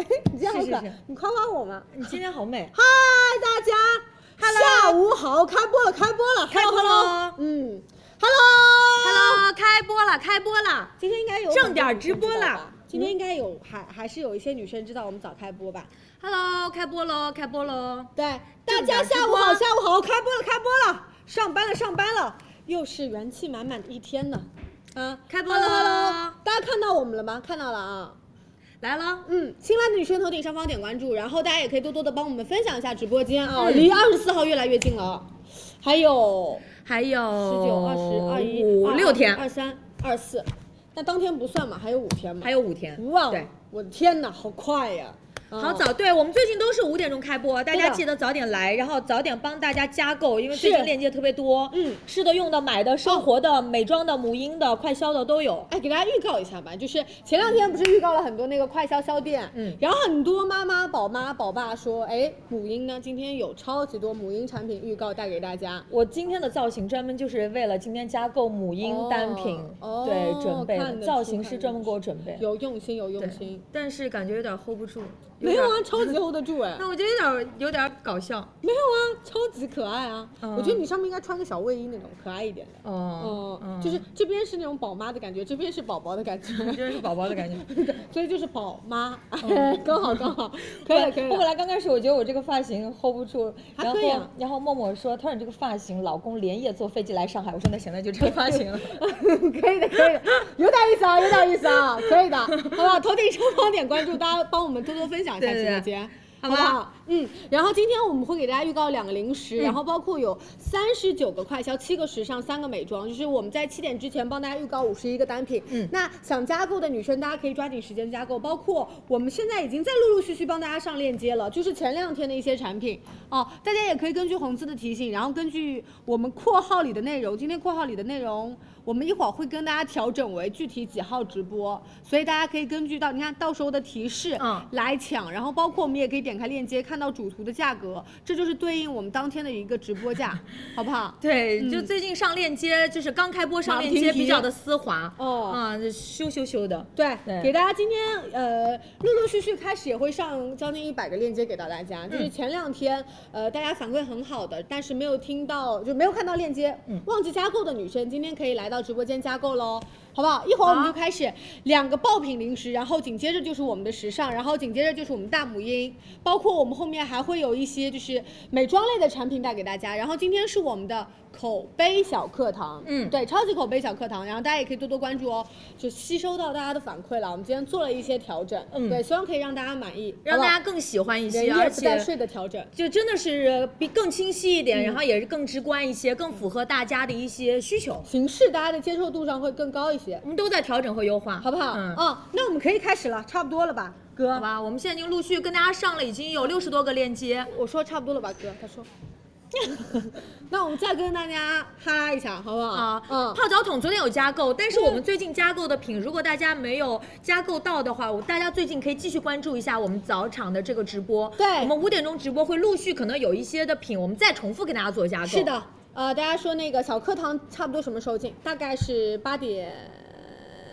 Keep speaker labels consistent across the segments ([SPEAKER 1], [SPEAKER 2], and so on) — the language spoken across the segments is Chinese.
[SPEAKER 1] 这个
[SPEAKER 2] 是是，
[SPEAKER 1] 哎你夸夸我嘛！
[SPEAKER 2] 你今天好美，
[SPEAKER 1] 嗨，大家
[SPEAKER 2] Hello
[SPEAKER 1] 下午好，开播了，开播了
[SPEAKER 2] 开播
[SPEAKER 1] ，Hello
[SPEAKER 2] 了
[SPEAKER 1] Hello，嗯，Hello
[SPEAKER 2] Hello，开播了，开播了，
[SPEAKER 1] 今天应该有
[SPEAKER 2] 正
[SPEAKER 1] 很多
[SPEAKER 2] 点儿
[SPEAKER 1] 女
[SPEAKER 2] 直
[SPEAKER 1] 生
[SPEAKER 2] 播
[SPEAKER 1] 知道
[SPEAKER 2] 啦
[SPEAKER 1] 吧今天应该有还还是有一些女生知道我们早开播吧？
[SPEAKER 2] Hello，开播喽，开播喽！
[SPEAKER 1] 对，大
[SPEAKER 2] 正点
[SPEAKER 1] 家
[SPEAKER 2] 儿直
[SPEAKER 1] 下午
[SPEAKER 2] 播
[SPEAKER 1] 好，下午好，开播了，开播了，上班了，上班了，又是元气满满的一天呢。啊，
[SPEAKER 2] 开播
[SPEAKER 1] Hello,
[SPEAKER 2] 了
[SPEAKER 1] hello，大家看到我们了吗？看到了啊。
[SPEAKER 2] 来了，
[SPEAKER 1] 嗯，新来的女生头顶上方点关注，然后大家也可以多多的帮我们分享一下直播间啊、
[SPEAKER 2] 嗯
[SPEAKER 1] 离二十四号越来越近了啊。还有
[SPEAKER 2] 还有
[SPEAKER 1] 十九、二十、二一、
[SPEAKER 2] 五哦六
[SPEAKER 1] 二
[SPEAKER 2] 天，
[SPEAKER 1] 三、二四，但当天不算嘛，还有五天嘛。
[SPEAKER 2] 还有五天，
[SPEAKER 1] 哇，哦
[SPEAKER 2] 对，
[SPEAKER 1] 我的天哪，好快呀！啊
[SPEAKER 2] 好，早。对我们最近都是五点钟开播，大
[SPEAKER 1] 对
[SPEAKER 2] 家
[SPEAKER 1] 的
[SPEAKER 2] 记得早点来，然后早点帮大家加购，因为最
[SPEAKER 1] 是
[SPEAKER 2] 近链接特别多，
[SPEAKER 1] 嗯，
[SPEAKER 2] 吃的、用的、买的、生活的、美妆的、母婴的、快消的都有。
[SPEAKER 1] 哎，给大家预告一下吧，就是前两天不是预告了很多那个快消销店，
[SPEAKER 2] 嗯
[SPEAKER 1] 然后很多妈妈、宝妈、宝爸说，哎，母婴呢，今天有超级多母婴产品预告带给大家，
[SPEAKER 2] 我今天的造型专门就是为了今天加购母婴单品，
[SPEAKER 1] 哦哦
[SPEAKER 2] 对，准备
[SPEAKER 1] 看得
[SPEAKER 2] 的
[SPEAKER 1] 出
[SPEAKER 2] 造型
[SPEAKER 1] 看
[SPEAKER 2] 师
[SPEAKER 1] 得
[SPEAKER 2] 专门给我
[SPEAKER 1] 出
[SPEAKER 2] 准备。
[SPEAKER 1] 有用心，有用
[SPEAKER 2] 对
[SPEAKER 1] 心。
[SPEAKER 2] 但是感觉有点 hold 不住。
[SPEAKER 1] 没有
[SPEAKER 2] 点
[SPEAKER 1] 啊，超级 hold 得住哎
[SPEAKER 2] 那，我觉得有点有点搞笑。
[SPEAKER 1] 没有啊，超级可爱啊！我觉得
[SPEAKER 2] 嗯
[SPEAKER 1] 你上面应该穿个小卫衣那种可爱一点的。
[SPEAKER 2] 哦
[SPEAKER 1] 嗯，就是这边是那种宝妈的感觉，这边是宝宝的感觉，
[SPEAKER 2] 真是宝宝的感觉。
[SPEAKER 1] 所以就是宝妈，哎， 刚好刚好，可以了可以
[SPEAKER 2] 我本
[SPEAKER 1] 了。
[SPEAKER 2] 来刚开始我觉得我这个发型 hold 不住，
[SPEAKER 1] 还
[SPEAKER 2] 然后
[SPEAKER 1] 可以啊
[SPEAKER 2] 然后默默说，她说你这个发型，老公连夜坐飞机来上海。我说那行，那就这个发 型了。
[SPEAKER 1] 可以的，可以的，有点意思啊，有点意思啊，可 以的，好不好？头顶上方点关注，大家帮我们多多分享一下
[SPEAKER 2] 对
[SPEAKER 1] 直
[SPEAKER 2] 对对
[SPEAKER 1] 播间，
[SPEAKER 2] 好
[SPEAKER 1] 不
[SPEAKER 2] 吧
[SPEAKER 1] 好？嗯，然后今天我们会给大家预告两个零
[SPEAKER 2] 嗯
[SPEAKER 1] 食，然后包括有三十九个快消、七个时尚、三个美妆，就是我们在七点之前帮大家预告五十一个单品。
[SPEAKER 2] 嗯
[SPEAKER 1] 那想加购的女生，大家可以抓紧时间加购，包括我们现在已经在陆陆续续帮大家上链接了，就是前两天的一些产品哦，大家也可以根据红字的提醒，然后根据我们括号里的内容，今天括号里的内容。我们一会儿会跟大家调整为具体几号直播，所以大家可以根据到你看到时候的提示，
[SPEAKER 2] 嗯
[SPEAKER 1] 来抢，然后包括我们也可以点开链接看到主图的价格，这就是对应我们当天的一个直播 价，好不好？
[SPEAKER 2] 对，就
[SPEAKER 1] 嗯
[SPEAKER 2] 最近上链接，就是刚开播上链
[SPEAKER 1] 马不停
[SPEAKER 2] 接
[SPEAKER 1] 蹄
[SPEAKER 2] 比较的丝滑，
[SPEAKER 1] 哦
[SPEAKER 2] 啊，就羞羞羞的。
[SPEAKER 1] 对，
[SPEAKER 2] 对
[SPEAKER 1] 给大家今天呃，陆陆续续开始也会上将近一百个链接给到大家，就是前两天呃大家反馈很好的，但是没有听到就没有看到链接，
[SPEAKER 2] 嗯
[SPEAKER 1] 忘记加购的女生今天可以来到直播间加购喽。好不好？一会儿我们
[SPEAKER 2] 好
[SPEAKER 1] 就开始两个爆品零食，然后紧接着就是我们的时尚，然后紧接着就是我们大母婴，包括我们后面还会有一些就是美妆类的产品带给大家。然后今天是我们的口碑小课堂，
[SPEAKER 2] 嗯
[SPEAKER 1] 对，超级口碑小课堂，然后大家也可以多多关注哦，就吸收到大家的反馈了。我们今天做了一些调整，
[SPEAKER 2] 嗯
[SPEAKER 1] 对，希望可以让大家满意，
[SPEAKER 2] 让大
[SPEAKER 1] 好
[SPEAKER 2] 家更喜欢一
[SPEAKER 1] 不好
[SPEAKER 2] 些，
[SPEAKER 1] 连夜
[SPEAKER 2] 而
[SPEAKER 1] 不带
[SPEAKER 2] 且
[SPEAKER 1] 嗯睡的调整。
[SPEAKER 2] 就真的是比更清晰一点，然后也是更直观一些，更符合大家的一些需求。
[SPEAKER 1] 形式大家的接受度上会更高一些，
[SPEAKER 2] 我们都在调整和优化，
[SPEAKER 1] 好不好？
[SPEAKER 2] 嗯，
[SPEAKER 1] 哦，那我们可以开始了，差不多了吧，哥？
[SPEAKER 2] 好吧，我们现在已经陆续跟大家上了已经有六十多个链接，
[SPEAKER 1] 我说差不多了吧，哥？他说。 那我们再跟大家哈拉一下，好不好？
[SPEAKER 2] 啊，
[SPEAKER 1] 嗯，
[SPEAKER 2] 泡脚桶昨天有加购，但是
[SPEAKER 1] 对
[SPEAKER 2] 我们最近加购的品，如果大家没有加购到的话，我大家最近可以继续关注一下我们早场的这个直播。
[SPEAKER 1] 对
[SPEAKER 2] 我们五点钟直播会陆续可能有一些的品，我们再重复给大家做加购。
[SPEAKER 1] 是，的，呃，大家说那个小课堂差不多什么时候进？大概是八点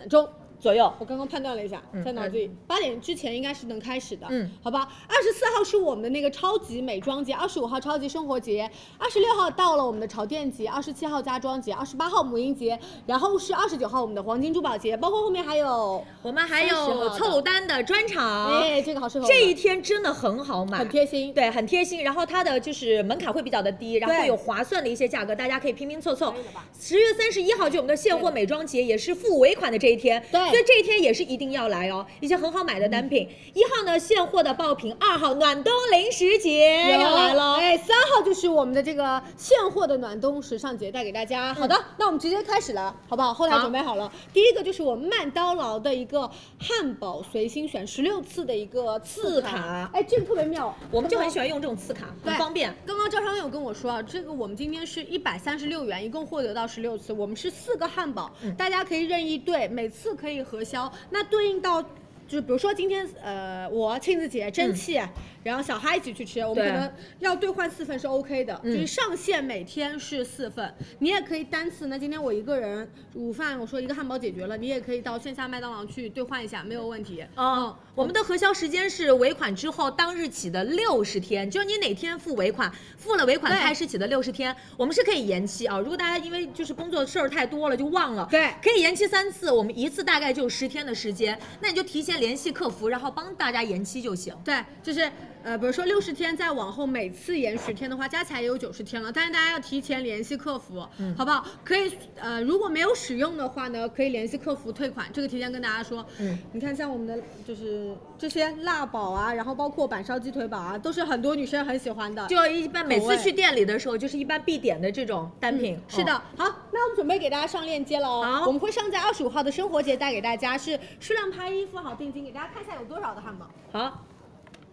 [SPEAKER 1] 钟。
[SPEAKER 2] 左右。
[SPEAKER 1] 我刚刚判断了一下，
[SPEAKER 2] 嗯
[SPEAKER 1] 在脑子里八点之前应该是能开始的，
[SPEAKER 2] 嗯，
[SPEAKER 1] 好吧。二十四号是我们的那个超级美妆节，二十五号超级生活节，二十六号到了我们的潮店节，二十七号家装节，二十八号母婴节，然后是二十九号我们的黄金珠宝节，包括后面还有，
[SPEAKER 2] 我们还
[SPEAKER 1] 30号
[SPEAKER 2] 有
[SPEAKER 1] 的
[SPEAKER 2] 凑单的专场，
[SPEAKER 1] 哎，这个好适合我们
[SPEAKER 2] 这一天真的很好买，
[SPEAKER 1] 很贴心，
[SPEAKER 2] 对，很贴心。然后它的就是门槛会比较的低，然后有划算的一些价格，大家可以拼拼凑凑
[SPEAKER 1] 可以了吧。
[SPEAKER 2] 十月三十一号就我们的现货美妆节，也是付尾款的这一天，
[SPEAKER 1] 对
[SPEAKER 2] 所以这一天也是一定要来哦。一些很好买的单品，
[SPEAKER 1] 嗯
[SPEAKER 2] 一号呢现货的爆品，二号暖冬零食节
[SPEAKER 1] 有
[SPEAKER 2] 要来了。
[SPEAKER 1] 哎，三号就是我们的这个现货的暖冬时尚节带给大家。好的，那我们直接开始了，好不好？后台
[SPEAKER 2] 嗯好
[SPEAKER 1] 准备好了。第一个就是我们麦当劳的一个汉堡随心选十六次的一个
[SPEAKER 2] 次
[SPEAKER 1] 卡
[SPEAKER 2] 卡，
[SPEAKER 1] 哎，这个特别妙，
[SPEAKER 2] 我们就很喜
[SPEAKER 1] 欢。
[SPEAKER 2] 欢用这种次卡，
[SPEAKER 1] 对
[SPEAKER 2] 很方便。
[SPEAKER 1] 刚刚招商有跟我说啊，这个我们今天是一百三十六元，一共获得到十六
[SPEAKER 2] 嗯
[SPEAKER 1] 次，我们是四个汉堡，大家可以任意对，每次可以核销。那对应到就是比如说今天呃，我庆子姐蒸汽，然后小哈一起去吃，我
[SPEAKER 2] 嗯
[SPEAKER 1] 们
[SPEAKER 2] 对
[SPEAKER 1] 可能要兑换四份是 OK 的，就
[SPEAKER 2] 嗯
[SPEAKER 1] 是上限每天是四份，你也可以单次。那今天我一个人午饭，我说一个汉堡解决了，你也可以到线下麦当劳去兑换一下，没有问题。
[SPEAKER 2] 嗯，我们的核销时间是尾款之后当日起的六十天，就是你哪天付尾款，付了尾款
[SPEAKER 1] 对
[SPEAKER 2] 开始起的六十天，我们是可以延期啊。如果大家因为就是工作事儿太多了就忘了，
[SPEAKER 1] 对
[SPEAKER 2] 可以延期三次，我们一次大概就十天的时间，那你就提前联系客服，然后帮大家延期就行。
[SPEAKER 1] 对，就是呃，比如说六十天，再往后每次延十天的话，加起来也有九十天了。但是大家要提前联系客服，
[SPEAKER 2] 嗯
[SPEAKER 1] 好不好？可以呃，如果没有使用的话呢，可以联系客服退款。这个提前跟大家说。
[SPEAKER 2] 嗯，
[SPEAKER 1] 你看像我们的就是这些辣煲啊，然后包括板烧鸡腿堡啊，都是很多女生很喜欢的。
[SPEAKER 2] 就一般每
[SPEAKER 1] 口味
[SPEAKER 2] 次去店里的时候，就是一般必点的这种单品。
[SPEAKER 1] 嗯
[SPEAKER 2] 哦
[SPEAKER 1] 是的，好，那我们准备给大家上链接了哦。
[SPEAKER 2] 好
[SPEAKER 1] 我们会上在二十五号的生活节带给大家，是数量拍一付好定金，给大家看一下有多少个汉堡。
[SPEAKER 2] 嗯，好，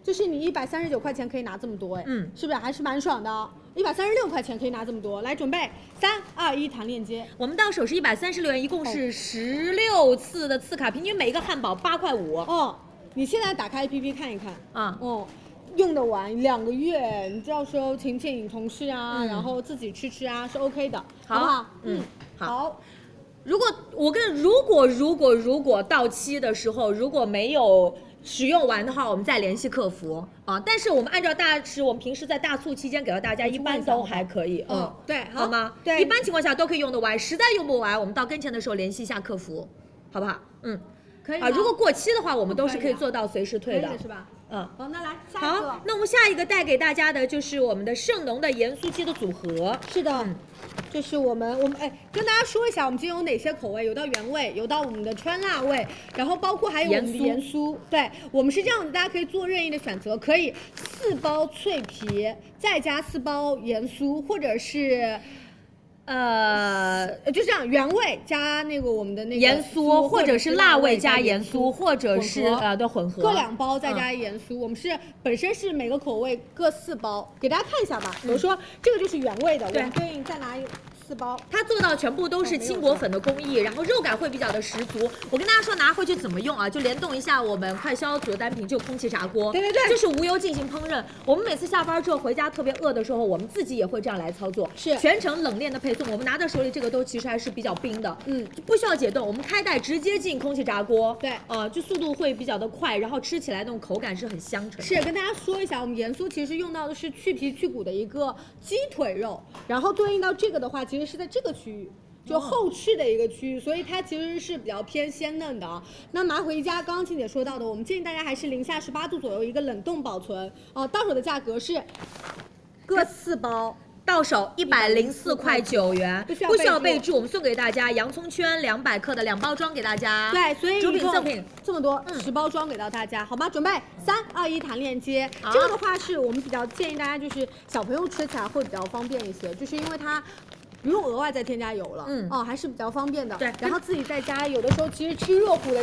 [SPEAKER 1] 就是你一百三十九块钱可以拿这么多，哎，
[SPEAKER 2] 嗯
[SPEAKER 1] 是不是还是蛮爽的、哦一百三十六块钱可以拿这么多，来准备，三二一，弹链接。
[SPEAKER 2] 我们到手是一百三十六元，一共
[SPEAKER 1] 哎
[SPEAKER 2] 是十六次的次卡，平均每一个汉堡八块五。
[SPEAKER 1] 哦，你现在打开 APP 看一看，
[SPEAKER 2] 啊，
[SPEAKER 1] 哦，用得完两个月，你到时候请请同事啊，
[SPEAKER 2] 嗯
[SPEAKER 1] 然后自己吃吃啊，是 OK 的，
[SPEAKER 2] 好
[SPEAKER 1] 不好？
[SPEAKER 2] 嗯好
[SPEAKER 1] 好，
[SPEAKER 2] 如果我跟如果如果如果到期的时候如果没有使用完的话，我们再联系客服啊。但是我们按照大致，我们平时在大促期间给到大家，
[SPEAKER 1] 去
[SPEAKER 2] 一
[SPEAKER 1] 问一
[SPEAKER 2] 般
[SPEAKER 1] 下
[SPEAKER 2] 都还可以，嗯
[SPEAKER 1] 嗯，，对，
[SPEAKER 2] 好吗？
[SPEAKER 1] 对，
[SPEAKER 2] 一般情况下都可以用得完，实在用不完，我们到跟前的时候联系一下客服，好不好？嗯，
[SPEAKER 1] 可以
[SPEAKER 2] 啊，
[SPEAKER 1] 吗
[SPEAKER 2] 如果过期的话，我们都是
[SPEAKER 1] 不
[SPEAKER 2] 可
[SPEAKER 1] 可以
[SPEAKER 2] 以
[SPEAKER 1] 啊
[SPEAKER 2] 做到随时
[SPEAKER 1] 可
[SPEAKER 2] 退
[SPEAKER 1] 以
[SPEAKER 2] 的
[SPEAKER 1] 的，是吧？
[SPEAKER 2] 嗯。
[SPEAKER 1] 好，那来下一
[SPEAKER 2] 好
[SPEAKER 1] 个，，
[SPEAKER 2] 那我们下一个带给大家的就是我们的圣农的盐酥鸡的组合，
[SPEAKER 1] 是的
[SPEAKER 2] 嗯，
[SPEAKER 1] 这是我们我们哎，跟大家说一下，我们今天有哪些口味？有到原味，有到我们的川辣味，然后包括还有我们的
[SPEAKER 2] 盐
[SPEAKER 1] 盐酥。对，我们是这样的，大家可以做任意的选择，可以四包脆皮，再加四包盐酥，或者是。
[SPEAKER 2] 呃，
[SPEAKER 1] 呃，就这样，原味加那个我们的那个
[SPEAKER 2] 盐酥，或者是辣味加盐酥，
[SPEAKER 1] 酥，
[SPEAKER 2] 或者是
[SPEAKER 1] 混合
[SPEAKER 2] 呃的混合，
[SPEAKER 1] 各两包再加盐酥。我们是本身是每个口味各四包，给大家看一下吧。比如说这个就是原味的，我
[SPEAKER 2] 对
[SPEAKER 1] 们对应再拿一四包。
[SPEAKER 2] 它做到全部都
[SPEAKER 1] 哦
[SPEAKER 2] 是轻薄粉的工艺，然后肉感会比较的十足。我跟大家说拿回去怎么用啊？就联动一下我们快消组的单品，就空气炸锅。
[SPEAKER 1] 对对对
[SPEAKER 2] 就是无油进行烹饪。我们每次下班之后回家特别饿的时候，我们自己也会这样来操作，
[SPEAKER 1] 是
[SPEAKER 2] 全程冷链的配送。我们拿到手里这个都其实还是比较冰的，
[SPEAKER 1] 嗯，
[SPEAKER 2] 就不需要解冻，我们开袋直接进空气炸锅。
[SPEAKER 1] 对
[SPEAKER 2] 呃，就速度会比较的快，然后吃起来那种口感是很香醇的。
[SPEAKER 1] 是跟大家说一下，我们盐酥其实用到的是去皮去骨的一个鸡腿肉，然后对应到这个的话，其实是在这个区域。就后翅的一个区域，所以它其实是比较偏鲜嫩的啊。那拿回家，刚刚庆姐说到的，我们建议大家还是零下十八度左右一个冷冻保存哦、到手的价格是各四包，
[SPEAKER 2] 到手一百零四块九元，
[SPEAKER 1] 不需要
[SPEAKER 2] 不需要
[SPEAKER 1] 备
[SPEAKER 2] 备
[SPEAKER 1] 注
[SPEAKER 2] 注，我们送给大家洋葱圈两百克的两包装给大家。
[SPEAKER 3] 啊
[SPEAKER 1] 对，所以
[SPEAKER 2] 主
[SPEAKER 1] 一
[SPEAKER 2] 品
[SPEAKER 1] 共
[SPEAKER 2] 赠品。
[SPEAKER 1] 这么多，
[SPEAKER 3] 嗯
[SPEAKER 1] 十包装给到大家，好吗？准备三二一，弹链接。
[SPEAKER 2] 好
[SPEAKER 1] 这个的话是我们比较建议大家，就是小朋友吃起来会比较方便一些，就是因为它。不用额外再添加油了，
[SPEAKER 2] 嗯
[SPEAKER 1] 哦，还是比较方便的。
[SPEAKER 2] 对
[SPEAKER 1] 然后自己在家有的时候其实吃热乎的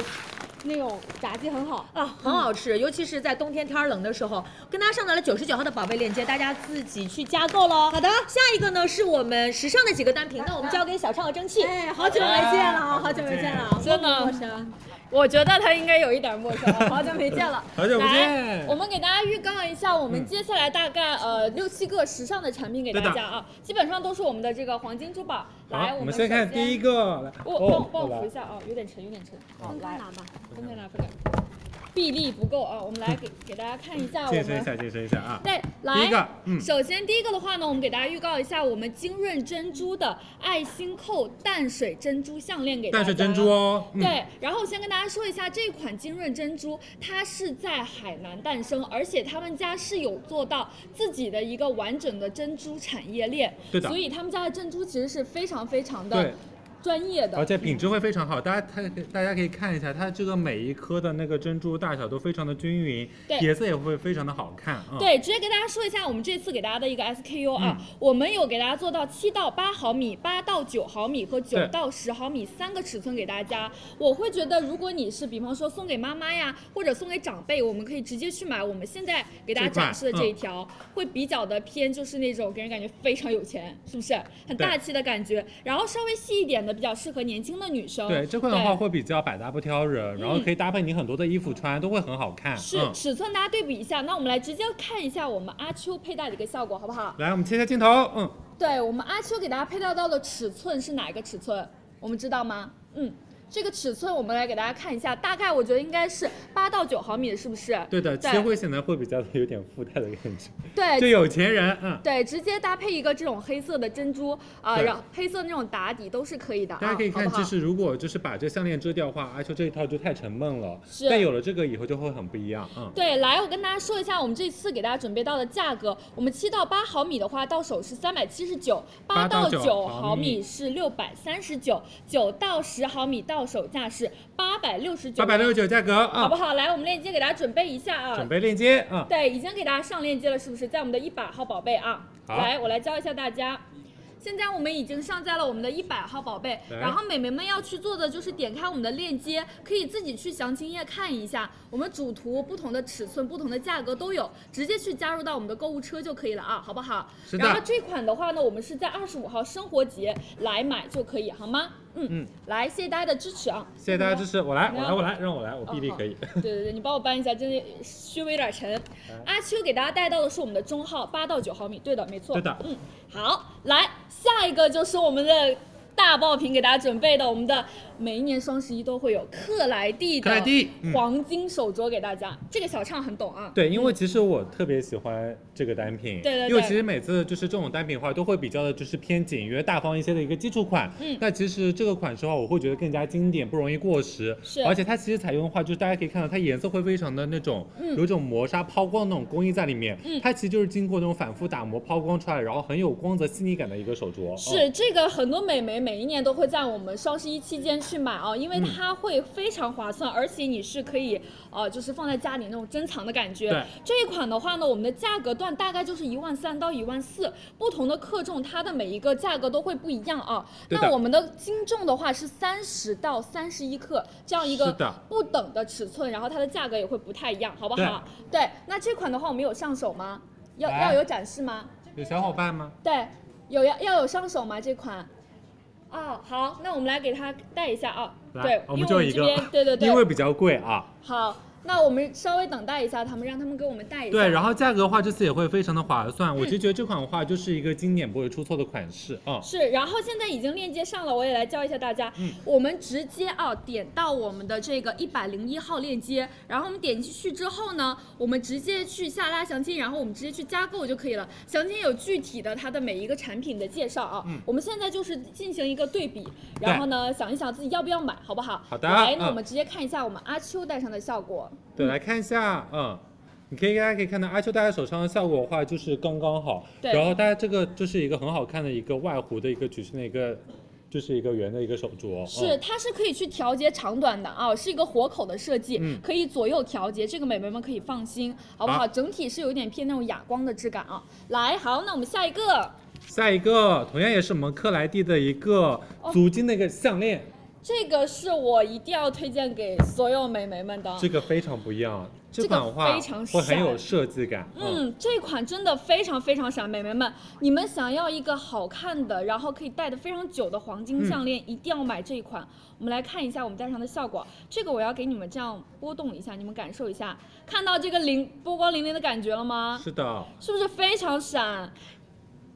[SPEAKER 1] 那种炸鸡很好，
[SPEAKER 3] 哦
[SPEAKER 2] 啊，很好吃，尤其是在冬天天儿冷的时候，跟大家上到了九十九号的宝贝链接，大家自己去加购喽。好的，下一个呢是我们时尚的几个单品，那我们交给小畅和蒸汽。
[SPEAKER 1] 哎，好久没见了，
[SPEAKER 3] 哦
[SPEAKER 1] 啊，好久没见了啊，
[SPEAKER 4] 真的
[SPEAKER 1] 陌生陌生
[SPEAKER 4] 我觉得他应该有一点陌生， 好久没见了。
[SPEAKER 5] 好久不
[SPEAKER 4] 来
[SPEAKER 5] 见，嗯
[SPEAKER 4] 我们给大家预告一下，我们接下来大概呃六七个时尚的产品给大
[SPEAKER 5] 对
[SPEAKER 4] 家
[SPEAKER 5] 的
[SPEAKER 4] 啊，基本上都是我们的这个黄金珠宝。来，
[SPEAKER 5] 好，
[SPEAKER 4] 们
[SPEAKER 5] 我们先看第一
[SPEAKER 4] 个，
[SPEAKER 5] 个，来哦
[SPEAKER 4] 我帮我帮
[SPEAKER 5] 来
[SPEAKER 4] 我扶一下啊，有点沉，有点沉。好，
[SPEAKER 1] 分开
[SPEAKER 4] 来
[SPEAKER 1] 拿，吧。
[SPEAKER 4] 分开拿，分开拿。臂力不够啊，我们来给给大家看一 下我
[SPEAKER 5] 健身一下，
[SPEAKER 4] 们。
[SPEAKER 5] 健身一下啊。
[SPEAKER 4] 对，来，
[SPEAKER 5] 第一个，嗯，
[SPEAKER 4] 首先第一个的话呢，我们给大家预告一下我们精润珍珠的爱心扣淡水珍珠项链给大家。啊
[SPEAKER 5] 淡水珍珠哦，嗯，
[SPEAKER 4] 对，然后先跟大家说一下这款精润珍珠，它是在海南诞生，而且他们家是有做到自己的一个完整的珍珠产业链，
[SPEAKER 5] 对的
[SPEAKER 4] 所以他们家的珍珠其实是非常非常的
[SPEAKER 5] 对，
[SPEAKER 4] 专业
[SPEAKER 5] 而
[SPEAKER 4] 的。
[SPEAKER 5] 且品质会非常好，大家它大家可以看一下，它这个每一颗的那个珍珠大小都非常的均匀
[SPEAKER 4] 对，
[SPEAKER 5] 颜色也会非常的好看啊。嗯，
[SPEAKER 4] 对，直接跟大家说一下我们这次给大家的一个 SKU 啊，
[SPEAKER 5] 嗯
[SPEAKER 4] 我们有给大家做到七到八毫米、八到九毫米和九
[SPEAKER 5] 对
[SPEAKER 4] 到十毫米三个尺寸给大家。我会觉得，如果你是比方说送给妈妈呀，或者送给长辈，我们可以直接去买我们现在给大家
[SPEAKER 5] 这款
[SPEAKER 4] 展示的这一
[SPEAKER 5] 嗯
[SPEAKER 4] 条，会比较的偏，就是那种给人感觉非常有钱，是不是？很大
[SPEAKER 5] 对
[SPEAKER 4] 气的感觉。然后稍微细一点的。的比较适合年轻的女生。
[SPEAKER 5] 对这块的话会比较百搭不挑人，然后可以搭配你很多的衣服穿，都会很好看。
[SPEAKER 4] 嗯是
[SPEAKER 5] 嗯，
[SPEAKER 4] 尺寸，大家对比一下。那我们来直接看一下我们阿秋佩戴的一个效果，好不好？
[SPEAKER 5] 来，我们切一下镜头，嗯，
[SPEAKER 4] 对我们阿秋给大家配料到的尺寸是哪一个尺寸？我们知道吗？嗯，这个尺寸我们来给大家看一下，大概我觉得应该是八到九毫米，是不是？
[SPEAKER 5] 对的，
[SPEAKER 4] 对
[SPEAKER 5] 切会显得会比较有点附带的感觉，
[SPEAKER 4] 对
[SPEAKER 5] 就有钱人，嗯，
[SPEAKER 4] 对，直接搭配一个这种黑色的珍珠啊、
[SPEAKER 5] 对
[SPEAKER 4] 然后黑色那种打底都是可以的啊，
[SPEAKER 5] 大家可以看，
[SPEAKER 4] 好不好
[SPEAKER 5] 就是如果就是把这项链遮掉的话，阿秋这一套就太沉闷了，
[SPEAKER 4] 是
[SPEAKER 5] 但有了这个以后就会很不一样，嗯。
[SPEAKER 4] 对，来，我跟大家说一下我们这次给大家准备到的价格。我们七到八毫米的话，到手是三百七十九；八
[SPEAKER 5] 8到
[SPEAKER 4] 九
[SPEAKER 5] 9
[SPEAKER 4] 毫
[SPEAKER 5] 毫
[SPEAKER 4] 米
[SPEAKER 5] 米
[SPEAKER 4] 是六百三十九；九到十毫米到手价是八百六十九，
[SPEAKER 5] 八百六十九价格
[SPEAKER 4] 好不
[SPEAKER 5] 啊，
[SPEAKER 4] 好？来，我们链接给大家准备一下啊。
[SPEAKER 5] 准备链接啊，
[SPEAKER 4] 对，已经给大家上链接了，是不是？在我们的一百号宝贝啊，
[SPEAKER 5] 好
[SPEAKER 4] 来，我来教一下大家。现在我们已经上架了我们的一百号宝贝，
[SPEAKER 5] 来
[SPEAKER 4] 然后美眉们要去做的就是点开我们的链接，可以自己去详情页看一下，我们主图不同的尺寸、不同的价格都有，直接去加入到我们的购物车就可以了啊，好不好？
[SPEAKER 5] 是的
[SPEAKER 4] 然后这款的话呢，我们是在二十五号生活节来买就可以，好吗？嗯
[SPEAKER 5] 嗯，
[SPEAKER 4] 来，谢谢大家的支持啊！
[SPEAKER 5] 谢谢大家支持，我来，我
[SPEAKER 4] 你
[SPEAKER 5] 来，
[SPEAKER 4] 要
[SPEAKER 5] 我来，让我来，我
[SPEAKER 4] 哦
[SPEAKER 5] 臂力
[SPEAKER 4] 好
[SPEAKER 5] 可以。
[SPEAKER 4] 对对对，你帮我搬一下，真的稍微有点沉。阿秋给大家带到的是我们的中号八到九毫米，对的，没错。
[SPEAKER 5] 对的
[SPEAKER 4] 嗯，好，来下一个就是我们的大爆品给大家准备的，我们的每一年双十一都会有克莱蒂
[SPEAKER 5] 克莱
[SPEAKER 4] 的
[SPEAKER 5] 蒂嗯
[SPEAKER 4] 黄金手镯给大家，这个小畅很懂啊。
[SPEAKER 5] 对，因为其实我特别喜欢这个单品，
[SPEAKER 4] 对对
[SPEAKER 5] 因
[SPEAKER 4] 对
[SPEAKER 5] 为其实每次就是这种单品的话，都会比较的就是偏简约大方一些的一个基础款。
[SPEAKER 4] 嗯
[SPEAKER 5] 那其实这个款式的话，我会觉得更加经典，不容易过时。
[SPEAKER 4] 是
[SPEAKER 5] 而且它其实采用的话，就是大家可以看到它颜色会非常的那种，
[SPEAKER 4] 嗯
[SPEAKER 5] 有一种磨砂抛光那种工艺在里面。
[SPEAKER 4] 嗯
[SPEAKER 5] 它其实就是经过那种反复打磨抛光出来，然后很有光泽细腻感的一个手镯。嗯
[SPEAKER 4] 是这个，很多美眉每一年都会在我们双十一期间去买啊，因为
[SPEAKER 5] 嗯
[SPEAKER 4] 它会非常划算，而且你是可以呃，就是放在家里那种珍藏的感觉。
[SPEAKER 5] 对
[SPEAKER 4] 这一款的话呢，我们的价格段大概就是一万三到一万四，不同的克重它的每一个价格都会不一样啊。
[SPEAKER 5] 对的
[SPEAKER 4] 那我们的斤重的话是三十到三十一克这样一个
[SPEAKER 5] 是的
[SPEAKER 4] 不等的尺寸，然后它的价格也会不太一样，好不好？对，那这款的话我们有上手吗？要
[SPEAKER 5] 来
[SPEAKER 4] 要有展示吗？
[SPEAKER 5] 嗯有小伙伴吗？
[SPEAKER 4] 对，有要要有上手吗？这款？哦，好，那我们来给它带一下啊。
[SPEAKER 5] 来
[SPEAKER 4] 对，
[SPEAKER 5] 我
[SPEAKER 4] 因
[SPEAKER 5] 们
[SPEAKER 4] 为
[SPEAKER 5] 就一
[SPEAKER 4] 这
[SPEAKER 5] 个
[SPEAKER 4] 边，对对
[SPEAKER 5] 因为
[SPEAKER 4] 对。
[SPEAKER 5] 比较贵啊。
[SPEAKER 4] 好，那我们稍微等待一下他们，让他们给我们带一下。
[SPEAKER 5] 对，然后价格的话，这次也会非常的划算。我
[SPEAKER 4] 嗯
[SPEAKER 5] 其实觉得这款的话，就是一个经典不会出错的款式啊。
[SPEAKER 4] 是，然后现在已经链接上了，我也来教一下大家。
[SPEAKER 5] 嗯
[SPEAKER 4] 我们直接啊点到我们的这个一百零一号链接，然后我们点进去之后呢，我们直接去下拉详情，然后我们直接去加购就可以了。详情有具体的它的每一个产品的介绍啊。
[SPEAKER 5] 嗯
[SPEAKER 4] 我们现在就是进行一个对比，然后呢想一想自己要不要买，好不好？
[SPEAKER 5] 好的
[SPEAKER 4] 来，那
[SPEAKER 5] 嗯
[SPEAKER 4] 我们直接看一下我们阿秋戴上的效果。
[SPEAKER 5] 对，来看一下，嗯。你可以，大家可以看到阿秋戴在手上的效果的话，就是刚刚好。
[SPEAKER 4] 对
[SPEAKER 5] 然后大家这个就是一个很好看的一个外弧的一个曲线的一个，就是一个圆的一个手镯。嗯
[SPEAKER 4] 是，它是可以去调节长短的啊，是一个活口的设计，
[SPEAKER 5] 嗯
[SPEAKER 4] 可以左右调节，这个美眉们可以放心，好不好？
[SPEAKER 5] 好
[SPEAKER 4] 整体是有点偏那种哑光的质感啊。来，好，那我们下一个，
[SPEAKER 5] 下一个同样也是我们克莱蒂的一个
[SPEAKER 4] 哦
[SPEAKER 5] 足金的一个项链，
[SPEAKER 4] 这个是我一定要推荐给所有美眉们的。
[SPEAKER 5] 这个非常不一样。
[SPEAKER 4] 哦这个
[SPEAKER 5] 款的话
[SPEAKER 4] 非常
[SPEAKER 5] 会很有
[SPEAKER 4] 闪
[SPEAKER 5] 设计感。嗯，
[SPEAKER 4] 嗯，这款真的非常非常闪，美眉们，你们想要一个好看的，然后可以戴的非常久的黄金项链，一定要买这一款。我们来看一下我们戴上的效果，这个我要给你们这样波动一下，你们感受一下，看到这个灵波光粼粼的感觉了吗？
[SPEAKER 5] 是的。
[SPEAKER 4] 是不是非常
[SPEAKER 5] 哦
[SPEAKER 4] 闪？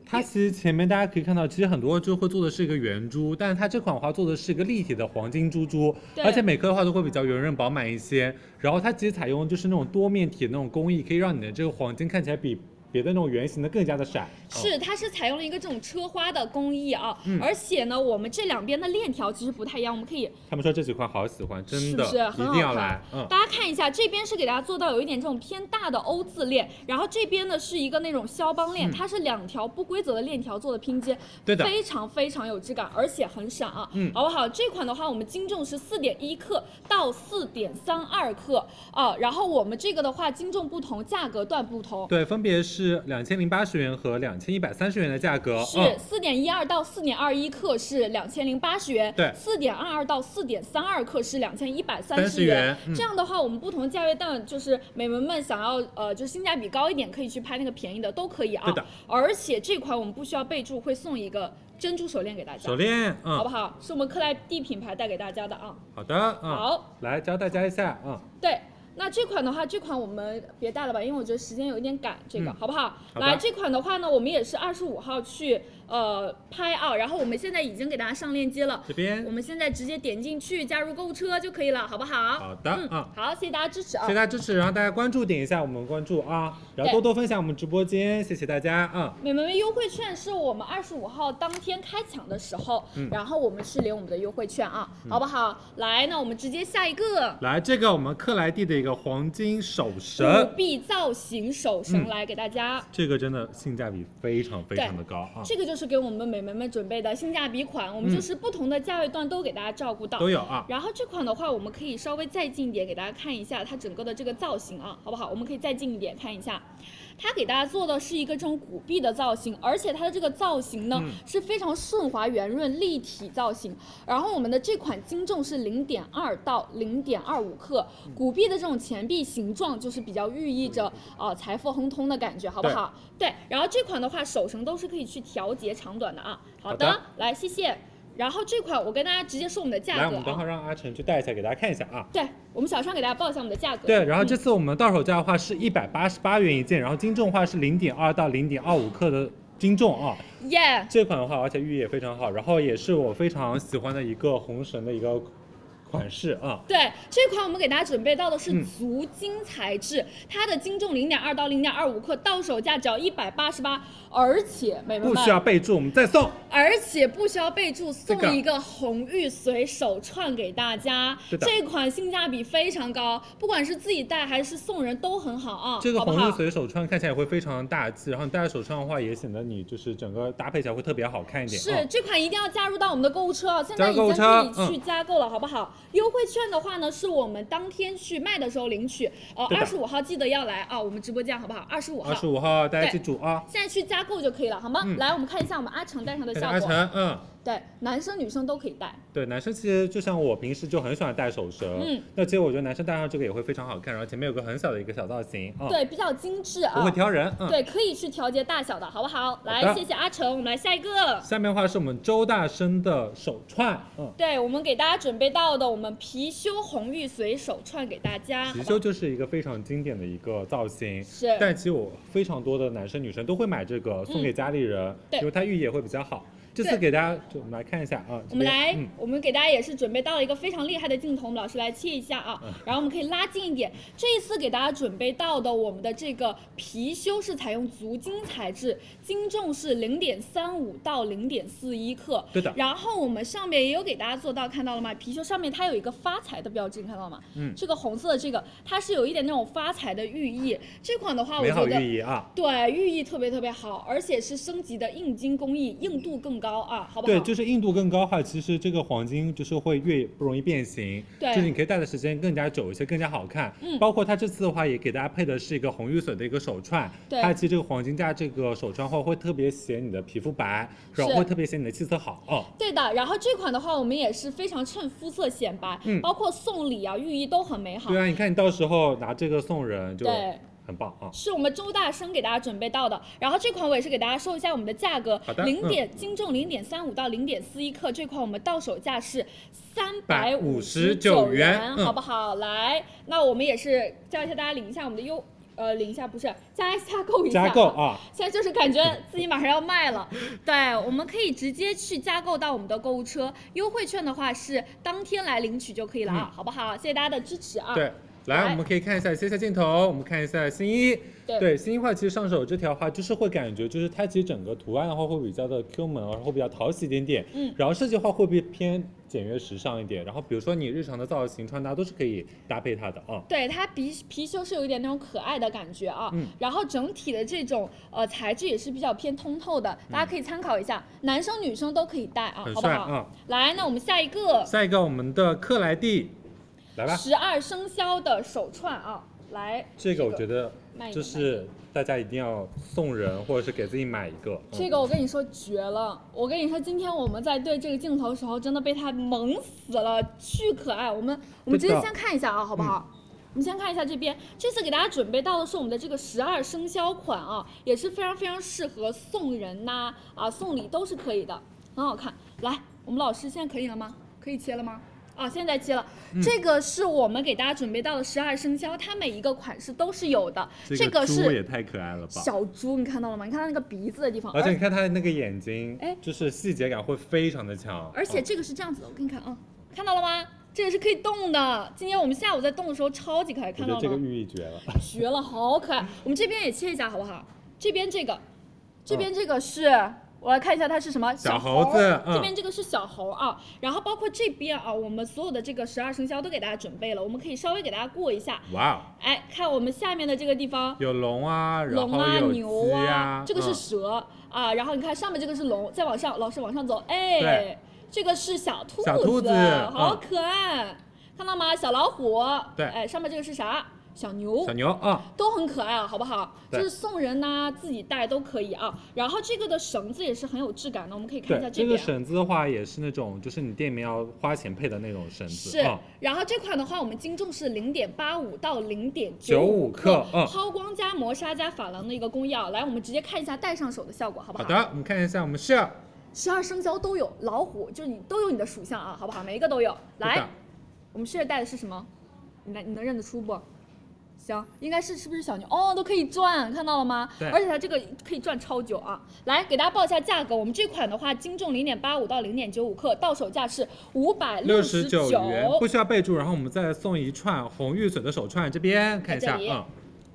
[SPEAKER 5] 它其实前面大家可以看到，其实很多就会做的是一个圆珠，但是它这款的话做的是一个立体的黄金珠珠，
[SPEAKER 4] 对
[SPEAKER 5] 而且每颗的话都会比较圆润饱满一些。然后它其实采用就是那种多面体的那种工艺，可以让你的这个黄金看起来比别的那种圆形的更加的闪。
[SPEAKER 4] 是，
[SPEAKER 5] 嗯
[SPEAKER 4] 它是采用了一个这种车花的工艺啊，
[SPEAKER 5] 嗯
[SPEAKER 4] 而且呢，我们这两边的链条其实不太一样，我们可以
[SPEAKER 5] 他们说这几款好喜欢，真的
[SPEAKER 4] 是不是很
[SPEAKER 5] 一
[SPEAKER 4] 好
[SPEAKER 5] 定要
[SPEAKER 4] 看
[SPEAKER 5] 来。嗯，
[SPEAKER 4] 大家看一下，这边是给大家做到有一点这种偏大的 O 字链，然后这边呢是一个那种肖邦链，
[SPEAKER 5] 嗯
[SPEAKER 4] 它是两条不规则的链条做的拼接，
[SPEAKER 5] 对的
[SPEAKER 4] 非常非常有质感，而且很闪啊，
[SPEAKER 5] 嗯
[SPEAKER 4] 好不好？这款的话，我们斤重是四点一克到四点三二克啊，然后我们这个的话斤重不同，价格段不同，
[SPEAKER 5] 对，分别是两千零八十元和两千一百三十元的价格。
[SPEAKER 4] 是
[SPEAKER 5] 嗯
[SPEAKER 4] 四点一二到四点二一克是两千零八十元，
[SPEAKER 5] 对
[SPEAKER 4] 四点二二到四点三二克是两千一百三
[SPEAKER 5] 30
[SPEAKER 4] 元
[SPEAKER 5] 元。嗯
[SPEAKER 4] 这样的话，我们不同价位段就是美眉们想要呃，就是性价比高一点，可以去拍那个便宜的都可以啊。
[SPEAKER 5] 对的。
[SPEAKER 4] 而且这款我们不需要备注，会送一个。珍珠手链给大家
[SPEAKER 5] 手，链，嗯，
[SPEAKER 4] 好不好？是我们克莱蒂品牌带给大家的啊。
[SPEAKER 5] 好的，嗯，
[SPEAKER 4] 好，
[SPEAKER 5] 来教大家一下，嗯，
[SPEAKER 4] 对，那这款的话，这款我们别带了吧，因为我觉得时间有一点赶，这个、
[SPEAKER 5] 嗯
[SPEAKER 4] 好不好？
[SPEAKER 5] 好的
[SPEAKER 4] 来，这款的话呢，我们也是二十五号去呃拍啊，然后我们现在已经给大家上链接了
[SPEAKER 5] 这，边
[SPEAKER 4] 我，们现在直接点进去加入购物车就可以了，好不好？
[SPEAKER 5] 好的
[SPEAKER 4] 嗯，
[SPEAKER 5] 啊
[SPEAKER 4] 好，谢谢大家支持啊
[SPEAKER 5] 谢谢。大家支持，然后大家关注点一下我们关注啊，然后多多分享我们直播间，谢谢大家，嗯，
[SPEAKER 4] 美们们优惠券是我们二十五号当天开抢的时候，
[SPEAKER 5] 嗯
[SPEAKER 4] 然后我们是领我们的优惠券啊，好不好？来，那我们直接下一个
[SPEAKER 5] 来这个我们克莱蒂的一个黄金手
[SPEAKER 4] 古
[SPEAKER 5] 绳，
[SPEAKER 4] 币造型手绳
[SPEAKER 5] 嗯
[SPEAKER 4] 来给大家。
[SPEAKER 5] 这个真的性价比非常非常的高啊，
[SPEAKER 4] 这个就是给我们美眉们准备的性价比款，我们
[SPEAKER 5] 嗯
[SPEAKER 4] 就是不同的价位段都给大家照顾到。
[SPEAKER 5] 都有啊，
[SPEAKER 4] 然后这款的话，我们可以稍微再近一点给大家看一下它整个的这个造型啊，好不好？我们可以再近一点看一下，它给大家做的是一个这种古币的造型，而且它的这个造型呢、
[SPEAKER 5] 嗯
[SPEAKER 4] 是非常顺滑圆润立体造型。然后我们的这款斤重是零点二到零点二五克，
[SPEAKER 5] 嗯
[SPEAKER 4] 古币的这种钱币形状就是比较寓意着啊、呃财富亨通的感觉，好不
[SPEAKER 5] 对
[SPEAKER 4] 好？对，然后这款的话手绳都是可以去调节长短的啊。好的，
[SPEAKER 5] 好的
[SPEAKER 4] 来谢谢。然后这款我跟大家直接说我们的价格、啊，
[SPEAKER 5] 来我们等会儿让阿成去带一下给大家看一下啊。
[SPEAKER 4] 对，我们小商给大家报一下我们的价格。
[SPEAKER 5] 对，然后这
[SPEAKER 4] 嗯
[SPEAKER 5] 次我们到手价的话是一百八十八元一件，然后斤重的话是零点二到零点二五克的斤重啊。
[SPEAKER 4] 嗯耶、
[SPEAKER 5] 这款的话，而且寓意也非常好，然后也是我非常喜欢的一个红绳的一个款式啊。
[SPEAKER 4] 对这款我们给大家准备到的是
[SPEAKER 5] 嗯
[SPEAKER 4] 足金材质，它的斤重零点二到零点二五克，到手价只要一百八十八，而且美眉
[SPEAKER 5] 不
[SPEAKER 4] 们
[SPEAKER 5] 需要备注，我们再送。
[SPEAKER 4] 而且不需要备注，送
[SPEAKER 5] 这个
[SPEAKER 4] 一个红玉随手串给大家。
[SPEAKER 5] 是的
[SPEAKER 4] 这款性价比非常高，不管是自己戴还是送人都很好啊，
[SPEAKER 5] 这个
[SPEAKER 4] 好不
[SPEAKER 5] 红玉
[SPEAKER 4] 好？
[SPEAKER 5] 随手穿看起来也会非常大气，然后你戴在手上的话，也显得你就是整个搭配起来会特别好看一点。
[SPEAKER 4] 是
[SPEAKER 5] 啊、
[SPEAKER 4] 这款一定要加入到我们的购物车啊！现在已
[SPEAKER 5] 加入购
[SPEAKER 4] 经
[SPEAKER 5] 物
[SPEAKER 4] 可以
[SPEAKER 5] 车嗯
[SPEAKER 4] 去加购了，好不好？优惠券的话呢，是我们当天去卖的时候领取，呃，
[SPEAKER 5] 对
[SPEAKER 4] 二
[SPEAKER 5] 的
[SPEAKER 4] 十五号记得要来啊，我们直播间好不好？二十五
[SPEAKER 5] 二
[SPEAKER 4] 号
[SPEAKER 5] 十，五号，大
[SPEAKER 4] 对
[SPEAKER 5] 家记住啊。
[SPEAKER 4] 现在去加购就可以了，好吗？
[SPEAKER 5] 嗯
[SPEAKER 4] 来，我们看一下我们阿成戴上的
[SPEAKER 5] 看
[SPEAKER 4] 效
[SPEAKER 5] 看阿
[SPEAKER 4] 果
[SPEAKER 5] 成，，嗯，
[SPEAKER 4] 对，男生女生都可以戴。
[SPEAKER 5] 对，男生其实就像我平时就很喜欢戴手绳，
[SPEAKER 4] 嗯，
[SPEAKER 5] 那其实我觉得男生戴上这个也会非常好看，然后前面有个很小的一个小造型，啊、
[SPEAKER 4] 对，比较精致啊，
[SPEAKER 5] 不会挑人，嗯，
[SPEAKER 4] 对，可以去调节大小的，好不好？来，
[SPEAKER 5] 的
[SPEAKER 4] 谢谢阿成，我们来下一个。
[SPEAKER 5] 下面的话是我们周大生的手串，嗯，
[SPEAKER 4] 对我们给大家准备到的，我们貔貅红玉随手串给大家。
[SPEAKER 5] 貔
[SPEAKER 4] 好不
[SPEAKER 5] 貅
[SPEAKER 4] 好
[SPEAKER 5] 就是一个非常经典的一个造型，
[SPEAKER 4] 是
[SPEAKER 5] 但其实我非常多的男生女生都会买这个送给家里人，
[SPEAKER 4] 嗯对
[SPEAKER 5] 因为它寓意也会比较好。这次
[SPEAKER 4] 对
[SPEAKER 5] 给大家，就我们来看一下啊，
[SPEAKER 4] 我们来，
[SPEAKER 5] 这边嗯，
[SPEAKER 4] 我们给大家也是准备到了一个非常厉害的镜头，我们老师来切一下啊，
[SPEAKER 5] 嗯
[SPEAKER 4] 然后我们可以拉近一点。这一次给大家准备到的我们的这个貔貅是采用足金材质，斤重是零点三五到零点四一克。
[SPEAKER 5] 对的
[SPEAKER 4] 然后我们上面也有给大家做到，看到了吗？貔貅上面它有一个发财的标志，你看到吗？
[SPEAKER 5] 嗯
[SPEAKER 4] 这个红色的这个，它是有一点那种发财的寓意。这款的话，我
[SPEAKER 5] 美
[SPEAKER 4] 觉
[SPEAKER 5] 好
[SPEAKER 4] 得
[SPEAKER 5] 寓意啊。
[SPEAKER 4] 对寓意特别特别好，而且是升级的硬金工艺，硬度更高啊，好不好？
[SPEAKER 5] 对，就是硬度更高的话，其实这个黄金就是会越不容易变形，
[SPEAKER 4] 对
[SPEAKER 5] 就是你可以戴的时间更加久一些，更加好看。
[SPEAKER 4] 嗯
[SPEAKER 5] 包括它这次的话，也给大家配的是一个红玉髓的一个手串，
[SPEAKER 4] 对
[SPEAKER 5] 它其实这个黄金加这个手串的话，会特别显你的皮肤白，然后
[SPEAKER 4] 是
[SPEAKER 5] 会特别显你的气色好。哦，
[SPEAKER 4] 对的，然后这款的话，我们也是非常衬肤色显白，
[SPEAKER 5] 嗯
[SPEAKER 4] 包括送礼啊，寓意都很美好。
[SPEAKER 5] 对啊，你看你到时候拿这个送人就
[SPEAKER 4] 对
[SPEAKER 5] 很棒啊。
[SPEAKER 4] 是我们周大生给大家准备到的，然后这款我也是给大家说一下我们的价格
[SPEAKER 5] 好，的
[SPEAKER 4] 零
[SPEAKER 5] 嗯
[SPEAKER 4] 点斤重零点三五到零点四一克，这款我们到手价是三十
[SPEAKER 5] 159
[SPEAKER 4] 元，
[SPEAKER 5] 元嗯
[SPEAKER 4] 好不好？来，那我们也是叫一下大家领一下我们的优，呃，领一下不是加加购一下，
[SPEAKER 5] 加购啊，
[SPEAKER 4] 现在就是感觉自己马上要卖了，对，我们可以直接去加购到我们的购物车，优惠券的话是当天来领取就可以了啊，好不好？谢谢大家的支持啊。
[SPEAKER 5] 嗯对。来，
[SPEAKER 4] 来
[SPEAKER 5] 我们可以看一下接下镜头，我们看一下新一。
[SPEAKER 4] 对
[SPEAKER 5] 新一话，其实上手这条的话，就是会感觉就是它其实整个图案的啊话会比较的 Q 萌，然后会比较讨喜一点点。
[SPEAKER 4] 嗯
[SPEAKER 5] 然后设计的话会不会偏简约时尚一点？然后比如说你日常的造型、穿搭都是可以搭配它的啊。
[SPEAKER 4] 对它貔貔貅是有一点那种可爱的感觉啊，
[SPEAKER 5] 嗯
[SPEAKER 4] 然后整体的这种呃材质也是比较偏通透的，大家可以参考一下，男生女生都可以戴啊
[SPEAKER 5] 嗯很，
[SPEAKER 4] 好不
[SPEAKER 5] 帅
[SPEAKER 4] 好？
[SPEAKER 5] 啊
[SPEAKER 4] 来，那我们下一个
[SPEAKER 5] 下一个我们的克莱蒂，来吧，
[SPEAKER 4] 十二生肖的手串啊，来，
[SPEAKER 5] 这个我觉得
[SPEAKER 4] 慢一点
[SPEAKER 5] 就是大家一定要送人或者是给自己买一个。嗯
[SPEAKER 4] 这个我跟你说绝了！我跟你说，今天我们在对这个镜头的时候，真的被它萌死了，巨可爱。我们我们直接
[SPEAKER 5] 对的
[SPEAKER 4] 先看一下啊，好不好？
[SPEAKER 5] 嗯
[SPEAKER 4] 我们先看一下这边，这次给大家准备到的是我们的这个十二生肖款啊，也是非常非常适合送人呐啊送礼都是可以的。很好看。来，我们老师现在可以了吗？可以切了吗？啊，现在切了。
[SPEAKER 5] 嗯
[SPEAKER 4] 这个是我们给大家准备到的十二生肖，它每一个款式都是有的。这
[SPEAKER 5] 个猪也
[SPEAKER 4] 是
[SPEAKER 5] 太可爱了吧！
[SPEAKER 4] 小猪，你看到了吗？你看它那个鼻子的地方，
[SPEAKER 5] 而且
[SPEAKER 4] 而
[SPEAKER 5] 你看它的那个眼睛，
[SPEAKER 4] 哎
[SPEAKER 5] 就是细节感会非常的强。
[SPEAKER 4] 而且
[SPEAKER 5] 嗯
[SPEAKER 4] 这个是这样子的，我给你看啊，看到了吗？这个是可以动的。今天我们下午在动的时候超级可爱，
[SPEAKER 5] 我
[SPEAKER 4] 看到
[SPEAKER 5] 觉得
[SPEAKER 4] 了
[SPEAKER 5] 这个
[SPEAKER 4] 吗？
[SPEAKER 5] 寓意绝了。
[SPEAKER 4] 绝了，好可爱。我们这边也切一下好不好？这边这个，这边这个是。我来看一下它是什么，
[SPEAKER 5] 嗯小
[SPEAKER 4] 猴
[SPEAKER 5] 猴子嗯
[SPEAKER 4] 这边这个是小猴啊，然后包括这边啊，我们所有的这个十二生肖都给大家准备了，我们可以稍微给大家过一下。
[SPEAKER 5] 哇哦，
[SPEAKER 4] 哎，看我们下面的这个地方，
[SPEAKER 5] 有龙啊，然
[SPEAKER 4] 龙
[SPEAKER 5] 后
[SPEAKER 4] 啊、
[SPEAKER 5] 有
[SPEAKER 4] 牛
[SPEAKER 5] 鸡
[SPEAKER 4] 啊，这个是
[SPEAKER 5] 嗯
[SPEAKER 4] 蛇啊，然后你看上面这个是龙，再往上，老师往上走，
[SPEAKER 5] 对
[SPEAKER 4] 哎，这个是小兔
[SPEAKER 5] 小兔子
[SPEAKER 4] 好
[SPEAKER 5] 嗯
[SPEAKER 4] 可爱，看到吗？小老虎，
[SPEAKER 5] 对
[SPEAKER 4] 哎，上面这个是啥？小牛
[SPEAKER 5] 小。牛啊，
[SPEAKER 4] 都很可爱啊，好不好？就
[SPEAKER 5] 对
[SPEAKER 4] 是送人呐、自己带都可以啊。然后这个的绳子也是很有质感的，我们可以看一下
[SPEAKER 5] 对，这啊个
[SPEAKER 4] 边。
[SPEAKER 5] 绳子的话也是那种，就是你店里面要花钱配的那种绳子。
[SPEAKER 4] 是
[SPEAKER 5] 嗯，
[SPEAKER 4] 然后这款的话，我们斤重是零点八五到零点
[SPEAKER 5] 95
[SPEAKER 4] 克
[SPEAKER 5] 克，嗯
[SPEAKER 4] 抛光加磨砂加珐琅的一个工艺啊。来，我们直接看一下戴上手的效果，好不
[SPEAKER 5] 好
[SPEAKER 4] 好？
[SPEAKER 5] 的，我们看一下我们是
[SPEAKER 4] 十二生肖都有，老虎就是你都有你的属相啊，好不好？每一个都有。
[SPEAKER 5] 是
[SPEAKER 4] 来
[SPEAKER 5] 的，
[SPEAKER 4] 我们试着戴的是什么？你来，你能认得出不？行，应该是是不是小牛？哦，都可以转，看到了吗？
[SPEAKER 5] 对
[SPEAKER 4] 而且它这个可以转超久啊！来，给大家报一下价格，我们这款的话，斤重零点八五到零点九五克，到手价是五百
[SPEAKER 5] 六
[SPEAKER 4] 十
[SPEAKER 5] 十
[SPEAKER 4] 九
[SPEAKER 5] 九元，不需要备注。然后我们再送一串红玉笋的手串，这边看一
[SPEAKER 4] 在
[SPEAKER 5] 下，
[SPEAKER 4] 这里
[SPEAKER 5] 嗯，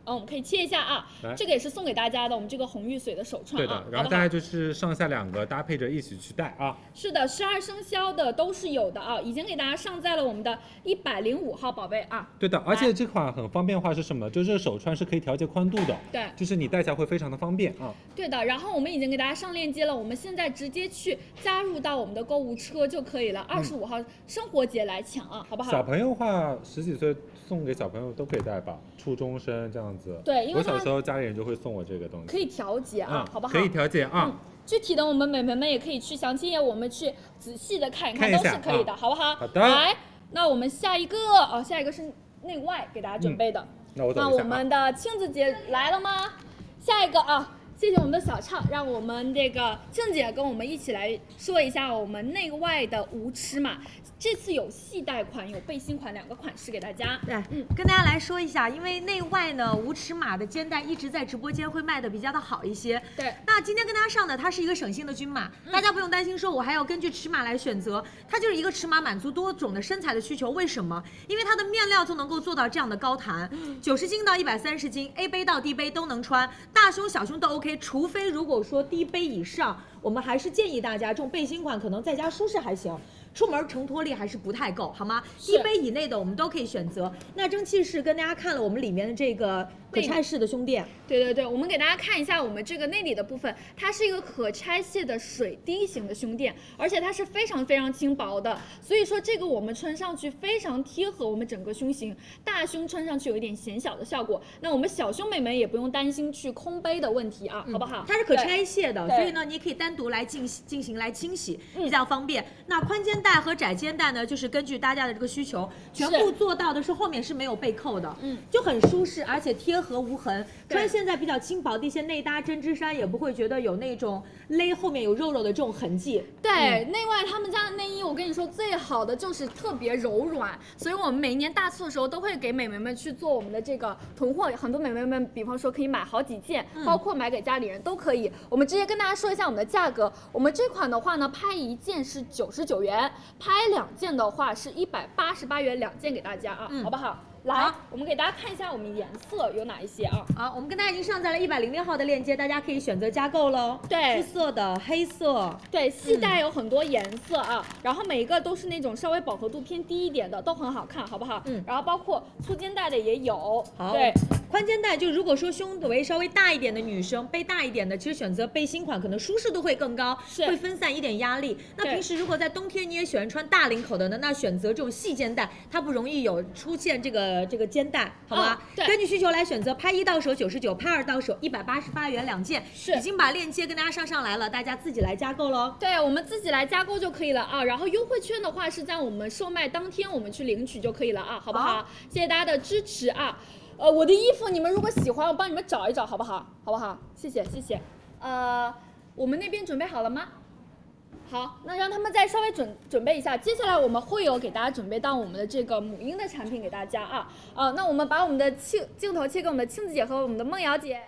[SPEAKER 4] 嗯，我们可以切一下啊
[SPEAKER 5] 来，
[SPEAKER 4] 这个也是送给大家的，我们这个红玉髓的手串
[SPEAKER 5] 对
[SPEAKER 4] 啊
[SPEAKER 5] 的。，
[SPEAKER 4] 好
[SPEAKER 5] 然
[SPEAKER 4] 不
[SPEAKER 5] 后大
[SPEAKER 4] 好
[SPEAKER 5] 家？就是上下两个搭配着一起去戴啊。
[SPEAKER 4] 是的，十二生肖的都是有的啊，已经给大家上在了我们的一百零五号宝贝啊。
[SPEAKER 5] 对的，而且这款很方便的话是什么？就是这个手串是可以调节宽度的，
[SPEAKER 4] 对
[SPEAKER 5] 就是你戴起来会非常的方便啊。
[SPEAKER 4] 对的，然后我们已经给大家上链接了，我们现在直接去加入到我们的购物车就可以了。二十五号生活节来抢啊，好不
[SPEAKER 5] 嗯小
[SPEAKER 4] 好？
[SPEAKER 5] 朋友的话，十几岁送给小朋友都可以戴吧，初中生这样子。
[SPEAKER 4] 对因为
[SPEAKER 5] 我小
[SPEAKER 4] 他
[SPEAKER 5] 时候家里人就会送我这个东西。
[SPEAKER 4] 可以调节啊，
[SPEAKER 5] 嗯
[SPEAKER 4] 好不好？
[SPEAKER 5] 可以调节啊
[SPEAKER 4] 嗯。具体的，我们美眉们也可以去详情页，我们去仔细的看一看，
[SPEAKER 5] 看一
[SPEAKER 4] 都
[SPEAKER 5] 下
[SPEAKER 4] 是可以的，
[SPEAKER 5] 啊
[SPEAKER 4] 好不好？
[SPEAKER 5] 好的
[SPEAKER 4] 来，那我们下一个哦，下一个是内外给大家准
[SPEAKER 5] 嗯
[SPEAKER 4] 备的。
[SPEAKER 5] 那我走
[SPEAKER 4] 那
[SPEAKER 5] 一
[SPEAKER 4] 我
[SPEAKER 5] 下啊。
[SPEAKER 4] 们的庆子姐来了吗？下一个啊，谢谢我们的小畅，让我们这个庆姐跟我们一起来说一下我们内外的无尺码。这次有系带款，有背心款，两个款式给大家。
[SPEAKER 2] 对，
[SPEAKER 4] 嗯
[SPEAKER 2] 跟大家来说一下，因为内外呢无尺码的肩带一直在直播间会卖的比较的好一些。
[SPEAKER 4] 对，
[SPEAKER 2] 那今天跟大家上的它是一个省心的均码，大家不用担心说我还要根据尺码来选择，它就是一个尺码满足多种的身材的需求。为什么？因为它的面料就能够做到这样的高弹，九十斤到一百三十斤，A 杯到 D 杯都能穿，大胸小胸都 OK，除非如果说 D 杯以上，我们还是建议大家这种背心款可能在家舒适还行。出门承托力还是不太够，好吗？
[SPEAKER 4] 是
[SPEAKER 2] 一杯以内的我们都可以选择。那蒸汽室跟大家看了我们里面的这个可拆式的胸垫，
[SPEAKER 4] 对对对，我们给大家看一下我们这个内里的部分，它是一个可拆卸的水滴型的胸垫，而且它是非常非常轻薄的，所以说这个我们穿上去非常贴合我们整个胸型，大胸穿上去有一点显小的效果。那我们小胸妹们也不用担心去空杯的问题啊，好不好？
[SPEAKER 2] 嗯它是可
[SPEAKER 4] 对
[SPEAKER 2] 拆卸的，
[SPEAKER 4] 对
[SPEAKER 2] 所以呢，你也可以单独来进行进行来清洗，
[SPEAKER 4] 嗯
[SPEAKER 2] 比较方便。那宽肩带和窄肩带呢，就是根据大家的这个需求，全部做到的是后面是没有被扣的，
[SPEAKER 4] 嗯，
[SPEAKER 2] 就很舒适，而且贴合无痕。
[SPEAKER 4] 对
[SPEAKER 2] 穿现在比较轻薄的一些内搭针织衫，也不会觉得有那种勒后面有肉肉的这种痕迹。
[SPEAKER 4] 对，
[SPEAKER 2] 嗯
[SPEAKER 4] 内外他们家的内衣，我跟你说，最好的就是特别柔软，所以我们每一年大促的时候都会给美眉们去做我们的这个囤货，很多美眉们，比方说可以买好几件，
[SPEAKER 2] 嗯
[SPEAKER 4] 包括买给家里人都可以。我们直接跟大家说一下我们的价格，我们这款的话呢，拍一件是九十九元，拍两件的话是一百八十八元两件给大家啊，
[SPEAKER 2] 嗯
[SPEAKER 4] 好不好？来
[SPEAKER 2] 好，
[SPEAKER 4] 我们给大家看一下我们颜色有哪一些啊？
[SPEAKER 2] 好，我们跟大家已经上在了一百零六号的链接，大家可以选择加购喽。
[SPEAKER 4] 对
[SPEAKER 2] 肤色的、黑色，
[SPEAKER 4] 对，系
[SPEAKER 2] 嗯
[SPEAKER 4] 带有很多颜色啊，然后每一个都是那种稍微饱和度偏低一点的，都很好看，好不好？
[SPEAKER 2] 嗯
[SPEAKER 4] 然后包括粗肩带的也有，
[SPEAKER 2] 好
[SPEAKER 4] 对，
[SPEAKER 2] 宽肩带就如果说胸围稍微大一点的女生，背大一点的，其实选择背心款可能舒适度会更高，
[SPEAKER 4] 是
[SPEAKER 2] 会分散一点压力。那
[SPEAKER 4] 对
[SPEAKER 2] 平时如果在冬天你也喜欢穿大领口的呢，那选择这种细肩带，它不容易有出现这个这个肩带，好吧？
[SPEAKER 4] 嗯对
[SPEAKER 2] 根据需求来选择，拍一到手九十九，拍二到手一百八十八元两件，
[SPEAKER 4] 是
[SPEAKER 2] 已经把链接跟大家上上来了，大家自己来加购喽。
[SPEAKER 4] 对我们自己来加购就可以了啊。然后优惠券的话是在我们售卖当天我们去领取就可以了啊，好不
[SPEAKER 2] 哦
[SPEAKER 4] 好？谢谢大家的支持啊。呃，我的衣服你们如果喜欢，我帮你们找一找，好不好？好不好？谢谢谢谢。呃，我们那边准备好了吗？好，那让他们再稍微准准备一下，接下来我们会有给大家准备到我们的这个母婴的产品给大家啊，啊，那我们把我们的镜镜头切给我们的庆子姐和我们的梦瑶姐，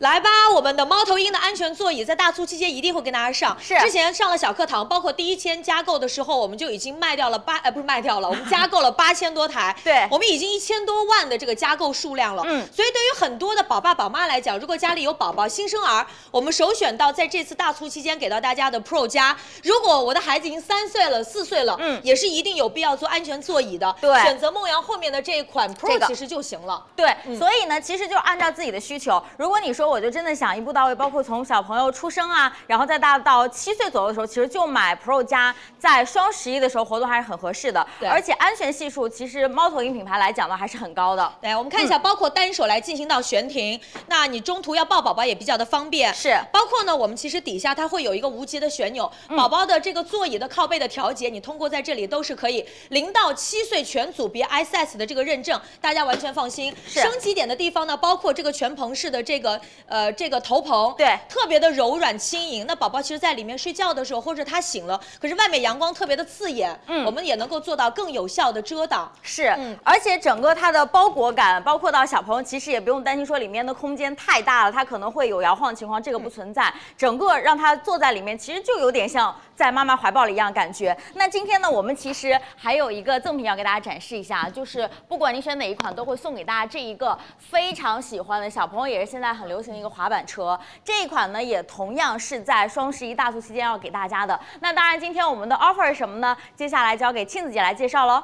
[SPEAKER 2] 来吧，我们的猫头鹰的安全座椅在大促期间一定会跟大家上。
[SPEAKER 3] 是
[SPEAKER 2] 之前上了小课堂，包括第一天加购的时候，我们就已经卖掉了 八，呃，不是卖掉了，我们加购了八千多台。
[SPEAKER 3] 对
[SPEAKER 2] 我们已经一千多万的这个加购数量了。
[SPEAKER 3] 嗯
[SPEAKER 2] 所以对于很多的宝爸宝妈来讲，如果家里有宝宝新生儿，我们首选到在这次大促期间给到大家的 Pro 加。如果我的孩子已经三岁了、四岁了，
[SPEAKER 3] 嗯
[SPEAKER 2] 也是一定有必要做安全座椅的。
[SPEAKER 3] 对
[SPEAKER 2] 选择梦阳后面的这一款 Pro
[SPEAKER 3] 这个
[SPEAKER 2] 其实就行了。
[SPEAKER 3] 对，
[SPEAKER 2] 嗯
[SPEAKER 3] 所以呢，其实就是按照自己的需求。如果你说我就真的想一步到位，包括从小朋友出生啊，然后再大到七岁左右的时候，其实就买 Pro 加，在双十一的时候活动还是很合适的。
[SPEAKER 2] 对
[SPEAKER 3] 而且安全系数其实猫头鹰品牌来讲呢还是很高的。
[SPEAKER 2] 来，我们看一下，
[SPEAKER 3] 嗯
[SPEAKER 2] 包括单手来进行到悬停，那你中途要抱宝宝也比较的方便。
[SPEAKER 3] 是
[SPEAKER 2] 包括呢，我们其实底下它会有一个无极的旋钮，
[SPEAKER 3] 嗯
[SPEAKER 2] 宝宝的这个座椅的靠背的调节，你通过在这里都是可以。零到七岁全组别 ISS 的这个认证，大家完全放心。
[SPEAKER 3] 是
[SPEAKER 2] 升级点的地方呢，包括这个全棚式的这个呃这个头棚，
[SPEAKER 3] 对
[SPEAKER 2] 特别的柔软轻盈。那宝宝其实在里面睡觉的时候，或者他醒了，可是外面阳光特别的刺眼，
[SPEAKER 3] 嗯
[SPEAKER 2] 我们也能够做到更有效的遮挡。
[SPEAKER 3] 是，
[SPEAKER 2] 嗯
[SPEAKER 3] 而且整个它的包裹感，包括到小朋友，其实也不用担心说里面的空间太大了，它可能会有摇晃情况，这个不存在。整个让他坐在里面，其实就有点像在妈妈怀抱里一样感觉。那今天呢，我们其实还有一个赠品要给大家展示一下，就是不管你选哪一款，都会送给大家这一个非常喜欢的小朋友也是现在很流行的一个滑板车。这一款呢，也同样是在双十一大促期间要给大家的。那当然，今天我们的 offer 是什么呢？接下来交给庆子姐来介绍喽。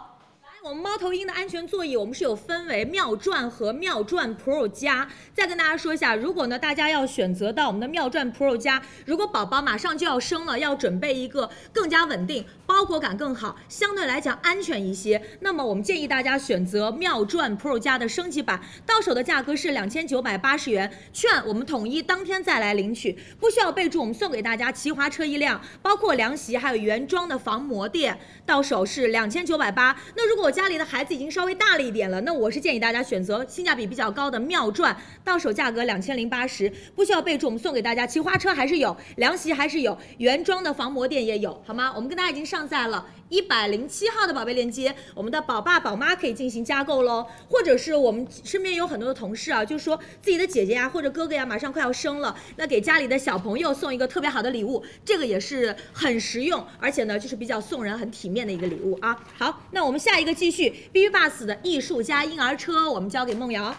[SPEAKER 2] 我们猫头鹰的安全座椅，我们是有分为妙转和妙转 Pro 加。再跟大家说一下，如果呢大家要选择到我们的妙转 Pro 加，如果宝宝马上就要生了，要准备一个更加稳定、包裹感更好，相对来讲安全一些，那么我们建议大家选择妙转 Pro 加的升级版，到手的价格是两千九百八十元，券我们统一当天再来领取，不需要备注，我们送给大家骑滑车一辆，包括凉席还有原装的防磨垫，到手是两千九百八。那如果我家里的孩子已经稍微大了一点了，那我是建议大家选择性价比比较高的妙转，到手价格两千零八十，不需要备注，我们送给大家。骑花车还是有，凉席还是有，原装的防磨垫也有，好吗？我们跟大家已经上在了一百零七号的宝贝链接，我们的宝爸宝妈可以进行加购喽。或者是我们身边有很多的同事啊，就说自己的姐姐呀、或者哥哥呀、马上快要生了，那给家里的小朋友送一个特别好的礼物，这个也是很实用，而且呢就是比较送人很体面的一个礼物啊。好，那我们下一个继续 B B Bus 的艺术家婴儿车，我们交给梦瑶。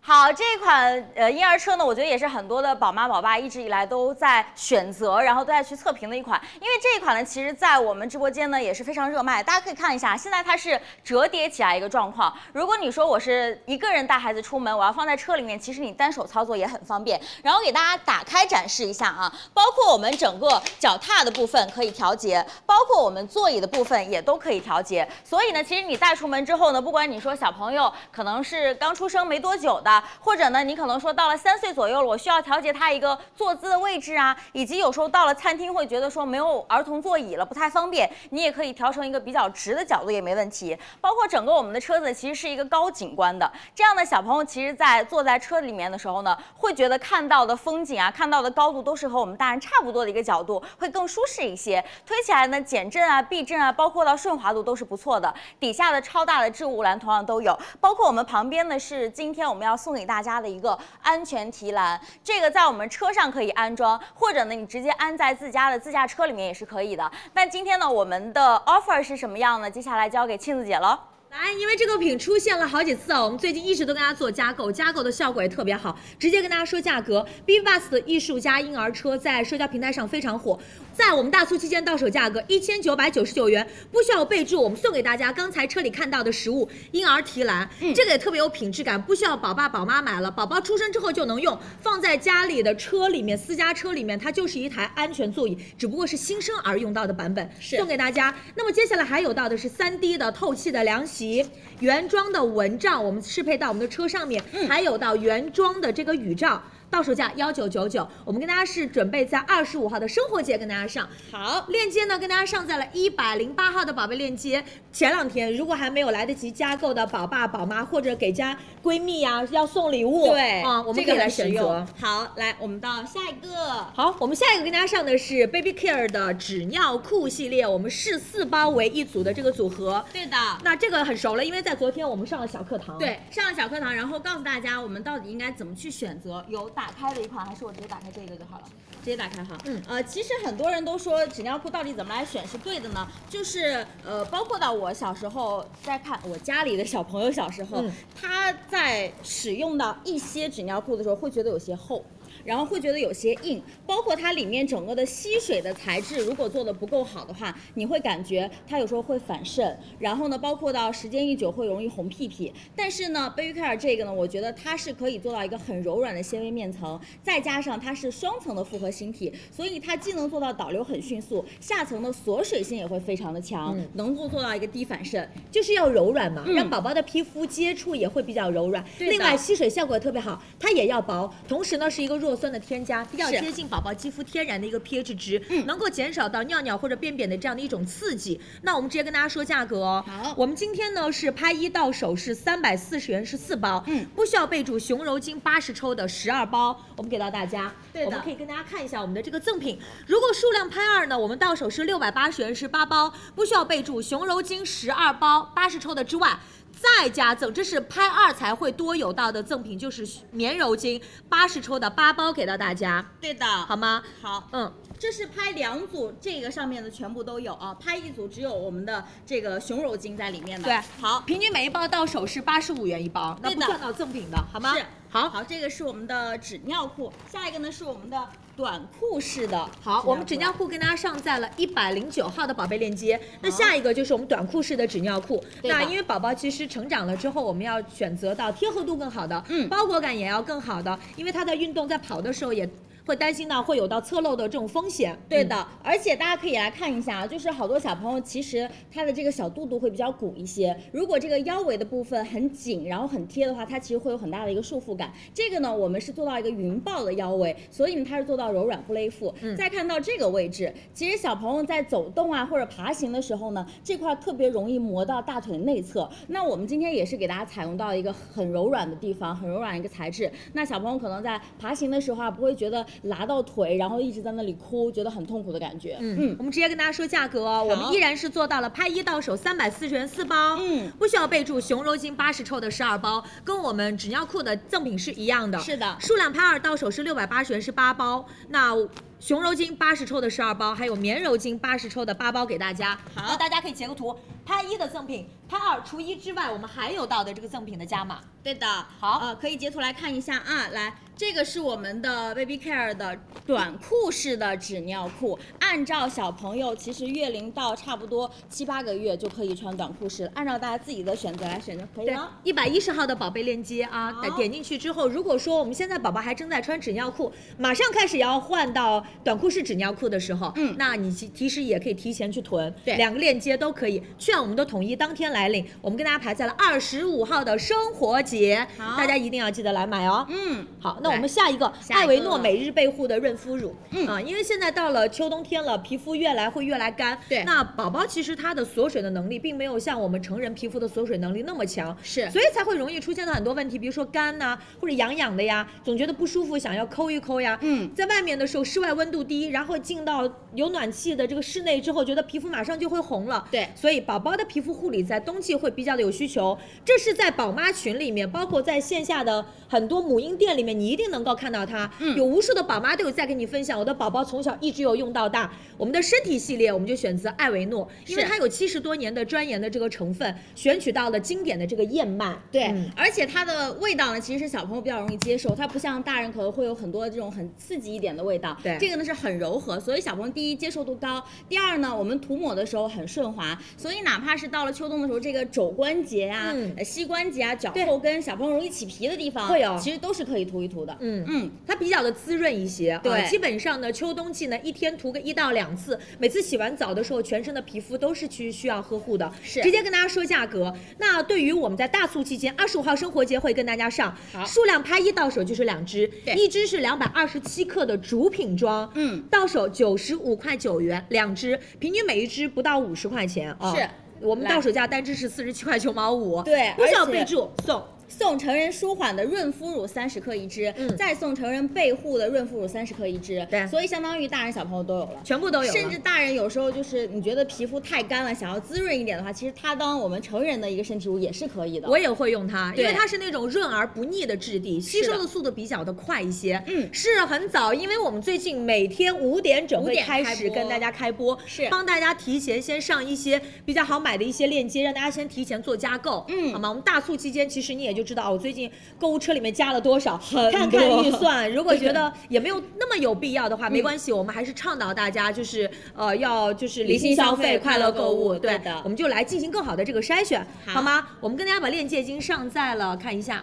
[SPEAKER 3] 好，这款呃婴儿车呢，我觉得也是很多的宝妈宝爸一直以来都在选择，然后都在去测评的一款。因为这一款呢，其实在我们直播间呢也是非常热卖，大家可以看一下，现在它是折叠起来一个状况。如果你说我是一个人带孩子出门，我要放在车里面，其实你单手操作也很方便。然后给大家打开展示一下啊，包括我们整个脚踏的部分可以调节，包括我们座椅的部分也都可以调节。所以呢，其实你带出门之后呢，不管你说小朋友可能是刚出生没多久的，或者呢你可能说到了三岁左右了，我需要调节他一个坐姿的位置啊，以及有时候到了餐厅会觉得说没有儿童座椅了不太方便，你也可以调成一个比较直的角度也没问题。包括整个我们的车子其实是一个高景观的，这样呢小朋友其实在坐在车里面的时候呢，会觉得看到的风景啊，看到的高度都是和我们大人差不多的一个角度，会更舒适一些。推起来呢，减震啊、避震啊，包括到顺滑度都是不错的。底下的超大的置物篮同样都有，包括我们旁边的是今天我们要送给大家的一个安全提篮，这个在我们车上可以安装，或者呢你直接安在自家的自驾车里面也是可以的。那今天呢我们的 offer 是什么样呢？接下来交给庆子姐喽。
[SPEAKER 2] 来，因为这个品出现了好几次啊，我们最近一直都跟大家做加购，加购的效果也特别好。直接跟大家说价格，B Bus 的艺术家婴儿车在社交平台上非常火，在我们大促期间到手价格一千九百九十九元，不需要备注，我们送给大家刚才车里看到的食物婴儿提篮，这个也特别有品质感，不需要宝爸宝妈买了，宝宝出生之后就能用，放在家里的车里面，私家车里面，它就是一台安全座椅，只不过是新生儿用到的版本，
[SPEAKER 4] 是
[SPEAKER 2] 送给。送给大家。那么接下来还有到的是3 D 的透气的凉席，原装的蚊帐，我们适配到我们的车上面，还有到原装的这个雨罩。到手价幺九九九。我们跟大家是准备在二十五号的生活节跟大家上。
[SPEAKER 6] 好，
[SPEAKER 2] 链接呢，跟大家上在了一百零八号的宝贝链接。前两天如果还没有来得及加购的宝爸宝妈或者给家闺蜜呀、要送礼物，
[SPEAKER 3] 对
[SPEAKER 2] 啊、我们
[SPEAKER 3] 这
[SPEAKER 2] 可
[SPEAKER 3] 个
[SPEAKER 2] 以来
[SPEAKER 3] 很
[SPEAKER 2] 选
[SPEAKER 3] 实
[SPEAKER 2] 择
[SPEAKER 3] 用。好，来，我们到下一个。
[SPEAKER 2] 好，我们下一个跟大家上的是 Baby Care 的纸尿裤系列，我们是四包为一组的这个组合。
[SPEAKER 3] 对的，
[SPEAKER 2] 那这个很熟了，因为在昨天我们上了小课堂。，
[SPEAKER 3] 对，上了小课堂，然后告诉大家我们到底应该怎么去选择。有打开的一款，还是我直接打开这个就好了。直接打开哈，
[SPEAKER 2] 嗯
[SPEAKER 3] 呃，其实很多人都说纸尿裤到底怎么来选是对的呢？就是呃，包括到我小时候在看我家里的小朋友小时候，
[SPEAKER 2] 嗯
[SPEAKER 3] 他在使用到一些纸尿裤的时候，会觉得有些厚。然后会觉得有些硬，包括它里面整个的吸水的材质，如果做的不够好的话，你会感觉它有时候会反渗。然后呢，包括到时间一久会容易红屁屁。但是呢，Baby Care 这个呢，我觉得它是可以做到一个很柔软的纤维面层，再加上它是双层的复合芯体，所以它既能做到导流很迅速，下层的锁水性也会非常的强，
[SPEAKER 2] 嗯
[SPEAKER 3] 能够做到一个低反渗。
[SPEAKER 2] 就是要柔软嘛，
[SPEAKER 3] 嗯
[SPEAKER 2] 让宝宝的皮肤接触也会比较柔软。
[SPEAKER 3] 对的
[SPEAKER 2] 另外吸水效果也特别好，它也要薄，同时呢是一个弱酸的添加，比较
[SPEAKER 3] 是嗯
[SPEAKER 2] 贴近宝宝肌肤天然的一个 pH 值，能够减少到尿尿或者便便的这样的一种刺激。那我们直接跟大家说价格哦。
[SPEAKER 3] 好
[SPEAKER 2] 我们今天呢是拍一到手是三百四十元是四包，
[SPEAKER 3] 嗯
[SPEAKER 2] 不需要备注熊柔巾八十抽的十二包，我们给到大家。
[SPEAKER 3] 对的
[SPEAKER 2] 我们可以跟大家看一下我们的这个赠品。如果数量拍二呢，我们到手是六百八十元是八包，不需要备注熊柔巾十二包八十抽的之外。再加赠，这是拍二才会多有到的赠品，就是棉柔巾八十抽的八包给到大家，
[SPEAKER 3] 对的，
[SPEAKER 2] 好吗？
[SPEAKER 3] 好，
[SPEAKER 2] 嗯，
[SPEAKER 3] 这是拍两组，这个上面的全部都有啊，拍一组只有我们的这个熊柔巾在里面的。
[SPEAKER 2] 对
[SPEAKER 3] 好，
[SPEAKER 2] 平均每一包到手是八十五元一包，那
[SPEAKER 3] 对
[SPEAKER 2] 不
[SPEAKER 3] 的
[SPEAKER 2] 算到赠品的，好吗？
[SPEAKER 3] 是
[SPEAKER 2] 好，
[SPEAKER 3] 好，这个是我们的纸尿裤，下一个呢是我们的短裤式的。
[SPEAKER 2] 好，我们纸尿裤跟大家上在了一百零九号的宝贝链接。那下一个就是我们短裤式的纸尿裤。
[SPEAKER 3] 对的
[SPEAKER 2] 那因为宝宝其实成长了之后，我们要选择到贴合度更好的，
[SPEAKER 3] 嗯
[SPEAKER 2] 包裹感也要更好的，因为他在运动在跑的时候也会担心到会有到侧漏的这种风险。
[SPEAKER 3] 对
[SPEAKER 2] 嗯
[SPEAKER 3] 的，而且大家可以来看一下啊，就是好多小朋友其实他的这个小肚肚会比较鼓一些，如果这个腰围的部分很紧，然后很贴的话，它其实会有很大的一个束缚感。这个呢，我们是做到一个云豹的腰围，所以呢它是做到柔软不勒腹。
[SPEAKER 2] 嗯
[SPEAKER 3] 再看到这个位置，其实小朋友在走动啊或者爬行的时候呢，这块特别容易磨到大腿内侧。那我们今天也是给大家采用到一个很柔软的地方，很柔软一个材质。那小朋友可能在爬行的时候啊，不会觉得拉到腿，然后一直在那里哭，觉得很痛苦的感觉。
[SPEAKER 2] 嗯，我们直接跟大家说价格哦，我们依然是做到了拍一到手三百四十元四包，
[SPEAKER 3] 嗯
[SPEAKER 2] 不需要备注熊柔巾八十抽的十二包，跟我们纸尿裤的赠品是一样的，
[SPEAKER 3] 是的
[SPEAKER 2] 数量拍二到手是六百八十元是八包，那熊柔巾八十抽的十二包，还有棉柔巾八十抽的八包给大家，
[SPEAKER 3] 好
[SPEAKER 2] 那大家可以截个图，拍一的赠品，拍二除一之外，我们还有到的这个赠品的加码，
[SPEAKER 3] 对的，
[SPEAKER 2] 好
[SPEAKER 3] 呃，可以截图来看一下啊。来，这个是我们的 Baby Care 的短裤式的纸尿裤，按照小朋友其实月龄到差不多七八个月就可以穿短裤式了，按照大家自己的选择来选择，可以
[SPEAKER 2] 对
[SPEAKER 3] 吗？，
[SPEAKER 2] 一百一十号的宝贝链接啊，
[SPEAKER 3] 哎好
[SPEAKER 2] 点点进去之后，如果说我们现在宝宝还正在穿纸尿裤，马上开始也要换到短裤式纸尿裤的时候，
[SPEAKER 3] 嗯
[SPEAKER 2] 那你其其实也可以提前去囤，
[SPEAKER 3] 对
[SPEAKER 2] 两个链接都可以，券我们都统一当天来领，我们跟大家排在了二十五号的生活节，
[SPEAKER 3] 好
[SPEAKER 2] 大家一定要记得来买哦。
[SPEAKER 3] 嗯，
[SPEAKER 2] 好，那
[SPEAKER 3] 来
[SPEAKER 2] 我们下一个
[SPEAKER 3] 下一个
[SPEAKER 2] 艾维诺每日倍护的润肤乳，
[SPEAKER 3] 嗯
[SPEAKER 2] 啊，因为现在到了秋冬天了，皮肤越来会越来干。
[SPEAKER 3] 对
[SPEAKER 2] 那宝宝其实他的锁水的能力并没有像我们成人皮肤的锁水能力那么强，
[SPEAKER 3] 是
[SPEAKER 2] 所以才会容易出现到很多问题，比如说干呐、或者痒痒的呀，总觉得不舒服，想要抠一抠呀。
[SPEAKER 3] 嗯
[SPEAKER 2] 在外面的时候，室外温度低，然后进到有暖气的这个室内之后，觉得皮肤马上就会红了。
[SPEAKER 3] 对
[SPEAKER 2] 所以宝宝的皮肤护理在冬季会比较的有需求，这是在宝妈群里面，包括在线下的很多母婴店里面，你一定能够看到它。
[SPEAKER 3] 嗯
[SPEAKER 2] 有无数的宝妈都有在跟你分享，我的宝宝从小一直有用到大。我们的身体系列，我们就选择艾维诺，因为
[SPEAKER 3] 是
[SPEAKER 2] 它有七十多年的专研的这个成分，选取到了经典的这个燕麦。
[SPEAKER 3] 对，
[SPEAKER 2] 嗯
[SPEAKER 3] 而且它的味道呢，其实是小朋友比较容易接受，它不像大人可能会有很多这种很刺激一点的味道。
[SPEAKER 2] 对
[SPEAKER 3] 这个呢是很柔和，所以小朋友第一接受度高，第二呢，我们涂抹的时候很顺滑，所以哪怕是到了秋冬的时候，如这个肘关节啊、
[SPEAKER 2] 嗯
[SPEAKER 3] 呃膝关节啊、脚后跟、小朋友容易起皮的地方，
[SPEAKER 2] 会有
[SPEAKER 3] 其实都是可以涂一涂的。
[SPEAKER 2] 嗯，
[SPEAKER 3] 嗯，
[SPEAKER 2] 它比较的滋润一些，
[SPEAKER 3] 对
[SPEAKER 2] 啊基本上呢，秋冬季呢一天涂个一到两次，每次洗完澡的时候，全身的皮肤都是去需要呵护的。
[SPEAKER 3] 是
[SPEAKER 2] 直接跟大家说价格。那对于我们在大促期间，二十五号生活节会跟大家上，数量拍一到手就是两支
[SPEAKER 3] 对，
[SPEAKER 2] 一支是两百二十七克的主品装，
[SPEAKER 3] 嗯，
[SPEAKER 2] 到手九十五块九元两支，平均每一支不到五十块钱啊。
[SPEAKER 3] 是。
[SPEAKER 2] 我们
[SPEAKER 3] 来
[SPEAKER 2] 到手价单支是四十七块九毛五，
[SPEAKER 3] 对
[SPEAKER 2] 不需要
[SPEAKER 3] 而且
[SPEAKER 2] 备注送。
[SPEAKER 3] 送成人舒缓的润肤乳三十克一支，
[SPEAKER 2] 嗯
[SPEAKER 3] 再送成人倍护的润肤乳三十克一支，
[SPEAKER 2] 对
[SPEAKER 3] 所以相当于大人小朋友都有了。
[SPEAKER 2] 全部都有了，
[SPEAKER 3] 甚至大人有时候就是你觉得皮肤太干了，想要滋润一点的话，其实它当我们成人的一个身体乳也是可以的。
[SPEAKER 2] 我也会用它，因为
[SPEAKER 3] 对
[SPEAKER 2] 它是那种润而不腻的质地，吸
[SPEAKER 3] 是的
[SPEAKER 2] 收的速度比较的快一些。
[SPEAKER 3] 嗯
[SPEAKER 2] 是很早，因为我们最近每天五点整
[SPEAKER 3] 5
[SPEAKER 2] 会
[SPEAKER 3] 点
[SPEAKER 2] 开
[SPEAKER 3] 开
[SPEAKER 2] 始
[SPEAKER 3] 播
[SPEAKER 2] 跟大家开播，
[SPEAKER 3] 是
[SPEAKER 2] 帮大家提前先上一些比较好买的一些链接，让大家先提前做加购，
[SPEAKER 3] 嗯
[SPEAKER 2] 好吗？我们大促期间，其实你也就知道我最近购物车里面加了多 少，
[SPEAKER 3] 多
[SPEAKER 2] 看看预算。如果觉得也没有那么有必要
[SPEAKER 3] 嗯
[SPEAKER 2] 的话，没关系，我们还是倡导大家就是呃要就是
[SPEAKER 3] 理性消
[SPEAKER 2] 消
[SPEAKER 3] 费
[SPEAKER 2] 快
[SPEAKER 3] 快
[SPEAKER 2] 乐
[SPEAKER 3] 乐
[SPEAKER 2] 购
[SPEAKER 3] 购
[SPEAKER 2] 物，
[SPEAKER 3] 物
[SPEAKER 2] 对
[SPEAKER 3] 对的
[SPEAKER 2] 我们就来进行更好的这个筛选，
[SPEAKER 3] 好
[SPEAKER 2] 好吗？我们跟大家把链接已经上在了，看一下，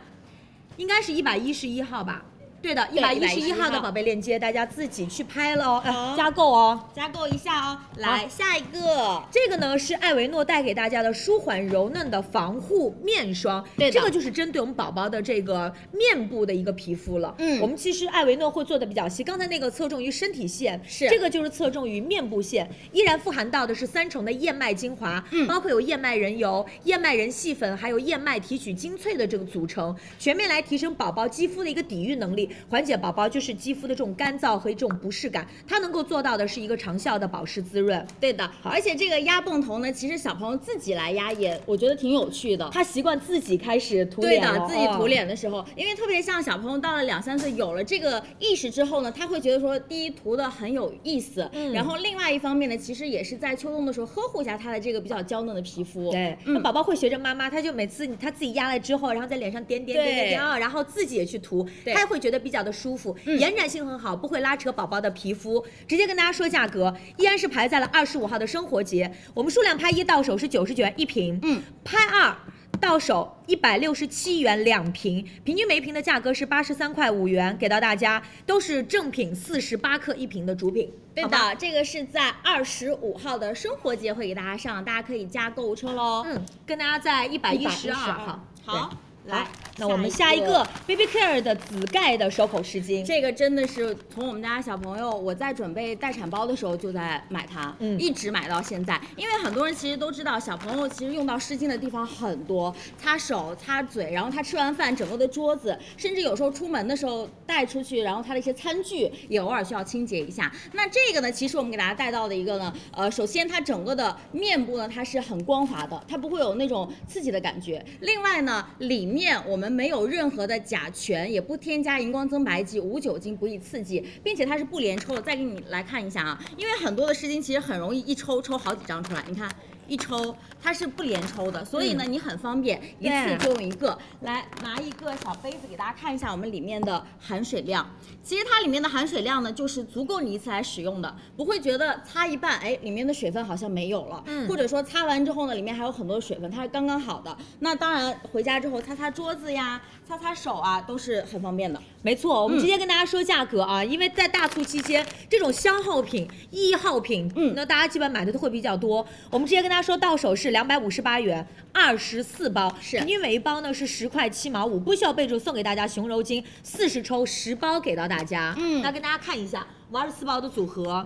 [SPEAKER 2] 应该是一百一十一号吧。对的，一百一十一
[SPEAKER 3] 111
[SPEAKER 2] 号的
[SPEAKER 3] 号
[SPEAKER 2] 宝贝链接，大家自己去拍喽，呃
[SPEAKER 3] 好
[SPEAKER 2] 加购哦。
[SPEAKER 3] 加购一下哦，来下一个，
[SPEAKER 2] 这个呢是艾维诺带给大家的舒缓柔嫩的防护面霜，
[SPEAKER 3] 对的
[SPEAKER 2] 这个就是针对我们宝宝的这个面部的一个皮肤了。
[SPEAKER 3] 嗯
[SPEAKER 2] 我们其实艾维诺会做的比较细，刚才那个侧重于身体线，
[SPEAKER 3] 是
[SPEAKER 2] 这个就是侧重于面部线，依然富含到的是三重的燕麦精华，
[SPEAKER 3] 嗯
[SPEAKER 2] 包括有燕麦仁油、燕麦仁细粉，还有燕麦提取精粹的这个组成，全面来提升宝宝肌肤的一个抵御能力，缓解宝宝就是肌肤的这种干燥和这种不适感，它能够做到的是一个长效的保湿滋润。
[SPEAKER 3] 对的，而且这个压泵头呢，其实小朋友自己来压也，我觉得挺有趣的。
[SPEAKER 2] 他习惯自己开始涂
[SPEAKER 3] 对
[SPEAKER 2] 脸了
[SPEAKER 3] 的，自己涂
[SPEAKER 2] 哦
[SPEAKER 3] 脸的时候，因为特别像小朋友到了两三岁有了这个意识之后呢，他会觉得说，第一涂的很有意思，
[SPEAKER 2] 嗯
[SPEAKER 3] 然后另外一方面呢，其实也是在秋冬的时候呵护一下他的这个比较娇嫩的皮肤。
[SPEAKER 2] 对，那宝宝会学着妈妈，他就每次他自己压了之后，然后在脸上点点点点
[SPEAKER 3] 对
[SPEAKER 2] 点啊，然后自己也去涂，他也会觉得比较的舒服，
[SPEAKER 3] 嗯
[SPEAKER 2] 延展性很好，不会拉扯宝宝的皮肤。直接跟大家说价格，依然是排在了二十五号的生活节，我们数量拍一到手是九十九元一瓶，
[SPEAKER 3] 嗯，
[SPEAKER 2] 拍二。到手一百六十七元两瓶，平均每瓶的价格是八十三块五元，给到大家都是正品四十八克一瓶的主品，
[SPEAKER 3] 对
[SPEAKER 2] 好吗
[SPEAKER 3] 的，这个是在二十五号的生活节会给大家上，大家可以加购物车喽。
[SPEAKER 2] 嗯，跟大家在一百一十二号。
[SPEAKER 3] 好，来
[SPEAKER 2] 来，，那我们下一个 Baby Care 的紫盖的手口湿巾，
[SPEAKER 3] 这个真的是从我们家小朋友，我在准备待产包的时候就在买它，
[SPEAKER 2] 嗯
[SPEAKER 3] 一直买到现在。因为很多人其实都知道，小朋友其实用到湿巾的地方很多，擦手、擦嘴，然后他吃完饭整个的桌子，甚至有时候出门的时候带出去，然后他的一些餐具也偶尔需要清洁一下。那这个呢，其实我们给大家带到的一个呢，呃，首先它整个的面部呢，它是很光滑的，它不会有那种刺激的感觉。另外呢，里面我们没有任何的甲醛，也不添加荧光增白剂，无酒精，不易刺激，并且它是不连抽的。再给你来看一下啊，因为很多的湿巾其实很容易一抽抽好几张出来，你看。一抽，它是不连抽的，所以呢，你很方便，一次
[SPEAKER 2] 对
[SPEAKER 3] 就用一个。来拿一个小杯子给大家看一下我们里面的含水量。其实它里面的含水量呢，就是足够你一次来使用的，不会觉得擦一半，哎，里面的水分好像没有了，
[SPEAKER 2] 嗯
[SPEAKER 3] 或者说擦完之后呢，里面还有很多水分，它是刚刚好的。那当然回家之后擦擦桌子呀，擦擦手啊，都是很方便的。
[SPEAKER 2] 没错，我们
[SPEAKER 3] 嗯
[SPEAKER 2] 直接跟大家说价格啊，因为在大促期间，这种消耗品、易耗品，
[SPEAKER 3] 嗯
[SPEAKER 2] 那大家基本买的都会比较多。我们直接跟大家说，到手是两百五十八元，二十四包，
[SPEAKER 3] 是
[SPEAKER 2] 平均每一包呢是十块七毛五，不需要备注，送给大家熊柔巾四十抽，十包给到大家。
[SPEAKER 3] 嗯
[SPEAKER 2] 那跟大家看一下我二十四包的组合，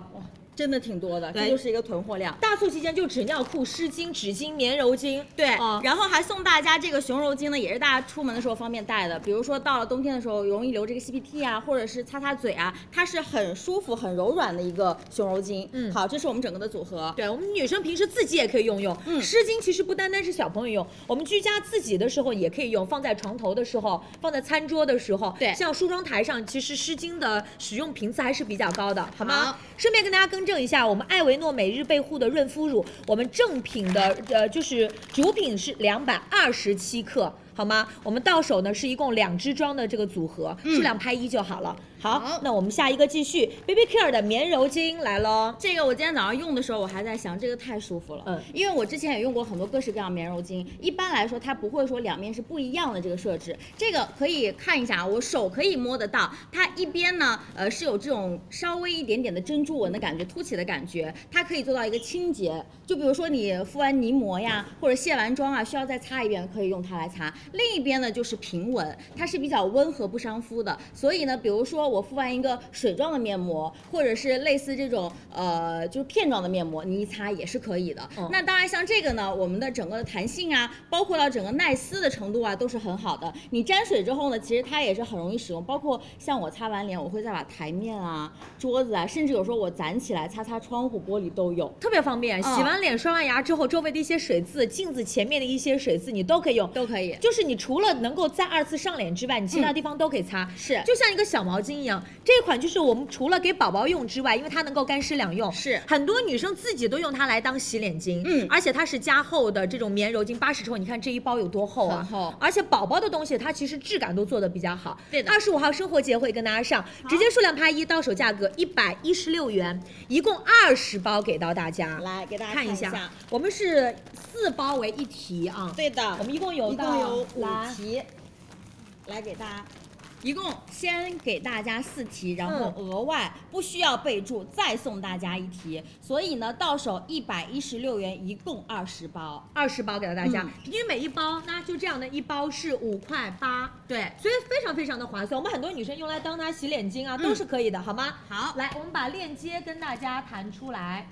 [SPEAKER 3] 真的挺多的，
[SPEAKER 2] 对
[SPEAKER 3] 这就是一个囤货量。
[SPEAKER 2] 大促期间就纸尿裤、湿巾、纸巾、棉柔巾，
[SPEAKER 3] 对，
[SPEAKER 2] 哦
[SPEAKER 3] 然后还送大家这个熊柔巾呢，也是大家出门的时候方便带的。比如说到了冬天的时候，容易流这个 CPT 啊，或者是擦擦嘴啊，它是很舒服、很柔软的一个熊柔巾。
[SPEAKER 2] 嗯
[SPEAKER 3] 好，这是我们整个的组合。
[SPEAKER 2] 对我们女生平时自己也可以用用，
[SPEAKER 3] 嗯
[SPEAKER 2] 湿巾其实不单单是小朋友用，我们居家自己的时候也可以用，放在床头的时候，放在餐桌的时候，
[SPEAKER 3] 对
[SPEAKER 2] 像梳妆台上，其实湿巾的使用频次还是比较高的，好吗？
[SPEAKER 3] 好
[SPEAKER 2] 顺便跟大家更正一下，我们艾维诺每日倍护的润肤乳，我们正品的呃就是主品是两百二十七克。好吗？我们到手呢是一共两支装的这个组合，数量拍一就好了。好，
[SPEAKER 3] 嗯好
[SPEAKER 2] 那我们下一个继续，Baby Care 的棉柔巾来喽。
[SPEAKER 3] 这个我今天早上用的时候，我还在想，这个太舒服了。
[SPEAKER 2] 嗯，
[SPEAKER 3] 因为我之前也用过很多各式各样棉柔巾，一般来说它不会说两面是不一样的这个设置。这个可以看一下，我手可以摸得到，它一边呢，呃，是有这种稍微一点点的珍珠纹的感觉、凸起的感觉，它可以做到一个清洁。就比如说你敷完泥膜呀，或者卸完妆啊，需要再擦一遍，可以用它来擦。另一边呢就是平纹，它是比较温和不伤肤的，所以呢，比如说我敷完一个水状的面膜，或者是类似这种呃就是片状的面膜，你一擦也是可以的。
[SPEAKER 2] 嗯
[SPEAKER 3] 那当然像这个呢，我们的整个的弹性啊，包括到整个耐撕的程度啊，都是很好的。你沾水之后呢，其实它也是很容易使用，包括像我擦完脸，我会再把台面啊、桌子啊，甚至有时候我攒起来擦擦窗户、玻璃都有。
[SPEAKER 2] 特别方便，
[SPEAKER 3] 嗯
[SPEAKER 2] 洗完脸、刷完牙之后，周围的一些水渍、镜子前面的一些水渍，你都可以用，
[SPEAKER 3] 都可以
[SPEAKER 2] 就是你除了能够在二次上脸之外，你其他地方都可以擦，
[SPEAKER 3] 是
[SPEAKER 2] 就像一个小毛巾一样。这款就是我们除了给宝宝用之外，因为它能够干湿两用，
[SPEAKER 3] 是
[SPEAKER 2] 很多女生自己都用它来当洗脸巾，
[SPEAKER 3] 嗯
[SPEAKER 2] 而且它是加厚的这种棉柔巾，八十抽，你看这一包有多厚啊，
[SPEAKER 3] 很厚
[SPEAKER 2] 而且宝宝的东西它其实质感都做的比较好，
[SPEAKER 3] 对的
[SPEAKER 2] 二十五号生活节会跟大家上，直接数量拍一，到手价格一百一十六元，一共二十包给到大家。
[SPEAKER 3] 来给大家
[SPEAKER 2] 看
[SPEAKER 3] 一
[SPEAKER 2] 一下，我们是四包为一题啊。
[SPEAKER 3] 对的，
[SPEAKER 2] 我们一共有
[SPEAKER 3] 一
[SPEAKER 2] 到
[SPEAKER 3] 共有五
[SPEAKER 2] 来
[SPEAKER 3] 题，来给大家。一共先给大家四题，然后
[SPEAKER 2] 嗯
[SPEAKER 3] 额外不需要备注，再送大家一题，所以呢，到手一百一十六元，一共二十包。
[SPEAKER 2] 二十包给到大家，
[SPEAKER 3] 嗯
[SPEAKER 2] 平均每一包那就这样的一包是五块八，
[SPEAKER 3] 对，
[SPEAKER 2] 所以非常非常的划算。我们很多女生用来当它洗脸巾啊，
[SPEAKER 3] 嗯
[SPEAKER 2] 都是可以的，好吗？
[SPEAKER 3] 好，
[SPEAKER 2] 来，我们把链接跟大家弹出来。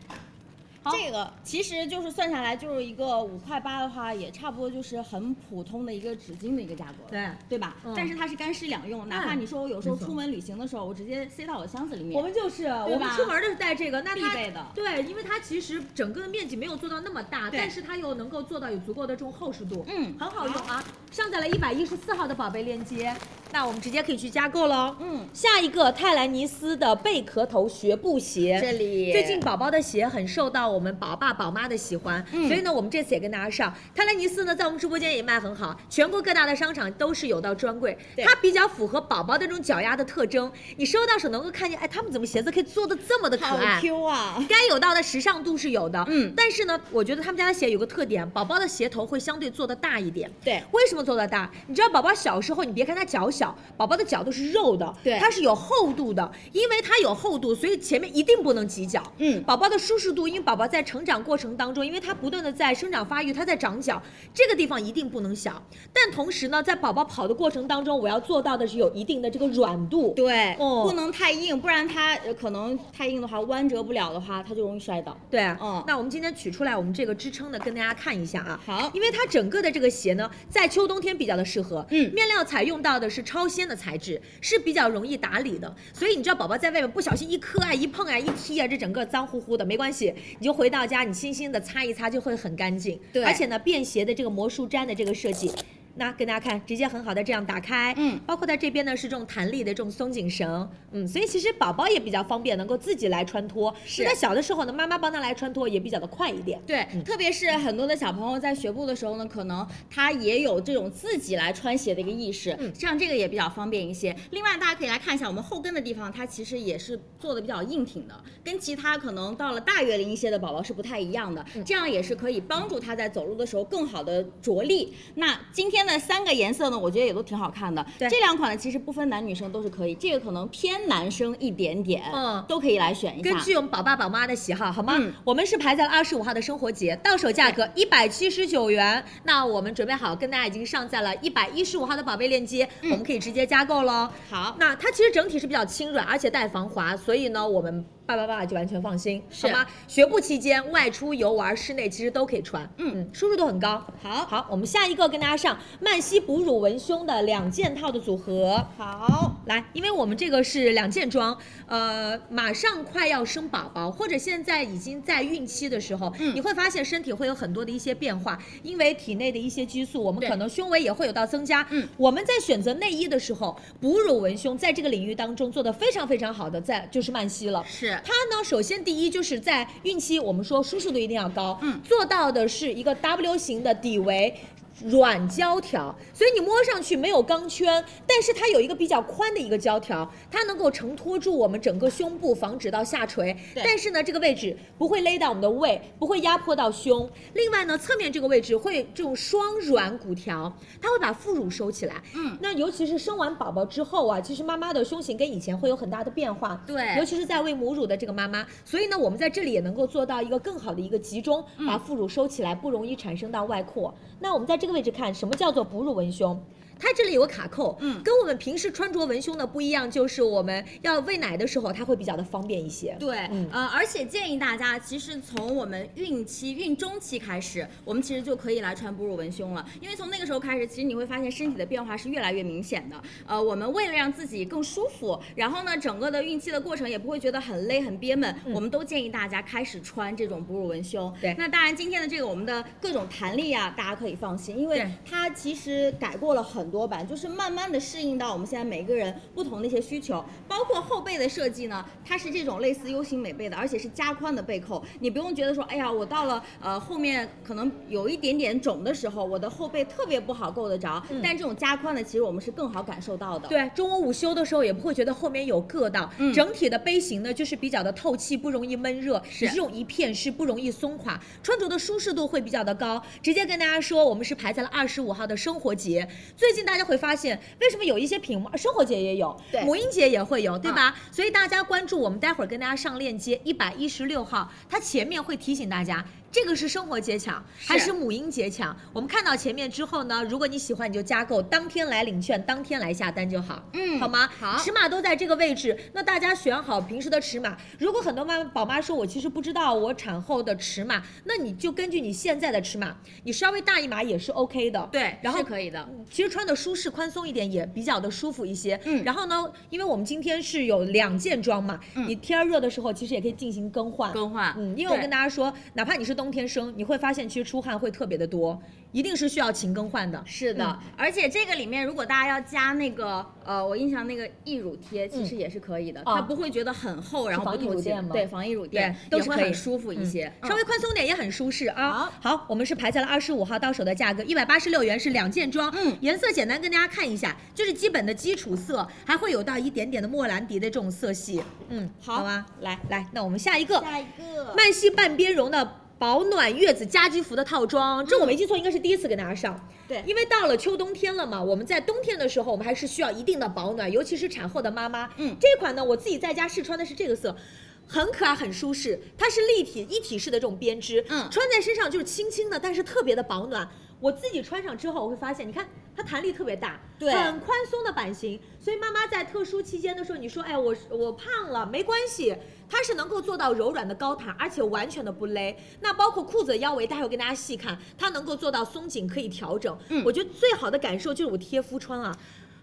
[SPEAKER 2] 好
[SPEAKER 3] 这个其实就是算下来就是一个五块八的话，也差不多就是很普通的一个纸巾的一个价格了，
[SPEAKER 2] 对
[SPEAKER 3] 对吧？
[SPEAKER 2] 嗯
[SPEAKER 3] 但是它是干湿两用，哪怕
[SPEAKER 2] 嗯
[SPEAKER 3] 你说我有时候
[SPEAKER 2] 没错
[SPEAKER 3] 出门旅行的时候，我直接塞到我箱子里面，
[SPEAKER 2] 我们就是，我们
[SPEAKER 3] 吧
[SPEAKER 2] 出门就是带这个，那它
[SPEAKER 3] 必备的
[SPEAKER 2] 对，因为它其实整个的面积没有做到那么大，
[SPEAKER 3] 对
[SPEAKER 2] 但是它又能够做到有足够的这种厚实度，
[SPEAKER 3] 嗯
[SPEAKER 2] 很好用啊。上载了一百一十四号的宝贝链接，那我们直接可以去加购喽。
[SPEAKER 3] 嗯，
[SPEAKER 2] 下一个泰兰尼斯的贝壳头学步鞋，
[SPEAKER 3] 这里
[SPEAKER 2] 最近宝宝的鞋很受到我们宝爸宝妈的喜欢，
[SPEAKER 3] 嗯
[SPEAKER 2] 所以呢，我们这次也跟大家上泰兰尼斯呢，在我们直播间也卖很好，全国各大的商场都是有到专柜，
[SPEAKER 3] 对
[SPEAKER 2] 它比较符合宝宝的这种脚丫的特征，你收到手能够看见，哎，他们怎么鞋子可以做的这么的可
[SPEAKER 3] 好
[SPEAKER 2] 爱？
[SPEAKER 3] Q 啊，
[SPEAKER 2] 该有到的时尚度是有的，
[SPEAKER 3] 嗯
[SPEAKER 2] 但是呢，我觉得他们家的鞋有个特点，宝宝的鞋头会相对做的大一点。
[SPEAKER 3] 对
[SPEAKER 2] 为什么做的大？你知道宝宝小时候，你别看他脚小，宝宝的脚都是肉的，
[SPEAKER 3] 对
[SPEAKER 2] 它是有厚度的，因为它有厚度，所以前面一定不能挤脚。
[SPEAKER 3] 嗯
[SPEAKER 2] 宝宝的舒适度，因为宝宝在成长过程当中，因为他不断的在生长发育，他在长脚，这个地方一定不能小。但同时呢，在宝宝跑的过程当中，我要做到的是有一定的这个软度。
[SPEAKER 3] 对，
[SPEAKER 2] 哦
[SPEAKER 3] 不能太硬，不然它呃可能太硬的话，弯折不了的话，它就容易摔倒。
[SPEAKER 2] 对，啊
[SPEAKER 3] 嗯
[SPEAKER 2] 那我们今天取出来我们这个支撑的，跟大家看一下啊。
[SPEAKER 3] 好
[SPEAKER 2] 因为它整个的这个鞋呢，在秋冬天比较的适合，
[SPEAKER 3] 嗯
[SPEAKER 2] 面料采用到的是超纤的材质，是比较容易打理的，所以你知道宝宝在外面不小心一磕啊、一碰啊、一踢啊，这整个脏乎乎的没关系，你就回到家你轻轻的擦一擦就会很干净，
[SPEAKER 3] 对
[SPEAKER 2] 而且呢便携的这个魔术毡的这个设计。那跟大家看，直接很好的这样打开，
[SPEAKER 3] 嗯
[SPEAKER 2] 包括它这边呢是这种弹力的这种松紧绳，嗯，所以其实宝宝也比较方便，能够自己来穿脱。
[SPEAKER 3] 是
[SPEAKER 2] 那在小的时候呢，妈妈帮他来穿脱也比较的快一点。
[SPEAKER 3] 对，特别是很多的小朋友在学步的时候呢，可能他也有这种自己来穿鞋的一个意识，
[SPEAKER 2] 嗯
[SPEAKER 3] 这样这个也比较方便一些。另外，大家可以来看一下我们后跟的地方，它其实也是做的比较硬挺的，跟其他可能到了大月龄一些的宝宝是不太一样的。
[SPEAKER 2] 嗯
[SPEAKER 3] 这样也是可以帮助他在走路的时候更好的着力。那今天的三个颜色呢，我觉得也都挺好看的。
[SPEAKER 2] 对
[SPEAKER 3] 这两款呢，其实不分男女生都是可以，这个可能偏男生一点点，
[SPEAKER 2] 嗯
[SPEAKER 3] 都可以来选一下。
[SPEAKER 2] 根据我们宝爸宝妈的喜好，好吗？
[SPEAKER 3] 嗯
[SPEAKER 2] 我们是排在了二十五号的生活节，到手价格一百七十九元。那我们准备好，跟大家已经上在了一百一十五号的宝贝链接，
[SPEAKER 3] 嗯
[SPEAKER 2] 我们可以直接加购喽。
[SPEAKER 3] 好，
[SPEAKER 2] 那它其实整体是比较轻软，而且带防滑，所以呢，我们爸爸妈妈就完全放心，
[SPEAKER 3] 是
[SPEAKER 2] 好吗？学步期间外出游玩，室内其实都可以穿，
[SPEAKER 3] 嗯
[SPEAKER 2] 舒适度很高。
[SPEAKER 3] 好
[SPEAKER 2] 好，我们下一个跟大家上曼西哺乳文胸的两件套的组合。
[SPEAKER 3] 好。
[SPEAKER 2] 来，因为我们这个是两件装，呃，马上快要生宝宝，或者现在已经在孕期的时候，
[SPEAKER 3] 嗯
[SPEAKER 2] 你会发现身体会有很多的一些变化，因为体内的一些激素，我们可能胸围也会有到增加。
[SPEAKER 3] 嗯，
[SPEAKER 2] 我们在选择内衣的时候，哺乳文胸在这个领域当中做的非常非常好的，在就是曼西了。
[SPEAKER 3] 是
[SPEAKER 2] 它呢，首先第一就是在孕期，我们说舒适度一定要高，
[SPEAKER 3] 嗯
[SPEAKER 2] 做到的是一个 W 型的底围。软胶条，所以你摸上去没有钢圈，但是它有一个比较宽的一个胶条，它能够承托住我们整个胸部，防止到下垂。
[SPEAKER 3] 对
[SPEAKER 2] 但是呢，这个位置不会勒到我们的胃，不会压迫到胸。另外呢，侧面这个位置会这种双软骨条，它会把副乳收起来。
[SPEAKER 3] 嗯，
[SPEAKER 2] 那尤其是生完宝宝之后啊，其实妈妈的胸型跟以前会有很大的变化。
[SPEAKER 3] 对
[SPEAKER 2] 尤其是在喂母乳的这个妈妈，所以呢，我们在这里也能够做到一个更好的一个集中，
[SPEAKER 3] 嗯
[SPEAKER 2] 把副乳收起来，不容易产生到外扩。那我们在这个位置看，什么叫做哺乳文胸？它这里有个卡扣，
[SPEAKER 3] 嗯
[SPEAKER 2] 跟我们平时穿着文胸的不一样，就是我们要喂奶的时候，它会比较的方便一些。
[SPEAKER 3] 对，
[SPEAKER 2] 嗯
[SPEAKER 3] 呃，而且建议大家，其实从我们孕期、孕中期开始，我们其实就可以来穿哺乳文胸了，因为从那个时候开始，其实你会发现身体的变化是越来越明显的。呃，我们为了让自己更舒服，然后呢，整个的孕期的过程也不会觉得很累、很憋闷，我们都建议大家开始穿这种哺乳文胸。
[SPEAKER 2] 嗯对
[SPEAKER 3] 那当然今天的这个我们的各种弹力啊，大家可以放心，因为
[SPEAKER 2] 对
[SPEAKER 3] 它其实改过了很多版，就是慢慢的适应到我们现在每个人不同的一些需求，包括后背的设计呢，它是这种类似 U 型美背的，而且是加宽的背扣，你不用觉得说，哎呀，我到了呃后面可能有一点点肿的时候，我的后背特别不好够得着，但这种加宽的其实我们是更好感受到的。
[SPEAKER 2] 对，中午午休的时候也不会觉得后面有硌到，
[SPEAKER 3] 嗯
[SPEAKER 2] 整体的杯型呢就是比较的透气，不容易闷热，
[SPEAKER 3] 是
[SPEAKER 2] 也这种一片式，不容易松垮，穿着的舒适度会比较的高。直接跟大家说，我们是排在了二十五号的生活节。最近大家会发现，为什么有一些品生活节也有
[SPEAKER 3] 对，啊
[SPEAKER 2] 母婴节也会有，对吧？所以大家关注我们，待会儿跟大家上链接一百一十六号，它前面会提醒大家。这个是生活节抢还是母婴节抢？我们看到前面之后呢，如果你喜欢你就加购，当天来领券，当天来下单就好。
[SPEAKER 3] 嗯
[SPEAKER 2] 好吗？
[SPEAKER 3] 好
[SPEAKER 2] 尺码都在这个位置，那大家选好平时的尺码。如果很多妈宝妈说，我其实不知道我产后的尺码，那你就根据你现在的尺码，你稍微大一码也是 OK 的。
[SPEAKER 3] 对，
[SPEAKER 2] 然后
[SPEAKER 3] 是可以的。
[SPEAKER 2] 其实穿的舒适宽松一点也比较的舒服一些。
[SPEAKER 3] 嗯
[SPEAKER 2] 然后呢，因为我们今天是有两件装嘛，
[SPEAKER 3] 嗯
[SPEAKER 2] 你天儿热的时候其实也可以进行更换。
[SPEAKER 3] 更换，
[SPEAKER 2] 嗯，因为我
[SPEAKER 3] 对
[SPEAKER 2] 跟大家说，哪怕你是冬天生，你会发现其实出汗会特别的多，一定是需要勤更换的。
[SPEAKER 3] 是的，
[SPEAKER 2] 嗯
[SPEAKER 3] 而且这个里面如果大家要加那个呃，我印象那个溢乳贴，其实也是可以的，它
[SPEAKER 2] 啊
[SPEAKER 3] 不会觉得很厚，然后不
[SPEAKER 2] 防溢乳
[SPEAKER 3] 透气
[SPEAKER 2] 垫。吗
[SPEAKER 3] 对，防溢乳
[SPEAKER 2] 对
[SPEAKER 3] 垫，
[SPEAKER 2] 都
[SPEAKER 3] 也
[SPEAKER 2] 是
[SPEAKER 3] 会
[SPEAKER 2] 可以嗯
[SPEAKER 3] 很舒服一些，
[SPEAKER 2] 稍微宽松点也很舒适啊。好，我们是排在了二十五号到手的价格，一百八十六元是两件装。
[SPEAKER 3] 嗯
[SPEAKER 2] 颜色简单跟大家看一下，就是基本的基础色，还会有到一点点的莫兰迪的这种色系。嗯，
[SPEAKER 3] 好
[SPEAKER 2] 好啊，来来，那我们下一个
[SPEAKER 3] 下一个
[SPEAKER 2] 曼西半边绒的。保暖月子家居服的套装，这我没记错，应该是第一次给大家上。
[SPEAKER 3] 嗯对
[SPEAKER 2] 因为到了秋冬天了嘛，我们在冬天的时候，我们还是需要一定的保暖，尤其是产后的妈妈。
[SPEAKER 3] 嗯
[SPEAKER 2] 这款呢，我自己在家试穿的是这个色。很可爱，很舒适，它是立体一体式的这种编织，
[SPEAKER 3] 嗯
[SPEAKER 2] 穿在身上就是轻轻的，但是特别的保暖。我自己穿上之后，我会发现，你看它弹力特别大，
[SPEAKER 3] 对
[SPEAKER 2] 很宽松的版型。所以妈妈在特殊期间的时候，你说，哎，我我胖了没关系，它是能够做到柔软的高弹，而且完全的不勒。那包括裤子、腰围，待会儿跟大家细看，它能够做到松紧可以调整。
[SPEAKER 3] 嗯
[SPEAKER 2] 我觉得最好的感受就是我贴肤穿啊。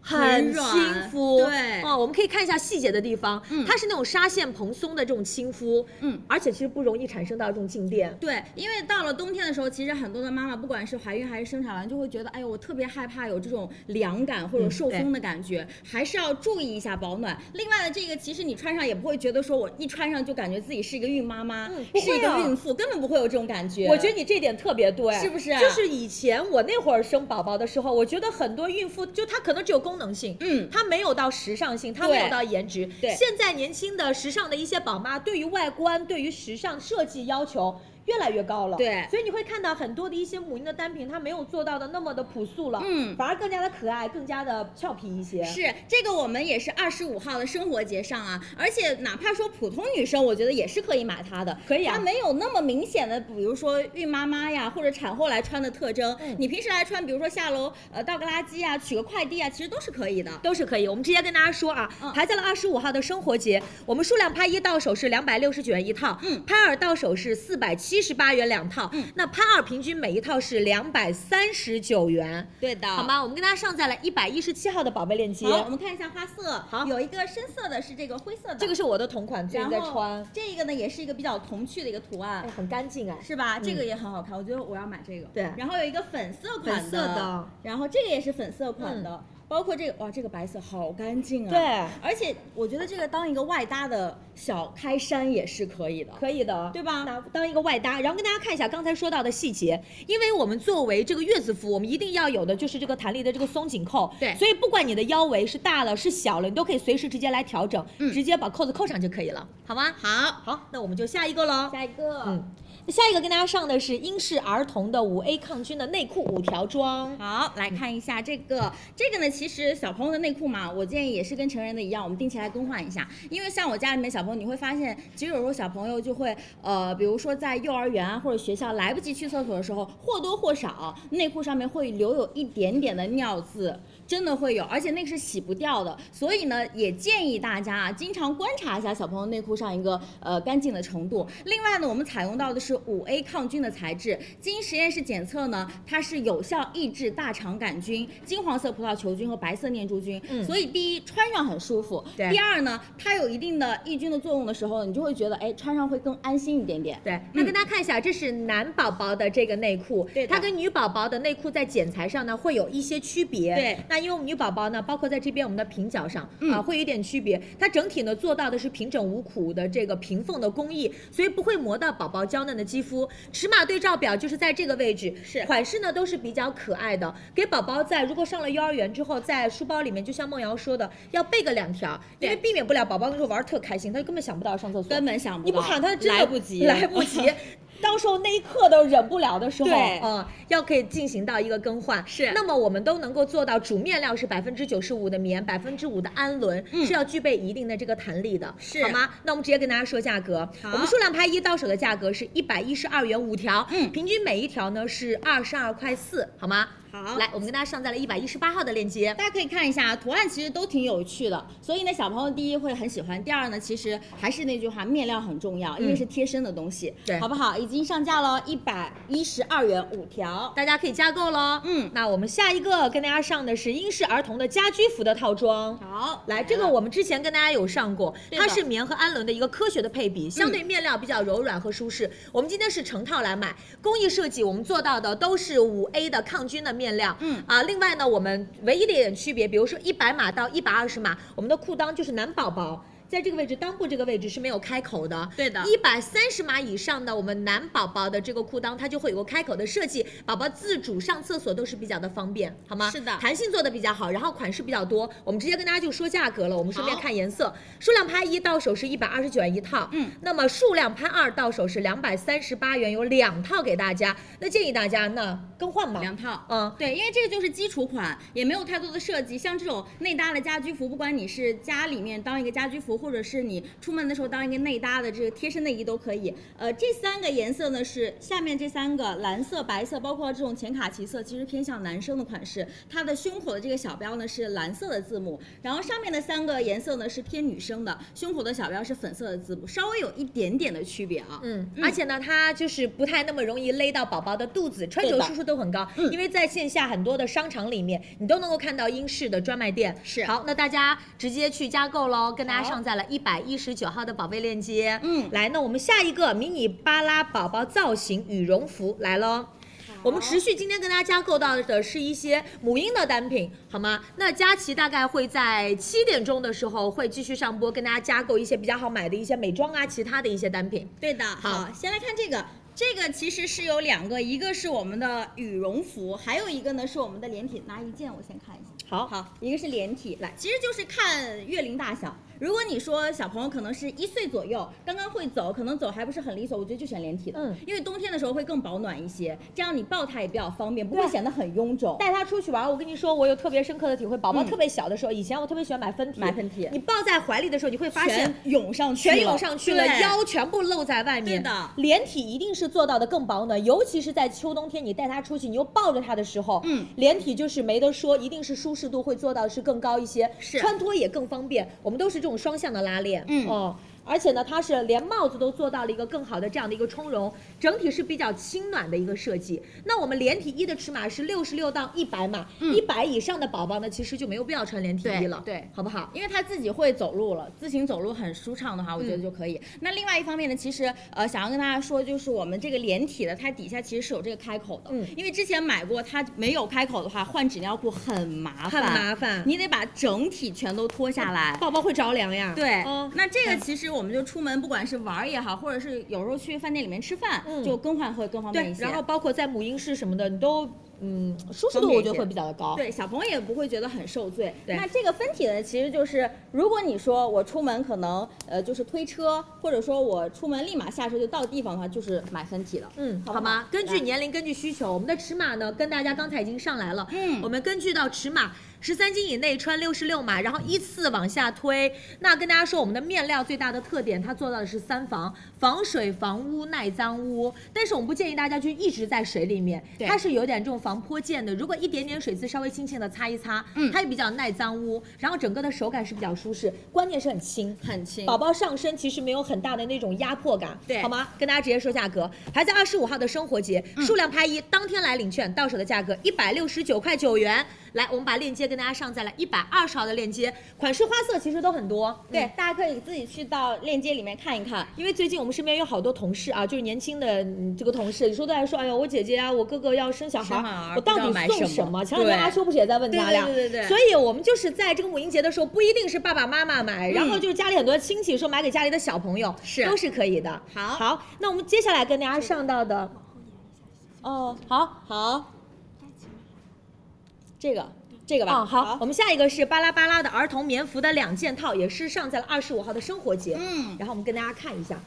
[SPEAKER 3] 很
[SPEAKER 2] 很
[SPEAKER 3] 软
[SPEAKER 2] 亲肤，
[SPEAKER 3] 对
[SPEAKER 2] 哦，我们可以看一下细节的地方，
[SPEAKER 3] 嗯
[SPEAKER 2] 它是那种纱线蓬松的这种亲肤，
[SPEAKER 3] 嗯，
[SPEAKER 2] 而且其实不容易产生到这种静电，
[SPEAKER 3] 对，因为到了冬天的时候，其实很多的妈妈，不管是怀孕还是生产完，就会觉得，哎呦，我特别害怕有这种凉感或者
[SPEAKER 2] 嗯
[SPEAKER 3] 受
[SPEAKER 2] 对
[SPEAKER 3] 风的感觉，还是要注意一下保暖。另外的这个，其实你穿上也不会觉得说我一穿上就感觉自己是一个孕妈妈，
[SPEAKER 2] 嗯不
[SPEAKER 3] 是一
[SPEAKER 2] 会
[SPEAKER 3] 个
[SPEAKER 2] 啊
[SPEAKER 3] 孕妇，根本不会有这种感觉。
[SPEAKER 2] 我觉得你这点特别对，
[SPEAKER 3] 是不是啊
[SPEAKER 2] 就是以前我那会儿生宝宝的时候，我觉得很多孕妇就她可能只有功能性，
[SPEAKER 3] 嗯
[SPEAKER 2] 她没有到时尚性，她
[SPEAKER 3] 对
[SPEAKER 2] 没有到颜值。
[SPEAKER 3] 对
[SPEAKER 2] 现在年轻的时尚的一些宝妈，对于外观、对于时尚设计要求。越来越高了，
[SPEAKER 3] 对
[SPEAKER 2] 所以你会看到很多的一些母婴的单品，它没有做到的那么的朴素了，
[SPEAKER 3] 嗯
[SPEAKER 2] 反而更加的可爱，更加的俏皮一些。
[SPEAKER 3] 是这个，我们也是二十五号的生活节上啊，而且哪怕说普通女生，我觉得也是可以买它的，
[SPEAKER 2] 可以啊
[SPEAKER 3] 它没有那么明显的，比如说孕妈妈呀，或者产后来穿的特征。
[SPEAKER 2] 嗯
[SPEAKER 3] 你平时来穿，比如说下楼呃倒个垃圾啊，取个快递啊，其实都是可以的。
[SPEAKER 2] 都是可以。我们直接跟大家说啊
[SPEAKER 3] 嗯，
[SPEAKER 2] 排在了二十五号的生活节，我们数量拍一到手是两百六十九元一套，
[SPEAKER 3] 嗯
[SPEAKER 2] 拍二到手是四百七十八元两套，
[SPEAKER 3] 嗯
[SPEAKER 2] 那拍二平均每一套是两百三十九元，
[SPEAKER 3] 对的，
[SPEAKER 2] 好？吗？我们跟大家上在了一百一十七号的宝贝链接，
[SPEAKER 3] 好，我们看一下花色，
[SPEAKER 2] 好
[SPEAKER 3] 有一个深色的是这个灰色的，
[SPEAKER 2] 这个是我的同款，最
[SPEAKER 3] 然
[SPEAKER 2] 近
[SPEAKER 3] 后
[SPEAKER 2] 在穿，
[SPEAKER 3] 这个呢也是一个比较童趣的一个图案
[SPEAKER 2] 哎，。很干净哎。
[SPEAKER 3] 是吧？这个也很好看，我觉得我要买这个。
[SPEAKER 2] 对
[SPEAKER 3] 然后有一个粉色款
[SPEAKER 2] 粉色的
[SPEAKER 3] 然后这个也是粉色款的，包括这个哇，这个白色好干净啊。
[SPEAKER 1] 对，
[SPEAKER 3] 而且我觉得这个当一个外搭的小开衫也是可以的。
[SPEAKER 2] 可以的，
[SPEAKER 3] 对吧
[SPEAKER 2] 当当一个外搭，然后跟大家看一下刚才说到的细节，因为我们作为这个月子服，我们一定要有的就是这个弹力的这个松紧扣。
[SPEAKER 3] 对
[SPEAKER 2] 所以不管你的腰围是大了是小了，你都可以随时直接来调整，直接把扣子扣上就可以了，好吗？
[SPEAKER 3] 好，
[SPEAKER 2] 好，那我们就下一个喽。
[SPEAKER 3] 下一个，
[SPEAKER 2] 嗯那下一个跟大家上的是英式儿童的五 A 抗菌的内裤五条装。
[SPEAKER 3] 好，来看一下这个，这个呢，其实小朋友的内裤嘛，我建议也是跟成人的一样，我们定期来更换一下。因为像我家里面小朋友，你会发现，其实有时候小朋友就会，呃，比如说在幼儿园啊或者学校来不及去厕所的时候，或多或少内裤上面会留有一点点的尿渍，真的会有，而且那个是洗不掉的。所以呢，也建议大家啊，经常观察一下小朋友内裤上一个呃干净的程度。另外呢，我们采用到的是五 A 抗菌的材质，经实验室检测呢，它是有效抑制大肠杆菌、金黄色葡萄球菌和白色念珠菌。
[SPEAKER 2] 嗯
[SPEAKER 3] 所以第一，穿上很舒服；
[SPEAKER 2] 对
[SPEAKER 3] 第二呢，它有一定的抑菌的作用的时候，你就会觉得哎，穿上会更安心一点点。
[SPEAKER 2] 对，那跟大家看一下，这是男宝宝的这个内裤，
[SPEAKER 3] 嗯对的
[SPEAKER 2] 它跟女宝宝的内裤在剪裁上呢会有一些区别。
[SPEAKER 3] 对，
[SPEAKER 2] 那因为我们女宝宝呢，包括在这边我们的平角上、
[SPEAKER 3] 嗯
[SPEAKER 2] 啊，会有一点区别。它整体呢做到的是平整无苦的这个平缝的工艺，所以不会磨到宝宝娇嫩的肌肤。尺码对照表就是在这个位置，
[SPEAKER 3] 是
[SPEAKER 2] 款式呢都是比较可爱的，给宝宝在如果上了幼儿园之后，在书包里面，就像梦瑶说的，要备个两条，因为避免不了宝宝那时候玩儿特开心，他就根本想不到上厕所，
[SPEAKER 3] 根本想不
[SPEAKER 2] 你不
[SPEAKER 3] 到
[SPEAKER 2] 喊他真的
[SPEAKER 3] 来不及
[SPEAKER 2] 来不及。到时候那一刻都忍不了的时候，
[SPEAKER 3] 对
[SPEAKER 2] 嗯，要可以进行到一个更换。
[SPEAKER 3] 是
[SPEAKER 2] 那么我们都能够做到主面料是百分之九十五的棉，百分之五的氨纶，
[SPEAKER 3] 嗯
[SPEAKER 2] 是要具备一定的这个弹力的，
[SPEAKER 3] 是
[SPEAKER 2] 好吗？那我们直接跟大家说价格，
[SPEAKER 3] 好
[SPEAKER 2] 我们数量拍一到手的价格是一百一十二元五条，
[SPEAKER 3] 嗯
[SPEAKER 2] 平均每一条呢是二十二块四，好吗？
[SPEAKER 3] 好
[SPEAKER 2] 来，我们跟大家上在了一百一十八号的链接。
[SPEAKER 3] 大家可以看一下，图案其实都挺有趣的，所以呢，小朋友第一会很喜欢，第二呢，其实还是那句话，面料很重要，因为是贴身的东西，
[SPEAKER 2] 对
[SPEAKER 3] 好不好？已经上架了，一百一十二元五条。
[SPEAKER 2] 大家可以加购喽。
[SPEAKER 3] 嗯
[SPEAKER 2] 那我们下一个跟大家上的是英式儿童的家居服的套装。
[SPEAKER 3] 好，
[SPEAKER 2] 来，这个
[SPEAKER 3] 了
[SPEAKER 2] 我们之前跟大家有上过，
[SPEAKER 3] 对的嗯
[SPEAKER 2] 它是棉和氨纶的一个科学的配比，相对面料比较柔软和舒适。我们今天是成套来买，工艺设计我们做到的都是五 A 的抗菌的面料。
[SPEAKER 3] 嗯
[SPEAKER 2] 啊，另外呢，我们唯一的一点区别，比如说一百码到一百二十码，我们的裤裆就是男宝宝。在这个位置，裆部这个位置是没有开口的。
[SPEAKER 3] 对的
[SPEAKER 2] 一百三十码以上的我们男宝宝的这个裤裆，它就会有个开口的设计，宝宝自主上厕所都是比较的方便，好吗？
[SPEAKER 3] 是的
[SPEAKER 2] 弹性做的比较好，然后款式比较多。我们直接跟大家就说价格了，我们顺便
[SPEAKER 3] 好
[SPEAKER 2] 看颜色，数量拍一到手是一百二十九元一套，
[SPEAKER 3] 嗯，
[SPEAKER 2] 那么数量拍二到手是两百三十八元，有两套给大家。那建议大家那更换吧，
[SPEAKER 3] 两套。
[SPEAKER 2] 嗯。
[SPEAKER 3] 对，因为这个就是基础款，也没有太多的设计。像这种内搭的家居服，不管你是家里面当一个家居服，或者是你出门的时候当一个内搭的这个贴身内衣都可以。呃，这三个颜色呢是下面这三个蓝色、白色，包括这种浅卡其色，其实偏向男生的款式。它的胸口的这个小标呢是蓝色的字母，然后上面的三个颜色呢是偏女生的，胸口的小标是粉色的字母，稍微有一点点的区别啊。
[SPEAKER 2] 嗯，而且呢，它就是不太那么容易勒到宝宝的肚子，穿
[SPEAKER 3] 对
[SPEAKER 2] 着
[SPEAKER 3] 的
[SPEAKER 2] 舒适度很高。
[SPEAKER 3] 嗯
[SPEAKER 2] 因为在线下很多的商场里面，你都能够看到英式的专卖店。
[SPEAKER 3] 是
[SPEAKER 2] 好，那大家直接去加购喽，跟大家上在了一百一十九号的宝贝链接。
[SPEAKER 3] 嗯
[SPEAKER 2] 来，那我们下一个迷你巴拉宝宝造型羽绒服来喽。我们持续今天跟大家加购到的是一些母婴的单品，好吗？那佳琪大概会在七点钟的时候会继续上播，跟大家加购一些比较好买的一些美妆啊，其他的一些单品。
[SPEAKER 3] 对的，
[SPEAKER 2] 好
[SPEAKER 3] 好，先来看这个。这个其实是有两个，一个是我们的羽绒服，还有一个呢是我们的连体。拿一件，我先看一下。
[SPEAKER 2] 好
[SPEAKER 3] 好，一个是连体，来，其实就是看月龄大小。如果你说小朋友可能是一岁左右，刚刚会走，可能走还不是很利索，我觉得就选连体的，
[SPEAKER 2] 嗯，
[SPEAKER 3] 因为冬天的时候会更保暖一些，这样你抱它也比较方便，不会显得很臃肿。
[SPEAKER 2] 带他出去玩，我跟你说，我有特别深刻的体会。宝宝
[SPEAKER 3] 哦嗯
[SPEAKER 2] 特别小的时候，以前我特别喜欢买分体，
[SPEAKER 3] 买分体
[SPEAKER 2] 你抱在怀里的时候，你会发现
[SPEAKER 3] 全涌上去了，
[SPEAKER 2] 全涌上去了，
[SPEAKER 3] 对
[SPEAKER 2] 腰全部露在外面。
[SPEAKER 3] 对的
[SPEAKER 2] 连体一定是做到的更保暖，尤其是在秋冬天，你带它出去，你又抱着它的时候，
[SPEAKER 3] 嗯，
[SPEAKER 2] 连体就是没得说，一定是舒适度会做到是更高一些，
[SPEAKER 3] 是
[SPEAKER 2] 穿脱也更方便。我们都是这种双向的拉链，
[SPEAKER 3] 嗯
[SPEAKER 2] 哦。而且呢，它是连帽子都做到了一个更好的这样的一个充绒，整体是比较轻暖的一个设计。那我们连体衣的尺码是六十六到一百码，一百、以上的宝宝呢，其实就没有必要穿连体衣了，
[SPEAKER 3] 嗯对对
[SPEAKER 2] 好不好？
[SPEAKER 3] 因为他自己会走路了，自行走路很舒畅的话，我
[SPEAKER 2] 嗯
[SPEAKER 3] 觉得就可以。那另外一方面呢，其实呃，想要跟大家说，就是我们这个连体的，它底下其实是有这个开口的，
[SPEAKER 2] 嗯
[SPEAKER 3] 因为之前买过，它没有开口的话，换纸尿裤很麻
[SPEAKER 2] 很
[SPEAKER 3] 烦，
[SPEAKER 2] 麻烦，
[SPEAKER 3] 你得把整体全都脱下来。
[SPEAKER 2] 宝宝会着凉呀。
[SPEAKER 3] 对，
[SPEAKER 2] 嗯
[SPEAKER 3] 那这个其实我们就出门，不管是玩儿也好，或者是有时候去饭店里面吃饭，
[SPEAKER 2] 嗯
[SPEAKER 3] 就更换会更方便
[SPEAKER 2] 对
[SPEAKER 3] 一，些。
[SPEAKER 2] 然后包括在母婴室什么的，你都嗯舒适
[SPEAKER 3] 方
[SPEAKER 2] 度
[SPEAKER 3] 便一
[SPEAKER 2] 我觉得
[SPEAKER 3] 些
[SPEAKER 2] 会比较的高。
[SPEAKER 3] 对，小朋友也不会觉得很受罪。
[SPEAKER 2] 对
[SPEAKER 3] 那这个分体呢，其实就是如果你说我出门可能呃就是推车，或者说我出门立马下车就到地方的话，就是买分体的。
[SPEAKER 2] 嗯，
[SPEAKER 3] 好
[SPEAKER 2] 好
[SPEAKER 3] 不好
[SPEAKER 2] 吗？根据年龄，根据需求，我们的尺码呢，跟大家刚才已经上来了。
[SPEAKER 3] 嗯
[SPEAKER 2] 我们根据到尺码十三斤以内穿六十六码，然后依次往下推。那跟大家说，我们的面料最大的特点，它做到的是三防：防水、防污、耐脏污。但是我们不建议大家去一直在水里面，
[SPEAKER 3] 对
[SPEAKER 2] 它是有点这种防泼溅的。如果一点点水渍稍微轻轻的擦一擦，
[SPEAKER 3] 嗯
[SPEAKER 2] 它也比较耐脏污，然后整个的手感是比较舒适，关键是很轻，
[SPEAKER 3] 很轻
[SPEAKER 2] 宝宝上身其实没有很大的那种压迫感，
[SPEAKER 3] 对
[SPEAKER 2] 好吗？跟大家直接说价格，还在二十五号的生活节，数量拍一，当天来领券，到手的价格一百六十九块九元。来，我们把链接跟大家上在了一百二十号的链接，款式花色其实都很多，
[SPEAKER 3] 对，大家可以自己去到链接里面看一看。
[SPEAKER 2] 因为最近我们身边有好多同事啊，就是年轻的嗯这个同事，都在说，哎呀，我姐姐啊，我哥哥要生小孩，
[SPEAKER 3] 生小孩
[SPEAKER 2] 我到
[SPEAKER 3] 不知道
[SPEAKER 2] 底
[SPEAKER 3] 买
[SPEAKER 2] 送
[SPEAKER 3] 什么
[SPEAKER 2] 前两天
[SPEAKER 3] 对
[SPEAKER 2] 阿修不是也在问咱俩？
[SPEAKER 3] 对对对对对
[SPEAKER 2] 所以我们就是在这个母婴节的时候，不一定是爸爸妈妈买，然后就是家里很多亲戚说买给家里的小朋友，
[SPEAKER 3] 嗯是
[SPEAKER 2] 都是可以的。
[SPEAKER 3] 好
[SPEAKER 2] 好，那我们接下来跟大家上到的，哦，好。
[SPEAKER 3] 好，这个这个吧。
[SPEAKER 2] 嗯，好，我们下一个是巴拉巴拉的儿童棉服的两件套，也是上在了二十五号的生活节。
[SPEAKER 3] 嗯
[SPEAKER 2] 然后我们跟大家看一下。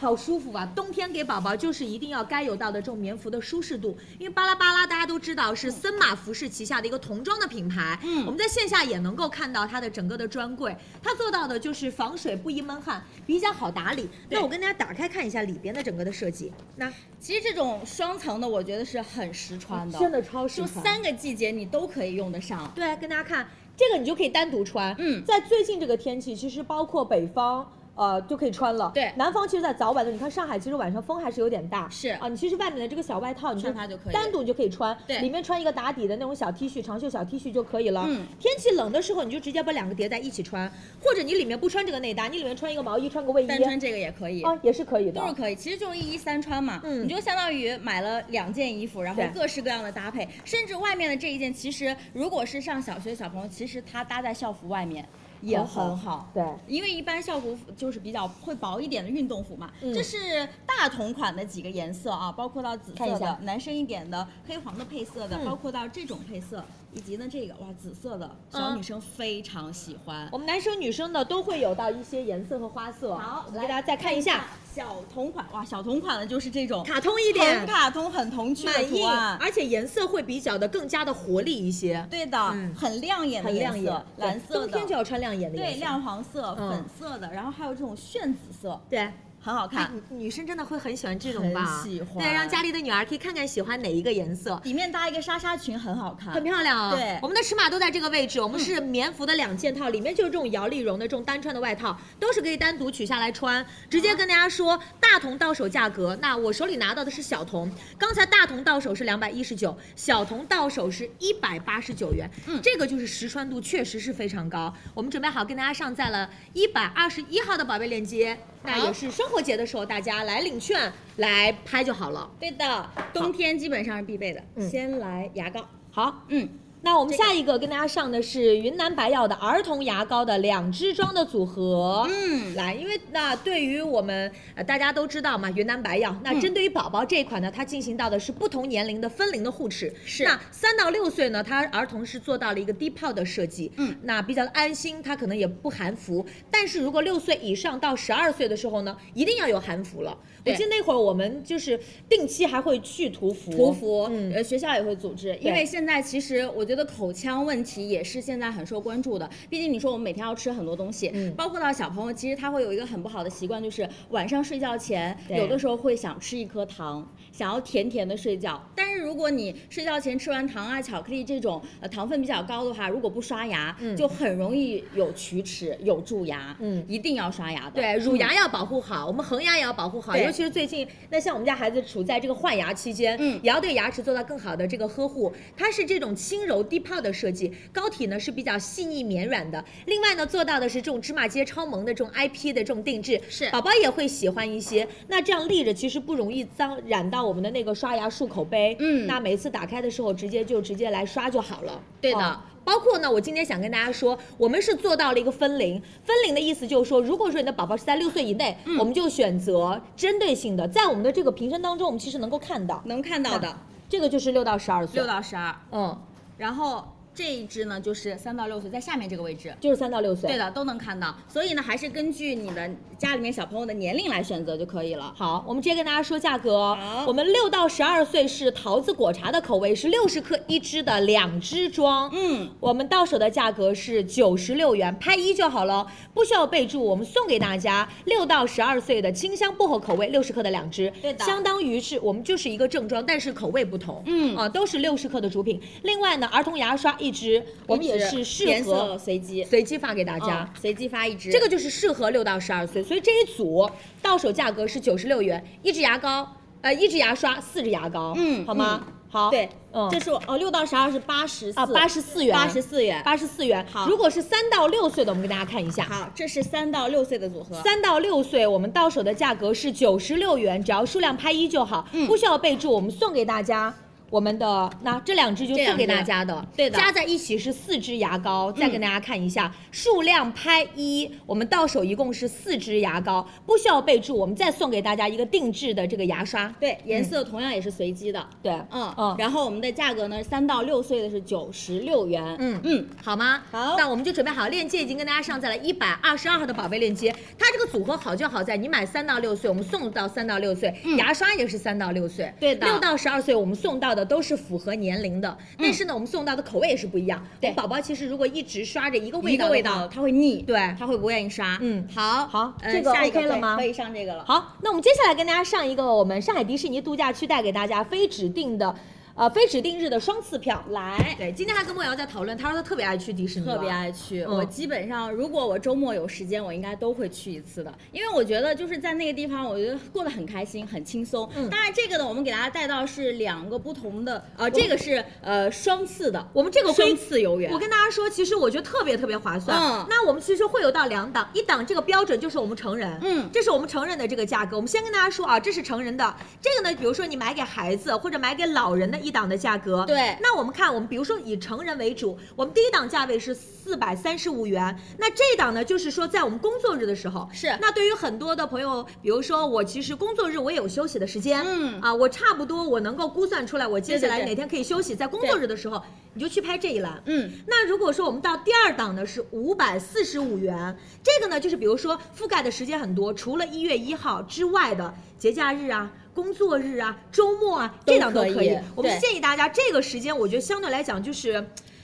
[SPEAKER 2] 好舒服啊！冬天给宝宝就是一定要该有到的这种棉服的舒适度，因为巴拉巴拉大家都知道是森马服饰旗下的一个童装的品牌，
[SPEAKER 3] 嗯
[SPEAKER 2] 我们在线下也能够看到它的整个的专柜，它做到的就是防水不易闷汗，比较好打理。那我跟大家打开看一下里边的整个的设计，那
[SPEAKER 3] 其实这种双层的，我觉得是很实穿的，
[SPEAKER 2] 真的超适
[SPEAKER 3] 就
[SPEAKER 2] 合。
[SPEAKER 3] 三个季节你都可以用得上。
[SPEAKER 2] 对，跟大家看这个，你就可以单独穿。
[SPEAKER 3] 嗯
[SPEAKER 2] 在最近这个天气，其实包括北方。呃，就可以穿了。
[SPEAKER 3] 对
[SPEAKER 2] 南方其实，在早晚的，你看上海，其实晚上风还是有点大。
[SPEAKER 3] 是
[SPEAKER 2] 啊，你其实外面的这个小外套，你
[SPEAKER 3] 穿它就可以
[SPEAKER 2] 单独你就可以穿。
[SPEAKER 3] 对
[SPEAKER 2] 里面穿一个打底的那种小 T 恤、长袖小 T 恤就可以了。
[SPEAKER 3] 嗯，
[SPEAKER 2] 天气冷的时候，你就直接把两个叠在一起穿，或者你里面不穿这个内搭，你里面穿一个毛衣，穿个卫衣，
[SPEAKER 3] 单穿这个也可以。
[SPEAKER 2] 啊也是可以的。
[SPEAKER 3] 都是可以，其实就是一衣三穿嘛，
[SPEAKER 2] 嗯
[SPEAKER 3] 你就相当于买了两件衣服，然后
[SPEAKER 2] 对
[SPEAKER 3] 各式各样的搭配，甚至外面的这一件，其实如果是上小学的小朋友，其实它搭在校服外面也
[SPEAKER 2] 哦很好
[SPEAKER 3] 很好，
[SPEAKER 2] 对
[SPEAKER 3] 因为一般校服就是比较会薄一点的运动服嘛，
[SPEAKER 2] 嗯
[SPEAKER 3] 这是大同款的几个颜色啊，包括到紫
[SPEAKER 2] 看一
[SPEAKER 3] 色
[SPEAKER 2] 下
[SPEAKER 3] 的、男生一点的、黑黄的配色的，
[SPEAKER 2] 嗯
[SPEAKER 3] 包括到这种配色，以及呢这个哇紫色的小
[SPEAKER 2] 嗯
[SPEAKER 3] 女生非常喜欢。
[SPEAKER 2] 我们男生女生的都会有到一些颜色和花色。
[SPEAKER 3] 好，
[SPEAKER 2] 我们
[SPEAKER 3] 来
[SPEAKER 2] 给大家再看一下，
[SPEAKER 3] 小童款，哇，小童款的就是这种
[SPEAKER 2] 卡通一点
[SPEAKER 3] 很，卡通、很童趣的
[SPEAKER 2] 满
[SPEAKER 3] 图
[SPEAKER 2] 意
[SPEAKER 3] 案，。
[SPEAKER 2] 而且颜色会比较的更加的活力一些，
[SPEAKER 3] 对的，
[SPEAKER 2] 嗯
[SPEAKER 3] 很亮眼的
[SPEAKER 2] 很
[SPEAKER 3] 颜
[SPEAKER 2] 亮
[SPEAKER 3] 色
[SPEAKER 2] 眼，
[SPEAKER 3] 蓝
[SPEAKER 2] 对
[SPEAKER 3] 色的，
[SPEAKER 2] 冬天就要穿亮眼的颜
[SPEAKER 3] 对
[SPEAKER 2] 色。
[SPEAKER 3] 亮黄色、
[SPEAKER 2] 嗯
[SPEAKER 3] 粉色的，然后还有这种炫紫色，
[SPEAKER 2] 对。
[SPEAKER 3] 很好
[SPEAKER 2] 哎
[SPEAKER 3] 看。
[SPEAKER 2] 女女生真的会很喜欢这种吧？
[SPEAKER 3] 很喜欢
[SPEAKER 2] 对，让家里的女儿可以看看喜欢哪一个颜色，
[SPEAKER 3] 里面搭一个纱纱裙，很好看，
[SPEAKER 2] 很漂亮啊。嗯
[SPEAKER 3] 对
[SPEAKER 2] 我们的尺码都在这个位置。我们是棉服的两件套，里面就是这种摇粒绒的这种单穿的外套，都是可以单独取下来穿。直接跟大家说，大童到手价格，那我手里拿到的是小童，刚才大童到手是两百一十九，小童到手是一百八十九元。
[SPEAKER 3] 嗯
[SPEAKER 2] 这个就是实穿度确实是非常高。我们准备好跟大家上在了一百二十一号的宝贝链接，那
[SPEAKER 3] 好
[SPEAKER 2] 也是生活节的时候大家来领券来拍就好了。
[SPEAKER 3] 对的，冬天基本上是必备的。
[SPEAKER 2] 嗯
[SPEAKER 3] 先来牙膏，
[SPEAKER 2] 好，
[SPEAKER 3] 嗯，
[SPEAKER 2] 那我们下一个跟大家上的是云南白药的儿童牙膏的两支装的组合。
[SPEAKER 3] 嗯
[SPEAKER 2] 来，因为那对于我们呃大家都知道嘛，云南白药。
[SPEAKER 3] 嗯
[SPEAKER 2] 那针对于呃宝宝这一款呢，它进行到的是不同年龄的分龄的护齿。
[SPEAKER 3] 是
[SPEAKER 2] 那三到六岁呢，它儿童是做到了一个低泡的设计。
[SPEAKER 3] 嗯，
[SPEAKER 2] 那比较安心，它可能也不含氟。但是如果六岁以上到十二岁的时候呢，一定要有含氟了。我
[SPEAKER 3] 对
[SPEAKER 2] 记得那会儿我们就是定期还会去涂氟。
[SPEAKER 3] 涂氟，
[SPEAKER 2] 嗯
[SPEAKER 3] 呃，学校也会组织，因为现在其实我觉得口腔问题也是现在很受关注的。毕竟你说我们每天要吃很多东西，
[SPEAKER 2] 嗯
[SPEAKER 3] 包括到小朋友，其实他会有一个很不好的习惯，就是晚上睡觉前
[SPEAKER 2] 对
[SPEAKER 3] 有的时候会想吃一颗糖，想要甜甜的睡觉。但是如如果你睡觉前吃完糖啊、巧克力这种呃糖分比较高的话，如果不刷牙，
[SPEAKER 1] 嗯
[SPEAKER 3] 就很容易有龋齿、有蛀牙。
[SPEAKER 1] 嗯
[SPEAKER 3] 一定要刷牙的。嗯
[SPEAKER 2] 对，乳牙要保护好，我们恒牙也要保护好，
[SPEAKER 3] 对
[SPEAKER 2] 尤其是最近，那像我们家孩子处在这个换牙期间，
[SPEAKER 3] 嗯
[SPEAKER 2] 也要对牙齿做到更好的这个呵护。它是这种轻柔低泡的设计，膏体呢是比较细腻绵软的。另外呢，做到的是这种芝麻街超萌的这种 IP 的这种定制，
[SPEAKER 3] 是
[SPEAKER 2] 宝宝也会喜欢一些。那这样立着其实不容易脏染到我们的那个刷牙漱口杯，
[SPEAKER 3] 嗯
[SPEAKER 2] 那每次打开的时候直接就直接来刷就好了。
[SPEAKER 3] 对的
[SPEAKER 2] 哦包括呢，我今天想跟大家说，我们是做到了一个分龄。分龄的意思就是说，如果说你的宝宝是在六岁以内，
[SPEAKER 3] 嗯
[SPEAKER 2] 我们就选择针对性的，在我们的这个瓶身当中，我们其实能够看到，
[SPEAKER 3] 能看到的
[SPEAKER 2] 这个就是六到十二岁，
[SPEAKER 3] 六到十二，
[SPEAKER 2] 嗯，
[SPEAKER 3] 然后这一支呢就是三到六岁，在下面这个位置。
[SPEAKER 2] 就是三到六岁。
[SPEAKER 3] 对的，都能看到，所以呢，还是根据你的家里面小朋友的年龄来选择就可以了。
[SPEAKER 2] 好，我们直接跟大家说价格哦
[SPEAKER 3] 好。
[SPEAKER 2] 我们六到十二岁是桃子果茶的口味，是六十克一支的两支装。
[SPEAKER 3] 嗯，
[SPEAKER 2] 我们到手的价格是九十六元，拍一就好了，不需要备注。我们送给大家六到十二岁的清香薄荷口味六十克的两支，
[SPEAKER 3] 对的
[SPEAKER 2] 相当于是我们就是一个正装，但是口味不同。
[SPEAKER 3] 嗯
[SPEAKER 2] 啊，都是六十克的主品。另外呢，儿童牙刷一支，我们也是适
[SPEAKER 3] 颜色
[SPEAKER 2] 合
[SPEAKER 3] 随机，
[SPEAKER 2] 随机发给大家。
[SPEAKER 3] 嗯随机发一支。
[SPEAKER 2] 这个就是适合六到十二岁，所以这一组到手价格是九十六元，一支牙膏，呃，一支牙刷，四支牙膏，
[SPEAKER 3] 嗯
[SPEAKER 2] 好吗？好，
[SPEAKER 3] 对，
[SPEAKER 2] 嗯
[SPEAKER 3] 这是我哦，六到十二是八十
[SPEAKER 2] 啊，八十四元，
[SPEAKER 3] 八十四元。
[SPEAKER 2] 八十四元。
[SPEAKER 3] 好
[SPEAKER 2] 如果是三到六岁的，我们给大家看一下。
[SPEAKER 3] 好，这是三到六岁的组合。
[SPEAKER 2] 三到六岁，我们到手的价格是九十六元，只要数量拍一就好，
[SPEAKER 3] 嗯
[SPEAKER 2] 不需要备注，我们送给大家。我们的那这两支就
[SPEAKER 3] 这两
[SPEAKER 2] 送给
[SPEAKER 3] 支
[SPEAKER 2] 大家的，
[SPEAKER 3] 对的
[SPEAKER 2] 加在一起是四支牙膏。再跟大家看一下、数量拍一，我们到手一共是四支牙膏，不需要备注，我们再送给大家一个定制的这个牙刷。
[SPEAKER 3] 对，颜色同样也是随机的。
[SPEAKER 2] 对，
[SPEAKER 3] 嗯
[SPEAKER 2] 嗯
[SPEAKER 3] 然后我们的价格呢，三到六岁的是九十六元。
[SPEAKER 2] 嗯
[SPEAKER 3] 嗯，
[SPEAKER 2] 好吗？
[SPEAKER 3] 好
[SPEAKER 2] 那我们就准备好链接，已经跟大家上在了一百二十二号的宝贝链接。它这个组合好就好在，你买三到六岁，我们送到三到六岁，牙刷也是三到六岁，
[SPEAKER 3] 对的
[SPEAKER 2] 六到十二岁我们送到的都是符合年龄的，但是呢，我们送到的口味也是不一样。
[SPEAKER 3] 对
[SPEAKER 2] 我们宝宝其实如果一直刷着一个味
[SPEAKER 3] 一
[SPEAKER 2] 道的
[SPEAKER 3] 个
[SPEAKER 2] 话，
[SPEAKER 3] 味道，它会腻，
[SPEAKER 2] 对
[SPEAKER 3] 它会不愿意刷。
[SPEAKER 2] 嗯
[SPEAKER 3] 好，
[SPEAKER 2] 好
[SPEAKER 3] 呃
[SPEAKER 2] 这个
[SPEAKER 3] 下一
[SPEAKER 2] OK 了吗
[SPEAKER 3] 可以可以上这个了。
[SPEAKER 2] 好，那我们接下来跟大家上一个我们上海迪士尼度假区带给大家非指定的，呃，非指定日的双次票。来，对，今天还跟莫瑶在讨论，她说她特别爱去迪士尼，
[SPEAKER 3] 特别。爱去，
[SPEAKER 2] 嗯
[SPEAKER 3] 我基本上如果我周末有时间，我应该都会去一次的，因为我觉得就是在那个地方，我觉得过得很开心，很轻松。
[SPEAKER 2] 嗯
[SPEAKER 3] 当然这个呢，我们给大家带到是两个不同的，呃，这个是呃双次的，
[SPEAKER 2] 我们这个规
[SPEAKER 3] 双次游园
[SPEAKER 2] 我，跟大家说，其实我觉得特别特别划算。
[SPEAKER 3] 嗯
[SPEAKER 2] 那我们其实会有到两档，一档这个标准就是我们成人，
[SPEAKER 3] 嗯
[SPEAKER 2] 这是我们成人的这个价格。我们先跟大家说啊，这是成人的，这个呢，比如说你买给孩子或者买给老人的一档的价格。
[SPEAKER 3] 对
[SPEAKER 2] 那我们看，我们比如说以成人为主，我们第一档价位是四百三十五元，那这一档呢，就是说在我们工作日的时候，
[SPEAKER 3] 是
[SPEAKER 2] 那对于很多的朋友，比如说我其实工作日我也有休息的时间，
[SPEAKER 3] 嗯
[SPEAKER 2] 啊，我差不多我能够估算出来，我接下来
[SPEAKER 3] 对对对
[SPEAKER 2] 哪天可以休息，在工作日的时候，你就去拍这一栏，
[SPEAKER 3] 嗯，
[SPEAKER 2] 那如果说我们到第二档呢是五百四十五元，这个呢就是比如说覆盖的时间很多，除了一月一号之外的节假日啊、工作日啊、周末啊，
[SPEAKER 3] 都
[SPEAKER 2] 这档都
[SPEAKER 3] 可以
[SPEAKER 2] 可以。我们
[SPEAKER 3] 对
[SPEAKER 2] 建议大家这个时间，我觉得相对来讲就是，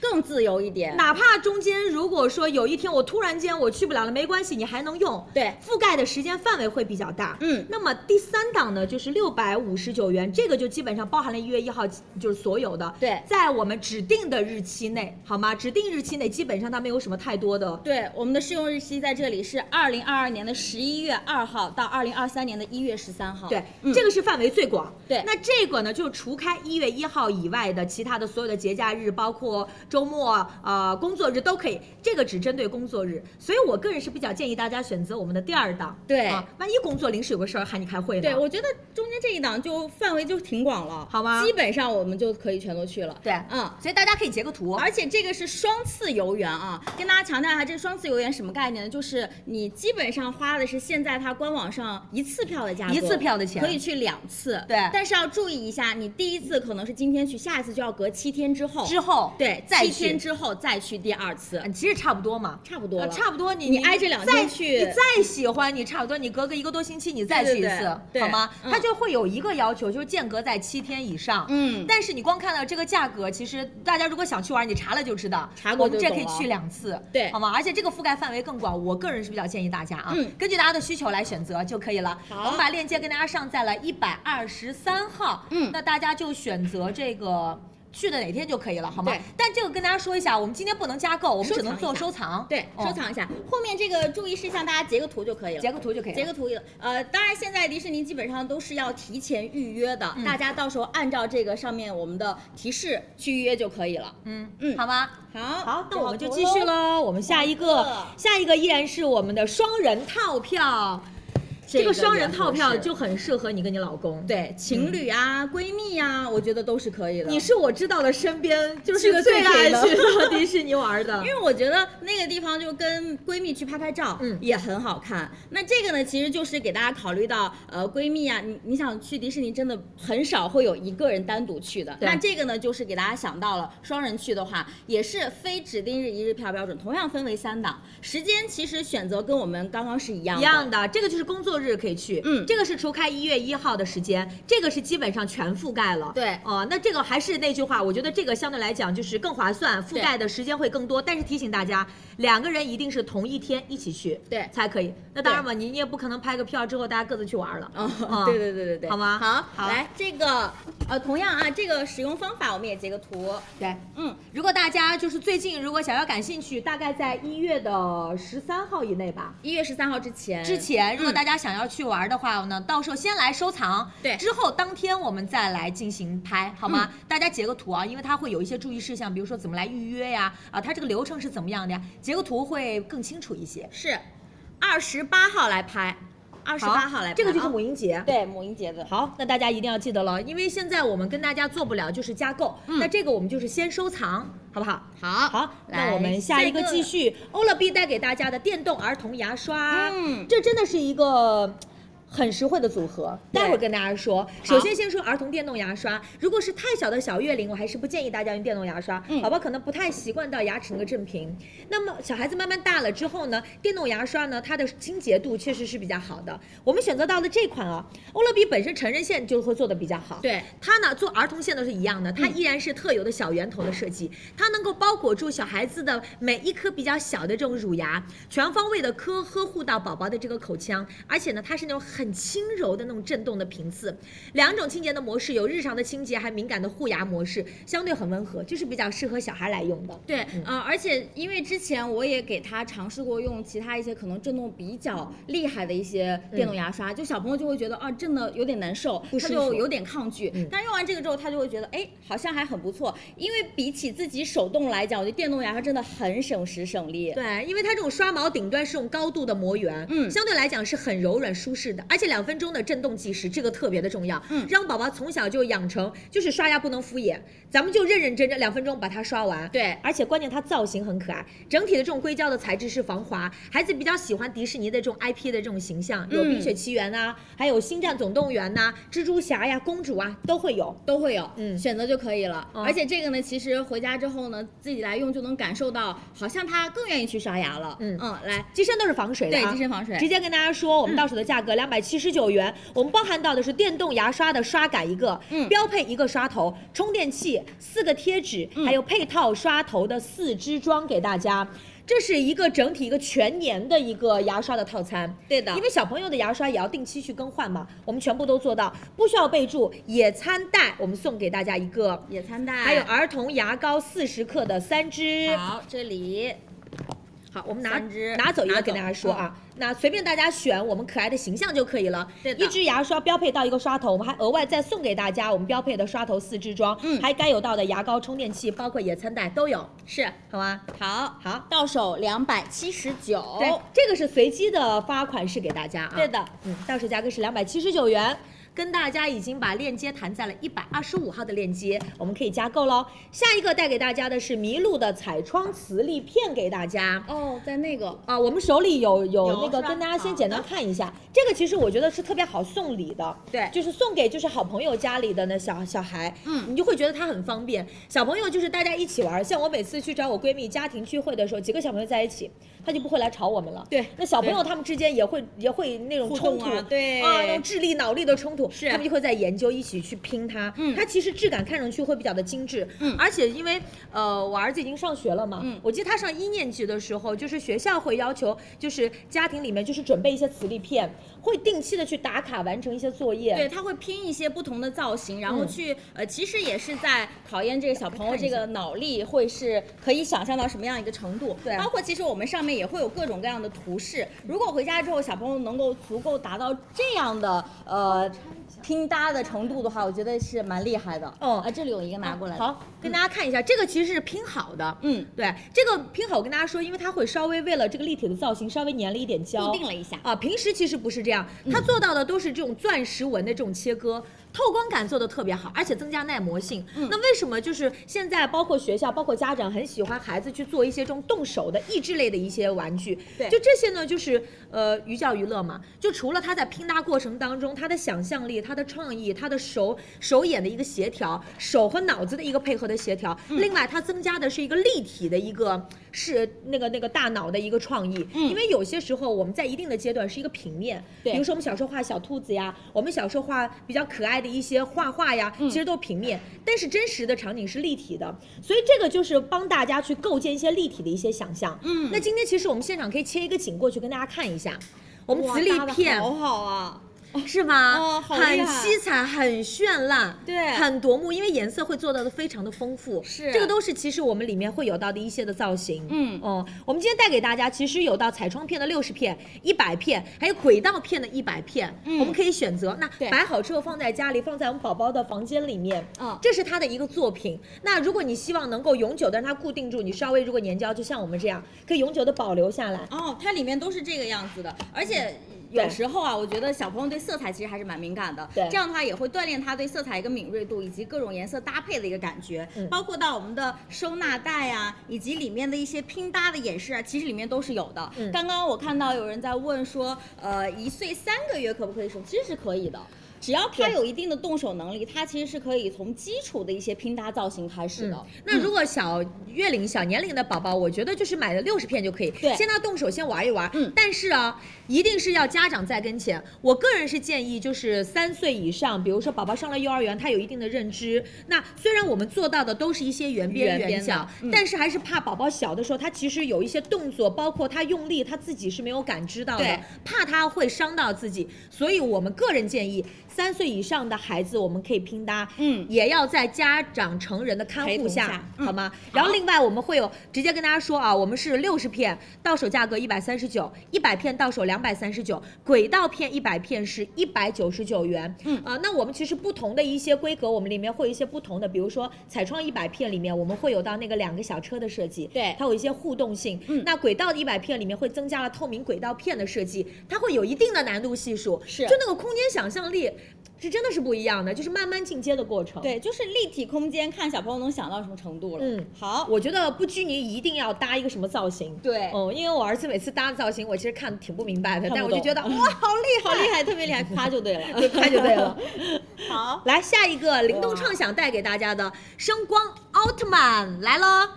[SPEAKER 3] 更自由一点。
[SPEAKER 2] 哪怕中间如果说有一天我突然间我去不了了，没关系，你还能用。
[SPEAKER 3] 对
[SPEAKER 2] 覆盖的时间范围会比较大。
[SPEAKER 3] 嗯
[SPEAKER 2] 那么第三档呢，就是六百五十九元，这个就基本上包含了一月一号，就是所有的。
[SPEAKER 3] 对
[SPEAKER 2] 在我们指定的日期内，好吗？指定日期内基本上它没有什么太多的。
[SPEAKER 3] 对，我们的试用日期在这里是二零二二年的十一月二号到二零二三年的一月十三号。
[SPEAKER 2] 对，
[SPEAKER 3] 嗯
[SPEAKER 2] 这个是范围最广。
[SPEAKER 3] 对
[SPEAKER 2] 那这个呢，就是除开一月一号以外的其他的所有的节假日，包括周末、呃工作日都可以。这个只针对工作日，所以我个人是比较建议大家选择我们的第二档。
[SPEAKER 3] 对
[SPEAKER 2] 啊，万一工作临时有个事儿喊你开会呢？
[SPEAKER 3] 对，我觉得中间这一档就范围就挺广了，
[SPEAKER 2] 好吗
[SPEAKER 3] 基本上我们就可以全都去了。
[SPEAKER 2] 对
[SPEAKER 3] 嗯，
[SPEAKER 2] 所以大家可以截个图。
[SPEAKER 3] 而且这个是双次游园啊，跟大家强调一下，这个双次游园什么概念呢？就是你基本上花的是现在它官网上一次票的价格，
[SPEAKER 2] 一次票的钱
[SPEAKER 3] 可以去两次。
[SPEAKER 2] 对
[SPEAKER 3] 但是要注意一下，你第一次可能是今天去，下一次就要隔七天之后。
[SPEAKER 2] 之后
[SPEAKER 3] 对，
[SPEAKER 7] 再
[SPEAKER 3] 七天
[SPEAKER 7] 去。
[SPEAKER 3] 之后再去第二次，
[SPEAKER 2] 嗯其实差不多嘛，
[SPEAKER 3] 差不多
[SPEAKER 2] 呃
[SPEAKER 3] 了，
[SPEAKER 2] 差不多你
[SPEAKER 3] 你挨着两
[SPEAKER 2] 再
[SPEAKER 3] 天去
[SPEAKER 2] 你再喜欢你差不多你隔个一个多星期你再去一
[SPEAKER 3] 对对
[SPEAKER 2] 次，
[SPEAKER 3] 对
[SPEAKER 2] 好吗？
[SPEAKER 3] 嗯
[SPEAKER 2] 它就会有一个要求，就是间隔在七天以上。
[SPEAKER 3] 嗯
[SPEAKER 2] 但是你光看到这个价格，其实大家如果想去玩，你查了就知道。
[SPEAKER 3] 查过
[SPEAKER 2] 我们
[SPEAKER 3] 就
[SPEAKER 2] 这
[SPEAKER 3] 懂
[SPEAKER 2] 可以
[SPEAKER 3] 了
[SPEAKER 2] 去两次，
[SPEAKER 3] 对
[SPEAKER 2] 好吗？而且这个覆盖范围更广，我个人是比较建议大家啊，
[SPEAKER 3] 嗯
[SPEAKER 2] 根据大家的需求来选择就可以了。
[SPEAKER 3] 好
[SPEAKER 2] 我们把链接跟大家上在了一百二十三号，
[SPEAKER 3] 嗯
[SPEAKER 2] 那大家就选择这个。去的哪天就可以了，好吗
[SPEAKER 3] 对？
[SPEAKER 2] 但这个跟大家说一下，我们今天不能加购，我们只能做收
[SPEAKER 3] 收
[SPEAKER 2] 藏。
[SPEAKER 3] 对，
[SPEAKER 2] 嗯
[SPEAKER 3] 收藏一下。后面这个注意事项大家截个图就可以了，
[SPEAKER 2] 截个图就可以了
[SPEAKER 3] 截个图也呃，当然现在迪士尼基本上都是要提前预约的，
[SPEAKER 2] 嗯
[SPEAKER 3] 大家到时候按照这个上面我们的提示去预约就可以了。
[SPEAKER 2] 嗯
[SPEAKER 3] 嗯
[SPEAKER 2] 好吗？
[SPEAKER 3] 好，
[SPEAKER 2] 好，那我们就
[SPEAKER 3] 截
[SPEAKER 2] 继
[SPEAKER 3] 个图
[SPEAKER 2] 续
[SPEAKER 3] 喽。
[SPEAKER 2] 喽。我们下一个，下一个依然是我们的双人套票。这个
[SPEAKER 3] 这个
[SPEAKER 2] 双人套票
[SPEAKER 3] 也合适
[SPEAKER 2] 就很适合你跟你老公。，嗯
[SPEAKER 3] 对，情侣啊、闺蜜呀、我觉得都是可以的。
[SPEAKER 2] 你是我知道的身边就
[SPEAKER 3] 去
[SPEAKER 2] 是
[SPEAKER 3] 得
[SPEAKER 2] 最
[SPEAKER 3] 最
[SPEAKER 2] 爱
[SPEAKER 3] 肥的
[SPEAKER 2] 去到迪士尼玩的
[SPEAKER 3] 因。为我觉得那个地方就跟闺蜜去拍拍照，
[SPEAKER 2] 嗯
[SPEAKER 3] 也很好看。那这个呢，其实就是给大家考虑到，呃，闺蜜啊，你你想去迪士尼，真的很少会有一个人单独去的。
[SPEAKER 2] 对
[SPEAKER 3] 那这个呢，就是给大家想到了，双人去的话，也是非指定日一日票标准，同样分为三档，时间其实选择跟我们刚刚是一样
[SPEAKER 2] 一
[SPEAKER 3] 的。
[SPEAKER 2] 样的，这个就是工作日可以去，
[SPEAKER 3] 嗯
[SPEAKER 2] 这个是除开一月一号的时间，这个是基本上全覆盖了，
[SPEAKER 3] 对
[SPEAKER 2] 哦、那这个还是那句话，我觉得这个相对来讲就是更划算，覆
[SPEAKER 3] 对
[SPEAKER 2] 盖的时间会更多，但是提醒大家，两个人一定是同一天一起去，
[SPEAKER 3] 对
[SPEAKER 2] 才可以。那当然嘛，你你也不可能拍个票之后大家各自去玩了，
[SPEAKER 3] 哦
[SPEAKER 2] 啊，
[SPEAKER 3] 对对对对对，
[SPEAKER 2] 好吗
[SPEAKER 3] 好，
[SPEAKER 2] 好
[SPEAKER 3] 来这个，呃，同样啊，这个使用方法我们也截个图。
[SPEAKER 2] 对，
[SPEAKER 3] 嗯，
[SPEAKER 2] 如果大家就是最近如果想要感兴趣，大概在一月的十三号以内吧。
[SPEAKER 3] 一月十三号之前，
[SPEAKER 2] 之前，如果
[SPEAKER 3] 嗯
[SPEAKER 2] 大家想要去玩的话呢，到时候先来收藏，
[SPEAKER 3] 对嗯
[SPEAKER 2] 之后当天我们再来进行拍，好吗？大家截个图啊，因为它会有一些注意事项，比如说怎么来预约呀，啊，它这个流程是怎么样的呀，截个图会更清楚一些。
[SPEAKER 3] 是二十八号来拍，二十
[SPEAKER 2] 好
[SPEAKER 3] 八号来拍啊，
[SPEAKER 2] 这个就是母婴节。
[SPEAKER 3] 对母婴节的。
[SPEAKER 2] 好，那大家一定要记得了，因为现在我们跟大家做不了就是加购，那这个我们就是先收藏，好不好？
[SPEAKER 3] 嗯好，
[SPEAKER 2] 好，那
[SPEAKER 3] 来
[SPEAKER 2] 我们下一个
[SPEAKER 3] 下一个
[SPEAKER 2] 继续，欧乐 B 带给大家的电动儿童牙刷，
[SPEAKER 3] 嗯
[SPEAKER 2] 这真的是一个。很实惠的组合，
[SPEAKER 3] 对
[SPEAKER 2] 待会儿跟大家说。首先先说儿童电动牙刷，如果是太小的小月龄，我还是不建议大家用电动牙刷，
[SPEAKER 3] 嗯
[SPEAKER 2] 宝宝可能不太习惯到牙齿那个正平。那么小孩子慢慢大了之后呢，电动牙刷呢，它的清洁度确实是比较好的。我们选择到的这款啊，欧乐 B 本身成人线就会做的比较好，
[SPEAKER 3] 对，
[SPEAKER 2] 它呢做儿童线都是一样的，它依然是特有的小圆头的设计，它能够包裹住小孩子的每一颗比较小的这种乳牙，全方位的呵呵护到宝宝的这个口腔，而且呢它是那种很轻柔的那种震动的频次，两种清洁的模式有日常的清洁，还敏感的护牙模式，相对很温和，就是比较适合小孩来用的。
[SPEAKER 3] 对，呃，而且因为之前我也给他尝试过用其他一些可能震动比较厉害的一些电动牙刷，就小朋友就会觉得啊，震的有点难受，
[SPEAKER 2] 嗯不
[SPEAKER 3] 他
[SPEAKER 2] 舒
[SPEAKER 3] 就
[SPEAKER 2] 服嗯
[SPEAKER 3] 有点抗拒。但用完这个之后，他就会觉得，哎，好像还很不错。因为比起自己手动来讲，我觉得电动牙刷真的很省时省力。
[SPEAKER 2] 对，因为它这种刷毛顶端是用高度的磨圆，
[SPEAKER 3] 嗯
[SPEAKER 2] 相对来讲是很柔软舒适的，而且两分钟的震动计时，这个特别的重要，
[SPEAKER 3] 嗯
[SPEAKER 2] 让宝宝从小就养成就是刷牙不能敷衍，咱们就认认真真两分钟把它刷完。
[SPEAKER 3] 对
[SPEAKER 2] 而且关键它造型很可爱，整体的这种硅胶的材质是防滑，孩子比较喜欢迪士尼的这种 IP 的这种形象，
[SPEAKER 3] 嗯
[SPEAKER 2] 有《冰雪奇缘》呐，还有《星战总动员》呐，《蜘蛛侠》呀、公主啊都会有。
[SPEAKER 3] 都会有，
[SPEAKER 2] 嗯
[SPEAKER 3] 选择就可以了。
[SPEAKER 2] 嗯
[SPEAKER 3] 而且这个呢，其实回家之后呢，自己来用就能感受到，好像他更愿意去刷牙了。
[SPEAKER 2] 嗯
[SPEAKER 3] 嗯，来，
[SPEAKER 2] 机身都是防水的、啊，
[SPEAKER 3] 对，嗯机身防水，
[SPEAKER 2] 直接跟大家说，我们到手的价格两百七十九元，我们包含到的是电动牙刷的刷杆一个，
[SPEAKER 3] 嗯
[SPEAKER 2] 标配一个刷头，充电器、四个贴纸，
[SPEAKER 3] 嗯
[SPEAKER 2] 还有配套刷头的四支装给大家。这是一个整体一个全年的一个牙刷的套餐，
[SPEAKER 3] 对的
[SPEAKER 2] 因为小朋友的牙刷也要定期去更换嘛，我们全部都做到，不需要备注，野餐袋我们送给大家一个，
[SPEAKER 3] 野餐袋，
[SPEAKER 2] 还有儿童牙膏四十克的三支，
[SPEAKER 3] 哎好这里，
[SPEAKER 2] 好，我们拿
[SPEAKER 3] 三支
[SPEAKER 2] 拿走一
[SPEAKER 3] 拿
[SPEAKER 2] 个
[SPEAKER 3] 走嗯
[SPEAKER 2] 跟大家说啊，那随便大家选我们可爱的形象就可以了。
[SPEAKER 3] 对的
[SPEAKER 2] 一支牙刷标配到一个刷头，我们还额外再送给大家我们标配的刷头四支装，
[SPEAKER 3] 嗯
[SPEAKER 2] 还该有到的牙膏、充电器，包括野餐袋都有，
[SPEAKER 3] 是
[SPEAKER 2] 好吗？
[SPEAKER 3] 嗯好
[SPEAKER 2] 好，
[SPEAKER 3] 到手两百七十九，
[SPEAKER 2] 对，这个是随机的发款式给大家啊。
[SPEAKER 3] 对，的，
[SPEAKER 2] 嗯，到手价格是两百七十九元。跟大家已经把链接弹在了一百二十五号的链接，我们可以加购喽。下一个带给大家的是麋鹿的彩窗磁力片给大家。
[SPEAKER 3] 哦，在那个
[SPEAKER 2] 啊，我们手里有有
[SPEAKER 3] 有
[SPEAKER 2] 那个
[SPEAKER 3] 是吧啊
[SPEAKER 2] 跟大家先
[SPEAKER 3] 好
[SPEAKER 2] 简单看一下，这个其实我觉得是特别好送礼的，
[SPEAKER 3] 对
[SPEAKER 2] 就是送给就是好朋友家里的那小小孩，
[SPEAKER 3] 嗯
[SPEAKER 2] 你就会觉得他很方便。小朋友就是大家一起玩儿，像我每次去找我闺蜜家庭聚会的时候，几个小朋友在一起，他就不会来吵我们了，
[SPEAKER 3] 对
[SPEAKER 2] 那小朋友
[SPEAKER 3] 对
[SPEAKER 2] 他们之间也会也会那种
[SPEAKER 3] 互
[SPEAKER 2] 冲
[SPEAKER 3] 动
[SPEAKER 2] 突，
[SPEAKER 3] 啊对
[SPEAKER 2] 啊，那种智力脑力的冲突，
[SPEAKER 3] 是
[SPEAKER 2] 他们就会在研究一起去拼它，
[SPEAKER 3] 嗯
[SPEAKER 2] 它其实质感看上去会比较的精致，
[SPEAKER 3] 嗯
[SPEAKER 2] 而且因为呃我儿子已经上学了嘛，
[SPEAKER 3] 嗯
[SPEAKER 2] 我记得他上一年级的时候，就是学校会要求，就是家庭里面就是准备一些磁力片，会定期的去打卡完成一些作业，
[SPEAKER 3] 对，他会拼一些不同的造型，然后
[SPEAKER 2] 嗯
[SPEAKER 3] 去、呃，其实也是在考验这个小朋友
[SPEAKER 2] 看一
[SPEAKER 3] 这
[SPEAKER 2] 下
[SPEAKER 3] 个脑力会是可以想象到什么样一个程度。
[SPEAKER 2] 对
[SPEAKER 3] 包括其实我们上面也会有各种各样的图示，如果回家之后小朋友能够足够达到这样的呃拼搭的程度的话，我觉得是蛮厉害的。
[SPEAKER 2] 嗯
[SPEAKER 3] 啊，这里有一个拿过来的，
[SPEAKER 2] 好，跟大家看一下，这个其实是拼好的，
[SPEAKER 3] 嗯，
[SPEAKER 2] 对，这个拼好我跟大家说，因为它会稍微为了这个立体的造型稍微粘了一点胶，
[SPEAKER 3] 固定了一下。嗯
[SPEAKER 2] 啊，平时其实不是这样，它做到的都是这种钻石纹的这种切割，透光感做的特别好，而且增加耐磨性。
[SPEAKER 3] 嗯
[SPEAKER 2] 那为什么就是现在包括学校、包括家长很喜欢孩子去做一些这种动手的益智类的一些玩具？
[SPEAKER 3] 对
[SPEAKER 2] 就这些呢，就是呃寓教于乐嘛。就除了他在拼搭过程当中，他的想象力、他的创意、他的手手眼的一个协调，手和脑子的一个配合的协调，
[SPEAKER 3] 嗯
[SPEAKER 2] 另外它增加的是一个立体的一个是那个那个大脑的一个创意，因为有些时候我们在一定的阶段是一个平面，
[SPEAKER 3] 嗯对
[SPEAKER 2] 比如说我们小时候画小兔子呀，我们小时候画比较可爱的一些画画呀，
[SPEAKER 3] 嗯
[SPEAKER 2] 其实都是平面，但是真实的场景是立体的，所以这个就是帮大家去构建一些立体的一些想象。嗯，那今天其实我们现场可以切一个景过去跟大家看一下，我们
[SPEAKER 3] 哇
[SPEAKER 2] 磁力
[SPEAKER 3] 搭得
[SPEAKER 2] 片
[SPEAKER 3] 好好啊，
[SPEAKER 2] 是吧？
[SPEAKER 3] 哦好厉
[SPEAKER 2] 很
[SPEAKER 3] 害
[SPEAKER 2] 七彩，很绚烂，
[SPEAKER 3] 对
[SPEAKER 2] 很夺目，因为颜色会做到的非常的丰富。
[SPEAKER 3] 是
[SPEAKER 2] 这个都是其实我们里面会有到的一些的造型。
[SPEAKER 3] 嗯
[SPEAKER 2] 哦、我们今天带给大家其实有到彩窗片的六十片、一百片，还有轨道片的一百片，
[SPEAKER 3] 嗯
[SPEAKER 2] 我们可以选择。那
[SPEAKER 3] 对
[SPEAKER 2] 摆好之后放在家里，放在我们宝宝的房间里面。
[SPEAKER 3] 嗯
[SPEAKER 2] 这是它的一个作品。那如果你希望能够永久的让它固定住，你稍微如果粘胶，就像我们这样，可以永久的保留下来。
[SPEAKER 3] 哦，它里面都是这个样子的，而且。
[SPEAKER 2] 对
[SPEAKER 3] 有时候啊，我觉得小朋友对色彩其实还是蛮敏感的，
[SPEAKER 2] 对
[SPEAKER 3] 这样的话也会锻炼他对色彩一个敏锐度，以及各种颜色搭配的一个感觉，
[SPEAKER 2] 嗯
[SPEAKER 3] 包括到我们的收纳袋啊，以及里面的一些拼搭的演示啊，其实里面都是有的。
[SPEAKER 2] 嗯
[SPEAKER 3] 刚刚我看到有人在问说，呃，一岁三个月可不可以收？其实是可以的。只要他
[SPEAKER 2] 对
[SPEAKER 3] 有一定的动手能力，他其实是可以从基础的一些拼搭造型开始的。
[SPEAKER 2] 嗯那如果小月龄、小年龄的宝宝，我觉得就是买的六十片就可以，
[SPEAKER 3] 对
[SPEAKER 2] 先他动手先玩一玩。
[SPEAKER 3] 嗯
[SPEAKER 2] 但是啊，一定是要家长在跟前。我个人是建议，就是三岁以上，比如说宝宝上了幼儿园，他有一定的认知。那虽然我们做到的都是一些圆边
[SPEAKER 3] 圆边的
[SPEAKER 2] 角，
[SPEAKER 3] 嗯
[SPEAKER 2] 但是还是怕宝宝小的时候，他其实有一些动作，包括他用力，他自己是没有感知到的
[SPEAKER 3] 对，
[SPEAKER 2] 怕他会伤到自己。所以我们个人建议，三岁以上的孩子，我们可以拼搭，
[SPEAKER 3] 嗯
[SPEAKER 2] 也要在家长、成人的看
[SPEAKER 3] 陪
[SPEAKER 2] 护
[SPEAKER 3] 同
[SPEAKER 2] 下，
[SPEAKER 3] 下嗯
[SPEAKER 2] 好吗？然后另外我们会有直接跟大家说啊，我们是六十片，到手价格一百三十九，一百片到手两百三十九，轨道片一百片是一百九十九元。
[SPEAKER 3] 嗯
[SPEAKER 2] 啊、那我们其实不同的一些规格，我们里面会有一些不同的，比如说彩创一百片里面，我们会有到那个两个小车的设计，
[SPEAKER 3] 对
[SPEAKER 2] 它有一些互动性。
[SPEAKER 3] 嗯
[SPEAKER 2] 那轨道一百片里面会增加了透明轨道片的设计，它会有一定的难度系数，
[SPEAKER 3] 是
[SPEAKER 2] 就那个空间想象力。是真的是不一样的，就是慢慢进阶的过程。
[SPEAKER 3] 对，就是立体空间，看小朋友能想到什么程度了。
[SPEAKER 2] 嗯
[SPEAKER 3] 好，
[SPEAKER 2] 我觉得不拘泥一定要搭一个什么造型。
[SPEAKER 3] 对
[SPEAKER 2] 嗯，因为我儿子每次搭的造型，我其实看挺不明白的，
[SPEAKER 3] 看不
[SPEAKER 2] 但我就觉
[SPEAKER 3] 懂
[SPEAKER 2] 得哇，好厉
[SPEAKER 3] 好厉害，特别厉害，夸 就对了。
[SPEAKER 2] 害，就看就对了。
[SPEAKER 3] 好，
[SPEAKER 2] 来下一个灵动畅想带给大家的声光奥特曼来了。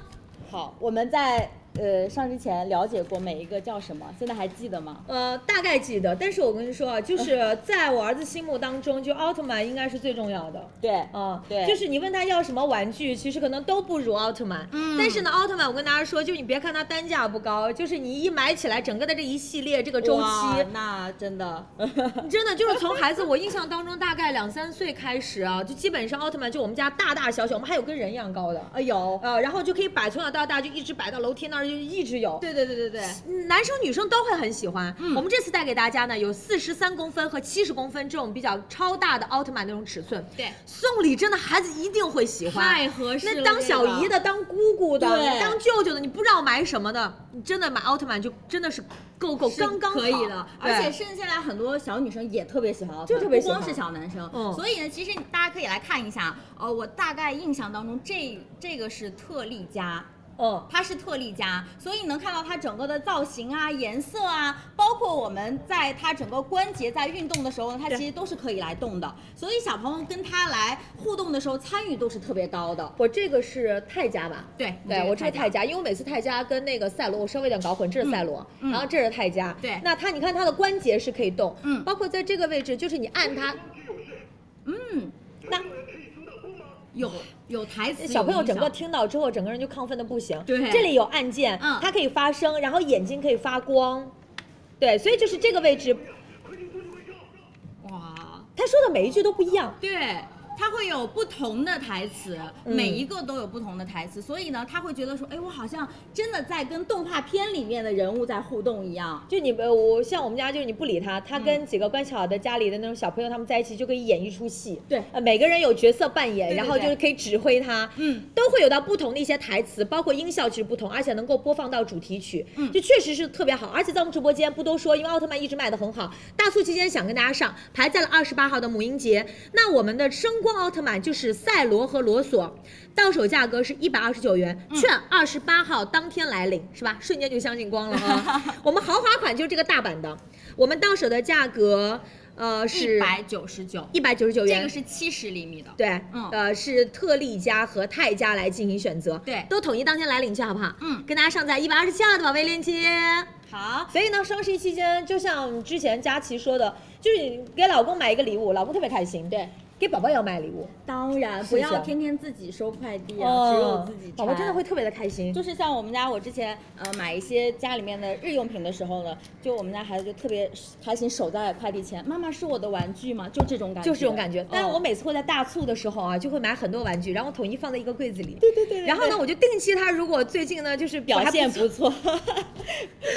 [SPEAKER 3] 好，我们在呃上之前了解过每一个叫什么，现在还记得吗？
[SPEAKER 2] 呃，大概记得，但是我跟你说啊，就是
[SPEAKER 3] 嗯
[SPEAKER 2] 在我儿子心目当中，就奥特曼应该是最重要的。
[SPEAKER 3] 对，
[SPEAKER 2] 啊，
[SPEAKER 3] 对
[SPEAKER 2] 就是你问他要什么玩具，其实可能都不如奥特曼。嗯，但是呢，奥特曼我跟大家说，就你别看它单价不高，就是你一买起来，整个的这一系列这个周期
[SPEAKER 3] 哇，那真的，
[SPEAKER 2] 你真的就是从孩子，我印象当中大概两三岁开始啊，就基本上奥特曼就我们家大大小小，我们还有跟人一样高的，
[SPEAKER 3] 哎呦，
[SPEAKER 2] 呃，然后就可以摆从小到大就一直摆到楼梯那儿
[SPEAKER 8] 儿就一直有。
[SPEAKER 3] 对对嗯对对对，
[SPEAKER 8] 男生女生都会很喜欢。我们这次带给大家呢，有四十三公分和七十公分这种比较超大的奥特曼那种尺寸。
[SPEAKER 3] 对，
[SPEAKER 8] 送礼真的孩子一定会喜欢。
[SPEAKER 3] 太合适了。
[SPEAKER 8] 那当小姨
[SPEAKER 3] 这个
[SPEAKER 8] 的、当姑姑的、
[SPEAKER 3] 对
[SPEAKER 8] 当舅舅的，你不知道买什么的，你真的买奥特曼就真的是够够
[SPEAKER 3] 是
[SPEAKER 8] 刚刚好
[SPEAKER 3] 可以的，而且
[SPEAKER 8] 对
[SPEAKER 3] 甚至现在很多小女生也特别喜欢奥特曼，
[SPEAKER 8] 就特别喜
[SPEAKER 3] 不
[SPEAKER 8] 欢
[SPEAKER 3] 光是小男生。
[SPEAKER 8] 嗯
[SPEAKER 3] 所以呢，其实大家可以来看一下，呃，我大概印象当中这这个是特例家。
[SPEAKER 8] 嗯，
[SPEAKER 3] 它是特例家，所以能看到它整个的造型啊、颜色啊，包括我们在它整个关节在运动的时候呢，它
[SPEAKER 8] 对
[SPEAKER 3] 其实都是可以来动的。所以小朋友跟它来互动的时候，参与度是特别高的。
[SPEAKER 2] 我这个是泰家吧？
[SPEAKER 3] 对
[SPEAKER 2] 对我这是
[SPEAKER 3] 太
[SPEAKER 2] 泰家，因为我每次泰家跟那个赛罗，我稍微有点搞混，这是赛罗，
[SPEAKER 3] 嗯嗯
[SPEAKER 2] 然后这是泰家。
[SPEAKER 3] 对
[SPEAKER 2] 那它你看它的关节是可以动，
[SPEAKER 3] 嗯
[SPEAKER 2] 包括在这个位置，就是你按它，
[SPEAKER 3] 有有台词，
[SPEAKER 2] 小朋友
[SPEAKER 3] 有印
[SPEAKER 2] 整个
[SPEAKER 3] 象
[SPEAKER 2] 听到之后，整个人就亢奋的不行。
[SPEAKER 3] 对
[SPEAKER 2] 这里有按键，
[SPEAKER 3] 嗯
[SPEAKER 2] 它可以发声，然后眼睛可以发光，对，所以就是这个位置，
[SPEAKER 3] 哇，
[SPEAKER 2] 他说的每一句都不一样。
[SPEAKER 3] 对。他会有不同的台词，
[SPEAKER 2] 嗯
[SPEAKER 3] 每一个都有不同的台词，所以呢，他会觉得说，哎，我好像真的在跟动画片里面的人物在互动一样。
[SPEAKER 2] 就你呃我像我们家就是你不理他，他
[SPEAKER 8] 嗯
[SPEAKER 2] 跟几个关系好的家里的那种小朋友他们在一起就可以演一出戏，
[SPEAKER 3] 对
[SPEAKER 2] 呃每个人有角色扮演，
[SPEAKER 3] 对对
[SPEAKER 2] 然后就是可以指挥他，
[SPEAKER 3] 嗯，
[SPEAKER 2] 都会有到不同的一些台词，包括音效其实不同，而且能够播放到主题曲，
[SPEAKER 3] 嗯
[SPEAKER 2] 就确实是特别好。而且在我们直播间不多说，因为奥特曼一直卖的很好，大促期间想跟大家上，排在了二十八号的母婴节。那我们的声光奥特曼就是赛罗和罗索，到手价格是一百二十九元，
[SPEAKER 3] 嗯
[SPEAKER 2] 券二十八号当天来领，是吧？瞬间就相信光了 啊！我们豪华款就是这个大版的，我们到手的价格呃
[SPEAKER 3] 一
[SPEAKER 2] 是
[SPEAKER 3] 百九十九，
[SPEAKER 2] 一百九十九元，
[SPEAKER 3] 这个是七十厘米的。
[SPEAKER 2] 对，
[SPEAKER 3] 嗯
[SPEAKER 2] 呃，是特例家和泰家来进行选择，
[SPEAKER 3] 对
[SPEAKER 2] 都统一当天来领去，好不好？
[SPEAKER 3] 嗯
[SPEAKER 2] 跟大家上在一百二十七号的宝贝链接。
[SPEAKER 3] 好，
[SPEAKER 2] 所以呢，双十一期间，就像之前佳琪说的，就是你给老公买一个礼物，老公特别开心，对，给宝宝也要买礼物，
[SPEAKER 3] 当然
[SPEAKER 2] 是
[SPEAKER 3] 不要
[SPEAKER 2] 的
[SPEAKER 3] 天天自己收快递啊，
[SPEAKER 2] 哦
[SPEAKER 3] 只有自己
[SPEAKER 2] 宝宝真的
[SPEAKER 3] 拆
[SPEAKER 2] 会。特别的开心。
[SPEAKER 3] 就是像我们家，我之前呃买一些家里面的日用品的时候呢，就我们家孩子就特别开心，守在快递前，妈妈是我的玩具吗？就这种感觉，
[SPEAKER 2] 就是这种感觉，但是
[SPEAKER 3] 哦
[SPEAKER 2] 我每次会在大促的时候啊，就会买很多玩具，然后统一放在一个柜子里。对对对然后呢，我就定期他如果最近呢就是
[SPEAKER 3] 表
[SPEAKER 2] 还
[SPEAKER 3] 现不错，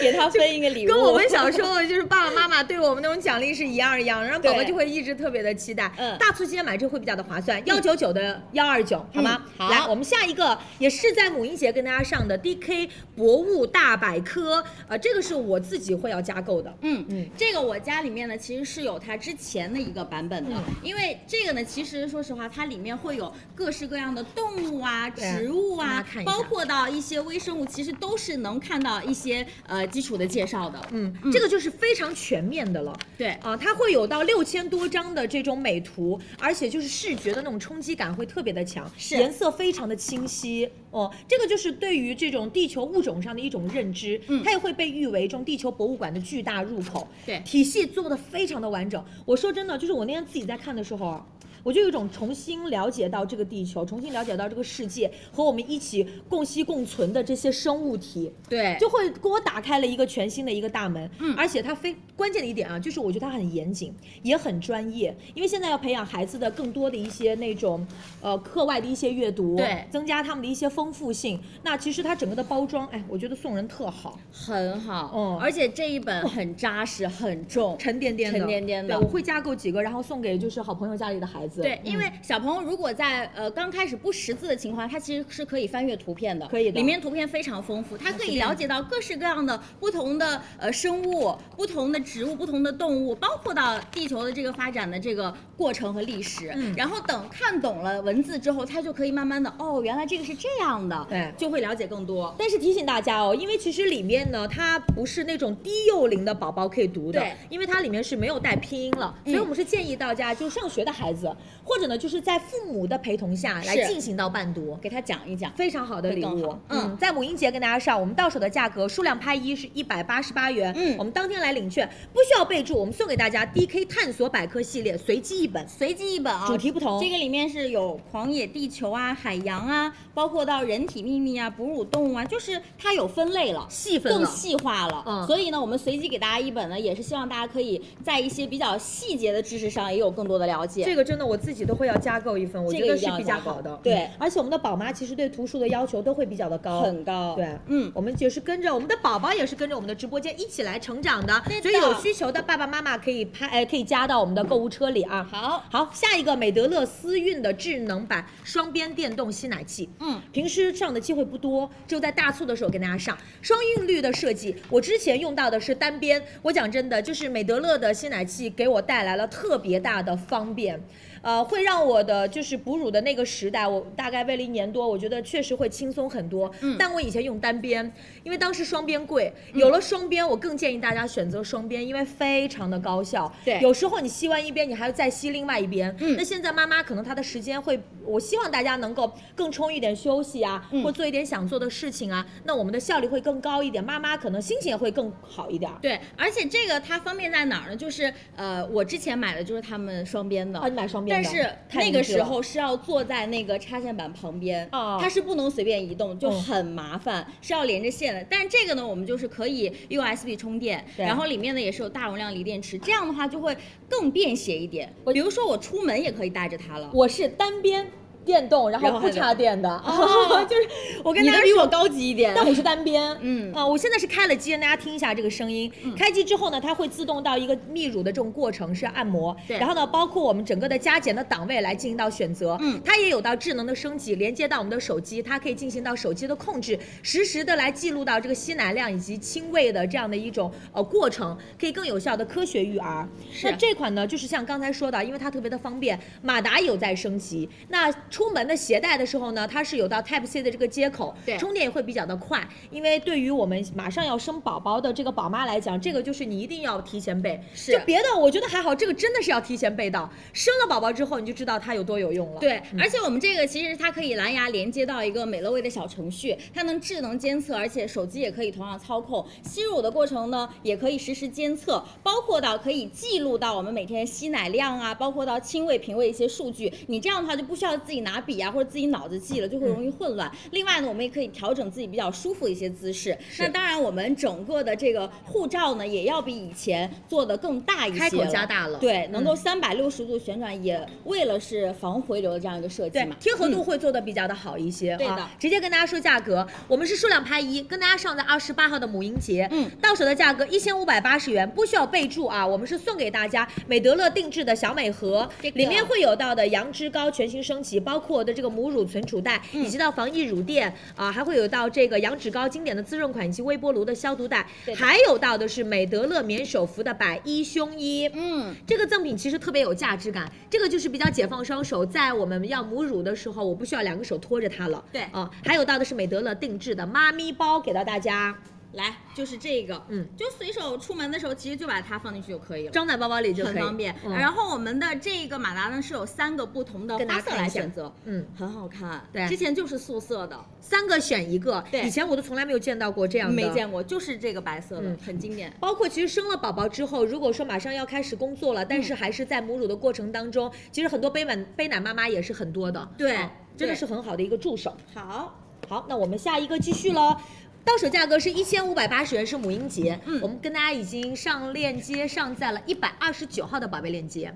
[SPEAKER 3] 给他分一个礼物，
[SPEAKER 2] 跟我 们小时候就是爸爸妈妈对我们那种奖励是一样一样，然后宝宝就会一直特别的期待。
[SPEAKER 3] 嗯
[SPEAKER 2] 大促期间买这会比较的划算，幺九九的幺二九，好吗？
[SPEAKER 3] 好
[SPEAKER 2] 来，我们下一个也是在母婴节跟大家上的 DK 博物大百科，呃，这个是我自己会要加购的。
[SPEAKER 3] 嗯
[SPEAKER 2] 嗯
[SPEAKER 3] 嗯，这个我家里面呢，其实是有它之前的一个版本的，因为这个呢，其实说实话，它里面会有各式各样的动物啊、
[SPEAKER 2] 对啊
[SPEAKER 3] 植物
[SPEAKER 2] 大家
[SPEAKER 3] 啊
[SPEAKER 2] 看，一下
[SPEAKER 3] 包括到一些微生物，其实都是能看到一些呃基础的介绍的。
[SPEAKER 2] 嗯，
[SPEAKER 3] 嗯
[SPEAKER 2] 这个就是非常全面的了。
[SPEAKER 3] 对，
[SPEAKER 2] 啊，它会有到六千多张的这种美图，而且就是视觉的那种冲击感会特别的强，
[SPEAKER 3] 是
[SPEAKER 2] 颜色非常的清晰哦。这个就是对于这种地球物种上的一种认知，
[SPEAKER 3] 嗯
[SPEAKER 2] 它也会被誉为这种地球博物馆的巨大入口。
[SPEAKER 3] 对
[SPEAKER 2] 体系做的非常的完整。我说真的，就是我那天自己在看的时候啊。我就有一种重新了解到这个地球，重新了解到这个世界和我们一起共息共存的这些生物体，
[SPEAKER 3] 对，
[SPEAKER 2] 就会给我打开了一个全新的一个大门。
[SPEAKER 3] 嗯
[SPEAKER 2] 而且它非关键的一点啊，就是我觉得它很严谨，也很专业，因为现在要培养孩子的更多的一些那种呃课外的一些阅读，
[SPEAKER 3] 对
[SPEAKER 2] 增加他们的一些丰富性。那其实它整个的包装，哎，我觉得送人特好，
[SPEAKER 3] 很好，
[SPEAKER 2] 嗯
[SPEAKER 3] 而且这一本很扎实，很重。
[SPEAKER 2] 沉甸甸的，
[SPEAKER 3] 哦沉甸甸的
[SPEAKER 2] 对，我会加购几个，然后送给就是好朋友家里的孩子。
[SPEAKER 3] 对，嗯因为小朋友如果在呃刚开始不识字的情况下，他其实是可以翻阅图片的，
[SPEAKER 2] 可以的
[SPEAKER 3] 里面图片非常丰富，他可以了解到各式各样的不同的呃生物、不同的植物、不同的动物，包括到地球的这个发展的这个过程和历史。
[SPEAKER 2] 嗯
[SPEAKER 3] 然后等看懂了文字之后，他就可以慢慢的哦，原来这个是这样的，
[SPEAKER 2] 对
[SPEAKER 3] 就会了解更多。
[SPEAKER 2] 嗯但是提醒大家哦，因为其实里面呢，它不是那种低幼龄的宝宝可以读的
[SPEAKER 3] 对，嗯
[SPEAKER 2] 因为它里面是没有带拼音了，所以我们是建议大家就上学的孩子，或者呢就是在父母的陪同下来
[SPEAKER 3] 是
[SPEAKER 2] 进行到伴读。
[SPEAKER 3] 给他讲一讲，
[SPEAKER 2] 非常好的礼
[SPEAKER 3] 会更
[SPEAKER 2] 物
[SPEAKER 3] 好，嗯
[SPEAKER 2] 嗯，在母婴节跟大家上，我们到手的价格数量拍一是一百八十八元，
[SPEAKER 3] 嗯
[SPEAKER 2] 我们当天来领券，不需要备注，我们送给大家 DK 探索百科系列随机一本，
[SPEAKER 3] 随机一本啊，
[SPEAKER 2] 主题不同
[SPEAKER 3] 这个里面是有狂野地球啊、海洋啊，包括到人体秘密啊、哺乳动物啊，就是它有分类了。
[SPEAKER 2] 细分
[SPEAKER 3] 更
[SPEAKER 2] 了，
[SPEAKER 3] 细化了，
[SPEAKER 2] 嗯
[SPEAKER 3] 所以呢，我们随机给大家一本呢，也是希望大家可以在一些比较细节的知识上也有更多的了解。
[SPEAKER 2] 这个真的我我自己都会要加购一份，我
[SPEAKER 3] 这
[SPEAKER 2] 觉
[SPEAKER 3] 个
[SPEAKER 2] 得
[SPEAKER 3] 一定
[SPEAKER 2] 是
[SPEAKER 3] 要
[SPEAKER 2] 比较
[SPEAKER 3] 加购
[SPEAKER 2] 好的。嗯
[SPEAKER 3] 对，
[SPEAKER 2] 而且我们的宝妈其实对图书的要求都会比较的高，
[SPEAKER 3] 很高。
[SPEAKER 2] 对，
[SPEAKER 3] 嗯，
[SPEAKER 2] 我们就是跟着我们的宝宝，也是跟着我们的直播间一起来成长的。
[SPEAKER 3] 对的
[SPEAKER 2] 所以有需求的爸爸妈妈可以拍，呃，可以加到我们的购物车里啊。
[SPEAKER 3] 好，
[SPEAKER 2] 好，下一个美德乐思韵的智能版双边电动吸奶器，
[SPEAKER 3] 嗯，
[SPEAKER 2] 平时上的机会不多，只有在大促的时候给大家上。双韵律的设计，我之前用到的是单边，我讲真的，就是美德乐的吸奶器给我带来了特别大的方便。呃，会让我的就是哺乳的那个时代，我大概喂了一年多，我觉得确实会轻松很多。嗯，但我以前用单边，因为当时双边贵，
[SPEAKER 3] 嗯
[SPEAKER 2] 有了双边，我更建议大家选择双边，因为非常的高效。
[SPEAKER 3] 对
[SPEAKER 2] 有时候你吸完一边，你还要再吸另外一边。嗯，那现在妈妈可能她的时间会，我希望大家能够更充裕点休息啊，
[SPEAKER 3] 嗯
[SPEAKER 2] 或做一点想做的事情啊，那我们的效率会更高一点，妈妈可能心情也会更好一点。
[SPEAKER 3] 对，而且这个它方便在哪儿呢？就是呃，我之前买的就是他们双边的，
[SPEAKER 2] 啊，你买双边
[SPEAKER 3] 但
[SPEAKER 2] 的，
[SPEAKER 3] 是
[SPEAKER 2] 太
[SPEAKER 3] 那
[SPEAKER 2] 明
[SPEAKER 3] 个
[SPEAKER 2] 智
[SPEAKER 3] 时
[SPEAKER 2] 了
[SPEAKER 3] 候是要坐在那个插线板旁边，
[SPEAKER 2] 哦
[SPEAKER 3] 它是不能随便移动，就
[SPEAKER 2] 嗯
[SPEAKER 3] 很麻烦，是要连着线的。但这个呢，我们就是可以 USB 充电，
[SPEAKER 2] 对
[SPEAKER 3] 然后里面呢也是有大容量锂电池，这样的话就会更便携一点。比如说我出门也可以带着它了。
[SPEAKER 2] 我是单边电动，然
[SPEAKER 3] 然
[SPEAKER 2] 后
[SPEAKER 3] 后
[SPEAKER 2] 不
[SPEAKER 3] 还得哦
[SPEAKER 2] 插电的， 就是我跟
[SPEAKER 3] 你
[SPEAKER 2] 大
[SPEAKER 3] 的
[SPEAKER 2] 家
[SPEAKER 3] 比
[SPEAKER 2] 说
[SPEAKER 3] 我高级一点，
[SPEAKER 2] 但我是单边，
[SPEAKER 3] 嗯
[SPEAKER 2] 啊、我现在是开了机，让大家听一下这个声音。开机之后呢，它会自动到一个泌乳的这种过程是按摩，
[SPEAKER 3] 对
[SPEAKER 2] 然后呢，包括我们整个的加减的档位来进行到选择，
[SPEAKER 3] 嗯
[SPEAKER 2] 它也有到智能的升级，连接到我们的手机，它可以进行到手机的控制，实时的来记录到这个吸奶量以及亲喂的这样的一种呃过程，可以更有效的科学育儿。
[SPEAKER 3] 是
[SPEAKER 2] 那这款呢，就是像刚才说的，因为它特别的方便，马达也有在升级。那出门的携带的时候呢，它是有到 Type C 的这个接口，
[SPEAKER 3] 对
[SPEAKER 2] 充电也会比较的快。因为对于我们马上要生宝宝的这个宝妈来讲，这个就是你一定要提前备。
[SPEAKER 3] 是
[SPEAKER 2] 就别的我觉得还好，这个真的是要提前备到。生了宝宝之后，你就知道它有多有用了。嗯
[SPEAKER 3] 对，而且我们这个其实它可以蓝牙连接到一个美乐味的小程序，它能智能监测，而且手机也可以同样操控。吸乳的过程呢，也可以实时监测，包括到可以记录到我们每天吸奶量啊，包括到亲喂、平喂一些数据。你这样的话就不需要自己拿笔啊或者自己脑子记了，就会容
[SPEAKER 2] 嗯
[SPEAKER 3] 易混乱。另外呢，我们也可以调整自己比较舒服的一些姿势。那当然，我们整个的这个护罩呢，也要比以前做的更大一些
[SPEAKER 2] 开口
[SPEAKER 3] 了
[SPEAKER 2] 加大了嗯
[SPEAKER 3] 对，能够三百六十度旋转，也为了是防回流的这样一个设计
[SPEAKER 2] 对
[SPEAKER 3] 嘛，。嗯
[SPEAKER 2] 贴合度会做的比较的好一些、啊。
[SPEAKER 3] 对的
[SPEAKER 2] 直接跟大家说价格，我们是数量拍一，跟大家上在二十八号的母婴节，
[SPEAKER 3] 嗯，
[SPEAKER 2] 到手的价格一千五百八十元，不需要备注啊，我们是送给大家美德乐定制的小美盒，
[SPEAKER 3] 这个
[SPEAKER 2] 里面会有到的羊脂膏全新升级，包括我的这个母乳存储袋，
[SPEAKER 3] 嗯
[SPEAKER 2] 以及到防溢乳垫啊，还会有到这个羊脂膏经典的滋润款以及微波炉的消毒袋
[SPEAKER 3] 对，的
[SPEAKER 2] 还有到的是美德乐棉手服的百衣胸衣，
[SPEAKER 3] 嗯，
[SPEAKER 2] 这个赠品其实特别有价值感，这个就是比较解放双手，在我们要母乳的时候，我不需要两个手托着它了。
[SPEAKER 3] 对
[SPEAKER 2] 啊、还有到的是美德乐定制的妈咪包，给到大家
[SPEAKER 3] 来就是这个，
[SPEAKER 2] 嗯，
[SPEAKER 3] 就随手出门的时候，其实就把它放进去就可以了。
[SPEAKER 2] 装在包包里就可以，
[SPEAKER 3] 很方便、
[SPEAKER 2] 嗯
[SPEAKER 3] 然后我们的这个马达呢是有三个不同的
[SPEAKER 2] 跟大
[SPEAKER 3] 花
[SPEAKER 2] 家
[SPEAKER 3] 色
[SPEAKER 2] 看一
[SPEAKER 3] 来
[SPEAKER 2] 下
[SPEAKER 3] 选择，
[SPEAKER 2] 嗯，
[SPEAKER 3] 很好看。
[SPEAKER 2] 对
[SPEAKER 3] 之前就是素色的，
[SPEAKER 2] 三个选一个。
[SPEAKER 3] 对
[SPEAKER 2] 以前我都从来没有见到过这样的。
[SPEAKER 3] 没见过，就是这个白色的，
[SPEAKER 2] 嗯
[SPEAKER 3] 很经典。
[SPEAKER 2] 包括其实生了宝宝之后，如果说马上要开始工作了，但是还是在母乳的过程当中，其实很多背满背奶妈妈也是很多的。
[SPEAKER 3] 对
[SPEAKER 2] 嗯真的
[SPEAKER 3] 对
[SPEAKER 2] 是很好的一个助手。
[SPEAKER 3] 好，
[SPEAKER 2] 好，那我们下一个继续喽。到手价格是一千五百八十元，是母婴节。
[SPEAKER 3] 嗯
[SPEAKER 2] 我们跟大家已经上链接上在了一百二十九号的宝贝链接。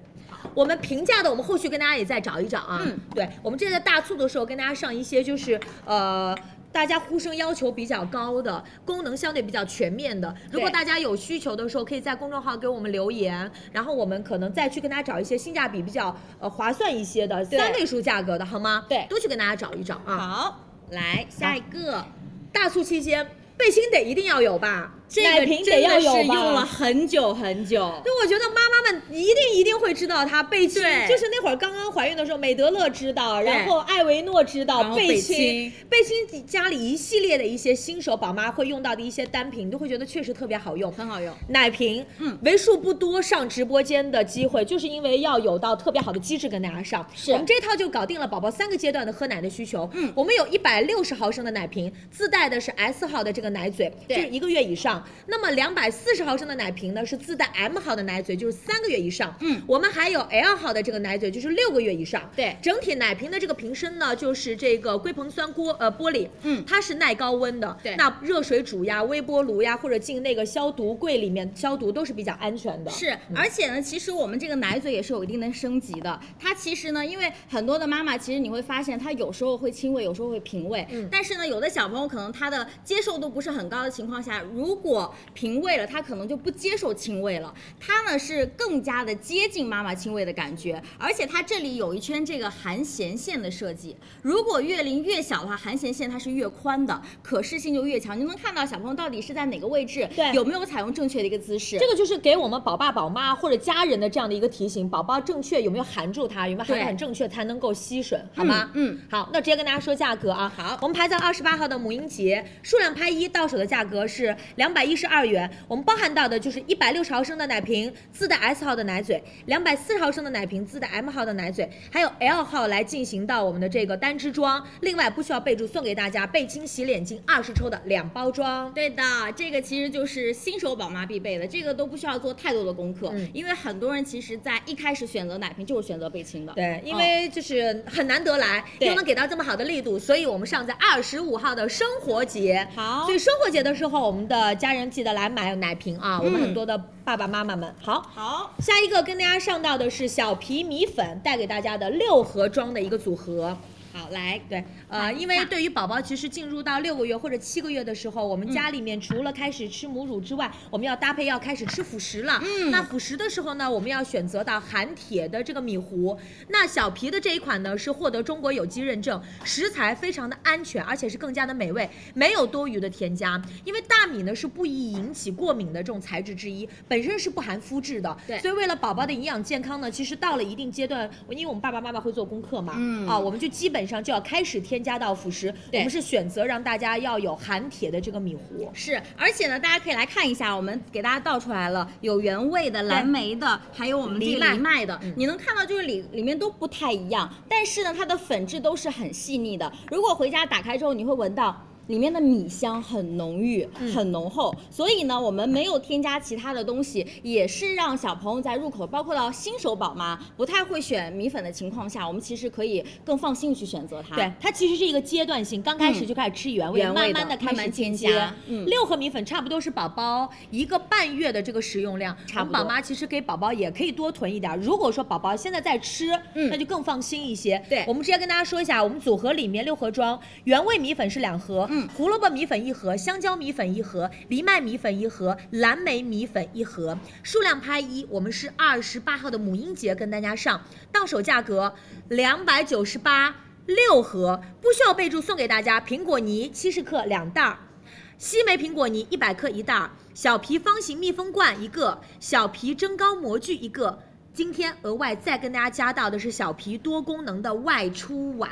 [SPEAKER 2] 我们平价的，我们后续跟大家也再找一找啊。
[SPEAKER 3] 嗯，
[SPEAKER 2] 对，我们这次在大促的时候跟大家上一些就是呃。大家呼声要求比较高的，功能相对比较全面的。如果
[SPEAKER 3] 对
[SPEAKER 2] 大家有需求的时候，可以在公众号给我们留言，然后我们可能再去跟大家找一些性价比比较呃划算一些的三位数价格的，好吗？
[SPEAKER 3] 对
[SPEAKER 2] 都去跟大家找一找啊。
[SPEAKER 3] 好，来下一个，
[SPEAKER 2] 大促期间，背心得一定要有吧？
[SPEAKER 3] 这
[SPEAKER 2] 奶
[SPEAKER 3] 个
[SPEAKER 2] 瓶
[SPEAKER 3] 真
[SPEAKER 2] 得要
[SPEAKER 3] 的
[SPEAKER 2] 有
[SPEAKER 3] 是
[SPEAKER 2] 吧？
[SPEAKER 3] 用了很久很久。
[SPEAKER 2] 对，我觉得妈妈们一定一定会知道它贝亲
[SPEAKER 3] 对，
[SPEAKER 2] 就是那会儿刚刚怀孕的时候，美德乐知道，
[SPEAKER 3] 对
[SPEAKER 2] 然后艾维诺知
[SPEAKER 3] 然
[SPEAKER 2] 道
[SPEAKER 3] 后
[SPEAKER 2] 贝
[SPEAKER 3] 贝
[SPEAKER 2] 亲
[SPEAKER 3] 亲，
[SPEAKER 2] 贝亲家里一系列的一些新手宝妈会用到的一些单品，你都会觉得确实特别好用，
[SPEAKER 3] 很好用。
[SPEAKER 2] 奶瓶，嗯，为数不多上直播间的机会，就是因为要有到特别好的机制跟大家上。
[SPEAKER 3] 是
[SPEAKER 2] 我们这套就搞定了宝宝三个阶段的喝奶的需求。
[SPEAKER 3] 嗯
[SPEAKER 2] 我们有一百六十毫升的奶瓶，自带的是 S 号的这个奶嘴，就
[SPEAKER 3] 对
[SPEAKER 2] 是一个月以上。上。那么两百四十毫升的奶瓶呢，是自带 M 号的奶嘴，就是三个月以上。
[SPEAKER 3] 嗯，
[SPEAKER 2] 我们还有 L 号的这个奶嘴，就是六个月以上。
[SPEAKER 3] 对
[SPEAKER 2] 整体奶瓶的这个瓶身呢，就是这个硅硼酸锅呃玻璃，
[SPEAKER 3] 嗯
[SPEAKER 2] 它是耐高温的。
[SPEAKER 3] 对
[SPEAKER 2] 那热水煮呀、微波炉呀，或者进那个消毒柜里面消毒都是比较安全的。嗯
[SPEAKER 3] 是，而且呢，其实我们这个奶嘴也是有一定的升级的。它其实呢，因为很多的妈妈，其实你会发现她有时候会亲喂，有时候会平喂。
[SPEAKER 2] 嗯
[SPEAKER 3] 但是呢，有的小朋友可能他的接受度不是很高的情况下，如果平喂了，他可能就不接受亲喂了。它呢是更加的接近妈妈亲喂的感觉，而且它这里有一圈这个含弦线的设计。如果月龄越小的话，含弦线它是越宽的，可视性就越强，你能看到小朋友到底是在哪个位置，
[SPEAKER 2] 对
[SPEAKER 3] 有没有采用正确的一个姿势。
[SPEAKER 2] 这个就是给我们宝爸宝妈或者家人的这样的一个提醒，宝宝正确有没有含住它，有没有含得
[SPEAKER 3] 对
[SPEAKER 2] 很正确才能够吸吮，好吗？
[SPEAKER 3] 嗯嗯
[SPEAKER 2] 好，那直接跟大家说价格啊。好，我们排在二十八号的母婴节，数量拍一到手的价格是两百一十二元，我们包含到的就是一百六十毫升的奶瓶自带 S 号的奶嘴，两百四十毫升的奶瓶自带 M 号的奶嘴，还有 L 号来进行到我们的这个单支装，另外不需要备注，送给大家贝亲洗脸巾二十抽的两包装。
[SPEAKER 3] 对的，这个其实就是新手宝妈必备的，这个都不需要做太多的功课，
[SPEAKER 2] 嗯
[SPEAKER 3] 因为很多人其实在一开始选择奶瓶就是选择贝亲的。
[SPEAKER 2] 对，因为就是很难得来，
[SPEAKER 3] 嗯对
[SPEAKER 2] 又能给到这么好的力度，所以我们上在二十五号的生活节。
[SPEAKER 3] 好
[SPEAKER 2] 所以生活节的时候，我们的家人记得来买奶瓶啊，我们
[SPEAKER 3] 嗯
[SPEAKER 2] 很多的爸爸妈妈们。好，
[SPEAKER 3] 好，
[SPEAKER 2] 下一个跟大家上到的是小皮米粉带给大家的六盒装的一个组合。
[SPEAKER 3] 好来，
[SPEAKER 2] 对，呃，因为对于宝宝，其实进入到六个月或者七个月的时候，我
[SPEAKER 3] 嗯
[SPEAKER 2] 们家里面除了开始吃母乳之外，我们要搭配要开始吃辅食了。
[SPEAKER 3] 嗯
[SPEAKER 2] 那辅食的时候呢，我们要选择到含铁的这个米糊。那小皮的这一款呢，是获得中国有机认证，食材非常的安全，而且是更加的美味，没有多余的添加。因为大米呢是不易引起过敏的这种材质之一，本身是不含麸质的。
[SPEAKER 3] 对
[SPEAKER 2] 所以为了宝宝的营养健康呢，其实到了一定阶段，因为我们爸爸妈妈会做功课嘛，
[SPEAKER 3] 嗯
[SPEAKER 2] 啊，我们就基本上就要开始添加到辅食，我
[SPEAKER 3] 对
[SPEAKER 2] 们是选择让大家要有含铁的这个米糊。
[SPEAKER 3] 是，而且呢，大家可以来看一下，我们给大家倒出来了，有原味的、蓝莓的，还有我们这
[SPEAKER 2] 藜
[SPEAKER 3] 个
[SPEAKER 2] 麦
[SPEAKER 3] 藜麦的，
[SPEAKER 2] 嗯
[SPEAKER 3] 你能看到就是里里面都不太一样，但是呢，它的粉质都是很细腻的。如果回家打开之后，你会闻到。里面的米香很浓郁，
[SPEAKER 2] 嗯
[SPEAKER 3] 很浓厚，所以呢，我们没有添加其他的东西，也是让小朋友在入口，包括到新手宝妈不太会选米粉的情况下，我们其实可以更放心地去选择它。
[SPEAKER 2] 对，，它其实是一个阶段性，刚开始就开始吃原味，
[SPEAKER 3] 嗯原味的
[SPEAKER 2] 慢慢的开
[SPEAKER 3] 慢
[SPEAKER 2] 始
[SPEAKER 3] 慢
[SPEAKER 2] 进
[SPEAKER 3] 添
[SPEAKER 2] 阶。
[SPEAKER 3] 加嗯
[SPEAKER 2] 六盒米粉差不多是宝宝一个半月的这个食用量，
[SPEAKER 3] 差不
[SPEAKER 2] 我们
[SPEAKER 3] 多
[SPEAKER 2] 宝妈其实给宝宝也可以多囤一点儿，如果说宝宝现在在吃，
[SPEAKER 3] 嗯
[SPEAKER 2] 那就更放心一些。
[SPEAKER 3] 对
[SPEAKER 2] 我们直接跟大家说一下，我们组合里面六盒装，原味米粉是两盒，
[SPEAKER 3] 嗯
[SPEAKER 2] 胡萝卜米粉一盒，香蕉米粉一盒，藜麦米粉一盒，蓝莓米粉一盒，数量拍一，我们是二十八号的母婴节跟大家上，到手价格两百九十八六盒，不需要备注，送给大家苹果泥七十克两袋儿。西梅苹果泥一百克一袋儿，小皮方形密封罐一个，小皮蒸糕模具一个。今天额外再跟大家加到的是小皮多功能的外出碗，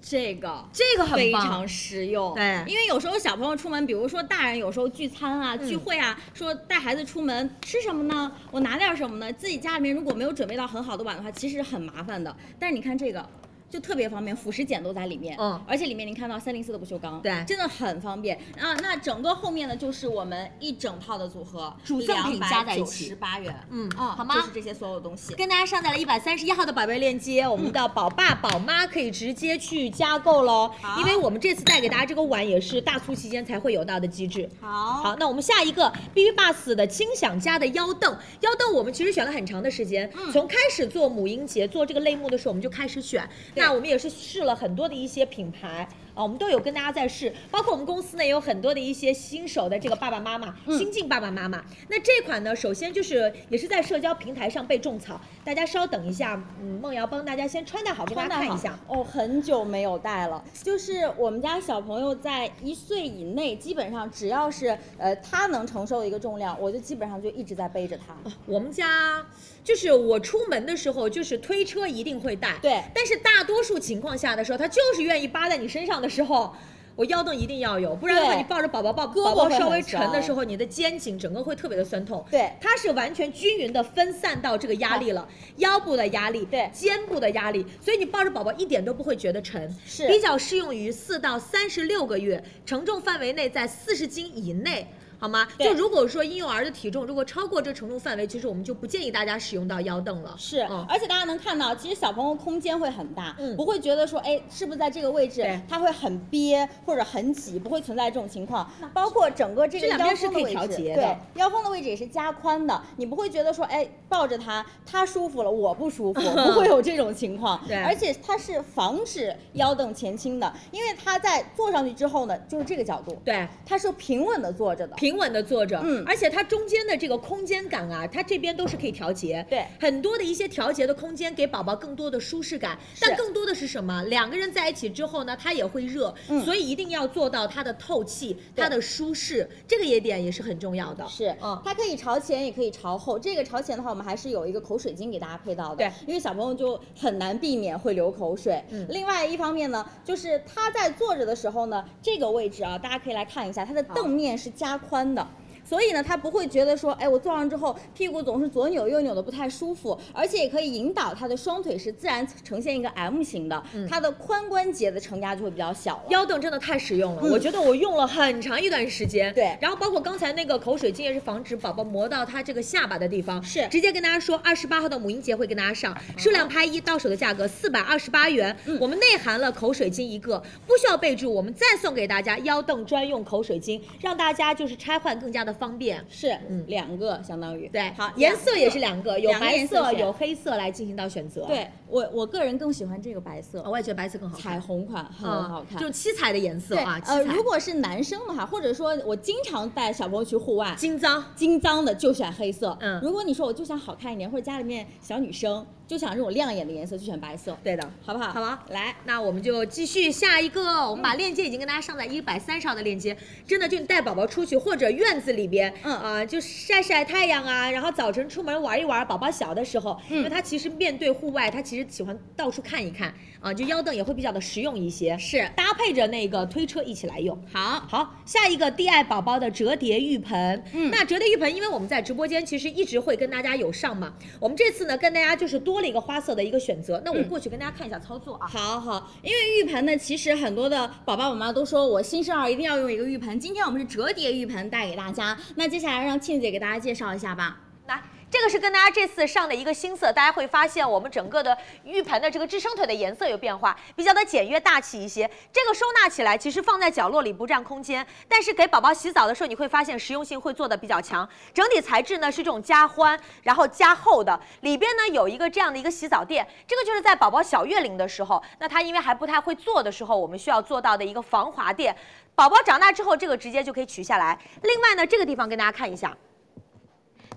[SPEAKER 3] 这个
[SPEAKER 2] 这个很
[SPEAKER 3] 非
[SPEAKER 2] 棒。
[SPEAKER 3] 常实用。
[SPEAKER 2] 对
[SPEAKER 3] 因为有时候小朋友出门，比如说大人有时候聚餐啊、
[SPEAKER 2] 嗯
[SPEAKER 3] 聚会啊，说带孩子出门吃什么呢？我拿点什么呢？自己家里面如果没有准备到很好的碗的话，其实很麻烦的。但是你看这个。就特别方便，辅食碱都在里面，
[SPEAKER 2] 嗯
[SPEAKER 3] 而且里面您看到三零四的不锈钢，
[SPEAKER 2] 对
[SPEAKER 3] 真的很方便啊。那整个后面呢，就是我们一整套的组合，
[SPEAKER 2] 主赠品加在一起
[SPEAKER 3] 十八元，
[SPEAKER 2] 嗯
[SPEAKER 3] 啊，
[SPEAKER 2] 好吗
[SPEAKER 3] 就是这些所有东西，
[SPEAKER 2] 跟大家上在了一百三十一号的宝贝链接，我们的宝爸宝妈可以直接去加购喽，
[SPEAKER 3] 好
[SPEAKER 2] 因为我们这次带给大家这个碗也是大促期间才会有到的机制。
[SPEAKER 3] 好
[SPEAKER 2] 好，那我们下一个 B B Bus 的轻享家的腰凳，腰凳我们其实选了很长的时间，
[SPEAKER 3] 嗯
[SPEAKER 2] 从开始做母婴节做这个类目的时候，我们就开始选。那我们也是试了很多的一些品牌啊，我们都有跟大家在试，包括我们公司呢也有很多的一些新手的这个爸爸妈妈、
[SPEAKER 3] 嗯
[SPEAKER 2] 新晋爸爸妈妈。那这款呢，首先就是也是在社交平台上被种草，大家稍等一下，嗯，梦瑶帮大家先穿戴好，给大
[SPEAKER 3] 穿
[SPEAKER 2] 家
[SPEAKER 3] 戴
[SPEAKER 2] 看
[SPEAKER 3] 好
[SPEAKER 2] 一下。
[SPEAKER 3] 哦，很久没有戴了。就是我们家小朋友在一岁以内，基本上只要是呃他能承受的一个重量，我就基本上就一直在背着他。
[SPEAKER 2] 我们家就是我出门的时候，就是推车一定会带，
[SPEAKER 3] 对
[SPEAKER 2] 但是大多数情况下的时候，他就是愿意扒在你身上的时候，我腰凳一定要有，不然的话
[SPEAKER 3] 对
[SPEAKER 2] 你抱着宝宝抱
[SPEAKER 3] 胳膊
[SPEAKER 2] 宝宝
[SPEAKER 3] 会
[SPEAKER 2] 稍微
[SPEAKER 3] 很
[SPEAKER 2] 沉
[SPEAKER 3] 酸
[SPEAKER 2] 的时候，你的肩颈整个会特别的酸痛。
[SPEAKER 3] 对
[SPEAKER 2] 它是完全均匀的分散到这个压力了，腰部的压力，
[SPEAKER 3] 对
[SPEAKER 2] 肩部的压力，所以你抱着宝宝一点都不会觉得沉，
[SPEAKER 3] 是
[SPEAKER 2] 比较适用于四到三十六个月，承重范围内在四十斤以内。好吗？
[SPEAKER 9] 对
[SPEAKER 2] 就如果说婴幼儿的体重如果超过这承重范围，其实我们就不建议大家使用到腰凳了。
[SPEAKER 3] 是，
[SPEAKER 2] 嗯
[SPEAKER 3] 而且大家能看到，其实小朋友空间会很大，
[SPEAKER 2] 嗯
[SPEAKER 3] 不会觉得说，哎，是不是在这个位置
[SPEAKER 2] 对
[SPEAKER 3] 他会很憋或者很挤，不会存在这种情况。包括整个这
[SPEAKER 2] 这
[SPEAKER 3] 个
[SPEAKER 2] 两
[SPEAKER 3] 腰
[SPEAKER 2] 边是
[SPEAKER 3] 封
[SPEAKER 2] 可
[SPEAKER 3] 的
[SPEAKER 2] 以
[SPEAKER 3] 位
[SPEAKER 2] 调
[SPEAKER 3] 置，
[SPEAKER 2] 节的
[SPEAKER 3] 对，腰封的位置也是加宽的，你不会觉得说，哎，抱着他他舒服了，我不舒服， 不会有这种情况。
[SPEAKER 2] 对
[SPEAKER 3] 而且它是防止腰凳前倾的，因为他在坐上去之后呢，就是这个角度，
[SPEAKER 2] 对，
[SPEAKER 3] 他是平稳的坐着的。
[SPEAKER 2] 平稳的坐着，
[SPEAKER 3] 嗯
[SPEAKER 2] 而且它中间的这个空间感啊，它这边都是可以调节，
[SPEAKER 3] 对
[SPEAKER 2] 很多的一些调节的空间，给宝宝更多的舒适感。但更多的是什么？两个人在一起之后呢，他也会热，
[SPEAKER 3] 嗯
[SPEAKER 2] 所以一定要做到它的透气、
[SPEAKER 3] 对
[SPEAKER 2] 它的舒适，这个也点也是很重要的。
[SPEAKER 3] 是，
[SPEAKER 2] 嗯
[SPEAKER 3] 它可以朝前，也可以朝后。这个朝前的话，我们还是有一个口水巾给大家配到的，
[SPEAKER 2] 对，
[SPEAKER 3] 因为小朋友就很难避免会流口水。
[SPEAKER 2] 嗯
[SPEAKER 3] 另外一方面呢，就是他在坐着的时候呢，这个位置啊，大家可以来看一下，它的凳面是加宽的。所以呢，他不会觉得说，哎，我坐上之后屁股总是左扭右扭的不太舒服，而且也可以引导他的双腿是自然呈现一个 M 型的，
[SPEAKER 2] 嗯
[SPEAKER 3] 他的髋关节的承压就会比较小了。
[SPEAKER 2] 腰凳真的太实用了，
[SPEAKER 3] 嗯
[SPEAKER 2] 我觉得我用了很长一段时间。
[SPEAKER 3] 对
[SPEAKER 2] 然后包括刚才那个口水巾也是防止宝宝磨到他这个下巴的地方。
[SPEAKER 3] 是
[SPEAKER 2] 直接跟大家说，二十八号的母婴节会跟大家上，数量拍一，到手的价格四百二十八元。
[SPEAKER 3] 嗯
[SPEAKER 2] 我们内含了口水巾一个，不需要备注，我们再送给大家腰凳专用口水巾，让大家就是拆换更加的方便。
[SPEAKER 3] 是，
[SPEAKER 2] 嗯
[SPEAKER 3] 两个相当于
[SPEAKER 2] 对，
[SPEAKER 3] 好，
[SPEAKER 2] 颜
[SPEAKER 3] 两
[SPEAKER 2] 色也是两个，有
[SPEAKER 3] 两个
[SPEAKER 2] 白
[SPEAKER 3] 颜色
[SPEAKER 2] 色，
[SPEAKER 3] 选
[SPEAKER 2] 有黑色来进行到选择。
[SPEAKER 3] 对我我个人更喜欢这个白色
[SPEAKER 2] 啊，，我也觉得白色更好看，
[SPEAKER 3] 彩虹款很
[SPEAKER 2] 啊
[SPEAKER 3] 好看。
[SPEAKER 2] 就是七彩的颜色
[SPEAKER 3] 对，
[SPEAKER 2] 啊，七
[SPEAKER 3] 呃，
[SPEAKER 2] 彩
[SPEAKER 3] 如果是男生的话，或者说我经常带小朋友去户外，
[SPEAKER 2] 金脏。
[SPEAKER 3] 金脏的就选黑色。
[SPEAKER 2] 嗯
[SPEAKER 3] 如果你说我就想好看一点，或者家里面小女生就想这种亮眼的颜色，就选白色，
[SPEAKER 2] 对的，
[SPEAKER 3] 好不好？
[SPEAKER 2] 好啊吧，
[SPEAKER 3] 来，
[SPEAKER 2] 那我们就继续下一个，我们把链接已经跟大家上在一百三十号的链接，真的就你带宝宝出去或者院子里边，
[SPEAKER 3] 嗯
[SPEAKER 2] 啊、就晒晒太阳啊，然后早晨出门玩一玩。宝宝小的时候，
[SPEAKER 3] 嗯
[SPEAKER 2] 因为他其实面对户外，他其实喜欢到处看一看啊、就腰凳也会比较的实用一些，
[SPEAKER 3] 是
[SPEAKER 2] 搭配着那个推车一起来用。
[SPEAKER 3] 好，
[SPEAKER 2] 好，下一个低爱宝宝的折叠浴盆。
[SPEAKER 3] 嗯
[SPEAKER 2] 那折叠浴盆，因为我们在直播间其实一直会跟大家有上嘛，我们这次呢跟大家就是多了一个花色的一个选择。
[SPEAKER 3] 嗯
[SPEAKER 2] 那我过去跟大家看一下操作啊。
[SPEAKER 3] 好好，因为浴盆呢，其实很多的宝宝妈妈都说我新生儿一定要用一个浴盆。今天我们是折叠浴盆带给大家，那接下来让倩姐给大家介绍一下吧。
[SPEAKER 2] 来，这个是跟大家这次上的一个新色，大家会发现我们整个的浴盆的这个支撑腿的颜色有变化，比较的简约大气一些。这个收纳起来其实放在角落里不占空间，但是给宝宝洗澡的时候，你会发现实用性会做的比较强。整体材质呢是这种加宽，然后加厚的，里边呢有一个这样的一个洗澡垫，这个就是在宝宝小月龄的时候，那他因为还不太会坐的时候，我们需要做到的一个防滑垫。宝宝长大之后，这个直接就可以取下来。另外呢，这个地方跟大家看一下，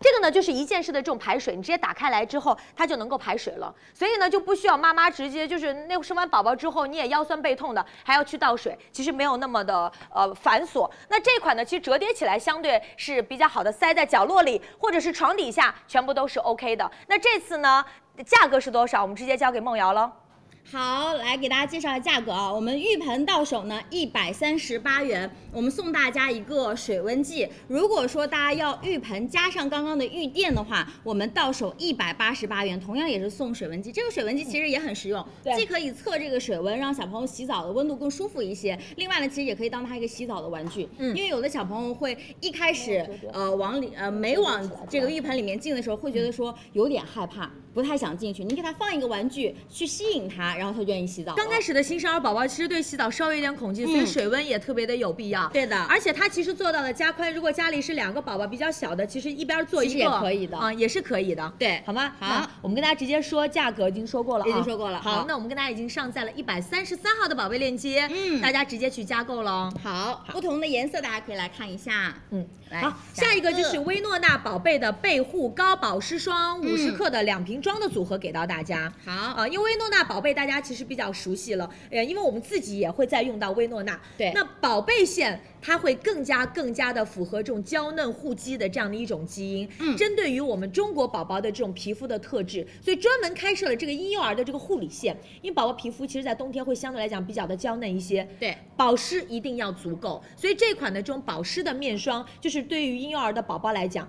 [SPEAKER 2] 这个呢就是一键式的这种排水，你直接打开来之后，它就能够排水了。所以呢就不需要妈妈直接就是那生完宝宝之后你也腰酸背痛的，还要去倒水，其实没有那么的呃繁琐。那这款呢其实折叠起来相对是比较好的，塞在角落里或者是床底下，全部都是 OK 的。那这次呢价格是多少？我们直接交给梦瑶了。
[SPEAKER 3] 好，来给大家介绍一下价格啊。我们浴盆到手呢一百三十八元，我们送大家一个水温计。如果说大家要浴盆加上刚刚的浴垫的话，我们到手一百八十八元，同样也是送水温计。这个水温计其实也很实用，
[SPEAKER 2] 对
[SPEAKER 3] 既可以测这个水温，让小朋友洗澡的温度更舒服一些。另外呢，其实也可以当它一个洗澡的玩具，
[SPEAKER 2] 嗯哦
[SPEAKER 3] 因为有的小朋友会一开始呃往里呃没往这个浴盆里面进的时候，会觉得说有点害怕，不太想进去。你给他放一个玩具去吸引他，然后他愿意洗澡了。
[SPEAKER 2] 刚开始的新生儿宝宝其实对洗澡稍微有点恐惧，所以
[SPEAKER 3] 嗯
[SPEAKER 2] 水温也特别的有必要。
[SPEAKER 3] 对的
[SPEAKER 2] 而且它其实做到了加宽。如果家里是两个宝宝比较小的，其实一边做一个
[SPEAKER 3] 其实也可以的
[SPEAKER 2] 啊、也是可以的。
[SPEAKER 3] 对
[SPEAKER 2] 好吗？
[SPEAKER 3] 好
[SPEAKER 2] 那我们跟大家直接说价格，已经说过了、啊，
[SPEAKER 3] 已经说过了
[SPEAKER 2] 好，
[SPEAKER 3] 好
[SPEAKER 2] 那我们跟大家已经上在了一百三十三号的宝贝链接，
[SPEAKER 3] 嗯
[SPEAKER 2] 大家直接去加购了哦。
[SPEAKER 3] 好，不同的颜色大家可以来看一下。
[SPEAKER 2] 嗯，
[SPEAKER 3] 来
[SPEAKER 2] 好，下一个就是薇诺娜宝贝的贝护高保湿霜，五十克的两瓶装的组合给到大家。
[SPEAKER 3] 好哦
[SPEAKER 2] 啊，因为薇诺娜宝贝大家其实比较熟悉了，呃，因为我们自己也会在用到薇诺娜。
[SPEAKER 3] 对
[SPEAKER 2] 那宝贝线它会更加更加的符合这种娇嫩护肌的这样的一种基因，
[SPEAKER 3] 嗯
[SPEAKER 2] 针对于我们中国宝宝的这种皮肤的特质，所以专门开设了这个婴幼儿的这个护理线，因为宝宝皮肤其实在冬天会相对来讲比较的娇嫩一些，
[SPEAKER 3] 对，
[SPEAKER 2] 保湿一定要足够，所以这款的这种保湿的面霜，就是对于婴幼儿的宝宝来讲。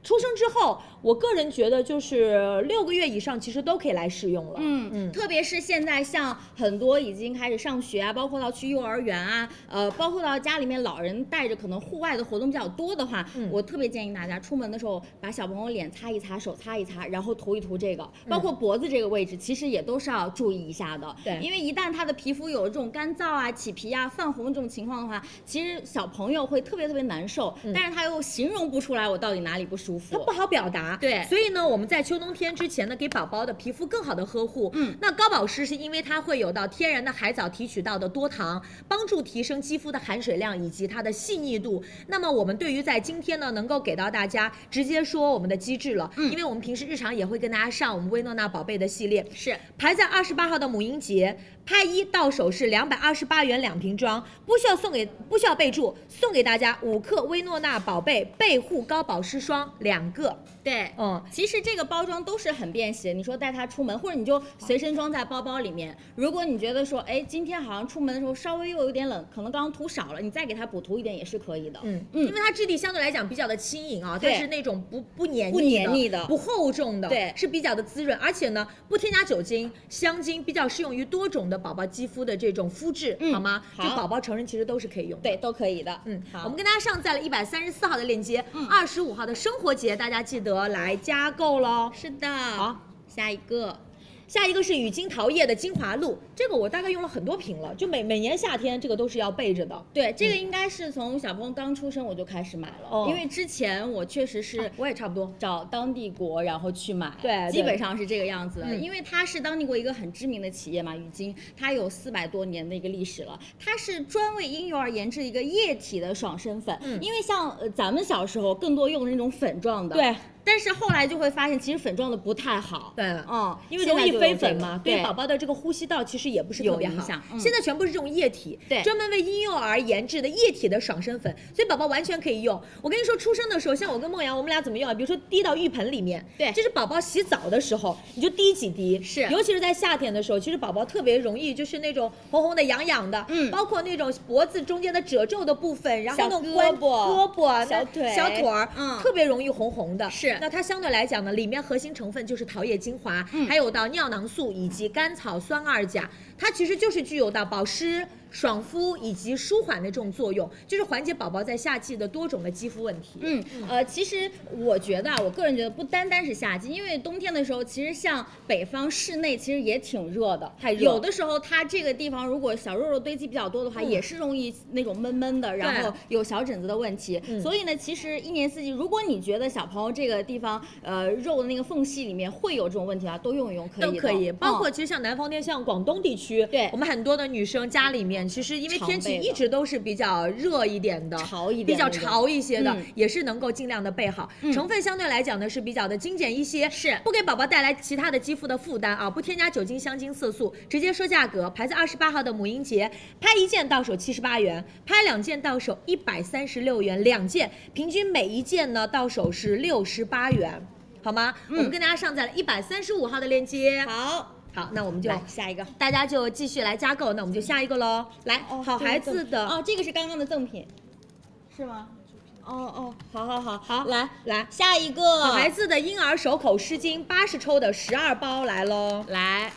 [SPEAKER 2] 出生之后，我个人觉得就是六个月以上其实都可以来试用了。
[SPEAKER 3] 嗯
[SPEAKER 2] 嗯
[SPEAKER 3] 特别是现在像很多已经开始上学啊，包括到去幼儿园啊，呃，包括到家里面老人带着，可能户外的活动比较多的话，
[SPEAKER 2] 嗯
[SPEAKER 3] 我特别建议大家出门的时候把小朋友脸擦一擦，手擦一擦，然后涂一涂这个，
[SPEAKER 2] 嗯
[SPEAKER 3] 包括脖子这个位置，其实也都是要注意一下的。
[SPEAKER 2] 对
[SPEAKER 3] 因为一旦他的皮肤有这种干燥啊、起皮啊、泛红这种情况的话，其实小朋友会特别特别难受，
[SPEAKER 2] 嗯
[SPEAKER 3] 但是他又形容不出来我到底哪里不舒服。
[SPEAKER 2] 它不好表达，
[SPEAKER 3] 对
[SPEAKER 2] 所以呢，我们在秋冬天之前呢，给宝宝的皮肤更好的呵护。
[SPEAKER 3] 嗯，
[SPEAKER 2] 那高保湿是因为它会有到天然的海藻提取到的多糖，帮助提升肌肤的含水量以及它的细腻度。那么我们对于在今天呢，能够给到大家直接说我们的机制了，
[SPEAKER 3] 嗯
[SPEAKER 2] 因为我们平时日常也会跟大家上我们薇诺娜宝贝的系列，
[SPEAKER 3] 是
[SPEAKER 2] 排在二十八号的母婴节，拍一到手是两百二十八元两瓶装，不需要送给不需要备注，送给大家五克薇诺娜宝贝贝护高保湿霜两个，
[SPEAKER 3] 对，
[SPEAKER 2] 嗯，
[SPEAKER 3] 其实这个包装都是很便携，你说带它出门，或者你就随身装在包包里面。如果你觉得说，哎，今天好像出门的时候稍微又有点冷，可能刚刚涂少了，你再给它补涂一点也是可以的。
[SPEAKER 2] 嗯，
[SPEAKER 3] 嗯
[SPEAKER 2] 因为它质地相对来讲比较的轻盈啊，它
[SPEAKER 3] 对
[SPEAKER 2] 是那种不不黏腻
[SPEAKER 3] 不黏腻的
[SPEAKER 2] 不厚重的，
[SPEAKER 3] 对
[SPEAKER 2] 是比较的滋润，而且呢不添加酒精、香精，比较适用于多种的宝宝肌肤的这种肤质，
[SPEAKER 3] 嗯
[SPEAKER 2] 好吗？
[SPEAKER 3] 好
[SPEAKER 2] 就宝宝、成人其实都是可以用的。
[SPEAKER 3] 对，都可以的。
[SPEAKER 2] 嗯，
[SPEAKER 3] 好嗯
[SPEAKER 2] 我们跟大家上在了一百三十四号的链接，二十五号的生活节，大家记得来加购喽。
[SPEAKER 3] 是的。
[SPEAKER 2] 好，
[SPEAKER 3] 下一个，
[SPEAKER 2] 下一个是雨晶桃叶的精华露，这个我大概用了很多瓶了，就每每年夏天这个都是要备着的。
[SPEAKER 3] 对，这个应该是从小朋友刚出生我就开始买了，
[SPEAKER 2] 嗯哦
[SPEAKER 3] 因为之前我确实是、
[SPEAKER 2] 啊我也差不多。
[SPEAKER 3] 找当地国，然后去买，
[SPEAKER 2] 对
[SPEAKER 3] 基本上是这个样子的。
[SPEAKER 2] 嗯
[SPEAKER 3] 因为它是当地国一个很知名的企业嘛，雨晶，它有四百多年的一个历史了。它是专为婴幼儿研制一个液体的爽身粉，
[SPEAKER 2] 嗯
[SPEAKER 3] 因为像呃咱们小时候更多用的那种粉状的，
[SPEAKER 2] 对。
[SPEAKER 3] 但是后来就会发现，其实粉状的不太好，
[SPEAKER 2] 对
[SPEAKER 3] 嗯，
[SPEAKER 2] 因为容易飞粉嘛，
[SPEAKER 3] 现在就有这个
[SPEAKER 2] 对宝宝的这个呼吸道其实也不是特别
[SPEAKER 3] 有影
[SPEAKER 2] 好
[SPEAKER 3] 响。嗯
[SPEAKER 2] 现在全部是这种液体，
[SPEAKER 3] 对
[SPEAKER 2] 专门为婴幼儿研制的液体的爽身粉，所以宝宝完全可以用。我跟你说，出生的时候，像我跟梦阳，我们俩怎么用啊？比如说滴到浴盆里面，
[SPEAKER 3] 对
[SPEAKER 2] 就是宝宝洗澡的时候，你就滴几滴，
[SPEAKER 3] 是
[SPEAKER 2] 尤其是在夏天的时候，其实宝宝特别容易就是那种红红的、痒痒的，
[SPEAKER 3] 嗯
[SPEAKER 2] 包括那种脖子中间的褶皱的部分，然后
[SPEAKER 3] 小
[SPEAKER 2] 那种
[SPEAKER 3] 胳
[SPEAKER 2] 关
[SPEAKER 3] 膊
[SPEAKER 2] 胳膊、
[SPEAKER 3] 小
[SPEAKER 2] 那
[SPEAKER 3] 腿
[SPEAKER 2] 小腿儿，
[SPEAKER 3] 嗯
[SPEAKER 2] 特别容易红红的。
[SPEAKER 3] 是
[SPEAKER 2] 那它相对来讲呢，里面核心成分就是桃叶精华，
[SPEAKER 3] 嗯
[SPEAKER 2] 还有到尿囊素以及甘草酸二钾，它其实就是具有到保湿、爽肤以及舒缓的这种作用，就是缓解宝宝在夏季的多种的肌肤问题。
[SPEAKER 3] 嗯，呃，其实我觉得啊，我个人觉得不单单是夏季，因为冬天的时候，其实像北方室内其实也挺热的，
[SPEAKER 2] 太热
[SPEAKER 3] 有的时候它这个地方如果小肉肉堆积比较多的话，
[SPEAKER 2] 嗯
[SPEAKER 3] 也是容易那种闷闷的，然后有小疹子的问题。
[SPEAKER 2] 嗯
[SPEAKER 3] 所以呢，其实一年四季，如果你觉得小朋友这个地方呃肉的那个缝隙里面会有这种问题啊，都用一用可以的，
[SPEAKER 2] 都可以，包括
[SPEAKER 3] 嗯
[SPEAKER 2] 其实像南方天，像广东地区，
[SPEAKER 3] 对
[SPEAKER 2] 我们很多的女生家里面，其实因为天气
[SPEAKER 3] 常备的
[SPEAKER 2] 一直都是比较热一点的，
[SPEAKER 3] 潮一点
[SPEAKER 2] 比较
[SPEAKER 3] 那种
[SPEAKER 2] 潮一些的
[SPEAKER 3] 嗯，
[SPEAKER 2] 也是能够尽量的备好。
[SPEAKER 3] 嗯
[SPEAKER 2] 成分相对来讲呢是比较的精简一些，
[SPEAKER 3] 是
[SPEAKER 2] 不给宝宝带来其他的肌肤的负担啊，不添加酒精、香精、色素，直接说价格，排在二十八号的母婴节，拍一件到手七十八元，拍两件到手一百三十六元，两件平均每一件呢到手是六十八元。好吗？
[SPEAKER 3] 嗯
[SPEAKER 2] 我们跟大家上在了一百三十五号的链接。
[SPEAKER 3] 好，
[SPEAKER 2] 好，那我们就
[SPEAKER 3] 来下一个。
[SPEAKER 2] 大家就继续来加购，那我们就下一个喽。来，
[SPEAKER 3] 哦
[SPEAKER 2] 好孩子的，
[SPEAKER 3] 哦，这个是刚刚的赠品，是吗？哦哦，好好好
[SPEAKER 2] 好
[SPEAKER 3] 来
[SPEAKER 2] 来
[SPEAKER 3] 下一个
[SPEAKER 2] 好孩子的婴儿手口湿巾八十抽的十二包来喽。
[SPEAKER 3] 来，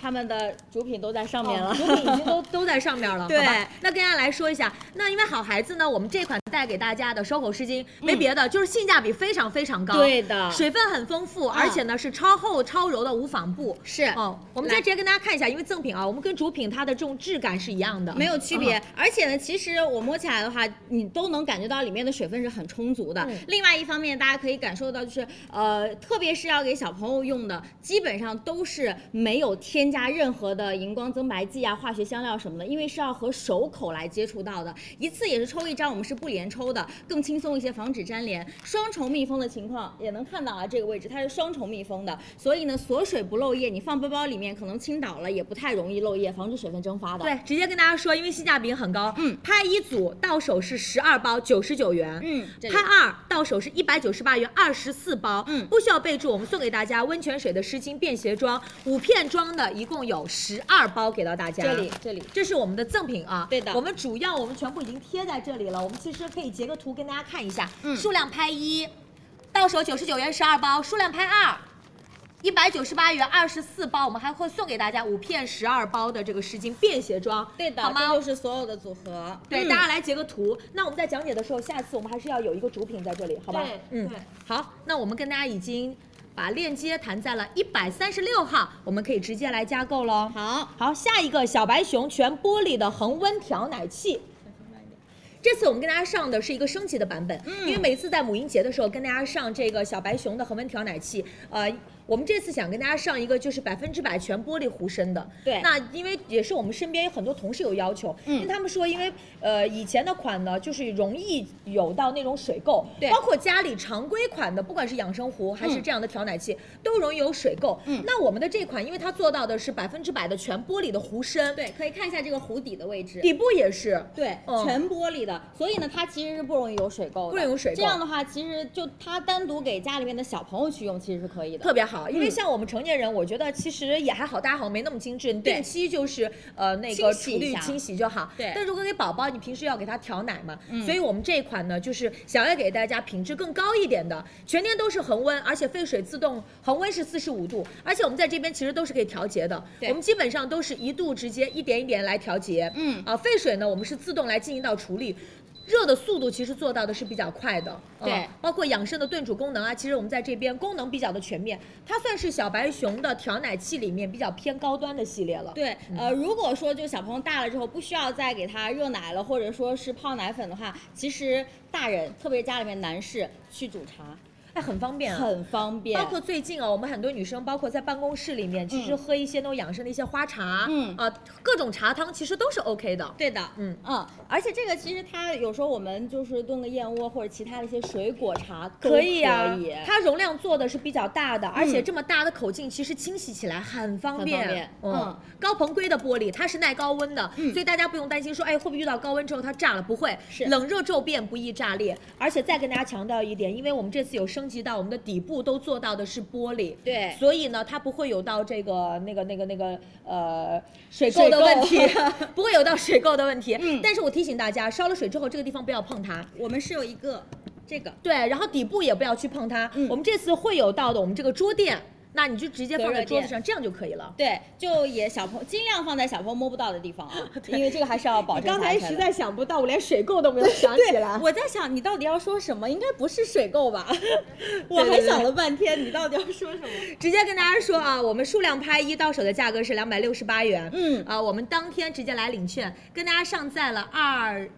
[SPEAKER 3] 他们的主品都在上面了，
[SPEAKER 2] 哦 已经都都在上面了，
[SPEAKER 3] 对
[SPEAKER 2] 好吧那跟大家来说一下，那因为好孩子呢，我们这款带给大家的收口湿巾，没别的，就是性价比非常非常高，
[SPEAKER 3] 嗯
[SPEAKER 2] 啊
[SPEAKER 3] 对的
[SPEAKER 2] 水分很丰富，
[SPEAKER 3] 啊
[SPEAKER 2] 而且呢是超厚超柔的无纺布，
[SPEAKER 3] 是
[SPEAKER 2] 哦。我们
[SPEAKER 3] 来
[SPEAKER 2] 再直接跟大家看一下，因为赠品啊，我们跟主品它的这种质感是一样的，
[SPEAKER 3] 没有区别
[SPEAKER 2] 嗯。
[SPEAKER 3] 而且呢，其实我摸起来的话，你都能感觉到里面的水分是很充足的
[SPEAKER 2] 嗯。
[SPEAKER 3] 另外一方面，大家可以感受到，就是呃，特别是要给小朋友用的，基本上都是没有添加任何的荧光增白剂啊、化学香料什么的，因为是要和手口来接触到的。一次也是抽一张，我们是不连抽的，更轻松一些，防止粘连。双重密封的情况也能看到啊，这个位置它是双重密封的，所以呢，锁水不漏液，你放包包里面可能倾倒了也不太容易漏液，防止水分蒸发的。
[SPEAKER 2] 对，直接跟大家说，因为性价比很高，
[SPEAKER 3] 嗯，
[SPEAKER 2] 拍一组到手是十二包九十九元，
[SPEAKER 3] 嗯，这里
[SPEAKER 2] 拍二到手是一百九十八元，二十四包，
[SPEAKER 3] 嗯
[SPEAKER 2] 不需要备注，我们送给大家温泉水的湿巾便携装，五片装的，一共有十二包给到大家。
[SPEAKER 3] 这里这里
[SPEAKER 2] 这是我们的赠品啊，
[SPEAKER 3] 对的
[SPEAKER 2] 我们主要我们全部已经贴在这里了，我们其实可以截个图跟大家看一下，
[SPEAKER 3] 嗯
[SPEAKER 2] 数量拍一。到到手九十九元十二包，数量拍二。一百九十八元二十四包，我们还会送给大家五片十二包的这个湿巾便携装，
[SPEAKER 3] 对的，
[SPEAKER 2] 好吗？
[SPEAKER 3] 这就是所有的组合。
[SPEAKER 2] 对，
[SPEAKER 3] 嗯
[SPEAKER 2] 大家来截个图。那我们在讲解的时候，下次我们还是要有一个主品在这里，好吧？
[SPEAKER 4] 对
[SPEAKER 2] 嗯，好，那我们跟大家已经把链接弹在了一百三十六号，我们可以直接来加购喽。
[SPEAKER 3] 好，
[SPEAKER 2] 好，下一个小白熊全玻璃的恒温调奶器。这次我们跟大家上的是一个升级的版本，
[SPEAKER 3] 嗯
[SPEAKER 2] 因为每次在母婴节的时候跟大家上这个小白熊的恒温调奶器，呃，我们这次想跟大家上一个就是百分之百全玻璃壶身的。
[SPEAKER 3] 对嗯
[SPEAKER 2] 那因为也是我们身边有很多同事有要求，因为他们说，因为呃以前的款呢，就是容易有到那种水垢，
[SPEAKER 3] 对嗯
[SPEAKER 2] 包括家里常规款的，不管是养生壶还是这样的调奶器，都容易有水垢。嗯，那我们的这款，因为它做到的是百分之百的全玻璃的壶身，
[SPEAKER 3] 对，可以看一下这个壶底的位置。
[SPEAKER 2] 底部也是，
[SPEAKER 3] 对，
[SPEAKER 2] 嗯
[SPEAKER 3] 全玻璃的，所以呢，它其实是不容易有水垢的。
[SPEAKER 2] 不容易有水垢
[SPEAKER 3] 这样的话，其实就它单独给家里面的小朋友去用，其实是可以的。嗯
[SPEAKER 2] 特别好，因为像我们成年人，我觉得其实也还好，大家好像没那么精致，你定期就是呃那个
[SPEAKER 3] 清洗
[SPEAKER 2] 除
[SPEAKER 3] 一
[SPEAKER 2] 滤
[SPEAKER 3] 下
[SPEAKER 2] 清洗就好。
[SPEAKER 3] 对嗯
[SPEAKER 2] 但如果给宝宝，你平时要给他调奶嘛，所以我们这一款呢，就是想要给大家品质更高一点的，全天都是恒温，而且沸水自动恒温是四十五度，而且我们在这边其实都是可以调节的，
[SPEAKER 3] 对
[SPEAKER 2] 我们基本上都是一度直接一点一点来调节。
[SPEAKER 3] 嗯
[SPEAKER 2] 啊，沸水呢，我们是自动来进行到处理。热的速度其实做到的是比较快的，嗯
[SPEAKER 3] 对
[SPEAKER 2] 包括养生的炖煮功能啊，其实我们在这边功能比较的全面，它算是小白熊的调奶器里面比较偏高端的系列了。
[SPEAKER 3] 对，呃，如果说就小朋友大了之后不需要再给他热奶了，或者说是泡奶粉的话，其实大人，特别是家里面男士去煮茶
[SPEAKER 2] 哎，很方便啊。
[SPEAKER 3] 很方便。
[SPEAKER 2] 包括最近啊，我们很多女生，包括在办公室里面，其实喝一些那种养生的一些花茶，
[SPEAKER 3] 嗯
[SPEAKER 2] 啊，各种茶汤其实都是 OK 的。
[SPEAKER 3] 对的，
[SPEAKER 2] 嗯
[SPEAKER 3] 嗯，而且这个其实它有时候我们就是炖个燕窝或者其他的一些水果茶都
[SPEAKER 2] 可
[SPEAKER 3] 可
[SPEAKER 2] 以啊
[SPEAKER 3] 以，嗯
[SPEAKER 2] 它容量做的是比较大的，而且这么大的口径，其实清洗起来很方便。
[SPEAKER 3] 很方便
[SPEAKER 2] 嗯
[SPEAKER 3] 嗯，
[SPEAKER 2] 高硼硅的玻璃，它是耐高温的，所以大家不用担心说，哎，会不会遇到高温之后它炸了？不会，
[SPEAKER 3] 是
[SPEAKER 2] 冷热骤变，不易炸裂。而且再跟大家强调一点，因为我们这次有升级到我们的底部都做到的是玻璃，
[SPEAKER 3] 对
[SPEAKER 2] 所以呢，它不会有到这个那个那个那个呃水垢
[SPEAKER 3] 水
[SPEAKER 2] 的问
[SPEAKER 3] 垢嗯
[SPEAKER 2] 题， 不会有到水垢的问题。但是我提醒大家，烧了水之后，这个地方不要碰它。
[SPEAKER 3] 我们是有一个这个
[SPEAKER 2] 对，然后底部也不要去碰它。
[SPEAKER 3] 嗯
[SPEAKER 2] 我们这次会有到的，我们这个桌垫，那你就直接放在桌子上，这样就可以了。
[SPEAKER 3] 对，就也小朋友尽量放在小朋友摸不到的地方 啊，因为这个还是要保
[SPEAKER 1] 你
[SPEAKER 3] 证
[SPEAKER 1] 刚
[SPEAKER 3] 它安
[SPEAKER 1] 才
[SPEAKER 3] 全
[SPEAKER 1] 实
[SPEAKER 3] 的啊
[SPEAKER 1] 在想不到，我连水垢都没有想起来。
[SPEAKER 3] 我在想你到底要说什么，应该不是水垢吧？ 我
[SPEAKER 2] 对对
[SPEAKER 3] 还
[SPEAKER 2] 对
[SPEAKER 3] 想了半天，你到底要说什么？
[SPEAKER 2] 直接跟大家说啊，我们数量拍一到手的价格是两百六十八元。
[SPEAKER 3] 嗯
[SPEAKER 2] 啊，我们当天直接来领券，跟大家上在了二。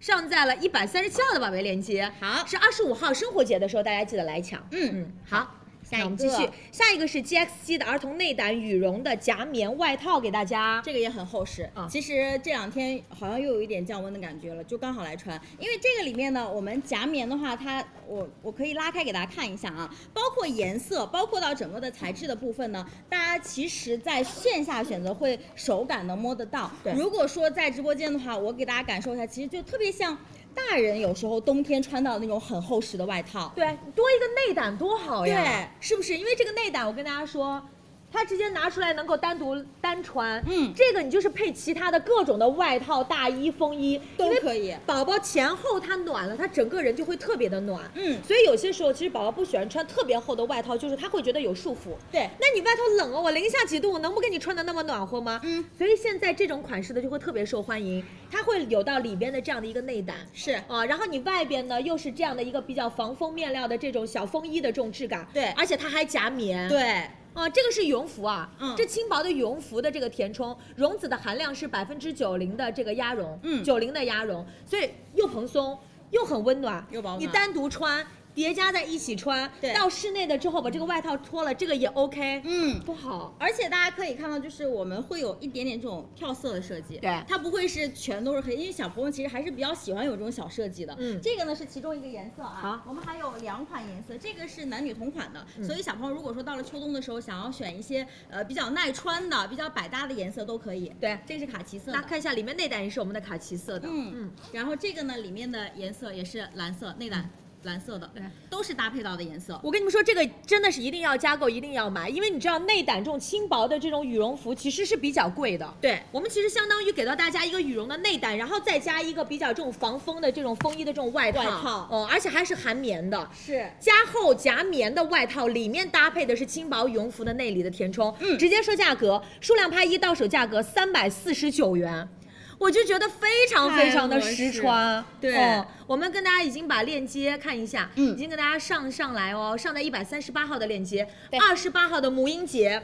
[SPEAKER 2] 上在了一百三十七号的宝贝链接，
[SPEAKER 3] 好
[SPEAKER 2] 是二十五号生活节的时候，大家记得来抢。
[SPEAKER 3] 嗯
[SPEAKER 2] 嗯，好，
[SPEAKER 3] 下
[SPEAKER 2] 那我
[SPEAKER 3] 一
[SPEAKER 2] 们继
[SPEAKER 3] 个
[SPEAKER 2] 续，下一个是 GXG 的儿童内胆羽绒的夹棉外套给大家。
[SPEAKER 3] 这个也很厚实
[SPEAKER 2] 啊
[SPEAKER 3] 其实这两天好像又有一点降温的感觉了，就刚好来穿。因为这个里面呢，我们夹棉的话，它我我可以拉开给大家看一下啊，包括颜色，包括到整个的材质的部分呢，大家其实在线下选择会手感能摸得到。
[SPEAKER 2] 对
[SPEAKER 3] 如果说在直播间的话，我给大家感受一下，其实就特别像大人有时候冬天穿到的那种很厚实的外套。
[SPEAKER 2] 对，多一个内胆多好呀，
[SPEAKER 3] 对，
[SPEAKER 2] 是不是？因为这个内胆，我跟大家说。它直接拿出来能够单独单穿，
[SPEAKER 3] 嗯
[SPEAKER 2] 这个你就是配其他的各种的外套、大衣、风衣
[SPEAKER 3] 都
[SPEAKER 2] 因为
[SPEAKER 3] 可以
[SPEAKER 2] 宝宝前后它暖了，它整个人就会特别的暖，
[SPEAKER 3] 嗯
[SPEAKER 2] 所以有些时候其实宝宝不喜欢穿特别厚的外套，就是他会觉得有束缚。
[SPEAKER 3] 对
[SPEAKER 2] 那你外头冷哦，我零下几度，我能不给你穿的那么暖和吗？
[SPEAKER 3] 嗯，
[SPEAKER 2] 所以现在这种款式的就会特别受欢迎，它会有到里边的这样的一个内胆，
[SPEAKER 3] 是
[SPEAKER 2] 啊，然后你外边呢又是这样的一个比较防风面料的这种小风衣的这种质感，
[SPEAKER 3] 对
[SPEAKER 2] 而且它还夹棉，。
[SPEAKER 3] 对，
[SPEAKER 2] 啊，这个是羽绒服啊，
[SPEAKER 3] 嗯
[SPEAKER 2] 这轻薄的羽绒服的这个填充，绒子的含量是百分之九零的这个鸭绒，
[SPEAKER 3] 嗯
[SPEAKER 2] 九零的鸭绒，所以又蓬松又很温暖，
[SPEAKER 3] 又保暖
[SPEAKER 2] 你单独穿，叠加在一起穿，
[SPEAKER 3] 对
[SPEAKER 2] 到室内的之后把这个外套脱了，这个也 OK，
[SPEAKER 3] 嗯。
[SPEAKER 2] 不好，
[SPEAKER 3] 而且大家可以看到，就是我们会有一点点这种跳色的设计，
[SPEAKER 2] 对
[SPEAKER 3] 它不会是全都是黑，因为小朋友其实还是比较喜欢有这种小设计的。
[SPEAKER 2] 嗯
[SPEAKER 3] 这个呢是其中一个颜色啊，
[SPEAKER 2] 好嗯
[SPEAKER 3] 我们还有两款颜色，这个是男女同款的，所以小朋友如果说到了秋冬的时候，想要选一些呃比较耐穿的、比较百搭的颜色都可以。
[SPEAKER 2] 对
[SPEAKER 3] 这个是卡其色
[SPEAKER 2] 大家
[SPEAKER 3] 的。
[SPEAKER 2] 看一下里面内胆也是我们的卡其色的，
[SPEAKER 3] 嗯
[SPEAKER 2] 嗯
[SPEAKER 3] 然后这个呢，里面的颜色也是蓝色，内胆蓝色的，都是搭配到的颜色。
[SPEAKER 2] 我跟你们说，这个真的是一定要加购，一定要买，因为你知道内胆这种轻薄的这种羽绒服其实是比较贵的。
[SPEAKER 3] 对
[SPEAKER 2] 我们其实相当于给到大家一个羽绒的内胆，然后再加一个比较这种防风的这种风衣的这种外套，
[SPEAKER 3] 外套
[SPEAKER 2] 嗯，而且还是含棉的，
[SPEAKER 3] 是
[SPEAKER 2] 加厚夹棉的外套，里面搭配的是轻薄羽绒服的内里的填充。
[SPEAKER 3] 嗯
[SPEAKER 2] 直接说价格，数量拍一到手价格三百四十九元。我就觉得非常非常的实穿，
[SPEAKER 3] 对
[SPEAKER 2] 嗯我们跟大家已经把链接看一下，
[SPEAKER 3] 嗯
[SPEAKER 2] 已经跟大家上上来哦，上在一百三十八号的链接，二十八号的母婴节，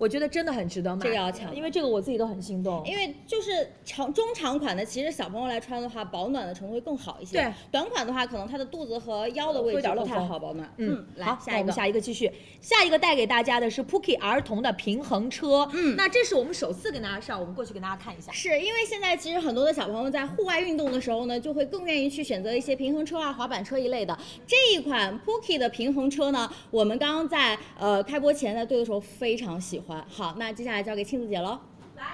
[SPEAKER 2] 我觉得真的很值得买，
[SPEAKER 3] 这个要抢
[SPEAKER 2] 因为这个我自己都很心动，
[SPEAKER 3] 因为就是长中长款的，其实小朋友来穿的话，保暖的程度会更好一些。
[SPEAKER 2] 对，
[SPEAKER 3] 短款的话，可能他的肚子和腰的位
[SPEAKER 2] 呃会
[SPEAKER 3] 置
[SPEAKER 2] 有点
[SPEAKER 3] 不
[SPEAKER 2] 漏
[SPEAKER 3] 太
[SPEAKER 2] 风
[SPEAKER 3] 好保暖。
[SPEAKER 2] 嗯，
[SPEAKER 3] 来
[SPEAKER 2] 好，
[SPEAKER 3] 下
[SPEAKER 2] 那
[SPEAKER 3] 一
[SPEAKER 2] 我们
[SPEAKER 3] 个，
[SPEAKER 2] 下一个继续，下一个带给大家的是 Pookie 儿童的平衡车，
[SPEAKER 3] 嗯
[SPEAKER 2] 那这是我们首次跟大家上，我们过去跟大家看一下，
[SPEAKER 3] 是因为现在其实很多的小朋友在户外运动的时候呢，就会更愿意去选择一些平衡车啊、滑板车一类的。这一款 Pookie 的平衡车呢，我们刚刚在呃开播前在对的时候非常喜欢。好，那接下来交给庆子姐喽。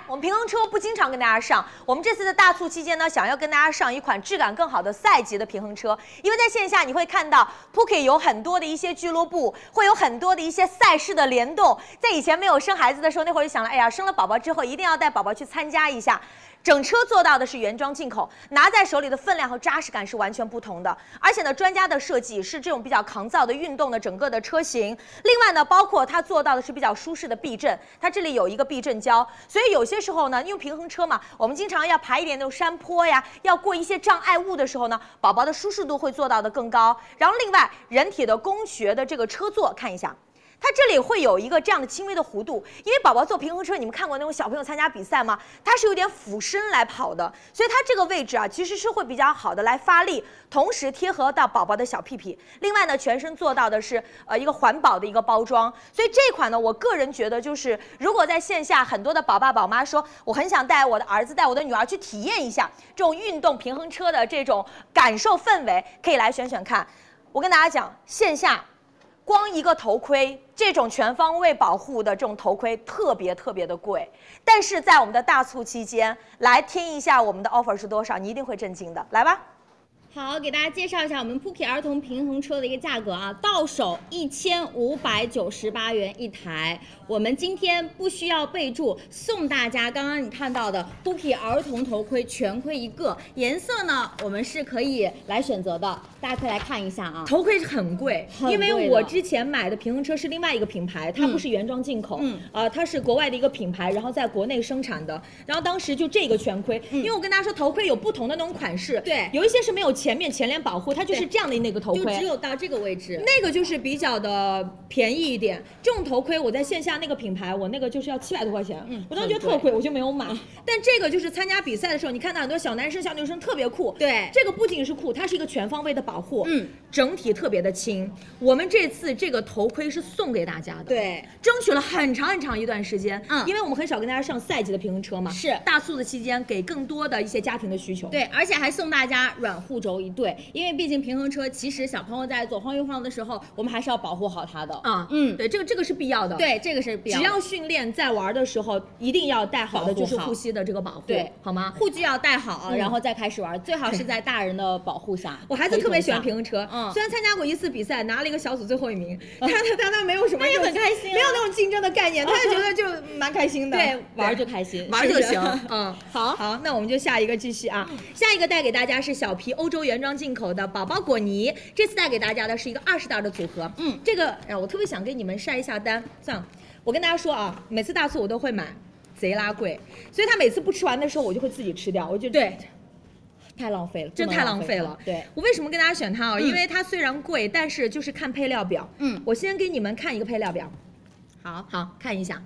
[SPEAKER 2] 我们平衡车不经常跟大家上，我们这次的大促期间呢，想要跟大家上一款质感更好的赛级的平衡车，因为在线下你会看到 Pookie 有很多的一些俱乐部，会有很多的一些赛事的联动。在以前没有生孩子的时候，那会儿就想了，哎呀，生了宝宝之后一定要带宝宝去参加一下。整车做到的是原装进口，拿在手里的分量和扎实感是完全不同的。而且呢，专家的设计是这种比较抗造的运动的整个的车型。另外呢，包括它做到的是比较舒适的避震，它这里有一个避震胶，所以有些时候呢，因为平衡车嘛，我们经常要爬一点那种山坡呀，要过一些障碍物的时候呢，宝宝的舒适度会做到的更高。然后另外，人体的工学的这个车座看一下。它这里会有一个这样的轻微的弧度，因为宝宝坐平衡车，你们看过那种小朋友参加比赛吗？它是有点俯身来跑的，所以它这个位置啊，其实是会比较好的来发力，同时贴合到宝宝的小屁屁。另外呢，全身做到的是呃一个环保的一个包装，所以这款呢，我个人觉得就是，如果在线下很多的宝爸宝妈说，我很想带我的儿子带我的女儿去体验一下这种运动平衡车的这种感受氛围，可以来选选看。我跟大家讲，线下光一个头盔，这种全方位保护的这种头盔特别特别的贵，但是在我们的大促期间，来听一下我们的 offer 是多少，你一定会震惊的。来吧，
[SPEAKER 3] 好，给大家介绍一下我们 Pookie 儿童平衡车的一个价格啊，到手一千五百九十八元一台。我们今天不需要备注，送大家刚刚你看到的 Pookie 儿童头盔全盔一个，颜色呢我们是可以来选择的，大家可以来看一下啊。
[SPEAKER 2] 头盔很贵，嗯
[SPEAKER 3] 很贵
[SPEAKER 2] 因
[SPEAKER 3] 的
[SPEAKER 2] 为我之前买的平衡车是另外一个品牌，它不是原装进口，
[SPEAKER 3] 嗯
[SPEAKER 2] 啊、它是国外的一个品牌，然后在国内生产的。然后当时就这个全盔，因为我跟大家说头盔有不同的那种款式，
[SPEAKER 3] 对
[SPEAKER 2] 有一些是没有前面前脸保护，它就是
[SPEAKER 3] 对
[SPEAKER 2] 这样的那个头
[SPEAKER 3] 就
[SPEAKER 2] 盔，
[SPEAKER 3] 只有到这个位置，
[SPEAKER 2] 那个就是比较的便宜一点，这种头盔我在线下那个品牌，我那个就是要七百多块钱，
[SPEAKER 3] 嗯
[SPEAKER 2] 我当时觉得特
[SPEAKER 3] 很嗯
[SPEAKER 2] 贵，我就没有买。但这个就是参加比赛的时候，你看到很多小男生、小女生特别酷，
[SPEAKER 3] 对
[SPEAKER 2] 这个不仅是酷，它是一个全方位的保护，
[SPEAKER 3] 嗯，
[SPEAKER 2] 整体特别的轻。我们这次这个头盔是送给大家的，，
[SPEAKER 3] 对，
[SPEAKER 2] 争取了很长很长一段时间，
[SPEAKER 3] 嗯
[SPEAKER 2] 因为我们很少跟大家上赛季的平衡车嘛，
[SPEAKER 3] 是
[SPEAKER 2] 大促的期间给更多的一些家庭的需求，，
[SPEAKER 3] 对，而且还送大家软护轴一对，因为毕竟平衡车其实小朋友在左晃右晃的时候，我们还是要保护好它的。
[SPEAKER 2] 啊，
[SPEAKER 3] 嗯
[SPEAKER 2] 对，这个这个是必要的，。
[SPEAKER 3] 对，这个是比较
[SPEAKER 2] 只要训练在玩的时候，一定要带好的就是护膝的这个保护，
[SPEAKER 3] 对
[SPEAKER 2] 好吗？
[SPEAKER 3] 护具要带好，然后再开始玩，最好是在大人的保护下。
[SPEAKER 2] 嗯我孩子特别喜欢平衡车，
[SPEAKER 3] 嗯
[SPEAKER 2] 虽然参加过一次比赛，拿了一个小组最后一名， 但他但他没有什么
[SPEAKER 3] 那也
[SPEAKER 2] 那种
[SPEAKER 3] 很开心啊
[SPEAKER 2] 没有那种竞争的概念，他就觉得就蛮开心 的，
[SPEAKER 3] 对玩儿就开心，
[SPEAKER 2] 玩儿
[SPEAKER 3] 是
[SPEAKER 2] 就
[SPEAKER 3] 不是
[SPEAKER 2] 行。 嗯，好，好，那我们就下一个继续啊。下一个带给大家是小皮欧洲原装进口的宝宝果泥，这次带给大家的是一个二十袋的组合。
[SPEAKER 3] 嗯，
[SPEAKER 2] 这个哎，我特别想给你们晒一下单。算了，我跟大家说啊，每次大促我都会买，贼拉贵，所以他每次不吃完的时候，我就会自己吃掉。我就对。
[SPEAKER 3] 太浪费了，
[SPEAKER 2] 真
[SPEAKER 3] 不能
[SPEAKER 2] 太
[SPEAKER 3] 浪
[SPEAKER 2] 浪费了。
[SPEAKER 3] 对，
[SPEAKER 2] 我为什么跟大家选它啊？因为它虽然贵，但是就是看配料表。
[SPEAKER 3] 嗯
[SPEAKER 2] 我先给你们看一个配料表，
[SPEAKER 3] 好，
[SPEAKER 2] 好看一下，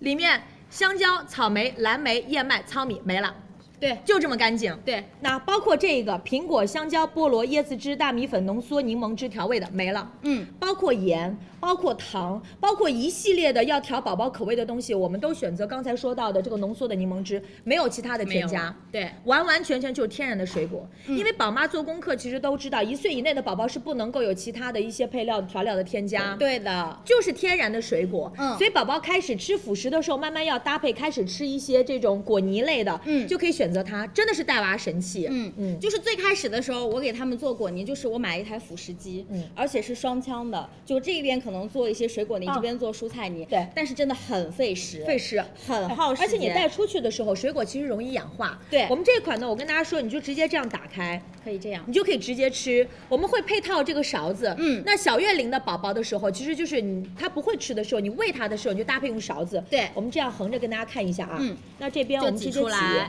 [SPEAKER 2] 里面香蕉、草莓、蓝莓、燕麦、糙米没了。
[SPEAKER 3] 对
[SPEAKER 2] 就这么干净。
[SPEAKER 3] 对，
[SPEAKER 2] 那包括这个苹果、香蕉、菠萝、椰子汁、大米粉、浓缩柠檬汁调味的没了。
[SPEAKER 3] 嗯，
[SPEAKER 2] 包括盐，包括糖，包括一系列的要调宝宝口味的东西，我们都选择刚才说到的这个浓缩的柠檬汁，没有其他的添加。
[SPEAKER 3] 对，
[SPEAKER 2] 完完全全就是天然的水果。
[SPEAKER 3] 嗯
[SPEAKER 2] 因为宝妈做功课其实都知道，一岁以内的宝宝是不能够有其他的一些配料调料的添加。。
[SPEAKER 3] 对的，
[SPEAKER 2] 就是天然的水果，
[SPEAKER 3] 嗯
[SPEAKER 2] 所以宝宝开始吃辅食的时候，慢慢要搭配，开始吃一些这种果泥类的，
[SPEAKER 3] 嗯
[SPEAKER 2] 就可以选选择它，真的是带娃神器。
[SPEAKER 3] 嗯
[SPEAKER 2] 嗯
[SPEAKER 3] 就是最开始的时候，我给他们做果泥，就是我买一台辅食机，
[SPEAKER 2] 嗯
[SPEAKER 3] 而且是双腔的，就这边可能做一些水果泥，
[SPEAKER 2] 啊
[SPEAKER 3] 这边做蔬菜泥，
[SPEAKER 2] 对
[SPEAKER 3] 但是真的很费时，
[SPEAKER 2] 费时，哎
[SPEAKER 3] 很耗时
[SPEAKER 2] 而且
[SPEAKER 3] 间
[SPEAKER 2] 你带出去的时候，水果其实容易氧化。
[SPEAKER 3] 对
[SPEAKER 2] 我们这款呢，我跟大家说，你就直接这样打开，
[SPEAKER 3] 可以这样，
[SPEAKER 2] 你就可以直接吃。我们会配套这个勺子，
[SPEAKER 3] 嗯
[SPEAKER 2] 那小月龄的宝宝的时候，其实就是你他不会吃的时候，你喂他的时候，你就搭配用勺子。
[SPEAKER 3] 对
[SPEAKER 2] 我们这样横着跟大家看一下啊，
[SPEAKER 3] 嗯，
[SPEAKER 2] 那这边
[SPEAKER 3] 就
[SPEAKER 2] 我们直接
[SPEAKER 3] 挤出来，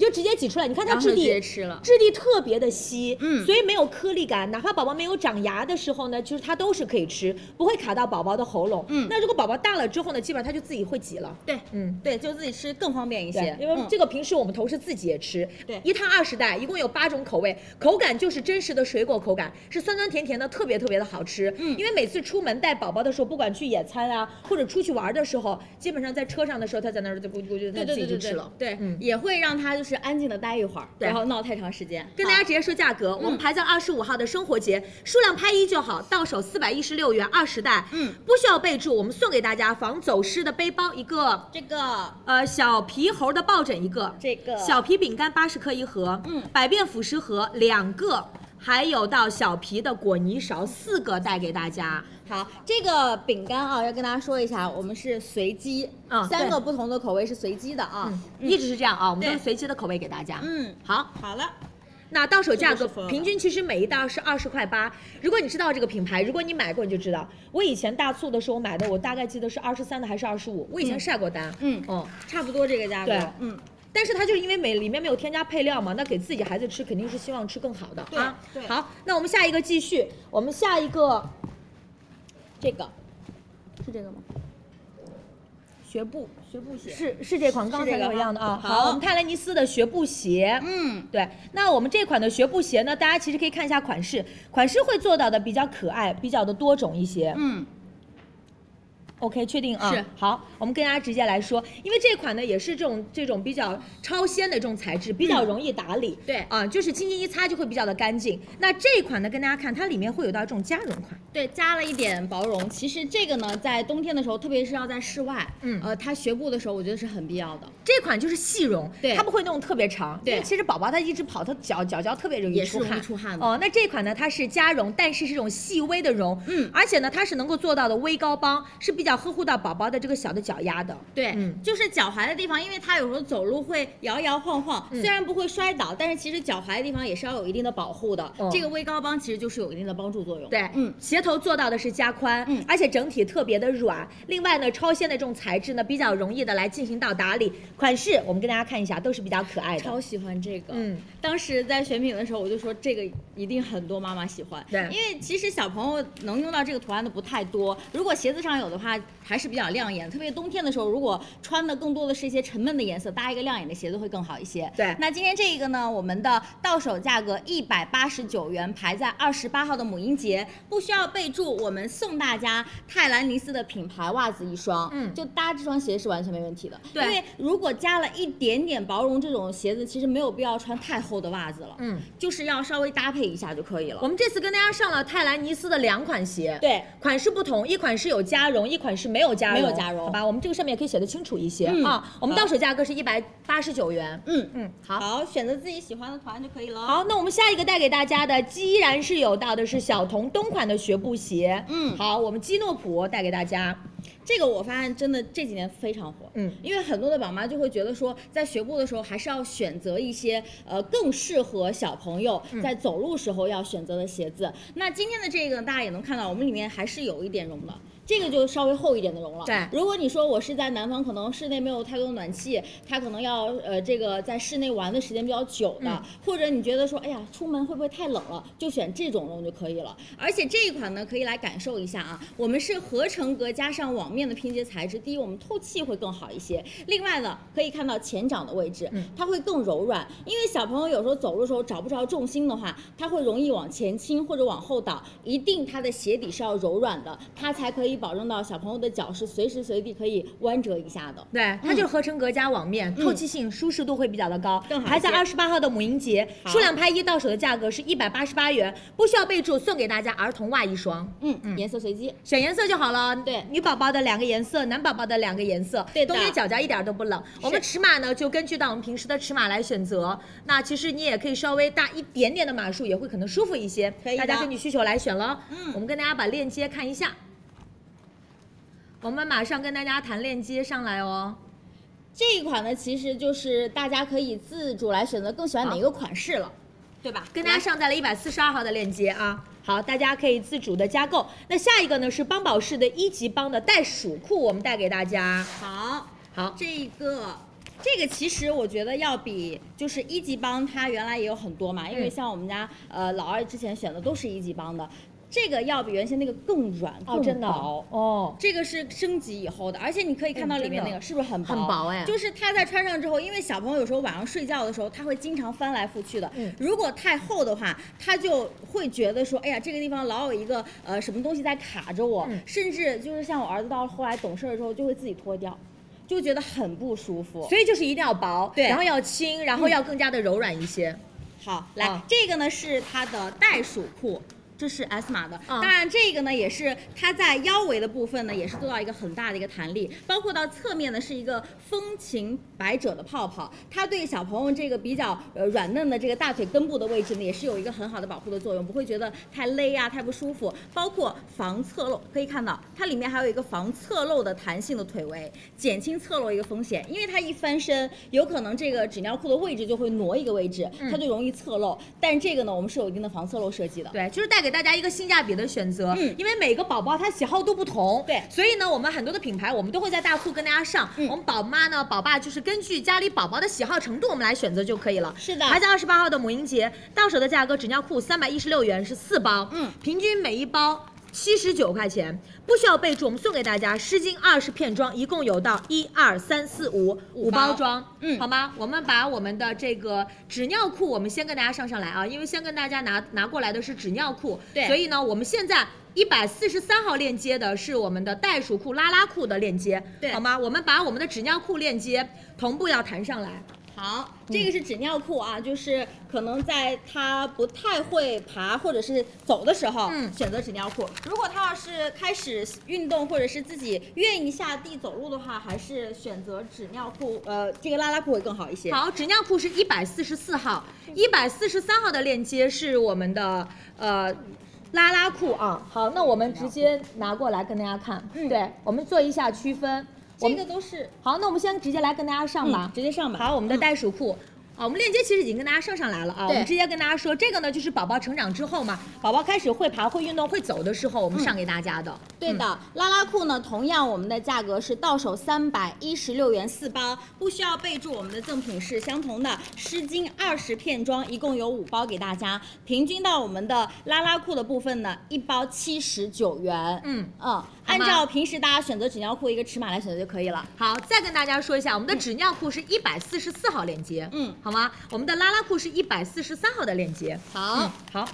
[SPEAKER 2] 你就直接挤出来，你看它
[SPEAKER 3] 然后就
[SPEAKER 2] 质
[SPEAKER 3] 直接
[SPEAKER 2] 地。
[SPEAKER 3] 吃了。
[SPEAKER 2] 质地特别的稀，
[SPEAKER 3] 嗯
[SPEAKER 2] 所以没有颗粒感，哪怕宝宝没有长牙的时候呢，就是它都是可以吃，不会卡到宝宝的喉咙，
[SPEAKER 3] 嗯
[SPEAKER 2] 那如果宝宝大了之后呢，基本上他就自己会挤了，
[SPEAKER 3] 对
[SPEAKER 2] 嗯，
[SPEAKER 3] 对，就自己吃更方便一
[SPEAKER 2] 对
[SPEAKER 3] 些，，
[SPEAKER 2] 因为
[SPEAKER 3] 嗯
[SPEAKER 2] 这个平时我们同事自己也吃，
[SPEAKER 3] 对
[SPEAKER 2] 一趟二十袋，一共有八种口味，口感就是真实的水果口感，是酸酸甜甜的，特别特别的好吃。
[SPEAKER 3] 嗯
[SPEAKER 2] 因为每次出门带宝宝的时候，不管去野餐啊，或者出去玩的时候，基本上在车上的时候，他在那儿就咕咕咕，他自
[SPEAKER 3] 对对
[SPEAKER 2] 己
[SPEAKER 3] 对
[SPEAKER 2] 就
[SPEAKER 3] 对
[SPEAKER 2] 吃了。
[SPEAKER 3] 对，
[SPEAKER 2] 嗯
[SPEAKER 3] 也会让他就是安静的待一会儿，
[SPEAKER 2] 对
[SPEAKER 3] 然后闹太长时间。
[SPEAKER 2] 跟大家直接说价格，我们排在二十五号的生活节，数量拍一就好，到手四百一十六元二十袋，
[SPEAKER 3] 嗯，
[SPEAKER 2] 不需要备注，我们送给大家防走失的背包一个，
[SPEAKER 3] 这个
[SPEAKER 2] 呃，小皮猴的抱枕一个，
[SPEAKER 3] 这个
[SPEAKER 2] 小皮饼干八十克一盒，
[SPEAKER 3] 嗯
[SPEAKER 2] 百变辅食盒两个，还有到小皮的果泥勺四个带给大家。
[SPEAKER 3] 好，这个饼干啊，要跟大家说一下，我们是随机，
[SPEAKER 2] 啊
[SPEAKER 3] 三
[SPEAKER 2] 对
[SPEAKER 3] 个不同的口味是随机的啊。
[SPEAKER 2] 一直是这样啊，我们
[SPEAKER 3] 对
[SPEAKER 2] 都是随机的口味给大家。
[SPEAKER 3] 嗯，
[SPEAKER 2] 好，
[SPEAKER 3] 好了，
[SPEAKER 2] 那到手价格
[SPEAKER 3] 这个是
[SPEAKER 2] 平均其实每一袋是二十块八。如果你知道这个品牌，如果你买过你就知道。我以前大促的时候买的，我大概记得是二十三的还是二十五，我以前晒过单。
[SPEAKER 3] 嗯
[SPEAKER 2] 嗯，
[SPEAKER 3] 差不多这个价格。
[SPEAKER 2] 对
[SPEAKER 3] 嗯，
[SPEAKER 2] 但是它就是因为没里面没有添加配料嘛，那给自己孩子吃肯定是希望吃更好的
[SPEAKER 3] 对
[SPEAKER 2] 啊。
[SPEAKER 3] 对
[SPEAKER 2] 好，那我们下一个继续，我们下一个
[SPEAKER 3] 这个是这个吗？
[SPEAKER 2] 学步学步
[SPEAKER 3] 鞋
[SPEAKER 2] 是是这款刚才
[SPEAKER 3] 是这
[SPEAKER 2] 那
[SPEAKER 3] 个
[SPEAKER 2] 一样的啊。
[SPEAKER 3] 哈
[SPEAKER 2] 好，
[SPEAKER 3] 好
[SPEAKER 2] 我们泰莱尼斯的学步鞋。
[SPEAKER 3] 嗯，
[SPEAKER 2] 对，那我们这款的学步鞋呢，大家其实可以看一下款式，款式会做到的比较可爱，比较的多种一些。
[SPEAKER 3] 嗯，
[SPEAKER 2] OK，确定啊。
[SPEAKER 3] 是。
[SPEAKER 2] 好，我们跟大家直接来说，因为这款呢也是这种这种比较超纤的这种材质，比较容易打理。
[SPEAKER 3] 嗯对
[SPEAKER 2] 啊，就是轻轻一擦就会比较的干净。那这款呢，跟大家看，它里面会有到这种加绒款。
[SPEAKER 3] 对，加了一点薄绒。其实这个呢，在冬天的时候，特别是要在室外，
[SPEAKER 2] 嗯
[SPEAKER 3] 呃，它学步的时候，我觉得是很必要的。
[SPEAKER 2] 这款就是细绒，
[SPEAKER 3] 对
[SPEAKER 2] 它不会弄特别长，
[SPEAKER 3] 对
[SPEAKER 2] 因为其实宝宝他一直跑，他脚脚脚特别容易
[SPEAKER 3] 也
[SPEAKER 2] 嗯
[SPEAKER 3] 是
[SPEAKER 2] 出
[SPEAKER 3] 容易
[SPEAKER 2] 汗，
[SPEAKER 3] 出汗的
[SPEAKER 2] 哦，那这款呢，它是加绒，但是是这种细微的绒，
[SPEAKER 3] 嗯
[SPEAKER 2] 而且呢，它是能够做到的微高帮，是比较呵护到宝宝的这个小的脚丫的。
[SPEAKER 3] 对，
[SPEAKER 2] 嗯
[SPEAKER 3] 就是脚踝的地方，因为它有时候走路会摇摇晃晃，
[SPEAKER 2] 嗯
[SPEAKER 3] 虽然不会摔倒，但是其实脚踝的地方也是要有一定的保护的。
[SPEAKER 2] 嗯
[SPEAKER 3] 这个微高帮其实就是有一定的帮助作用。，
[SPEAKER 2] 对，
[SPEAKER 3] 嗯
[SPEAKER 2] 鞋头做到的是加宽，
[SPEAKER 3] 嗯
[SPEAKER 2] 而且整体特别的软。另外呢，超纤的这种材质呢，比较容易的来进行到打理。款式我们跟大家看一下，都是比较可爱的
[SPEAKER 3] 超。喜欢这个。
[SPEAKER 2] 嗯，
[SPEAKER 3] 当时在选品的时候，我就说这个一定很多妈妈喜欢，
[SPEAKER 2] 对
[SPEAKER 3] 因为其实小朋友能用到这个图案的不太多。如果鞋子上有的话，还是比较亮眼，特别冬天的时候，如果穿的更多的是一些沉闷的颜色，搭一个亮眼的鞋子会更好一些。
[SPEAKER 2] 对
[SPEAKER 3] 那今天这一个呢，我们的到手价格一百八十九元，排在二十八号的母婴节，不需要备注，我们送大家泰兰尼斯的品牌袜子一双，
[SPEAKER 2] 嗯
[SPEAKER 3] 就搭这双鞋是完全没问题的，
[SPEAKER 2] 对
[SPEAKER 3] 因为如果加了一点点薄绒这种鞋子，其实没有必要穿太厚的袜子了，
[SPEAKER 2] 嗯，
[SPEAKER 3] 就是要稍微搭配一下就可以了。
[SPEAKER 2] 我们这次跟大家上了泰兰尼斯的两款鞋，
[SPEAKER 3] 对，
[SPEAKER 2] 款式不同，一款是有加绒，一款是没有加绒，
[SPEAKER 3] 没有加绒
[SPEAKER 2] 好吧？我们这个上面也可以写的清楚一些、
[SPEAKER 3] 嗯
[SPEAKER 2] 啊。我们到手价格是一百八十九元。
[SPEAKER 3] 嗯，
[SPEAKER 2] 嗯，好。
[SPEAKER 3] 好，选择自己喜欢的图案就可以了。，
[SPEAKER 2] 好，那我们下一个带给大家的，依然是有到的是小童冬款的学步鞋。
[SPEAKER 3] 嗯
[SPEAKER 2] 好，我们基诺普带给大家。
[SPEAKER 3] 这个我发现真的这几年非常火，
[SPEAKER 2] 嗯
[SPEAKER 3] 因为很多的宝妈就会觉得说，在学步的时候还是要选择一些呃更适合小朋友
[SPEAKER 2] 嗯
[SPEAKER 3] 在走路时候要选择的鞋子。那今天的这个大家也能看到，我们里面还是有一点绒的。这个就稍微厚一点的绒了。
[SPEAKER 2] 对
[SPEAKER 3] 如果你说我是在南方，可能室内没有太多暖气，它可能要呃这个在室内玩的时间比较久的，
[SPEAKER 2] 嗯
[SPEAKER 3] 或者你觉得说，哎呀，出门会不会太冷了，就选这种绒就可以了。而且这一款呢，可以来感受一下啊，我们是合成革加上网面的拼接材质，第一我们透气会更好一些，另外呢，可以看到前掌的位置，
[SPEAKER 2] 嗯
[SPEAKER 3] 它会更柔软，因为小朋友有时候走路的时候找不着重心的话，他会容易往前倾或者往后倒，一定它的鞋底是要柔软的，它才可以保证到小朋友的脚是随时随地可以弯折一下的。
[SPEAKER 2] 对，它就是合成隔加网面，透气性、舒适度会比较的高
[SPEAKER 3] 嗯更。好
[SPEAKER 2] 还在
[SPEAKER 3] 一些
[SPEAKER 2] 二十八号的母婴节，数量拍一到手的价格是一百八十八元，不需要备注，送给大家儿童袜一双。
[SPEAKER 3] 嗯，颜色随机。
[SPEAKER 2] 选颜色就好了，
[SPEAKER 3] 对
[SPEAKER 2] 女宝宝的两个颜色，男宝宝的两个颜色，
[SPEAKER 3] 对的
[SPEAKER 2] 冬天脚脚一点都不冷。我们尺码呢，就根据到我们平时的尺码来选择。那其实你也可以稍微大一点点的码数，也会可能舒服一些。
[SPEAKER 3] 可以的
[SPEAKER 2] 大家根据需求来选了。嗯，我们跟大家把链接看一下。我们马上跟大家谈链接上来哦。
[SPEAKER 3] 这一款呢，其实就是大家可以自主来选择更喜欢哪一个款式了。
[SPEAKER 2] 对吧？跟大家上在了一百四十二号的链接啊。好，大家可以自主的加购。那下一个呢是邦宝适的一级帮的袋鼠裤，我们带给大家。
[SPEAKER 3] 好，
[SPEAKER 2] 好，
[SPEAKER 3] 这个。这个其实我觉得要比就是一级帮，它原来也有很多嘛，因为像我们家呃老二之前选的都是一级帮的，这个要比原先那个更软更薄，
[SPEAKER 2] 哦，哎
[SPEAKER 3] 这个是升级以后的，而且你可以看到里面那个是不是很薄？
[SPEAKER 2] 很薄哎
[SPEAKER 3] 就是它在穿上之后，因为小朋友有时候晚上睡觉的时候，他会经常翻来覆去的。
[SPEAKER 2] 嗯
[SPEAKER 3] 如果太厚的话，他就会觉得说，哎呀，这个地方老有一个呃什么东西在卡着我，
[SPEAKER 2] 嗯
[SPEAKER 3] 甚至就是像我儿子到后来懂事儿之后，就会自己脱掉，就觉得很不舒服。
[SPEAKER 2] 所以就是一定要薄，
[SPEAKER 3] 对
[SPEAKER 2] 然后要轻，然后要更加的柔软一些。
[SPEAKER 3] 好，来、
[SPEAKER 2] 啊
[SPEAKER 3] 这个呢是它的袋鼠裤。这是 S 码的，
[SPEAKER 2] 啊
[SPEAKER 3] 当然这个呢也是它在腰围的部分呢，也是做到一个很大的一个弹力，包括到侧面呢是一个风情百褶的泡泡，它对小朋友这个比较呃软嫩的这个大腿根部的位置呢，也是有一个很好的保护的作用，不会觉得太勒啊太不舒服。包括防侧漏，可以看到它里面还有一个防侧漏的弹性的腿围，减轻侧漏一个风险，因为它一翻身，有可能这个纸尿裤的位置就会挪一个位置，它就容易侧漏。但这个呢，我们是有一定的防侧漏设计的。
[SPEAKER 2] 对，就是带给大家一个性价比的选择，
[SPEAKER 3] 嗯
[SPEAKER 2] 因为每个宝宝他喜好都不同，
[SPEAKER 3] 对
[SPEAKER 2] 所以呢，我们很多的品牌我们都会在大促跟大家上，
[SPEAKER 3] 嗯
[SPEAKER 2] 我们宝妈呢、宝爸就是根据家里宝宝的喜好程度，我们来选择就可以了。
[SPEAKER 3] 是的
[SPEAKER 2] 还在二十八号的母婴节，到手的价格纸尿裤三百一十六元是四包，
[SPEAKER 3] 嗯，
[SPEAKER 2] 平均每一包。七十九块钱，不需要备注，我们送给大家湿巾二十片装，一共有到一二三四五五包
[SPEAKER 3] 包
[SPEAKER 2] 装，
[SPEAKER 3] 嗯
[SPEAKER 2] 好吗？我们把我们的这个纸尿裤，我们先跟大家上上来啊，因为先跟大家拿拿过来的是纸尿裤，
[SPEAKER 3] 对
[SPEAKER 2] 所以呢，我们现在一百四十三号链接的是我们的袋鼠裤、拉拉裤的链接，
[SPEAKER 3] 对
[SPEAKER 2] 好吗？我们把我们的纸尿裤链接同步要弹上来，
[SPEAKER 3] 好，这个是纸尿裤啊，就是可能在他不太会爬或者是走的时候，
[SPEAKER 2] 嗯
[SPEAKER 3] 选择纸尿裤。如果他要是开始运动或者是自己愿意下地走路的话，还是选择纸尿裤，呃，这个拉拉裤会更好一些。
[SPEAKER 2] 好，纸尿裤是一百四十四号，一百四十三号的链接是我们的呃拉拉裤啊。好，那我们直接拿过来跟大家看，
[SPEAKER 3] 嗯
[SPEAKER 2] 对，我们做一下区分。我
[SPEAKER 3] 这
[SPEAKER 2] 们
[SPEAKER 3] 个都是
[SPEAKER 2] 好，那我们先直接来跟大家上吧
[SPEAKER 3] 嗯，直接上吧。
[SPEAKER 2] 好，我们的袋鼠裤。啊，我们链接其实已经跟大家上上来了啊，我们直接跟大家说，这个呢就是宝宝成长之后嘛，宝宝开始会爬、会运动、会走的时候，我们上给大家的。嗯
[SPEAKER 3] 对的，拉拉裤呢，同样我们的价格是到手三百一十六元四包，不需要备注，我们的赠品是相同的，湿巾二十片装，一共有五包给大家，平均到我们的拉拉裤的部分呢，一包七十九元。
[SPEAKER 2] 嗯
[SPEAKER 3] 嗯，按照平时大家选择纸尿裤一个尺码来选择就可以了。
[SPEAKER 2] 好，再跟大家说一下，我们的纸尿裤是一百四十四号链接，
[SPEAKER 3] 嗯，
[SPEAKER 2] 好吗？我们的拉拉裤是一百四十三号的链接。
[SPEAKER 3] 好，
[SPEAKER 2] 嗯好，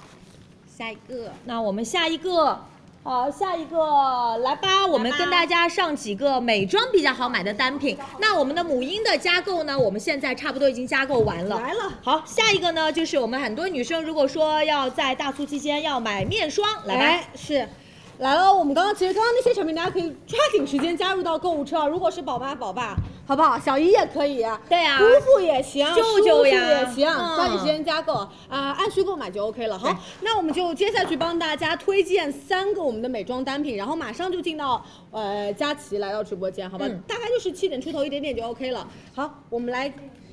[SPEAKER 3] 下一个
[SPEAKER 2] 那我们下一个，好，下一个来吧，我们跟大家上几个美妆比较好买的单品。那我们的母婴的加购呢，我们现在差不多已经加购完了。
[SPEAKER 3] 来了。
[SPEAKER 2] 好，下一个呢，就是我们很多女生如果说要在大促期间要买面霜，来吧。
[SPEAKER 1] 哎，是。来了，我们刚刚其实刚刚那些产品，大家可以抓紧时间加入到购物车啊。如果是宝妈宝爸，好不好？小姨也可以、
[SPEAKER 2] 对啊
[SPEAKER 1] 姑父也行，
[SPEAKER 2] 舅舅呀
[SPEAKER 1] 叔叔也行，
[SPEAKER 2] 嗯
[SPEAKER 1] 抓紧时间加购啊、按需购买就 OK 了。好，那我们就接下去帮大家推荐三个我们的美妆单品，然后马上就进到呃佳琪来到直播间，好吧？
[SPEAKER 2] 嗯
[SPEAKER 1] 大概就是七点出头一点点就 OK 了。好，我们来。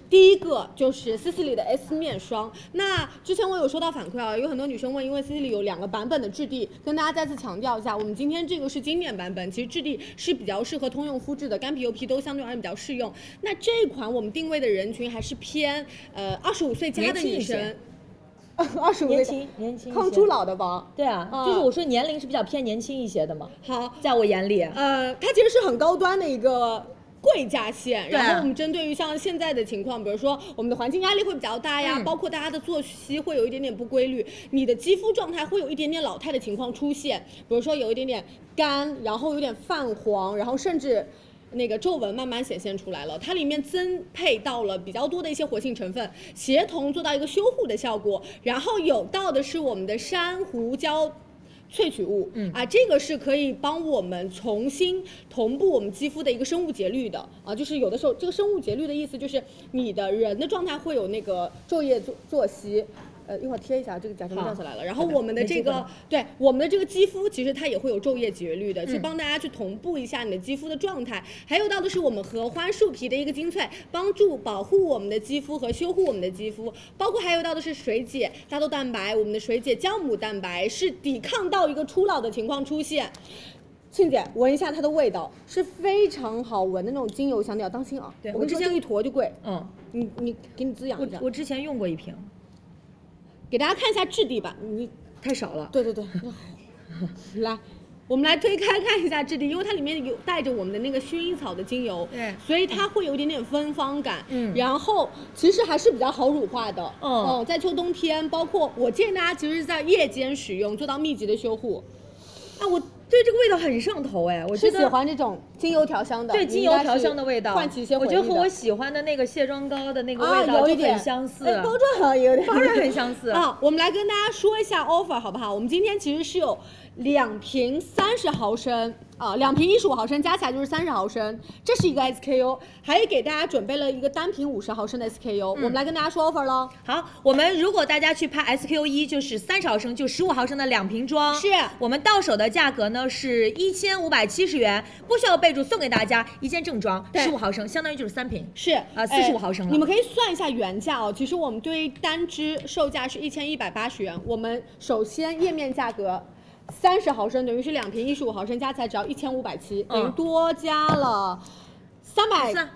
[SPEAKER 1] 第一个就是思思里的 S 面霜，那之前我有收到反馈啊，有很多女生问，因为思思里有两个版本的质地，跟大家再次强调一下，我们今天这个是经典版本，其实质地是比较适合通用肤质的，干皮油皮都相对而言比较适用。那这款我们定位的人群还是偏呃二十五岁加的
[SPEAKER 2] 年轻一
[SPEAKER 1] 女
[SPEAKER 2] 些
[SPEAKER 1] 生， 二十五
[SPEAKER 2] 年
[SPEAKER 1] 岁
[SPEAKER 2] 轻年轻一些
[SPEAKER 1] 抗初老的吧？
[SPEAKER 2] 对啊，
[SPEAKER 1] 嗯
[SPEAKER 2] 就是我说年龄是比较偏年轻一些的嘛，
[SPEAKER 1] 好，
[SPEAKER 2] 在我眼里，
[SPEAKER 1] 呃，它其实是很高端的一个贵价线，
[SPEAKER 2] 对
[SPEAKER 1] 然后我们针对于像现在的情况，比如说我们的环境压力会比较大呀，
[SPEAKER 2] 嗯
[SPEAKER 1] 包括大家的作息会有一点点不规律，你的肌肤状态会有一点点老态的情况出现，比如说有一点点干，然后有点泛黄，然后甚至。那个皱纹慢慢显现出来了，它里面增配到了比较多的一些活性成分，协同做到一个修护的效果。然后有到的是我们的珊瑚礁萃取物，嗯啊，这个是可以帮我们重新同步我们肌肤的一个生物节律的啊，就是有的时候这个生物节律的意思就是你的人的状态会有那个昼夜作作息。呃，一会儿贴一下这个假什么
[SPEAKER 2] 好
[SPEAKER 1] 掉下来了。然后我们的这
[SPEAKER 2] 没记
[SPEAKER 1] 个
[SPEAKER 2] 过，
[SPEAKER 1] 对我们的这个肌肤，其实它也会有昼夜节律的，去
[SPEAKER 2] 嗯
[SPEAKER 1] 帮大家去同步一下你的肌肤的状态。还有到的是我们合欢树皮的一个精粹，帮助保护我们的肌肤和修护我们的肌肤。包括还有到的是水解大豆蛋白，我们的水解酵母蛋白是抵抗到一个初老的情况出现。庆姐，闻一下它的味道，是非常好闻的那种精油香调，当心啊！
[SPEAKER 2] 对
[SPEAKER 1] 我跟
[SPEAKER 2] 我
[SPEAKER 1] 你说
[SPEAKER 2] 之前
[SPEAKER 1] 这一坨就贵，
[SPEAKER 2] 嗯，
[SPEAKER 1] 你你给你滋养
[SPEAKER 2] 我
[SPEAKER 1] 一下，
[SPEAKER 2] 我之前用过一瓶，
[SPEAKER 1] 给大家看一下质地吧。你
[SPEAKER 2] 太少了。
[SPEAKER 1] 对对 对，那好来，我们来推开看一下质地，因为它里面有带着我们的那个薰衣草的精油，
[SPEAKER 2] 对
[SPEAKER 1] 所以它会有一点点芬芳感，
[SPEAKER 2] 嗯
[SPEAKER 1] 然后其实还是比较好乳化的，
[SPEAKER 2] 哦
[SPEAKER 1] 在秋冬天，包括我建议大家其实是在夜间使用，做到密集的修护。
[SPEAKER 2] 啊，我对这个味道很上头哎，我
[SPEAKER 1] 我
[SPEAKER 2] 觉
[SPEAKER 1] 是
[SPEAKER 2] 得
[SPEAKER 1] 喜欢这种精油调香的，
[SPEAKER 2] 对
[SPEAKER 1] 你
[SPEAKER 2] 精
[SPEAKER 1] 应
[SPEAKER 2] 油
[SPEAKER 1] 该
[SPEAKER 2] 调
[SPEAKER 1] 是
[SPEAKER 2] 香的味道，
[SPEAKER 1] 唤起一些
[SPEAKER 2] 我
[SPEAKER 1] 回
[SPEAKER 2] 觉
[SPEAKER 1] 忆
[SPEAKER 2] 得和我
[SPEAKER 1] 的
[SPEAKER 2] 喜欢的那个卸妆膏的那个
[SPEAKER 1] 啊
[SPEAKER 2] 味道
[SPEAKER 1] 有一
[SPEAKER 2] 就
[SPEAKER 1] 点
[SPEAKER 2] 很相似，
[SPEAKER 1] 哎包装好像 有点
[SPEAKER 2] 当然很相似。
[SPEAKER 1] 啊，我们来跟大家说一下 offer 好不好？我们今天其实是有两瓶三十毫升啊，两瓶一十五毫升，加起来就是三十毫升，这是一个 SKU，还给大家准备了一个单瓶五十毫升的 SKU，、我们
[SPEAKER 2] 嗯
[SPEAKER 1] 来跟大家说 offer 喽。
[SPEAKER 2] 好，我们如果大家去拍 SKU 一，就是三十毫升，就十五毫升的两瓶装，
[SPEAKER 1] 是
[SPEAKER 2] 我们到手的价格呢是一千五百七十元，不需要备注，送给大家一件正装，
[SPEAKER 1] 对
[SPEAKER 2] 十五毫升，相当于就是三瓶。
[SPEAKER 1] 是
[SPEAKER 2] 啊
[SPEAKER 1] 呃
[SPEAKER 2] 45毫升了
[SPEAKER 1] 你们可以算一下原价哦。其实我们对于单支售价是一千一百八十元，我们首先页面价格。三十毫升等于是两瓶一十五毫升，加起来只要一千五百七，等于
[SPEAKER 2] 嗯
[SPEAKER 1] 多加了三百
[SPEAKER 2] 三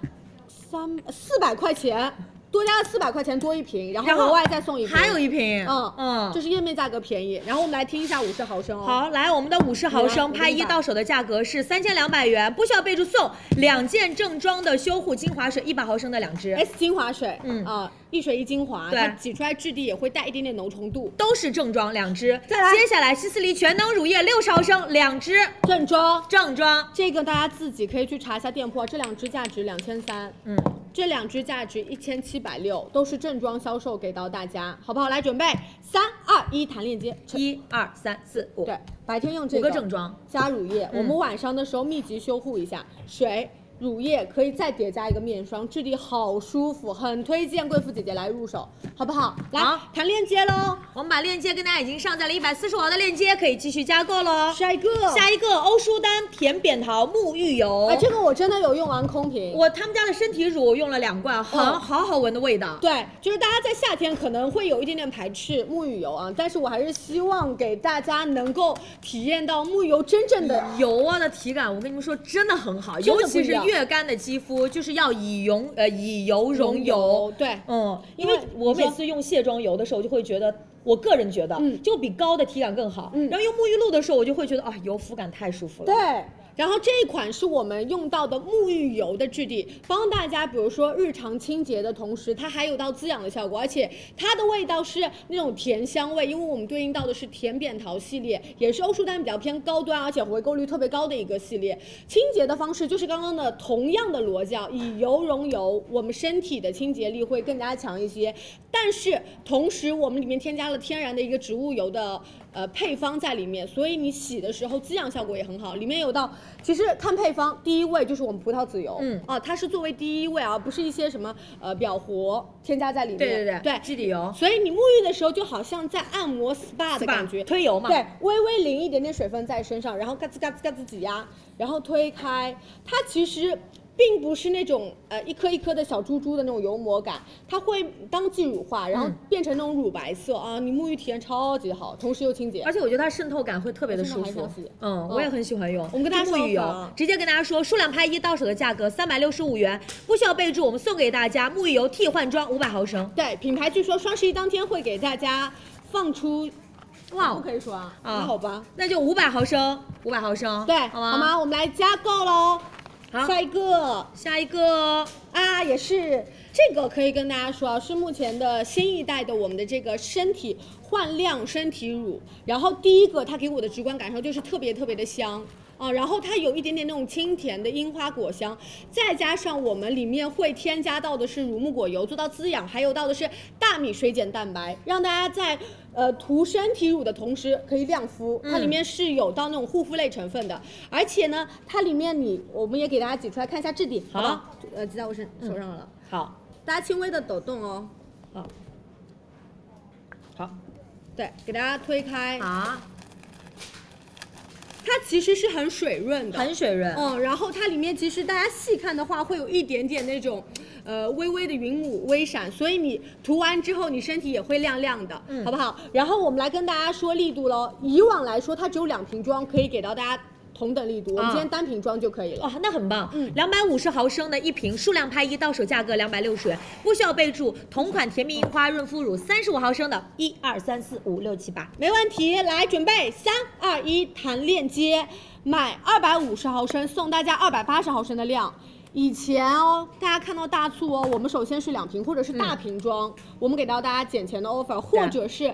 [SPEAKER 1] 三四百块钱，多加了四百块钱多一瓶，然后
[SPEAKER 2] 然后
[SPEAKER 1] 额外再送一瓶，
[SPEAKER 2] 还有一瓶，
[SPEAKER 1] 嗯
[SPEAKER 2] 嗯，
[SPEAKER 1] 就是页面价格便宜。然后我们来听一下五十毫升哦，，
[SPEAKER 2] 好，来我们的五十毫升
[SPEAKER 1] 我给你
[SPEAKER 2] 拍一
[SPEAKER 1] 打
[SPEAKER 2] 到手的价格是三千两百元，不需要备注送两件正装的修护精华水，一百毫升的两支，
[SPEAKER 1] S 精华水，
[SPEAKER 2] 嗯
[SPEAKER 1] 啊、一水一精华，
[SPEAKER 2] 对
[SPEAKER 1] 它挤出来质地也会带一点点浓稠度，
[SPEAKER 2] 都是正装两支。
[SPEAKER 1] 再来
[SPEAKER 2] 接下来西斯黎全能乳液六十毫升两支
[SPEAKER 1] 正装。
[SPEAKER 2] 正装，
[SPEAKER 1] 这个大家自己可以去查一下店铺，啊这两支价值两千三，
[SPEAKER 2] 嗯，
[SPEAKER 1] 这两支价值一千七百六，都是正装销售给到大家，好不好？来准备，三二一，弹链接。
[SPEAKER 2] 一二三四五，
[SPEAKER 1] 对，白天用这
[SPEAKER 2] 五个正装。
[SPEAKER 1] 加乳液，
[SPEAKER 2] 嗯
[SPEAKER 1] 我们晚上的时候密集修护一下，水、乳液可以再叠加一个面霜，质地好舒服，很推荐贵妇姐姐来入手，好不好？来
[SPEAKER 2] 好
[SPEAKER 1] 弹链接喽，
[SPEAKER 2] 我们把链接跟大家已经上在了一百四十五毫的链接，可以继续加购喽。
[SPEAKER 1] 下一个，
[SPEAKER 2] 下一个欧舒丹甜扁桃沐浴油，
[SPEAKER 1] 哎，这个我真的有用完空瓶，
[SPEAKER 2] 我他们家的身体乳用了两罐，很、
[SPEAKER 1] 哦
[SPEAKER 2] 好好闻的味道。
[SPEAKER 1] 对，就是大家在夏天可能会有一点点排斥沐浴油啊，但是我还是希望给大家能够体验到沐浴油真正的
[SPEAKER 2] 油啊的体感，我跟你们说，真的很好，
[SPEAKER 1] 真的
[SPEAKER 2] 尤
[SPEAKER 1] 不
[SPEAKER 2] 其
[SPEAKER 1] 一
[SPEAKER 2] 是
[SPEAKER 1] 样
[SPEAKER 2] 越干的肌肤，就是要以油呃以油溶油。
[SPEAKER 1] 对，
[SPEAKER 2] 嗯，因
[SPEAKER 1] 因
[SPEAKER 2] 为
[SPEAKER 1] 为
[SPEAKER 2] 我
[SPEAKER 1] 你说
[SPEAKER 2] 每次用卸妆油的时候，就会觉得，我个人觉得，
[SPEAKER 1] 嗯
[SPEAKER 2] 就比膏的体感更好。
[SPEAKER 1] 嗯
[SPEAKER 2] 然后用沐浴露的时候，我就会觉得啊，油肤感太舒服了。
[SPEAKER 1] 对，然后这一款是我们用到的沐浴油的质地，帮大家比如说日常清洁的同时，它还有到滋养的效果，而且它的味道是那种甜香味，因为我们对应到的是甜扁桃系列，也是欧舒丹比较偏高端，而且回购率特别高的一个系列。清洁的方式就是刚刚的同样的逻辑啊，以油溶油，我们身体的清洁力会更加强一些，但是同时我们里面添加了天然的一个植物油的呃配方在里面，所以你洗的时候滋养效果也很好。里面有到，其实看配方，第一位就是我们葡萄籽油，
[SPEAKER 2] 嗯
[SPEAKER 1] 啊，它是作为第一位啊，不是一些什么呃表活添加在里面。
[SPEAKER 2] 对对对
[SPEAKER 1] 对，
[SPEAKER 2] 基底油
[SPEAKER 1] 所以你沐浴的时候就好像在按摩 SPA 的感觉，
[SPEAKER 2] 推油嘛。
[SPEAKER 1] 对，微微淋一点点水分在身上，然后嘎吱嘎吱嘎吱挤压，然后推开。它其实并不是那种呃一颗一颗的小珠珠的那种油膜感，它会当即乳化，然后
[SPEAKER 2] 嗯
[SPEAKER 1] 变成那种乳白色、啊，你沐浴体验超级好，同时又清洁。
[SPEAKER 2] 而且我觉得它渗透感会特别的舒
[SPEAKER 1] 我真
[SPEAKER 2] 服
[SPEAKER 1] 的好想洗，
[SPEAKER 2] 嗯，
[SPEAKER 1] 嗯
[SPEAKER 2] 我也很喜欢用。
[SPEAKER 1] 我们跟大家
[SPEAKER 2] 沐浴
[SPEAKER 1] 说好
[SPEAKER 2] 油
[SPEAKER 1] 啊，
[SPEAKER 2] 直接跟大家说，数量拍一，到手的价格三百六十五元，不需要备注，我们送给大家沐浴油替换装五百毫升。
[SPEAKER 1] 对，品牌据说双十一当天会给大家放出，
[SPEAKER 2] 哇
[SPEAKER 1] 不
[SPEAKER 2] 哦，
[SPEAKER 1] 可以说啊，
[SPEAKER 2] 啊
[SPEAKER 1] 那好吧。
[SPEAKER 2] 那就五百毫升，五百毫升，
[SPEAKER 1] 对，
[SPEAKER 2] 好吗？
[SPEAKER 1] 好吗？我们来加购喽。
[SPEAKER 2] 好
[SPEAKER 1] 下一个
[SPEAKER 2] 下一个
[SPEAKER 1] 啊，也是这个可以跟大家说啊，是目前的新一代的我们的这个身体焕亮身体乳。然后第一个，它给我的直观感受就是特别特别的香。啊，然后它有一点点那种清甜的樱花果香，啊再加上我们里面会添加到的是乳木果油做到滋养，还有到的是大米水碱蛋白，让大家在呃涂身体乳的同时可以亮肤。它里面是有到那种护肤类成分的，而且呢，它里面你我们也给大家挤出来看一下质地，好不好？呃，挤在我身手上了，
[SPEAKER 2] 嗯好，
[SPEAKER 1] 大家轻微的抖动哦。
[SPEAKER 2] 好，好，
[SPEAKER 1] 对，给大家推开，
[SPEAKER 2] 啊，
[SPEAKER 1] 它其实是很水润的，
[SPEAKER 2] 很水润，
[SPEAKER 1] 嗯，然后它里面其实大家细看的话，会有一点点那种，呃，微微的云母微闪，所以你涂完之后，你身体也会亮亮的，
[SPEAKER 2] 嗯
[SPEAKER 1] 好不好？然后我们来跟大家说力度喽。以往来说，它只有两瓶装可以给到大家同等力度，我们
[SPEAKER 2] 啊
[SPEAKER 1] 今天单瓶装就可以了。
[SPEAKER 2] 哇，哦那很棒
[SPEAKER 1] 嗯！
[SPEAKER 2] 两百五十毫升的一瓶，数量拍一，到手价格两百六十元，不需要备注。同款甜蜜樱花润肤乳三十五毫升的，一二三四五六七八。
[SPEAKER 1] 没问题，来准备三二一，弹链接，买二百五十毫升送大家二百八十毫升的量。以前哦，大家看到大促哦，我们首先是两瓶或者是大瓶装，
[SPEAKER 2] 嗯
[SPEAKER 1] 我们给到大家减钱的 offer，或者是。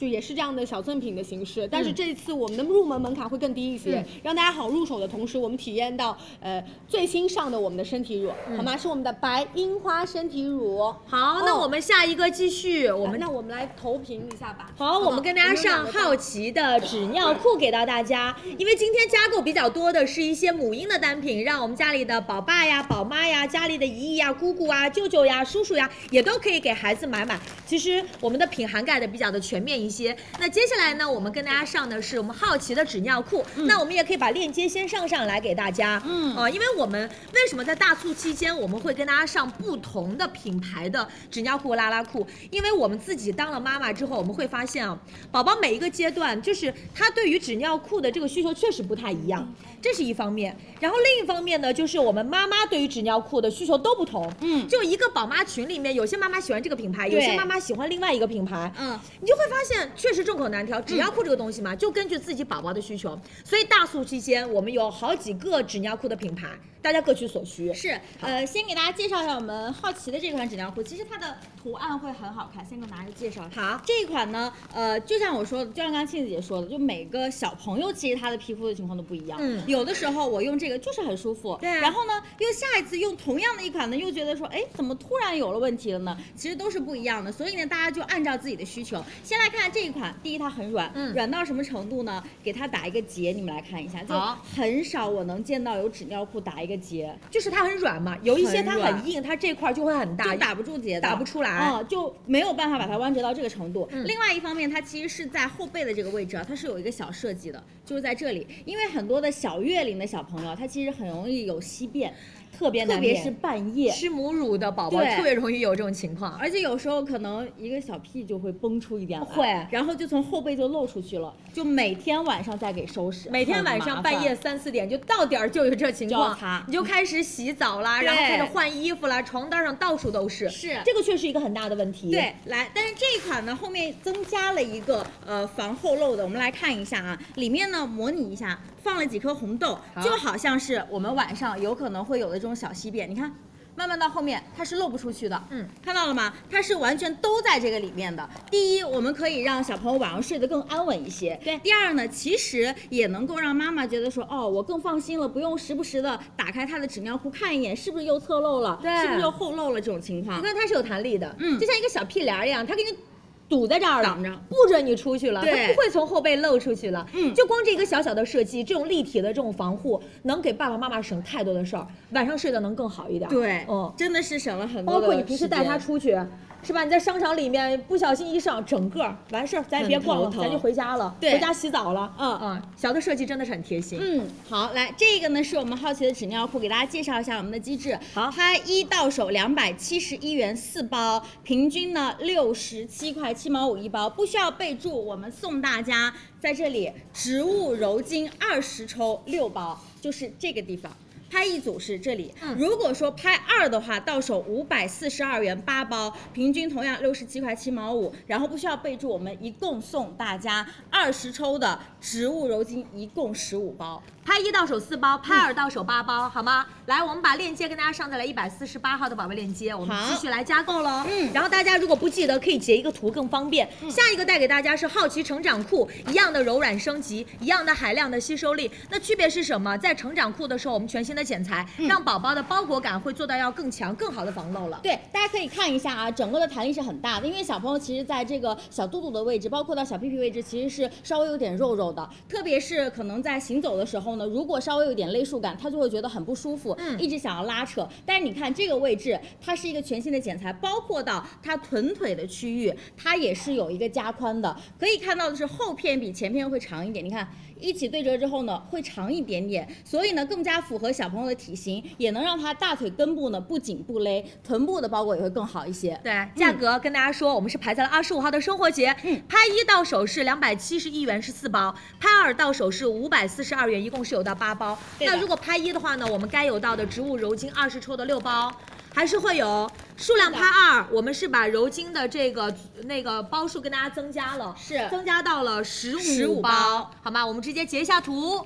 [SPEAKER 1] 就也是这样的小赠品的形式，
[SPEAKER 2] 嗯
[SPEAKER 1] 但是这次我们的入门门槛会更低一些，让大家好入手的同时，我们体验到呃最新上的我们的身体乳，
[SPEAKER 2] 嗯
[SPEAKER 1] 好吗？是我们的白樱花身体乳。
[SPEAKER 2] 好，那
[SPEAKER 1] 哦
[SPEAKER 2] 我们下一个继续，我
[SPEAKER 1] 我
[SPEAKER 2] 们
[SPEAKER 1] 们那我们来投屏一下吧。
[SPEAKER 2] 好，
[SPEAKER 1] 吗
[SPEAKER 2] 我们跟大家上
[SPEAKER 1] 两个
[SPEAKER 2] 好奇的纸尿裤给到大家，因为今天加购比较多的是一些母婴的单品，让我们家里的宝爸呀、宝妈呀、家里的姨姨呀、姑姑啊、舅舅呀、叔叔呀，也都可以给孩子买买。其实我们的品涵盖的比较的全面一些。那接下来呢，我们跟大家上的是我们好奇的纸尿裤，那我们也可以把链接先上上来给大家。嗯，啊，因为我们为什么在大促期间我们会跟大家上不同的品牌的纸尿裤、拉拉裤？因为我们自己当了妈妈之后，我们会发现啊，宝宝每一个阶段，就是他对于纸尿裤的这个需求确实不太一样，这是一方面。然后另一方面呢，就是我们妈妈对于纸尿裤的需求都不同。嗯，就一个宝妈群里面，有些妈妈喜欢这个品牌，有些妈妈喜欢另外一个品牌。嗯，你就会发现确实众口难调。纸尿裤这个东西嘛，就根据自己宝宝的需求。所以大促期间，我们有好几个纸尿裤的品牌，大家各取所需。
[SPEAKER 3] 是，呃，先给大家介绍一下我们好奇的这款纸尿裤，其实它的图案会很好看，先给大家介绍一下。
[SPEAKER 2] 好，
[SPEAKER 3] 这一款呢，呃，就像我说的，就像刚刚庆子姐说的，就每个小朋友其实他的皮肤的情况都不一样。
[SPEAKER 2] 嗯
[SPEAKER 3] 有的时候我用这个就是很舒服，
[SPEAKER 2] 对啊
[SPEAKER 3] 然后呢，又下一次用同样的一款呢，又觉得说，哎，怎么突然有了问题了呢？其实都是不一样的，所以呢，大家就按照自己的需求，先来看这一款。第一，它很软，
[SPEAKER 2] 嗯
[SPEAKER 3] 软到什么程度呢？给它打一个结，你们来看一下，就
[SPEAKER 2] 好
[SPEAKER 3] 很少我能见到有纸尿裤打一个结。
[SPEAKER 2] 就是它很软嘛，有一些它
[SPEAKER 3] 很软
[SPEAKER 2] 很硬，它这块就会很大，
[SPEAKER 3] 就打不住结的，
[SPEAKER 2] 打不出来嗯
[SPEAKER 3] 啊、就没有办法把它弯折到这个程度。另外一方面，它其实是在后背的这个位置啊，它是有一个小设计的，就是在这里，因为很多的小月龄的小朋友，他其实很容易有稀便，特别
[SPEAKER 2] 特
[SPEAKER 3] 难
[SPEAKER 2] 别
[SPEAKER 3] 免，
[SPEAKER 2] 是
[SPEAKER 3] 半夜。
[SPEAKER 2] 吃母乳的宝宝
[SPEAKER 3] 对
[SPEAKER 2] 特别容易有这种情况。
[SPEAKER 3] 而且有时候可能一个小屁就会崩出一点来，
[SPEAKER 2] 会
[SPEAKER 3] 然后就从后背就露出去了，就每天晚上再给收拾，
[SPEAKER 2] 每天
[SPEAKER 3] 很
[SPEAKER 2] 晚
[SPEAKER 3] 麻
[SPEAKER 2] 上
[SPEAKER 3] 烦
[SPEAKER 2] 半夜三四点就到点儿就有这情
[SPEAKER 3] 就要
[SPEAKER 2] 况
[SPEAKER 3] 擦，
[SPEAKER 2] 你就开始洗澡啦，
[SPEAKER 3] 对
[SPEAKER 2] 然后开始换衣服啦，床单上到处都是，
[SPEAKER 3] 是
[SPEAKER 2] 这个确实一个很大的问题。
[SPEAKER 3] 对，，来，但是这一款呢，后面增加了一个呃防后漏的，我们来看一下啊，里面呢模拟一下，放了几颗红豆，就好像是我们晚上有可能会有的这种小稀便，你看。慢慢到后面，它是漏不出去的。
[SPEAKER 2] 嗯，
[SPEAKER 3] 看到了吗？它是完全都在这个里面的。第一，我们可以让小朋友晚上睡得更安稳一些。
[SPEAKER 2] 对
[SPEAKER 3] 第二呢，其实也能够让妈妈觉得说，哦，我更放心了，不用时不时的打开她的纸尿裤看一眼，是不是又侧漏了，
[SPEAKER 2] 对
[SPEAKER 3] 是不是又后漏了这种情况
[SPEAKER 2] 你。看它是有弹力的，
[SPEAKER 3] 嗯
[SPEAKER 2] 就像一个小屁帘儿一样，它给你。堵在这儿了
[SPEAKER 3] 挡着，
[SPEAKER 2] 不准你出去了，它
[SPEAKER 3] 对
[SPEAKER 2] 不会从后背露出去了。
[SPEAKER 3] 嗯
[SPEAKER 2] 就光这一个小小的设计，这种立体的这种防护，能给爸爸妈妈省太多的事儿，晚上睡得能更好一点。
[SPEAKER 3] 对，
[SPEAKER 2] 嗯，
[SPEAKER 3] 真的是省了很多
[SPEAKER 2] 包
[SPEAKER 3] 的
[SPEAKER 2] 括你平时带他
[SPEAKER 3] 时间。
[SPEAKER 2] 出去，是吧？你在商场里面不小心一上，整个儿完事儿，咱也别逛了
[SPEAKER 3] 很，头疼
[SPEAKER 2] 咱就回家了，
[SPEAKER 3] 对
[SPEAKER 2] 回家洗澡了。
[SPEAKER 3] 嗯
[SPEAKER 2] 嗯，小的设计真的是很贴心。
[SPEAKER 3] 嗯，好，来这个呢是我们好奇的纸尿裤，给大家介绍一下我们的机制。
[SPEAKER 2] 好
[SPEAKER 3] 它一到手两百七十一元四包，平均呢六十七块七毛五一包，不需要备注，我们送大家在这里植物柔巾二十抽六包，就是这个地方。拍一组是这里，如果说拍二的话，到手五百四十二元八包，平均同样六十七块七毛五，然后不需要备注，我们一共送大家二。二十抽的植物柔巾，一共十五包。
[SPEAKER 10] 拍一到手四
[SPEAKER 11] 嗯
[SPEAKER 10] 包，拍二到手八包，好吗？来，我们把链接跟大家上在来一百四十八号的宝贝链接，我们
[SPEAKER 11] 好
[SPEAKER 10] 继续来加购喽。
[SPEAKER 11] 嗯，然后大家如果不记得，可以截一个图更方便。下一个带给大家是好奇成长裤，一样的柔软升级，一样的海量的吸收力。那区别是什么？在成长裤的时候，我们全新的剪裁，让宝宝的包裹感会做到要更强、更好的防漏了。
[SPEAKER 3] 对，大家可以看一下啊，整个的弹力是很大的，因为小朋友其实在这个小肚肚的位置，包括到小屁屁位置，其实是稍微有点肉肉的，特别是可能在行走的时候呢，如果稍微有点勒束感，他就会觉得很不舒服，
[SPEAKER 10] 嗯
[SPEAKER 3] 一直想要拉扯。但是你看这个位置，它是一个全新的剪裁，包括到它臀腿的区域，它也是有一个加宽的，可以看到的是后片比前片会长一点，你看。一起对折之后呢，会长一点点，所以呢更加符合小朋友的体型，也能让他大腿根部呢不紧不勒，臀部的包裹也会更好一些。
[SPEAKER 10] 对，价
[SPEAKER 3] 嗯
[SPEAKER 10] 格跟大家说，我们是排在了二十五号的生活节，拍一到手是两百七十一元是四包，拍二到手是五百四十二元，一共是有到八包。
[SPEAKER 3] 对的
[SPEAKER 10] 那如果拍一的话呢，我们该有到的植物柔巾二十抽的六包。还是会有数量拍二，我们是把柔巾的这个那个包数跟大家增加了，
[SPEAKER 3] 是
[SPEAKER 10] 增加到了十
[SPEAKER 3] 15包，
[SPEAKER 10] 好吗？我们直接截一下图。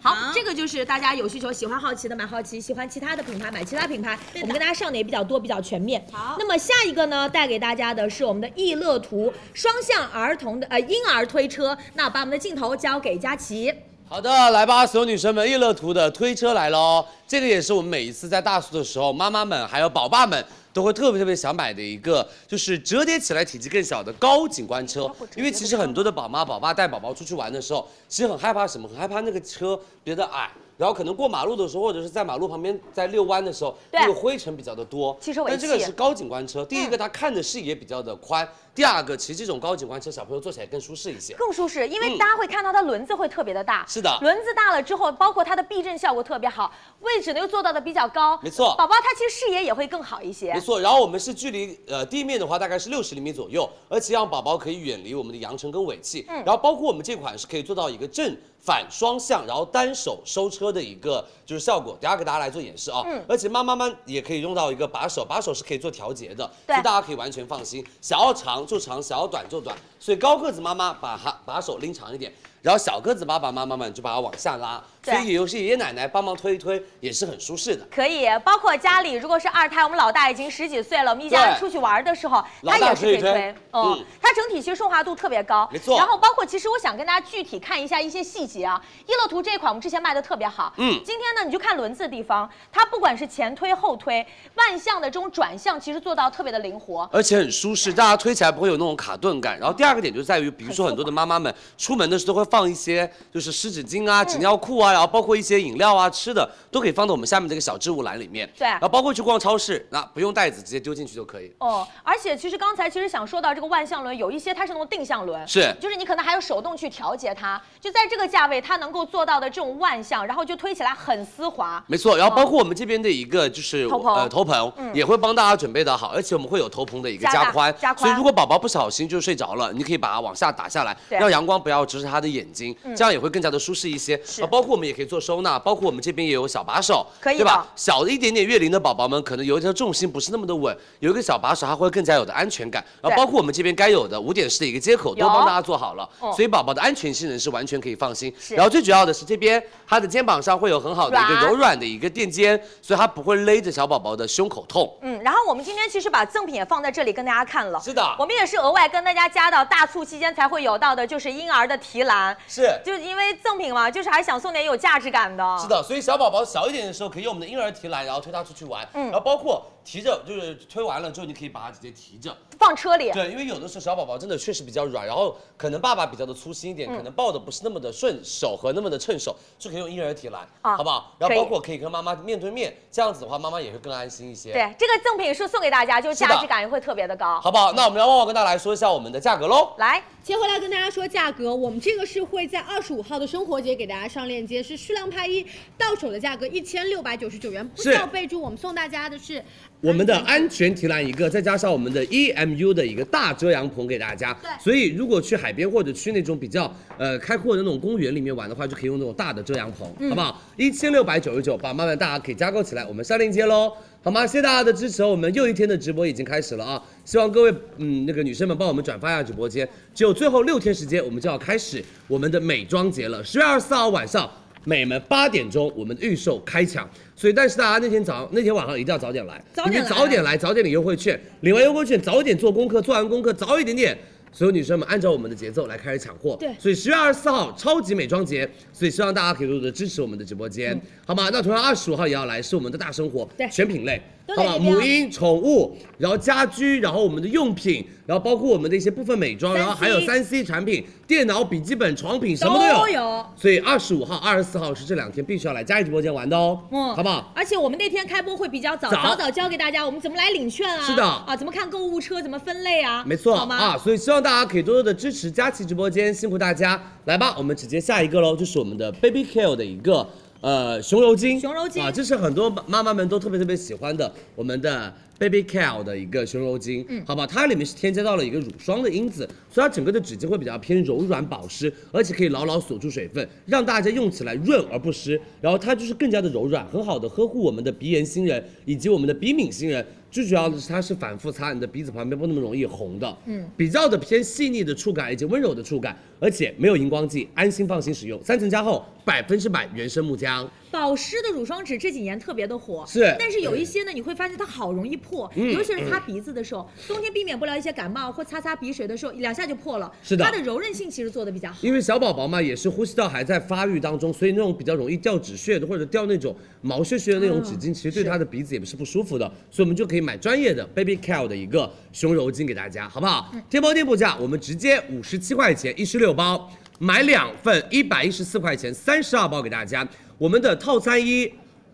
[SPEAKER 10] 好，
[SPEAKER 3] 好
[SPEAKER 10] 这个就是大家有需求，喜欢好奇的买好奇，喜欢其他的品牌买其他品牌。我们跟大家上的也比较多，比较全面。
[SPEAKER 3] 好
[SPEAKER 10] 那么下一个呢，带给大家的是我们的易乐图双向儿童的呃婴儿推车。那把我们的镜头交给佳琪。
[SPEAKER 12] 好的，来吧，所有女生们，易乐图的推车来喽！这个也是我们每一次在大促的时候，妈妈们还有宝爸们都会特别特别想买的一个，就是折叠起来体积更小的高景观车。因为其实很多的宝妈宝爸带宝宝出去玩的时候，其实很害怕什么？很害怕那个车别的矮。然后可能过马路的时候，或者是在马路旁边在遛弯的时候，
[SPEAKER 2] 对
[SPEAKER 12] 那个灰尘比较的多。
[SPEAKER 2] 汽车尾气
[SPEAKER 12] 但这个是嗯高景观车，第一个它看的视野比较的宽，第二个其实这种高景观车小朋友坐起来更舒适一些。
[SPEAKER 2] 更舒适，因为
[SPEAKER 12] 嗯
[SPEAKER 2] 大家会看到它轮子会特别的大，
[SPEAKER 12] 是的
[SPEAKER 2] 轮子大了之后，包括它的避震效果特别好，位置呢又做到的比较高，
[SPEAKER 12] 没错
[SPEAKER 2] 宝宝他其实视野也会更好一些
[SPEAKER 12] 没。错，然后我们是距离呃地面的话大概是六十厘米左右，而且让宝宝可以远离我们的扬尘跟尾气。
[SPEAKER 2] 嗯
[SPEAKER 12] 然后包括我们这款是可以做到一个正反双向，然后单手收车的一个就是效果。等下给大家来做演示啊。
[SPEAKER 2] 嗯
[SPEAKER 12] 而且妈妈们也可以用到一个把手，把手是可以做调节的，
[SPEAKER 2] 对
[SPEAKER 12] 所以大家可以完全放心，想要长就长，想要短就短。所以高个子妈妈把哈把手拎长一点。然后小个子爸爸妈妈们就把它往下拉，所
[SPEAKER 2] 对
[SPEAKER 12] 以也有些爷爷奶奶帮忙推一推，也是很舒适的。
[SPEAKER 2] 可以，包括家里如果是二胎，我们老大已经十几岁了，我们一家人
[SPEAKER 12] 对
[SPEAKER 2] 出去玩的时候，
[SPEAKER 12] 老
[SPEAKER 2] 他
[SPEAKER 12] 大
[SPEAKER 2] 也是可以
[SPEAKER 12] 推一推
[SPEAKER 2] 推，嗯
[SPEAKER 12] 嗯，
[SPEAKER 2] 它整体其实顺滑度特别高，
[SPEAKER 12] 没错
[SPEAKER 2] 然后包括其实我想跟大家具体看一下一些细节啊，逸乐图这一款我们之前卖的特别好，
[SPEAKER 12] 嗯
[SPEAKER 2] 今天呢你就看轮子的地方，它不管是前推后推，万向的这种转向其实做到特别的灵活，
[SPEAKER 12] 而且很舒适，大家推起来不会有那种卡顿感。然后第二个点就在于，比如说很多的妈妈们出门的时候会放一些就是湿纸巾啊、纸尿裤啊，然后包括一些饮料啊、吃的都可以放到我们下面这个小置物篮里面。
[SPEAKER 2] 对
[SPEAKER 12] 然后包括去逛超市，那不用袋子，直接丢进去就可以。
[SPEAKER 2] 哦，而且其实刚才其实想说到这个万向轮，有一些它是那种定向轮，
[SPEAKER 12] 是
[SPEAKER 2] 就是你可能还要手动去调节它，就在这个价位它能够做到的这种万向，然后就推起来很丝滑，
[SPEAKER 12] 没错，然后包括我们这边的一个就是
[SPEAKER 2] 头棚嗯
[SPEAKER 12] 呃头棚、也会帮大家准备的好，而且我们会有头棚的一个
[SPEAKER 2] 加大
[SPEAKER 12] 加宽，
[SPEAKER 2] 加宽
[SPEAKER 12] 所以如果宝宝不小心就睡着了，你可以把它往下打下来，
[SPEAKER 2] 对啊嗯
[SPEAKER 12] 让阳光不要直射他的眼睛，这样也会更加的舒适一些。
[SPEAKER 2] 是
[SPEAKER 12] 啊包括我们也可以做收纳，包括我们这边也有小把手，
[SPEAKER 2] 可以的
[SPEAKER 12] 对吧？小一点点月龄的宝宝们可能有一些重心不是那么的稳，有一个小把手它会更加有的安全感。然
[SPEAKER 2] 对
[SPEAKER 12] 后包括我们这边该有的五点式的一个接口都
[SPEAKER 2] 有
[SPEAKER 12] 帮大家做好了，
[SPEAKER 2] 嗯
[SPEAKER 12] 所以宝宝的安全性能是完全可以放心。
[SPEAKER 2] 是
[SPEAKER 12] 然后最主要的是这边它的肩膀上会有很好的一个
[SPEAKER 2] 软
[SPEAKER 12] 柔软。软的一个垫肩，所以它不会勒着小宝宝的胸口痛。
[SPEAKER 2] 嗯，然后我们今天其实把赠品也放在这里跟大家看了，
[SPEAKER 12] 是的
[SPEAKER 2] 我们也是额外跟大家加到大促期间才会有到的，就是婴儿的提篮，
[SPEAKER 12] 是
[SPEAKER 2] 就是因为赠品嘛，就是还想送点有价值感的，
[SPEAKER 12] 是，的，所以小宝宝小一点的时候，可以用我们的婴儿提篮，然后推他出去玩。然后包括提着，就是推完了之后，你可以把它直接提着。
[SPEAKER 2] 放车里，
[SPEAKER 12] 对，因为有的时候小宝宝真的确实比较软，然后可能爸爸比较的粗心一点，可能抱的不是那么的顺手和那么的趁手，就可以用婴儿提篮，
[SPEAKER 2] 啊
[SPEAKER 12] 好不好？然后
[SPEAKER 2] 可以
[SPEAKER 12] 包括可以跟妈妈面对面，这样子的话，妈妈也会更安心一些。。
[SPEAKER 2] 对，这个赠品是送给大家，就是
[SPEAKER 12] 是的
[SPEAKER 2] 价值感也会特别的高。
[SPEAKER 12] 好不好？那我们来旺旺跟大家来说一下我们的价格喽。
[SPEAKER 2] 来，
[SPEAKER 1] 接回来跟大家说价格，我们这个是会在二十五号的生活节给大家上链接，是数量拍一，到手的价格一千六百九十九元。不
[SPEAKER 12] 是
[SPEAKER 1] 需要备注，我们送大家的是
[SPEAKER 12] 我们的安全提篮一个，再加上我们的 EMU 的一个大遮阳棚给大家。所以如果去海边或者去那种比较呃开阔的那种公园里面玩的话，就可以用那种大的遮阳棚，好不好？一千六百九十九，把慢慢大家可以加购起来，我们上链接喽。好吗？谢谢大家的支持哦，我们又一天的直播已经开始了啊！希望各位嗯那个女生们帮我们转发一下直播间。只有最后六天时间，我们就要开始我们的美妆节了。十月二十四号晚上，美们八点钟我们的预售开抢，所以但是大家那天早那天晚上一定要早点来，
[SPEAKER 13] 早点来
[SPEAKER 12] 你们早点来，早点领优惠券，领完优惠券早点做功课，做完功课早一点点。所有女生们按照我们的节奏来开始抢货，
[SPEAKER 14] 对
[SPEAKER 12] 所以十月二十四号超级美妆节，所以希望大家可以多多地支持我们的直播间，好吗？那同样二十五号也要来，是我们的大生活，
[SPEAKER 15] 对
[SPEAKER 12] 全品类，
[SPEAKER 15] 都
[SPEAKER 12] 好
[SPEAKER 15] 在
[SPEAKER 12] 吧？
[SPEAKER 15] 这边
[SPEAKER 12] 母
[SPEAKER 15] 啊
[SPEAKER 12] 婴、宠物，然后家居，然后我们的用品，然后包括我们的一些部分美妆，然后还有三 C 产品、电脑、笔记本、床品，什么都有。所以二十五号、二十四号是这两天必须要来佳怡直播间玩的哦，
[SPEAKER 2] 嗯
[SPEAKER 12] 好不好？
[SPEAKER 2] 而且我们那天开播会比较早，
[SPEAKER 12] 早
[SPEAKER 2] 早早教给大家我们怎么来领券啊，
[SPEAKER 12] 是的
[SPEAKER 2] 啊，怎么看购物车，怎么分类啊，
[SPEAKER 12] 没错
[SPEAKER 2] 好吗？
[SPEAKER 12] 啊，所以希望大家可以多多的支持佳琦直播间，辛苦大家。来吧，我们直接下一个喽，就是我们的 Baby Care 的一个呃熊柔巾，
[SPEAKER 2] 熊柔巾
[SPEAKER 12] 啊，这是很多妈妈们都特别特别喜欢的我们的 Baby Care 的一个熊柔巾，嗯，好吧，它里面是添加到了一个乳霜的因子，所以它整个的纸巾会比较偏柔软保湿，而且可以牢牢锁住水分，让大家用起来润而不湿。然后它就是更加的柔软，很好的呵护我们的鼻炎新人以及我们的鼻敏新人。最主要的是它是反复擦，你的鼻子旁边不那么容易红的，嗯，比较的偏细腻的触感以及温柔的触感，而且没有荧光剂，安心放心使用。三层加厚，百分之百原生木浆，
[SPEAKER 2] 保湿的乳霜纸这几年特别的火，
[SPEAKER 12] 是嗯
[SPEAKER 2] 但是有一些呢，你会发现它好容易破，尤其是擦鼻子的时候，冬天避免不了一些感冒或擦擦鼻水的时候，两下就破了。
[SPEAKER 12] 是的
[SPEAKER 2] 它的柔韧性其实做的比较好。
[SPEAKER 12] 因为小宝宝嘛也是呼吸道还在发育当中，所以那种比较容易掉纸屑的或者掉那种毛屑屑的那种嗯纸巾，其实对他的鼻子也不是不舒服的，所以我们就可以买专业的 Baby Care 的一个胸柔巾给大家，好不好？天猫店铺价我们直接五十七块钱一十六包，买两份一百一十四块钱三十二包给大家，我们的套餐一。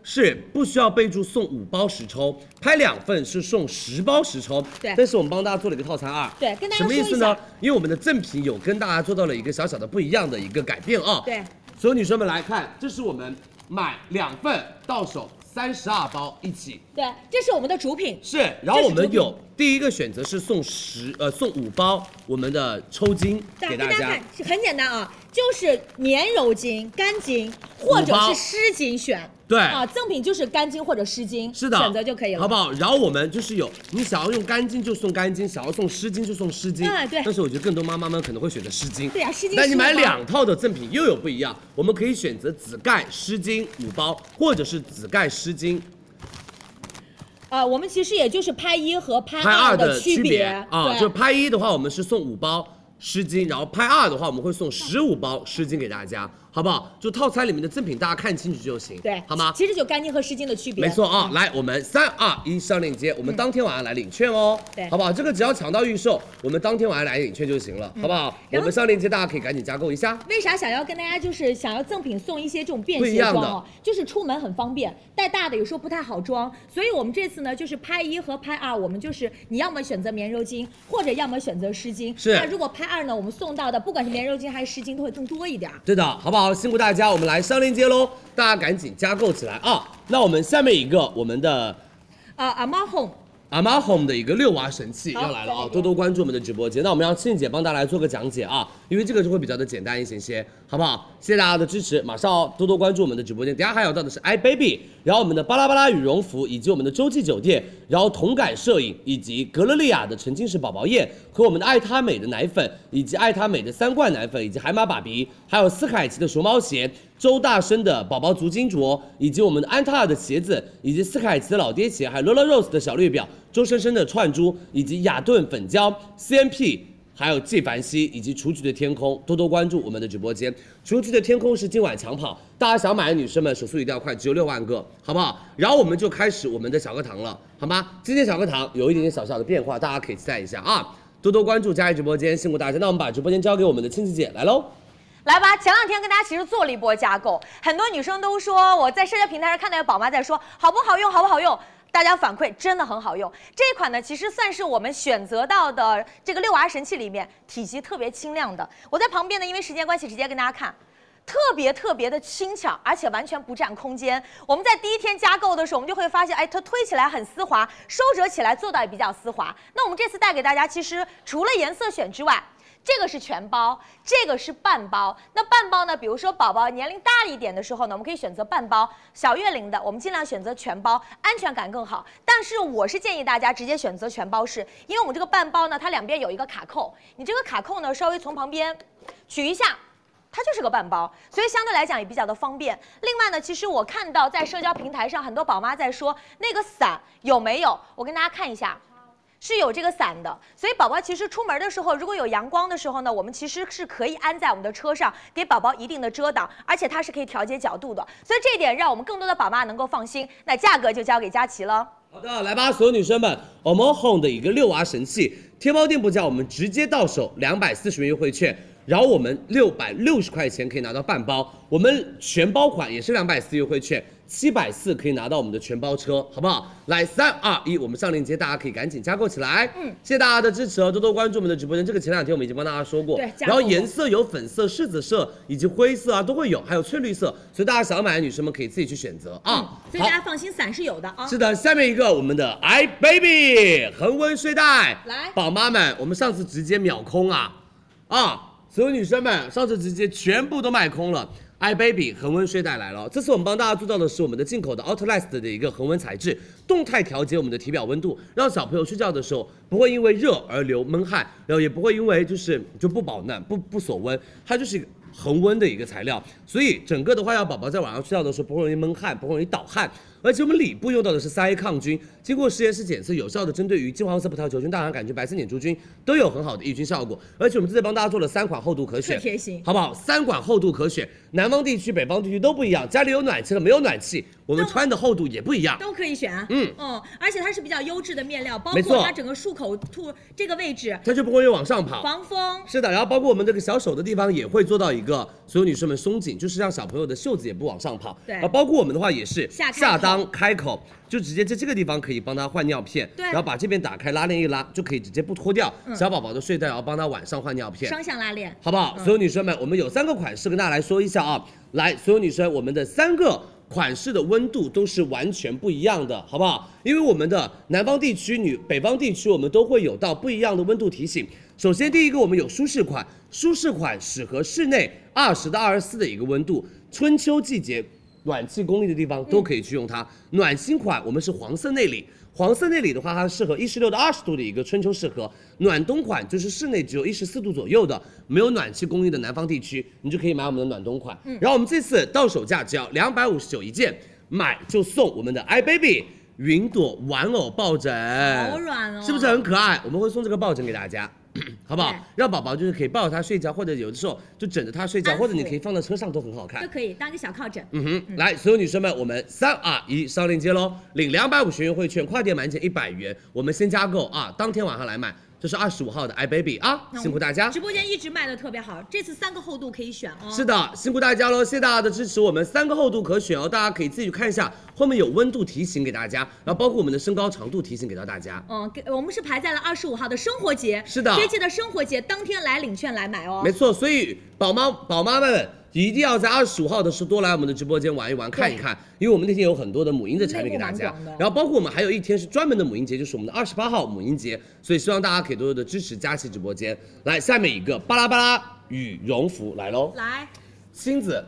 [SPEAKER 12] 是不需要备注送五包十抽，拍两份是送十包十抽。
[SPEAKER 2] 对
[SPEAKER 12] 但是我们帮大家做了一个套餐二。
[SPEAKER 2] 对跟大
[SPEAKER 12] 什
[SPEAKER 2] 家
[SPEAKER 12] 么意
[SPEAKER 2] 说一
[SPEAKER 12] 思呢
[SPEAKER 2] 下？
[SPEAKER 12] 因为我们的赠品有跟大家做到了一个小小的不一样的一个改变啊。
[SPEAKER 2] 对，
[SPEAKER 12] 所有女生们来看，这是我们买两份到手三十二包一起，
[SPEAKER 2] 对，这是我们的主品，
[SPEAKER 12] 是，然后
[SPEAKER 2] 这
[SPEAKER 12] 我
[SPEAKER 2] 是
[SPEAKER 12] 们
[SPEAKER 2] 主品
[SPEAKER 12] 有第一个选择是送十呃送五包我们的抽筋给
[SPEAKER 2] 给
[SPEAKER 12] 大
[SPEAKER 2] 大
[SPEAKER 12] 家
[SPEAKER 2] 看，是很简单啊，就是棉柔巾、干巾或
[SPEAKER 12] 五
[SPEAKER 2] 者
[SPEAKER 12] 包
[SPEAKER 2] 是湿巾选。
[SPEAKER 12] 对
[SPEAKER 2] 啊，赠品就是干巾或者湿巾，
[SPEAKER 12] 哎是的，
[SPEAKER 2] 选择就可以了，
[SPEAKER 12] 好不好？然后我们就是有，你想要用干巾就送干巾，想要送湿巾就送湿巾。
[SPEAKER 2] 哎对
[SPEAKER 12] 但是我觉得更多妈妈们可能会选择湿巾。
[SPEAKER 2] 对啊呀湿巾
[SPEAKER 12] 但你
[SPEAKER 2] 是
[SPEAKER 12] 买
[SPEAKER 2] 吗
[SPEAKER 12] 两套的赠品又有不一样，我们可以选择紫盖湿巾五包，或者是紫盖湿巾
[SPEAKER 2] 呃，我们其实也就是拍一和拍
[SPEAKER 12] 拍二
[SPEAKER 2] 的
[SPEAKER 12] 的区
[SPEAKER 2] 别
[SPEAKER 12] 啊。
[SPEAKER 2] 对
[SPEAKER 12] 就拍一的话，我们是送五包湿巾，然后拍二的话，我们会送十五包湿巾给大家，好不好？就套餐里面的赠品大家看清楚就行，
[SPEAKER 2] 对，
[SPEAKER 12] 好吗？
[SPEAKER 2] 其实就干净和湿巾的区别，
[SPEAKER 12] 没错啊，来，我们三二一上链接，我们当天晚上来领券哦，
[SPEAKER 2] 对
[SPEAKER 12] 好不好？这个只要抢到预售，我们当天晚上来领券就行了，好不好？我
[SPEAKER 2] 嗯然后
[SPEAKER 12] 们上链接，大家可以赶紧加购一下。
[SPEAKER 2] 为啥想要跟大家就是想要赠品送一些这种便
[SPEAKER 12] 不一
[SPEAKER 2] 携
[SPEAKER 12] 样
[SPEAKER 2] 装
[SPEAKER 12] 的
[SPEAKER 2] 哦？就是出门很方便，带大的有时候不太好装，所以我们这次呢就是拍一和拍二，我们就是你要么选择棉柔巾，或者要么选择湿巾。
[SPEAKER 12] 是
[SPEAKER 2] 那如果拍二呢，我们送到的不管是棉柔巾还是湿巾都会更多一点儿。
[SPEAKER 12] 对的，好不好？辛苦大家，我们来上链接喽，大家赶紧加购起来啊！那我们下面一个我们的
[SPEAKER 2] 啊、阿猫 home
[SPEAKER 12] 阿玛 home 的一个遛娃神器
[SPEAKER 2] 好
[SPEAKER 12] 要来了
[SPEAKER 2] 在
[SPEAKER 12] 啊
[SPEAKER 2] 这！边
[SPEAKER 12] 多多关注我们的直播间。那我们让庆姐帮大家来做个讲解啊，因为这个就会比较的简单一些些，好不好？谢谢大家的支持，马上哦多多关注我们的直播间。等一下还有到的是 i baby，然后我们的巴拉巴拉羽绒服，以及我们的洲际酒店，然后同感摄影，以及格乐利亚的沉浸式宝宝宴和我们的爱他美的奶粉，以及爱他美的三罐奶粉，以及海马爸比，还有斯凯奇的熊猫鞋。周大生的宝宝足金镯，以及我们的安踏的鞋子，以及斯凯奇的老爹鞋，还有 Lola Rose 的小绿表，周生生的串珠，以及雅顿粉胶 CMP。还有纪梵希以及雏菊的天空，多多关注我们的直播间。雏菊的天空是今晚抢跑，大家想买的女生们手速一定要快，只有六万个，好不好？然后我们就开始我们的小课堂了，好吗？今天小课堂有一点点小小的变化，大家可以期待一下啊！多多关注佳怡直播间，辛苦大家。那我们把直播间交给我们的亲戚姐来喽。
[SPEAKER 16] 来吧，前两天跟大家其实做了一波加购，很多女生都说我在社交平台上看到有宝妈在说好不好用，好不好用。大家反馈真的很好用，这款呢其实算是我们选择到的这个遛娃神器里面体积特别轻量的。我在旁边呢，因为时间关系，直接跟大家看，
[SPEAKER 2] 特别特别的轻巧，而且完全不占空间。我们在第一天加购的时候，我们就会发现，哎，它推起来很丝滑，收折起来做到也比较丝滑。那我们这次带给大家，其实除了颜色选之外，这个是全包，这个是半包。那半包呢？比如说宝宝年龄大了一点的时候呢，我们可以选择半包；小月龄的，我们尽量选择全包，安全感更好。但是我是建议大家直接选择全包式，因为我们这个半包呢，它两边有一个卡扣，你这个卡扣呢，稍微从旁边取一下。它就是个半包，所以相对来讲也比较的方便。另外呢，其实我看到在社交平台上很多宝妈在说那个伞有没有，我跟大家看一下。是有这个伞的，所以宝宝其实出门的时候，如果有阳光的时候呢，我们其实是可以安在我们的车上，给宝宝一定的遮挡，而且它是可以调节角度的，所以这一点让我们更多的宝妈能够放心。那价格就交给佳琪了。
[SPEAKER 12] 好的，来吧，所有女生们，OMO Home 的一个遛娃神器，天猫店铺价我们直接到手两百四十元优惠券，然后我们六百六十块钱可以拿到半包，我们全包款也是两百四优惠券，七百四可以拿到我们的全包车，好不好？来，三二一，我们上链接，大家可以赶紧加购起来。嗯，谢谢大家的支持哦，多多关注我们的直播间。这个前两天我们已经帮大家说过，
[SPEAKER 3] 对加
[SPEAKER 12] 然后
[SPEAKER 3] 购
[SPEAKER 12] 颜色有粉色、柿子色以及灰色啊都会有，还有翠绿色，所以大家想买的女生们可以自己去选择啊。
[SPEAKER 3] 所以
[SPEAKER 12] 好
[SPEAKER 3] 大家放心，伞是有的啊。
[SPEAKER 12] 是的，下面一个我们的 i baby 恒温睡袋，
[SPEAKER 3] 来
[SPEAKER 12] 宝妈们，我们上次直接秒空啊啊！所有女生们，上次直接全部都卖空了。i baby 恒温睡袋来了，这次我们帮大家做到的是我们的进口的 Outlast 的一个恒温材质，动态调节我们的体表温度，让小朋友睡觉的时候不会因为热而流闷汗，然后也不会因为就是就不保暖不不锁温，它就是一个恒温的一个材料，所以整个的话让宝宝在晚上睡觉的时候不会容易闷汗，不会容易盗汗。而且我们里部用到的是三 A 抗菌，经过实验室检测，有效的针对于金黄色葡萄球菌、大肠杆菌、白色念珠菌都有很好的抑菌效果。而且我们这次帮大家做了三款厚度可选，
[SPEAKER 3] 特贴心
[SPEAKER 12] 好不好？三款厚度可选，南方地区、北方地区都不一样。家里有暖气的，没有暖气，我们穿的厚度也不一样。
[SPEAKER 3] 都可以选，
[SPEAKER 12] 嗯
[SPEAKER 3] 嗯，而且它是比较优质的面料，包
[SPEAKER 12] 没
[SPEAKER 3] 括
[SPEAKER 12] 错
[SPEAKER 3] 它整个漱口吐这个位置
[SPEAKER 12] 它就不会往上跑，
[SPEAKER 3] 防风，
[SPEAKER 12] 是的，然后包括我们这个小手的地方也会做到一个，所有女生们松紧，就是让小朋友的袖子也不往上跑。
[SPEAKER 3] 对
[SPEAKER 12] 啊，包括我们的话也是
[SPEAKER 3] 下开口
[SPEAKER 12] 裆开口，就直接在这个地方可以帮他换尿片，
[SPEAKER 3] 对嗯
[SPEAKER 12] 然后把这边打开拉链一拉，就可以直接不脱掉、小宝宝的睡袋，然后帮他晚上换尿片。
[SPEAKER 3] 双向拉链，
[SPEAKER 12] 好不好？所有女生们，我们有三个款式跟大家来说一下啊。来，所有女生，我们的三个款式的温度都是完全不一样的，好不好？因为我们的南方地区、女北方地区，我们都会有到不一样的温度提醒。首先，第一个我们有舒适款，舒适款适合室内二十到二十四的一个温度，春秋季节暖气功率的地方都可以去用它。暖心款我们是黄色内里，黄色内里的话，它适合一十六到二十度的一个春秋适合。暖冬款就是室内只有一十四度左右的，没有暖气供应的南方地区，你就可以买我们的暖冬款。
[SPEAKER 3] 嗯
[SPEAKER 12] 然后我们这次到手价只要两百五十九一件，买就送我们的 iBaby 云朵玩偶抱枕，
[SPEAKER 3] 好软哦，
[SPEAKER 12] 哎是不是？很可爱？我们会送这个抱枕给大家， 好不好
[SPEAKER 3] 对？
[SPEAKER 12] 让宝宝就是可以抱着它睡觉，或者有的时候就枕着它睡觉，
[SPEAKER 3] 安抚
[SPEAKER 12] 或者你可以放在车上都很好看
[SPEAKER 3] 都。可以当个小靠枕。
[SPEAKER 12] 嗯哼，来，所有女生们，我们三二一上链接喽，领两百五十元优惠券，跨店满减一百元，我们先加购啊，当天晚上来买，这是二十五号的 iBaby 啊，辛苦大家
[SPEAKER 3] 直。播间一直卖的特别好，这次三个厚度可以选哦。
[SPEAKER 12] 是的，辛苦大家喽，谢谢大家的支持，我们三个厚度可选哦，大家可以自己去看一下，后面有温度提醒给大家，然后包括我们的身高长度提醒给到大家。
[SPEAKER 3] 嗯，给我们是排在了二十五号的生活节，
[SPEAKER 12] 是的
[SPEAKER 3] 这期的生活节当天来领券来买哦。
[SPEAKER 12] 没错，所以宝妈宝妈们一定要在二十五号的时候多来我们的直播间玩一玩，看一看，因为我们那天有很多的母婴的产品给大
[SPEAKER 3] 内
[SPEAKER 12] 家
[SPEAKER 3] 部蛮广的，
[SPEAKER 12] 然后包括我们还有一天是专门的母婴节，就是我们的二十八号母婴节，所以希望大家可以多多的支持佳琦直播间。来，下面一个巴拉巴拉羽绒服来喽，
[SPEAKER 3] 来，
[SPEAKER 12] 亲子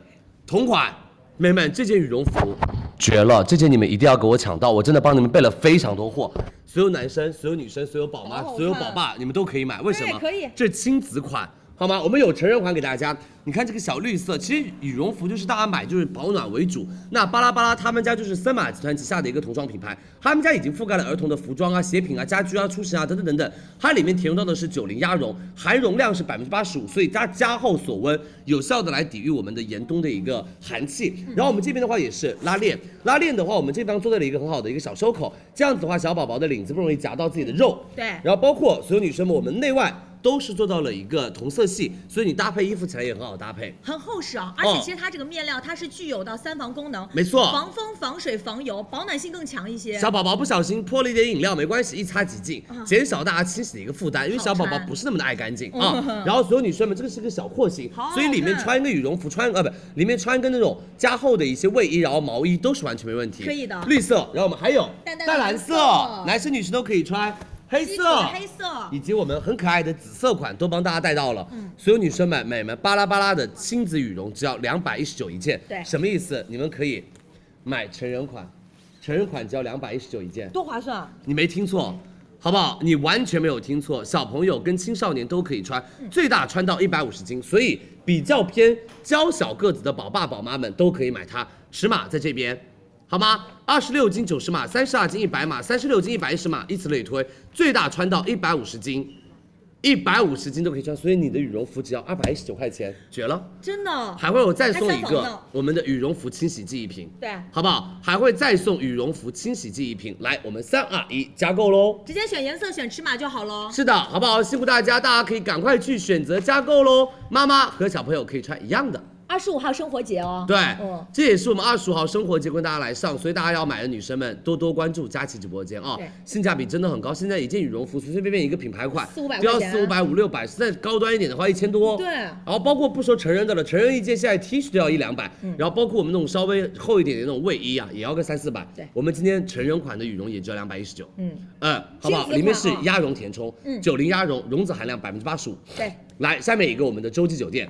[SPEAKER 12] 同款，妹妹们这件羽绒服绝了，这件你们一定要给我抢到，我真的帮你们备了非常多货。所有男生、所有女生、所有宝妈、所有宝爸，你们都可以买，为什么？
[SPEAKER 3] 可以
[SPEAKER 12] 这亲子款，好吗？我们有成人款给大家。你看这个小绿色，其实羽绒服就是大家买就是保暖为主。那巴拉巴拉他们家就是森马集团旗下的一个童装品牌，他们家已经覆盖了儿童的服装啊、鞋品啊、家居啊、出行啊等等等等。它里面填用到的是九零鸭绒，含绒量是百分之八十五，所以它加厚锁温，有效的来抵御我们的严冬的一个寒气。然后我们这边的话也是拉链，拉链的话我们这地方做到了一个很好的一个小收口，这样子的话小宝宝的领子不容易夹到自己的肉。
[SPEAKER 3] 对
[SPEAKER 12] 然后包括所有女生们，我们内外都是做到了一个同色系，所以你搭配衣服起来也很好搭配。
[SPEAKER 2] 很厚实啊，而且其实它这个面料它是具有到三防功能，
[SPEAKER 12] 哦没错
[SPEAKER 2] 防风、防水、防油，保暖性更强一些。
[SPEAKER 12] 小宝宝不小心泼了一点饮料，没关系，一擦即净，
[SPEAKER 2] 嗯
[SPEAKER 12] 减少大家清洗的一个负担，因为小宝宝不是那么的爱干净啊。然后所有女生们，这个是个小廓形，所以里面穿一个羽绒服，穿呃不，里面穿一个那种加厚的一些卫衣，然后毛衣都是完全没问题，
[SPEAKER 2] 可以的
[SPEAKER 12] 绿色，然后我们还有
[SPEAKER 2] 淡淡的
[SPEAKER 12] 淡蓝色
[SPEAKER 2] 蓝色，
[SPEAKER 12] 男生女生都可以穿，黑
[SPEAKER 2] 基
[SPEAKER 12] 色
[SPEAKER 2] 础的，黑色，
[SPEAKER 12] 以及我们很可爱的紫色款都帮大家带到了。所有女生们、美们，巴拉巴拉的亲子羽绒只要两百一十九一件，
[SPEAKER 2] 对
[SPEAKER 12] 什么意思？你们可以买成人款，成人款只要两百一十九一件，
[SPEAKER 2] 多划算啊！
[SPEAKER 12] 你没听错。好不好？你完全没有听错，小朋友跟青少年都可以穿，最大穿到一百五十斤，所以比较偏娇小个子的宝爸宝妈们都可以买它。尺码在这边，好吗？二十六斤九十码，三十二斤一百码，三十六斤一百一十码，以此类推，最大穿到一百五十斤，一百五十斤都可以穿，所以你的羽绒服只要二百一十九块钱，绝了！
[SPEAKER 2] 真的，
[SPEAKER 12] 还会有再送
[SPEAKER 2] 还
[SPEAKER 12] 一
[SPEAKER 2] 三防
[SPEAKER 12] 个
[SPEAKER 2] 呢
[SPEAKER 12] 我们的羽绒服清洗记忆瓶，
[SPEAKER 2] 对啊
[SPEAKER 12] 好不好？还会再送羽绒服清洗记忆瓶，来，我们三二一，加购喽！
[SPEAKER 2] 直接选颜色、选尺码就好喽。
[SPEAKER 12] 是的，好不好？辛苦大家，大家可以赶快去选择加购喽。妈妈和小朋友可以穿一样的，
[SPEAKER 2] 二十五号生活节哦，
[SPEAKER 12] 对，
[SPEAKER 2] 嗯
[SPEAKER 12] 这也是我们二十五号生活节跟大家来上，所以大家要买的女生们多多关注佳琦直播间啊、
[SPEAKER 2] 对
[SPEAKER 12] 性价比真的很高。现在一件羽绒服随随便便一个品牌款，
[SPEAKER 2] 四五百
[SPEAKER 12] 就要
[SPEAKER 2] 块钱啊
[SPEAKER 12] 四五百五六百，再高端一点的话一千多，
[SPEAKER 2] 对
[SPEAKER 12] 然后包括不说成人的了，成人一件现在 T 恤都要一两百，
[SPEAKER 2] 嗯
[SPEAKER 12] 然后包括我们那种稍微厚一点的那种卫衣啊，也要个三四百。
[SPEAKER 2] 对
[SPEAKER 12] 我们今天成人款的羽绒也只要两百一十九。嗯好不
[SPEAKER 2] 亲
[SPEAKER 12] 好？
[SPEAKER 2] 子款
[SPEAKER 12] 里面是
[SPEAKER 2] 啊
[SPEAKER 12] 鸭绒填充，九零鸭绒，绒子含量百分之八十五。
[SPEAKER 2] 对，
[SPEAKER 12] 来，下面一个我们的洲际酒店。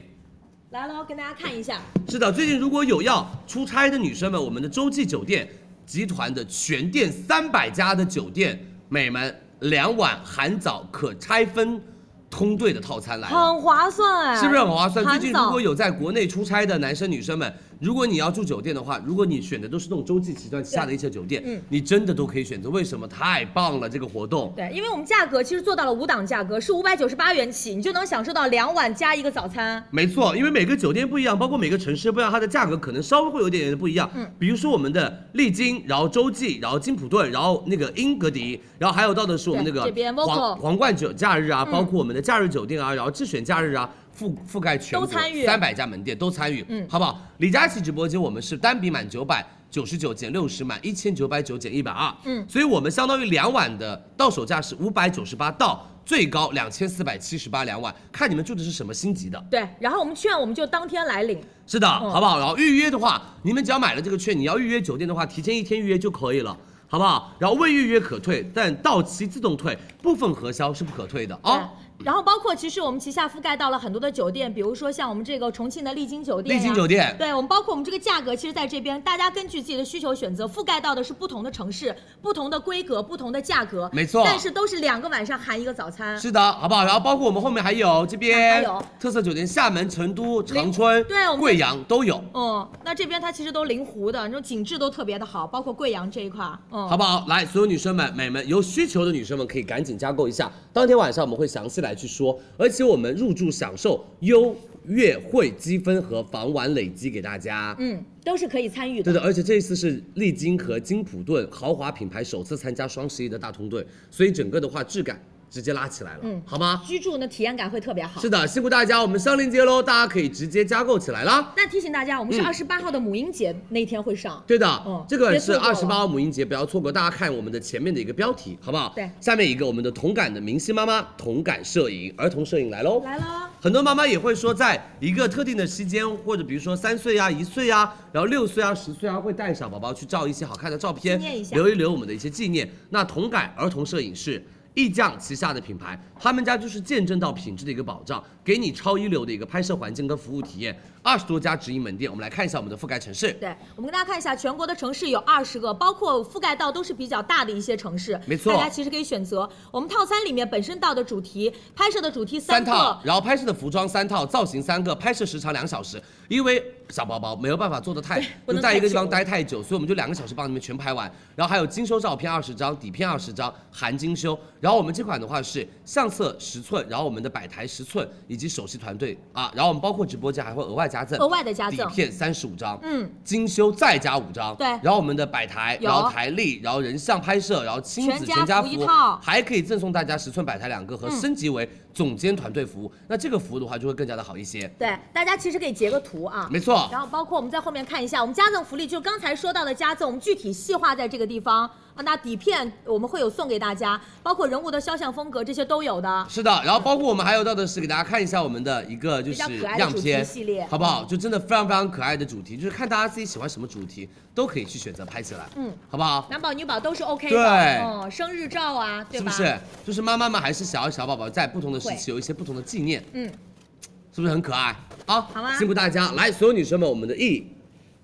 [SPEAKER 2] 来喽，跟大家看一下，
[SPEAKER 12] 是的，最近如果有要出差的女生们，我们的洲际酒店集团的全店三百家的酒店，美们两晚含早可拆分通兑的套餐来了。
[SPEAKER 2] 很划算哎，
[SPEAKER 12] 是不是很划算？最
[SPEAKER 2] 含
[SPEAKER 12] 近
[SPEAKER 2] 早
[SPEAKER 12] 如果有在国内出差的男生女生们，如果你要住酒店的话，如果你选的都是那种洲际集团旗下的一些酒店，你真的都可以选择。为什么？太棒了，这个活动。
[SPEAKER 2] 对，因为我们价格其实做到了五档价格，是五百九十八元起，你就能享受到两晚加一个早餐。
[SPEAKER 12] 没错，因为每个酒店不一样，包括每个城市不一样，它的价格可能稍微会有点点的不一样。嗯，比如说我们的丽晶，然后洲际，然后金普顿，然后那个英格迪，然后还有到的是我们那个
[SPEAKER 2] 对这边嗯
[SPEAKER 12] 皇
[SPEAKER 2] Vocal
[SPEAKER 12] 皇冠酒假日啊，包括我们的假日酒店啊，然后智选假日啊。覆覆盖全国
[SPEAKER 2] 都参与
[SPEAKER 12] 三百家门店都参与，嗯，好不好？李佳琦直播间我们是单笔满九百九十九减六十，满一千九百九减一百二，嗯，所以我们相当于两晚的到手价是五百九十八到最高两千四百七十八两晚，看你们住的是什么星级的，
[SPEAKER 2] 对，然后我们券我们就当天来领，
[SPEAKER 12] 是的，
[SPEAKER 2] 嗯
[SPEAKER 12] 好不好？然后预约的话，你们只要买了这个券，你要预约酒店的话，提前一天预约就可以了，好不好？然后未预约可退，但到期自动退，部分核销是不可退的啊、
[SPEAKER 2] 对然后包括其实我们旗下覆盖到了很多的酒店，比如说像我们这个重庆的丽晶酒店、
[SPEAKER 12] 丽晶酒。店，
[SPEAKER 2] 对我们包括我们这个价格，其实在这边大家根据自己的需求选择，覆盖到的是不同的城市、不同的规格、不同的价格，
[SPEAKER 12] 没错
[SPEAKER 2] 但是都是两个晚上含一个早餐。
[SPEAKER 12] 是的，好不好？然后包括我们后面还有这边
[SPEAKER 2] 还有
[SPEAKER 12] 特色酒店，厦门、成都、长春、
[SPEAKER 2] 对我们
[SPEAKER 12] 贵阳都有。
[SPEAKER 2] 嗯，那这边它其实都临湖的，那种景致都特别的好，包括贵阳这一块儿。嗯，
[SPEAKER 12] 好不好？来，所有女生们、美们，有需求的女生们可以赶紧加购一下。当天晚上我们会详细来去说，而且我们入住享受优越会积分和房晚累积给大家。
[SPEAKER 2] 嗯，都是可以参与的。
[SPEAKER 12] 对的，而且这一次是丽晶和金普顿豪华品牌首次参加双十一的大通兑，所以整个的话质感直接拉起来了，
[SPEAKER 2] 嗯
[SPEAKER 12] 好吗？
[SPEAKER 2] 居住呢体验感会特别好。
[SPEAKER 12] 是的，辛苦大家，我们上链接喽，大家可以直接加购起来啦。
[SPEAKER 2] 那提醒大家，我们是
[SPEAKER 12] 嗯
[SPEAKER 2] 二十八号的母婴节那天会上。
[SPEAKER 12] 对的，
[SPEAKER 2] 嗯
[SPEAKER 12] 这个
[SPEAKER 2] 别
[SPEAKER 12] 是
[SPEAKER 2] 错
[SPEAKER 12] 二
[SPEAKER 2] 过
[SPEAKER 12] 十八号母婴节，不要错过。大家看我们的前面的一个标题，好不好？
[SPEAKER 2] 对
[SPEAKER 12] 下面一个我们的同感的明星妈妈同感摄影，儿童摄影来喽。
[SPEAKER 2] 来了，
[SPEAKER 12] 很多妈妈也会说，在一个特定的期间，或者比如说三岁啊、一岁啊，然后六岁啊、十岁啊，会带小宝宝去照一些好看的照片，
[SPEAKER 2] 纪念一下
[SPEAKER 12] 留一留我们的一些纪念。那同感儿童摄影是艺匠旗下的品牌，他们家就是见证到品质的一个保障，给你超一流的一个拍摄环境跟服务体验。二十多家直营门店，我们来看一下我们的覆盖城市。
[SPEAKER 2] 对我们跟大家看一下，全国的城市有二十个，包括覆盖到都是比较大的一些城市。
[SPEAKER 12] 没错
[SPEAKER 2] 大家其实可以选择我们套餐里面本身到的主题，拍摄的主题
[SPEAKER 12] 三
[SPEAKER 2] 个。
[SPEAKER 12] 套，然后拍摄的服装三套，造型三个，拍摄时长两小时。因为小宝宝没有办法坐的太，
[SPEAKER 2] 不
[SPEAKER 12] 就
[SPEAKER 2] 能
[SPEAKER 12] 在
[SPEAKER 2] 太
[SPEAKER 12] 一个地方
[SPEAKER 2] 久
[SPEAKER 12] 待太久，所以我们就两个小时帮你们全拍完。然后还有精修照片二十张，底片二十张，含精修。然后我们这款的话是相册十寸，然后我们的摆台十寸，以及首席团队啊，然后我们包括直播间还会额外加赠，
[SPEAKER 2] 额外的加赠
[SPEAKER 12] 底片三十五张，
[SPEAKER 2] 嗯，
[SPEAKER 12] 精修再加五张，
[SPEAKER 2] 对
[SPEAKER 12] 然后我们的摆台，
[SPEAKER 2] 有
[SPEAKER 12] 然后台历，然后人像拍摄，然后亲子
[SPEAKER 2] 全家
[SPEAKER 12] 全家
[SPEAKER 2] 福
[SPEAKER 12] 福
[SPEAKER 2] 一套嗯
[SPEAKER 12] 还可以赠送大家十寸摆台两个和升级为总监团队服务。那这个服务的话就会更加的好一些，
[SPEAKER 2] 对，大家其实可以截个图啊。
[SPEAKER 12] 没错。
[SPEAKER 2] 然后包括我们在后面看一下，我们加赠福利就是刚才说到的加赠，我们具体细化在这个地方啊。那底片我们会有送给大家，包括人物的肖像风格这些都有的。
[SPEAKER 12] 是的，然后包括我们还有到的是给大家看一下我们的一个就
[SPEAKER 2] 比较
[SPEAKER 12] 是
[SPEAKER 2] 可爱的
[SPEAKER 12] 样
[SPEAKER 2] 主题
[SPEAKER 12] 片
[SPEAKER 2] 系列
[SPEAKER 12] 好不好？就真的非常非常可爱的主题，就是看大家自己喜欢什么主题，都可以去选择拍起来，
[SPEAKER 2] 嗯，
[SPEAKER 12] 好不好？
[SPEAKER 2] 男宝女宝都是 OK 的，
[SPEAKER 12] 对
[SPEAKER 2] 嗯，生日照啊，对
[SPEAKER 12] 是
[SPEAKER 2] 吧？
[SPEAKER 12] 不是？就是妈妈们还是想要小宝宝在不同的时期有一些不同的纪念，
[SPEAKER 2] 嗯，
[SPEAKER 12] 是不是很可爱？好，
[SPEAKER 2] 好啊
[SPEAKER 12] 辛苦大家，来，所有女生们，我们的 E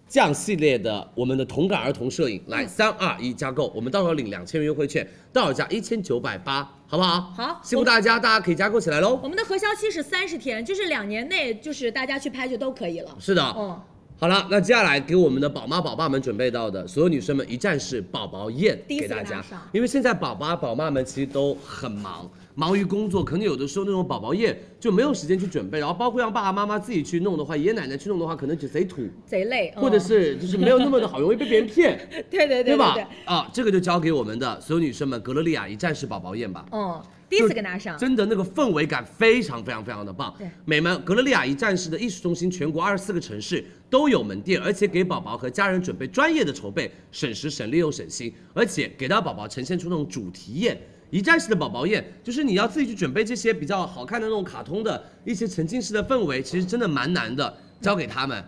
[SPEAKER 12] 酱系列的我们的同感儿童摄影，
[SPEAKER 2] 嗯
[SPEAKER 12] 来，三二一，加购，我们到时候领两千元优惠券，到手价一千九百八，好不好？
[SPEAKER 2] 好
[SPEAKER 12] 辛苦大家，大家可以加购起来喽。
[SPEAKER 2] 我们的核销期是三十天，就是两年内，就是大家去拍就都可以了。
[SPEAKER 12] 是的，
[SPEAKER 2] 嗯，
[SPEAKER 12] 好了，那接下来给我们的宝妈宝爸们准备到的所有女生们一站式宝宝宴
[SPEAKER 2] 第一次
[SPEAKER 12] 给大
[SPEAKER 2] 给大
[SPEAKER 12] 家
[SPEAKER 2] 家上，
[SPEAKER 12] 因为现在宝妈宝妈们其实都很忙，忙于工作，可能有的时候那种宝宝宴就没有时间去准备，然后包括让爸爸妈妈自己去弄的话，爷爷奶奶去弄的话，可能就贼土，
[SPEAKER 2] 贼累，嗯
[SPEAKER 12] 或者是就是没有那么的好，容易被别人骗，
[SPEAKER 2] 对对对
[SPEAKER 12] 吧
[SPEAKER 2] 对，？
[SPEAKER 12] 啊，这个就交给我们的所有女生们格罗利亚一站式宝宝宴吧。
[SPEAKER 2] 嗯，第一次跟大家上，
[SPEAKER 12] 真的那个氛围感非常非常非常的棒。
[SPEAKER 2] 对
[SPEAKER 12] 美们，格罗利亚一站式的艺术中心，全国二十四个城市都有门店，而且给宝宝和家人准备专业的筹备，省时省力又省心，而且给到宝宝呈现出那种主题宴。一站式的宝宝宴，就是你要自己去准备这些比较好看的那种卡通的一些沉浸式的氛围，其实真的蛮难的，交给他们，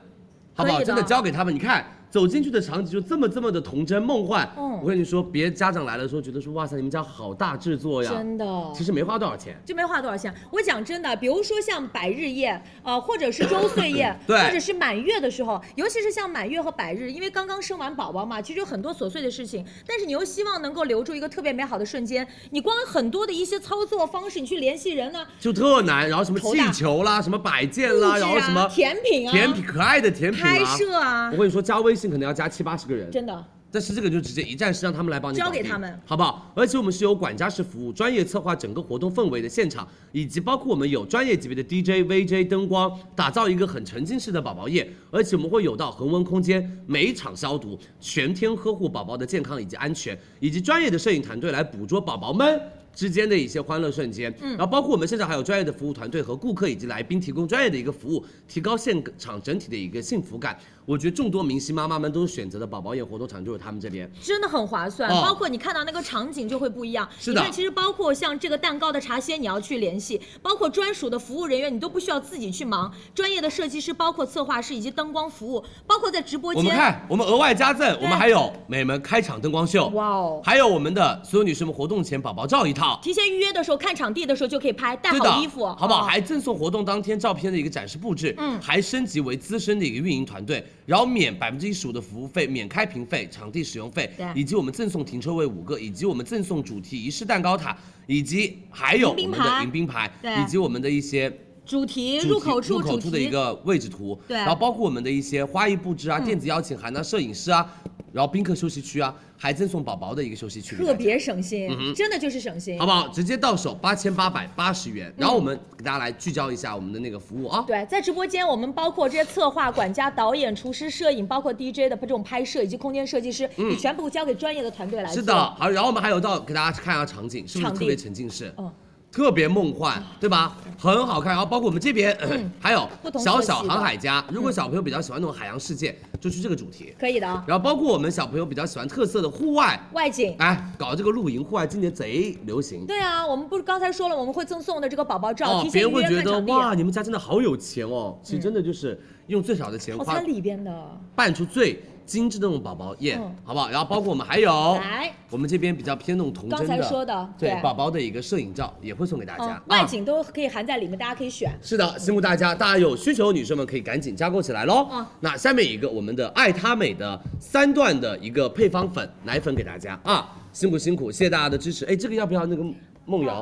[SPEAKER 12] 好不好？
[SPEAKER 2] 可以的
[SPEAKER 12] 真的交给他们。你看走进去的场景就这么这么的童真梦幻。
[SPEAKER 2] 嗯
[SPEAKER 12] 我跟你说，别家长来了之后觉得说，哇塞，你们家好大制作呀，
[SPEAKER 2] 真的
[SPEAKER 12] 其实没花多少钱。，
[SPEAKER 2] 就没花多少钱。我讲真的，比如说像百日宴，呃，或者是周岁宴
[SPEAKER 12] 对
[SPEAKER 2] 或者是满月的时候，尤其是像满月和百日，因为刚刚生完宝宝嘛，其实有很多琐碎的事情，但是你又希望能够留住一个特别美好的瞬间。你光很多的一些操作方式，你去联系人呢、
[SPEAKER 12] 就特难，然后什么气球啦，什么摆件啦，
[SPEAKER 2] 布置啊
[SPEAKER 12] 然后什么
[SPEAKER 2] 甜品啊
[SPEAKER 12] 甜品可爱的甜品
[SPEAKER 2] 拍
[SPEAKER 12] 啊。
[SPEAKER 2] 摄啊
[SPEAKER 12] 我，跟你说，加微信可能要加七八十个人，
[SPEAKER 2] 真的。
[SPEAKER 12] 但是这个就直接一站式让他们来帮你
[SPEAKER 2] 交
[SPEAKER 12] 搞
[SPEAKER 2] 给
[SPEAKER 12] 定
[SPEAKER 2] 他们，
[SPEAKER 12] 好不好？而且我们是有管家式服务，专业策划整个活动氛围的现场，以及包括我们有专业级别的 DJ、VJ、灯光，打造一个很沉浸式的宝宝夜。而且我们会有到恒温空间，每一场消毒，全天呵护宝宝的健康以及安全，以及专业的摄影团队来捕捉宝宝们。之间的一些欢乐瞬间，嗯，然后包括我们现场还有专业的服务团队和顾客以及来宾提供专业的一个服务，提高现场整体的一个幸福感。我觉得众多明星妈妈们都选择了宝宝夜活动场，就是他们这边。
[SPEAKER 2] 真的很划算，
[SPEAKER 12] 哦
[SPEAKER 2] 包括你看到那个场景就会不一样。
[SPEAKER 12] 是的
[SPEAKER 2] 你看，其实包括像这个蛋糕的茶歇，你要去联系，包括专属的服务人员，你都不需要自己去忙，专业的设计师，包括策划师以及灯光服务，包括在直播
[SPEAKER 12] 我们
[SPEAKER 2] 间。
[SPEAKER 12] 看，我们额外加赠，我们还有美们开场灯光秀，
[SPEAKER 2] 哇哦
[SPEAKER 12] 还有我们的所有女生们活动前宝宝照一套。
[SPEAKER 2] 提前预约的时候，看场地的时候就可以拍，带
[SPEAKER 12] 对
[SPEAKER 2] 好
[SPEAKER 12] 的，
[SPEAKER 2] 衣服，
[SPEAKER 12] 好不好？
[SPEAKER 2] 哦
[SPEAKER 12] 还赠送活动当天照片的一个展示布置，
[SPEAKER 2] 嗯
[SPEAKER 12] 还升级为资深的一个运营团队，然后免百分之一十五的服务费，免开瓶费、场地使用费
[SPEAKER 2] 对，
[SPEAKER 12] 以及我们赠送停车位五个，以及我们赠送主题仪式蛋糕塔，以及还有我们
[SPEAKER 2] 迎宾牌
[SPEAKER 12] 的迎宾牌，
[SPEAKER 2] 对
[SPEAKER 12] 以及我们的一些
[SPEAKER 2] 主题
[SPEAKER 12] 主题
[SPEAKER 2] 入口处
[SPEAKER 12] 入口
[SPEAKER 2] 主
[SPEAKER 12] 处的
[SPEAKER 2] 题
[SPEAKER 12] 一个位置图，
[SPEAKER 2] 对嗯
[SPEAKER 12] 然后包括我们的一些花艺布置啊、电子邀请函啊、摄影师啊，然后宾客休息区啊，还赠送宝宝的一个休息区给大家，
[SPEAKER 2] 特别省心，真的就是省心
[SPEAKER 12] 嗯好。不好？直接到手八千八百八十元，
[SPEAKER 2] 嗯
[SPEAKER 12] 然后我们给大家来聚焦一下我们的那个服务啊。
[SPEAKER 2] 对，在直播间，我们包括这些策划、管家、导演、厨师、摄影，包括 DJ 的这种拍摄以及空间设计师，你全部交给专业的团队来做。
[SPEAKER 12] 嗯是的，好，然后我们还有到给大家看一下场景，是不是
[SPEAKER 2] 场地
[SPEAKER 12] 特别沉浸式？
[SPEAKER 2] 嗯
[SPEAKER 12] 特别梦幻，对吧？很好看。然后包括我们这边、还有
[SPEAKER 2] 嗯不同色
[SPEAKER 12] 小
[SPEAKER 2] 系
[SPEAKER 12] 小
[SPEAKER 2] 的嗯
[SPEAKER 12] 航海家，如果小朋友比较喜欢那种海洋世界，就去这个主题。
[SPEAKER 2] 可以的啊，
[SPEAKER 12] 然后包括我们小朋友比较喜欢特色的户外，
[SPEAKER 2] 外景。
[SPEAKER 12] 哎，搞这个露营户外今年贼流行。
[SPEAKER 2] 对啊，我们不是刚才说了，我们会赠送的这个宝宝照，
[SPEAKER 12] 哦
[SPEAKER 2] 提，
[SPEAKER 12] 别
[SPEAKER 2] 前预
[SPEAKER 12] 人会
[SPEAKER 2] 约
[SPEAKER 12] 觉
[SPEAKER 2] 看
[SPEAKER 12] 得
[SPEAKER 2] 场地，啊
[SPEAKER 12] 哇，你们家真的好有钱哦。其实真的就是用最少的钱
[SPEAKER 2] 好
[SPEAKER 12] 花
[SPEAKER 2] 哦餐里边的，
[SPEAKER 12] 办出最精致的那种宝宝宴
[SPEAKER 2] 嗯，
[SPEAKER 12] 好不好？然后包括我们还有
[SPEAKER 2] 来，
[SPEAKER 12] 我们这边比较偏那种童真的，
[SPEAKER 2] 刚才说的
[SPEAKER 12] 对
[SPEAKER 2] 对
[SPEAKER 12] 宝宝的一个摄影照也会送给大家
[SPEAKER 2] 嗯，。外
[SPEAKER 12] 啊
[SPEAKER 2] 景都可以含在里面，大家可以选。
[SPEAKER 12] 是的，辛苦大家，大家有需求的女生们可以赶紧加购起来喽。
[SPEAKER 2] 嗯
[SPEAKER 12] 那下面一个我们的爱他美的三段的一个配方粉奶粉给大家啊，辛苦辛苦，谢谢大家的支持。哎，这个要不要那个梦瑶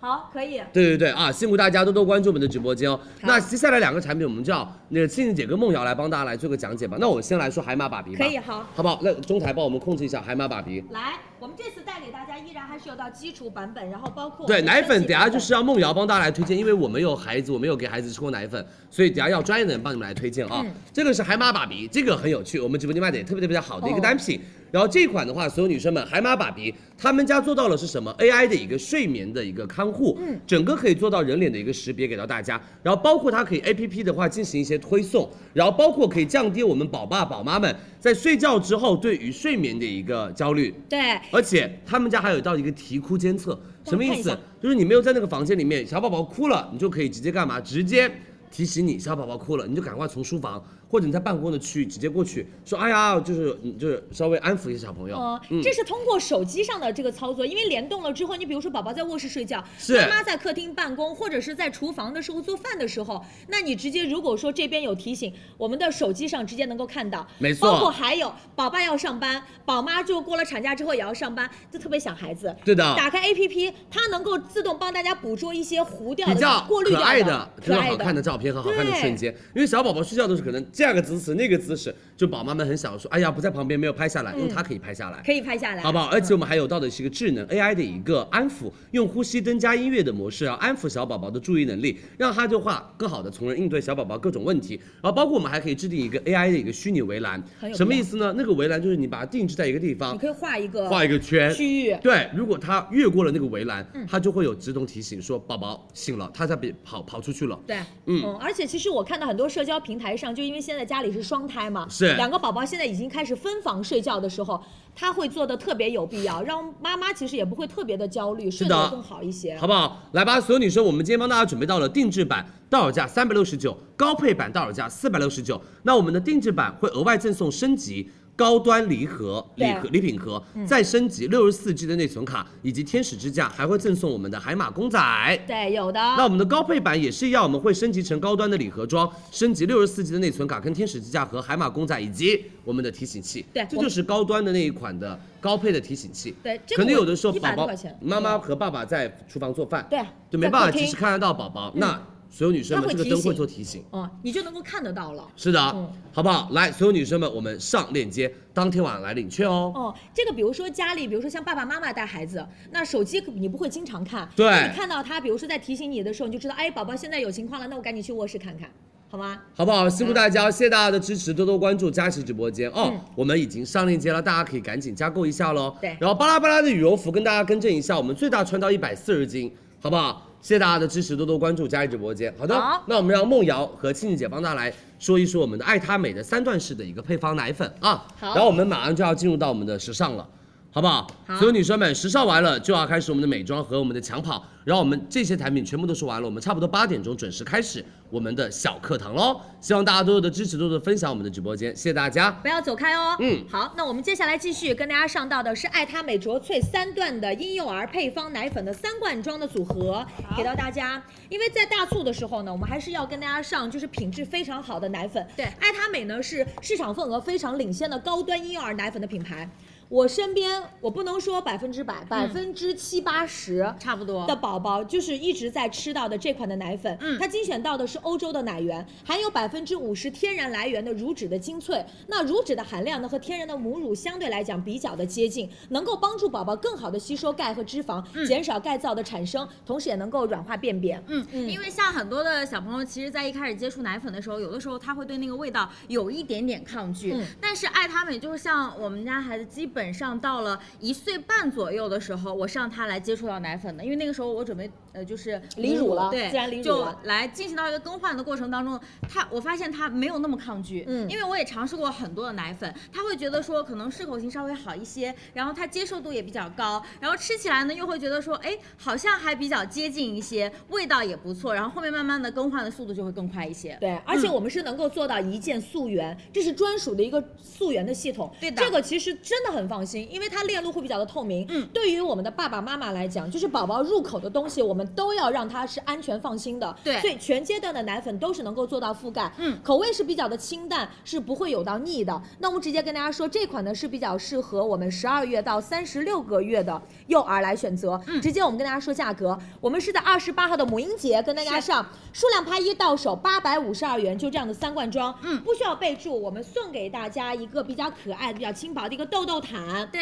[SPEAKER 2] 好，哦可以。
[SPEAKER 12] 对对对啊，辛苦大家多多关注我们的直播间哦。那接下来两个产品，我们叫那个庆庆姐跟梦瑶来帮大家来做个讲解吧。那我先来说海马爸比
[SPEAKER 2] 可
[SPEAKER 12] 吧，
[SPEAKER 2] 以好，
[SPEAKER 12] 好不好？那中台帮我们控制一下海马爸比。
[SPEAKER 2] 来，我们这次带给大家依然还是有到基础版本，然后包括
[SPEAKER 12] 对奶粉，
[SPEAKER 2] 底
[SPEAKER 12] 等下就是让梦瑶帮大家来推荐，因为我没有孩子，我没有给孩子吃过奶粉，所以等下要专业的人帮你们来推荐啊。这个是海马爸比，这个很有趣，我们直播间卖的也特别特别好的一个单品。然后这款的话，所有女生们，海马爸比他们家做到了是什么？AI 的一个睡眠的一个看护，嗯，整个可以做到人脸的一个识别给到大家，然后包括它可以 APP 的话进行一些推送，然后包括可以降低我们宝爸宝妈们在睡觉之后对于睡眠的一个焦虑，
[SPEAKER 2] 对，
[SPEAKER 12] 而且他们家还有到一个啼哭监测，什么
[SPEAKER 2] 看
[SPEAKER 12] 意
[SPEAKER 2] 一
[SPEAKER 12] 思
[SPEAKER 2] 下？
[SPEAKER 12] 就是你没有在那个房间里面，小宝宝哭了，你就可以直接干嘛？直接提醒你小宝宝哭了，你就赶快从书房或者你在办公的区域直接过去，说哎呀，就是你就是稍微安抚一下小朋友。
[SPEAKER 2] 呃
[SPEAKER 12] 嗯，
[SPEAKER 2] 这是通过手机上的这个操作，因为联动了之后，你比如说宝宝在卧室睡觉，
[SPEAKER 12] 是
[SPEAKER 2] 妈妈在客厅办公，或者是在厨房的时候做饭的时候，那你直接如果说这边有提醒，我们的手机上直接能够看到，
[SPEAKER 12] 没错
[SPEAKER 2] 包括还有宝爸要上班，宝妈就过了产假之后也要上班，就特别想孩子。
[SPEAKER 12] 对的
[SPEAKER 2] 打开 APP，它能够自动帮大家捕捉一些糊掉
[SPEAKER 12] 比
[SPEAKER 2] 的
[SPEAKER 12] 较、
[SPEAKER 2] 过滤
[SPEAKER 12] 可
[SPEAKER 2] 掉
[SPEAKER 12] 爱
[SPEAKER 2] 的、
[SPEAKER 12] 就是
[SPEAKER 2] 可
[SPEAKER 12] 好
[SPEAKER 2] 爱
[SPEAKER 12] 看的
[SPEAKER 2] 的。
[SPEAKER 12] 照片和好看的
[SPEAKER 2] 对
[SPEAKER 12] 瞬间。因为小宝宝睡觉都是可能这样个姿势、那个姿势，就宝妈们很想说，哎呀，不在旁边没有拍下
[SPEAKER 2] 嗯
[SPEAKER 12] 来，因为它可以拍下来。
[SPEAKER 2] 可以拍下来，嗯
[SPEAKER 12] 好不好？而且我们还有到的是一个智能 AI 的一个安抚，用呼吸灯加音乐的模式啊，安抚小宝宝的注意能力，让他就话更好的从而应对小宝宝各种问题。然后包括我们还可以制定一个 AI 的一个虚拟围栏
[SPEAKER 2] 很，有
[SPEAKER 12] 什么
[SPEAKER 2] 必要
[SPEAKER 12] 意思呢？那个围栏就是你把它定制在一个地方
[SPEAKER 2] 你，可以画一个
[SPEAKER 12] 画一个圈。
[SPEAKER 2] 区域，
[SPEAKER 12] 对，如果他越过了那个围栏，
[SPEAKER 2] 嗯
[SPEAKER 12] 他就会有自动提醒说宝宝醒了，他在别跑跑出去了。
[SPEAKER 2] 对，
[SPEAKER 12] 嗯
[SPEAKER 2] 而且其实我看到很多社交平台上，就因为现在家里是双胎嘛，
[SPEAKER 12] 是
[SPEAKER 2] 两个宝宝现在已经开始分房睡觉的时候，他会做的特别有必要，让妈妈其实也不会特别的焦虑，睡
[SPEAKER 12] 的
[SPEAKER 2] 得更好一些。
[SPEAKER 12] 好不好？来吧，所有女生，我们今天帮大家准备到了定制版到手价三百六十九，高配版到手价四百六十九。那我们的定制版会额外赠送升级。高端礼盒、礼盒、礼品盒，再升级六十四 G 的内存卡，以及天使支架，还会赠送我们的海马公仔。
[SPEAKER 2] 对，有的。
[SPEAKER 12] 那我们的高配版也是一样，我们会升级成高端的礼盒装，升级六十四 G 的内存卡、跟天使支架和海马公仔，以及我们的提醒器。
[SPEAKER 2] 对
[SPEAKER 12] 这
[SPEAKER 2] 我
[SPEAKER 12] 就是高端的那一款的高配的提醒器。
[SPEAKER 2] 对这个
[SPEAKER 12] 可能
[SPEAKER 2] 我
[SPEAKER 12] 有的时候
[SPEAKER 2] 100
[SPEAKER 12] 宝
[SPEAKER 2] 多
[SPEAKER 12] 嗯宝
[SPEAKER 2] 块钱嗯
[SPEAKER 12] 妈妈和爸爸在厨房做饭，
[SPEAKER 2] 对
[SPEAKER 12] 就没办法
[SPEAKER 2] 在客
[SPEAKER 12] 及
[SPEAKER 2] 厅
[SPEAKER 12] 时看得到宝宝。那所有女生们，
[SPEAKER 2] 它
[SPEAKER 12] 这
[SPEAKER 2] 会提醒嗯
[SPEAKER 12] 个灯会做提醒。
[SPEAKER 2] 哦，你就能够看得到了。
[SPEAKER 12] 是的，好不好？来，所有女生们，我们上链接，当天晚上来领券哦。
[SPEAKER 2] 哦，这个比如说家里，比如说像爸爸妈妈带孩子，那手机你不会经常看，
[SPEAKER 12] 对
[SPEAKER 2] 那你看到他，比如说在提醒你的时候，你就知道，哎，宝宝现在有情况了，那我赶紧去卧室看看，好吗？
[SPEAKER 12] 好不好？辛苦大家，谢谢大家的支持，多多关注佳琦直播间哦。我们已经上链接了，大家可以赶紧加购一下喽。
[SPEAKER 2] 嗯对
[SPEAKER 12] 然后巴拉巴拉的羽绒服跟大家更正一下，我们最大穿到一百四十斤，好不好？谢谢大家的支持，多多关注佳琦直播间。好的，
[SPEAKER 2] 好
[SPEAKER 12] 那我们让梦瑶和庆庆姐帮大家来说一说我们的爱她美的三段式的一个配方奶粉啊。
[SPEAKER 2] 好
[SPEAKER 12] 然后我们马上就要进入到我们的时尚了。好不好？
[SPEAKER 2] 好
[SPEAKER 12] 所有女生们，时尚完了就要开始我们的美妆和我们的抢跑，然后我们这些产品全部都说完了，我们差不多八点钟准时开始我们的小课堂喽。希望大家多多的支持，多多的分享我们的直播间，谢谢大家。
[SPEAKER 2] 不要走开哦。
[SPEAKER 12] 嗯
[SPEAKER 2] 好，那我们接下来继续跟大家上到的是爱他美卓萃三段的婴幼儿配方奶粉的三罐装的组合，给到大家。因为在大促的时候呢，我们还是要跟大家上就是品质非常好的奶粉。
[SPEAKER 3] 对
[SPEAKER 2] 爱他美呢是市场份额非常领先的高端婴幼儿奶粉的品牌。我身边，我不能说百分之百，百分之七八十，
[SPEAKER 3] 差不多
[SPEAKER 2] 的宝宝就是一直在吃到的这款的奶粉，嗯，它精选到的是欧洲的奶源，含有百分之五十天然来源的乳脂的精粹。那乳脂的含量呢和天然的母乳相对来讲比较的接近，能够帮助宝宝更好的吸收钙和脂肪，减少钙皂的产生，同时也能够软化便便。
[SPEAKER 3] 嗯，因为像很多的小朋友，其实在一开始接触奶粉的时候，有的时候他会对那个味道有一点点抗拒。
[SPEAKER 2] 嗯
[SPEAKER 3] 但是爱他美就是像我们家孩子，基本上到了一岁半左右的时候，我是让他来接触到奶粉的，因为那个时候我准备呃就是
[SPEAKER 2] 离乳了
[SPEAKER 3] 对，
[SPEAKER 2] 自然离乳
[SPEAKER 3] 就
[SPEAKER 2] 了
[SPEAKER 3] 来进行到一个更换的过程当中，他我发现他没有那么抗拒，
[SPEAKER 2] 嗯
[SPEAKER 3] 因为我也尝试过很多的奶粉，他会觉得说可能适口性稍微好一些，然后他接受度也比较高，然后吃起来呢又会觉得说，哎，好像还比较接近一些，味道也不错，然后后面慢慢的更换的速度就会更快一些。
[SPEAKER 2] 对，而且我们是能够做到一键溯源，这是专属的一个溯源的系统。
[SPEAKER 3] 对的
[SPEAKER 2] 这个其实真的很放心，因为它链路会比较的透明。嗯，对于我们的爸爸妈妈来讲，就是宝宝入口的东西，我们都要让它是安全放心的。
[SPEAKER 17] 对
[SPEAKER 2] 所以全阶段的奶粉都是能够做到覆盖。嗯，口味是比较的清淡，是不会有到腻的。那我们直接跟大家说，这款呢是比较适合我们十二月到三十六个月的幼儿来选择。嗯，直接我们跟大家说价格，我们是在二十八号的母婴节跟大家上，数量拍一到手八百五十二元，就这样的三罐装。嗯，不需要备注，我们送给大家一个比较可爱、比较轻薄的一个豆豆毯。
[SPEAKER 17] 对，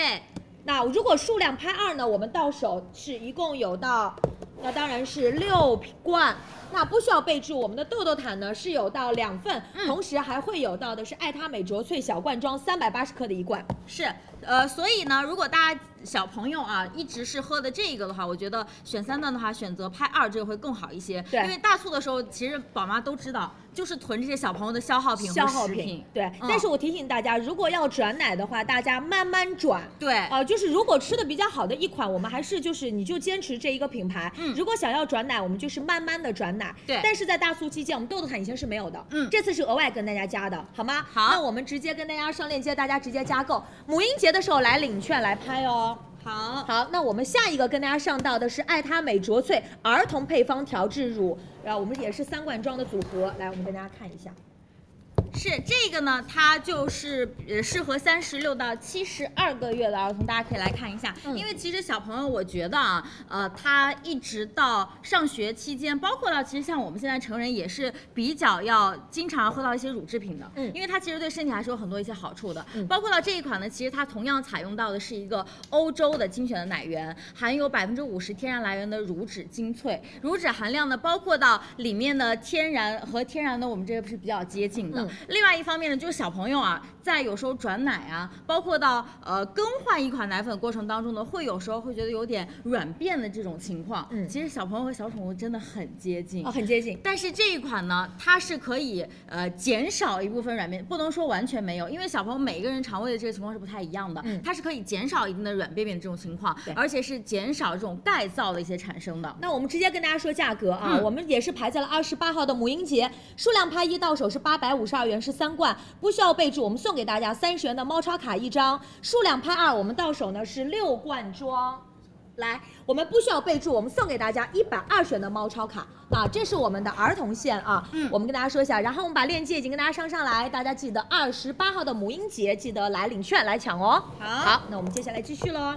[SPEAKER 2] 那如果数量拍二呢，我们到手是一共有到，那当然是六罐。那不需要备注，我们的豆豆毯呢是有到两份，同时还会有到的是爱他美卓萃小罐装三百八十克的一罐。
[SPEAKER 3] 是，呃，所以呢，如果大家小朋友啊一直是喝的这个的话，我觉得选三段的话，选择拍二这个会更好一些。
[SPEAKER 2] 对
[SPEAKER 3] 因为大促的时候，其实宝妈都知道，就是囤这些小朋友的消耗品
[SPEAKER 2] 消
[SPEAKER 3] 和
[SPEAKER 2] 耗
[SPEAKER 3] 食
[SPEAKER 2] 品
[SPEAKER 3] 品。，
[SPEAKER 2] 对。
[SPEAKER 3] 嗯
[SPEAKER 2] 但是我提醒大家，如果要转奶的话，大家慢慢转。
[SPEAKER 3] 对，
[SPEAKER 2] 呃，就是如果吃的比较好的一款，我们还是就是你就坚持这一个品牌。嗯，如果想要转奶，我们就是慢慢的转奶。
[SPEAKER 3] 对
[SPEAKER 2] 但是在大促期间，我们豆豆毯以前是没有的。
[SPEAKER 3] 嗯
[SPEAKER 2] 这次是额外跟大家加的，好吗？
[SPEAKER 3] 好
[SPEAKER 2] 那我们直接跟大家上链接，大家直接加购。母婴节的时候来领券来拍哦。
[SPEAKER 3] 好，
[SPEAKER 2] 好，那我们下一个跟大家上到的是爱他美卓萃儿童配方调制乳，然后我们也是三罐装的组合，来，我们跟大家看一下。
[SPEAKER 3] 是这个呢，它就是呃适合三十六到七十二个月的儿童，大家可以来看一下。因为其实小朋友，我觉得啊，呃，他一直到上学期间，包括到其实像我们现在成人也是比较要经常喝到一些乳制品的，
[SPEAKER 2] 嗯
[SPEAKER 3] 因为它其实对身体还是有很多一些好处的。包括到这一款呢，其实它同样采用到的是一个欧洲的精选的奶源，含有百分之五十天然来源的乳脂精粹，乳脂含量呢包括到里面的天然和天然的我们这个是比较接近的。
[SPEAKER 2] 嗯
[SPEAKER 3] 另外一方面呢，就是小朋友啊，在有时候转奶啊，包括到呃更换一款奶粉过程当中呢，会有时候会觉得有点软便的这种情况。
[SPEAKER 2] 嗯
[SPEAKER 3] 其实小朋友和小宠物真的很接近。
[SPEAKER 2] 哦，很接近。
[SPEAKER 3] 但是这一款呢，它是可以呃减少一部分软便，不能说完全没有，因为小朋友每个人肠胃的这个情况是不太一样的，
[SPEAKER 2] 嗯
[SPEAKER 3] 它是可以减少一定的软便便的这种情况
[SPEAKER 2] 对，
[SPEAKER 3] 而且是减少这种钙皂的一些产生的。
[SPEAKER 2] 那我们直接跟大家说价格啊，
[SPEAKER 3] 嗯
[SPEAKER 2] 我们也是排在了二十八号的母婴节，数量拍一到手是八百五十二元，是三罐，不需要备注，我们送给大家三十元的猫超卡一张，数量拍二，我们到手呢是六罐装。来，我们不需要备注，我们送给大家一百二十元的猫超卡啊，这是我们的儿童线啊。嗯，我们跟大家说一下，然后我们把链接已经跟大家上上来，大家记得二十八号的母婴节记得来领券来抢哦。好，好，那我们接下来继续喽。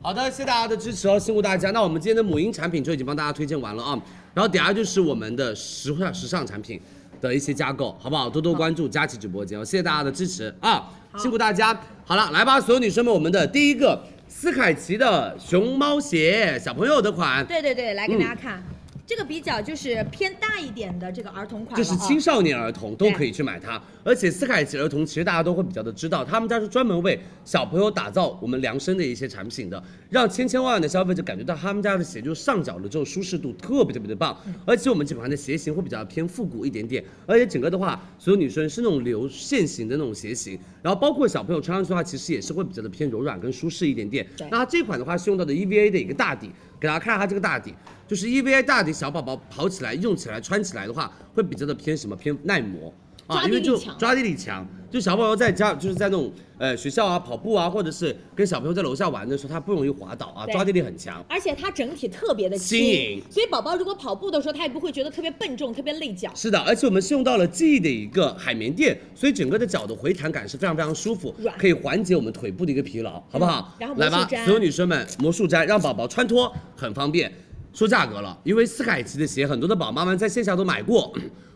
[SPEAKER 12] 好的，谢谢大家的支持哦，辛苦大家。那我们今天的母婴产品就已经帮大家推荐完了啊，然后等下就是我们的时尚时尚产品的一些加购，好不好？多多关注佳琦直播间哦，谢谢大家的支持啊，辛苦大家。好了，来吧，所有女生们，我们的第一个斯凯奇的熊猫鞋，小朋友的款，
[SPEAKER 2] 对对对，来给大
[SPEAKER 12] 嗯
[SPEAKER 2] 家看，这个比较就是偏大一点的这个儿童款
[SPEAKER 12] 这
[SPEAKER 2] 了
[SPEAKER 12] 是
[SPEAKER 2] 啊
[SPEAKER 12] 青少年儿童都可以去买它，而且斯凯奇儿童其实大家都会比较的知道，他们家是专门为小朋友打造我们量身的一些产品的，让千千万万的消费者感觉到他们家的鞋就上脚了之后舒适度特别特别的棒，而且我们这款的鞋型会比较偏复古一点点，而且整个的话，所有女生是那种流线型的那种鞋型，然后包括小朋友穿上去的话，其实也是会比较的偏柔软跟舒适一点点。那它这款的话是用到的 EVA 的一个大底，给大家看一下它这个大底，就是 EVA 大底，小宝宝跑起来、用起来、穿起来的话，会比较的偏什么偏耐磨啊，
[SPEAKER 2] 抓地
[SPEAKER 12] 因为
[SPEAKER 2] 力
[SPEAKER 12] 就
[SPEAKER 2] 强
[SPEAKER 12] 抓地力强，就小宝宝在家就是在那种呃学校啊跑步啊，或者是跟小朋友在楼下玩的时候，他不容易滑倒啊，
[SPEAKER 2] 对
[SPEAKER 12] 抓地力很强。
[SPEAKER 2] 而且它整体特别的
[SPEAKER 12] 轻盈
[SPEAKER 2] 所以宝宝如果跑步的时候，他也不会觉得特别笨重、特别累脚。
[SPEAKER 12] 是的，而且我们是用到了记忆的一个海绵垫，所以整个的脚的回弹感是非常非常舒服
[SPEAKER 2] 软，嗯
[SPEAKER 12] 可以缓解我们腿部的一个疲劳，好不好？
[SPEAKER 2] 然后魔
[SPEAKER 12] 来
[SPEAKER 2] 术
[SPEAKER 12] 吧，
[SPEAKER 2] 毡
[SPEAKER 12] 所有女生们，魔术毡让宝宝穿脱很方便。说价格了，因为斯凯奇的鞋很多的宝妈们在线下都买过，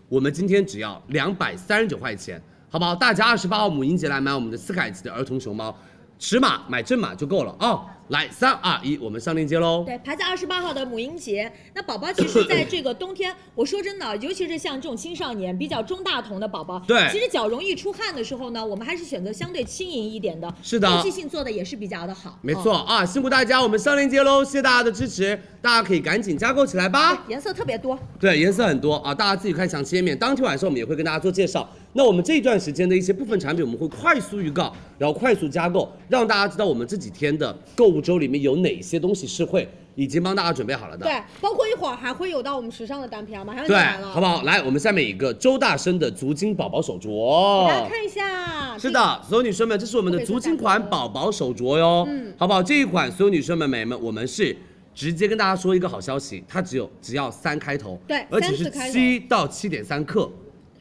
[SPEAKER 12] 我们今天只要两百三十九块钱，好不好？大家二十八号母婴节来买我们的斯凯奇的儿童熊猫，尺码买正码就够了啊、来，三二一，我们上链接喽。
[SPEAKER 2] 对，排在二十八号的母婴节，那宝宝其实在这个冬天，我说真的， 尤其是像这种青少年比较中大童的宝宝，
[SPEAKER 12] 对
[SPEAKER 2] 其实脚容易出汗的时候呢，我们还是选择相对轻盈一点的，
[SPEAKER 12] 是的
[SPEAKER 2] 透气性做的也是比较的好，
[SPEAKER 12] 没
[SPEAKER 2] 嗯
[SPEAKER 12] 错、
[SPEAKER 1] 哦
[SPEAKER 12] 啊，辛苦大家，我们上链接喽，谢谢大家的支持，大家可以赶紧加购起来吧。
[SPEAKER 2] 哦对颜色特别多，
[SPEAKER 12] 对，颜色很多啊，大家自己看详情页面。当天晚上我们也会跟大家做介绍。那我们这一段时间的一些部分产品，我们会快速预告，然后快速加购，让大家知道我们这几天的购物周里面有哪些东西是会已经帮大家准备好了的。
[SPEAKER 1] 对，包括一会儿还会有到我们时尚的单品啊，马上就
[SPEAKER 12] 对
[SPEAKER 1] 来，了，
[SPEAKER 12] 好不好？来，我们下面一个周大生的足金宝宝手
[SPEAKER 1] 给
[SPEAKER 12] 镯，
[SPEAKER 1] 大家看一下，
[SPEAKER 12] 是的，所有女生们，这是我们的足金款宝宝手镯哟，
[SPEAKER 1] 嗯
[SPEAKER 12] 好不好？这一款所有女生们、美们，我们是直接跟大家说一个好消息，它只有只要三开头，
[SPEAKER 1] 对
[SPEAKER 12] 而且
[SPEAKER 1] 三
[SPEAKER 12] 是
[SPEAKER 1] 字开头
[SPEAKER 12] 七到七点三克，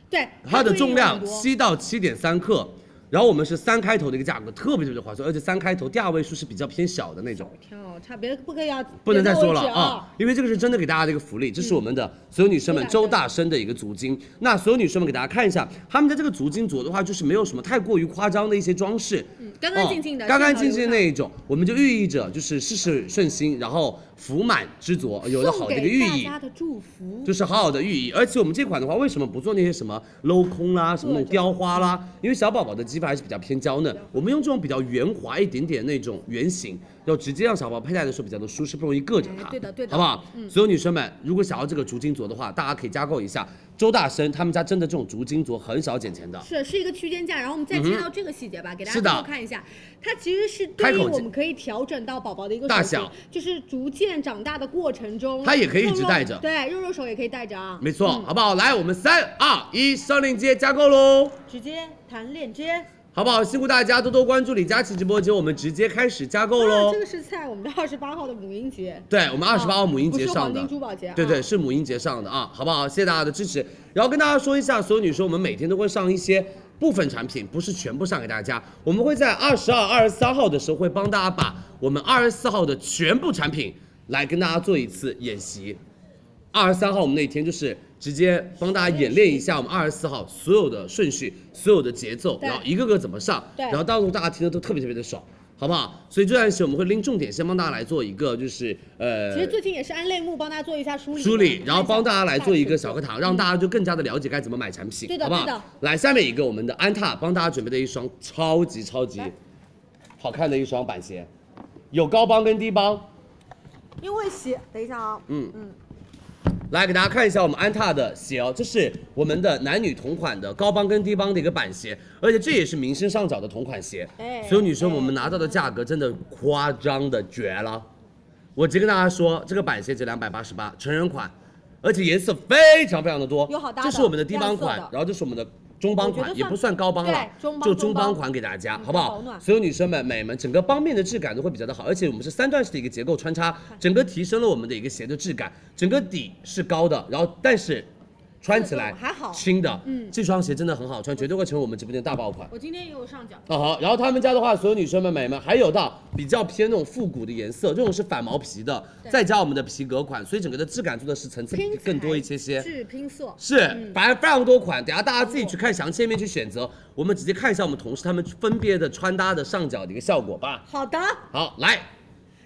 [SPEAKER 1] 对，
[SPEAKER 12] 它的
[SPEAKER 1] 会有
[SPEAKER 12] 重
[SPEAKER 1] 很
[SPEAKER 12] 量
[SPEAKER 1] 多
[SPEAKER 12] 七到七点三克。然后我们是三开头的一个价格，特别特别划算，而且三开头第二位数是比较偏小的那种。
[SPEAKER 1] 天哦，差别不可以啊，
[SPEAKER 12] 不能再
[SPEAKER 1] 别的嗯
[SPEAKER 12] 说
[SPEAKER 1] 位
[SPEAKER 12] 了
[SPEAKER 1] 置
[SPEAKER 12] 啊！，因为这个是真的给大家的一个福利，这是我们的所有女生
[SPEAKER 1] 啊
[SPEAKER 12] 们周大生的一个足金。那所有女生们给大家看一下，他们的这个足金镯的话，就是没有什么太过于夸张的一些装饰，
[SPEAKER 1] 嗯干干净净的
[SPEAKER 12] 哦干干
[SPEAKER 1] 顺
[SPEAKER 12] 净
[SPEAKER 1] 手
[SPEAKER 12] 净
[SPEAKER 1] 流
[SPEAKER 12] 那一种，我们就寓意着就是事事顺心，然后福满知足，有了好的一个寓
[SPEAKER 1] 送给
[SPEAKER 12] 意
[SPEAKER 1] 大。家的祝福，
[SPEAKER 12] 就是好好的寓意，而且我们这款的话，为什么不做那些什么镂空啦、什么那种雕花啦？因为小宝宝的肌肤还是比较偏娇嫩，我们用这种比较圆滑一点点那种圆形，要直接让小宝宝佩戴的时候比较的舒适，不容易硌着它。
[SPEAKER 1] 哎对的对的
[SPEAKER 12] 好不好？所有女生们，如果想要这个竹金镯的话，大家可以加购一下。周大生他们家真的这种竹金镯很少减钱的，
[SPEAKER 1] 是是一个区间价，然后我们再切到这个细节吧，给大家
[SPEAKER 12] 嗯是的
[SPEAKER 1] 最后看一下，它其实是对
[SPEAKER 12] 开口
[SPEAKER 1] 应
[SPEAKER 12] 肌
[SPEAKER 1] 我们可以调整到宝宝的一个
[SPEAKER 12] 大
[SPEAKER 1] 手型
[SPEAKER 12] 小，
[SPEAKER 1] 就是逐渐长大的过程中，
[SPEAKER 12] 它也可以一直
[SPEAKER 1] 肉肉
[SPEAKER 12] 戴着
[SPEAKER 1] 对，肉肉手也可以戴着啊，
[SPEAKER 12] 没错，好不好？来，我们三二一，上链接加购喽！
[SPEAKER 1] 直接弹链接，
[SPEAKER 12] 好不好？辛苦大家多多关注李佳琦直播间，我们直接开始加购喽。
[SPEAKER 1] 啊这个是在我们的二十八号的母婴节，
[SPEAKER 12] 对，我们二十八号母婴节上
[SPEAKER 1] 不是
[SPEAKER 12] 的，
[SPEAKER 1] 黄金珠宝节啊
[SPEAKER 12] 对对，是母婴节上的啊，好不好？谢谢大家的支持。然后跟大家说一下，所有女生，我们每天都会上一些部分产品，不是全部上给大家。我们会在二十二、二十三号的时候，会帮大家把我们二十四号的全部产品来跟大家做一次演习。二十三号我们那天就是直接帮大家演练一下我们二十四号所有的顺序、所有的节奏，
[SPEAKER 1] 对
[SPEAKER 12] 然后一个个怎么上，
[SPEAKER 1] 对
[SPEAKER 12] 然后到时候大家听的都特别特别的爽。好不好？所以这段时间我们会拎重点，先帮大家来做一个，就是呃，
[SPEAKER 1] 其实最近也是按类目帮大家做一下梳理，
[SPEAKER 12] 梳理，然后帮大家来做一个
[SPEAKER 1] 大
[SPEAKER 12] 小
[SPEAKER 1] 数
[SPEAKER 12] 课
[SPEAKER 1] 据。
[SPEAKER 12] 堂，让大家就更加的了解该怎么买产
[SPEAKER 1] 嗯
[SPEAKER 12] 品，
[SPEAKER 1] 对的
[SPEAKER 12] 好不
[SPEAKER 1] 对
[SPEAKER 12] 好
[SPEAKER 1] 的？
[SPEAKER 12] 来，下面一个我们的安踏帮大家准备的一双超级超级好看的一双板鞋，有高帮跟低帮，
[SPEAKER 1] 因为鞋，等一下啊，
[SPEAKER 12] 嗯嗯。来给大家看一下我们安踏的鞋哦，这是我们的男女同款的高帮跟低帮的一个板鞋，而且这也是明星上脚的同款鞋。
[SPEAKER 1] 哎
[SPEAKER 12] 所有女生，我们拿到的价格真的夸张的绝了。我直接跟大家说，这个板鞋只两百八十八，成人款，而且颜色非常非常的多。
[SPEAKER 1] 有好搭的
[SPEAKER 12] 这是我们的低帮款
[SPEAKER 1] 亮色的，
[SPEAKER 12] 然后这是我们的中帮
[SPEAKER 1] 我觉
[SPEAKER 12] 款，
[SPEAKER 1] 得
[SPEAKER 12] 也不算高帮了
[SPEAKER 1] 对，中帮
[SPEAKER 12] 就中
[SPEAKER 1] 中
[SPEAKER 12] 帮
[SPEAKER 1] 帮
[SPEAKER 12] 款给大家，好
[SPEAKER 1] 较
[SPEAKER 12] 不好
[SPEAKER 1] 保暖？
[SPEAKER 12] 所有女生们、美们，整个帮面的质感都会比较的好，而且我们是三段式的一个结构穿插，整个提升了我们的一个鞋的质感，整个底是高的，然后但是穿起来
[SPEAKER 1] 这种还好
[SPEAKER 12] 轻的，
[SPEAKER 1] 嗯
[SPEAKER 12] 这双鞋真的很好穿，绝对会成为我们直播间的大爆款。
[SPEAKER 1] 我今天也有上脚，
[SPEAKER 12] 啊好，然后他们家的话，所有女生们、美们，还有到比较偏那种复古的颜色，这种是反毛皮的，再加我们的皮革款，所以整个的质感做的是层次
[SPEAKER 1] 拼
[SPEAKER 12] 更多一些些。
[SPEAKER 1] 是拼色，嗯
[SPEAKER 12] 是，反正非常多款，等下大家自己去看详情页面去选择。我们直接看一下我们同事他们分别的穿搭的上脚的一个效果吧。
[SPEAKER 1] 好的，
[SPEAKER 12] 好，来，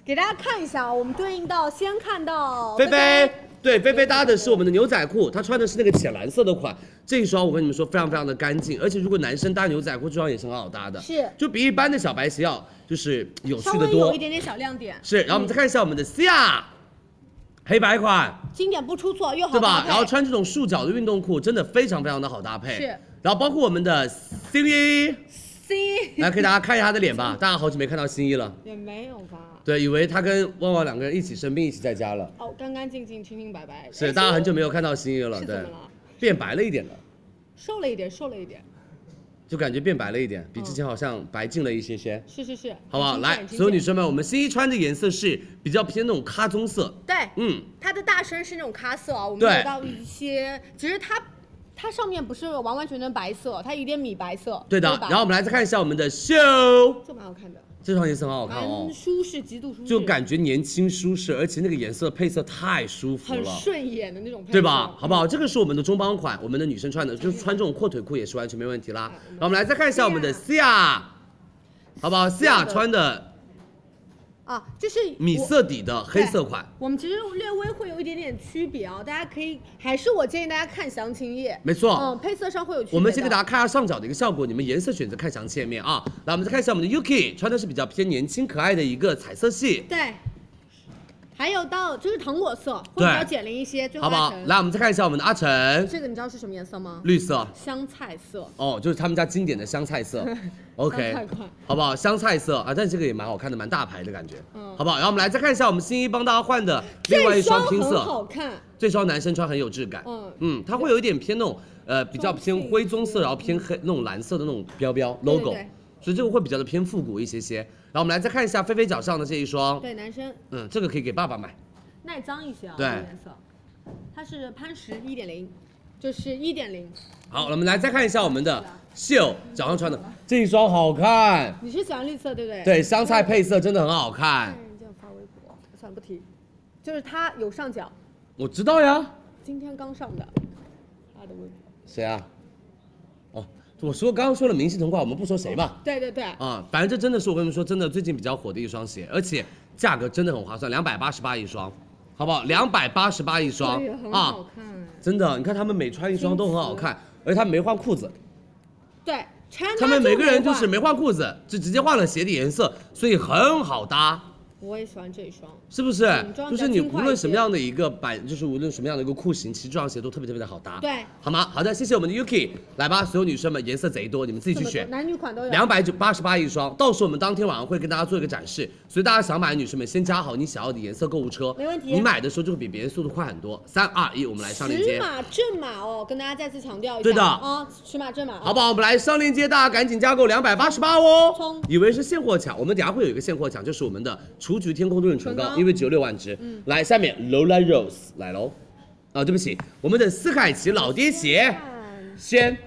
[SPEAKER 1] 给大家看一下啊，我们对应到先看到
[SPEAKER 12] 菲菲，对，菲菲搭的是我们的牛仔裤，她穿的是那个浅蓝色的款。这一双我跟你们说非常非常的干净，而且如果男生搭牛仔裤，这双也是很好搭的，
[SPEAKER 1] 是
[SPEAKER 12] 就比一般的小白鞋要就是有
[SPEAKER 1] 稍
[SPEAKER 12] 趣的
[SPEAKER 1] 微
[SPEAKER 12] 多
[SPEAKER 1] 有一。点点小亮点，
[SPEAKER 12] 是，然后我们再看一下我们的 C R，黑白款，
[SPEAKER 1] 经典不出错，又好
[SPEAKER 12] 对吧
[SPEAKER 1] 哦搭？配
[SPEAKER 12] 然后穿这种束脚的运动裤，真的非常非常的好搭配。
[SPEAKER 1] 是，
[SPEAKER 12] 然后包括我们的新一，
[SPEAKER 1] C
[SPEAKER 12] 来给大家看一下她的脸吧，大家好久没看到新一了，
[SPEAKER 1] 也没有吧？
[SPEAKER 12] 对，以为她跟旺旺两个人一起生病，一起在家了，
[SPEAKER 1] 哦，干干净净，清清白白。
[SPEAKER 12] 是，大家很久没有看到新一了，
[SPEAKER 1] 哎是怎
[SPEAKER 12] 对
[SPEAKER 1] 么，了？
[SPEAKER 12] 变白了一点了，
[SPEAKER 1] 瘦了一点，瘦了一点，
[SPEAKER 12] 就感觉变白了一点，比之前好像白净了一些些。
[SPEAKER 1] 是是是，
[SPEAKER 12] 好不好？
[SPEAKER 1] 很
[SPEAKER 12] 来，
[SPEAKER 1] 哦精简
[SPEAKER 12] 所有女，生们，我们新一穿的颜色是比较偏那种咖棕色，
[SPEAKER 1] 很精简对，
[SPEAKER 12] 嗯，
[SPEAKER 1] 它的大身是那种咖色啊，我们
[SPEAKER 12] 对
[SPEAKER 1] 有到一些，只是它它上面不是完完全全白色，它有点米白色，
[SPEAKER 12] 对的
[SPEAKER 1] 吧。
[SPEAKER 12] 然后我们来再看一下我们的秀，
[SPEAKER 1] 这蛮好看的，
[SPEAKER 12] 这双颜色很好看哦
[SPEAKER 1] 蛮，舒适，极度舒适，
[SPEAKER 12] 就感觉年轻舒适，而且那个颜色配色太舒服
[SPEAKER 1] 很
[SPEAKER 12] 了。
[SPEAKER 1] 顺眼的那种配色，
[SPEAKER 12] 对吧？好不好？这个是我们的中帮款，我们的女生穿的，就是穿这种阔腿裤也是完全没问题啦。然后我们来再看一下我们的西亚，好不好？西亚穿的
[SPEAKER 1] 啊，就是
[SPEAKER 12] 米
[SPEAKER 1] 我
[SPEAKER 12] 色底的黑色款，
[SPEAKER 1] 我们其实略微会有一点点区别啊，大家可以还是我建议大家看详情页，
[SPEAKER 12] 没错。
[SPEAKER 1] 嗯，配色上会有区别的。
[SPEAKER 12] 我们先给大家看一下上脚的一个效果，你们颜色选择看详情页面啊。来，我们再看一下我们的 Yuki，穿的是比较偏年轻可爱的一个彩色系，
[SPEAKER 1] 对，还有到就是糖果色，会比较
[SPEAKER 12] 对
[SPEAKER 1] 减龄一些，最后
[SPEAKER 12] 好不
[SPEAKER 1] 再
[SPEAKER 12] 好？
[SPEAKER 1] 成。
[SPEAKER 12] 来，我们再看一下我们的阿晨，
[SPEAKER 1] 这个你知道是什么颜色吗？
[SPEAKER 12] 绿色。
[SPEAKER 1] 香菜色。
[SPEAKER 12] 哦，就是他们家经典的香菜 色，OK，
[SPEAKER 1] 香菜款
[SPEAKER 12] 好不好？香菜色啊，但这个也蛮好看的，蛮大牌的感觉，
[SPEAKER 1] 嗯
[SPEAKER 12] 好不好？然后我们来再看一下我们新一帮大家换的另外一双拼
[SPEAKER 1] 很好
[SPEAKER 12] 色，
[SPEAKER 1] 看，
[SPEAKER 12] 这双男生穿很有质感，
[SPEAKER 1] 嗯
[SPEAKER 12] 嗯，它会有一点偏那种呃比较偏灰棕色，然后偏黑那种蓝色的那种标标 logo，
[SPEAKER 1] 对
[SPEAKER 12] 所以这个会比较的偏复古一些些。然后我们来再看一下菲菲脚上的这一双，
[SPEAKER 1] 对男生
[SPEAKER 12] 嗯，这个可以给爸爸买，
[SPEAKER 1] 耐脏一些啊，这
[SPEAKER 12] 对
[SPEAKER 1] 个颜色，它是潘石一点零，就是一点零。
[SPEAKER 12] 好，我们来再看一下我们的秀脚上穿的这一双好看，
[SPEAKER 1] 你是喜欢绿色对不对？。
[SPEAKER 12] 对，香菜配色真的很好看。
[SPEAKER 1] 人家发微博，算了不提，就是它有上脚，
[SPEAKER 12] 我知道呀，
[SPEAKER 1] 今天刚上的，他的微博。
[SPEAKER 12] 谁啊？哦，我说刚刚说了明星童话，我们不说谁吧。
[SPEAKER 1] 对对对，
[SPEAKER 12] 啊，反正这真的是我跟你们说，真的最近比较火的一双鞋，而且价格真的很划算，两百八十八一双，好不好？两百八十八一双
[SPEAKER 1] 对，很
[SPEAKER 12] 啊
[SPEAKER 1] 好，看哎。
[SPEAKER 12] 真的，你看他们每穿一双都很好看，而且他们没换裤子，
[SPEAKER 1] 对，啊穿搭
[SPEAKER 12] 他们每个人
[SPEAKER 1] 就没
[SPEAKER 12] 就是
[SPEAKER 1] 换
[SPEAKER 12] 没换裤子，就直接换了鞋底颜色，所以很好搭。
[SPEAKER 1] 我也喜欢这一双，
[SPEAKER 12] 是不是
[SPEAKER 1] 嗯？装
[SPEAKER 12] 就
[SPEAKER 1] 比较
[SPEAKER 12] 是你
[SPEAKER 1] 轻
[SPEAKER 12] 无
[SPEAKER 1] 快
[SPEAKER 12] 论
[SPEAKER 1] 一
[SPEAKER 12] 什
[SPEAKER 1] 些
[SPEAKER 12] 么样的一个版，就是无论什么样的一个裤型，其实这双鞋都特别特别的好搭。
[SPEAKER 1] 对，
[SPEAKER 12] 好吗？好的，谢谢我们的 Yuki，来吧，所有女生们，颜色贼多，你们自己
[SPEAKER 1] 这
[SPEAKER 12] 去
[SPEAKER 1] 么多
[SPEAKER 12] 选。
[SPEAKER 1] 男女款都啊有。
[SPEAKER 12] 两百九八十八一双，到时候我们当天晚上会跟大家做一个展示，所以大家想买的女生们先加好你想要的颜色购物车，
[SPEAKER 1] 没问题
[SPEAKER 12] 你买的时候就会比别人速度快很多。三二一，我们来上链
[SPEAKER 1] 尺
[SPEAKER 12] 接，
[SPEAKER 1] 码正码哦，跟大家再次强调一下，
[SPEAKER 12] 对的
[SPEAKER 1] 啊，尺码正码啊，
[SPEAKER 12] 好不好？我们来上链接，大家赶紧加购两百八十八哦。
[SPEAKER 1] 冲
[SPEAKER 12] 以为是现货抢，我们等下会有一个现货抢，就是我们的雏菊天空润唇膏，
[SPEAKER 1] 唇膏嗯
[SPEAKER 12] 因为只有六万支。来，下面 Lola Rose 来喽。啊，对不起，我们的斯凯奇老爹鞋，先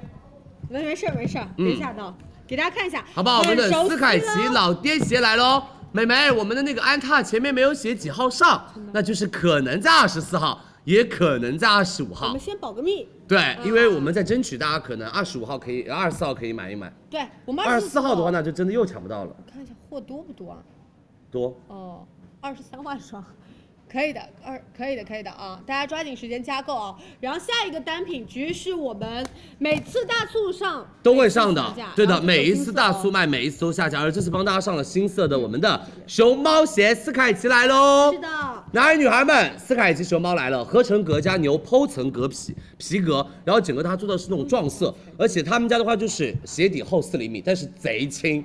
[SPEAKER 1] 没没事儿没事儿，别吓到，给大家看一下，
[SPEAKER 12] 嗯好不好？我们的
[SPEAKER 1] 很熟悉
[SPEAKER 12] 斯凯奇
[SPEAKER 1] 了
[SPEAKER 12] 老爹鞋来喽，美眉，我们的那个安踏前面没有写几号上，那就是可能在二十四号，也可能在二十五
[SPEAKER 1] 我
[SPEAKER 12] 号
[SPEAKER 1] 们。啊先保个密，
[SPEAKER 12] 对，因为我们在争取大家可能二十五号可以，二十四号可以买一买。
[SPEAKER 1] 对我们
[SPEAKER 12] 二十
[SPEAKER 1] 24
[SPEAKER 12] 四号的话，，那就真的又抢不到了，
[SPEAKER 1] 我看一下货多不多啊？
[SPEAKER 12] 多。
[SPEAKER 1] 哦，二十三万双。可以的，二可以的，可以的啊！大家抓紧时间加购啊！然后下一个单品其实是我们每次大促上
[SPEAKER 12] 都会上的
[SPEAKER 1] 每次下架，
[SPEAKER 12] 对
[SPEAKER 1] 然
[SPEAKER 12] 的，
[SPEAKER 1] 后
[SPEAKER 12] 每一
[SPEAKER 1] 有新
[SPEAKER 12] 次
[SPEAKER 1] 色
[SPEAKER 12] 大
[SPEAKER 1] 哦
[SPEAKER 12] 促卖，每一次都下架，而这次帮大家上了新色的我们的熊猫鞋，斯凯奇来喽
[SPEAKER 1] 是！的，
[SPEAKER 12] 男孩女孩们，斯凯奇熊猫来了，合成革加牛剖层革皮皮革，然后整个它做的是那种撞色，而且他们家的话就是鞋底厚四厘米，但是贼轻。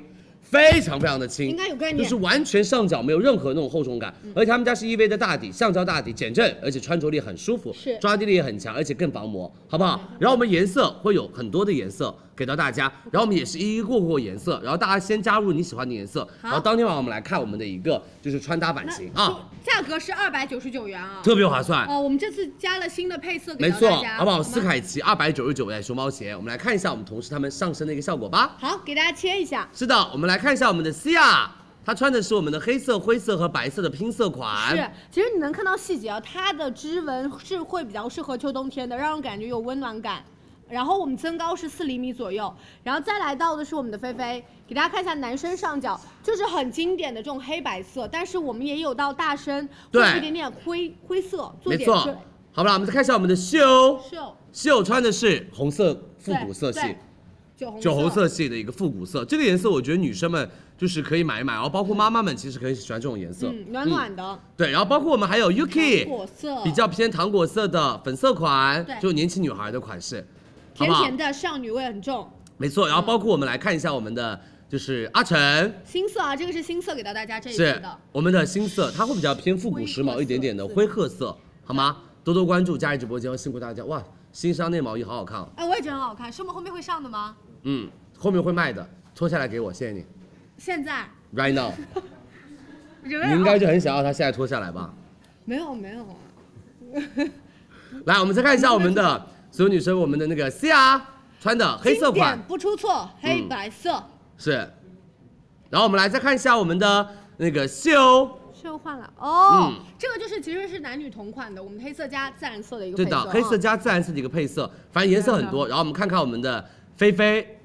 [SPEAKER 12] 非常非常的轻，
[SPEAKER 1] 应该有概念
[SPEAKER 12] 就是完全上脚没有任何那种厚重感，而且他们家是 EVA 的大底，橡胶大底，减震，而且穿着力很舒服，
[SPEAKER 1] 是
[SPEAKER 12] 抓地力也很强，而且更防磨，好不好？然后我们颜色会有很多的颜色给到大家，然后我们也是一一过过颜色，然后大家先加入你喜欢的颜色，然后当天晚上我们来看我们的一个就是穿搭版型啊。
[SPEAKER 1] 价格是二百九十九元啊！
[SPEAKER 12] 特别划算。
[SPEAKER 1] 哦，我们这次加了新的配色给
[SPEAKER 12] 没
[SPEAKER 1] 到
[SPEAKER 12] 错
[SPEAKER 1] 大，家，
[SPEAKER 12] 好不好？
[SPEAKER 1] 吗
[SPEAKER 12] 斯凯奇二百九十九哎，熊猫鞋，我们来看一下我们同事他们上身的一个效果吧。
[SPEAKER 1] 好，给大家切一下，
[SPEAKER 12] 是的，我们来看一下我们的西亚，她穿的是我们的黑色、灰色和白色的拼色款。
[SPEAKER 1] 是，其实你能看到细节啊，它的织纹是会比较适合秋冬天的，让人感觉有温暖感。然后我们增高是四厘米左右，然后再来到的是我们的菲菲，给大家看一下男生上脚，就是很经典的这种黑白色，但是我们也有到大身，会
[SPEAKER 12] 对
[SPEAKER 1] 有一点点灰灰色，做
[SPEAKER 12] 没
[SPEAKER 1] 点
[SPEAKER 12] 错
[SPEAKER 1] 缀。
[SPEAKER 12] 好不好？我们再看一下我们的秀，
[SPEAKER 1] 袖，
[SPEAKER 12] 秀穿的是红色复
[SPEAKER 1] 对
[SPEAKER 12] 古色系
[SPEAKER 1] 对。酒红
[SPEAKER 12] 酒红色系的一个复古色，这个颜色我觉得女生们就是可以买一买，然后包括妈妈们其实很喜欢这种颜色，
[SPEAKER 1] 嗯，暖暖的。
[SPEAKER 12] 对，然后包括我们还有 Yuki
[SPEAKER 1] 糖果色
[SPEAKER 12] 比较偏糖果色的粉色款，
[SPEAKER 1] 对
[SPEAKER 12] 就年轻女孩的款式，好
[SPEAKER 1] 甜
[SPEAKER 12] 不好？
[SPEAKER 1] 甜的少女味很重，
[SPEAKER 12] 没错，然后包括我们来看一下我们的就是阿晨，
[SPEAKER 1] 新色啊，这个是新色给到大家这一次
[SPEAKER 12] 是
[SPEAKER 1] 的。
[SPEAKER 12] 我们的新色，它会比较偏复古
[SPEAKER 1] 灰
[SPEAKER 12] 时
[SPEAKER 1] 褐
[SPEAKER 12] 髦一点点的
[SPEAKER 1] 色
[SPEAKER 12] 灰褐色，好吗？多多关注佳怡直播间，辛苦大家哇！新商店毛衣好好看哦，
[SPEAKER 1] 哎，我也觉得很好看，是我们后面会上的吗？
[SPEAKER 12] 嗯，后面会卖的，脱下来给我，谢谢你
[SPEAKER 1] 现在
[SPEAKER 12] ，right now，
[SPEAKER 1] 人啊
[SPEAKER 12] 你应该就很想要它现在脱下来吧？
[SPEAKER 1] 没有没有啊，
[SPEAKER 12] 来，我们再看一下我们的所有女生，我们的那个 C R 穿的黑色
[SPEAKER 1] 经
[SPEAKER 12] 款嗯
[SPEAKER 1] 典，不出错，黑白色。
[SPEAKER 12] 是，然后我们来再看一下我们的那个秀，
[SPEAKER 1] 是又换了哦，
[SPEAKER 12] 嗯
[SPEAKER 1] 这个就是其实是男女同款的，我们黑色加自然色的一个
[SPEAKER 12] 对
[SPEAKER 1] 配色
[SPEAKER 12] 的
[SPEAKER 1] 啊，
[SPEAKER 12] 黑色加自然色的一个配色，反正颜色很多。然后我们看看我们的菲菲，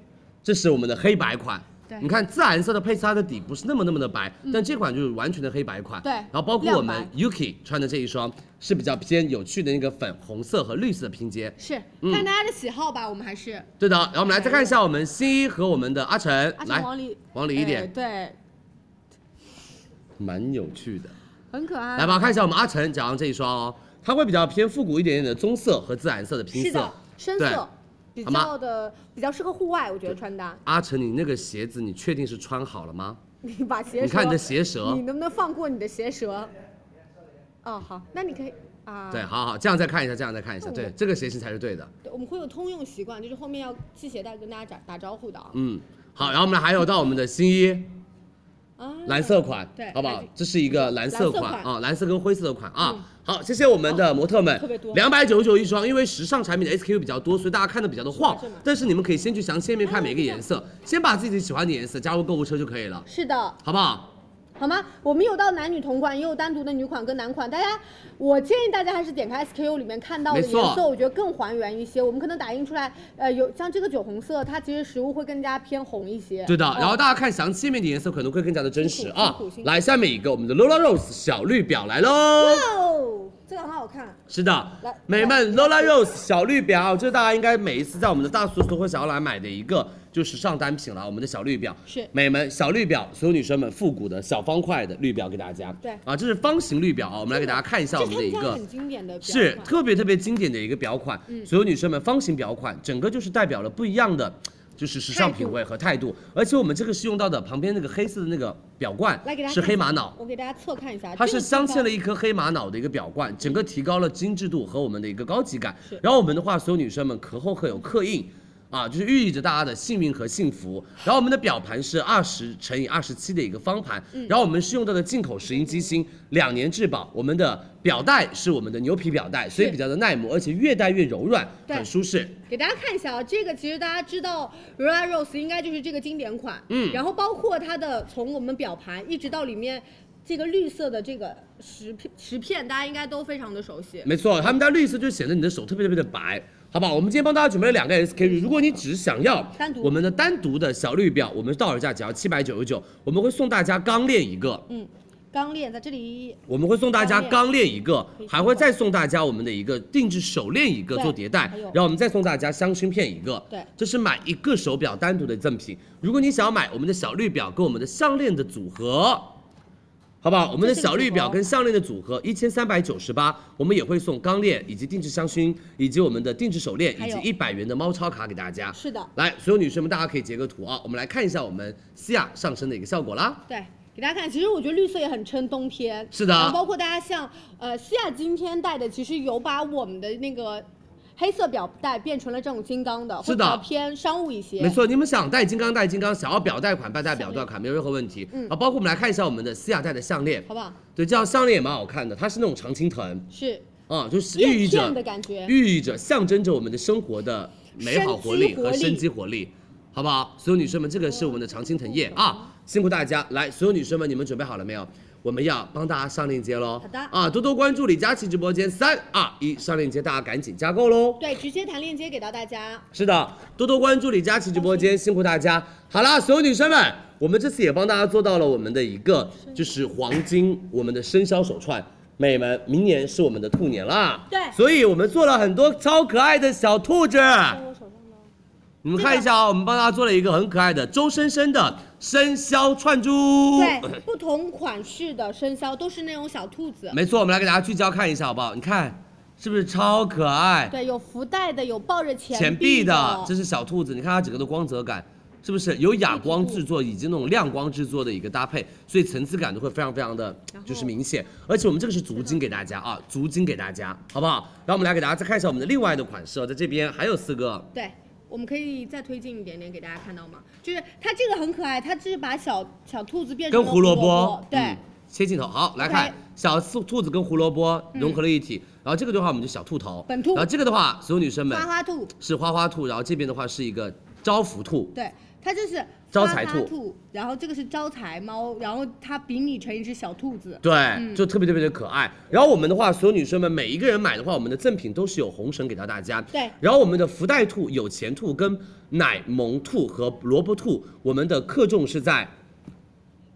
[SPEAKER 12] 这是我们的黑白款
[SPEAKER 1] 对。嗯
[SPEAKER 12] 你看自然色的配色，它的底不是那么那么的白，但这款就是完全的黑白款。
[SPEAKER 1] 对
[SPEAKER 12] 然后包括我们
[SPEAKER 1] 亮
[SPEAKER 12] Yuki 穿的这一双是比较偏有趣的那个粉红色和绿色的拼接。
[SPEAKER 1] 是
[SPEAKER 12] 嗯
[SPEAKER 1] 看大家的喜好吧，我们还是
[SPEAKER 12] 对的，然后我们来再看一下我们新一和我们的阿晨，
[SPEAKER 1] 阿成呃
[SPEAKER 12] 来
[SPEAKER 1] 往里
[SPEAKER 12] 往里一
[SPEAKER 1] 哎
[SPEAKER 12] 点，
[SPEAKER 1] 对，
[SPEAKER 12] 蛮有趣的。
[SPEAKER 1] 很可爱。
[SPEAKER 12] 来吧，看一下我们阿晨脚上这一双哦，它会比较偏复古一点点的棕色和自然色的拼
[SPEAKER 1] 是
[SPEAKER 12] 色
[SPEAKER 1] 的。，深
[SPEAKER 12] 对
[SPEAKER 1] 色，比
[SPEAKER 12] 好吗
[SPEAKER 1] 较的比较适合户外，我觉得穿搭。
[SPEAKER 12] 阿晨，你那个鞋子你确定是穿好了吗？
[SPEAKER 1] 你把鞋舌，
[SPEAKER 12] 你看你的鞋舌
[SPEAKER 1] 你，能不能放过你的鞋舌？哦，好，那你可以啊。
[SPEAKER 12] 对，好好，这样再看一下，这样再看一下，对，
[SPEAKER 1] 嗯
[SPEAKER 12] 这个鞋型才是对的。
[SPEAKER 1] 对，我们会有通用习惯，就是后面要系鞋带跟大家打打招呼的啊。
[SPEAKER 12] 嗯，好，然后我们还有到我们的新一
[SPEAKER 1] 啊，
[SPEAKER 12] 蓝色款，
[SPEAKER 1] 对
[SPEAKER 12] 好不好
[SPEAKER 1] 蓝？
[SPEAKER 12] 这是一个蓝色款
[SPEAKER 1] 蓝色嗯哦
[SPEAKER 12] 啊，蓝色跟灰色的款啊。好，谢谢我们的模特们，
[SPEAKER 1] 特别多
[SPEAKER 12] 两百九十九一双，因为时尚产品的 SKU 比较多，所以大家看的比较的晃
[SPEAKER 1] 是吗。哦
[SPEAKER 12] 但是你们可以先去详细页面看每一个颜色，先把自己喜欢的颜色加入购物车就可以了，
[SPEAKER 1] 是的，
[SPEAKER 12] 好不好？
[SPEAKER 1] 好吗？我们有到男女同款，也有单独的女款跟男款。大家，我建议大家还是点开 SKU 里面看到的
[SPEAKER 12] 没错
[SPEAKER 1] 颜色，我觉得更还原一些。我们可能打印出来，呃，有像这个酒红色，它其实实物会更加偏红一些。
[SPEAKER 12] 对的，
[SPEAKER 1] 哦
[SPEAKER 12] 然后大家看详细页面的颜色可能会更加的真实啊
[SPEAKER 1] 辛苦辛苦辛。苦
[SPEAKER 12] 来，下面一个我们的 Lola Rose 小绿表来喽。
[SPEAKER 1] 哦，这个很好看。
[SPEAKER 12] 是的
[SPEAKER 1] 来，
[SPEAKER 12] 美们，Lola Rose 小绿表，这是大家应该每一次在我们的大苏都会想要来买的一个，就时尚单品了。我们的小绿表
[SPEAKER 1] 是
[SPEAKER 12] 美们小绿表，所有女生们复古的小方块的绿表给大家。
[SPEAKER 1] 对
[SPEAKER 12] 啊，这是方形绿表啊，我们来给大家看一下我
[SPEAKER 1] 这
[SPEAKER 12] 们
[SPEAKER 1] 他
[SPEAKER 12] 的一
[SPEAKER 1] 们家
[SPEAKER 12] 个
[SPEAKER 1] 很嗯经典的表
[SPEAKER 12] 是
[SPEAKER 1] 款
[SPEAKER 12] 特别特别经典的一个表款，所有女生们方形表款，整个就是代表了不一样的。就是时尚品味和态度，而且我们这个是用到的旁边那个黑色的那个表冠
[SPEAKER 1] 来给大家
[SPEAKER 12] 是
[SPEAKER 1] 看
[SPEAKER 12] 黑
[SPEAKER 1] 一下
[SPEAKER 12] 玛瑙，
[SPEAKER 1] 我给大家侧看一下，
[SPEAKER 12] 它
[SPEAKER 1] 这
[SPEAKER 12] 是
[SPEAKER 1] 个地
[SPEAKER 12] 镶嵌
[SPEAKER 1] 方
[SPEAKER 12] 了一颗黑玛瑙的一个表冠，整个提高了精致度和我们的一个高级感
[SPEAKER 1] 是。
[SPEAKER 12] 然后我们的话，所有女生们壳后刻有刻印。啊，就是寓意着大家的幸运和幸福。然后我们的表盘是二十乘以二十七的一个方盘，
[SPEAKER 1] 嗯
[SPEAKER 12] 然后我们是用到的进口石英机芯，两年质保。我们的表带是我们的牛皮表带，所以
[SPEAKER 1] 是
[SPEAKER 12] 比较的耐磨，而且越戴越柔软，
[SPEAKER 1] 对
[SPEAKER 12] 很舒适。
[SPEAKER 1] 给大家看一下啊，这个其实大家知道 r o l a Rose 应该就是这个经典款，
[SPEAKER 12] 嗯
[SPEAKER 1] 然后包括它的从我们表盘一直到里面这个绿色的这个石片石片，大家应该都非常的熟悉。
[SPEAKER 12] 没错，他们家绿色就显得你的手特别特别的白，好不好？我们今天帮大家准备了两个 SKU，如果你只想要
[SPEAKER 1] 单独
[SPEAKER 12] 我们的单独的小绿表，我们到手价只要七百九十九，我们会送大家钢链一个，
[SPEAKER 1] 嗯，钢链在这里，
[SPEAKER 12] 我们会送大家钢链一个
[SPEAKER 1] 可以，
[SPEAKER 12] 还会再送大家我们的一个定制手链一个
[SPEAKER 1] 对
[SPEAKER 12] 做迭代
[SPEAKER 1] 还有，
[SPEAKER 12] 然后我们再送大家香薰片一个。
[SPEAKER 1] 对
[SPEAKER 12] 这是买一个手表单独的赠品。如果你想要买我们的小绿表跟我们的项链的组合。好不好？我们的小绿表跟项链的组合一千三百九十八，我们也会送钢链以及定制香薰，以及我们的定制手链，
[SPEAKER 1] 还
[SPEAKER 12] 以及
[SPEAKER 1] 有
[SPEAKER 12] 一百元的猫超卡给大家。
[SPEAKER 1] 是的，
[SPEAKER 12] 来，所有女生们，大家可以截个图啊，我们来看一下我们西亚上身的一个效果啦。
[SPEAKER 1] 对。给大家看，其实我觉得绿色也很衬冬天，
[SPEAKER 12] 是的
[SPEAKER 1] 然后包括大家像呃西亚今天戴的，其实有把我们的那个黑色表带变成了这种金刚的，
[SPEAKER 12] 是的
[SPEAKER 1] 会比较偏商务一些。
[SPEAKER 12] 没错，你们想戴金刚戴金刚，想要表带款戴戴表带款，没有任何问题。
[SPEAKER 1] 嗯
[SPEAKER 12] 啊，包括我们来看一下我们的西亚戴的项链
[SPEAKER 1] 好，不好？
[SPEAKER 12] 对，这条项链也蛮好看的，它是那种常青藤，
[SPEAKER 1] 是
[SPEAKER 12] 啊，就是寓
[SPEAKER 1] 叶
[SPEAKER 12] 意
[SPEAKER 1] 片
[SPEAKER 12] 着
[SPEAKER 1] 的感觉，
[SPEAKER 12] 寓意着象征着我们的生活的美好活力和
[SPEAKER 1] 生
[SPEAKER 12] 生
[SPEAKER 1] 机
[SPEAKER 12] 机活力，好不好？所有女生们，这个是我们的常青藤叶啊，辛苦大家！来，所有女生们，你们准备好了没有？我们要帮大家上链接喽！
[SPEAKER 1] 好的
[SPEAKER 12] 啊，多多关注李佳琦直播间，三二一，上链接，大家赶紧加购喽！
[SPEAKER 1] 对，直接弹链接给到大家。
[SPEAKER 12] 是的，多多关注李佳琦直播间，辛苦大家。好啦，所有女生们，我们这次也帮大家做到了我们的一个就是黄金，我们的生肖手串。美们，明年是我们的兔年啦，
[SPEAKER 1] 对
[SPEAKER 12] 所以我们做了很多超可爱的小兔子。你们看一下啊、我们帮大家做了一个很可爱的周生生的生肖串珠。
[SPEAKER 1] 对，不同款式的生肖都是那种小兔子，
[SPEAKER 12] 没错，我们来给大家聚焦看一下好不好？你看，是不是超可爱？
[SPEAKER 1] 对，有福袋的，有抱着钱
[SPEAKER 12] 钱币
[SPEAKER 1] 币
[SPEAKER 12] 的，这是小兔子，你看它整个的光泽感，是不是有哑光制作以及那种亮光制作的一个搭配，所以层次感都会非常非常的就是明显。而且我们这个是足金给大家啊，足金给大家，好不好？然后我们来给大家再看一下我们的另外的款式哦，在这边还有四个，
[SPEAKER 1] 对。我们可以再推进一点点给大家看到吗？就是它这个很可爱，它是把小小兔子变成
[SPEAKER 12] 跟
[SPEAKER 1] 了
[SPEAKER 12] 胡
[SPEAKER 1] 萝
[SPEAKER 12] 萝卜，
[SPEAKER 1] 对，
[SPEAKER 12] 嗯切镜头，好来看
[SPEAKER 1] OK 嗯
[SPEAKER 12] 小兔兔子跟胡萝卜融合了一体，然后这个的话我们就小兔头，
[SPEAKER 1] 本兔
[SPEAKER 12] 然后这个的话，所有女生们
[SPEAKER 1] 花花兔，
[SPEAKER 12] 是花花兔，然后这边的话是一个招福兔，
[SPEAKER 1] 对，它就是
[SPEAKER 12] 招
[SPEAKER 1] 花
[SPEAKER 12] 财
[SPEAKER 1] 花
[SPEAKER 12] 兔
[SPEAKER 1] 兔，然后这个是招财猫，然后它比拟成一只小兔子，嗯
[SPEAKER 12] 对，就特别特别的可爱。然后我们的话，所有女生们每一个人买的话，我们的赠品都是有红绳给到大家。
[SPEAKER 1] 对
[SPEAKER 12] 然后我们的福袋兔、有钱兔、跟奶萌兔和萝卜兔，我们的克重是在。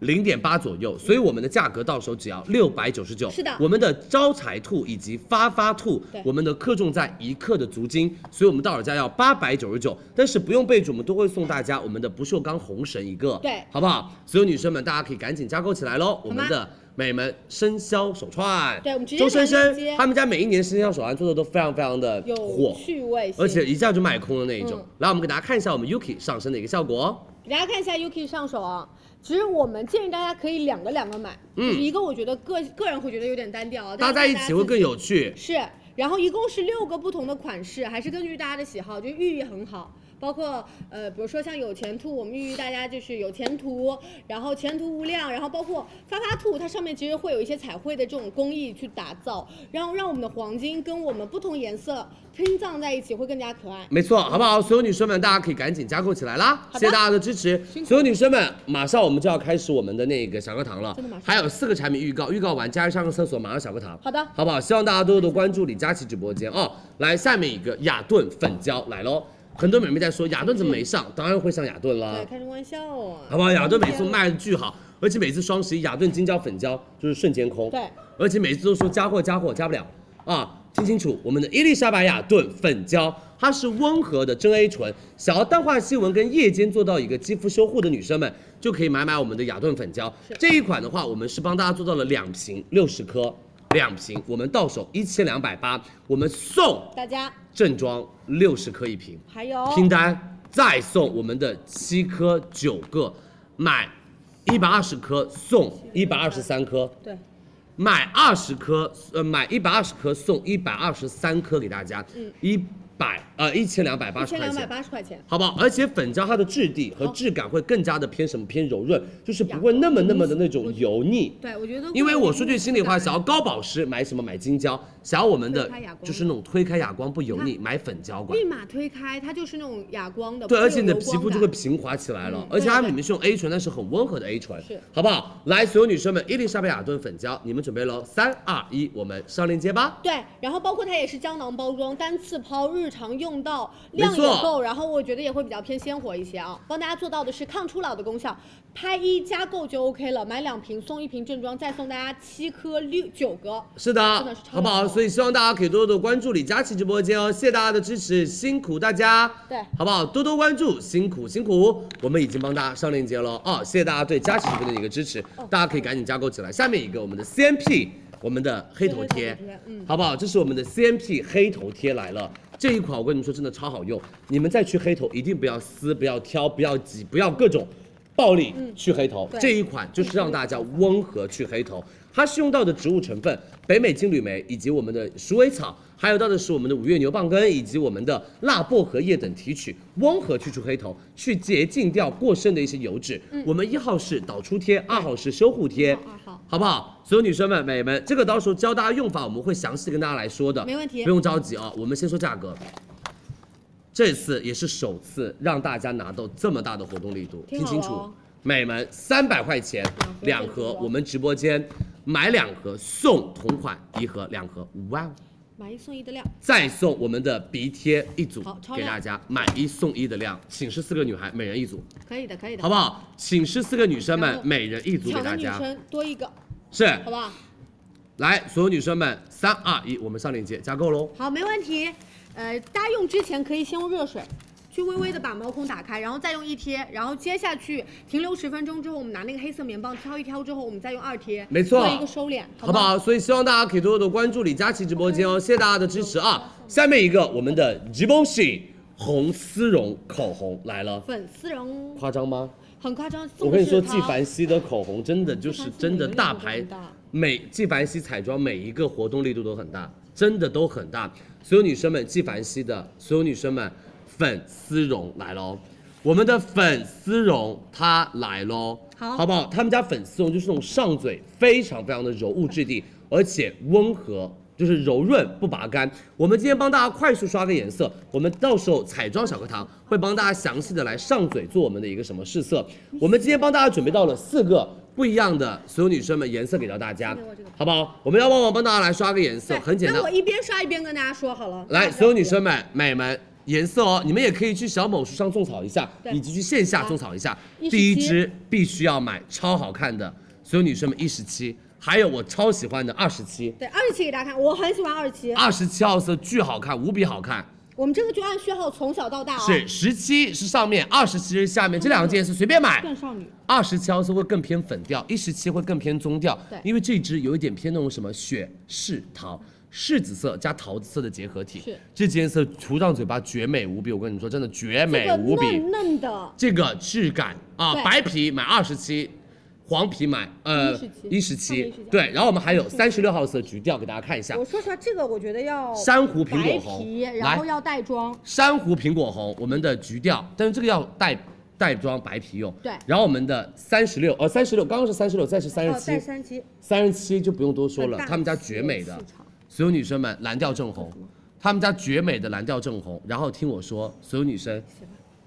[SPEAKER 12] 零点八左右，所以我们的价格到手只要六百九十九。
[SPEAKER 1] 是的
[SPEAKER 12] 我们的招财兔以及发发兔
[SPEAKER 1] 对，
[SPEAKER 12] 我们的克重在一克的足金，所以我们到手价要八百九十九。但是不用备注，我们都会送大家我们的不锈钢红绳一个，
[SPEAKER 1] 对
[SPEAKER 12] 好不好？所有女生们，大家可以赶紧加购起来喽。我
[SPEAKER 1] 好吗
[SPEAKER 12] 们的美们生肖手串。
[SPEAKER 1] 对我们直接
[SPEAKER 12] 周生
[SPEAKER 1] 上链
[SPEAKER 12] 生
[SPEAKER 1] 接
[SPEAKER 12] 他们家每一年生肖手串做的都非常非常的
[SPEAKER 1] 有
[SPEAKER 12] 火，
[SPEAKER 1] 趣味性，
[SPEAKER 12] 而且一下就卖空的那一种
[SPEAKER 1] 嗯。
[SPEAKER 12] 来，我们给大家看一下我们 Yuki 上身的一个效果哦。
[SPEAKER 1] 给大家看一下 Yuki 上手啊。其实我们建议大家可以两个两个买，
[SPEAKER 12] 嗯
[SPEAKER 1] 就是一个我觉得个个人会觉得有点单调啊，
[SPEAKER 12] 搭在一起会更
[SPEAKER 1] 有
[SPEAKER 12] 有趣。
[SPEAKER 1] 是。然后一共是六个不同的款式，还是根据大家的喜好，就寓意很好。包括呃，比如说像有钱兔，我们寓意大家就是有前途，然后前途无量，然后包括发发兔，它上面其实会有一些彩绘的这种工艺去打造，然后让我们的黄金跟我们不同颜色拼葬在一起会更加可爱。
[SPEAKER 12] 没错，好不好？所有女生们，大家可以赶紧加购起来啦！
[SPEAKER 1] 好的
[SPEAKER 12] 谢谢大家的支持。所有女生们，马上我们就要开始我们的那个小课堂了
[SPEAKER 1] 真的马，上
[SPEAKER 12] 还有四个产品预告，预告完加上个厕所，马上小课堂。
[SPEAKER 1] 好的
[SPEAKER 12] 好不好？希望大家多多关注李佳琦直播间哦。来，下面一个雅顿粉胶来喽，很多美眉在说雅顿怎么没上，当然会上雅顿啦。
[SPEAKER 1] 对，开什么玩笑啊！
[SPEAKER 12] 好不好？嗯雅顿每次卖的巨好，而且每次双十一雅顿金胶粉胶就是瞬间空，
[SPEAKER 1] 对，
[SPEAKER 12] 而且每次都说加货加货加不了啊！听清楚，我们的伊丽莎白雅顿粉胶，它是温和的真 A 醇，想要淡化细纹跟夜间做到一个肌肤修护的女生们，就可以买买我们的雅顿粉胶。这一款的话，我们是帮大家做到了两瓶六十颗，两瓶我们到手一千两百八，我们送
[SPEAKER 1] 大家
[SPEAKER 12] 正装六十颗一瓶。
[SPEAKER 1] 还有
[SPEAKER 12] 拼单再送我们的七颗九个，买一百二十颗送一百二十三颗，
[SPEAKER 1] 对，
[SPEAKER 12] 买二十颗呃买一百二十颗送一百二十三颗给大家，一百呃一千两百八
[SPEAKER 1] 嗯一
[SPEAKER 12] 十
[SPEAKER 1] 千
[SPEAKER 12] 块
[SPEAKER 1] 两百
[SPEAKER 12] 钱。
[SPEAKER 1] 八十块钱，
[SPEAKER 12] 好不好？而且粉胶它的质地和质感会更加的偏什么偏柔润，就是不会那么那么的那种油腻。
[SPEAKER 1] 对我觉得会
[SPEAKER 12] 因为
[SPEAKER 1] 有一
[SPEAKER 12] 我说
[SPEAKER 1] 种
[SPEAKER 12] 句心里话，
[SPEAKER 1] 质感
[SPEAKER 12] 想要高保湿买什么买金胶，想要我们的
[SPEAKER 1] 推开哑光
[SPEAKER 12] 就是那种推开哑光不油腻买粉胶管
[SPEAKER 1] 立。马推开，它就是那种哑光的，
[SPEAKER 12] 对，
[SPEAKER 1] 呃不会
[SPEAKER 12] 而且你的
[SPEAKER 1] 有油
[SPEAKER 12] 皮
[SPEAKER 1] 光
[SPEAKER 12] 肤就
[SPEAKER 1] 感
[SPEAKER 12] 会平滑起来了，
[SPEAKER 1] 嗯
[SPEAKER 12] 而且它
[SPEAKER 1] 对对
[SPEAKER 12] 里面是用 A 醇，但是很温和的 A 醇，
[SPEAKER 1] 是
[SPEAKER 12] 好不好？来，所有女生们，伊丽莎白雅顿粉胶，你们准备喽，三二一，我们上链接吧。
[SPEAKER 1] 对，然后包括它也是胶囊包装，单次抛，日常用到，
[SPEAKER 12] 没
[SPEAKER 1] 量也
[SPEAKER 12] 错
[SPEAKER 1] 够，然后我觉得也会比较偏鲜活一些啊。帮大家做到的是抗初老的功效，拍一加购就 OK 了，买两瓶送一瓶正装，再送大家七颗六九个。
[SPEAKER 12] 是的，
[SPEAKER 1] 真的是超
[SPEAKER 12] 好不好？
[SPEAKER 1] 好
[SPEAKER 12] 所以希望大家可以多多关注李佳琦直播间哦，谢谢大家的支持，辛苦大家，
[SPEAKER 1] 对
[SPEAKER 12] 好不好？多多关注，辛苦辛苦，我们已经帮大家上链接了哦，谢谢大家对佳琦直播间的一个支持，
[SPEAKER 1] 哦
[SPEAKER 12] 大家可以赶紧加购起来。下面一个我们的 CMP，我们的黑头
[SPEAKER 1] 黑
[SPEAKER 12] 贴，
[SPEAKER 1] 头贴嗯
[SPEAKER 12] 好不好？这是我们的 CMP 黑头贴来了。这一款我跟你们说真的超好用，你们再去黑头一定不要撕，不要挑，不要挤，不要各种暴力去黑头。
[SPEAKER 1] 对
[SPEAKER 12] 这一款就是让大家温和去黑头，它是用到的植物成分北美金缕梅以及我们的鼠尾草，还有到的是我们的五月牛蒡根以及我们的辣薄荷叶等提取，温和去除黑头，去洁净掉过剩的一些油脂。我们一号是导出贴，二号是修护贴，
[SPEAKER 1] 嗯一号二号
[SPEAKER 12] 好不好？所有女生们、美们，这个到时候教大家用法，我们会详细跟大家来说的，
[SPEAKER 1] 没问题
[SPEAKER 12] 不用着急啊。我们先说价格，这次也是首次让大家拿到这么大的活动力度，
[SPEAKER 1] 听
[SPEAKER 12] 听
[SPEAKER 1] 好
[SPEAKER 12] 清
[SPEAKER 1] 了
[SPEAKER 12] 楚
[SPEAKER 1] 哦，
[SPEAKER 12] 美们三百块钱
[SPEAKER 1] 两
[SPEAKER 12] 两
[SPEAKER 1] 盒
[SPEAKER 12] 盒
[SPEAKER 1] 这，个
[SPEAKER 12] 我们直播间买两盒送同款一盒两盒，哇哦！
[SPEAKER 1] 买一送一的量，
[SPEAKER 12] 再送我们的鼻贴一组
[SPEAKER 1] 好超
[SPEAKER 12] 给
[SPEAKER 1] 量
[SPEAKER 12] 大家，买一送一的量，寝室四个女孩每人一组，
[SPEAKER 1] 可以的，可以的，
[SPEAKER 12] 好不好？寝室四个女生
[SPEAKER 1] 然
[SPEAKER 12] 们
[SPEAKER 1] 后
[SPEAKER 12] 每人一组给
[SPEAKER 1] 抢的
[SPEAKER 12] 大
[SPEAKER 1] 女
[SPEAKER 12] 家，
[SPEAKER 1] 生多一个，
[SPEAKER 12] 是
[SPEAKER 1] 好不好？
[SPEAKER 12] 来，所有女生们，三二一，我们上链接加购喽。
[SPEAKER 1] 好，没问题。呃，大家用之前可以先用热水。去微微的把毛孔打开，然后再用一贴，然后接下去停留十分钟之后，我们拿那个黑色棉棒挑一挑之后，我们再用二贴，
[SPEAKER 12] 没错
[SPEAKER 1] 做一个收敛，
[SPEAKER 12] 好不
[SPEAKER 1] 吗？
[SPEAKER 12] 好？所以希望大家可以多多的关注李佳琦直播间
[SPEAKER 1] 嗯
[SPEAKER 12] 哦，谢谢大家的支持啊！下面一个我们的 Givenchy 红丝绒口红来了，
[SPEAKER 1] 粉丝绒
[SPEAKER 12] 夸张吗？
[SPEAKER 1] 很夸张，
[SPEAKER 12] 我跟你
[SPEAKER 1] 送
[SPEAKER 12] 说，
[SPEAKER 1] 的
[SPEAKER 12] 纪
[SPEAKER 1] 是它
[SPEAKER 12] 凡希的口红真的就是真的大牌，每纪凡希彩妆每一个活动力度都很大，真的都很大。所有女生们，纪凡希的所有女生们，粉丝绒来喽！我们的粉丝绒它来喽，好，好不好？他们家粉丝绒就是那种上嘴非常非常的柔雾质地，而且温和。就是柔润不拔干。我们今天帮大家快速刷个颜色，我们到时候彩妆小课堂会帮大家详细的来上嘴做我们的一个什么试色。我们今天帮大家准备到了四个不一样的，所有女生们颜色给到大家，好不好？我们要帮忙帮大家来刷个颜色，
[SPEAKER 1] 对
[SPEAKER 12] 很简单
[SPEAKER 1] 那我。一边刷一边跟大家说好了。
[SPEAKER 12] 来，
[SPEAKER 1] 大家
[SPEAKER 12] 所有女生们、美们。颜色哦，你们也可以去小某书上种草一下，
[SPEAKER 1] 对
[SPEAKER 12] 以及去线下种草一下。
[SPEAKER 1] 一十
[SPEAKER 12] 第一
[SPEAKER 1] 七
[SPEAKER 12] 支必须要买，超好看的，所有女生们一十七，还有我超喜欢的二十七，
[SPEAKER 1] 对二十七给大家看，我很喜欢二十七，
[SPEAKER 12] 二十七号色巨好看，无比好看，
[SPEAKER 1] 我们这个就按序号从小到大啊、
[SPEAKER 12] 是十七是上面，二十七是下面，这两个件是随便买。
[SPEAKER 1] 更少女，
[SPEAKER 12] 二十七号是会更偏粉调，一十七会更偏棕调。
[SPEAKER 1] 对
[SPEAKER 12] 因为这支有一点偏那种什么雪柿桃。柿子色加桃子色的结合体，
[SPEAKER 1] 是
[SPEAKER 12] 这几颜色涂上嘴巴绝美无比。我跟你们说，真的绝
[SPEAKER 1] 这
[SPEAKER 12] 美
[SPEAKER 1] 个
[SPEAKER 12] 无比。
[SPEAKER 1] 嫩嫩的，
[SPEAKER 12] 这个质感啊，
[SPEAKER 1] 对
[SPEAKER 12] 白皮买二十七，黄皮买呃
[SPEAKER 1] 117
[SPEAKER 12] 一十七，对。然后我们还有三十六号色橘调，给大家看一下
[SPEAKER 1] 我，说实话，这个我觉得要
[SPEAKER 12] 珊瑚苹
[SPEAKER 1] 白
[SPEAKER 12] 果红
[SPEAKER 1] 皮，，然后
[SPEAKER 12] 来
[SPEAKER 1] 要带妆，
[SPEAKER 12] 珊瑚苹果红，我们的橘调，但是这个要带带妆白皮用。
[SPEAKER 1] 对
[SPEAKER 12] 然后我们的三十六，呃，三十六，刚刚是三十六，再是三
[SPEAKER 1] 哦
[SPEAKER 12] 十，
[SPEAKER 1] 带
[SPEAKER 12] 七，
[SPEAKER 1] 三七，
[SPEAKER 12] 三十七就不用多说
[SPEAKER 1] 很
[SPEAKER 12] 了，
[SPEAKER 1] 大
[SPEAKER 12] 他们家绝美的
[SPEAKER 1] 市，场
[SPEAKER 12] 所有女生们蓝调正红，他们家绝美的蓝调正红。然后听我说，所有女生，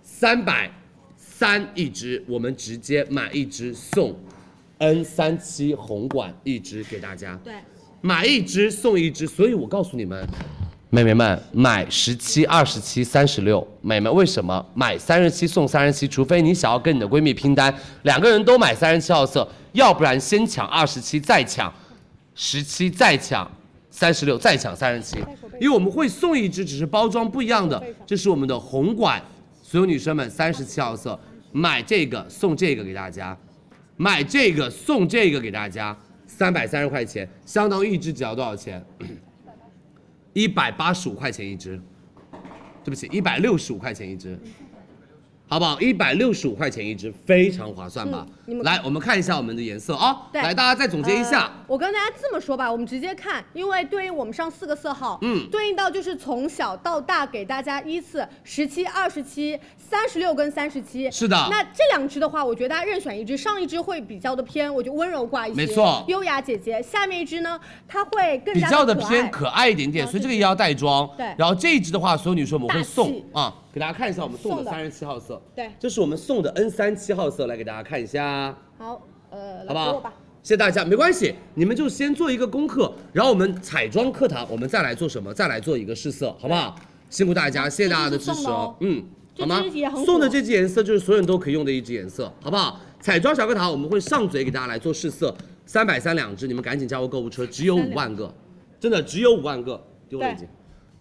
[SPEAKER 12] 三百三一支，我们直接买一支送 N 三七红管一支给大家，
[SPEAKER 1] 对，
[SPEAKER 12] 买一支送一支。所以我告诉你们。妹妹们，买十七、二十七、三十六，妹妹为什么买三十七送三十七？除非你想要跟你的闺蜜拼单，两个人都买三十七号色，要不然先抢二十七，再抢十七，再抢三十六，再抢三十七。因为我们会送一支，只是包装不一样的。这是我们的红管，所有女生们三十七号色，买这个送这个给大家，买这个送这个给大家，三百三十块钱，相当于一支只要多少钱？ 一百八十五块钱一支，对不起，一百六十五块钱一支，好不好？一百六十五块钱一支，非常划算吧？
[SPEAKER 1] 嗯你们
[SPEAKER 12] 来，我们看一下我们的颜色啊、
[SPEAKER 1] 对
[SPEAKER 12] 来，大家再总结一下。
[SPEAKER 1] 呃我跟大家这么说吧，我们直接看，因为对应我们上四个色号，
[SPEAKER 12] 嗯
[SPEAKER 1] 对应到就是从小到大给大家依次十七、二十七、三十六跟三十七。
[SPEAKER 12] 是的啊
[SPEAKER 1] 那这两支的话，我觉得大家任选一支，上一支会比较的偏，我觉得温柔挂一些，
[SPEAKER 12] 没错
[SPEAKER 1] 优雅姐姐。下面一支呢，它会更
[SPEAKER 12] 比
[SPEAKER 1] 加
[SPEAKER 12] 较的
[SPEAKER 1] 可爱
[SPEAKER 12] 偏可爱一点点，
[SPEAKER 1] 啊
[SPEAKER 12] 所以
[SPEAKER 1] 对
[SPEAKER 12] 这个也要带妆。
[SPEAKER 1] 对
[SPEAKER 12] 然后这一支的话，所有女生我们
[SPEAKER 1] 大
[SPEAKER 12] 会送
[SPEAKER 1] 气
[SPEAKER 12] 啊，给大家看一下我们送
[SPEAKER 1] 送
[SPEAKER 12] 的
[SPEAKER 1] 的
[SPEAKER 12] 三十七号色。
[SPEAKER 1] 对
[SPEAKER 12] 这是我们送的 N 三七号色，来给大家看一下，
[SPEAKER 1] 好，呃，
[SPEAKER 12] 好不
[SPEAKER 1] 来给我
[SPEAKER 12] 好
[SPEAKER 1] 吧。？
[SPEAKER 12] 谢谢大家，没关系，你们就先做一个功课，然后我们彩妆课堂我们再来做什么？再来做一个试色，好不好？辛苦大家，谢谢大家的支
[SPEAKER 1] 这支
[SPEAKER 12] 持
[SPEAKER 1] 是送的
[SPEAKER 12] 哦
[SPEAKER 1] 哦，
[SPEAKER 12] 嗯，
[SPEAKER 1] 这
[SPEAKER 12] 好吗
[SPEAKER 1] 支也很？火哦
[SPEAKER 12] 送的这支颜色就是所有人都可以用的一支颜色，好不好？彩妆小课堂我们会上嘴给大家来做试色，三百三两支，你们赶紧加入购物车，只有五万个，真的只有五万个，丢了已经。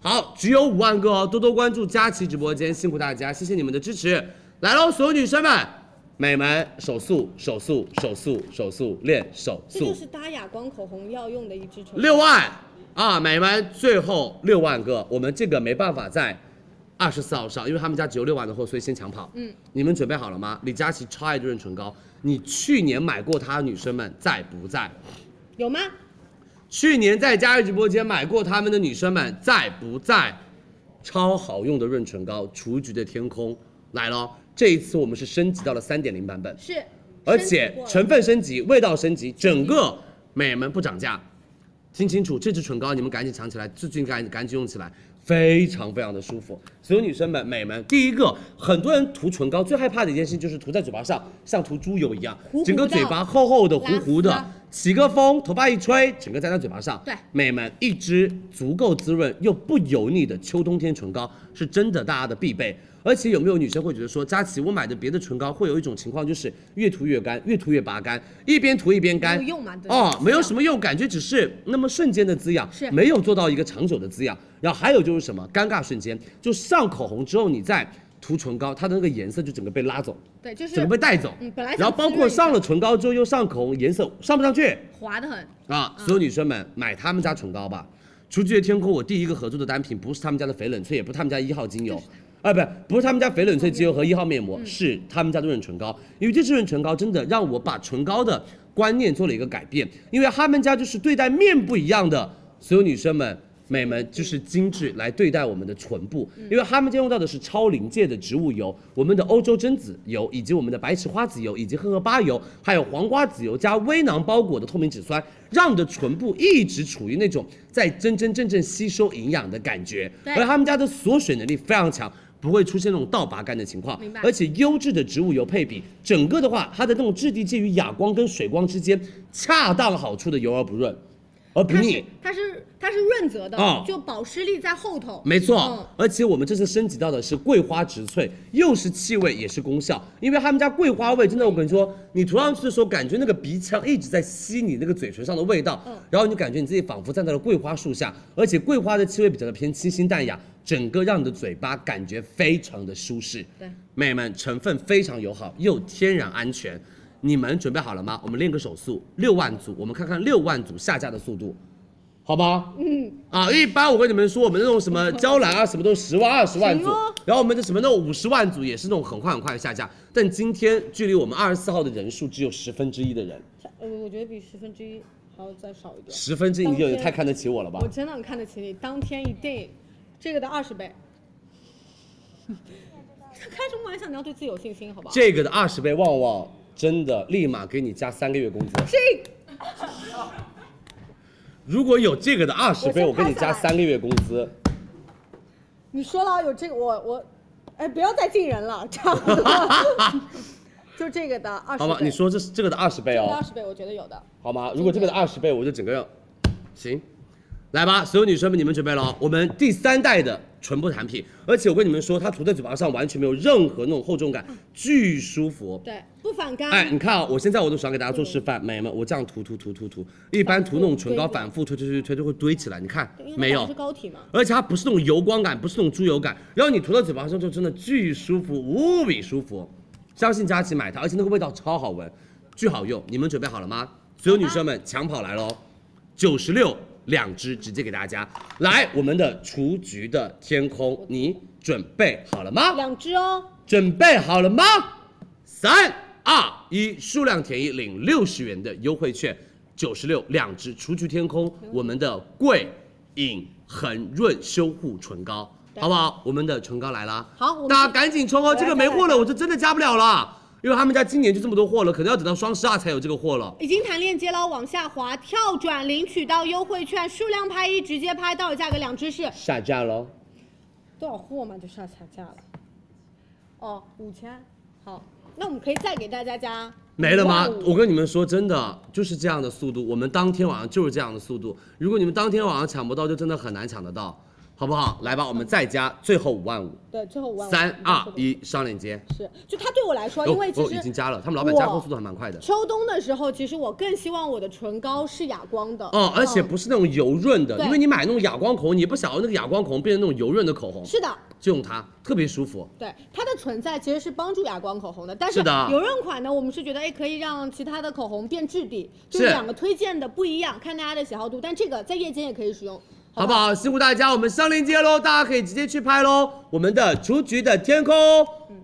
[SPEAKER 12] 好，只有五万个哦，多多关注佳琦直播间，辛苦大家，谢谢你们的支持。来喽，所有女生们，美们手速手速手速手速练手
[SPEAKER 1] 这
[SPEAKER 12] 速
[SPEAKER 1] 就，是搭哑光口红要用的一支唇膏。
[SPEAKER 12] 六万啊，美们最后六万个，我们这个没办法在二十四号上，因为他们家只有六万的货，所以先抢跑。嗯，你们准备好了吗？李佳琦超爱这润唇膏，你去年买过它，女生们在不在？
[SPEAKER 1] 有吗？
[SPEAKER 12] 去年在佳瑞直播间买过他们的女生们在不在？超好用的润唇膏，雏菊的天空来了。这一次我们是升级到了三点零版本，
[SPEAKER 1] 是，
[SPEAKER 12] 而
[SPEAKER 1] 升级
[SPEAKER 12] 且
[SPEAKER 1] 过了
[SPEAKER 12] 成分升级，味道升级，整个美们不涨价。听清楚，这支唇膏你们赶紧抢起来，最近赶紧赶紧用起来，非常非常的舒服。所有女生们、美们，第一个，很多人涂唇膏最害怕的一件事情就是涂在嘴巴上，像涂猪油一样，
[SPEAKER 1] 糊糊
[SPEAKER 12] 整个
[SPEAKER 1] 的
[SPEAKER 12] 嘴巴厚厚的、糊糊的
[SPEAKER 1] 拉丝啊。
[SPEAKER 12] 起个风，头发一吹，整个粘在嘴巴上。
[SPEAKER 1] 对
[SPEAKER 12] 美们，一支足够滋润又不油腻的秋冬天唇膏是真的大家的必备。而且有没有女生会觉得说，佳琪，我买的别的唇膏会有一种情况，就是越涂越干，越涂越拔干，一边涂一边干，
[SPEAKER 1] 没有用嘛对
[SPEAKER 12] 哦，
[SPEAKER 1] 吧
[SPEAKER 12] 没有什么用，感觉只是那么瞬间的滋养，
[SPEAKER 1] 是
[SPEAKER 12] 没有做到一个长久的滋养。然后还有就是什么，尴尬瞬间，就上口红之后你再涂唇膏，它的那个颜色就整个被拉走，
[SPEAKER 1] 对，就是
[SPEAKER 12] 整个被带走。
[SPEAKER 1] 嗯本来想
[SPEAKER 12] 然后包括上了唇膏之后又上口红，颜色上不上去。
[SPEAKER 1] 滑的很，
[SPEAKER 12] 啊，所有女生们买他们家唇膏吧。雏菊的天空，我第一个合作的单品不是他们家的翡冷翠，也不是他们家一号精油，啊，不，不是他们家翡冷翠精油和一号面膜，是嗯他们家的润唇膏。因为这支润唇膏真的让我把唇膏的观念做了一个改变，因为他们家就是对待面不一样的，所有女生们。美们就是精致来对待我们的唇部，
[SPEAKER 1] 嗯
[SPEAKER 12] 因为他们家用到的是超临界的植物油，我们的欧洲榛子油，以及我们的白池花籽油，以及荷荷巴油，还有黄瓜籽油加微囊包裹的透明质酸，让你的唇部一直处于那种在真真正正吸收营养的感觉。
[SPEAKER 1] 对
[SPEAKER 12] 而他们家的锁水能力非常强。不会出现那种倒拔干的情况
[SPEAKER 1] 明白，
[SPEAKER 12] 而且优质的植物油配比，整个的话，它的那种质地介于哑光跟水光之间，恰到好处的油而不润。哦不
[SPEAKER 1] 它
[SPEAKER 12] 腻
[SPEAKER 1] 是它是它是润泽的，
[SPEAKER 12] 啊
[SPEAKER 1] 就保湿力在后头。
[SPEAKER 12] 没错，
[SPEAKER 1] 嗯
[SPEAKER 12] 而且我们这次升级到的是桂花植萃，又是气味也是功效，因为他们家桂花味真的，我跟你说，你涂上去的时候，感觉那个鼻腔一直在吸你那个嘴唇上的味道，然后你就感觉你自己仿佛站在了桂花树下，而且桂花的气味比较的偏清新淡雅，整个让你的嘴巴感觉非常的舒适。对，妹妹们，成分非常友好，又天然安全，你们准备好了吗？我们练个手速，六万组，我们看看六万组下架的速度。好吧，嗯，啊，一般我跟你们说，我们那种什 么娇兰啊，什么都十万、二十万组，
[SPEAKER 1] 哦
[SPEAKER 12] 然后我们的什么那种五十万组也是那种很快很快下架，但今天距离我们二十四号的人数只有十分之一的人，
[SPEAKER 1] 呃，我觉得比十分之一还要再少一点。
[SPEAKER 12] 十分之一，你就
[SPEAKER 1] 当天
[SPEAKER 12] 太看得起我了吧
[SPEAKER 1] 我？真的很看得起你，当天一定这个的二十倍。 开什么玩笑？你要对自己有信心，好不好？
[SPEAKER 12] 这个的二十倍，旺旺真的立马给你加三个月工资。
[SPEAKER 1] 这
[SPEAKER 12] 如果有这个的二十倍，
[SPEAKER 1] 我
[SPEAKER 12] 我
[SPEAKER 1] 先拍
[SPEAKER 12] 给你
[SPEAKER 1] 下
[SPEAKER 12] 加
[SPEAKER 1] 来
[SPEAKER 12] 三个月工资。
[SPEAKER 1] 你说了啊有这个，我我，哎，不要再进人了，差不多。 就这个的二十
[SPEAKER 12] 好
[SPEAKER 1] 倍
[SPEAKER 12] 吧，，你说这是这个的二十倍
[SPEAKER 1] 这个
[SPEAKER 12] 哦。
[SPEAKER 1] 二十倍，我觉得有的。
[SPEAKER 12] 好吗？如果这个的二十倍，我就整个要，行，来吧，所有女生们，你们准备了哦，我们第三代的唇部产品，而且我跟你们说，它涂在嘴巴上完全没有任何那种厚重感，巨舒服。哦
[SPEAKER 1] 对，不反干。
[SPEAKER 12] 哎，你看啊，我现在我都想给大家做示范，美眉们，我这样涂涂涂涂涂，一般涂那种唇膏反复推推推推就会堆起来，你看
[SPEAKER 1] 因为它
[SPEAKER 12] 没
[SPEAKER 1] 本来
[SPEAKER 12] 有
[SPEAKER 1] 是？膏体嘛。
[SPEAKER 12] 而且它不是那种油光感，不是那种猪油感，然后你涂到嘴巴上就真的巨舒服，无比舒服。相信佳琪买它，而且那个味道超好闻，巨好用。你们准备好了吗？所有女生们抢跑来喽！九十六两支直接给大家。来，我们的雏菊的天空，你准备好了吗？
[SPEAKER 1] 两支哦，
[SPEAKER 12] 准备好了吗？三二一，数量填一，领六十元的优惠券，九十六两支除去天空，我们的桂隐恒润修护唇膏，好不好？我们的唇膏来啦，
[SPEAKER 1] 好我们
[SPEAKER 12] 大家赶紧冲哦，这个没货
[SPEAKER 1] 来
[SPEAKER 12] 了，我就真的加不了了，因为他们家今年就这么多货了，可能要等到双十二才有这个货了。
[SPEAKER 1] 已经弹链接了，往下滑，跳转领取到优惠券，数量拍一，直接拍到手价格两支是
[SPEAKER 12] 下架喽！
[SPEAKER 1] 多少货嘛？就是要下架了。哦，五千，好，那我们可以再给大家加
[SPEAKER 12] 没了吗？
[SPEAKER 1] 15,000
[SPEAKER 12] 我跟你们说，真的就是这样的速度，我们当天晚上就是这样的速度。如果你们当天晚上抢不到，就真的很难抢得到，好不好？来吧，我们再加最后五万五，
[SPEAKER 1] 对，最后五万。
[SPEAKER 12] 三
[SPEAKER 1] 你刚
[SPEAKER 12] 二
[SPEAKER 1] 说的
[SPEAKER 12] 一，上链接。
[SPEAKER 1] 是，就它对我来说，
[SPEAKER 12] 哦
[SPEAKER 1] 因为其
[SPEAKER 12] 哦，
[SPEAKER 1] 实
[SPEAKER 12] 已经加了，他们老板加货
[SPEAKER 1] 我
[SPEAKER 12] 速度还蛮快的。
[SPEAKER 1] 秋冬的时候，其实我更希望我的唇膏是哑光的。
[SPEAKER 12] 哦，而且
[SPEAKER 1] 嗯
[SPEAKER 12] 不是那种油润的，
[SPEAKER 1] 对
[SPEAKER 12] 因为你买那种哑光口红，你不想要那个哑光口红变成那种油润的口红，
[SPEAKER 1] 是的，
[SPEAKER 12] 就用它，特别舒服。
[SPEAKER 1] 对它的存在其实是帮助哑光口红的，但
[SPEAKER 12] 是的
[SPEAKER 1] 油润款呢，我们是觉得哎可以让其他的口红变质地，就是是两个推荐的不一样，看大家的喜好度。但这个在夜间也可以使用，
[SPEAKER 12] 好不
[SPEAKER 1] 不好？
[SPEAKER 12] 好？辛苦大家，我们上链接喽，大家可以直接去拍喽。我们的雏菊的天空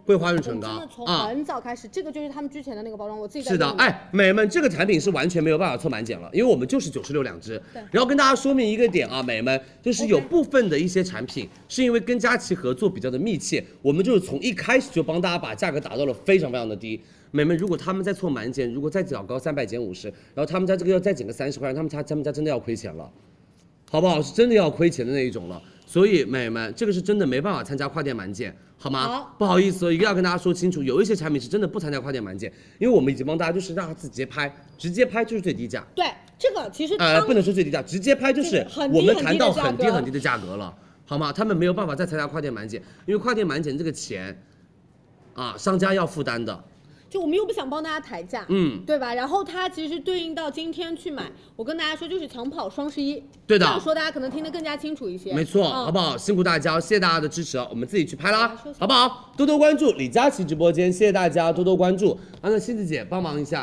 [SPEAKER 12] 桂花润
[SPEAKER 1] 嗯我
[SPEAKER 12] 唇
[SPEAKER 1] 们
[SPEAKER 12] 膏啊
[SPEAKER 1] 真的从很早开始，这个就是他们之前的那个包装，我自己在
[SPEAKER 12] 是的
[SPEAKER 1] 用，
[SPEAKER 12] 哎，美们，这个产品是完全没有办法凑满减了，因为我们就是九十六两支。然后跟大家说明一个点啊，美们，就是有部分的一些产品是因为跟佳琦合作比较的密切，我们就是从一开始就帮大家把价格打到了非常非常的低。美们，如果他们再凑满减，如果再找高三百减五十，然后他们家这个要再减个三十块，他们家他们家真的要亏钱了。好不好？是真的要亏钱的那一种了。所以，美们，这个是真的没办法参加跨店满减，好吗？
[SPEAKER 1] 好
[SPEAKER 12] 不好意思哦，一定要跟大家说清楚，有一些产品是真的不参加跨店满减，因为我们已经帮大家就是让他自己直接拍，直接拍就是最低价，
[SPEAKER 1] 对这个其实
[SPEAKER 12] 呃，
[SPEAKER 1] 当
[SPEAKER 12] 不能说最低价，直接拍就是
[SPEAKER 1] 就是很低
[SPEAKER 12] 我们谈到很
[SPEAKER 1] 很低
[SPEAKER 12] 低
[SPEAKER 1] 的价格
[SPEAKER 12] 很低的价格了，好吗？他们没有办法再参加跨店满减，因为跨店满减这个钱，啊，商家要负担的，
[SPEAKER 1] 就我们又不想帮大家抬价，
[SPEAKER 12] 嗯
[SPEAKER 1] 对吧？然后它其实对应到今天去买，我跟大家说就是抢跑双十一，
[SPEAKER 12] 对的
[SPEAKER 1] 这样说大家可能听得更加清楚一些，
[SPEAKER 12] 没错，
[SPEAKER 1] 嗯
[SPEAKER 12] 好不好？辛苦大家，谢谢大家的支持，我们自己去拍啦
[SPEAKER 1] 好休息，
[SPEAKER 12] 好不好？多多关注李佳琦直播间，谢谢大家多多关注。啊，那仙子姐帮忙一下，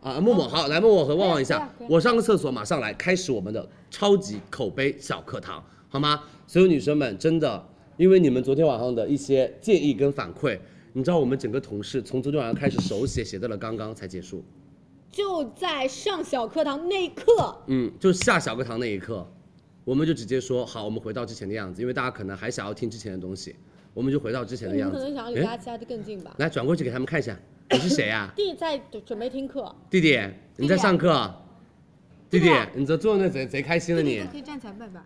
[SPEAKER 12] 啊，默默好，来默默和旺旺一
[SPEAKER 1] 嗯对
[SPEAKER 12] 下
[SPEAKER 1] 啊对啊，
[SPEAKER 12] 我上个厕所，马上来，开始我们的超级口碑小课堂，好吗？所有女生们，真的，因为你们昨天晚上的一些建议跟反馈。你知道我们整个同事从昨天晚上开始手写写到了刚刚才结束，
[SPEAKER 1] 就在上小课堂那一刻，
[SPEAKER 12] 嗯，就下小课堂那一刻，我们就直接说好，我们回到之前的样子，因为大家可能还想要听之前的东西，我们就回到之前的
[SPEAKER 1] 你
[SPEAKER 12] 样
[SPEAKER 1] 们
[SPEAKER 12] 子。
[SPEAKER 1] 可能想要离
[SPEAKER 12] 诶
[SPEAKER 1] 佳琦的更近吧？
[SPEAKER 12] 来转过去给他们看一下，你是谁呀、
[SPEAKER 1] 弟在准备听课，
[SPEAKER 12] 弟弟，你在上课。弟弟
[SPEAKER 1] 啊弟啊，
[SPEAKER 12] 你这坐那贼贼开心了你。
[SPEAKER 1] 可以站起来拜拜。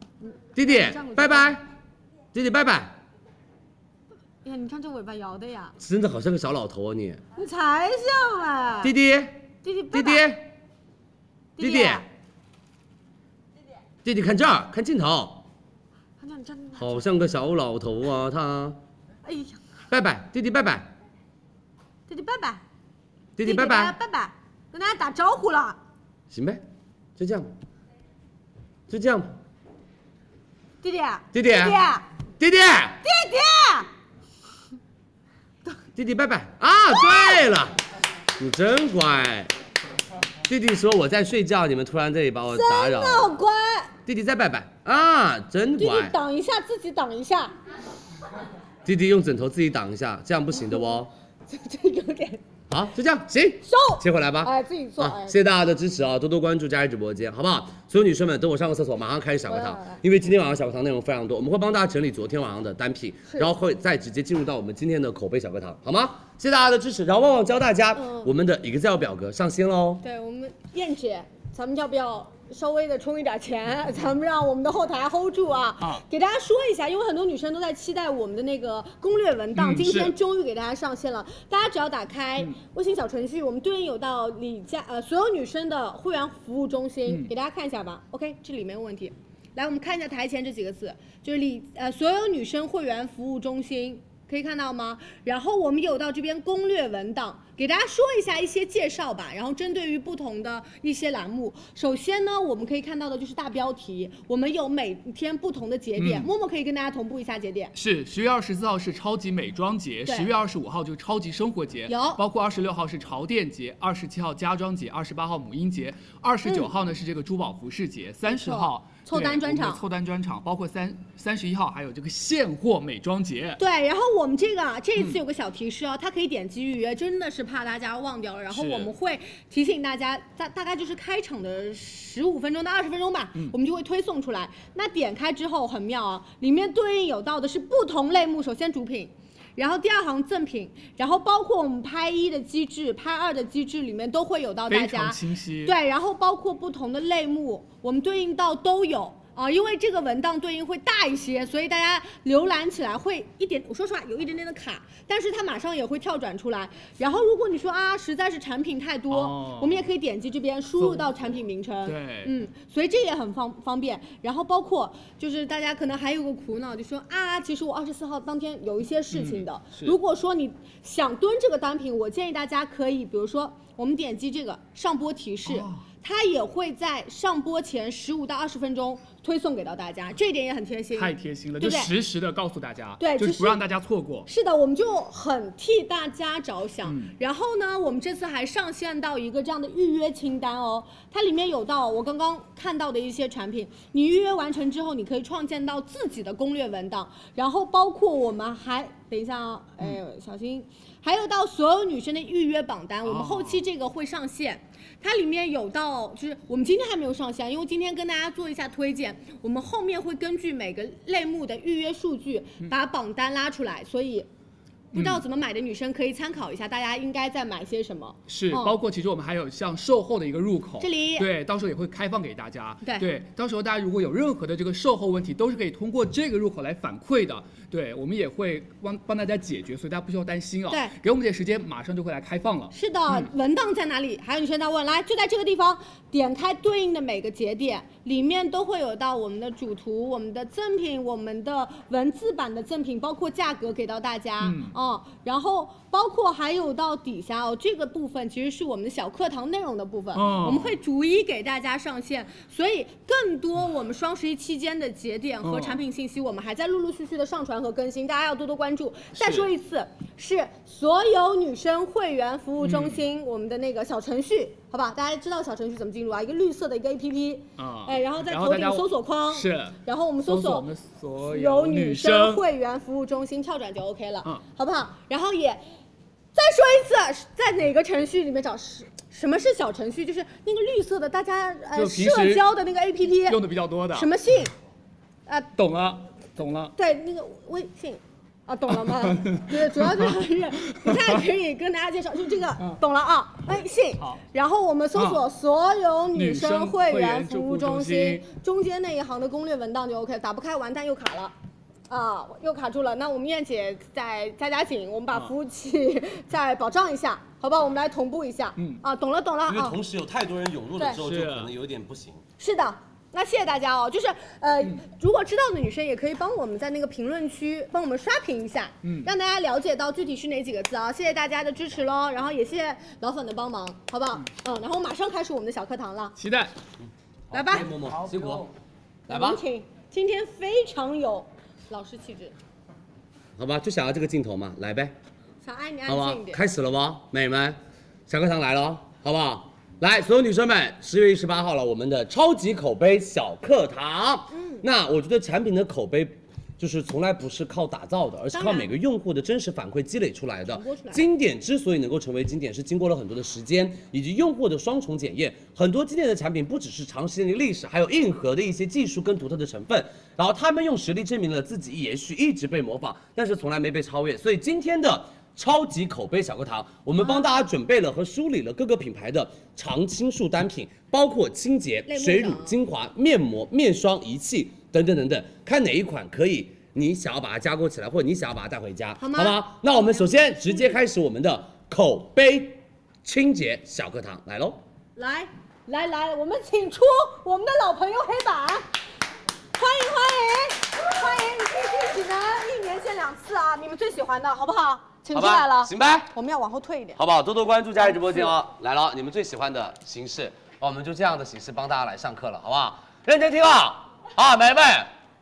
[SPEAKER 12] 弟弟
[SPEAKER 1] 站过，去
[SPEAKER 12] 拜拜。弟弟，拜拜。
[SPEAKER 1] 呀，你看这尾巴摇的呀，
[SPEAKER 12] 真的好像个小老头啊你。啊
[SPEAKER 1] 你才像哎
[SPEAKER 12] 弟弟，
[SPEAKER 1] 弟弟
[SPEAKER 12] 弟弟，弟
[SPEAKER 1] 弟
[SPEAKER 12] 弟，弟弟看这儿，看镜头，
[SPEAKER 2] 看这儿，你这样
[SPEAKER 12] 好像个小老头啊，他
[SPEAKER 2] 哎呀，
[SPEAKER 12] 拜拜，弟弟拜拜，
[SPEAKER 2] 弟弟拜拜，
[SPEAKER 12] 弟弟拜
[SPEAKER 2] 拜
[SPEAKER 12] 拜，
[SPEAKER 2] 拜拜，跟大家打招呼了。
[SPEAKER 12] 行呗，就这样吧，就这样吧，
[SPEAKER 2] 弟弟，
[SPEAKER 12] 弟弟啊
[SPEAKER 2] 弟弟，
[SPEAKER 12] 弟弟，
[SPEAKER 2] 弟弟。
[SPEAKER 12] 弟弟拜拜啊！对了，你真乖。弟弟说我在睡觉，你们突然这里把我打扰
[SPEAKER 1] 好
[SPEAKER 12] 了。
[SPEAKER 1] 乖，
[SPEAKER 12] 弟弟再拜拜啊，真
[SPEAKER 1] 弟弟
[SPEAKER 12] 乖。
[SPEAKER 1] 挡一下，自己挡一下，
[SPEAKER 12] 弟弟用枕头自己挡一下，这样不行的哦。
[SPEAKER 1] 这有点
[SPEAKER 12] 好，就这样，行，
[SPEAKER 1] 收。
[SPEAKER 12] 切回来吧。
[SPEAKER 1] 哎，自己做，
[SPEAKER 12] 啊
[SPEAKER 1] 哎，，
[SPEAKER 12] 谢谢大家的支持啊，多多关注佳怡直播间，好不好？所有女生们，等我上个厕所，马上开始小课堂
[SPEAKER 1] 我要来，
[SPEAKER 12] 因为今天晚上小课堂内容非常多，我们会帮大家整理昨天晚上的单品，
[SPEAKER 1] 是
[SPEAKER 12] 然后会再直接进入到我们今天的口碑小课堂，好吗？谢谢大家的支持，然后旺旺教大家
[SPEAKER 1] 嗯
[SPEAKER 12] 我们的 Excel 表格上新喽。
[SPEAKER 1] 对我们燕姐，咱们要不要稍微的充一点钱？ 咱们让我们的后台 hold 住啊！
[SPEAKER 5] 啊
[SPEAKER 1] 给大家说一下，因为很多女生都在期待我们的那个攻略文档，
[SPEAKER 5] 嗯
[SPEAKER 1] 今天
[SPEAKER 5] 是嗯
[SPEAKER 1] 终于给大家上线了。大家只要打开微信小程序，我们对应有到李佳呃所有女生的会员服务中心，
[SPEAKER 5] 嗯
[SPEAKER 1] 给大家看一下吧。OK，这里没有问题。来，我们看一下台前这几个字，就是李呃所有女生会员服务中心，可以看到吗？然后我们有到这边攻略文档，给大家说一下一些介绍吧。然后针对于不同的一些栏目，首先呢，我们可以看到的就是大标题，我们有每天不同的节点，
[SPEAKER 18] 嗯
[SPEAKER 1] 默默可以跟大家同步一下节点。
[SPEAKER 18] 是十月二十四号是超级美妆节，
[SPEAKER 1] 对
[SPEAKER 18] 十月二十五号就是超级生活节，
[SPEAKER 1] 有
[SPEAKER 18] 包括二十六号是潮店节，二十七号家装节，二十八号母婴节，二十九号呢、是这个珠宝服饰节，三十号
[SPEAKER 1] 嗯凑
[SPEAKER 18] 对
[SPEAKER 1] 单专
[SPEAKER 18] 我们的
[SPEAKER 1] 场
[SPEAKER 18] 凑单专场，包括三三十一号还有这个现货美妆节。
[SPEAKER 1] 对，然后我们这个啊，
[SPEAKER 18] 嗯
[SPEAKER 1] 这一次有个小提示哦，它可以点击预约，真的是怕大家忘掉了。然后
[SPEAKER 18] 是
[SPEAKER 1] 我们会提醒大家，大大概就是开场的十五分钟到二十分钟吧，
[SPEAKER 18] 嗯
[SPEAKER 1] 我们就会推送出来。那点开之后很妙啊，里面对应有到的是不同类目，首先主品。然后第二行赠品，然后包括我们拍一的机制、拍二的机制里面都会有到大
[SPEAKER 18] 非
[SPEAKER 1] 家
[SPEAKER 18] 常清晰，
[SPEAKER 1] 对，然后包括不同的类目，我们对应到都有啊，因为这个文档对应会大一些，所以大家浏览起来会一点，我说实话有一点点的卡，但是它马上也会跳转出来。然后如果你说啊，实在是产品太多，
[SPEAKER 18] 哦
[SPEAKER 1] 我们也可以点击这边输入到产品名称。
[SPEAKER 18] 对
[SPEAKER 1] 嗯，所以这也很方方便。然后包括就是大家可能还有个苦恼，就说啊，其实我二十四号当天有一些事情的。
[SPEAKER 18] 是
[SPEAKER 1] 如果说你想蹲这个单品，我建议大家可以，比如说我们点击这个上播提示。
[SPEAKER 18] 哦
[SPEAKER 1] 它也会在上播前十五到二十分钟推送给到大家，这一点也很贴心。
[SPEAKER 18] 太贴心了，
[SPEAKER 1] 对
[SPEAKER 18] 就
[SPEAKER 1] 不对
[SPEAKER 18] 实时的告诉大家，
[SPEAKER 1] 对
[SPEAKER 18] 就是
[SPEAKER 1] 就
[SPEAKER 18] 不
[SPEAKER 1] 是
[SPEAKER 18] 让大家错过。
[SPEAKER 1] 是的，我们就很替大家着想。
[SPEAKER 18] 嗯
[SPEAKER 1] 然后呢，我们这次还上线到一个这样的预约清单哦，它里面有到我刚刚看到的一些产品，你预约完成之后，你可以创建到自己的攻略文档，然后包括我们还等一下啊，哎
[SPEAKER 18] 嗯
[SPEAKER 1] 呦，小心，还有到所有女生的预约榜单，我
[SPEAKER 18] 哦
[SPEAKER 1] 们后期这个会上线。它里面有到，就是我们今天还没有上线，因为今天跟大家做一下推荐，我们后面会根据每个类目的预约数据把榜单拉出来，所以不知道怎么买的女生可以参考一下，大家应该在买些什么。
[SPEAKER 19] 哦
[SPEAKER 18] 是，
[SPEAKER 1] 嗯
[SPEAKER 18] 包括其实我们还有像售后的一个入口，
[SPEAKER 1] 这里
[SPEAKER 18] 对，到时候也会开放给大家。
[SPEAKER 1] 对
[SPEAKER 18] 到时候大家如果有任何的这个售后问题，都是可以通过这个入口来反馈的。对，我们也会帮帮大家解决，所以大家不需要担心啊。
[SPEAKER 1] 对，
[SPEAKER 18] 给我们点时间，马上就会来开放了。嗯
[SPEAKER 1] 是的，文档在哪里？还有女生在问，来就在这个地方，点开对应的每个节点，里面都会有到我们的主图、我们的赠品、我们的文字版的赠品，包括价格给到大家，哦
[SPEAKER 18] 嗯
[SPEAKER 1] 然后包括还有到底下哦，这个部分其实是我们的小课堂内容的部分，
[SPEAKER 18] 哦
[SPEAKER 1] 我们会逐一给大家上线，所以更多我们双十一期间的节点和
[SPEAKER 18] 哦
[SPEAKER 1] 产品信息，我们还在陆陆续续的上传和更新，大家要多多关注。再说一次，是所有女生会员服务中心、
[SPEAKER 18] 嗯
[SPEAKER 1] 我们的那个小程序，好吧？大家知道小程序怎么进入啊？一个绿色的一个 APP，
[SPEAKER 18] 啊
[SPEAKER 1] 哎，然后在
[SPEAKER 18] 然后
[SPEAKER 1] 头
[SPEAKER 18] 大
[SPEAKER 1] 顶
[SPEAKER 18] 家
[SPEAKER 1] 搜索框，
[SPEAKER 18] 是
[SPEAKER 1] 然后我嗯们搜
[SPEAKER 18] 索
[SPEAKER 1] 索
[SPEAKER 18] 我们所
[SPEAKER 1] 有
[SPEAKER 18] 有
[SPEAKER 1] 女生
[SPEAKER 18] 生，
[SPEAKER 1] 会员服务中心跳转就 OK 了，
[SPEAKER 18] 嗯
[SPEAKER 1] 好不好？然后也再说一次，在哪个程序里面找什什么是小程序？就是那个绿色的，大家呃
[SPEAKER 18] 就平
[SPEAKER 1] 社
[SPEAKER 18] 时
[SPEAKER 1] 交的那个
[SPEAKER 18] 用
[SPEAKER 1] APP，
[SPEAKER 18] 的比较多的。
[SPEAKER 1] 什么信？
[SPEAKER 18] 懂了，懂了。
[SPEAKER 1] 对，那个微信。啊，懂 了吗？对，主要就是不太可以跟大家介绍，就这个
[SPEAKER 18] 嗯
[SPEAKER 1] 懂了啊。微信
[SPEAKER 18] 好，
[SPEAKER 1] 然后我们搜索
[SPEAKER 18] 嗯
[SPEAKER 1] 所有女
[SPEAKER 18] 女
[SPEAKER 1] 生
[SPEAKER 18] 生
[SPEAKER 1] 会
[SPEAKER 18] 会
[SPEAKER 1] 员
[SPEAKER 18] 员
[SPEAKER 1] 服
[SPEAKER 18] 服
[SPEAKER 1] 务
[SPEAKER 18] 务
[SPEAKER 1] 中
[SPEAKER 18] 中
[SPEAKER 1] 心
[SPEAKER 18] 心
[SPEAKER 1] 中间那一行的攻略文档就 OK，打不开完蛋又卡了。啊，又卡住了。那我们燕姐再加加紧，我们把
[SPEAKER 18] 嗯
[SPEAKER 1] 服务器 再保障一下，好不好？我们来同步一下。
[SPEAKER 18] 嗯
[SPEAKER 1] 啊，懂了懂了
[SPEAKER 12] 因为
[SPEAKER 1] 啊，
[SPEAKER 12] 同时有太多人涌入了之后，
[SPEAKER 18] 对
[SPEAKER 12] 就可能有点不行。
[SPEAKER 1] 是的，那谢谢大家哦，就是呃，
[SPEAKER 12] 嗯
[SPEAKER 1] 如果知道的女生也可以帮我们在那个评论区帮我们刷屏一下，
[SPEAKER 19] 嗯
[SPEAKER 1] 让大家了解到具体是哪几个字啊。谢谢大家的支持喽，然后也谢谢老粉的帮忙，好不好？嗯，然后马上开始我们的小课堂了，
[SPEAKER 19] 期待。
[SPEAKER 1] 来吧，
[SPEAKER 12] 默默辛苦，来吧
[SPEAKER 1] 有，请，今天非常有老师气质，
[SPEAKER 12] 好吧，就想要这个镜头嘛，来呗，
[SPEAKER 1] 想安你安
[SPEAKER 12] 好吧
[SPEAKER 1] 静一，点。
[SPEAKER 12] 开始了吧，美女们，小课堂来了，好不好？来，所有女生们，十月一十八号了，我们的超级口碑小课堂。嗯，那我觉得产品的口碑。就是从来不是靠打造的，而是靠每个用户的真实反馈积累出来的。经典之所以能够成为经典，是经过了很多的时间以及用户的双重检验。很多经典的产品不只是长时间的历史，还有硬核的一些技术跟独特的成分。然后他们用实力证明了自己，也许一直被模仿，但是从来没被超越。所以今天的超级口碑小课堂，我们帮大家准备了和梳理了各个品牌的常青树单品，包括清洁、
[SPEAKER 1] 类目
[SPEAKER 12] 水乳
[SPEAKER 1] 表、
[SPEAKER 12] 精华、面膜、面霜、仪器等等等等，看哪一款可以。你想要把它加购起来，或者你想要把它带回家，好
[SPEAKER 1] 吗
[SPEAKER 12] 不好？那我们首先直接开始我们的口碑清洁小课堂，来喽！
[SPEAKER 1] 来来来，我们请出我们的老朋友黑板，欢迎欢迎欢迎！这是只能一年见两次啊，你们最喜欢的好不好？请
[SPEAKER 12] 好
[SPEAKER 1] 出来
[SPEAKER 12] 吧，
[SPEAKER 1] 了，
[SPEAKER 12] 行呗。
[SPEAKER 1] 我们要往后退一点。
[SPEAKER 12] 好不好？多多关注佳怡直播间哦。来了，你们最喜欢的形式，哦我们就这样的形式帮大家来上课了，好不好？认真听啊！啊，美眉们，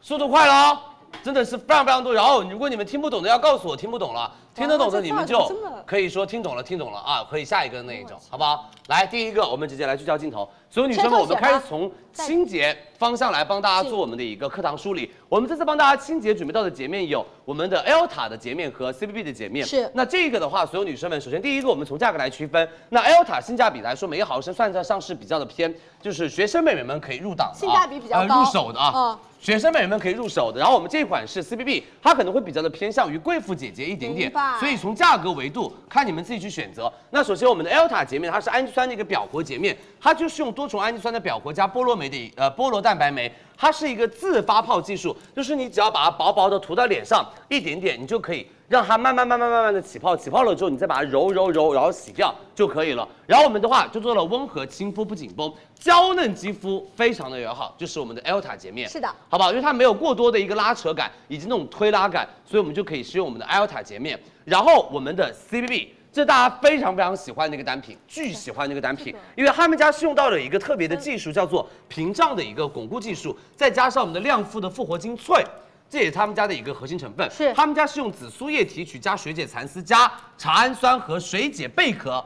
[SPEAKER 12] 速度快了哦，真的是非常非常多。然后，如果你们听不懂的要告诉我听不懂了，听得懂的你们
[SPEAKER 1] 这话
[SPEAKER 12] 就
[SPEAKER 1] 怎么这么
[SPEAKER 12] 可以说听懂了，听懂了啊，可以下一个那一种，好不好？来，第一个我们直接来聚焦镜头，所有女生们，我们开始从清洁方向来帮大家做我们的一个课堂梳理。我们这次帮大家清洁准备到的洁面有我们的 L 塔的洁面和 CBB 的洁面。
[SPEAKER 1] 是
[SPEAKER 12] 那这个的话，所有女生们，首先第一个我们从价格来区分，那 L 塔性价比来说，每一毫升算得上是比较的偏，就是学生妹妹们可以入档的啊，
[SPEAKER 1] 性价比比较
[SPEAKER 12] 呃
[SPEAKER 1] 高
[SPEAKER 12] 入手的啊。
[SPEAKER 1] 嗯
[SPEAKER 12] 学生妹妹们可以入手的，然后我们这款是 CBB，它可能会比较的偏向于贵妇姐姐一点点
[SPEAKER 1] 明白，
[SPEAKER 12] 所以从价格维度看你们自己去选择。那首先我们的 Elta 洁面，它是氨基酸的一个表活洁面，它就是用多重氨基酸的表活加菠萝酶的一呃菠萝蛋白酶，它是一个自发泡技术，就是你只要把它薄薄的涂到脸上一点点，你就可以让它慢慢慢慢慢慢的起泡，起泡了之后你再把它揉揉揉，然后洗掉就可以了。然后我们的话就做了温和亲肤不紧绷，娇嫩肌肤非常的友好，就是我们的 Elta 洁面。
[SPEAKER 1] 是的。
[SPEAKER 12] 好不好？因为它没有过多的一个拉扯感以及那种推拉感，所以我们就可以使用我们的 Alta 洁面，然后我们的 CBB。这大家非常非常喜欢的一个单品，巨喜欢的一个单品，因为他们家是用到了一个特别的技术，叫做屏障的一个巩固技术，再加上我们的亮肤的复活精粹，这也是他们家的一个核心成分。
[SPEAKER 1] 是
[SPEAKER 12] 他们家是用紫苏叶提取加水解蚕丝加茶氨酸和水解贝壳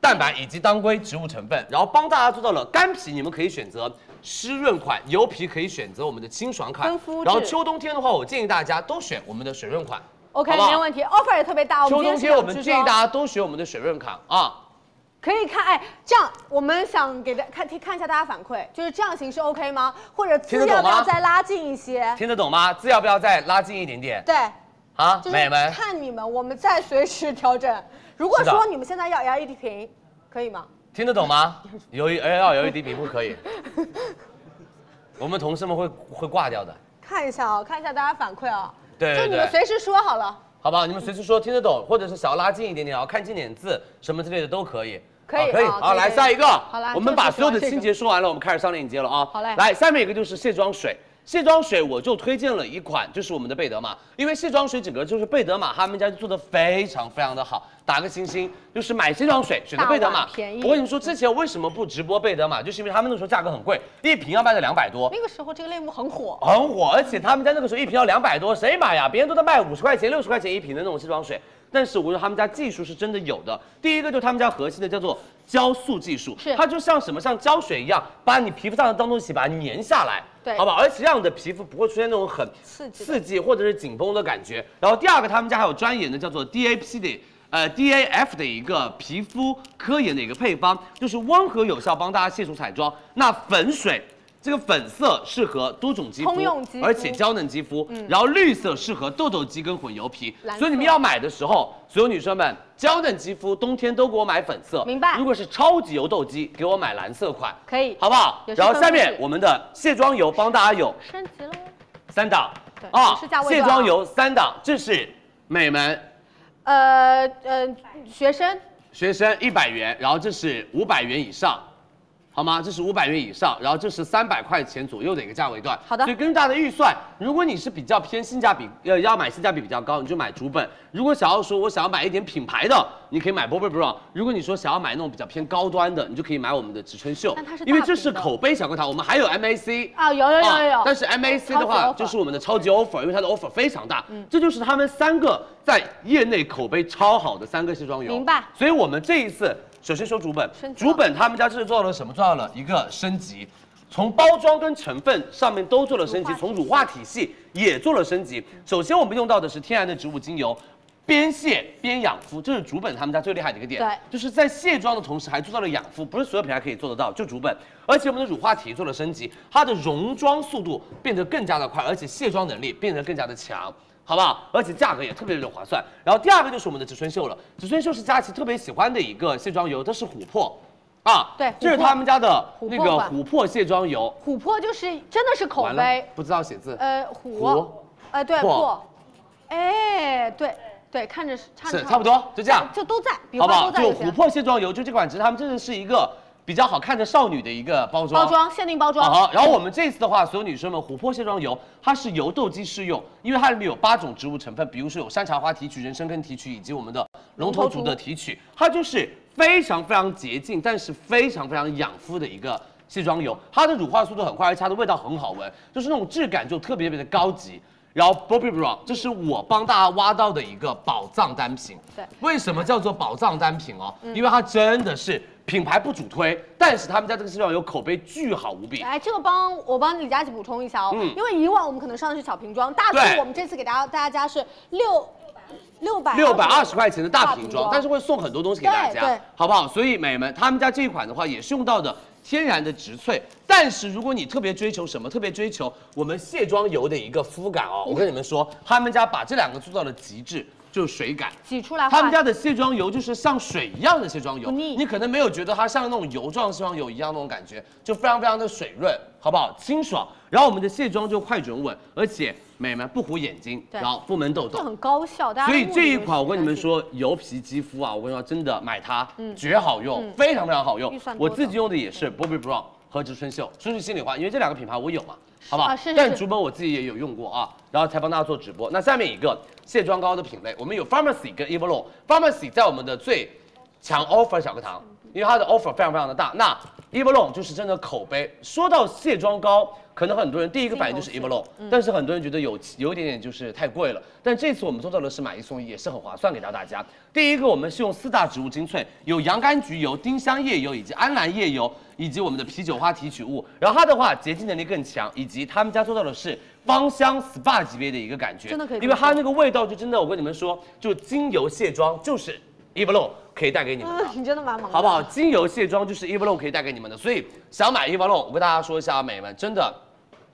[SPEAKER 12] 蛋白以及当归植物成分，然后帮大家做到了干皮，你们可以选择湿润款，油皮可以选择我们的清爽款
[SPEAKER 1] 跟肤，质
[SPEAKER 12] 然后秋冬天的话，我建议大家都选我们的水润款
[SPEAKER 1] OK，
[SPEAKER 12] 好不好
[SPEAKER 1] 没问题，offer 也特别哦大。我们
[SPEAKER 12] 秋
[SPEAKER 1] 今
[SPEAKER 12] 冬
[SPEAKER 1] 天是
[SPEAKER 12] 天我
[SPEAKER 1] 两
[SPEAKER 12] 们
[SPEAKER 1] 支
[SPEAKER 12] 建议
[SPEAKER 1] 装
[SPEAKER 12] 大家都选我们的水润款啊，
[SPEAKER 1] 可以看，哎，这样我们想给大看看一下大家反馈，就是这样形式 OK 吗？或者字
[SPEAKER 12] 听得懂
[SPEAKER 1] 要不要
[SPEAKER 12] 吗
[SPEAKER 1] 再拉近一些？
[SPEAKER 12] 听得懂吗？字要不要再拉近一点点
[SPEAKER 1] 对，
[SPEAKER 12] 啊，
[SPEAKER 1] 就是
[SPEAKER 12] 美眉们？
[SPEAKER 1] 看你们，我们再随时调整。如果
[SPEAKER 12] 是的
[SPEAKER 1] 说你们现在要 LED 屏，可以吗？
[SPEAKER 12] 听得懂吗？哎由于 L 由于低屏 不可以，我们同事们会会挂掉的，
[SPEAKER 1] 看一下啊、看一下大家反馈啊、
[SPEAKER 12] 对对
[SPEAKER 1] 就你们
[SPEAKER 12] 对
[SPEAKER 1] 随时说好了。
[SPEAKER 12] 好不好？你们随时说听得懂，或者是想要拉近一点点，然后看近点字什么之类的都可以。
[SPEAKER 1] 可以
[SPEAKER 12] 啊可以，
[SPEAKER 1] 啊
[SPEAKER 12] 好，
[SPEAKER 1] 可以
[SPEAKER 12] 来
[SPEAKER 1] 可以
[SPEAKER 12] 下一个。
[SPEAKER 1] 好啦
[SPEAKER 12] 我们把
[SPEAKER 1] 这
[SPEAKER 12] 所
[SPEAKER 1] 个就喜欢
[SPEAKER 12] 有的
[SPEAKER 1] 这
[SPEAKER 12] 清
[SPEAKER 1] 个
[SPEAKER 12] 洁说完了，我们开始上链接了啊。
[SPEAKER 1] 好嘞
[SPEAKER 12] 来，下面一个就是卸妆水。卸妆水我就推荐了一款，就是我们的贝德玛，因为卸妆水整个就是贝德玛他们家就做的非常非常的好，打个星星。就是买卸妆水选择贝德
[SPEAKER 1] 大
[SPEAKER 12] 玛
[SPEAKER 1] 碗，便宜
[SPEAKER 12] 我跟你们说，之前为什么不直播贝德玛，就是因为他们那时候价格很贵，一瓶要卖到两百多，
[SPEAKER 1] 那个时候这个类目很火，
[SPEAKER 12] 很火，而且他们家那个时候一瓶要两百多，谁买呀？别人都在卖五十块钱、六十块钱一瓶的那种卸妆水。但是我说他们家技术是真的有的。第一个就是他们家核心的叫做胶塑技术，
[SPEAKER 1] 是
[SPEAKER 12] 它就像什么像胶水一样，把你皮肤上的脏东西把它粘下来，
[SPEAKER 1] 对
[SPEAKER 12] 好吧，而且让你的皮肤不会出现那种很
[SPEAKER 1] 刺激的
[SPEAKER 12] 刺激或者是紧绷的感觉。然后第二个，他们家还有专研的叫做 DAP 的。呃，DAF 的一个皮肤科研的一个配方，就是温和有效帮大家卸除彩妆。那粉水，这个粉色适合多种肌肤，
[SPEAKER 1] 通用肌肤嗯
[SPEAKER 12] 而且娇嫩肌肤。然后绿色适合痘痘肌跟混油皮
[SPEAKER 1] 蓝，色
[SPEAKER 12] 所以你们要买的时候，所有女生们，娇嫩肌肤冬天都给我买粉色，
[SPEAKER 1] 明白
[SPEAKER 12] 如果是超级油痘肌，给我买蓝色款，
[SPEAKER 1] 可以
[SPEAKER 12] 好不好？
[SPEAKER 1] 也是
[SPEAKER 12] 然后
[SPEAKER 1] 分
[SPEAKER 12] 下
[SPEAKER 1] 布
[SPEAKER 12] 面
[SPEAKER 1] 式
[SPEAKER 12] 我们的卸妆油帮大家有
[SPEAKER 1] 升级了。
[SPEAKER 12] 三档
[SPEAKER 1] 对也
[SPEAKER 12] 啊
[SPEAKER 1] 是价，位
[SPEAKER 12] 卸
[SPEAKER 1] 段啊
[SPEAKER 12] 妆油三档，这是美们
[SPEAKER 1] 呃呃，学生
[SPEAKER 12] 学生一百元，然后这是五百元以上，好吗？这是五百元以上，然后这是三百块钱左右的一个价位段。
[SPEAKER 7] 好的
[SPEAKER 12] 所以根据大家的预算，如果你是比较偏性价比，呃，要买性价比比较高，你就买竹本；如果想要说我想要买一点品牌的，你可以买 Bobbi Brown；如果你说想要买那种比较偏高端的，你就可以买我们的植村秀
[SPEAKER 7] 但它是，大
[SPEAKER 12] 因为这
[SPEAKER 7] 瓶
[SPEAKER 12] 是
[SPEAKER 7] 的
[SPEAKER 12] 口碑小课堂，我们还有 MAC
[SPEAKER 7] 啊有有有有有
[SPEAKER 12] 但是 MAC 的话
[SPEAKER 7] 超级 offer 嗯
[SPEAKER 12] 就是我们的超级 offer，因为它的 offer 非常大，这就是他们三个在业内口碑超好的三个卸妆油。
[SPEAKER 7] 明白
[SPEAKER 12] 所以我们这一次首先说竹本
[SPEAKER 7] 升，级了
[SPEAKER 12] 竹本他们家这次做了什么？做到了一个升级。从包装跟成分上面都做了升级，从乳化体系也做了升级。首先我们用到的是天然的植物精油，边卸边养肤，这是竹本他们家最厉害的一个点。
[SPEAKER 7] 对
[SPEAKER 12] 就是在卸妆的同时还做到了养肤，不是所有品牌可以做得到，就竹本。而且我们的乳化体做了升级，它的溶妆速度变得更加的快，而且卸妆能力变得更加的强。好不好？而且价格也特别的划算。然后第二个就是我们的植村秀了，植村秀是佳琪特别喜欢的一个卸妆油，它是琥珀，啊，
[SPEAKER 7] 对
[SPEAKER 12] 这是
[SPEAKER 7] 琥珀
[SPEAKER 12] 他们家的
[SPEAKER 7] 琥
[SPEAKER 12] 那
[SPEAKER 7] 珀
[SPEAKER 12] 个
[SPEAKER 7] 吧
[SPEAKER 12] 琥珀卸妆油，
[SPEAKER 7] 琥珀就是真的是口
[SPEAKER 12] 完了
[SPEAKER 7] 碑，
[SPEAKER 12] 不知道写字，
[SPEAKER 7] 呃，琥
[SPEAKER 12] 琥，
[SPEAKER 7] 呃，对，
[SPEAKER 12] 珀
[SPEAKER 7] 珀，哎，对对，看着是差
[SPEAKER 12] 是差不多，就这样，
[SPEAKER 7] 就都在，笔
[SPEAKER 12] 好不
[SPEAKER 7] 画
[SPEAKER 12] 好？
[SPEAKER 7] 都在
[SPEAKER 12] 就
[SPEAKER 7] 就
[SPEAKER 12] 琥
[SPEAKER 7] 行。
[SPEAKER 12] 珀卸妆油，就这款，只是他们真的是一个比较好看的少女的一个包装，
[SPEAKER 7] 包装限定包装，
[SPEAKER 12] 啊好，然后我们这次的话，所有女生们，琥珀卸妆油它是油痘肌适用，因为它里面有八种植物成分，比如说有山茶花提取、人参根提取以及我们的龙头族的提取，它就是非常非常洁净，但是非常非常养肤的一个。卸妆油，它的乳化速度很快，而且它的味道很好闻，就是那种质感就特别特别的高级。然后 Bobbi Brown，这是我帮大家挖到的一个宝藏单品。哦
[SPEAKER 7] 对
[SPEAKER 12] 为什么叫做宝藏单品哦？因为它真的是品牌不主推，但是他们家这个卸妆油口碑巨好无比。
[SPEAKER 7] 哎，这个帮我帮李佳琦补充一下哦，
[SPEAKER 12] 嗯
[SPEAKER 7] 因为以往我们可能上的是小瓶装，大
[SPEAKER 12] 对
[SPEAKER 7] 促我们这次给大家大家是六六百
[SPEAKER 12] 六百二十块钱的大瓶
[SPEAKER 7] 大瓶
[SPEAKER 12] 装
[SPEAKER 7] 装，
[SPEAKER 12] 但是会送很多东西给大
[SPEAKER 7] 对
[SPEAKER 12] 家
[SPEAKER 7] 对，
[SPEAKER 12] 好不好？所以美们，他们家这一款的话也是用到的天然的植萃，但是如果你特别追求什么，特别追求我们卸妆油的一个肤感哦，我跟你们说，他们家把这两个做到了极致，就是水感。
[SPEAKER 7] 挤出来，
[SPEAKER 12] 他们家的卸妆油就是像水一样的卸妆油，
[SPEAKER 7] 啊不腻
[SPEAKER 12] 你可能没有觉得它像那种油状卸妆油一样那种感觉，就非常非常的水润，好不好？清爽。然后我们的卸妆就快准稳，而且美们不糊眼睛，
[SPEAKER 7] 对
[SPEAKER 12] 然后不闷痘
[SPEAKER 7] 这，
[SPEAKER 12] 痘
[SPEAKER 7] 很高效，大家
[SPEAKER 12] 所
[SPEAKER 7] 的
[SPEAKER 12] 以
[SPEAKER 7] 目的
[SPEAKER 12] 这一
[SPEAKER 7] 就是
[SPEAKER 12] 款我跟你们
[SPEAKER 7] 这样
[SPEAKER 12] 说，油皮肌肤啊，我跟你说真的买它，绝好用，非常非常好
[SPEAKER 7] 嗯
[SPEAKER 12] 用
[SPEAKER 7] 预算。多
[SPEAKER 12] 我
[SPEAKER 7] 的
[SPEAKER 12] 自己用的也是 Bobbi Brown 和植村秀。说句心里话，因为这两个品牌我有嘛，好不好？
[SPEAKER 7] 啊是是
[SPEAKER 12] 但
[SPEAKER 7] 是
[SPEAKER 12] 竹本我自己也有用过啊，然后才帮大家做直播。那下面一个卸妆膏的品类，我们有 Pharmacy 跟 Evolo。Pharmacy 在我们的最强 offer 小课堂，因为它的 offer 非常非常的大。那 Evolo 就是真的口碑。说到卸妆膏，可能很多人第一个反应就是
[SPEAKER 7] 镜
[SPEAKER 12] Evolo，、但是很多人觉得有有一点点就是太贵了。但这次我们做到的是买一送一，也是很划算给到大家。第一个我们是用四大植物精粹，有洋甘菊油、丁香叶油以及安兰叶油。以及我们的啤酒花提取物，然后它的话洁净能力更强，以及他们家做到的是芳香 SPA 级别的一个感觉，
[SPEAKER 7] 真的可以
[SPEAKER 12] 因为它那个味道就真的，我跟你们说，就精油卸妆就是 Evolo 可以带给你们的。
[SPEAKER 7] 嗯，你真的蛮猛的，
[SPEAKER 12] 好不好？精油卸妆就是 Evolo 可以带给你们的，所以想买 Evolo，我跟大家说一下啊，美们，真的，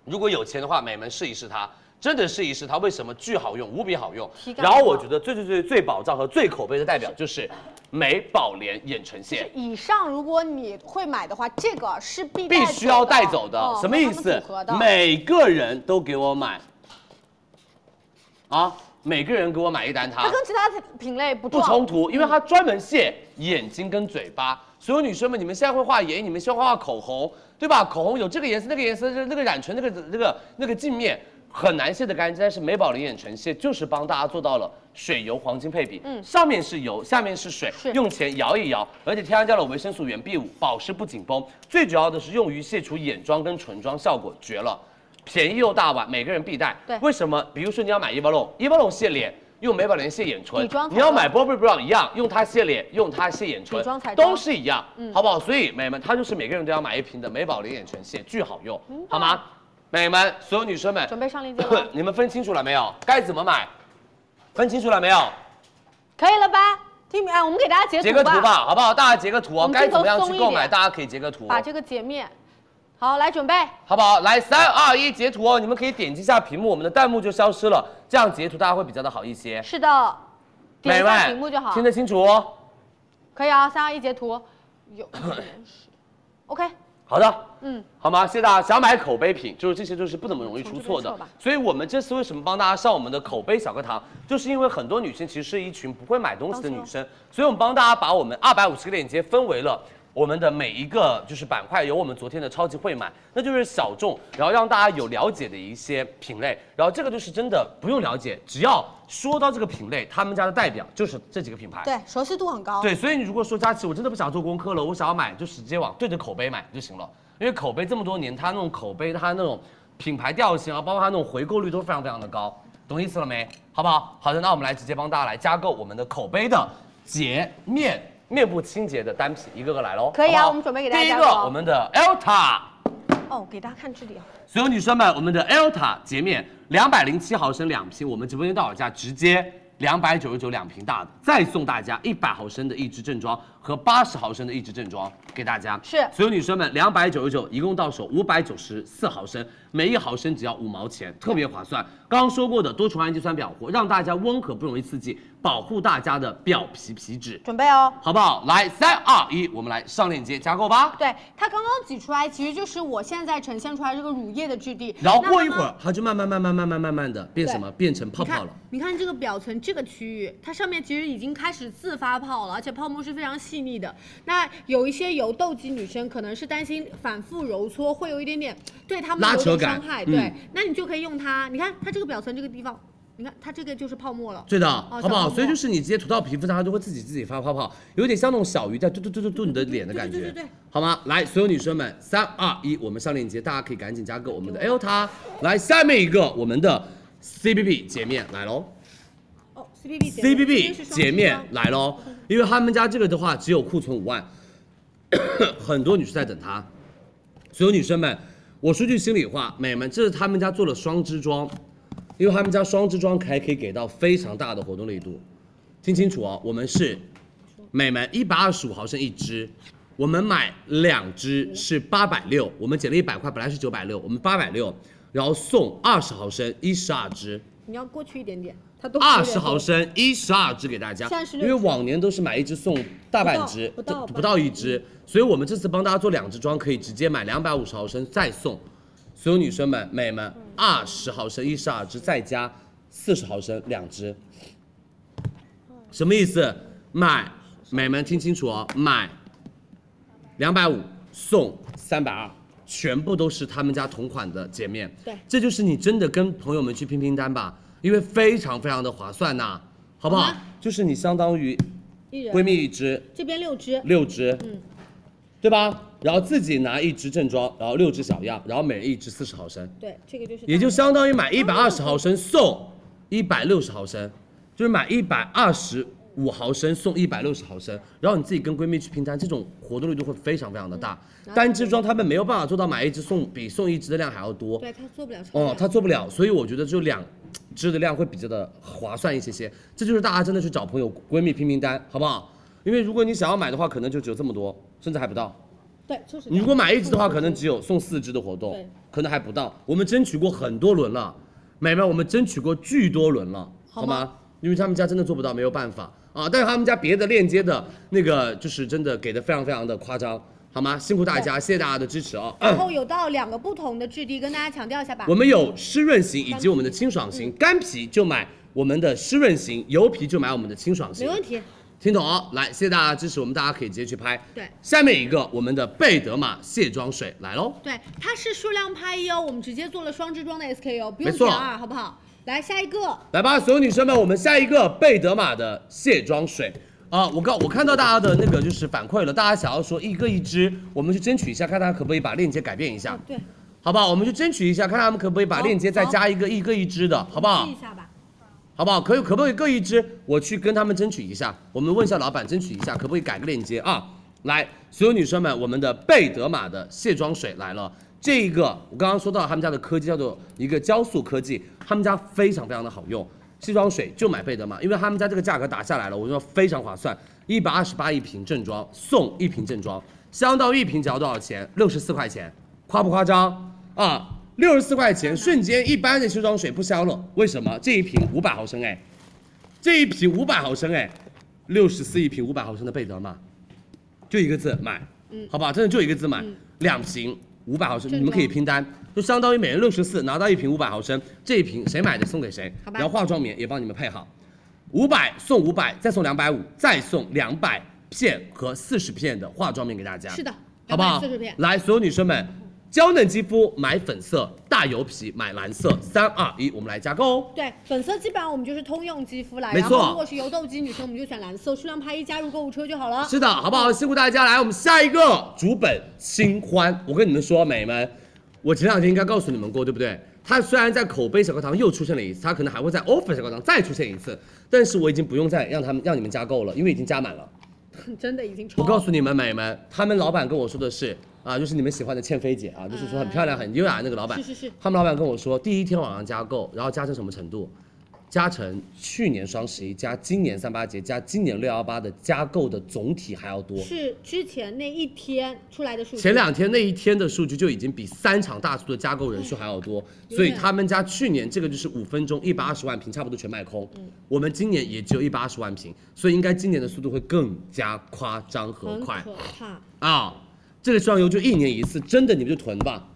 [SPEAKER 12] 如果有钱的话，美们试一试它，真的试一试它，为什么巨好用，无比好用。然后我觉得最最最最保障和最口碑的代表就是美宝莲眼唇
[SPEAKER 7] 就是
[SPEAKER 12] 线。
[SPEAKER 7] 以上如果你会买的话，这个是必
[SPEAKER 12] 必
[SPEAKER 7] 带
[SPEAKER 12] 须要带走的，
[SPEAKER 7] 嗯
[SPEAKER 12] 什么意
[SPEAKER 7] 和他
[SPEAKER 12] 思啊
[SPEAKER 7] 们组合的？
[SPEAKER 12] 每个人都给我买，啊，每个人给我买一单 它。
[SPEAKER 7] 它哎跟其他品类不
[SPEAKER 12] 不
[SPEAKER 7] 撞
[SPEAKER 12] 冲突，因为它专门卸眼睛跟嘴巴。所有女生们，你们现在会画眼影，你们现在会画口红，对吧？口红有这个颜色、那个颜色、这那个染唇、那个那个那个镜面，很难卸得干净。但是美宝莲眼唇卸就是帮大家做到了水油黄金配比，嗯，上面是油，下面是水，用前摇一摇，而且添加了维生素原 B 五，保湿不紧绷。最主要的是用于卸除眼妆跟唇妆，效果绝了。便宜又大碗，每个人必带。
[SPEAKER 7] 对
[SPEAKER 12] 为什么？比如说你要买伊宝龙，伊宝龙卸脸，用美宝莲卸眼唇
[SPEAKER 7] 底妆；
[SPEAKER 12] 你要
[SPEAKER 7] 彩
[SPEAKER 12] 买 Bobbi Brown 一样，用它卸脸，用它卸眼唇
[SPEAKER 7] 底妆彩，妆嗯
[SPEAKER 12] 都是一样，好不好？所以美们，它就是每个人都要买一瓶的美宝莲眼唇卸，巨好用，好吗？美们，所有女生们，，
[SPEAKER 7] 嗯准备上啊链接了
[SPEAKER 12] 你们分清楚了没有？该怎么买？分清楚了没有？
[SPEAKER 7] 可以了吧？听明哎，我们给大家截
[SPEAKER 12] 截个
[SPEAKER 7] 吧，
[SPEAKER 12] 图吧，好不好？大家截个图
[SPEAKER 7] 我
[SPEAKER 12] 哦，
[SPEAKER 7] 们
[SPEAKER 12] 该怎么样
[SPEAKER 7] 镜头松
[SPEAKER 12] 去
[SPEAKER 7] 一
[SPEAKER 12] 购买？
[SPEAKER 7] 点
[SPEAKER 12] 大家可以截个图，哦
[SPEAKER 7] 把这个截面。好，来准备，
[SPEAKER 12] 好不好？来，三二一，截图哦！你们可以点击一下屏幕，我们的弹幕就消失了，这样截图大家会比较的好一些。
[SPEAKER 7] 是的，点
[SPEAKER 12] 美
[SPEAKER 7] 一
[SPEAKER 12] 们
[SPEAKER 7] 下屏幕就好
[SPEAKER 12] 听。得清楚哦。
[SPEAKER 7] 可以啊，三二一截图， 有，OK，
[SPEAKER 12] 好的，
[SPEAKER 7] 嗯，
[SPEAKER 12] 好吗？谢谢大家。想买口碑品，就是这些，就是不怎么容易出嗯错
[SPEAKER 7] 从这边
[SPEAKER 12] 的
[SPEAKER 7] 撤吧。
[SPEAKER 12] 所以我们这次为什么帮大家上我们的口碑小课堂，就是因为很多女生其实是一群不会买东西的女生，所以我们帮大家把我们二百五十个链接分为了。我们的每一个就是板块有我们昨天的超级会买，那就是小众，然后让大家有了解的一些品类。然后这个就是真的不用了解，只要说到这个品类，他们家的代表就是这几个品牌。
[SPEAKER 1] 对，熟悉度很高。
[SPEAKER 12] 对，所以你如果说佳琪，我真的不想做功课了，我想要买，就直接往对着口碑买就行了。因为口碑这么多年，它那种口碑，它那种品牌调性啊，包括它那种回购率都非常非常的高，懂意思了没？好不好？好的，那我们来直接帮大家来加购我们的口碑的洁面面部清洁的单品，一个个来喽。
[SPEAKER 1] 可以啊
[SPEAKER 12] 好不好
[SPEAKER 1] 我们准备给大家
[SPEAKER 12] 第一
[SPEAKER 1] 加
[SPEAKER 12] 个
[SPEAKER 1] 购，
[SPEAKER 12] 我们的 Elta。
[SPEAKER 1] 哦，给大家看这里啊，
[SPEAKER 12] 所有女生们，我们的 Elta 洁面两百零七毫升两瓶，我们直播间到手价直接两百九十九两瓶大的，再送大家一百毫升的一支正装和八十毫升的一支正装给大家。
[SPEAKER 1] 是
[SPEAKER 12] 所有女生们，两百九十九，一共到手五百九十四毫升，每一毫升只要五毛钱，特别划算。刚刚说过的多重氨基酸表活，让大家温和不容易刺激，保护大家的表皮皮脂，
[SPEAKER 1] 准备哦。
[SPEAKER 12] 好不好？来，三二一，我们来上链接加购吧。
[SPEAKER 1] 对，它刚刚挤出来，其实就是我现在呈现出来这个乳液的质地。
[SPEAKER 12] 然后
[SPEAKER 1] 那
[SPEAKER 12] 过
[SPEAKER 1] 它
[SPEAKER 12] 一会儿，它就慢慢慢慢慢慢慢慢的变什么？变成泡
[SPEAKER 1] 你看
[SPEAKER 12] 泡了。
[SPEAKER 1] 你看这个表层这个区域，它上面其实已经开始自发泡了，而且泡沫是非常细腻的。那有一些油痘肌女生可能是担心反复揉搓会有一点点对她们
[SPEAKER 12] 拉
[SPEAKER 1] 有
[SPEAKER 12] 扯
[SPEAKER 1] 点
[SPEAKER 12] 感
[SPEAKER 1] 伤害，
[SPEAKER 12] 嗯
[SPEAKER 1] 对，那你就可以用它。你看它这个表层这个地方，你看它这个就是泡沫了。
[SPEAKER 12] 对的，
[SPEAKER 1] 哦
[SPEAKER 12] 好不好？
[SPEAKER 1] 小
[SPEAKER 12] 所以就
[SPEAKER 1] 泡沫
[SPEAKER 12] 是你直接涂到皮肤上，它就会自己自己发泡泡，有点像那种小鱼在嘟嘟嘟嘟嘟你的脸的感觉，
[SPEAKER 1] 对对对对对
[SPEAKER 12] 好吗？来，所有女生们，三二一，我们上链接，大家可以赶紧加购我们的 Elta。来，下面一个我们的 CBB 洁面来喽
[SPEAKER 1] 哦，CBB 洁面这个
[SPEAKER 12] ，CBB
[SPEAKER 1] 是双
[SPEAKER 12] 洁面
[SPEAKER 1] 双
[SPEAKER 12] 来喽，因为他们家这个的话只有库存五万， 很多女生在等它。所有女生们，我说句心里话，美们，这是他们家做了双支装，因为他们家双支装还可以给到非常大的活动力度。听清楚哦，我们是每门一百二十五毫升一支，我们买两支是八百六，我们减了一百块，本来是九百六，我们八百六，然后送二十毫升一十二支，
[SPEAKER 1] 你要过去一点点，它都
[SPEAKER 12] 二十毫。升一十二支给大家
[SPEAKER 1] 现在，是
[SPEAKER 12] 因
[SPEAKER 1] 六
[SPEAKER 12] 为
[SPEAKER 1] 支
[SPEAKER 12] 往年都是买一支送大半支，
[SPEAKER 1] 不到不到
[SPEAKER 12] 不到一支，所以我们这次帮大家做两支装，可以直接买两百五十毫升再送，所有女生们、美们，
[SPEAKER 1] 嗯
[SPEAKER 12] 二十毫升一十二支再加四十毫升两支，
[SPEAKER 1] 嗯
[SPEAKER 12] 什么意思？买，美们听清楚哦，买两百五送三百二，全部都是他们家同款的洁面。
[SPEAKER 1] 对
[SPEAKER 12] 这就是你真的跟朋友们去拼拼单吧，因为非常非常的划算呐、好不好？就是你相当于
[SPEAKER 1] 一人
[SPEAKER 12] 闺蜜一支，
[SPEAKER 1] 这边六支，
[SPEAKER 12] 六支，嗯，对吧？然后自己拿一支正装，然后六支小样，然后每人一支四十毫升，
[SPEAKER 1] 对，这个就是
[SPEAKER 12] 也就
[SPEAKER 1] 大的
[SPEAKER 12] 相当于买一百二十毫升送一百六十毫升，就是买一百二十五毫升送一百六十毫升，然后你自己跟闺蜜去拼单，这种活动力度会非常非常的大。单支装他们没有办法做到买一支送比送一支的量还要多，
[SPEAKER 1] 对，它做不了超
[SPEAKER 12] 哦
[SPEAKER 1] 量，
[SPEAKER 12] 他做不了，所以我觉得就两支的量会比较的划算一些些。这就是大家真的去找朋友闺蜜拼拼单，好不好？因为如果你想要买的话，可能就只有这么多，甚至还不到。
[SPEAKER 1] 对，就是
[SPEAKER 12] 你如果买一支的话，可能
[SPEAKER 1] 嗯
[SPEAKER 12] 只有送四支的活动
[SPEAKER 1] 对，
[SPEAKER 12] 可能还不到。我们争取过很多轮了，美们，我们争取过巨多轮了，好吗？因为他们家真的做不到，没有办法啊。但是他们家别的链接的那个，就是真的给的非常非常的夸张，好吗？辛苦大家，谢谢大家的支持啊、
[SPEAKER 1] 然后有到两个不同的质地，跟大家强调一下吧。
[SPEAKER 12] 我们有湿润型以及我们的清爽型，
[SPEAKER 1] 嗯
[SPEAKER 12] 干皮就买我们的湿润型，油皮就买我们的清爽型。
[SPEAKER 1] 没问题，
[SPEAKER 12] 听懂哦？来，谢谢大家支持，我们大家可以直接去拍。
[SPEAKER 1] 对
[SPEAKER 12] 下面一个我们的贝德玛卸妆水来喽。
[SPEAKER 1] 对，它是数量拍一哦，我们直接做了双支装的 SKU，不用
[SPEAKER 12] 没错
[SPEAKER 1] 减二，好不好？来下一个，
[SPEAKER 12] 来吧，所有女生们，我们下一个贝德玛的卸妆水啊，我刚我看到大家的那个就是反馈了，大家想要说一个一支，我们去争取一下，看大家可不可以把链接改变一下，
[SPEAKER 1] 哦对，
[SPEAKER 12] 好不好？我们去争取一下，看他们可不可以把
[SPEAKER 1] 好
[SPEAKER 12] 链接再
[SPEAKER 1] 好
[SPEAKER 12] 加一个一个一支的，好不好
[SPEAKER 1] 试一？下吧。
[SPEAKER 12] 好不好？可以可不可以各一支？我去跟他们争取一下，我们问一下老板争取一下，可不可以改个链接啊？来，所有女生们，我们的贝德玛的卸妆水来了。这一个我刚刚说到他们家的科技叫做一个胶塑科技，他们家非常非常的好用。卸妆水就买贝德玛，因为他们家这个价格打下来了，我说非常划算，一百二十八一瓶正装送一瓶正装，相当于一瓶只要多少钱？六十四块钱，夸不夸张啊？六十四块钱，瞬间一般的卸妆水不香了，为什么？这一瓶五百毫升哎，这一瓶五百毫升哎，六十四一瓶五百毫升的贝德玛，就一个字买，嗯，好吧，真的就一个字买，
[SPEAKER 1] 嗯
[SPEAKER 12] 两瓶五百毫升，
[SPEAKER 1] 正
[SPEAKER 12] 你们可以
[SPEAKER 1] 装
[SPEAKER 12] 拼单，就相当于每人六十四，拿到一瓶五百毫升，这一瓶谁买的送给谁，
[SPEAKER 1] 好吧
[SPEAKER 12] 然后化妆棉也帮你们配好，五百送五百，再送两百五，再送两百片和四十片的化妆棉给大家。
[SPEAKER 1] 是的，
[SPEAKER 12] 好不好？
[SPEAKER 1] 40片
[SPEAKER 12] 来，所有女生们，娇嫩肌肤买粉色，大油皮买蓝色。三二一，我们来加购哦。
[SPEAKER 1] 对，粉色基本上我们就是通用肌肤啦。
[SPEAKER 12] 没
[SPEAKER 1] 然后
[SPEAKER 12] 错
[SPEAKER 1] 如果是油痘肌女生，我们就选蓝色，数量拍一加入购物车就好了。
[SPEAKER 12] 是的，好不好？辛苦大家，来，我们下一个竹本新欢。我跟你们说，美们，我前两天应该告诉你们过，对不对？它虽然在口碑小课堂又出现了一次，它可能还会在 offer 小课堂再出现一次，但是我已经不用再让他们让你们加购了，因为已经加
[SPEAKER 1] 哦
[SPEAKER 12] 满了。
[SPEAKER 1] 真的已经超。
[SPEAKER 12] 我告诉你们，美们，他们老板跟我说的是啊，就是你们喜欢的倩菲姐啊，就是说很漂亮、很优雅的那个老板。
[SPEAKER 1] 是是是。
[SPEAKER 12] 他们老板跟我说，第一天晚上加购，然后加成什么程度？加成去年双十一加今年三八节加今年六幺八的加购的总体还要多。
[SPEAKER 1] 是之前那一天出来的数据。
[SPEAKER 12] 前两天那一天的数据就已经比三场大促的加购人数还要多，
[SPEAKER 1] 有点
[SPEAKER 12] 所以他们家去年这个就是五分钟一百二十万瓶，差不多全卖空。
[SPEAKER 1] 嗯
[SPEAKER 12] 我们今年也只有一百二十万瓶，所以应该今年的速度会更加夸张和
[SPEAKER 1] 很
[SPEAKER 12] 快
[SPEAKER 1] 可怕，
[SPEAKER 12] 啊！这个双油就一年一次，真的你们就囤吧，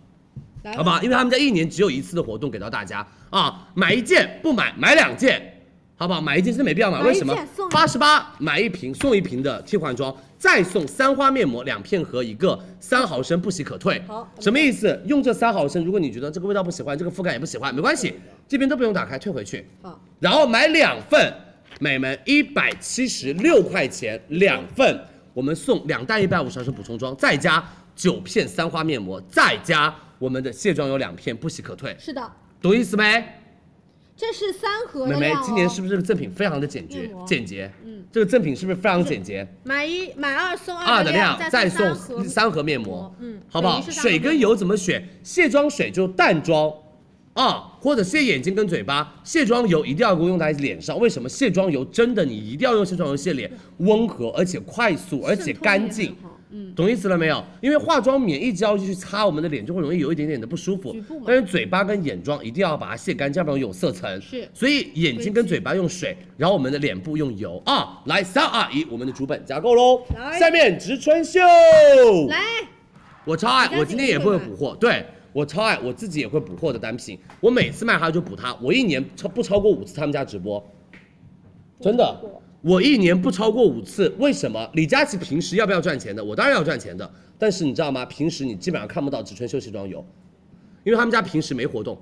[SPEAKER 1] 来
[SPEAKER 12] 好吧？因为他们家一年只有一次的活动给到大家啊，买一件不买买两件。好不好？买一件真的没必要买，
[SPEAKER 1] 买一
[SPEAKER 12] 为
[SPEAKER 1] 件
[SPEAKER 12] 什么？
[SPEAKER 1] 送
[SPEAKER 12] 八十八买一瓶送一瓶的替换装，再送三花面膜两片盒一个，三毫升不洗可退。
[SPEAKER 1] 好
[SPEAKER 12] 什么意思？用这三毫升，如果你觉得这个味道不喜欢，这个肤感也不喜欢，没关系，这边都不用打开，退回去。
[SPEAKER 1] 好，
[SPEAKER 12] 然后买两份，每门一百七十六块钱两份，我们送两袋一百五十毫升补充装，再加九片三花面膜，再加我们的卸妆油两片，不洗可退，
[SPEAKER 1] 是的，
[SPEAKER 12] 懂意思没？
[SPEAKER 1] 这是三盒
[SPEAKER 12] 美
[SPEAKER 1] 的
[SPEAKER 12] 眉
[SPEAKER 1] 量、哦。
[SPEAKER 12] 今年是不是这个赠品非常的简洁
[SPEAKER 1] 面膜？
[SPEAKER 12] 简洁，
[SPEAKER 1] 嗯，
[SPEAKER 12] 这个赠品是不是非常简洁？
[SPEAKER 1] 买一买二送
[SPEAKER 12] 二
[SPEAKER 1] 二
[SPEAKER 12] 的
[SPEAKER 1] 量
[SPEAKER 12] 量，再
[SPEAKER 1] 送
[SPEAKER 12] 送
[SPEAKER 1] 盒
[SPEAKER 12] 三盒面膜，
[SPEAKER 1] 嗯
[SPEAKER 12] 好不好
[SPEAKER 1] 等于？是三盒
[SPEAKER 12] 水跟油怎么选？卸妆水就淡妆，啊，或者卸眼睛跟嘴巴。卸妆油一定要用在脸上，为什么？卸妆油真的你一定要用卸妆油卸脸，温和而且快速，而且干净。
[SPEAKER 1] 嗯
[SPEAKER 12] 懂意思了没有？因为化妆棉一浇就去擦我们的脸，就会容易有一点点的不舒服
[SPEAKER 1] 局部嘛。
[SPEAKER 12] 但是嘴巴跟眼妆一定要把它卸干净，要不然有色层。
[SPEAKER 1] 是
[SPEAKER 12] 所以眼睛跟嘴巴用水，然后我们的脸部用油啊。来，三二一，我们的主本加购喽。
[SPEAKER 1] 来
[SPEAKER 12] 下面植川秀，
[SPEAKER 1] 来，
[SPEAKER 12] 我超爱
[SPEAKER 1] 你家，
[SPEAKER 12] 我今天也会补货，对我超爱，我自己也会补货的单品。我每次卖它就补它，我一年超不超过五次他们家直播，真的，我一年不超过五次。为什么？李佳琦平时要不要赚钱的？我当然要赚钱的，但是你知道吗？平时你基本上看不到植村秀卸妆油，因为他们家平时没活动，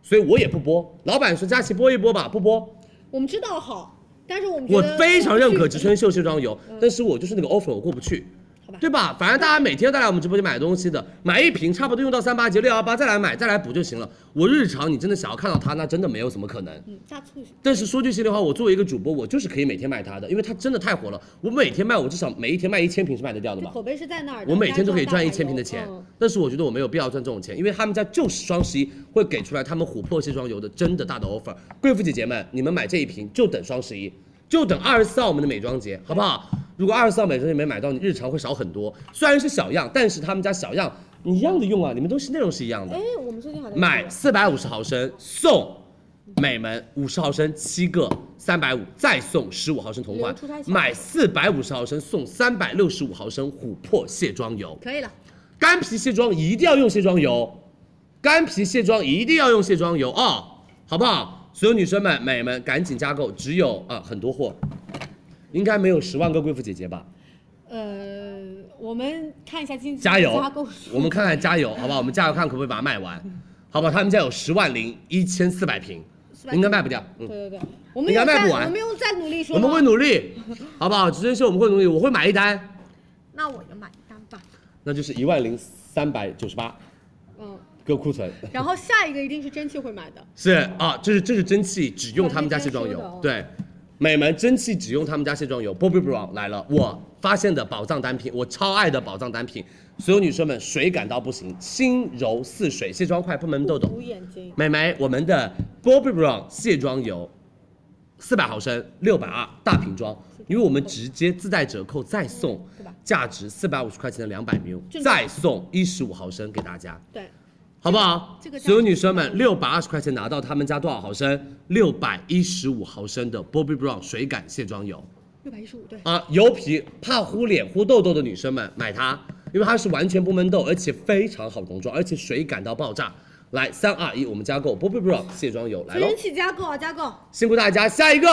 [SPEAKER 12] 所以我也不播。老板说佳琦播一播吧，不播，
[SPEAKER 1] 我们知道好，但是我们觉
[SPEAKER 12] 我
[SPEAKER 1] 得嗯
[SPEAKER 12] 非常认可
[SPEAKER 1] 去嗯
[SPEAKER 12] 植村秀卸妆油，但是我就是那个 offer 我过不去，
[SPEAKER 1] 好吧
[SPEAKER 12] 对吧？反正大家每天都来我们直播间买东西的，买一瓶差不多用到三八节、六幺八再来买再来补就行了。我日常你真的想要看到它，那真的没有什么可能。
[SPEAKER 1] 嗯大促是
[SPEAKER 12] 但是说句心里话，我作为一个主播，我就是可以每天卖它的，因为它真的太火了。我每天卖，我至少每一天卖一千瓶是卖得掉的
[SPEAKER 1] 这
[SPEAKER 12] 吧？
[SPEAKER 1] 口碑是在那儿的，
[SPEAKER 12] 我每
[SPEAKER 1] 大家
[SPEAKER 12] 天都可以
[SPEAKER 1] 知道大
[SPEAKER 12] 赚
[SPEAKER 1] 牌
[SPEAKER 12] 一千瓶
[SPEAKER 1] 油
[SPEAKER 12] 的钱
[SPEAKER 1] 嗯，
[SPEAKER 12] 但是我觉得我没有必要赚这种钱，因为他们家就是双十一会给出来他们琥珀卸妆油的真的大的 offer。贵妇姐姐们，你们买这一瓶就等双十一，就等二十四号我们的美妆节，好不好？如果二十四号美妆节没买到，你日常会少很多。虽然是小样，但是他们家小样你一样的用啊，你们东西内容是一样的
[SPEAKER 1] 哎。，我们最近好像
[SPEAKER 12] 买四百五十毫升送美门五十毫升七个，三百五再送十五毫升同款
[SPEAKER 1] 流出差，小
[SPEAKER 12] 买四百五十毫升送三百六十五毫升琥珀卸妆油。
[SPEAKER 1] 可以了，
[SPEAKER 12] 干皮卸妆一定要用卸妆油，干皮卸妆一定要用卸妆油啊、好不好？所有女生们、美们，赶紧加购，只有啊、很多货，应该没有十万个贵妇姐姐吧？
[SPEAKER 1] 呃，我们看一下今
[SPEAKER 12] 加油
[SPEAKER 1] 加购数，
[SPEAKER 12] 我们看看加油，好不好？我们加油看可不可以把它卖完，好不好？他们家有十万零一千四百瓶，应该卖不掉，嗯
[SPEAKER 1] 对。对对，我们
[SPEAKER 12] 应该
[SPEAKER 1] 有
[SPEAKER 12] 卖
[SPEAKER 1] 再
[SPEAKER 12] 不完
[SPEAKER 1] 我们用再努力说
[SPEAKER 12] 我
[SPEAKER 1] 吗，
[SPEAKER 12] 们会努力，好不好？直接秀我们会努力，我会买一单，
[SPEAKER 1] 那我就买一单吧，
[SPEAKER 12] 那就是一万零三百九十八
[SPEAKER 1] 嗯，
[SPEAKER 12] 个库存。
[SPEAKER 1] 然后下一个一定是蒸汽会买的，
[SPEAKER 12] 是啊，这是这是蒸汽，只用他们家卸妆
[SPEAKER 1] 我那天说的
[SPEAKER 12] 油
[SPEAKER 1] 哦。
[SPEAKER 12] 对，美们蒸汽只用他们家卸妆油。Bobbi Brown 来了，我发现的宝藏单品，我超爱的宝藏单品，所有女生们水感到不行，轻柔似水，卸妆快不闷痘痘。
[SPEAKER 1] 捂眼睛，
[SPEAKER 12] 美眉，我们的 Bobbi Brown 卸妆油，四百毫升，六百二大瓶装，因为我们直接自带折扣再送价值四百五十块钱的两百 ml，
[SPEAKER 1] 正装
[SPEAKER 12] 再送一十五毫升给大家，
[SPEAKER 1] 对，
[SPEAKER 12] 好不好？
[SPEAKER 1] 这个价
[SPEAKER 12] 所有女生们，六百二十块钱拿到他们家多少毫升？六百一十五毫升的 Bobbi Brown 水感卸妆油。
[SPEAKER 1] 六百一十五对，
[SPEAKER 12] 啊，油皮怕糊脸、糊痘痘的女生们买它，因为它是完全不闷痘，而且非常好溶妆，而且水感到爆炸。来，三二一，我们加购 Bobbi Brown 卸妆油来喽
[SPEAKER 1] 蒸！汽加购啊加购，
[SPEAKER 12] 辛苦大家，下一个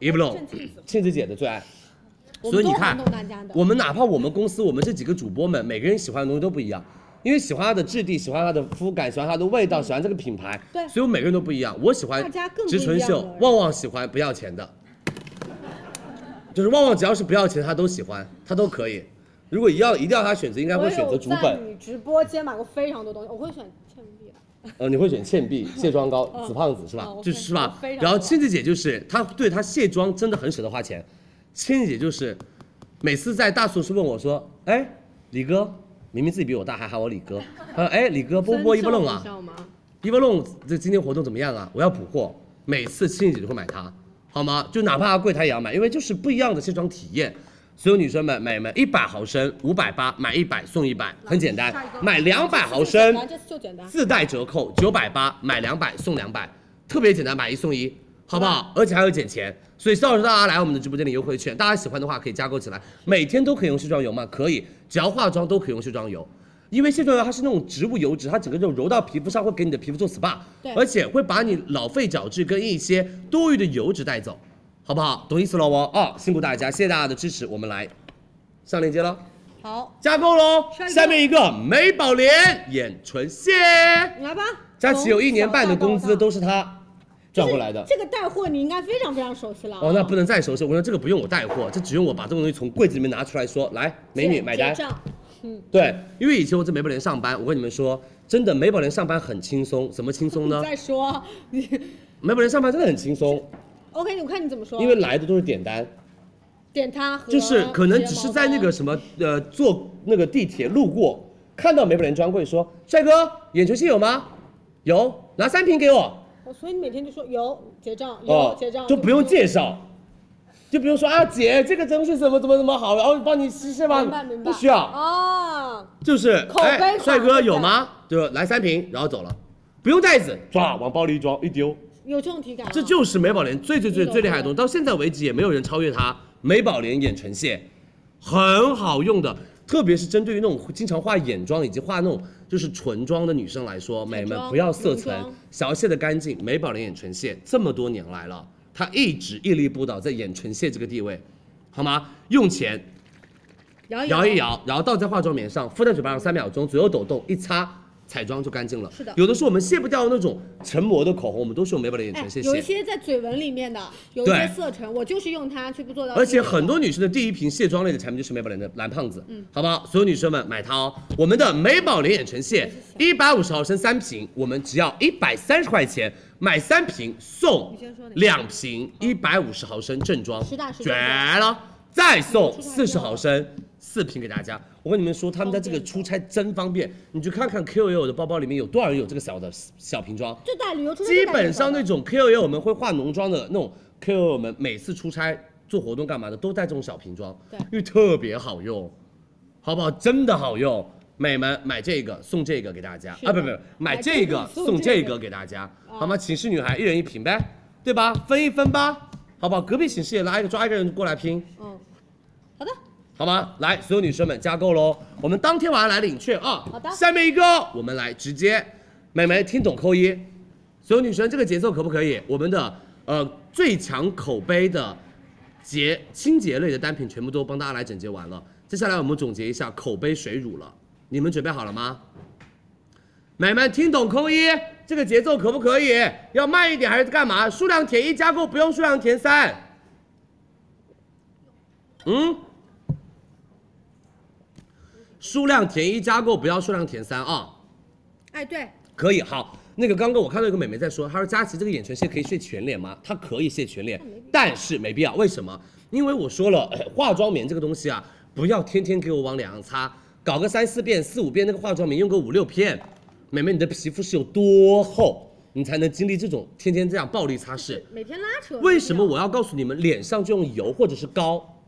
[SPEAKER 12] Eve l o 庆子姐的最爱，
[SPEAKER 1] 我
[SPEAKER 12] 所
[SPEAKER 1] 们
[SPEAKER 12] 以你
[SPEAKER 1] 都
[SPEAKER 12] 看
[SPEAKER 1] 玩动漫家的。
[SPEAKER 12] 我们哪怕我们公司我们这几个主播们，每个人喜欢的东西都不一样，因为喜欢它的质地，喜欢它的肤感，喜欢它的味道，喜欢这个品牌，
[SPEAKER 1] 对
[SPEAKER 12] 所以我每个人都不一样。我喜欢
[SPEAKER 1] 大家更不
[SPEAKER 12] 植唇
[SPEAKER 1] 一样
[SPEAKER 12] 秀
[SPEAKER 1] 了，
[SPEAKER 12] 旺旺喜欢不要钱的，就是旺旺只要是不要钱，他都喜欢，他都可以。如果一要一定要他选择，应该会选择竹
[SPEAKER 1] 我有在
[SPEAKER 12] 本，
[SPEAKER 1] 你直播间买过非常多东西，我会选倩碧啊。
[SPEAKER 12] 呃，你会选倩碧、卸妆膏、
[SPEAKER 1] 嗯
[SPEAKER 12] 紫胖子是吧
[SPEAKER 1] 嗯？我
[SPEAKER 12] 就是
[SPEAKER 1] 非
[SPEAKER 12] 是吧
[SPEAKER 1] 我非？常
[SPEAKER 12] 然后
[SPEAKER 1] 喜欢
[SPEAKER 12] 倩子姐就是她对她卸妆真的很舍得花钱，倩子姐就是每次在大叔是问我说，哎，李哥，明明自己比我大还喊我 李哥，她说哎，李哥波波一波弄
[SPEAKER 20] 你
[SPEAKER 12] 啊
[SPEAKER 20] 知，道吗？
[SPEAKER 12] 一波弄这今天活动怎么样啊？我要补货，每次倩子姐就会买它，好吗？就哪怕它贵她也要买，因为就是不一样的卸妆体验。所有女生们，买们一百毫升五百八，买一百送一百，很简单
[SPEAKER 1] 下一个。
[SPEAKER 12] 买两百毫
[SPEAKER 1] 这次就简
[SPEAKER 12] 升
[SPEAKER 1] 单，这次就简单。
[SPEAKER 12] 自带折扣九百八，买两百送两百，特别简单，买一送一，好不好？而且还有减钱，所以到时候大家来我们的直播间领优惠券，大家喜欢的话可以加购起来。每天都可以用卸妆油吗？可以，只要化妆都可以用卸妆油。因为卸妆油它是那种植物油脂，它整个就揉到皮肤上，会给你的皮肤做 SPA，
[SPEAKER 1] 对
[SPEAKER 12] 而且会把你老废角质跟一些多余的油脂带走，好不好？懂意思了哦？啊、辛苦大家，谢谢大家的支持，我们来上链接了，
[SPEAKER 1] 好，
[SPEAKER 12] 加购喽。
[SPEAKER 1] 下一个
[SPEAKER 12] 下面一个美宝莲眼唇卸。
[SPEAKER 1] 你来吧。
[SPEAKER 12] 佳琪有一年半的
[SPEAKER 1] 从小
[SPEAKER 12] 工
[SPEAKER 1] 到大
[SPEAKER 12] 资都是他赚回来的。
[SPEAKER 1] 这个带货你应该非常非常熟悉了啊。
[SPEAKER 12] 哦，那不能再收拾。我跟你说这个不用我带货，这只用我把这种东西从柜子里面拿出来说，来，美女
[SPEAKER 1] 结
[SPEAKER 12] 买单
[SPEAKER 1] 结。账
[SPEAKER 12] 对，因为以前我在美宝莲上班，我跟你们说，真的美宝莲上班很轻松，怎么轻松呢
[SPEAKER 1] 啊 你？再说，你
[SPEAKER 12] 美宝莲上班真的很轻松，
[SPEAKER 1] OK，我看你怎么说。
[SPEAKER 12] 因为来的都是点单，
[SPEAKER 1] 点它和
[SPEAKER 12] 就是可能只
[SPEAKER 1] 睫
[SPEAKER 12] 是
[SPEAKER 1] 毛
[SPEAKER 12] 在那
[SPEAKER 1] 膏
[SPEAKER 12] 个什么呃坐那个地铁路过，看到美宝莲专柜说，帅哥，眼球线有吗？有，拿三瓶给我。
[SPEAKER 1] 哦所以你每天就说有结账，有
[SPEAKER 12] 哦
[SPEAKER 1] 结账，，
[SPEAKER 12] 就不用
[SPEAKER 1] 借。
[SPEAKER 12] 介绍，就不用说啊姐，这个东西怎么怎么怎么好，然后帮你试试吧
[SPEAKER 1] 嗯明白，明白，
[SPEAKER 12] 不需要，
[SPEAKER 1] 哦，
[SPEAKER 12] 就是
[SPEAKER 1] 口碑
[SPEAKER 12] 哎，
[SPEAKER 1] 款
[SPEAKER 12] 帅哥
[SPEAKER 1] 对
[SPEAKER 12] 有吗？就来三瓶，然后走了，不用袋子，抓往包里一装一丢，
[SPEAKER 1] 有这种体感啊。
[SPEAKER 12] 这就是美宝莲最最最
[SPEAKER 1] 懂
[SPEAKER 12] 最厉害的东西，到现在为止也没有人超越它。美宝莲眼唇线很好用的，特别是针对于那种经常画眼妆以及画那种就是唇妆的女生来说，美们
[SPEAKER 1] 妆
[SPEAKER 12] 不要色
[SPEAKER 1] 浓
[SPEAKER 12] 唇
[SPEAKER 1] 妆，
[SPEAKER 12] 想要卸的干净，美宝莲眼唇线这么多年来了，它一直屹立不倒在眼唇线这个地位，好吗？用前
[SPEAKER 1] 摇啊一
[SPEAKER 12] 摇一，摇，然后倒在化妆棉上，敷在嘴巴上三秒钟，左右抖动，一擦，彩妆就干净了。
[SPEAKER 1] 是的
[SPEAKER 12] 有的是我们卸不掉的那种成膜的口红，我们都是用美宝莲眼
[SPEAKER 1] 哎
[SPEAKER 12] 唇线，卸。
[SPEAKER 1] 有一些在嘴纹里面的，有一些
[SPEAKER 12] 对
[SPEAKER 1] 色沉，我就是用它去做到。
[SPEAKER 12] 而且很多女生的第一瓶卸妆类的产品就是美宝莲的蓝胖子，嗯，好不好？所有女生们买它哦。我们的美宝莲眼唇卸一百五十毫升三瓶，我们只要一百三十块钱买三瓶送两瓶一百五十毫升正装，
[SPEAKER 1] 实打实
[SPEAKER 12] 绝
[SPEAKER 1] 正
[SPEAKER 12] 了！再送
[SPEAKER 1] 嗯
[SPEAKER 12] 四十毫升四瓶给大家。我跟你们说，他们在这个出差真方便，你去看看 QL 的包包里面有多少人有这个小的小瓶装，
[SPEAKER 1] 就带旅游出差就带
[SPEAKER 12] 基
[SPEAKER 1] 这个
[SPEAKER 12] 本上那种 KOL 我们会化浓妆的那种 KOL 们，每次出差做活动干嘛的都带这种小瓶装，
[SPEAKER 1] 对
[SPEAKER 12] 因为特别好用，好不好？真的好用，美们买这个送这个给大家
[SPEAKER 1] 是
[SPEAKER 12] 啊，
[SPEAKER 1] 的
[SPEAKER 12] 不不，
[SPEAKER 1] 买
[SPEAKER 12] 买这
[SPEAKER 1] 这
[SPEAKER 12] 个
[SPEAKER 1] 个哦
[SPEAKER 12] 送
[SPEAKER 1] 送
[SPEAKER 12] 这
[SPEAKER 1] 这
[SPEAKER 12] 个
[SPEAKER 1] 个
[SPEAKER 12] 给大家，好吗？寝室女孩一人一瓶呗，对吧？分一分吧，好不好？隔壁寝室也拉一个抓一个人过来拼，
[SPEAKER 1] 嗯，
[SPEAKER 12] 好吗？来，所有女生们加购喽！我们当天晚上来领券啊！
[SPEAKER 1] 好的
[SPEAKER 12] 下面一个我们来直接，美眉听懂扣一。所有女生这个节奏可不可以？我们的呃最强口碑的洁清洁类的单品全部都帮大家来整洁完了。接下来我们总结一下口碑水乳了，你们准备好了吗？美们听懂扣一，这个节奏可不可以？要慢一点还是干嘛？数量填一加购不用数量填三。嗯，数量填一加购，不要数量填三啊。
[SPEAKER 1] 哎对，
[SPEAKER 12] 可以，好。那个刚刚我看到一个美眉在说，她说佳琪这个眼唇线可以卸全脸吗？她可以卸全脸，但是没必要。为什么？因为我说了，呃化妆棉这个东西啊，不要天天给我往脸上擦，搞个三四遍、四五遍那个化妆棉，用个五六片，美眉你的皮肤是有多厚，你才能经历这种天天这样暴力擦拭？
[SPEAKER 1] 每天拉扯。
[SPEAKER 12] 为什么我要告诉你们，脸上就用油或者是膏，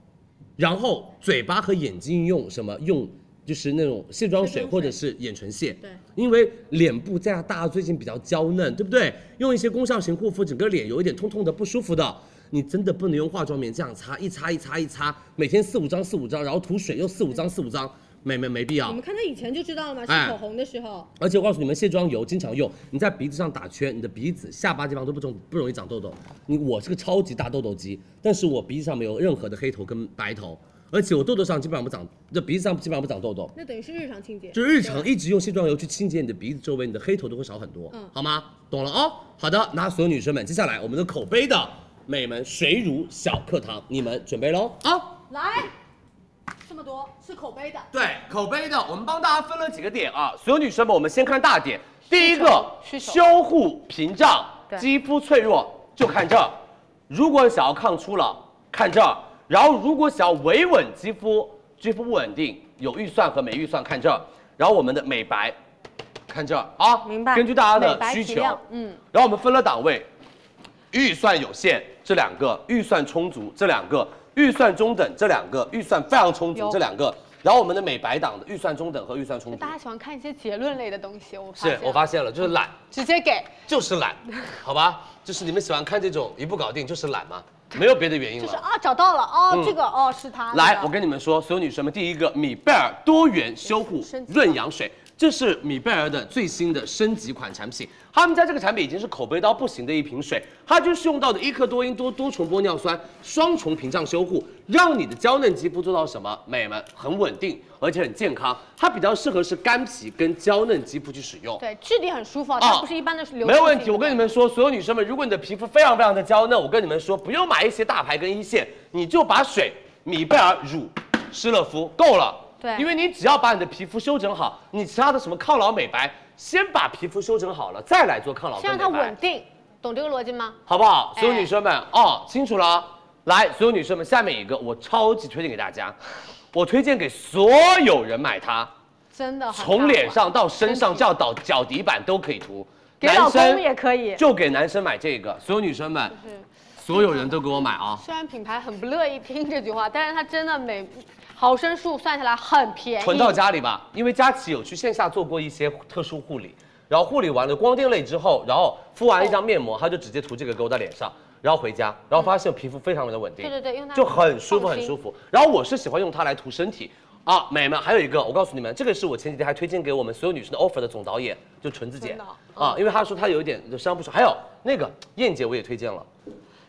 [SPEAKER 12] 然后嘴巴和眼睛用什么？用就是那种卸妆水或者是眼唇卸。
[SPEAKER 1] 对，
[SPEAKER 12] 因为脸部在大家最近比较娇嫩，对不对？用一些功效型护肤，整个脸有一点痛痛的、不舒服的。你真的不能用化妆棉这样擦，一擦一擦一擦，每天四五张四五张，然后涂水又四五张四五张，美眉没必要
[SPEAKER 1] 你们。看他以前就知道了吗？
[SPEAKER 12] 哎
[SPEAKER 1] 是口红的时候，
[SPEAKER 12] 而且我告诉你们，卸妆油经常用，你在鼻子上打圈，你的鼻子、下巴地方都不容不容易长痘痘。你我是个超级大痘痘肌，但是我鼻子上没有任何的黑头跟白头，而且我痘痘上基本上不长，这鼻子上基本上不长痘痘。
[SPEAKER 1] 那等于是日常清洁。
[SPEAKER 12] 就日常一直用卸妆油去清洁你的鼻子周围，你的黑头都会少很多，
[SPEAKER 1] 嗯
[SPEAKER 12] 好吗？懂了哦。好的，那所有女生们，接下来我们的口碑的美们水乳小课堂，你们准备喽啊！
[SPEAKER 1] 来，这么多是口碑的，
[SPEAKER 12] 对，口碑的，我们帮大家分了几个点啊。所有女生们，我们先看大点，第一个修护屏障，肌肤脆弱就看这儿。如果想要抗初老，看这儿；然后如果想要维稳肌肤，肌肤不稳定，有预算和没预算看这儿。然后我们的美白，看这儿啊，
[SPEAKER 7] 明白
[SPEAKER 12] 根据大家
[SPEAKER 7] 美白
[SPEAKER 12] 的需
[SPEAKER 7] 提
[SPEAKER 12] 求，
[SPEAKER 7] 亮
[SPEAKER 12] 嗯。然后我们分了档位，预算有限这两个，预算充足这两个，预算中等这两个，预算非常充足
[SPEAKER 20] 有
[SPEAKER 12] 这两个。然后我们的美白档的预算中等和预算充足
[SPEAKER 20] 大，家喜欢看一些结论类的东西，我发
[SPEAKER 12] 是
[SPEAKER 20] 现
[SPEAKER 12] 我发现了，就是懒，
[SPEAKER 20] 直接给，
[SPEAKER 12] 就是懒，好吧？就是你们喜欢看这种一步搞定，就是懒嘛，没有别的原因
[SPEAKER 20] 就是
[SPEAKER 12] 了。
[SPEAKER 20] 啊找到了哦，
[SPEAKER 12] 嗯
[SPEAKER 20] 这个哦是他
[SPEAKER 12] 来，我跟你们说，所有女生们，第一个米贝尔多元修护
[SPEAKER 20] 升级
[SPEAKER 12] 润养水，这是米贝尔的最新的升级款产品。他们家这个产品已经是口碑到不行的一瓶水，它就是用到的伊克多因多多重玻尿酸双重屏障修护，让你的娇嫩肌肤做到什么？美们很稳定，而且很健康。它比较适合是干皮跟娇嫩肌肤去使用。
[SPEAKER 20] 对质地很舒服，啊，它不是一般的流
[SPEAKER 12] 哦没有问
[SPEAKER 20] 动
[SPEAKER 12] 题，
[SPEAKER 20] 性
[SPEAKER 12] 我跟你们说，所有女生们，如果你的皮肤非常非常的娇嫩，我跟你们说，不用买一些大牌跟一线，你就把水、米贝尔乳、施乐肤够了。
[SPEAKER 20] 对
[SPEAKER 12] 因为你只要把你的皮肤修整好，你其他的什么抗老美白，先把皮肤修整好了，再来做抗老
[SPEAKER 20] 先
[SPEAKER 12] 跟
[SPEAKER 20] 让
[SPEAKER 12] 美
[SPEAKER 20] 它
[SPEAKER 12] 白
[SPEAKER 20] 稳，定，懂这个逻辑吗？
[SPEAKER 12] 好不好？所有
[SPEAKER 20] 哎
[SPEAKER 12] 女生们，哦，清楚了啊。来，所有女生们，下面一个我超级推荐给大家，我推荐给所有人买它，
[SPEAKER 20] 真的很
[SPEAKER 12] 从
[SPEAKER 20] 大
[SPEAKER 12] 脸
[SPEAKER 20] 碗
[SPEAKER 12] 上到身上，
[SPEAKER 20] 真皮
[SPEAKER 12] 到脚脚底板都可以涂。
[SPEAKER 20] 给
[SPEAKER 12] 男
[SPEAKER 20] 老
[SPEAKER 12] 生
[SPEAKER 20] 公也可以。
[SPEAKER 12] 就给男生买这个，所有女生们，
[SPEAKER 20] 是
[SPEAKER 12] 所有人都给我买啊！
[SPEAKER 20] 虽然品牌很不乐意听这句话，但是它真的每毫升数算下来很便宜，
[SPEAKER 12] 囤到家里吧，因为佳琪有去线下做过一些特殊护理，然后护理完了光电类之后，然后敷完一张面膜，她就直接涂这个给我在脸上，然后回家，然后发现皮肤非常的稳定，
[SPEAKER 20] 对对对用它
[SPEAKER 12] 就很舒服
[SPEAKER 20] 放
[SPEAKER 12] 很
[SPEAKER 20] 心
[SPEAKER 12] 舒服。然后我是喜欢用它来涂身体啊，美们，还有一个我告诉你们，这个是我前几天还推荐给我们所有女生的 offer 的总导演，就纯子姐
[SPEAKER 20] 真的啊
[SPEAKER 12] 啊，因为她说她有一点就伤不爽，还有那个燕姐我也推荐了。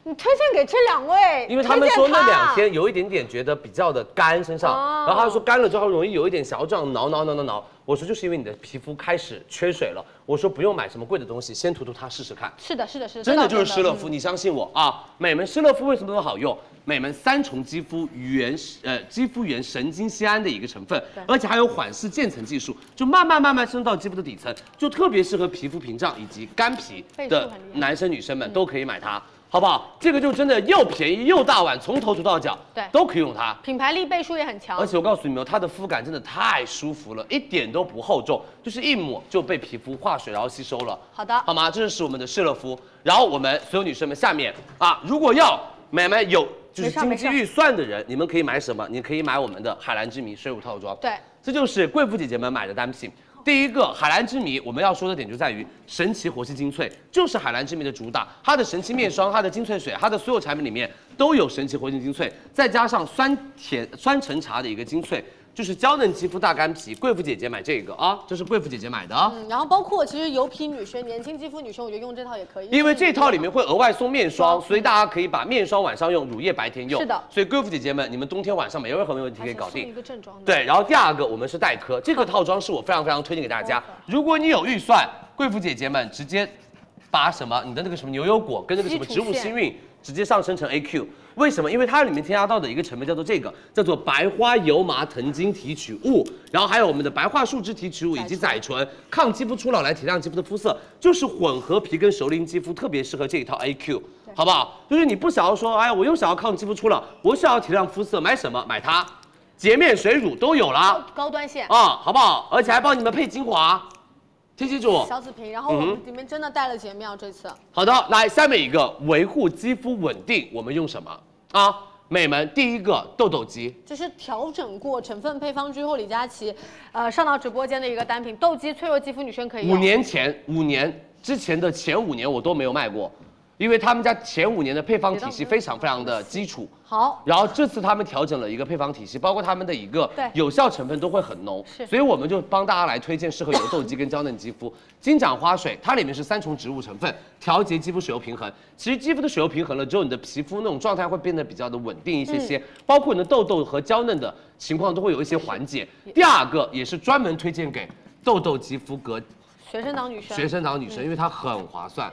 [SPEAKER 20] 你推荐给这两位，
[SPEAKER 12] 因为他们说
[SPEAKER 20] 推荐
[SPEAKER 12] 那
[SPEAKER 20] 他
[SPEAKER 12] 两天有一点点觉得比较的干身上，
[SPEAKER 20] 哦
[SPEAKER 12] 然后他说干了之后容易有一点想要这样挠挠挠挠挠。我说就是因为你的皮肤开始缺水了，我说不用买什么贵的东西，先涂涂它试试看。
[SPEAKER 20] 是的，是的，是的，嗯
[SPEAKER 12] 真的
[SPEAKER 20] 这倒
[SPEAKER 12] 就是施乐肤，你相信我啊！美门施乐肤为什么那么好用？美门三重肌肤原呃肌肤原神经酰胺的一个成分，而且还有缓释渐层技术，就慢慢慢慢深入到肌肤的底层，就特别适合皮肤屏障以及干皮
[SPEAKER 20] 倍数很
[SPEAKER 12] 的
[SPEAKER 20] 厉害嗯
[SPEAKER 12] 男生女生们都可以买它，好不好？这个就真的又便宜又大碗，从头涂到脚，
[SPEAKER 20] 对
[SPEAKER 12] 都可以用它。
[SPEAKER 20] 品牌力倍数也很强啊
[SPEAKER 12] 而。且我告诉你们哦，它的肤感真的太舒服了，一点都不厚重，就是一抹就被皮肤化水然后吸收了。
[SPEAKER 20] 好的
[SPEAKER 12] 好吗？这是我们的施乐肤。然后我们所有女生们，下面啊，如果要买买有就是
[SPEAKER 20] 没事儿
[SPEAKER 12] 经
[SPEAKER 20] 没
[SPEAKER 12] 济
[SPEAKER 20] 事儿
[SPEAKER 12] 预算的人，你们可以买什么？你可以买我们的海蓝之谜水乳套装。
[SPEAKER 20] 对
[SPEAKER 12] 这就是贵妇姐姐们买的单品。第一个海蓝之谜，我们要说的点就在于神奇活性精粹，就是海蓝之谜的主打。它的神奇面霜、它的精粹水、它的所有产品里面都有神奇活性精粹，再加上酸甜酸橙茶的一个精粹，就是娇嫩肌肤大干皮。贵妇姐姐买这个啊，这是贵妇姐姐买的啊。
[SPEAKER 20] 嗯，然后包括其实油皮女生、年轻肌肤女生，我觉得用这套也可以。
[SPEAKER 12] 因为这套里面
[SPEAKER 20] 会
[SPEAKER 12] 会额外送面霜，所以大家可以把面霜晚上用，乳液白天用。
[SPEAKER 20] 是的
[SPEAKER 12] 所以贵妇姐姐们，你们冬天晚上没有任何问题可以搞定
[SPEAKER 20] 一。个正装的。
[SPEAKER 12] 对，然后第二个我们是黛珂，这个套装是我非常非常推荐给大家。如果你有预算，贵妇姐姐们直接把什么你的那个什么牛油果跟那个什么
[SPEAKER 20] 基
[SPEAKER 12] 植
[SPEAKER 20] 础
[SPEAKER 12] 物
[SPEAKER 20] 线
[SPEAKER 12] 新韵直接上升成 AQ，为什么？因为它里面添加到的一个成分叫做这个，叫做白花油麻藤精提取物，然后还有我们的白桦树脂提取物以及甾醇，抗肌肤初老来提亮肌肤的肤色，就是混合皮跟熟龄肌肤特别适合这一套 AQ，好不好？就是你不想要说，哎，我又想要抗肌肤初老，我想要提亮肤色，买什么？买它。洁面水乳都有啦，
[SPEAKER 20] 高端线。
[SPEAKER 12] 啊，好不好？而且还帮你们配精华，听清楚。
[SPEAKER 20] 小紫瓶，然
[SPEAKER 12] 嗯
[SPEAKER 20] 后我们里面真的带了洁面，啊这次
[SPEAKER 12] 好的，来下面一个维护肌肤稳定，我们用什么啊？美们，第一个痘痘肌，
[SPEAKER 20] 就是调整过成分配方之后，李佳琦，呃，上到直播间的一个单品，
[SPEAKER 1] 哎
[SPEAKER 20] 痘肌脆弱肌肤女生可以用。
[SPEAKER 12] 五年前，五年之前的前五年我都没有卖过，因为他们家前五年的配方体系非常非常的基础。
[SPEAKER 20] 好，
[SPEAKER 12] 然后这次他们调整了一个配方体系，包括他们的一个
[SPEAKER 20] 对
[SPEAKER 12] 有效成分都会很浓
[SPEAKER 20] 是，
[SPEAKER 12] 所以我们就帮大家来推荐适合油痘肌跟娇嫩肌肤。金盏花水它里面是三重植物成分，调节肌肤水油平衡。其实肌肤的水油平衡了之后，你的皮肤那种状态会变得比较的稳定一些
[SPEAKER 20] 嗯
[SPEAKER 12] 些，包括你的痘痘和娇嫩的情况都会有一些缓解。第二个也是专门推荐给痘痘肌肤和
[SPEAKER 20] 学生党女生，
[SPEAKER 12] 学生党女生，因为它很划算。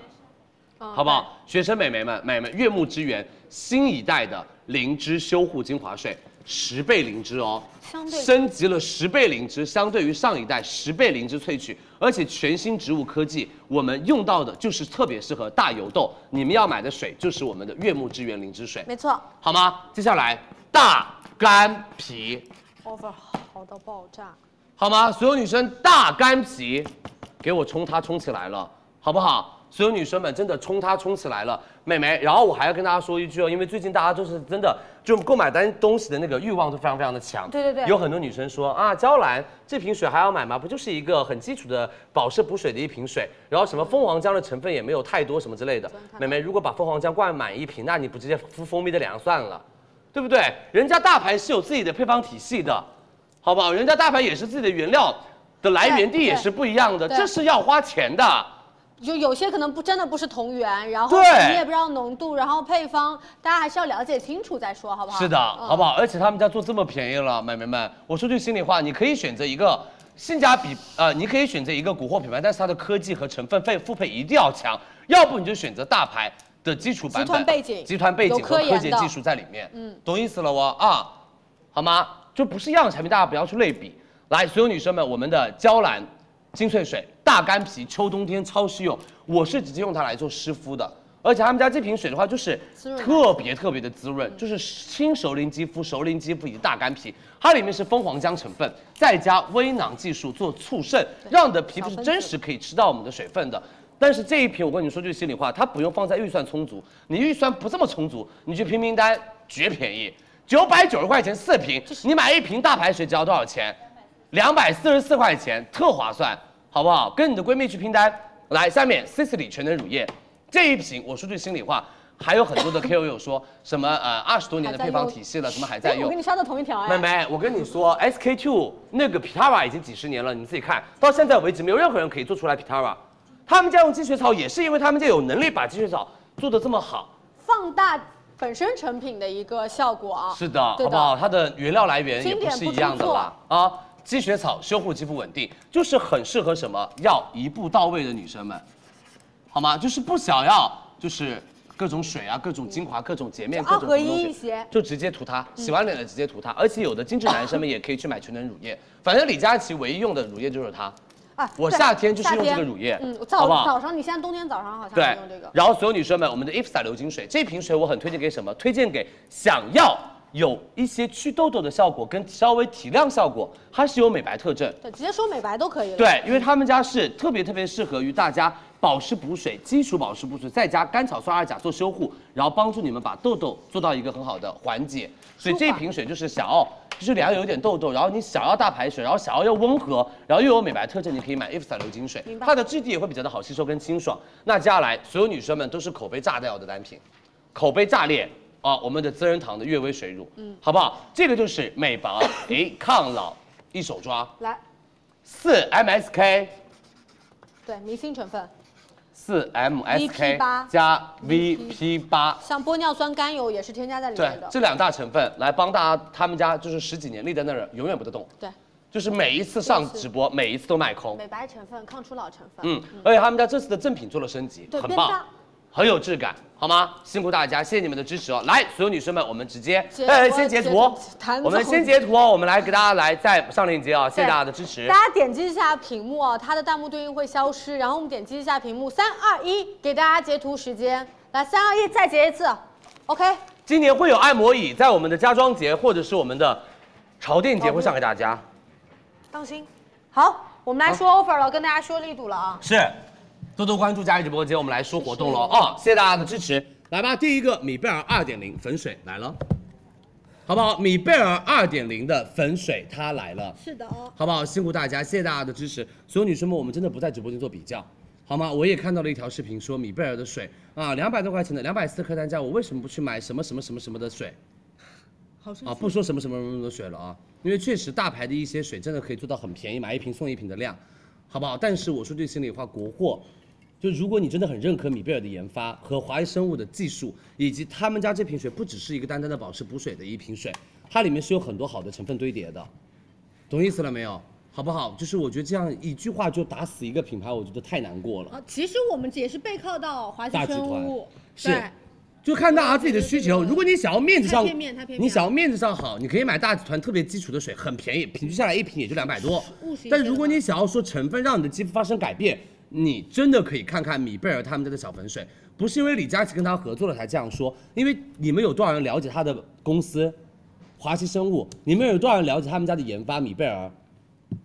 [SPEAKER 20] 嗯
[SPEAKER 12] 好不好？学生美眉们、美们，悦目之源新一代的灵芝修护精华水，十倍灵芝哦，
[SPEAKER 20] 相对
[SPEAKER 12] 升级了十倍灵芝，相对于上一代十倍灵芝萃取，而且全新植物科技，我们用到的就是特别适合大油痘。你们要买的水就是我们的悦目之源灵芝水，
[SPEAKER 20] 没错
[SPEAKER 12] 好吗？接下来大干皮，
[SPEAKER 20] ，offer 好到爆炸。
[SPEAKER 12] 好吗？所有女生大干皮，给我冲它冲起来了，好不好？所有女生们真的冲它冲起来了，美眉。然后我还要跟大家说一句哦，因为最近大家就是真的就购买单东西的那个欲望都非常非常的强。
[SPEAKER 20] 对对对
[SPEAKER 12] 有很多女生说啊，娇兰这瓶水还要买吗？不就是一个很基础的保湿补水的一瓶水，然后什么蜂王浆的成分也没有太多什么之类的。美眉，如果把蜂王浆灌满一瓶，那你不直接敷蜂蜜的脸上算了，对不对？人家大牌是有自己的配方体系的。好不好？人家大牌也是自己的原料的来源地也是不一样的，
[SPEAKER 20] 对
[SPEAKER 12] 这是要花钱的。
[SPEAKER 20] 就有些可能不真的不是同源，然后
[SPEAKER 12] 对
[SPEAKER 20] 你也不知道浓度，然后配方，大家还是要了解清楚再说，好不好？
[SPEAKER 12] 是的，
[SPEAKER 20] 嗯
[SPEAKER 12] 好不好？而且他们家做这么便宜了，美眉们，我说句心里话，你可以选择一个性价比，呃，你可以选择一个古惑品牌，但是它的科技和成分费复配一定要强，要不你就选择大牌的基础版本，
[SPEAKER 20] 集团背景
[SPEAKER 12] 集团背景
[SPEAKER 20] 有
[SPEAKER 12] 和
[SPEAKER 20] 科研
[SPEAKER 12] 科技
[SPEAKER 20] 的
[SPEAKER 12] 技术在里面，
[SPEAKER 20] 嗯
[SPEAKER 12] 嗯，懂意思了我啊，好吗？就不是一样的产品，大家不要去类比。来，所有女生们，我们的娇兰精粹水大干皮，秋冬天超适用，我是直接用它来做湿敷的。而且他们家这瓶水的话，就是
[SPEAKER 20] 滋润嗯
[SPEAKER 12] 特别特别的滋润，就是轻熟龄肌肤、熟龄肌肤以及大干皮，它里面是蜂皇浆成分，再加微囊技术做促渗，让你的皮肤是真实可以吃到我们的水分的。但是这一瓶，我跟你说句心里话，它不用放在预算充足，你预算不这么充足，你去拼拼单绝便宜，九百九十块钱四瓶，你买一瓶大牌水只要多少钱？两百四十四块钱，特划算，好不好？跟你的闺蜜去拼单。来，下面 Sisley 全能乳液这一瓶，我说句心里话，还有很 多的 KOL 说什么呃二十多年的配方体系了，怎么还在
[SPEAKER 20] 哎我
[SPEAKER 12] 用
[SPEAKER 20] 跟？你刷的同一条哎。
[SPEAKER 12] 妹妹，我跟你说，SK two 那个 Pitara 已经几十年了，你自己看到现在为止，没有任何人可以做出来 Pitara。他们家用积雪草也是因为他们家有能力把积雪草做的这么好，
[SPEAKER 20] 放大本身成品的一个效果啊。
[SPEAKER 12] 是的，
[SPEAKER 20] 对
[SPEAKER 12] 好不好？它的原料来源也
[SPEAKER 20] 经
[SPEAKER 12] 不
[SPEAKER 20] 典
[SPEAKER 12] 是
[SPEAKER 20] 不
[SPEAKER 12] 一样
[SPEAKER 20] 出
[SPEAKER 12] 的
[SPEAKER 20] 错
[SPEAKER 12] 啦啊。积雪草修护肌肤稳定，就是很适合什么要一步到位的女生们，好吗？就是不想要就是各种水啊、各种精华、各种洁面、各
[SPEAKER 20] 二
[SPEAKER 12] 种
[SPEAKER 20] 合
[SPEAKER 12] 什么东
[SPEAKER 20] 一
[SPEAKER 12] 西
[SPEAKER 20] 一些，
[SPEAKER 12] 就直接涂它，洗完脸了直接涂它。而且有的精致 男生们也可以去买全能乳液，反正李佳琦唯一用的乳液就是它。
[SPEAKER 20] 啊
[SPEAKER 12] 我
[SPEAKER 20] 对
[SPEAKER 12] 夏天就是
[SPEAKER 20] 夏
[SPEAKER 12] 用这个乳液
[SPEAKER 20] 嗯，
[SPEAKER 12] 好
[SPEAKER 20] 早
[SPEAKER 12] 不好
[SPEAKER 20] 早上你现在冬天早上好像
[SPEAKER 12] 对
[SPEAKER 20] 也用这个，。
[SPEAKER 12] 然后所有女生们，我们的 IFSA 流金水这瓶水我很推荐给什么？推荐给想要有一些祛痘痘的效果跟稍微提亮效果，它是有美白特征。
[SPEAKER 20] 对，直接说美白都可以了。，
[SPEAKER 12] 对，因为他们家是特别特别适合于大家保湿补水、基础保湿补水，再加甘草酸二钾做修护，然后帮助你们把痘痘做到一个很好的缓解。所以这瓶水就是想要，就是脸上有一点痘痘，然后你想要大排水，然后想要又温和，然后又有美白特征，你可以买 IFSA 流金水，它的质地也会比较的好吸收跟清爽。那接下来所有女生们都是口碑炸掉的单品，口碑炸裂。啊，我们的资生堂的悦薇水乳，嗯，好不好？这个就是美白， 哎，抗老，一手抓，
[SPEAKER 20] 来，
[SPEAKER 12] 四 MSK
[SPEAKER 20] 对，明星成分，
[SPEAKER 12] 四
[SPEAKER 20] VP 八
[SPEAKER 12] MSK 加 VP 八，
[SPEAKER 20] 像玻尿酸甘油也是添加在里
[SPEAKER 12] 对
[SPEAKER 20] 面的。
[SPEAKER 12] 这两大成分来帮大家，他们家就是十几年立在那儿，永远不得动，
[SPEAKER 20] 对，
[SPEAKER 12] 就是每一次上直播，每一次都卖空。
[SPEAKER 20] 美白成分、抗初老成分。
[SPEAKER 12] 嗯，而且他们家这次的正品做了升级，
[SPEAKER 20] 对
[SPEAKER 12] 很
[SPEAKER 20] 变
[SPEAKER 12] 棒
[SPEAKER 20] 大，
[SPEAKER 12] 很有质感，好吗？辛苦大家，谢谢你们的支持哦。来，所有女生们，我们直接哎
[SPEAKER 20] 截，图
[SPEAKER 12] 先截
[SPEAKER 20] 截
[SPEAKER 12] 图哦
[SPEAKER 20] 图弹，
[SPEAKER 12] 我们
[SPEAKER 20] 走
[SPEAKER 12] 先截图哦，我们来给大家来再上链接啊，谢谢大家的支持
[SPEAKER 20] 大。家点击一下屏幕啊，它的弹幕对应会消失，然后我们点击一下屏幕，三二一，给大家截图时间，来三二一再截一次，OK，
[SPEAKER 12] 今年会有按摩椅在我们的家装节或者是我们的潮店节会上给大家。
[SPEAKER 20] 当心，好，我们来说 offer 了，跟大家说力度了啊，
[SPEAKER 12] 是，多多关注佳怡直播间，我们来说活动了哦，谢谢大家的支持。来吧，第一个米贝尔二点零粉水来了，好不好？米贝尔二点零的粉水它来了，
[SPEAKER 1] 是的哦，
[SPEAKER 12] 好不好？辛苦大家，谢谢大家的支持。所有女生们，我们真的不在直播间做比较，好吗？我也看到了一条视频说米贝尔的水啊，两百多块钱的，两百四客单价，我为什么不去买什么什么什么什么的水？
[SPEAKER 21] 好生气
[SPEAKER 12] 啊，不说什么什么什么的水了啊，因为确实大牌的一些水真的可以做到很便宜，买一瓶送一瓶的量，好不好？但是我说句心里话，国货，就如果你真的很认可米贝尔的研发和华谊生物的技术，以及他们家这瓶水不只是一个单单的保湿补水的一瓶水，它里面是有很多好的成分堆叠的，懂意思了没有？好不好？就是我觉得这样一句话就打死一个品牌，我觉得太难过了。
[SPEAKER 1] 啊，其实我们也是背靠到华西
[SPEAKER 12] 大集
[SPEAKER 1] 生
[SPEAKER 12] 团
[SPEAKER 1] 物，
[SPEAKER 12] 是
[SPEAKER 1] 对，
[SPEAKER 12] 就看大家自己的需求。如果你想要面子上，
[SPEAKER 1] 太片面太片面了
[SPEAKER 12] 你想要面子上好，你可以买大集团特别基础的水，很便宜，平均下来一瓶也就两百多
[SPEAKER 1] 务实一些。
[SPEAKER 12] 但如果你想要说成分让你的肌肤发生改变，你真的可以看看米贝尔他们家的小粉水，不是因为李佳琦跟他合作了才这样说，因为你们有多少人了解他的公司，华西生物，你们有多少人了解他们家的研发米贝尔？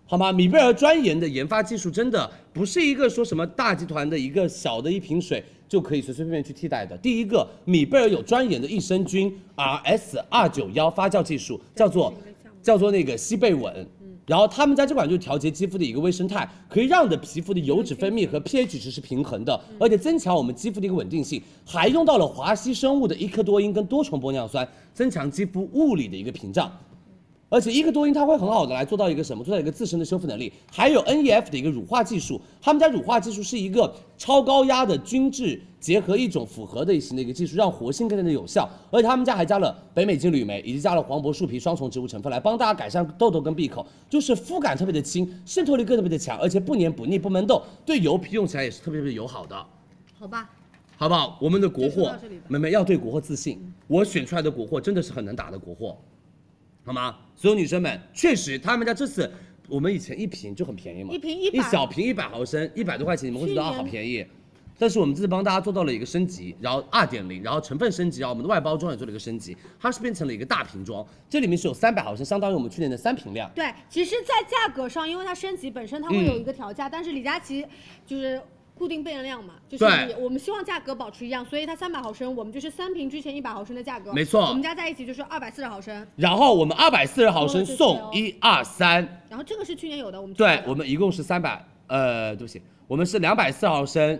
[SPEAKER 12] 好吗？米贝尔专研的研发技术真的不是一个说什么大集团的一个小的一瓶水就可以随随便便去替代的。第一个，米贝尔有专研的益生菌 RS 二九幺发酵技术，叫做叫做那个西贝稳。然后他们家这款就是调节肌肤的一个微生态，可以让你的皮肤的油脂分泌和 pH 值是平衡的，而且增强我们肌肤的一个稳定性，还用到了华西生物的一克多因跟多重玻尿酸，增强肌肤物理的一个屏障。而且一克多因它会很好的来做到一个什么？做到一个自身的修复能力，还有 NEF 的一个乳化技术。他们家乳化技术是一个超高压的均质结合一种复合的型的一个技术，让活性更加的有效。而且他们家还加了北美金缕梅，以及加了黄柏树皮双重植物成分来帮大家改善痘痘跟闭口，就是肤感特别的轻，渗透力更特别的强，而且不黏不腻不闷痘，对油皮用起来也是特别特别友好的。
[SPEAKER 1] 好吧，
[SPEAKER 12] 好不好？我们的国
[SPEAKER 1] 就说
[SPEAKER 12] 货
[SPEAKER 1] 到这里吧，嗯
[SPEAKER 12] 妹妹要对国货自信。我选出来的国货真的是很能打的国货，好吗？所有女生们，确实他们家这次，我们以前一瓶就很便宜嘛，
[SPEAKER 1] 一瓶
[SPEAKER 12] 一
[SPEAKER 1] 100
[SPEAKER 12] 小瓶一百毫升，一百多块钱，你们会觉得啊
[SPEAKER 1] 去年
[SPEAKER 12] 好便宜。但是我们这次帮大家做到了一个升级，然后二点零，然后成分升级，然后我们的外包装也做了一个升级，它是变成了一个大瓶装，这里面是有三百毫升，相当于我们去年的三瓶量。
[SPEAKER 1] 对，其实，在价格上，因为它升级本身它会
[SPEAKER 12] 嗯
[SPEAKER 1] 有一个调价，但是李佳琦就是固定变量嘛，就是
[SPEAKER 12] 对
[SPEAKER 1] 你我们希望价格保持一样，所以它三百毫升，我们就是三瓶之前一百毫升的价格，
[SPEAKER 12] 没错
[SPEAKER 1] 我们加在一起就是二百四十毫升，
[SPEAKER 12] 然后我们二百四十毫升
[SPEAKER 1] 哦对
[SPEAKER 12] 送
[SPEAKER 1] 对
[SPEAKER 12] 一二三，
[SPEAKER 1] 然后这个是去年有的，我们去买
[SPEAKER 12] 对
[SPEAKER 1] 的
[SPEAKER 12] 我们一共是三百，呃，对不起，我们是两百四毫升，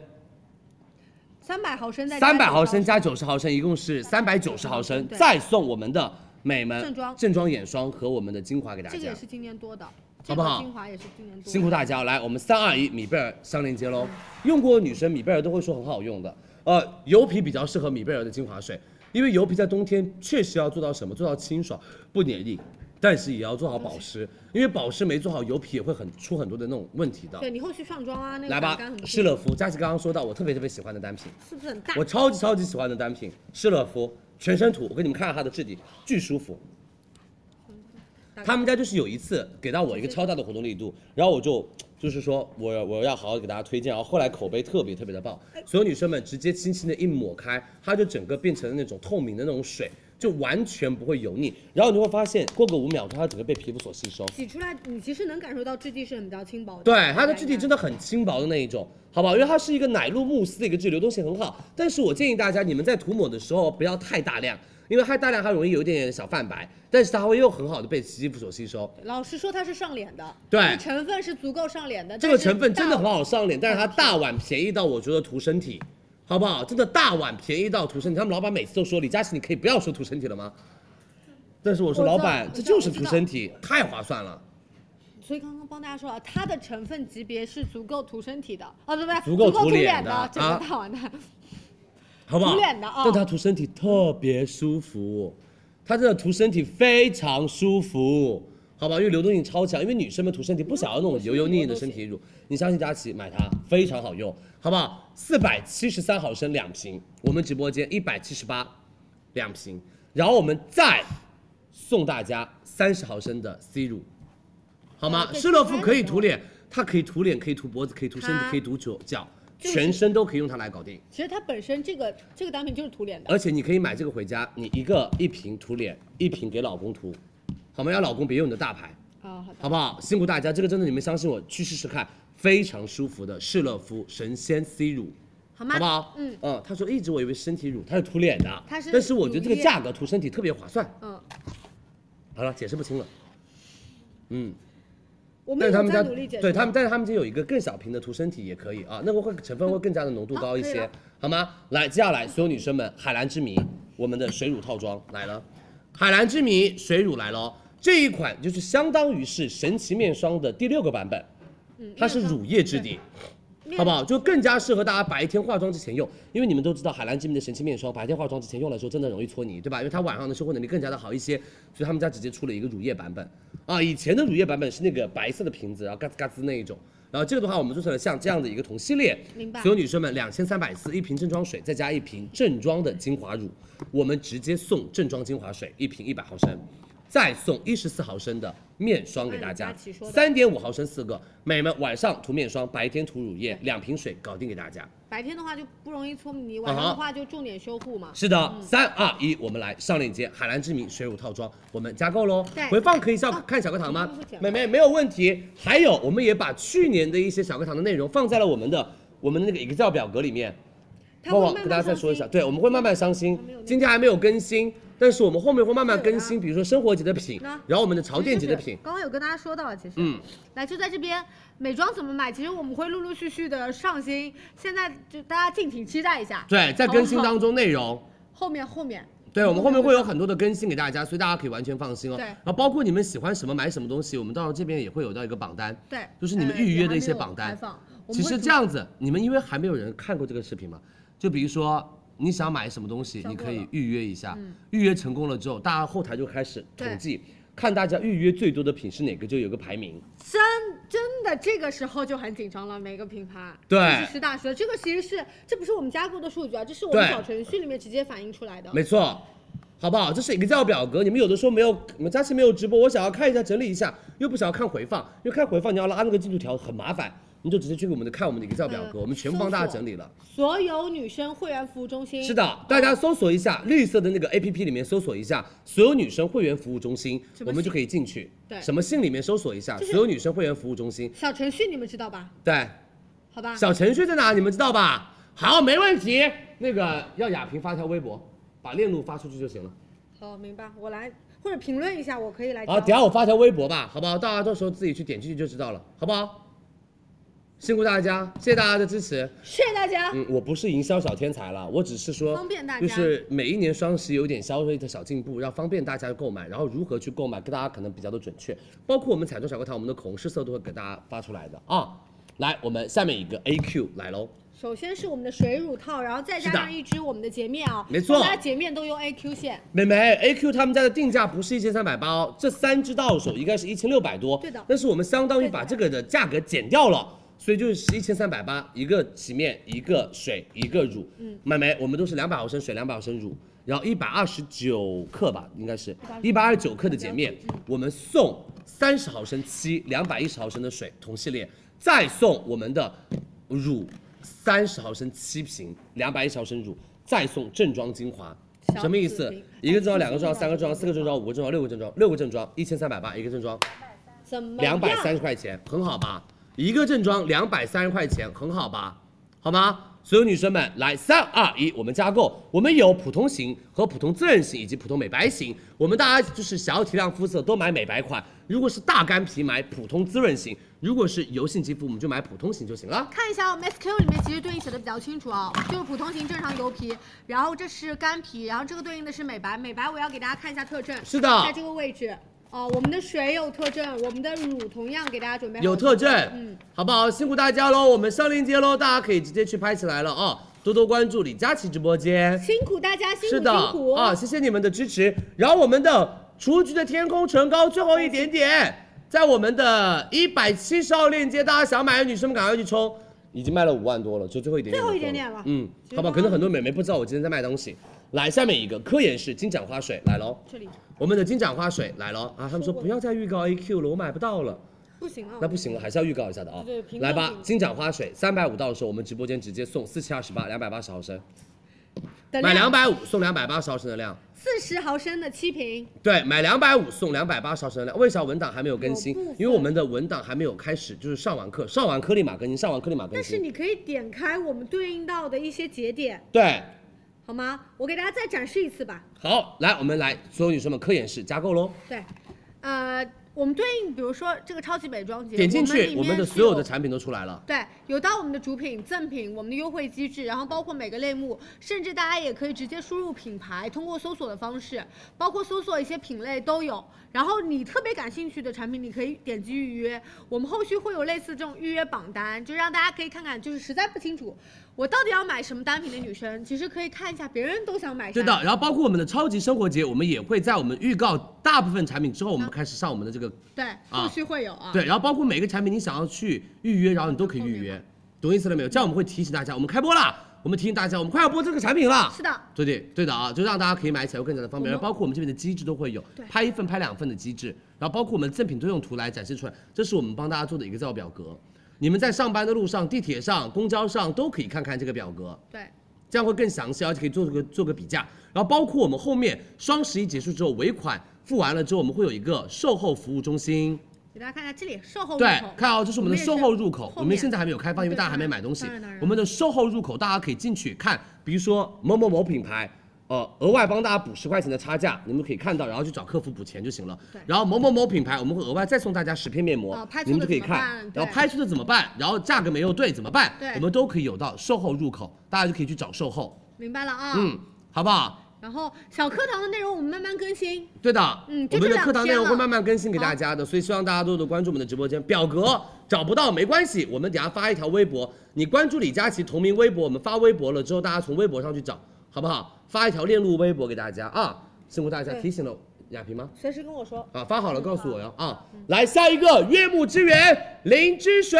[SPEAKER 1] 三百毫升再加
[SPEAKER 12] 三百
[SPEAKER 1] 90
[SPEAKER 12] 毫升加九十毫升，一共是三百九十毫升，
[SPEAKER 1] 对
[SPEAKER 12] 再送我们的美门
[SPEAKER 1] 正装
[SPEAKER 12] 正装眼霜和我们的精华给大
[SPEAKER 1] 这个
[SPEAKER 12] 家
[SPEAKER 1] 也，是今年多的，
[SPEAKER 12] 好不
[SPEAKER 1] 这
[SPEAKER 12] 好
[SPEAKER 1] 个精华也是今年多的，
[SPEAKER 12] 辛苦大家，来，我们三二一，米贝尔相连接喽。用过的女生，米贝尔都会说很好用的，呃，油皮比较适合米贝尔的精华水，因为油皮在冬天确实要做到什么，做到清爽不黏腻。但是也要做好保湿，因为保湿没做好，油皮也会很出很多的那种问题的。
[SPEAKER 1] 对你后续上妆啊，那个
[SPEAKER 12] 来吧
[SPEAKER 1] 反感很，不
[SPEAKER 12] 施乐芙，佳琪刚刚说到我特别特别喜欢的单品，
[SPEAKER 1] 是不是很大？
[SPEAKER 12] 我超级超级喜欢的单品，施乐芙全身涂，我给你们看看它的质地，巨舒服。他们家就是有一次给到我一个超大的活动力度，然后我就就是说我我要好好给大家推荐，然后后来口碑特别特别的棒，所有女生们直接轻轻的一抹开，它就整个变成了那种透明的那种水，就完全不会油腻，然后你会发现过个五秒钟，它整个被皮肤所吸收。
[SPEAKER 1] 挤出来，你其实能感受到质地是很比较轻薄的。
[SPEAKER 12] 对，它的质地真的很轻薄的那一种，好不好？因为它是一个奶露慕斯的一个质地，流动性很好。但是我建议大家，你们在涂抹的时候不要太大量，因为太大量它容易有一点点小泛白，但是它会又很好的被肌肤所吸收。
[SPEAKER 1] 老实说，它是上脸的，
[SPEAKER 12] 对
[SPEAKER 1] 这个成分是足够上脸的。
[SPEAKER 12] 哎这个
[SPEAKER 1] 但是
[SPEAKER 12] 成分真的
[SPEAKER 1] 大
[SPEAKER 12] 很好上脸，但是它大碗便宜到我觉得涂身体，好不好？真的大碗便宜到涂身体。他们老板每次都说李佳琦，你可以不要说涂身体了吗？但是我说
[SPEAKER 1] 我知道
[SPEAKER 12] 老板，
[SPEAKER 1] 我
[SPEAKER 12] 这
[SPEAKER 1] 知道
[SPEAKER 12] 就是
[SPEAKER 1] 我知
[SPEAKER 12] 涂
[SPEAKER 1] 道
[SPEAKER 12] 身体，太划算了。
[SPEAKER 1] 所以刚刚帮大家说了，它的成分级别是足够涂身体的，哦，对不对？
[SPEAKER 12] 足
[SPEAKER 1] 足
[SPEAKER 12] 够涂
[SPEAKER 1] 涂
[SPEAKER 12] 脸
[SPEAKER 1] 脸
[SPEAKER 12] 的
[SPEAKER 1] 整
[SPEAKER 12] 啊
[SPEAKER 1] 个大碗的。
[SPEAKER 12] 好不好？
[SPEAKER 1] 涂脸的啊
[SPEAKER 12] 但它涂身体特别舒服，它真的涂身体非常舒服，好吧？因为流动性超强，因为女生们涂身体不想要那种油油腻腻的身体乳，你相信佳琦买它非常好用，好不好？四百七十三毫升两瓶，我们直播间一百七十八两瓶，然后我们再送大家三十毫升的 C 乳，好吗？
[SPEAKER 1] 啊对
[SPEAKER 12] 施乐芙可以涂脸，它可以涂脸，可以涂脖子，可以涂身体，
[SPEAKER 1] 它
[SPEAKER 12] 可以涂脚脚，
[SPEAKER 1] 就是
[SPEAKER 12] 全身都可以用它来搞定。
[SPEAKER 1] 其实它本身这个这个单品就是涂脸的，
[SPEAKER 12] 而且你可以买这个回家，你一个一瓶涂脸，一瓶给老公涂，好吗？让老公别用你的大牌，
[SPEAKER 1] 啊，好的，
[SPEAKER 12] 好不好？辛苦大家，这个真的你们相信我，去试试看，非常舒服的士乐肤神仙 C 乳，
[SPEAKER 1] 好吗？
[SPEAKER 12] 好不好？
[SPEAKER 1] 嗯
[SPEAKER 12] 嗯，他说一直我以为身体乳，它是涂脸的，
[SPEAKER 1] 它是
[SPEAKER 12] 但是我觉得这个
[SPEAKER 1] 乳液
[SPEAKER 12] 价格涂身体特别划算。
[SPEAKER 1] 嗯，
[SPEAKER 12] 好了，解释不清了。嗯，
[SPEAKER 1] 我们
[SPEAKER 12] 但是他
[SPEAKER 1] 有
[SPEAKER 12] 们
[SPEAKER 1] 在
[SPEAKER 12] 家
[SPEAKER 1] 努力解决。
[SPEAKER 12] 对他们，但是他们家有一个更小瓶的涂身体也可以啊，那个会成分会更加的浓度高
[SPEAKER 1] 啊好
[SPEAKER 12] 一
[SPEAKER 1] 可以
[SPEAKER 12] 些
[SPEAKER 1] 了，
[SPEAKER 12] 好吗？来，接下来所有女生们，海蓝之谜，我们的水乳套装来了，海蓝之谜水乳来了哦，这一款就是相当于是神奇面霜的第六个版本，
[SPEAKER 1] 嗯
[SPEAKER 12] 它是乳液质地。好不好？就更加适合大家白天化妆之前用，因为你们都知道海蓝之谜的神奇面霜，白天化妆之前用的时候真的容易搓泥，对吧？因为它晚上的修护能力更加的好一些，所以他们家直接出了一个乳液版本啊。以前的乳液版本是那个白色的瓶子，然后嘎吱嘎吱那一种，然后这个的话我们做成了像这样的一个同系列，
[SPEAKER 1] 明白
[SPEAKER 12] 所有女生们两千三百四一瓶正装水，再加一瓶正装的精华乳，我们直接送正装精华水一瓶一百毫升，再送一十四毫升的面霜给大
[SPEAKER 1] 按
[SPEAKER 12] 家
[SPEAKER 1] 李佳琦说，的
[SPEAKER 12] 三点五毫升四个，美们晚上涂面霜，白天涂乳液，两瓶水搞定给大家。
[SPEAKER 1] 白天的话就不容易搓
[SPEAKER 12] 啊
[SPEAKER 1] 泥，晚上的话就重点修护嘛。
[SPEAKER 12] 是的，三二一，我们来上链接，海蓝之谜水乳套装，我们加购喽
[SPEAKER 1] 对。
[SPEAKER 12] 回放可以小看小课堂吗
[SPEAKER 1] 我们不？讲
[SPEAKER 12] 美眉没有问题。还有，我们也把去年的一些小课堂的内容放在了我们的我们的那个 Excel 表格里面。
[SPEAKER 1] 它会
[SPEAKER 12] 旺旺
[SPEAKER 1] 慢
[SPEAKER 12] 跟
[SPEAKER 1] 慢
[SPEAKER 12] 大家再
[SPEAKER 1] 上嗯
[SPEAKER 12] 说一下，
[SPEAKER 1] 新
[SPEAKER 12] 对，我们会慢慢上新。今天还没有更新，但是我们后面会慢
[SPEAKER 1] 啊
[SPEAKER 12] 慢更新，比如说生活节的品
[SPEAKER 1] 那，
[SPEAKER 12] 然后我们的潮店节的
[SPEAKER 1] 是是
[SPEAKER 12] 品，
[SPEAKER 1] 刚刚有跟大家说到了，其实，
[SPEAKER 12] 嗯，
[SPEAKER 1] 来就在这边，美妆怎么买？其实我们会陆陆续续的上新，现在就大家敬请期待一下。
[SPEAKER 12] 对，在更新当中内容。
[SPEAKER 1] 后面后面，
[SPEAKER 12] 对，我们后面会有很多的更新给大家，所以大家可以完全放心哦。
[SPEAKER 1] 对
[SPEAKER 12] 然后包括你们喜欢什么买什么东西，我们到时候这边也会有到一个榜单，
[SPEAKER 1] 对，
[SPEAKER 12] 就是你们
[SPEAKER 1] 呃
[SPEAKER 12] 预约的一
[SPEAKER 1] 也还
[SPEAKER 12] 些
[SPEAKER 1] 没有
[SPEAKER 12] 榜单
[SPEAKER 1] 开放。我
[SPEAKER 12] 其
[SPEAKER 1] 们会
[SPEAKER 12] 实
[SPEAKER 1] 逐
[SPEAKER 12] 这样子，你们因为还没有人看过这个视频嘛，就比如说你想买什么东西，
[SPEAKER 1] 过
[SPEAKER 12] 你
[SPEAKER 1] 了嗯
[SPEAKER 12] 可以预约一下，预约成功了之后，大家后台就开始统
[SPEAKER 1] 对
[SPEAKER 12] 计，看大家预约最多的品是哪个，就有个排名。
[SPEAKER 1] 真真的这个时候就很紧张了，每个品牌，
[SPEAKER 12] 对
[SPEAKER 1] 这是实打实的。这个其实是这不是我们加购的数据啊，这是我们
[SPEAKER 12] 对
[SPEAKER 1] 小程序里面直接反映出来的。
[SPEAKER 12] 没错，好不好？这是 Excel 表格，你们有的时候没有，你们佳琪没有直播，我想要看一下整理一下，又不想要看回放，因为看回放你要拉那个进度条很麻烦，你就直接去我们的看我们的 Excel 表格，
[SPEAKER 1] 呃
[SPEAKER 12] 我们全部帮大
[SPEAKER 1] 搜
[SPEAKER 12] 家
[SPEAKER 1] 索
[SPEAKER 12] 整理了。
[SPEAKER 1] 所有女生会员服务中心
[SPEAKER 12] 是的，大家搜索一下绿色的那个 APP 里面搜索一下所有女生会员服务中心，
[SPEAKER 1] 什么
[SPEAKER 12] 我们就
[SPEAKER 1] 信
[SPEAKER 12] 可以进去。
[SPEAKER 1] 对
[SPEAKER 12] 什么信里面搜索一下
[SPEAKER 1] 就是啊
[SPEAKER 12] 所有女生会员服务中心。
[SPEAKER 1] 小程序，你们知道吧？
[SPEAKER 12] 对，
[SPEAKER 1] 好吧，
[SPEAKER 12] 小程序在哪？你们知道吧？好，没问题。那个要雅萍发条微博，把链路发出去就行了。
[SPEAKER 1] 好，明白。我来或者评论一下，我可以来教。
[SPEAKER 12] 好，等下我发条微博吧，好不好？大家到时候自己去点进去就知道了，好不好？辛苦大家，谢谢大家的支持。
[SPEAKER 1] 谢谢大家。
[SPEAKER 12] 嗯，我不是营销小天才啦，我只是说
[SPEAKER 1] 方便大家
[SPEAKER 12] 就是每一年双十一有点消费的小进步，要方便大家购买，然后如何去购买，跟大家可能比较的准确。包括我们彩妆小课堂，我们的口红试色都会给大家发出来的啊。来，我们下面一个 AQ 来喽，
[SPEAKER 1] 首先是我们的水乳套，然后再加
[SPEAKER 12] 是的
[SPEAKER 1] 上一支我们的洁面啊，
[SPEAKER 12] 没错
[SPEAKER 1] 大家洁面都用 AQ 线，
[SPEAKER 12] 美眉 AQ 他们家的定价不是一千三百八哦，这三支到手应该是一千六百多，
[SPEAKER 1] 对的
[SPEAKER 12] 但是我们相当于把这个的价格减掉了。所以就是一千三百八，一个洗面，一个水，一个乳。嗯，美眉，我们都是两百毫升水，两百毫升乳，然后一百二十九克吧，应该是一百二十九嗯克的洁面，我们送三十毫升七，两百一十毫升的水，同系列，再送我们的乳三十毫升七瓶，两百一十毫升乳，再送正装精华。什么意
[SPEAKER 1] 小
[SPEAKER 12] 思
[SPEAKER 1] 紫瓶？
[SPEAKER 12] 一个正装，两个正装，三个正装，四个正装，五个正装，六个正装，六个正装，一千三百八一个正装，
[SPEAKER 1] 怎么
[SPEAKER 12] 两
[SPEAKER 1] 样？
[SPEAKER 12] 百三十块钱，很好吧？一个正装两百三十块钱，很好吧？好吗？所有女生们，来三二一，我们加购。我们有普通型和普通自然型以及普通美白型。我们大家就是想要提亮肤色，都买美白款。如果是大干皮，买普通滋润型；如果是油性肌肤，我们就买普通型就行了。
[SPEAKER 1] 看一下我们 SKU 里面其实对应写的比较清楚啊，就是普通型、正常油皮，然后这是干皮，然后这个对应的是美白，美白我要给大家看一下特征，
[SPEAKER 12] 是的
[SPEAKER 1] 在这个位置哦，我们的水有特征，我们的乳同样给大家准备好
[SPEAKER 12] 有特征，
[SPEAKER 1] 嗯，
[SPEAKER 12] 好不好？辛苦大家喽，我们上链接喽，大家可以直接去拍起来了啊、多多关注李佳琦直播间。
[SPEAKER 1] 辛苦大家，辛苦
[SPEAKER 12] 是的
[SPEAKER 1] 辛苦
[SPEAKER 12] 啊，谢谢你们的支持。然后我们的雏菊的天空唇膏最后一点点，在我们的一百七十号链接，大家想买的女生们赶快去冲，已经卖了五万多了，就最后一点点，
[SPEAKER 1] 最后一点点了
[SPEAKER 12] 嗯，好吧，可能很多美眉不知道我今天在卖东西。来，下面一个科颜氏金盏花水来喽，
[SPEAKER 1] 这里
[SPEAKER 12] 我们的金盏花水来喽啊！他们说不要再预告 AQ 了，我买不到了。
[SPEAKER 1] 不行啊，
[SPEAKER 12] 那不行了，还是要预告一下的啊。
[SPEAKER 1] 对评论
[SPEAKER 12] 来吧
[SPEAKER 1] 评，
[SPEAKER 12] 金盏花水三百五到手，我们直播间直接送四七二十八，两百八十毫升，
[SPEAKER 1] 等
[SPEAKER 12] 买两百五送两百八十毫升的量。
[SPEAKER 1] 四十毫升的七瓶，
[SPEAKER 12] 对，买两百五送两百八十毫升的量。为啥文档还没有更新
[SPEAKER 1] 有部分？
[SPEAKER 12] 因为我们的文档还没有开始，就是上完课，上完课立马更新，上完课立马更
[SPEAKER 1] 但是
[SPEAKER 12] 新。
[SPEAKER 1] 你可以点开我们对应到的一些节点，
[SPEAKER 12] 对，
[SPEAKER 1] 好吗？我给大家再展示一次吧。
[SPEAKER 12] 好，来我们来，所有女生们科研室加购喽。
[SPEAKER 1] 对，呃，我们对应，比如说这个超级美妆节，
[SPEAKER 12] 点进
[SPEAKER 1] 们里
[SPEAKER 12] 去，我
[SPEAKER 1] 面
[SPEAKER 12] 们的
[SPEAKER 1] 是嗯
[SPEAKER 12] 所有的产品都出来了。
[SPEAKER 1] 对，有到我们的主品、赠品、我们的优惠机制，然后包括每个类目，甚至大家也可以直接输入品牌，通过搜索的方式，包括搜索一些品类都有。然后你特别感兴趣的产品，你可以点击预约。我们后续会有类似这种预约榜单，就让大家可以看看，就是实在不清楚我到底要买什么单品的女生，其实可以看一下别人都想买啥。
[SPEAKER 12] 对的，然后包括我们的超级生活节，我们也会在我们预告大部分产品之后，我们开始上我们的这个
[SPEAKER 1] 对，后续会有啊。
[SPEAKER 12] 对，然后包括每个产品你想要去预约，然后你都可以预
[SPEAKER 1] 哦
[SPEAKER 12] 约，懂意思了没有？这样我们会提醒大家，我们开播啦，我们提醒大家，我们快要播这个产品了。
[SPEAKER 1] 是的，哎
[SPEAKER 12] 对对对的啊，就让大家可以买起来会更加的方便，然后包括我们这边的机制都会有，拍一份、拍两份的机制，然后包括我们赠品都用图来展示出来，这是我们帮大家做的 Excel 表格，你们在上班的路上、地铁上、公交上都可以看看这个表格。
[SPEAKER 1] 对。
[SPEAKER 12] 这样会更详细，而且可以做个做个比价。然后包括我们后面双十一结束之后，尾款付完了之后，我们会有一个售后服务中心，
[SPEAKER 1] 给大家看一下这里售后入口
[SPEAKER 12] 对，看哦，这是我们的售后入口，
[SPEAKER 1] 后
[SPEAKER 12] 我们
[SPEAKER 1] 面
[SPEAKER 12] 现在还没有开放，因为大家还没买东西
[SPEAKER 1] 当然当然。
[SPEAKER 12] 我们的售后入口，大家可以进去看，比如说某某某品牌，呃，额外帮大家补十块钱的差价，你们可以看到，然后去找客服补钱就行了
[SPEAKER 1] 对。
[SPEAKER 12] 然后某某某品牌，我们会额外再送大家十片面膜
[SPEAKER 1] 哦拍，错
[SPEAKER 12] 你们
[SPEAKER 1] 的
[SPEAKER 12] 就可以
[SPEAKER 1] 怎么
[SPEAKER 12] 看
[SPEAKER 1] 办。
[SPEAKER 12] 然后
[SPEAKER 1] 对
[SPEAKER 12] 拍出的怎么办？然后价格没有对怎么办
[SPEAKER 1] 对？
[SPEAKER 12] 我们都可以有到售后入口，大家就可以去找售后，
[SPEAKER 1] 明白了啊。
[SPEAKER 12] 嗯，好不好？
[SPEAKER 1] 然后小课堂的内容我们慢慢更新。
[SPEAKER 12] 对的，
[SPEAKER 1] 嗯就这
[SPEAKER 12] 我们的
[SPEAKER 1] 两
[SPEAKER 12] 课堂内
[SPEAKER 1] 天
[SPEAKER 12] 容会
[SPEAKER 1] 了
[SPEAKER 12] 慢慢更新给大家的，所以希望大家多多关注我们的直播间。表格找不到没关系，我们等下发一条微博，你关注李佳琦同名微博，我们发微博了之后，大家从微博上去找，好不好？发一条链路微博给大家啊，辛苦大家
[SPEAKER 1] 对
[SPEAKER 12] 提醒了雅萍吗？
[SPEAKER 1] 随时跟我说。
[SPEAKER 12] 啊，发好了告诉我哟啊！来下一个悦木之源灵芝水。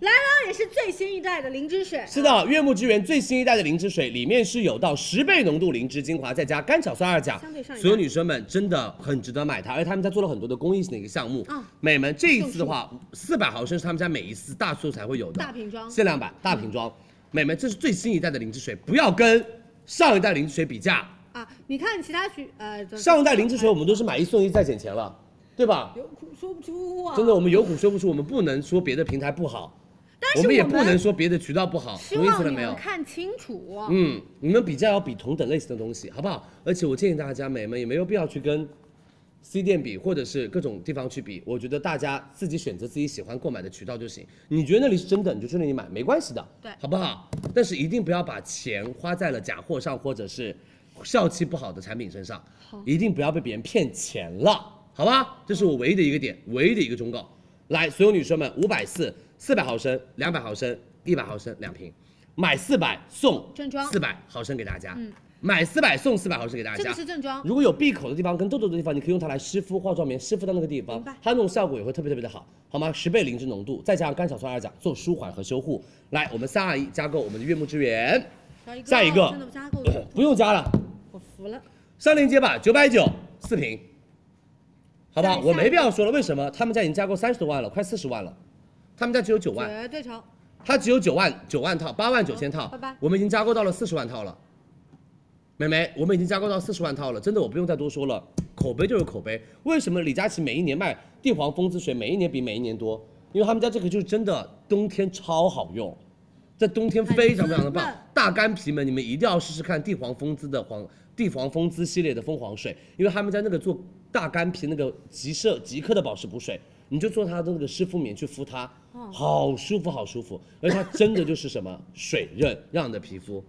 [SPEAKER 1] 来啊了，也是最新一代的灵芝水。
[SPEAKER 12] 是的，悦木之源最新一代的灵芝水，里面是有到十倍浓度灵芝精华，再加甘草酸二钾
[SPEAKER 1] 相对上一，代
[SPEAKER 12] 所有女生们真的很值得买它，而且他们家做了很多的公益性的一个项目。
[SPEAKER 1] 啊
[SPEAKER 12] 美们这一次的话，四百毫升是他们家每一次大促才会有的
[SPEAKER 1] 大瓶装
[SPEAKER 12] 限量版大瓶装。美们，这是最新一代的灵芝水，不要跟上一代灵芝水比价，
[SPEAKER 1] 啊，你看其他渠呃，这
[SPEAKER 12] 上一代灵芝水我们都是买一送一再减钱了，对吧？
[SPEAKER 1] 有苦说不呃出啊。
[SPEAKER 12] 真的，我们有苦说不出，我们不能说别的平台不好，
[SPEAKER 1] 但是
[SPEAKER 12] 我们也
[SPEAKER 1] 我
[SPEAKER 12] 不
[SPEAKER 1] 们
[SPEAKER 12] 能说别的渠道不好，
[SPEAKER 1] 希
[SPEAKER 12] 懂意思
[SPEAKER 1] 望
[SPEAKER 12] 了
[SPEAKER 1] 你
[SPEAKER 12] 没有
[SPEAKER 1] 们？看清楚。
[SPEAKER 12] 嗯，你们比较要比同等类型的东西，好不好？而且我建议大家，美们也没有必要去跟 C 店比，或者是各种地方去比。我觉得大家自己选择自己喜欢购买的渠道就行。你觉得那里是真的，你就去那里买，没关系的，
[SPEAKER 1] 对
[SPEAKER 12] 好不好？但是一定不要把钱花在了假货上，或者是效期不好的产品身上，一定不要被别人骗钱了，好吧？这是我唯一的一个点，唯一的一个忠告。来，所有女生们，五百四、四百毫升、两百毫升、一百毫升两瓶，买四百送
[SPEAKER 1] 正装
[SPEAKER 12] 四百毫升给大家，
[SPEAKER 1] 嗯
[SPEAKER 12] 买四百送四百毫升给大家。
[SPEAKER 1] 这个是正装。
[SPEAKER 12] 如果有闭口的地方跟痘痘的地方，你可以用它来湿敷化妆棉，湿敷到那个地方
[SPEAKER 1] 明白，
[SPEAKER 12] 它那种效果也会特别特别的好，好吗？十倍灵芝浓度，再加上甘草酸二钾做舒缓和修护。来，我们三二一加购我们的悦木之源，下一个
[SPEAKER 1] 真的加购，
[SPEAKER 12] 不用加了，
[SPEAKER 1] 我服了。
[SPEAKER 12] 上链接吧，九百九四瓶，好不好？
[SPEAKER 1] 再下
[SPEAKER 12] 我没必要说了，为什么？他们家已经加购三十多万了，快四十万了，他们家只有九万，
[SPEAKER 1] 绝对超，
[SPEAKER 12] 它只有九万九万套，八万九千套，
[SPEAKER 1] 拜拜
[SPEAKER 12] 我们已经加购到了四十万套了。美眉，我们已经加购到四十万套了，真的我不用再多说了，口碑就是口碑。为什么李佳琦每一年卖地黄蜂姿水，每一年比每一年多？因为他们家这个就是真的冬天超好用，在冬天非常非常的棒
[SPEAKER 1] 很滋润。
[SPEAKER 12] 大干皮们，你们一定要试试看地黄蜂姿的黄地黄蜂姿系列的蜂皇水，因为他们家那个做大干皮那个极色极客的保湿补水，你就做它的那个湿敷棉去敷它，好舒服，好舒服，而且它真的就是什么水润，让你的皮肤，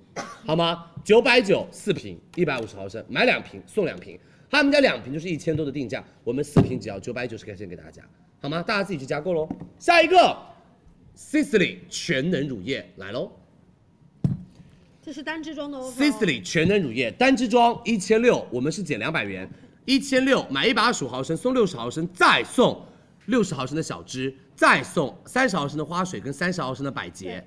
[SPEAKER 12] 好吗？九百九四瓶，一百五十毫升，买两瓶送两瓶。他们家两瓶就是一千多的定价，我们四瓶只要九百九十块钱给大家，好吗？大家自己去加购喽。下一个，Sisley 全能乳液来喽。
[SPEAKER 1] 这是单支装的 offer 哦。
[SPEAKER 12] Sisley 全能乳液单支装一千六，我们是减两百元，一千六买一百二十五毫升送六十毫升，再送六十毫升的小支，再送三十毫升的花水跟三十毫升的百洁，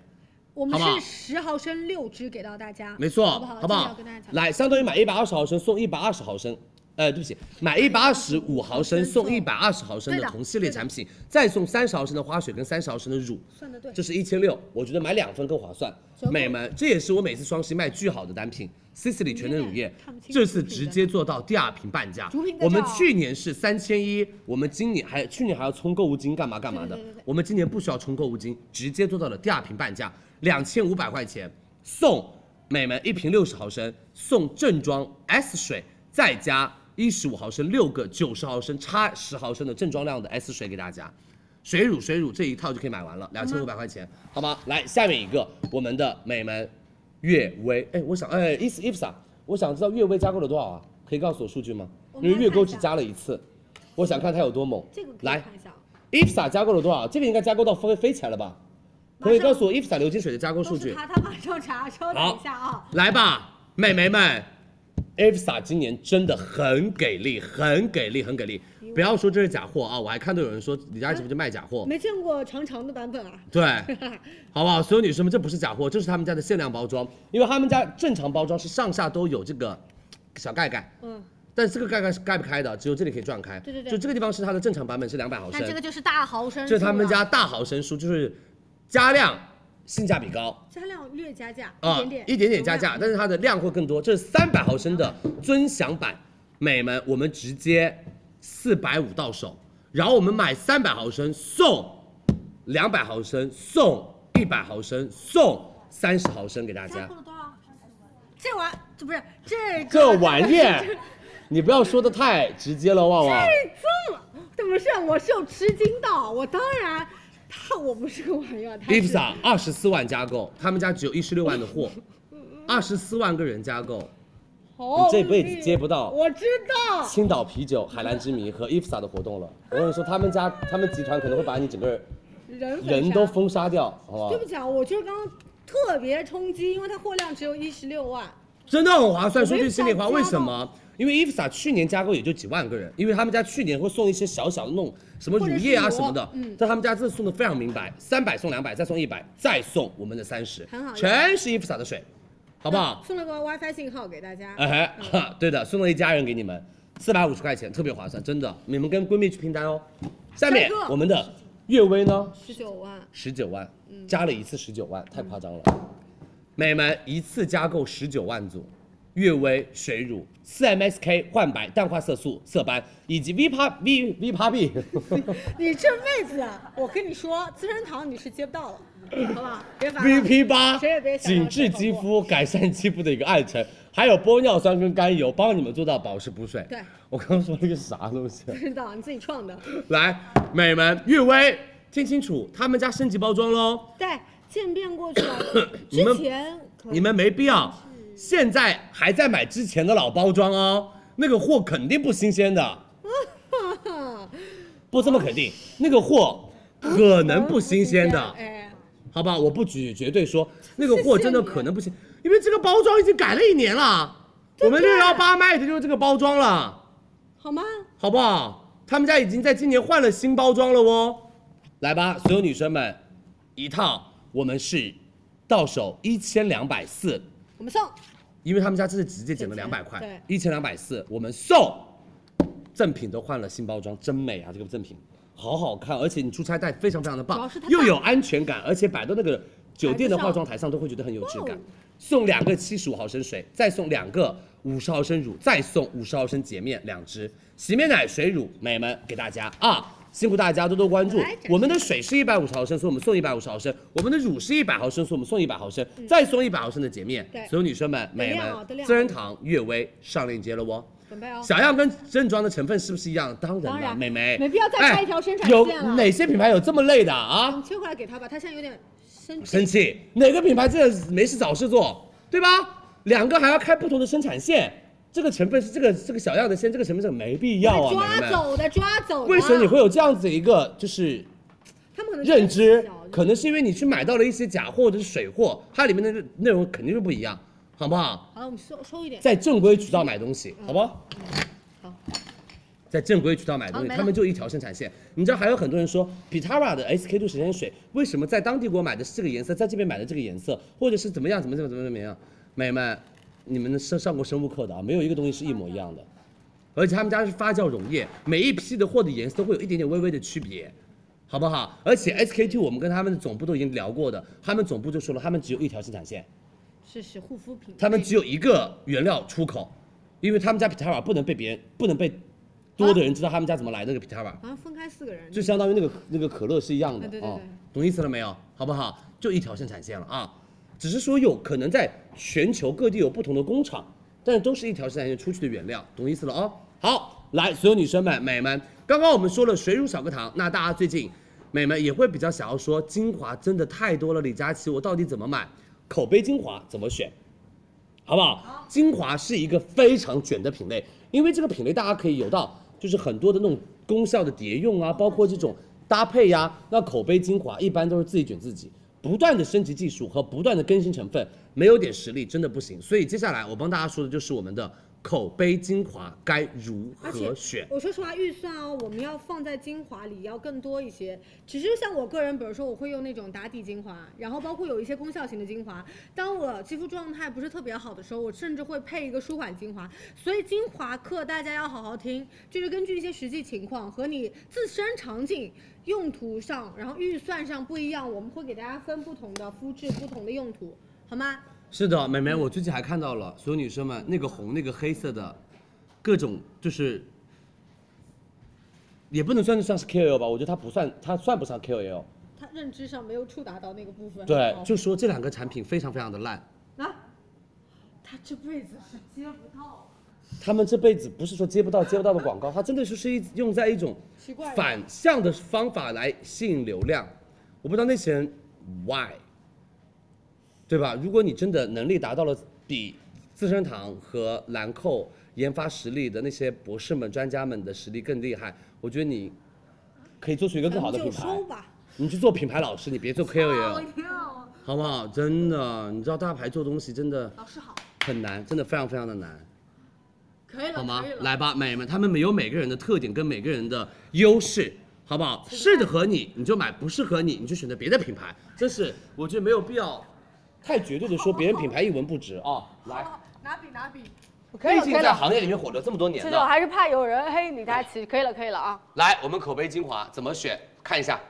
[SPEAKER 1] 我们
[SPEAKER 12] 好不好
[SPEAKER 1] 是十毫升六支给到大家，
[SPEAKER 12] 没错，
[SPEAKER 1] 好不好？
[SPEAKER 12] 不
[SPEAKER 1] 这个要
[SPEAKER 12] 好
[SPEAKER 1] 跟大家？讲，
[SPEAKER 12] 来，相当于买一百二十毫升送一百二十毫升。呃，对不起，买一百二十五毫升送一百二十毫升的
[SPEAKER 1] 对的
[SPEAKER 12] 同系列产品，再送三十毫升的花水跟三十毫升的乳，
[SPEAKER 1] 算的对，
[SPEAKER 12] 这是一千六，我觉得买两份更划算
[SPEAKER 1] 折。扣
[SPEAKER 12] 美们，这也是我每次双十一卖巨好的单品，Sisley 全能乳液
[SPEAKER 1] 看不，清
[SPEAKER 12] 这次直接做到第二瓶半价
[SPEAKER 1] 主品。在
[SPEAKER 12] 我们
[SPEAKER 1] 这儿哦
[SPEAKER 12] 去年是三千一，我们今年还去年还要充购物金干嘛干嘛的
[SPEAKER 1] 对对对对，
[SPEAKER 12] 我们今年不需要充购物金，直接做到了第二瓶半价，两千五百块钱送美们一瓶六十毫升，送正装 S 水，再加。一十五毫升六个，九十毫升差十毫升的正装量的 S 水给大家。水乳水乳这一套就可以买完了，两千五百块钱，
[SPEAKER 1] 嗯
[SPEAKER 12] 好吗？来，下面一个我们的美门悦薇，哎，我想，哎伊 f 伊 s a 我想知道悦薇加购了多少啊？可以告诉我数据吗？因为月购只加了一次，我想看它有多猛。
[SPEAKER 1] 这个可以
[SPEAKER 12] 来
[SPEAKER 1] 看一下啊，
[SPEAKER 12] 伊 f s a 加购了多少？这个应该加购到飞飞起来了吧？可以告诉我伊 f s a 流金水的加购数据。
[SPEAKER 1] 他他马上查，稍等一下啊。
[SPEAKER 12] 来吧，美眉们 e v s a 今年真的很给力，很给力，很给力。不要说这是假货啊，我还看到有人说李佳琦不就卖假货，
[SPEAKER 1] 没见过长长的版本啊。
[SPEAKER 12] 对，好不好？所有女生们，这不是假货，这是他们家的限量包装，因为他们家正常包装是上下都有这个小盖盖，
[SPEAKER 1] 嗯，
[SPEAKER 12] 但是这个盖盖是盖不开的，只有这里可以转开。
[SPEAKER 1] 对对对
[SPEAKER 12] 就这个地方是它的正常版本是两百毫升，
[SPEAKER 1] 那这个就是大毫升，
[SPEAKER 12] 这是他们家大毫升书，就是加量，性价比高。
[SPEAKER 1] 加量略加价，一
[SPEAKER 12] 啊、
[SPEAKER 1] 点点，
[SPEAKER 12] 一点点加价，但是它的量会更多。这是三百毫升的尊享版，美们，我们直接四百五到手，然后我们买三百毫升送两百毫升，送一百毫升，送三十毫升给大家。
[SPEAKER 1] 这玩这不是这
[SPEAKER 12] 这玩意儿，你不要说的太直接了，旺旺。
[SPEAKER 1] 这么，这不是我是有吃惊的，我当然他我不是个玩意儿，他
[SPEAKER 12] i
[SPEAKER 1] 是
[SPEAKER 12] p s a 二十四万加购，他们家只有一十六万的货，二十四万个人加购，
[SPEAKER 1] 哦
[SPEAKER 12] 你这辈子接不到
[SPEAKER 1] 我知道，
[SPEAKER 12] 青岛啤酒、海蓝之谜和 IFSA 的活动了。我跟你说，他们家、他们集团可能会把你整个
[SPEAKER 1] 人很
[SPEAKER 12] 人
[SPEAKER 1] 傻
[SPEAKER 12] 都封杀掉，好不
[SPEAKER 1] 对
[SPEAKER 12] 好
[SPEAKER 1] 不？起啊，我就是刚刚特别冲击，因为它货量只有一十六万，
[SPEAKER 12] 真的很划算，
[SPEAKER 1] 我
[SPEAKER 12] 说
[SPEAKER 1] 没
[SPEAKER 12] 句
[SPEAKER 1] 有
[SPEAKER 12] 心里话，
[SPEAKER 1] 想加
[SPEAKER 12] 为什么？因为 IFSA 去年加购也就几万个人，因为他们家去年会送一些小小的那种什么乳液啊
[SPEAKER 1] 或者是
[SPEAKER 12] 什么的
[SPEAKER 1] 乳，嗯
[SPEAKER 12] 但他们家这次送的非常明白，三百送两百，再送一百，再送我们的三十
[SPEAKER 1] 很好，
[SPEAKER 12] 全是 IFSA 的水，好不好？
[SPEAKER 1] 送了个 WiFi 信号给大家，
[SPEAKER 12] 哎，哈， 对的，送了一家人给你们，四百五十块钱，特别划算，真的。你们跟闺蜜去拼单哦。下
[SPEAKER 1] 下一
[SPEAKER 12] 面
[SPEAKER 1] 个
[SPEAKER 12] 我们的悦薇呢，
[SPEAKER 1] 十九万，
[SPEAKER 12] 十九万，
[SPEAKER 1] 嗯
[SPEAKER 12] 加了一次十九万，太夸张了。美们一次加购十九万组，悦薇水乳、四 MSK 焕白、淡化色素、色斑以及 V 趴 V V 趴 B，
[SPEAKER 1] 你这辈子啊，我跟你说，资生堂你是接不到了，好不好？别烦了
[SPEAKER 12] VP 八
[SPEAKER 1] 谁也别，想
[SPEAKER 12] 紧
[SPEAKER 1] 让
[SPEAKER 12] 致
[SPEAKER 1] 这
[SPEAKER 12] 肌
[SPEAKER 1] 种货
[SPEAKER 12] 肤、改善肌肤的一个暗沉，还有玻尿酸跟甘油，帮你们做到保湿补水。
[SPEAKER 1] 对，
[SPEAKER 12] 我刚刚说了个啥东西？
[SPEAKER 1] 不知道你自己创的。
[SPEAKER 12] 来，美们，悦薇，听清楚，他们家升级包装喽，。
[SPEAKER 1] 对，渐变过去了
[SPEAKER 12] 你们
[SPEAKER 1] 之前可能
[SPEAKER 12] 你们没必要，现在还在买之前的老包装哦，那个货肯定不新 鲜的，不这么肯定，那个货可能不新鲜的，
[SPEAKER 1] 哎，
[SPEAKER 12] 好吧，我不绝绝对说那个货真的可能不新，因为这个包装已经改了一年了，我们六幺八卖的就是这个包装了。
[SPEAKER 1] 好吗？
[SPEAKER 12] 好不好？他们家已经在今年换了新包装了哦。来吧，所有女生们，一套我们是到手一千两百四，
[SPEAKER 1] 我们送
[SPEAKER 12] 因为他们家这是直接减了两百块，
[SPEAKER 1] 对
[SPEAKER 12] 一千两百四，我们送赠品都换了新包装，真美啊！这个赠品好好看，而且你出差带非常非常的
[SPEAKER 1] 主要
[SPEAKER 12] 棒
[SPEAKER 1] 是它，大
[SPEAKER 12] 又有安全感，而且摆到那个酒店的化妆台上都会觉得很有质
[SPEAKER 1] 哇
[SPEAKER 12] 感
[SPEAKER 1] 哦。
[SPEAKER 12] 送两个七十五毫升水，再送两个五十毫升乳，再送五十毫升洁面两支，洗面奶、水乳，美们给大家啊！辛苦大家多多关注
[SPEAKER 1] 我来展示。
[SPEAKER 12] 我们的水是一百五十毫升，所以我们送一百五十毫升；我们的乳是一百毫升，所以我们送一百毫升，再送一百毫升的洁面
[SPEAKER 1] 嗯对。
[SPEAKER 12] 所有女生们、美
[SPEAKER 1] 量哦
[SPEAKER 12] 们
[SPEAKER 1] 都，量
[SPEAKER 12] 资生堂、悦薇上链接了哦。
[SPEAKER 1] 准备哦。
[SPEAKER 12] 小样跟正装的成分是不是一样？当
[SPEAKER 1] 当
[SPEAKER 12] 然了，
[SPEAKER 1] 然
[SPEAKER 12] 美眉，
[SPEAKER 1] 没必要再
[SPEAKER 12] 哎
[SPEAKER 1] 开一条生产
[SPEAKER 12] 有
[SPEAKER 1] 线了
[SPEAKER 12] 哪些品牌有这么累的
[SPEAKER 1] 我
[SPEAKER 12] 啊？
[SPEAKER 1] 们切回来给他吧，他现在有点生气。
[SPEAKER 12] 生气，哪个品牌这没事找事做，对吧？两个还要开不同的生产线，这个成分是这个这个小样的线，这个成分是没必要啊，美
[SPEAKER 1] 抓
[SPEAKER 12] 眉们。
[SPEAKER 1] 走的，抓走的。
[SPEAKER 12] 为什么你会有这样子的一个就是
[SPEAKER 1] 哦他们可能
[SPEAKER 12] 认知
[SPEAKER 1] 小？
[SPEAKER 12] 可能是因为你去买到了一些假货或者是水货，它里面的内容肯定是不一样，好不好？
[SPEAKER 1] 好了，我们收收一点。嗯
[SPEAKER 12] 在正规渠道买东西，好不好？
[SPEAKER 1] 好。
[SPEAKER 12] 在正规渠道买东
[SPEAKER 1] 好
[SPEAKER 12] 西，
[SPEAKER 1] 没了
[SPEAKER 12] 他们就一条生产线。你知道还有很多人说，Pitara 的 SK two 神仙水为什么在当地给我买的是这个颜色，在这边买的这个颜色，或者是怎么样，怎么怎么怎么怎么样？美们，你们上上过生物课的啊，没有一个东西是一模一样的。而且他们家是发酵溶液，每一批的货的颜色会有一点点微微的区别，好不好？而且 SK two 我们跟他们的总部都已经聊过的，他们总部就说了，他们只有一条生产线，
[SPEAKER 1] 是是护肤品。
[SPEAKER 12] 他们只有一个原料出口，因为他们家 Pitara 不能被别人不能被多的人知道他们家怎么来那个 Pitara，、
[SPEAKER 1] 好像分开四个人。
[SPEAKER 12] 就相当于那个那个可乐是一样的
[SPEAKER 1] 啊对对
[SPEAKER 12] 哦
[SPEAKER 1] 对
[SPEAKER 12] 懂意思了没有？好不好？就一条生产线了啊，只是说有可能在全球各地有不同的工厂，但是都是一条生产线出去的原料，懂意思了哦？好，来，所有女生们、美们，刚刚我们说了水乳小课堂，那大家最近美们也会比较想要说，精华真的太多了，李佳琦，我到底怎么买？口碑精华怎么选？好不好？精华是一个非常卷的品类，因为这个品类大家可以有到就是很多的那种功效的叠用啊，包括这种搭配呀、那口碑精华一般都是自己卷自己，不断的升级技术和不断的更新成分，没有点实力真的不行。所以接下来我帮大家说的就是我们的口碑精华该如
[SPEAKER 1] 而且
[SPEAKER 12] 何选。
[SPEAKER 1] 我说实话，预算哦，我们要放在精华里要更多一些。其实像我个人，比如说我会用那种打底精华，然后包括有一些功效型的精华。当我肌肤状态不是特别好的时候，我甚至会配一个舒缓精华。所以精华课大家要好好听，就是根据一些实际情况和你自身场景。用途上，然后预算上不一样，我们会给大家分不同的肤质、不同的用途，好吗？
[SPEAKER 12] 是的，美眉，我最近还看到了，所有女生们那个红、那个黑色的，各种就是，也不能算得上是 KOL 吧，我觉得它不算，它算不上 KOL。
[SPEAKER 1] 他认知上没有触达到那个部分。
[SPEAKER 12] 对
[SPEAKER 20] 哦
[SPEAKER 1] 好，
[SPEAKER 12] 就说这两个产品非常非常的烂，
[SPEAKER 1] 啊，他这辈子是接不到。
[SPEAKER 12] 他们这辈子不是说接不到接不到的广告，它真的就是一用在一种
[SPEAKER 1] 奇怪了
[SPEAKER 12] 反向的方法来吸引流量。我不知道那些人 why，对吧？如果你真的能力达到了比资生堂和兰蔻研发实力的那些博士们、专家们的实力更厉害，我觉得你可以做出一个更好的品牌
[SPEAKER 1] 咱们就收吧。
[SPEAKER 12] 你去做品牌老师，你别做
[SPEAKER 1] 啊
[SPEAKER 12] KOL，好不好？真的，你知道大牌做东西真的
[SPEAKER 1] 老师好，
[SPEAKER 12] 很难，真的非常非常的难。
[SPEAKER 1] 可以了，
[SPEAKER 12] 好吗
[SPEAKER 1] 可以？了。
[SPEAKER 12] 来吧，美们，他们没有每个人的特点跟每个人的优势，好不好？适合你你就买，不适合你你就选择别的品牌。这是我觉得没有必要太绝对的说别人品牌一文不值啊、来，
[SPEAKER 1] 拿笔拿笔，
[SPEAKER 20] 可以
[SPEAKER 12] 毕
[SPEAKER 20] 了，
[SPEAKER 12] 竟
[SPEAKER 20] 可以
[SPEAKER 12] 在
[SPEAKER 20] 了。
[SPEAKER 12] 行业里面火了这么多年
[SPEAKER 20] 其实我
[SPEAKER 12] 了。
[SPEAKER 20] 还是怕有人黑李佳琦，可以了，可以了啊。
[SPEAKER 12] 来，我们口碑精华怎么选？看一下，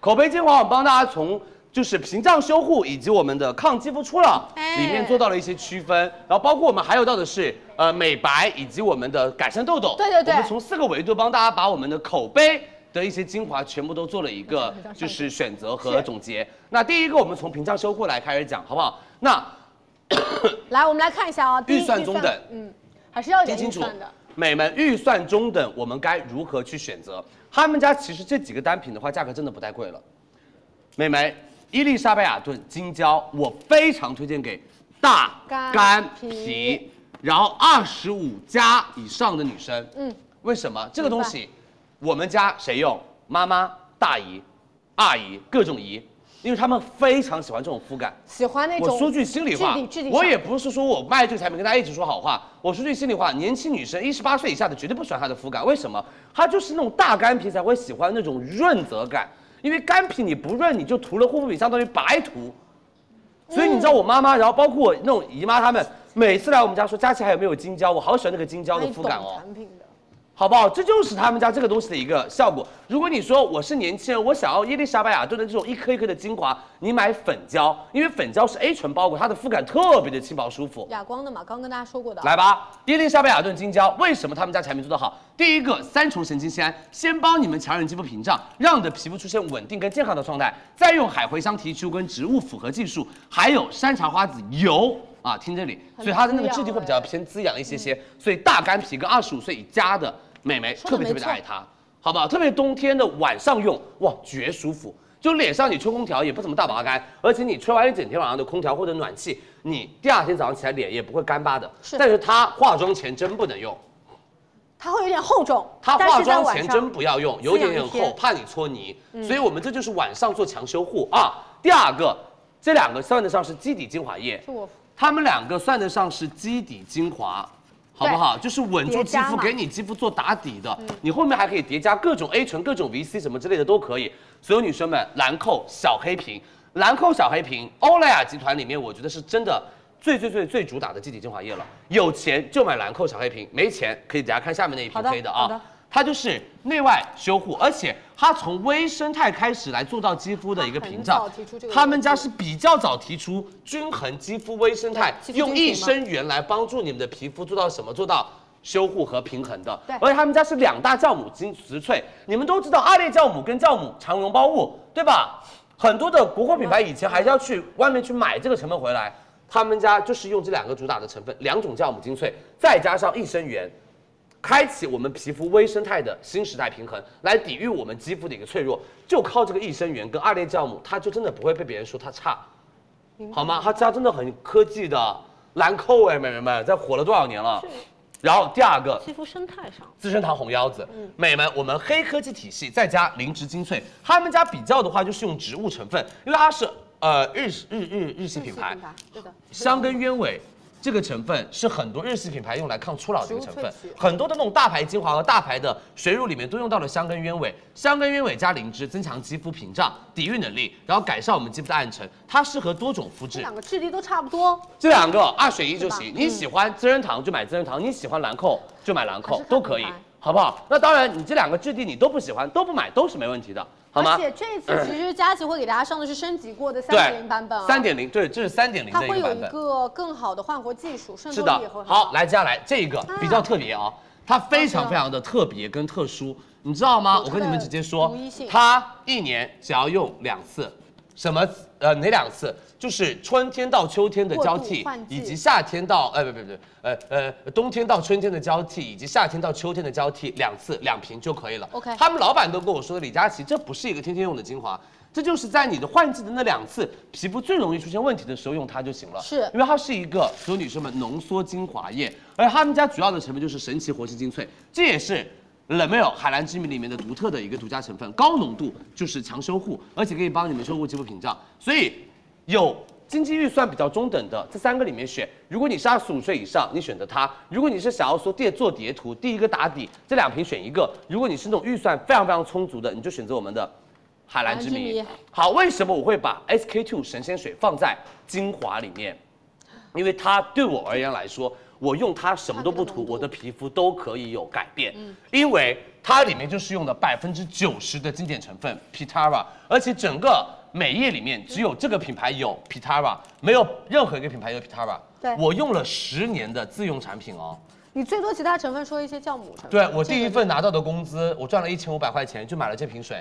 [SPEAKER 12] 口碑精华我帮大家从。就是屏障修护以及我们的抗肌肤初老
[SPEAKER 20] 哎
[SPEAKER 12] 里面做到了一些区分，然后包括我们还有到的是呃美白以及我们的改善痘痘，
[SPEAKER 20] 对对对
[SPEAKER 12] 我们从四个维度帮大家把我们的口碑的一些精华全部都做了一个就是选择和总结。那第一个我们从屏障修护来开始讲，好不好？那
[SPEAKER 20] 来，我们来看一下啊，第一
[SPEAKER 12] 预算中等
[SPEAKER 20] 嗯，还是要有
[SPEAKER 12] 听
[SPEAKER 20] 点
[SPEAKER 12] 清
[SPEAKER 20] 预
[SPEAKER 12] 楚
[SPEAKER 20] 算的。，
[SPEAKER 12] 美们，预算中等，我们该如何去选择？他们家其实这几个单品的话，价格真的不太贵了。美眉，伊丽莎白雅顿金胶，我非常推荐给大
[SPEAKER 20] 干
[SPEAKER 12] 干
[SPEAKER 20] 皮
[SPEAKER 12] 皮，然后二十五加以上的女生。
[SPEAKER 20] 嗯，
[SPEAKER 12] 为什么这个东西，我们家谁用？妈妈、大姨、二姨，各种姨，因为他们非常喜欢这种肤感。
[SPEAKER 20] 喜欢那种。
[SPEAKER 12] 我说句心里话
[SPEAKER 20] 质地质地，上
[SPEAKER 12] 我也不是说我卖这个产品跟大家一直说好话。我说句心里话，年轻女生一十八岁以下的绝对不喜欢它的肤感，为什么？它就是那种大干皮才会喜欢那种润泽感，因为干皮你不润，你就涂了护肤品相当于白涂。所以你知道我妈妈，然后包括我那种姨妈她们，每次来我们家说佳琪还有没有金胶，我好喜欢那个金胶的
[SPEAKER 20] 哎
[SPEAKER 12] 肤感哦。
[SPEAKER 20] 产品的。
[SPEAKER 12] 好不好？这就是他们家这个东西的一个效果。如果你说我是年轻人，我想要伊丽莎白雅顿的这种一颗一颗的精华，你买粉胶，因为粉胶是 A 醇包裹，它的肤感特别的轻薄舒服。
[SPEAKER 20] 哑光的嘛，刚跟大家说过的。
[SPEAKER 12] 来吧，伊丽莎白雅顿金胶，为什么他们家产品做得好？第一个，三重神经酰胺，先帮你们强韧肌肤屏障，让你的皮肤出现稳定跟健康的状态，再用海茴香提取物跟植物复合技术，还有山茶花籽油啊，听这里，所以它的那个质地会比较偏滋养一些些，所以大干皮跟二十五岁以加的美眉特别特别的爱它，好不好？特别冬天的晚上用，哇，绝舒服。就脸上你吹空调也不怎么大拔干，而且你吹完一整天晚上的空调或者暖气，你第二天早上起来脸也不会干巴的。
[SPEAKER 20] 是
[SPEAKER 12] 但是它化妆前真不能用，
[SPEAKER 20] 它会有点厚重，
[SPEAKER 12] 它
[SPEAKER 20] 但
[SPEAKER 12] 化
[SPEAKER 20] 是在
[SPEAKER 12] 妆
[SPEAKER 20] 晚
[SPEAKER 12] 前
[SPEAKER 20] 上
[SPEAKER 12] 真不要用，有一点点
[SPEAKER 20] 滋养一嗯
[SPEAKER 12] 厚
[SPEAKER 20] 天，
[SPEAKER 12] 怕你搓泥。所以我们这就是晚上做强修护啊。第二个，这两个算得上是基底精华液
[SPEAKER 20] 是，我
[SPEAKER 12] 它们两个算得上是基底精华。好不好？就是稳住
[SPEAKER 20] 叠
[SPEAKER 12] 肌
[SPEAKER 20] 加
[SPEAKER 12] 肤，
[SPEAKER 20] 嘛嗯
[SPEAKER 12] 给你肌肤做打底的。你后面还可以叠加各种 A 醇、各种 VC 什么之类的都可以。所有女生们，兰蔻小黑瓶，兰蔻小黑瓶，欧莱雅集团里面，我觉得是真的最最最最主打的基底精华液了。有钱就买兰蔻小黑瓶，没钱可以大家看下面那一
[SPEAKER 20] 好的
[SPEAKER 12] 瓶黑的
[SPEAKER 20] 好
[SPEAKER 12] 啊
[SPEAKER 20] 的。
[SPEAKER 12] 它就是内外修护，而且它从微生态开始来做到肌肤的一个屏
[SPEAKER 20] 它
[SPEAKER 12] 障
[SPEAKER 20] 很早提出这。个
[SPEAKER 12] 他们家是比较早提出均衡肌肤微生态，
[SPEAKER 20] 对肌肤
[SPEAKER 12] 用
[SPEAKER 20] 均衡
[SPEAKER 12] 益生元来帮助你们的皮肤做到什么？做到修护和平衡的。
[SPEAKER 20] 对
[SPEAKER 12] 而且他们家是两大酵母精植萃，你们都知道二裂酵母跟酵母常溶胞物，对吧？很多的国货品牌以前还是要去外面去买这个成分回来，他们家就是用这两个主打的成分，两种酵母精粹，再加上益生元，开启我们皮肤微生态的新时代平衡，来抵御我们肌肤的一个脆弱。就靠这个益生元跟二裂酵母，它就真的不会被别人说它差，好吗？它家真的很科技的，兰蔻哎，美眉们，在火了多少年了？然后第二个，
[SPEAKER 1] 肌肤生态上。
[SPEAKER 12] 资生堂红腰子，美们，我们黑科技体系再加灵植精粹，他们家比较的话就是用植物成分，因为它是呃日日日日系品牌，
[SPEAKER 1] 对的，
[SPEAKER 12] 香根鸢尾。这个成分是很多日系品牌用来抗初老的一个成分
[SPEAKER 1] 植物萃取，
[SPEAKER 12] 很多的那种大牌精华和大牌的水乳里面都用到了香根鸢尾，香根鸢尾加灵芝，增强肌肤屏障、抵御能力，然后改善我们肌肤的暗沉。它适合多种肤质
[SPEAKER 1] 这，两个质地都差不多，
[SPEAKER 12] 这两个二选一就
[SPEAKER 1] 对
[SPEAKER 12] 行
[SPEAKER 1] 吧。
[SPEAKER 12] 你喜欢资生堂就买资生堂，你喜欢兰蔻就买
[SPEAKER 1] 还
[SPEAKER 12] 兰蔻
[SPEAKER 1] 嗯是，看
[SPEAKER 12] 都可以
[SPEAKER 1] 品牌，
[SPEAKER 12] 好不好？那当然，你这两个质地你都不喜欢，都不买都是没问题的，好吗
[SPEAKER 1] 而？且这次其实佳琪会给大家上的是升级过的三
[SPEAKER 12] 对
[SPEAKER 1] 点零版本、啊，
[SPEAKER 12] 三点零，对，这是三点零
[SPEAKER 1] 它
[SPEAKER 12] 的一
[SPEAKER 1] 会
[SPEAKER 12] 个
[SPEAKER 1] 有
[SPEAKER 12] 版
[SPEAKER 1] 一
[SPEAKER 12] 本。
[SPEAKER 1] 个更好的焕活技术，渗
[SPEAKER 12] 是
[SPEAKER 1] 透
[SPEAKER 12] 的
[SPEAKER 1] 力也会，
[SPEAKER 12] 好，来接下来这个比较特别啊，它非
[SPEAKER 1] 嗯
[SPEAKER 12] 常非常的特别跟特殊，你知道吗？
[SPEAKER 1] 有它的
[SPEAKER 12] 我跟你们直接说
[SPEAKER 1] 独一性，
[SPEAKER 12] 它一年只要用两次，什么呃哪两次？就是春天到秋天的交替
[SPEAKER 1] 过渡换，季
[SPEAKER 12] 以及夏天到呃不不不呃呃冬天到春天的交替，以及夏天到秋天的交替两次两瓶就可以了。
[SPEAKER 1] OK
[SPEAKER 12] 他们老板都跟我说，李佳琦这不是一个天天用的精华。这就是在你的换季的那两次皮肤最容易出现问题的时候用它就行了。
[SPEAKER 1] 是
[SPEAKER 12] 因为它是一个所有女生们浓缩精华液，而他们家主要的成分就是神奇活性精粹，这也是 l a m e l 海蓝之谜里面的独特的一个独家成分，高浓度就是强修护，而且可以帮你们修护肌肤屏障，所以有。经济预算比较中等的这三个里面选，如果你是二十五岁以上，你选择它；如果你是想要说叠做叠涂，第一个打底，这两瓶选一个；如果你是那种预算非常非常充足的，你就选择我们的海蓝之
[SPEAKER 1] 海蓝之
[SPEAKER 12] 谜
[SPEAKER 1] 谜。
[SPEAKER 12] 好，为什么我会把 SK two 神仙水放在精华里面？因为它对我而言来说，我用它什么都不涂，我的嗯皮肤都可以有改变。因为它里面就是用了百分之九十的经典成分 Pitara，而且整个美业里面只有这个品牌有 Pitara，没有任何一个品牌有 Pitara。
[SPEAKER 1] 对
[SPEAKER 12] 我用了十年的自用产品哦。
[SPEAKER 1] 你最多其他成分说一些酵母成分。
[SPEAKER 12] 对我第一份拿到的工资，我赚了一千五百块钱，就买了这瓶水，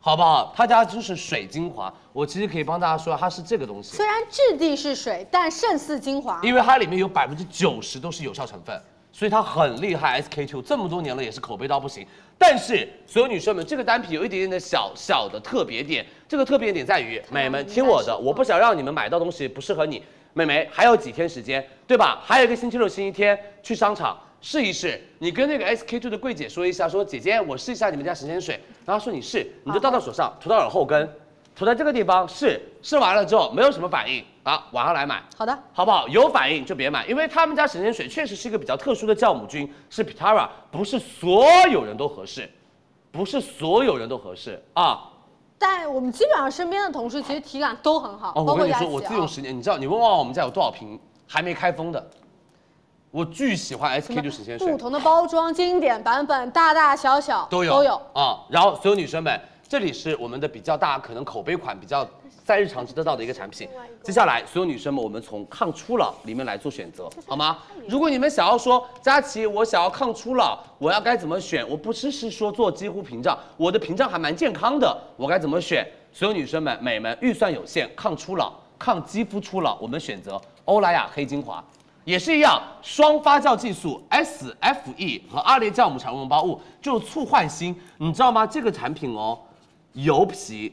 [SPEAKER 12] 好不好？他家就是水精华，我其实可以帮大家说，它是这个东西
[SPEAKER 1] 虽，然质地是水，但胜似精华。
[SPEAKER 12] 因为它里面有百分之九十都是有效成分，所以它很厉害。SK two 这么多年了也是口碑到不行，但是所有女生们，这个单品有一点点的小小的特别点，这个特别点在于，美们听我的，我不想让你们买到东西不适合你。美眉还有几天时间，对吧？还有一个星期六、星期天去商场。试一试，你跟那个 SK two 的柜姐说一下，说姐姐，我试一下你们家神仙水，然后她说你试，你就倒到手上，涂到耳后根，涂在这个地方试，试完了之后没有什么反应啊，晚上来买，
[SPEAKER 1] 好的，
[SPEAKER 12] 好不好？有反应就别买，因为他们家神仙水确实是一个比较特殊的酵母菌，是 Pitara，不是所有人都合适，不是所有人都合适啊。
[SPEAKER 1] 但我们基本上身边的同事其实体感都很好，
[SPEAKER 12] 哦，
[SPEAKER 1] 包
[SPEAKER 12] 我
[SPEAKER 1] 括
[SPEAKER 12] 跟你
[SPEAKER 1] 佳琪
[SPEAKER 12] 说，
[SPEAKER 1] 啊。
[SPEAKER 12] 我自用十年，你知道，你问问我们家有多少瓶还没开封的，我巨喜欢 SK two 神仙水
[SPEAKER 1] 不，同的包装、经典版本、大大小小
[SPEAKER 12] 都有
[SPEAKER 1] 都有。
[SPEAKER 12] 啊。然后所有女生们，这里是我们的比较大，可能口碑款比较在日常吃得到的一个产品。接下来，所有女生们，我们从抗初老里面来做选择，好吗？如果你们想要说佳琪，我想要抗初老，我要该怎么选？我不是是说做肌肤屏障，我的屏障还蛮健康的，我该怎么选？所有女生们、美们，预算有限，抗初老、抗肌肤初老，我们选择欧莱雅黑精华。也是一样，双发酵技术 SFE 和二裂酵母产物溶胞物就是促焕新，你知道吗？这个产品哦，油皮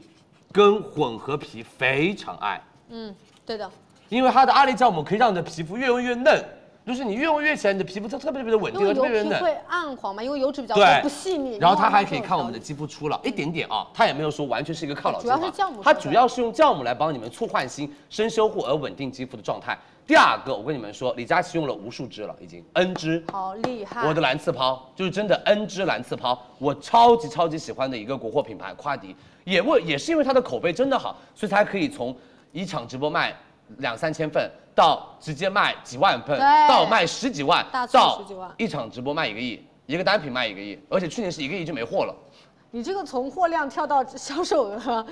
[SPEAKER 12] 跟混合皮非常爱，
[SPEAKER 1] 嗯，对的，
[SPEAKER 12] 因为它的二裂酵母可以让你的皮肤越用越嫩，就是你越用越起来，你的皮肤它特别特别的稳
[SPEAKER 1] 因
[SPEAKER 12] 定，
[SPEAKER 1] 为
[SPEAKER 12] 而特
[SPEAKER 1] 油
[SPEAKER 12] 别
[SPEAKER 1] 皮
[SPEAKER 12] 特别地嫩。
[SPEAKER 1] 会暗黄嘛，因为油脂比较多
[SPEAKER 12] 对，
[SPEAKER 1] 不细腻。
[SPEAKER 12] 然后它
[SPEAKER 1] 它
[SPEAKER 12] 还可以看我们的肌肤初老一点点啊，它也没有说完全是一个抗老精华，
[SPEAKER 1] 主要是酵母
[SPEAKER 12] 它
[SPEAKER 1] 成分
[SPEAKER 12] 主要是用酵母来帮你们促焕新、深修护而稳定肌肤的状态。第二个，我跟你们说，李佳琦用了无数支了，已经 N 支。
[SPEAKER 1] 好厉害。
[SPEAKER 12] 我的蓝刺抛就是真的 N 支蓝刺抛，我超级超级喜欢的一个国货品牌夸迪，也为也是因为它的口碑真的好，所以才可以从一场直播卖两三千份，到直接卖几万份，
[SPEAKER 1] 对
[SPEAKER 12] 到卖十几万
[SPEAKER 1] 大，促
[SPEAKER 12] 到
[SPEAKER 1] 十几万
[SPEAKER 12] 一场直播卖一个亿，一个单品卖一个亿，而且去年是一个亿就没货了。
[SPEAKER 1] 你这个从货量跳到销售额，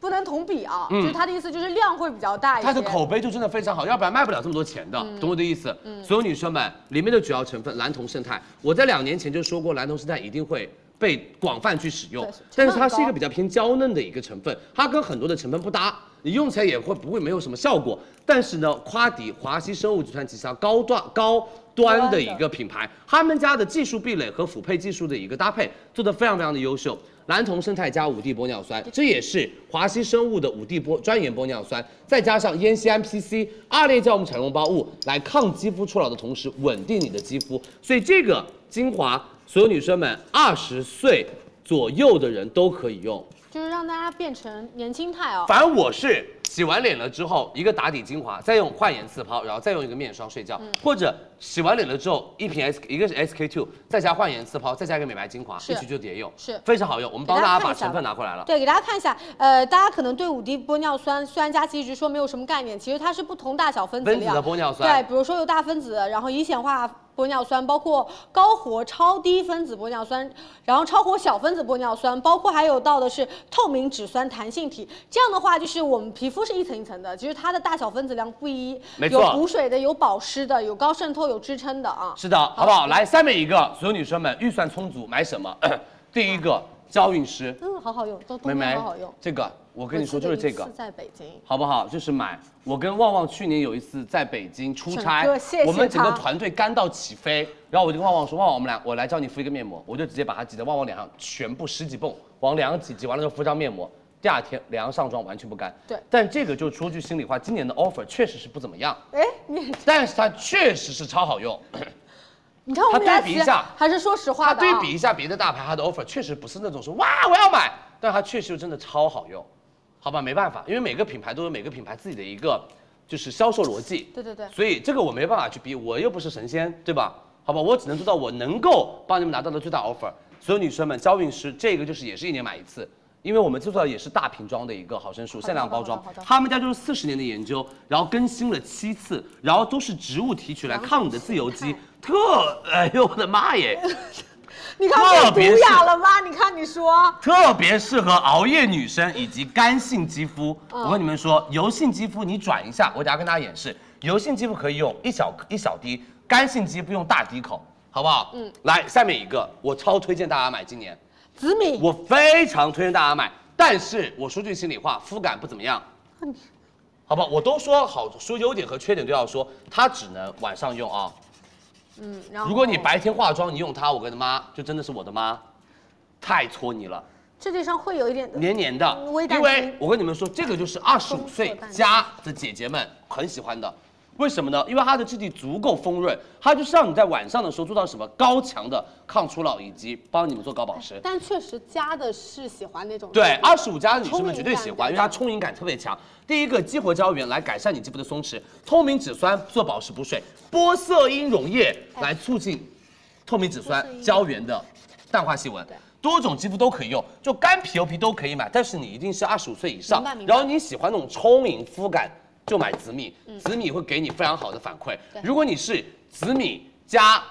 [SPEAKER 1] 不能同比啊，就是他的意思就是量会比较大一嗯些。
[SPEAKER 12] 嗯它的口碑就真的非常好，要不然卖不了这么多钱的，懂我的意思？所有女生们，里面的主要成分蓝铜胜肽，我在两年前就说过，蓝铜胜肽一定会被广泛去使用
[SPEAKER 1] 对成分，
[SPEAKER 12] 但是它是一
[SPEAKER 1] 高
[SPEAKER 12] 个比较偏娇嫩的一个成分，它跟很多的成分不搭，你用起来也会不会没有什么效果。但是呢，夸迪华西生物集团旗下高端高端的一个品牌，他们家的技术壁垒和辅配技术的一个搭配做得非常非常的优秀。蓝铜生态加五地玻尿酸，这也是华西生物的五地玻专研玻尿酸，再加上烟酰胺 PC 二裂酵母产绒胞物来抗肌肤初老的同时稳定你的肌肤，所以这个精华，所有女生们二十岁左右的人都可以用。
[SPEAKER 1] 就是让大家变成年轻态哦。
[SPEAKER 12] 反正我是洗完脸了之后，一个打底精华，再用焕颜次抛，然后再用一个面霜睡
[SPEAKER 1] 嗯
[SPEAKER 12] 觉，或者洗完脸了之后一瓶 S 一个是 SK two，再加焕颜次抛，再加一个美白精华，
[SPEAKER 1] 是
[SPEAKER 12] 一起就叠用，
[SPEAKER 1] 是
[SPEAKER 12] 非常好用。我们
[SPEAKER 1] 给
[SPEAKER 12] 帮大家
[SPEAKER 1] 看
[SPEAKER 12] 把
[SPEAKER 1] 一下
[SPEAKER 12] 成分
[SPEAKER 1] 吧
[SPEAKER 12] 拿过来了。
[SPEAKER 1] 对，给大家看一下，呃，大家可能对五 D 玻尿酸，虽然佳琪一直说没有什么概念，其实它是不同大小分子
[SPEAKER 12] 分子
[SPEAKER 1] 量
[SPEAKER 12] 的玻尿酸
[SPEAKER 1] 对，比如说有大分子，然后乙酰化玻尿酸，包括高活超低分子玻尿酸，然后超活小分子玻尿酸，包括还有到的是透明质酸弹性体。这样的话，就是我们皮肤是一层一层的，其实它的大小分子量不一，
[SPEAKER 12] 没
[SPEAKER 1] 有
[SPEAKER 12] 错
[SPEAKER 1] 补水的，有保湿的，有高渗透，有支撑的啊。
[SPEAKER 12] 是的，好不好？来，三面一个，所有女生们预算充足，买什么？ 第一个娇韵诗，
[SPEAKER 1] 嗯，好好用，都
[SPEAKER 12] 美
[SPEAKER 1] 冬
[SPEAKER 12] 眉
[SPEAKER 1] 天好好用。，
[SPEAKER 12] 这个我跟你说就是这
[SPEAKER 1] 我记得
[SPEAKER 12] 个
[SPEAKER 1] 一次，在北京。
[SPEAKER 12] 好不好？就是买。我跟旺旺去年有一次在北京出差
[SPEAKER 1] 整个谢谢，
[SPEAKER 12] 我们整个
[SPEAKER 1] 他
[SPEAKER 12] 团队干到起飞，然后我就跟旺旺说：“旺旺，我们俩我来教你敷一个面膜。”我就直接把它挤在旺旺脸上，全部十几泵，往脸上挤，挤完了之后敷张面膜。第二天脸上上妆完全不干。
[SPEAKER 1] 对
[SPEAKER 12] 但这个就说句心里话，今年的 offer 确实是不怎么样，
[SPEAKER 1] 哎，你也
[SPEAKER 12] 但是它确实是超好用。
[SPEAKER 1] 你看我们
[SPEAKER 12] 他
[SPEAKER 1] 俩
[SPEAKER 12] 对比
[SPEAKER 1] 其
[SPEAKER 12] 一
[SPEAKER 1] 实
[SPEAKER 12] 下
[SPEAKER 1] 还是说实话
[SPEAKER 12] 它
[SPEAKER 1] 的、啊。
[SPEAKER 12] 对比一下别的大牌，它的 offer 确实不是那种说哇我要买，但它确实真的超好用，好吧，没办法，因为每个品牌都有每个品牌自己的一个就是销售逻辑，
[SPEAKER 1] 对对对
[SPEAKER 12] 所以这个我没办法去逼，我又不是神仙，对吧？好吧，我只能做到我能够帮你们拿到的最大 offer。所有女生们，娇韵诗这个就是也是一年买一次，因为我们做到也是大瓶装的一个毫升数，限量包装
[SPEAKER 1] 好的好的。
[SPEAKER 12] 他们家就是四十年的研究，然后更新了七次，然后都是植物提取来抗你的自由基，特哎呦我的妈耶！
[SPEAKER 1] 你看我
[SPEAKER 12] 特别
[SPEAKER 1] 们
[SPEAKER 12] 是
[SPEAKER 1] 毒哑了吧？你看你说，
[SPEAKER 12] 特别适合熬夜女生以及干性肌肤。我跟你们说，油性肌肤你转一下，我等下跟大家演示。油性肌肤可以用一小一小滴，干性肌肤用大滴口，好不好？嗯。来，下面一个，我超推荐大家买，今年
[SPEAKER 1] 紫米，
[SPEAKER 12] 我非常推荐大家买，但是我说句心里话，肤感不怎么样。好吧，我都说好，说优点和缺点都要说，它只能晚上用啊。
[SPEAKER 1] 嗯，然后
[SPEAKER 12] 如果你白天化妆，你用它，我跟他妈就真的是我的妈，太搓泥了。
[SPEAKER 1] 质地上会有一点
[SPEAKER 12] 黏黏的
[SPEAKER 1] 嗯，微嗯蛋
[SPEAKER 12] 因
[SPEAKER 1] 清
[SPEAKER 12] 为我跟你们说，这个就是二十五岁加的姐姐们很喜欢的。为什么呢？因为它的质地足够丰润，它就是让你在晚上的时候做到什么高强的抗初老以及帮你们做高保湿。
[SPEAKER 1] 但确实加的是喜欢那种
[SPEAKER 12] 对，二十五加的女生们绝对喜
[SPEAKER 1] 充盈感
[SPEAKER 12] 欢，因为它充盈感特别强。第一个激活胶原来改善你肌肤的松弛，透明质酸做保湿补水，玻色因溶液来促进透明质酸胶原的淡化细纹。多种肌肤都可以用，就干皮油皮都可以买，但是你一定是二十五岁以上
[SPEAKER 1] 明白明，白
[SPEAKER 12] 然后你喜欢那种充盈肤感，就买紫米，
[SPEAKER 1] 嗯
[SPEAKER 12] 紫米会给你非常好的反馈。如果你是紫米加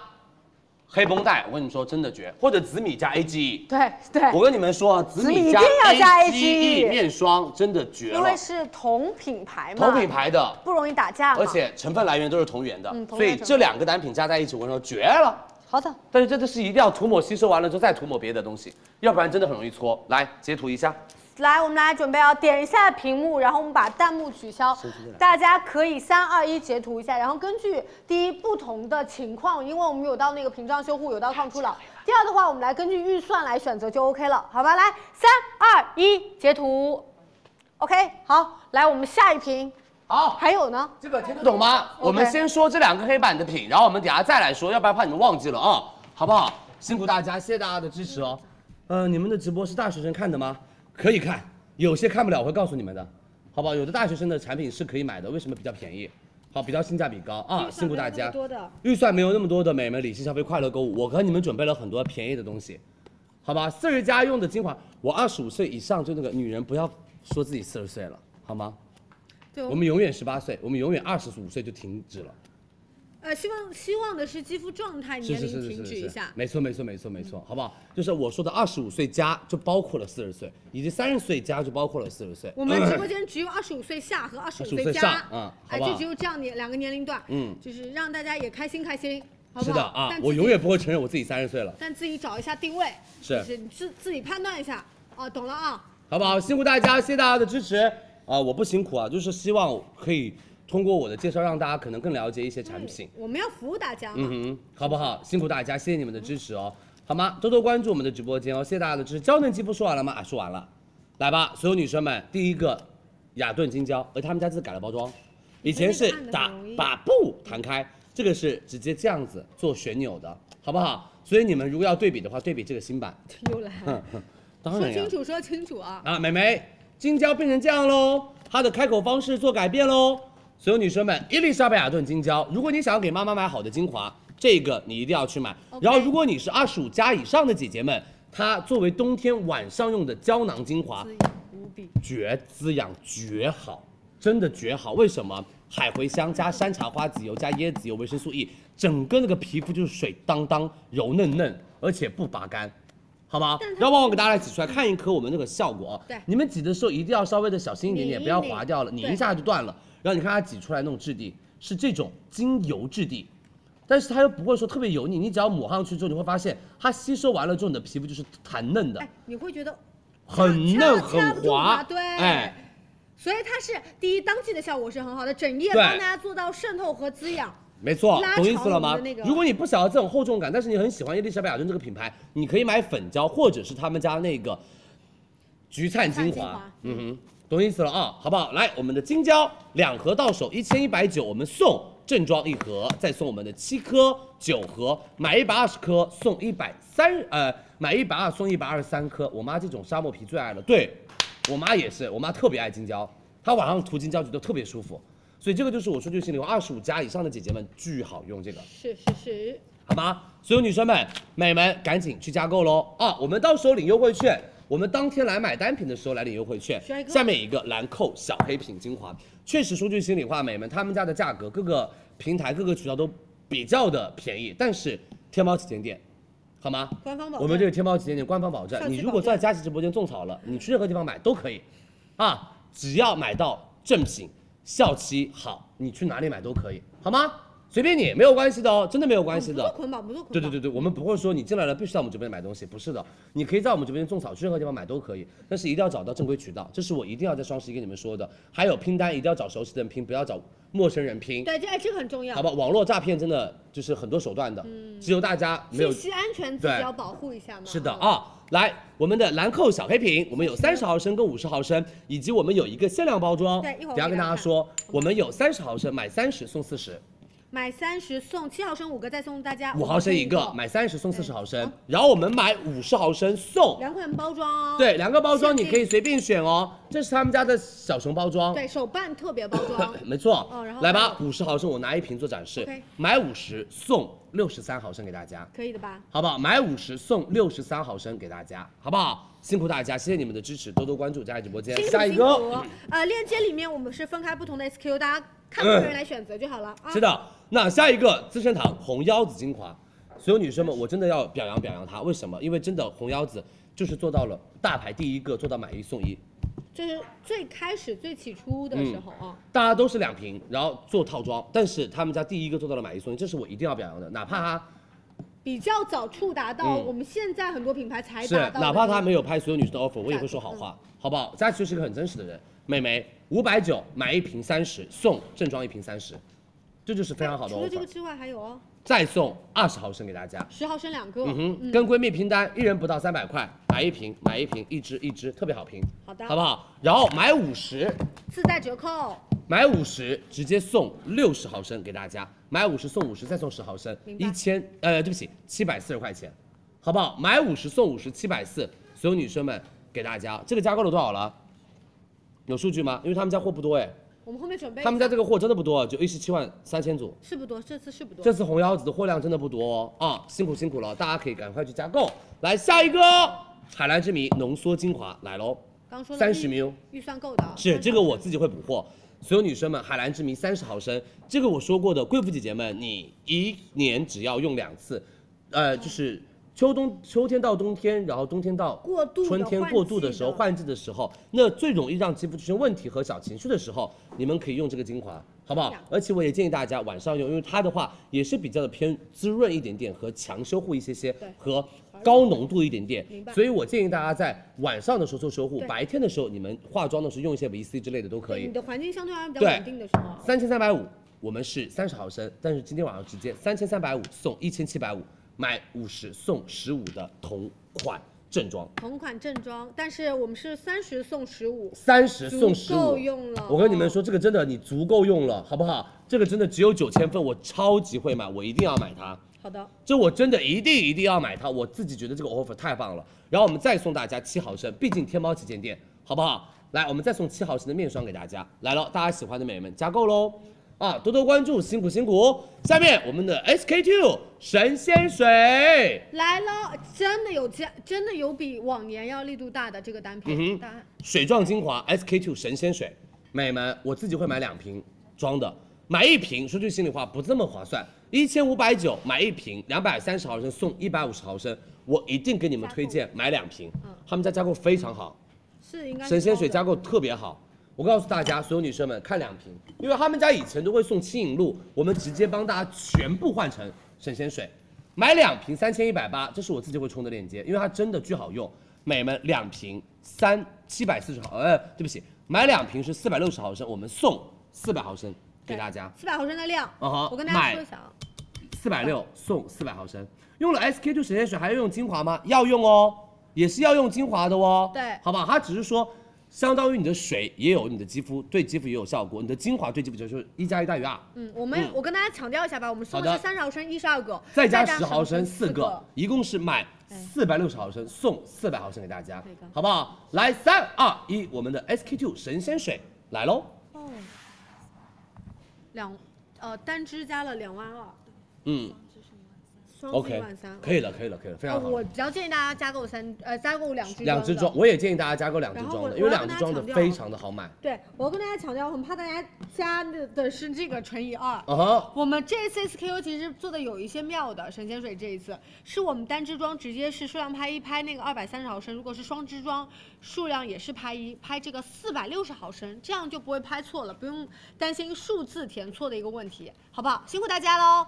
[SPEAKER 12] 黑绷带，我跟你说真的绝，或者紫米加 E，AGE，
[SPEAKER 1] 对对，
[SPEAKER 12] 我跟你们说啊，紫米加
[SPEAKER 1] 哎紫米一定要加 AGE
[SPEAKER 12] AGE 面霜真的绝
[SPEAKER 1] 因
[SPEAKER 12] 了
[SPEAKER 1] 为，是同品牌嘛，
[SPEAKER 12] 同品牌的，
[SPEAKER 1] 不容易打架嘛。
[SPEAKER 12] 而且成分来源都是同源的
[SPEAKER 1] 嗯，同源
[SPEAKER 12] 所以
[SPEAKER 1] 成分
[SPEAKER 12] 这两个单品加在一起，我跟你说绝了。
[SPEAKER 1] 好的，
[SPEAKER 12] 但是这个是一定要涂抹吸收完了之后再涂抹别的东西，要不然真的很容易搓。来截图一下，
[SPEAKER 1] 来，我们来准备啊，点一下屏幕，然后我们把弹幕取消，大家可以三二一截图一下，然后根据第一不同的情况，因为我们有到那个屏障修护，有到抗初老。第二的话，我们来根据预算来选择就 OK 了，好吧？来，三二一截图，OK，好，来我们下一屏，
[SPEAKER 12] 好。
[SPEAKER 1] 还有呢？
[SPEAKER 12] 这个听得懂吗？我们先说这两个黑板的品，然后我们等下再来说，要不然怕你们忘记了啊，好不好？辛苦大家，谢谢大家的支持哦。呃，你们的直播是大学生看的吗？可以看，有些看不了我会告诉你们的，好不好？有的大学生的产品是可以买的，为什么比较便宜？好，比较性价比高啊，辛苦大家。
[SPEAKER 22] 多的，
[SPEAKER 12] 预算没有那么多的美们，理性消费，快乐购物。我和你们准备了很多便宜的东西，好吧？四十加用的精华，我二十五岁以上就那个女人不要说自己四十岁了，好吗？
[SPEAKER 22] 对
[SPEAKER 12] 我们永远十八岁，我们永远二十五岁就停止了。
[SPEAKER 22] 呃，希望希望的是肌肤状态嗯
[SPEAKER 12] 是
[SPEAKER 22] 年
[SPEAKER 12] 是
[SPEAKER 22] 龄
[SPEAKER 12] 是是
[SPEAKER 22] 停
[SPEAKER 12] 是
[SPEAKER 22] 止
[SPEAKER 12] 是
[SPEAKER 22] 一下。嗯
[SPEAKER 12] 没错没错没错没错，好不好？就是我说的二十五岁加就包括了四十岁，以及三十岁加就包括了四十岁。
[SPEAKER 22] 我们直播间只有二十五岁下和二十五
[SPEAKER 12] 25岁
[SPEAKER 22] 加
[SPEAKER 12] 上，嗯
[SPEAKER 22] 哎，
[SPEAKER 12] 好吧
[SPEAKER 22] 就只有这样年两个年龄段，
[SPEAKER 12] 嗯
[SPEAKER 22] 就是让大家也开心开心，
[SPEAKER 1] 好不好
[SPEAKER 12] 是的啊
[SPEAKER 1] 但，自己
[SPEAKER 12] 我永远不会承认我自己三十岁了，
[SPEAKER 1] 但自己找一下定位，
[SPEAKER 12] 是
[SPEAKER 1] 就是你自自己判断一下哦，懂了啊。
[SPEAKER 12] 好不好？辛苦大家，谢谢大家的支持啊！我不辛苦啊，就是希望可以通过我的介绍，让大家可能更了解一些产品。
[SPEAKER 1] 我们要服务大家嘛，
[SPEAKER 12] 嗯哼，好不好？辛苦大家，谢谢你们的支持哦，好吗？多多关注我们的直播间哦，谢谢大家的支持。娇嫩肌肤说完了吗？啊，说完了，来吧，所有女生们，第一个雅顿金胶，而他们家这次改了包装，以前是打把布弹开，这个是直接这样子做旋钮的，好不好？所以你们如果要对比的话，对比这个新版，
[SPEAKER 1] 又来了，
[SPEAKER 12] 哼哼 当
[SPEAKER 1] 说
[SPEAKER 12] 然呀
[SPEAKER 1] 清。楚，说清楚啊。
[SPEAKER 12] 啊，美眉，金胶变成这样喽，它的开口方式做改变喽。所有女生们，伊丽莎白雅顿金胶，如果你想要给妈妈买好的精华，这个你一定要去买。然后，如果你是二十五加以上的姐姐们，它作为冬天晚上用的胶囊精华，绝滋养，绝好，真的绝好。为什么？海茴香加山茶花籽油加椰子油维生素 E，整个那个皮肤就是水当当、柔嫩嫩，而且不拔干，好吗？然后帮我给大家来挤出来看一颗我们那个效果啊。
[SPEAKER 1] 对
[SPEAKER 12] 你们挤的时候一定要稍微的小心一点点，
[SPEAKER 1] 拧一
[SPEAKER 12] 不要
[SPEAKER 1] 拧
[SPEAKER 12] 划掉了，拧
[SPEAKER 1] 对
[SPEAKER 12] 一下就断了。然后你看它挤出来那种质地是这种精油质地，但是它又不会说特别油腻，你只要抹上去之后，你会发现它吸收完了之后，你的皮肤就是弹嫩的。
[SPEAKER 1] 哎，你会觉得
[SPEAKER 12] 很
[SPEAKER 1] 掐
[SPEAKER 12] 嫩
[SPEAKER 1] 掐不
[SPEAKER 12] 很
[SPEAKER 1] 住嘛
[SPEAKER 12] 滑，
[SPEAKER 1] 对
[SPEAKER 12] 哎，
[SPEAKER 1] 所以它是第一，当季的效果是很好的，整夜
[SPEAKER 12] 对
[SPEAKER 1] 帮大家做到渗透和滋养。
[SPEAKER 12] 没错
[SPEAKER 1] 拉，长
[SPEAKER 12] 懂意思了
[SPEAKER 1] 我
[SPEAKER 12] 吗
[SPEAKER 1] 们的那个？
[SPEAKER 12] 如果你不想要这种厚重感，但是你很喜欢伊丽莎白雅顿这个品牌，你可以买粉胶或者是他们家那个橘灿
[SPEAKER 1] 橘灿
[SPEAKER 12] 精
[SPEAKER 1] 精
[SPEAKER 12] 华
[SPEAKER 1] 华，
[SPEAKER 12] 嗯哼，懂意思了啊，好不好？来，我们的金胶两盒到手一千一百九，我们送正装一盒，再送我们的七颗九盒，买一百二十颗送一百三，呃，买一百二送一百二十三颗。我妈这种沙漠皮最爱了，对我妈也是，我妈特别爱金胶，她晚上涂金胶觉得特别舒服。所以这个就是我说句心里话，二十五加以上的姐姐们巨好用这个。
[SPEAKER 1] 是是是，
[SPEAKER 12] 好吗？所有女生们、美们，赶紧去加购喽！啊，我们到时候领优惠券，我们当天来买单品的时候来领优惠券
[SPEAKER 1] 帅。哥
[SPEAKER 12] 下面一个兰蔻小黑瓶精华，确实说句心里话，美们，他们家的价格各个平台、各个渠道都比较的便宜，但是天猫旗舰店，好吗？
[SPEAKER 1] 官方保证。
[SPEAKER 12] 我们这个天猫旗舰店官方保证
[SPEAKER 1] 上，期
[SPEAKER 12] 你如果在佳琦直播间种草了，你去任何地方买都可以，啊，只要买到正品，效期好，你去哪里买都可以，好吗？随便你，没有关系的哦，真的没有关系
[SPEAKER 1] 不
[SPEAKER 12] 的。
[SPEAKER 1] 做捆绑，不做捆绑。
[SPEAKER 12] 对对对对，我们不会说你进来了必须在我们直播间买东西，不是的，你可以在我们直播间种草，去任何地方买都可以，但是一定要找到正规渠道，这是我一定要在双十一跟你们说的。还有拼单一定要找熟悉的人拼，不要找陌生人拼，
[SPEAKER 1] 对，这哎这个很重要。
[SPEAKER 12] 嗯好吧？网络诈骗真的就是很多手段的，
[SPEAKER 1] 嗯
[SPEAKER 12] 只有大家没有
[SPEAKER 1] 信息安全自己
[SPEAKER 12] 对
[SPEAKER 1] 要保护一下嘛。
[SPEAKER 12] 是的
[SPEAKER 1] 嗯。
[SPEAKER 12] 啊，来我们的兰蔻小黑瓶，我们有三十毫升跟五十毫升，以及我们有一个限量包装，
[SPEAKER 1] 对一会儿我
[SPEAKER 12] 等下
[SPEAKER 1] 给
[SPEAKER 12] 跟
[SPEAKER 1] 大
[SPEAKER 12] 大
[SPEAKER 1] 家
[SPEAKER 12] 家
[SPEAKER 1] 看
[SPEAKER 12] 说，我们有三十毫升买三十送四十，
[SPEAKER 1] 买三十送七毫升五个，再送大家
[SPEAKER 12] 五毫升一个，
[SPEAKER 1] 嗯
[SPEAKER 12] 买三十送四十毫升，然后我们买五十毫升送。
[SPEAKER 1] 两款包装哦。
[SPEAKER 12] 对，两个包装
[SPEAKER 1] 限
[SPEAKER 12] 你
[SPEAKER 1] 定
[SPEAKER 12] 可以随便选哦，这是他们家的小熊包装，。
[SPEAKER 1] 对手办特别包装
[SPEAKER 12] 没错
[SPEAKER 1] 哦然后，
[SPEAKER 12] 来
[SPEAKER 1] 还
[SPEAKER 12] 吧，五十毫升我拿一瓶做展示
[SPEAKER 1] OK，
[SPEAKER 12] 买五十送六十三毫升给大家，
[SPEAKER 1] 可以的吧？
[SPEAKER 12] 好不好？买五十送六十三毫升给大家，好不好？辛苦大家，谢谢你们的支持，多多关注佳怡直播间
[SPEAKER 1] 辛。苦
[SPEAKER 12] 哎下一
[SPEAKER 1] 辛苦
[SPEAKER 12] 个，。
[SPEAKER 1] 呃，链接里面我们是分开不同的 SKU，大家看个人来选择就好了啊。
[SPEAKER 12] 是的，那下一个资生堂红腰子精华，所有女生们，我真的要表扬表扬它，为什么？因为真的红腰子就是做到了大牌第一个做到买一送一，
[SPEAKER 1] 这是最开始最起初的时候啊，
[SPEAKER 12] 大家都是两瓶，然后做套装，但是他们家第一个做到了买一送一，这是我一定要表扬的，哪怕他
[SPEAKER 1] 比较早触达到
[SPEAKER 12] 嗯
[SPEAKER 1] 我们现在很多品牌才
[SPEAKER 12] 是
[SPEAKER 1] 达到，嗯
[SPEAKER 12] 哪怕他没
[SPEAKER 1] 有，
[SPEAKER 12] 有拍所有女生的 offer，我也会说好话，好不好？佳琪是个很真实的人，美眉五百九买一瓶三十，送正装一瓶三十，这就是非常好的
[SPEAKER 1] 除了这个
[SPEAKER 12] offer，
[SPEAKER 1] 之外还有哦，
[SPEAKER 12] 再送二十毫升给大家。
[SPEAKER 1] 十毫升两个，
[SPEAKER 12] 嗯哼，跟闺蜜拼单，一人不到三百块，买一瓶，买一瓶，一支一支，特别好评，
[SPEAKER 1] 好的
[SPEAKER 12] 好不好？然后买五十，
[SPEAKER 1] 自带折扣，
[SPEAKER 12] 买五十直接送六十毫升给大家，买五十送五十再送十毫升，
[SPEAKER 1] 明白
[SPEAKER 12] 一千呃对不起七百四十块钱，好不好？买五十送五十七百四，所有女生们给大家，这个加购了多少了？有数据吗？因为他们家货不多哎，
[SPEAKER 1] 我们后面准备一下，
[SPEAKER 12] 他们家这个货真的不多，就一十七万三千组。
[SPEAKER 1] 是不多，这次是不多，
[SPEAKER 12] 这次红腰子的货量真的不多哦，啊，辛苦辛苦了，大家可以赶快去加购。来下一个哦，海蓝之谜浓缩精华来喽，
[SPEAKER 1] 刚说的
[SPEAKER 12] 三十
[SPEAKER 1] 预
[SPEAKER 12] ml，
[SPEAKER 1] 预算够的啊，
[SPEAKER 12] 是这个我自己会补货。所有女生们，海蓝之谜三十毫升，这个我说过的，贵妇姐姐们，你一年只要用两次，呃，就是秋冬秋天到冬天，然后冬天到
[SPEAKER 1] 过渡的
[SPEAKER 12] 春天
[SPEAKER 1] 换
[SPEAKER 12] 过渡
[SPEAKER 1] 季
[SPEAKER 12] 的时候，
[SPEAKER 1] 的
[SPEAKER 12] 换季的时候，那最容易让肌肤出现问题和小情绪的时候，你们可以用这个精华，好不好？
[SPEAKER 1] 啊
[SPEAKER 12] 而且我也建议大家晚上用，因为它的话也是比较的偏滋润一点点和强修护一些些，和高浓度一点点
[SPEAKER 1] 明白。
[SPEAKER 12] 所以我建议大家在晚上的时候做修护，
[SPEAKER 1] 对
[SPEAKER 12] 白天的时候你们化妆的时候用一些维 C 之类的都可
[SPEAKER 1] 对
[SPEAKER 12] 以
[SPEAKER 1] 你。的环境相对而言比较
[SPEAKER 12] 对
[SPEAKER 1] 稳定的时候，
[SPEAKER 12] 三千三百五，我们是三十毫升，但是今天晚上直接三千三百五送一千七百五，买五十送十五的同款正装。
[SPEAKER 1] 同款正装，但是我们是三十送十五，
[SPEAKER 12] 三十送十
[SPEAKER 1] 足够
[SPEAKER 12] 五，
[SPEAKER 1] 用了。哦
[SPEAKER 12] 我跟你们说，这个真的你足够用了，好不好？这个真的只有九千份，我超级会买，我一定要买它。
[SPEAKER 1] 好的，
[SPEAKER 12] 这我真的一定一定要买它，我自己觉得这个 offer 太棒了。然后我们再送大家七毫升，毕竟天猫旗舰店，好不好？来，我们再送七毫升的面霜给大家。来了，大家喜欢的美眉们加购喽！啊，多多关注，辛苦辛苦。下面我们的 SK two 神仙水，
[SPEAKER 1] 来了，真的有加，真的有比往年要力度大的这个单
[SPEAKER 12] 嗯
[SPEAKER 1] 品。
[SPEAKER 12] 哼
[SPEAKER 1] 答案
[SPEAKER 12] 水状精华 SK two 神仙水，美们，我自己会买两瓶装的，买一瓶，说句心里话不这么划算，一千五百九买一瓶，两百三十毫升送一百五十毫升，我一定给你们推荐买两瓶，
[SPEAKER 1] 嗯
[SPEAKER 12] 他们家加购非常好，
[SPEAKER 1] 是应该是
[SPEAKER 12] 神仙
[SPEAKER 1] 高
[SPEAKER 12] 水
[SPEAKER 1] 的
[SPEAKER 12] 加购特别好。我告诉大家，所有女生们看两瓶，因为他们家以前都会送轻盈露，我们直接帮大家全部换成神仙水，买两瓶三千一百八，这是我自己会充的链接，因为它真的巨好用。美们两瓶三七百四十毫，呃，对不起，买两瓶是四百六十毫升，我们送四百毫升给大家，
[SPEAKER 1] 四百毫升的量，
[SPEAKER 12] 嗯哼
[SPEAKER 1] 我跟大家
[SPEAKER 12] 买
[SPEAKER 1] 说一下啊，
[SPEAKER 12] 四百六送四百毫升。用了 SK two 神仙水还要用精华吗？要用哦，也是要用精华的哦。
[SPEAKER 1] 对
[SPEAKER 12] 好吧，它只是说，相当于你的水也有你的肌肤对肌肤也有效果，你的精华对肌肤就是一加一大于二，
[SPEAKER 1] 嗯，我们
[SPEAKER 12] 嗯
[SPEAKER 1] 我跟大家强调一下吧，我们送
[SPEAKER 12] 好
[SPEAKER 1] 的
[SPEAKER 12] 的
[SPEAKER 1] 是三十毫升一十二个，
[SPEAKER 12] 再加
[SPEAKER 1] 10
[SPEAKER 12] 十毫升
[SPEAKER 1] 四哎
[SPEAKER 12] 四个，，一共是买四百六十毫升送四百毫升给大家
[SPEAKER 1] 对的，
[SPEAKER 12] 好不好？来三二一，我们的 SK two 神仙水来喽。
[SPEAKER 1] 哦，两呃单支加了两万二，
[SPEAKER 12] 嗯
[SPEAKER 1] 双支一
[SPEAKER 12] ，OK，
[SPEAKER 1] 万三，
[SPEAKER 12] 可以了，可以了，可以了，非
[SPEAKER 1] 呃。
[SPEAKER 12] 常好。
[SPEAKER 1] 我比较建议大家加购三呃加购两支
[SPEAKER 12] 两支
[SPEAKER 1] 的
[SPEAKER 12] 装，我也建议大家加购两支
[SPEAKER 1] 然后
[SPEAKER 12] 装
[SPEAKER 1] 我
[SPEAKER 12] 的，
[SPEAKER 1] 我
[SPEAKER 12] 因为
[SPEAKER 1] 要
[SPEAKER 12] 两
[SPEAKER 1] 跟
[SPEAKER 12] 支
[SPEAKER 1] 大家
[SPEAKER 12] 装的
[SPEAKER 1] 强调
[SPEAKER 12] 非常的好买。
[SPEAKER 1] 对，我要跟大家强调，我很怕大家加的的是这个乘以二。
[SPEAKER 12] 啊哈，
[SPEAKER 1] 我们这次 SKU 其实做的有一些妙的，神仙水这一次是我们单支装直接是数量拍一拍那个二百三十毫升，如果是双支装，数量也是拍一拍这个四百六十毫升，这样就不会拍错了，不用担心数字填错的一个问题，好不好？辛苦大家喽。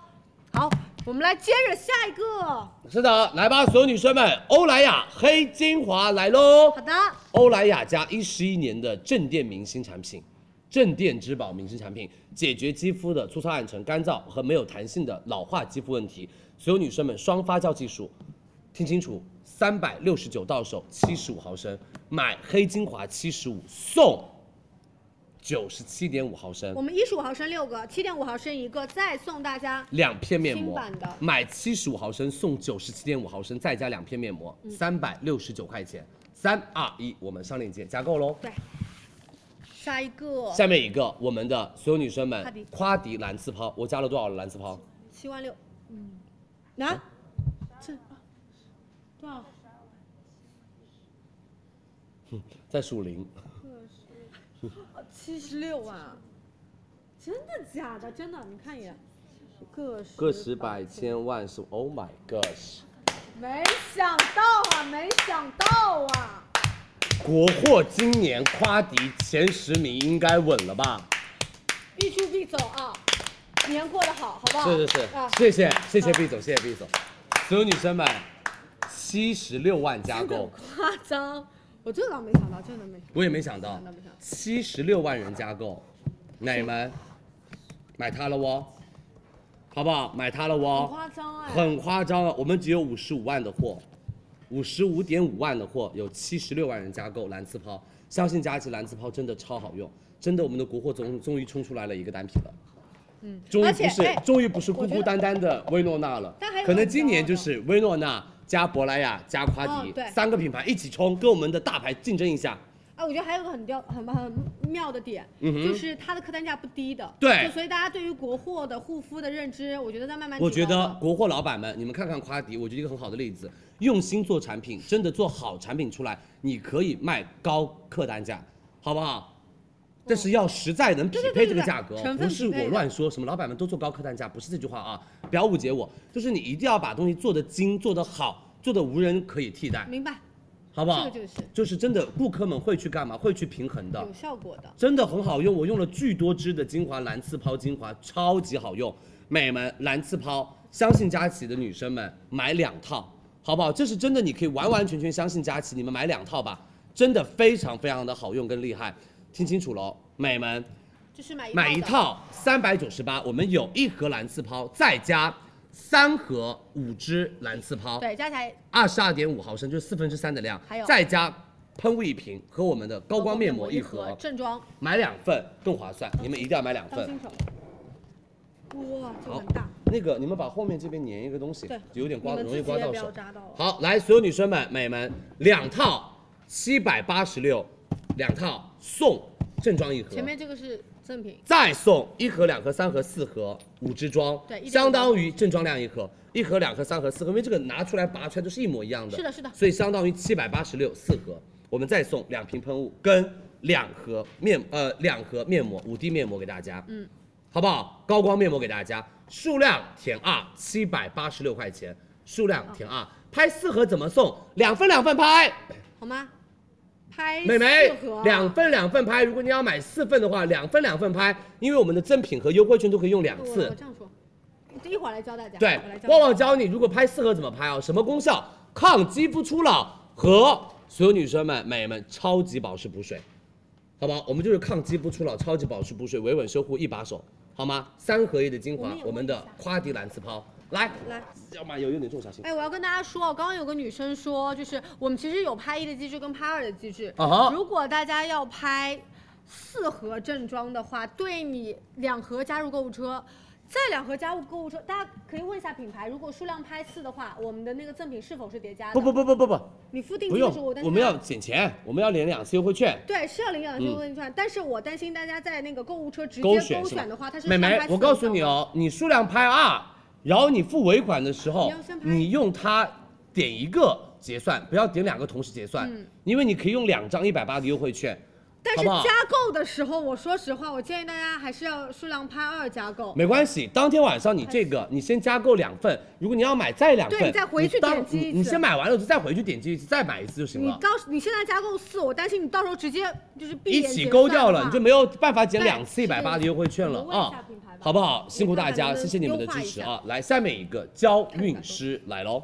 [SPEAKER 1] 好，我们来接着下一个。好
[SPEAKER 12] 是的，来吧，所有女生们，欧莱雅黑精华来喽！
[SPEAKER 1] 的，
[SPEAKER 12] 欧莱雅家一十一年的镇店明星产品，镇店之宝明星产品，解决肌肤的粗糙、暗沉、干燥和没有弹性的老化肌肤问题。所有女生们，双发酵技术，听清楚，三百六十九到手，七十五毫升，买黑精华七十五送九十七点五毫升
[SPEAKER 1] 我。们一十五毫升六个，七点五毫升一个，再送大家
[SPEAKER 12] 两片面膜
[SPEAKER 1] 新版的，
[SPEAKER 12] 买七十五毫升送九十七点五毫升，再加两片面膜，三百六十九块钱。三二一，我们上链接加购喽。
[SPEAKER 1] 下一个
[SPEAKER 12] 下面一个，我们的所有女生
[SPEAKER 1] 夸迪
[SPEAKER 12] 们，夸迪蓝刺抛，我加了多少蓝刺抛？
[SPEAKER 1] 七万六，嗯，啊，这多少？
[SPEAKER 12] 在数零，
[SPEAKER 1] 七十六啊！真的假的？真的，你看一眼，个十
[SPEAKER 12] 个十百千万数，Oh my gosh，
[SPEAKER 1] 没想到啊，没想到啊！
[SPEAKER 12] 国货今年夸迪前十名应该稳了吧？
[SPEAKER 1] 必出必走啊！年过得好，好不好？
[SPEAKER 12] 是是是
[SPEAKER 1] 啊，，
[SPEAKER 12] 谢谢谢谢毕总，谢谢毕总，所有女生们，七十六万加购，
[SPEAKER 1] 夸张，我真的没想到，真的没想到。
[SPEAKER 12] 我也没想到
[SPEAKER 1] 没想到没想到，
[SPEAKER 12] 七十六万人加购，奶们，买它了哦，好不好？买它了
[SPEAKER 1] 很
[SPEAKER 12] 哦，
[SPEAKER 1] 夸张哎！
[SPEAKER 12] 很夸张啊！我们只有五十五万的货，五十五点五万的货，有七十六万人加购蓝刺抛，相信佳琦蓝刺抛真的超好用，真的我们的国货终终于冲出来了一个单品了。嗯，终于
[SPEAKER 1] 而且
[SPEAKER 12] 不是、
[SPEAKER 1] 哎
[SPEAKER 12] 终于不是孤
[SPEAKER 1] 觉
[SPEAKER 12] 孤
[SPEAKER 1] 得
[SPEAKER 12] 单单的薇诺娜了
[SPEAKER 1] 但还有，
[SPEAKER 12] 可能
[SPEAKER 1] 很
[SPEAKER 12] 今
[SPEAKER 1] 骄
[SPEAKER 12] 年
[SPEAKER 1] 傲
[SPEAKER 12] 就
[SPEAKER 1] 的
[SPEAKER 12] 是薇诺娜加珀莱雅加夸迪、
[SPEAKER 1] 哦对
[SPEAKER 12] 三个品牌一起冲，跟我们的大牌竞争一下。
[SPEAKER 1] 哎，我觉得还有个很妙、很很妙的点，
[SPEAKER 12] 嗯哼
[SPEAKER 1] 就是它的客单价不低的。
[SPEAKER 12] 对
[SPEAKER 1] 就所以大家对于国货的护肤的认知，我觉得在慢慢提高
[SPEAKER 12] 我
[SPEAKER 1] 的。
[SPEAKER 12] 觉得国货老板们，你们看看夸迪，我觉得一个很好的例子，用心做产品，真的做好产品出来，你可以卖高客单价，好不好？但是要实在能匹配这个价格哦，
[SPEAKER 1] 嗯对对对对对成分
[SPEAKER 12] 不是
[SPEAKER 1] 匹配
[SPEAKER 12] 我
[SPEAKER 1] 的
[SPEAKER 12] 乱说，什么老板们都做高客单价，不是这句话啊，不要误解我，就是你一定要把东西做得精、做得好、做得无人可以替代，
[SPEAKER 1] 明白。
[SPEAKER 12] 好不好？
[SPEAKER 1] 这个就是
[SPEAKER 12] 就是真的，顾客们会去干嘛？会去平衡的
[SPEAKER 1] 有，效果的。
[SPEAKER 12] 真的很好用。我用了巨多支的精华，蓝刺抛精华超级好用，美们蓝刺抛，相信佳琦的女生们买两套，好不好？这是真的，你可以完完全全相信佳琦，你们买两套吧，真的非常非常的好用跟厉害，听清楚喽，美们。
[SPEAKER 1] 就是买
[SPEAKER 12] 买一
[SPEAKER 1] 一
[SPEAKER 12] 套三百九十八，我们有一盒蓝刺抛，再加三盒五支蓝刺抛，
[SPEAKER 1] 的，对，加起来
[SPEAKER 12] 二十二点五毫升，就是四分之三的量，
[SPEAKER 1] 还有
[SPEAKER 12] 再加喷雾一瓶和我们的高光面膜一
[SPEAKER 1] 盒
[SPEAKER 12] 盒，
[SPEAKER 1] 正装，
[SPEAKER 12] 买两份更划算，你们一定要买两
[SPEAKER 1] 当
[SPEAKER 12] 份
[SPEAKER 1] 新。手。哇，这个
[SPEAKER 12] 好
[SPEAKER 1] 很大，
[SPEAKER 12] 那个你们把后面这边粘一个东西，
[SPEAKER 1] 对
[SPEAKER 12] 有点刮，
[SPEAKER 1] 你们
[SPEAKER 12] 容易
[SPEAKER 1] 自己
[SPEAKER 12] 刮
[SPEAKER 1] 也
[SPEAKER 12] 到
[SPEAKER 1] 不
[SPEAKER 12] 手
[SPEAKER 1] 要。扎到了。
[SPEAKER 12] 好，来，所有女生们、美们，两套七百八十六，两套送正装一盒，
[SPEAKER 1] 前面这个是赠品，
[SPEAKER 12] 再送一盒、两盒、三盒、四盒、五支装，
[SPEAKER 1] 对一点五
[SPEAKER 12] 相当于正装量一盒，一盒、两盒、三盒、四盒，因为这个拿出来拔出来都是一模一样的，
[SPEAKER 1] 是的是的
[SPEAKER 12] 所以相当于七百八十六四盒，我们再送两瓶喷雾跟两盒面呃两盒面膜五滴面膜给大家，嗯，好不好？高光面膜给大家，数量填二，七百八十六块钱，数量填二，拍四盒怎么送？两份两份拍，
[SPEAKER 1] 好吗？拍
[SPEAKER 12] 美眉
[SPEAKER 1] 四盒，
[SPEAKER 12] 两份两份拍，如果你要买四份的话，两份两份拍，因为我们的赠品和优惠券都可以用两
[SPEAKER 1] 我
[SPEAKER 12] 次
[SPEAKER 1] 我。这样说，这一会儿来教大家。
[SPEAKER 12] 对
[SPEAKER 1] 我来，教
[SPEAKER 12] 旺
[SPEAKER 1] 大
[SPEAKER 12] 旺教你如果拍四盒怎么拍啊？什么功效？抗肌肤初老和所有女生们、美们超级保湿补水，好不好？我们就是抗肌肤初老、超级保湿补水、维稳修护一把手，好吗？三合一的精华，我们的夸迪蓝刺抛，来，
[SPEAKER 1] 家来。
[SPEAKER 12] 要买有有点重，小心。
[SPEAKER 1] 哎，我要跟大家说，刚刚有个女生说，就是我们其实有拍一的机制跟拍二的机制。
[SPEAKER 12] 啊哈
[SPEAKER 1] 如果大家要拍四盒正装的话，对你两盒加入购物车。再两盒加入购物车，大家可以问一下品牌，如果数量拍四的话，我们的那个赠品是否是叠加的？
[SPEAKER 12] 不不，不不不不，
[SPEAKER 1] 你付定
[SPEAKER 12] 不
[SPEAKER 1] 金的
[SPEAKER 12] 用
[SPEAKER 1] 时候，我担，心
[SPEAKER 12] 我们
[SPEAKER 1] 大
[SPEAKER 12] 要
[SPEAKER 1] 家
[SPEAKER 12] 减钱，我们要领两次优惠券。
[SPEAKER 1] 对是要领养这个问题券，但是我担心大家在那个购物车直接
[SPEAKER 12] 勾
[SPEAKER 1] 勾
[SPEAKER 12] 选是吧
[SPEAKER 1] 选的话，它是
[SPEAKER 12] 美
[SPEAKER 1] 上
[SPEAKER 12] 眉
[SPEAKER 1] 拍，四
[SPEAKER 12] 我告
[SPEAKER 1] 的
[SPEAKER 12] 诉你哦，你数量拍二，然后你付尾款的时候
[SPEAKER 1] 你要先，拍
[SPEAKER 12] 你用它点一个结算，不要点两个同时结算，
[SPEAKER 1] 嗯
[SPEAKER 12] 因为你可以用两张一百八的优惠券。
[SPEAKER 1] 但
[SPEAKER 12] 好
[SPEAKER 1] 是
[SPEAKER 12] 不好
[SPEAKER 1] 加购的时候，我说实话，我建议大家还是要数量拍二加购。
[SPEAKER 12] 没关系，当天晚上你这个你先加购两份，如果你要买再两份，
[SPEAKER 1] 对你再回去
[SPEAKER 12] 你当
[SPEAKER 1] 点击一次
[SPEAKER 12] 你你先买完了，就再回去点击一次，再买一次就行
[SPEAKER 1] 你
[SPEAKER 12] 了。
[SPEAKER 1] 到时你现在加购四，我担心你到时候直接就是闭
[SPEAKER 12] 一
[SPEAKER 1] 眼
[SPEAKER 12] 起
[SPEAKER 1] 结
[SPEAKER 12] 勾
[SPEAKER 1] 算
[SPEAKER 12] 掉
[SPEAKER 1] 的
[SPEAKER 12] 了，
[SPEAKER 1] 话
[SPEAKER 12] 你就没有办法减两次一
[SPEAKER 1] 对
[SPEAKER 12] 百八的优惠券了
[SPEAKER 1] 我们问一下
[SPEAKER 12] 啊
[SPEAKER 1] 品牌吧，
[SPEAKER 12] 好不好？辛苦
[SPEAKER 1] 看
[SPEAKER 12] 大
[SPEAKER 1] 看
[SPEAKER 12] 家，
[SPEAKER 1] 能不
[SPEAKER 12] 谢
[SPEAKER 1] 能
[SPEAKER 12] 谢你们的
[SPEAKER 1] 优化
[SPEAKER 12] 支
[SPEAKER 1] 一
[SPEAKER 12] 持
[SPEAKER 1] 下
[SPEAKER 12] 啊！来，下面一个娇韵诗来喽，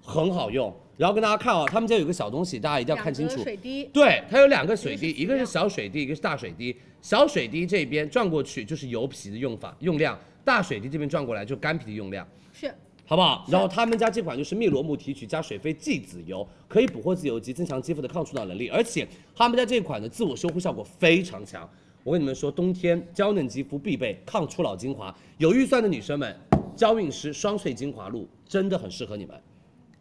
[SPEAKER 12] 很好用。然后跟大家看啊，他们家有个小东西，大家一定要看清
[SPEAKER 1] 两
[SPEAKER 12] 楚
[SPEAKER 1] 个。水滴，
[SPEAKER 12] 对，它有两个水滴，一
[SPEAKER 1] 一
[SPEAKER 12] 个
[SPEAKER 1] 个是
[SPEAKER 12] 是小水滴，一个是大水滴。小水滴这边转过去就是油皮的用法用量，大水滴这边转过来就干皮的用量。
[SPEAKER 1] 是
[SPEAKER 12] 好不好？然后他们家这款就是蜜罗木提取加水飞剂籽油，可以捕获自由基，增强肌肤的抗初老能力，而且他们家这款的自我修护效果非常强。我跟你们说，冬天娇嫩肌肤必备抗初老精华，有预算的女生们，娇韵诗双萃精华露真的很适合你们，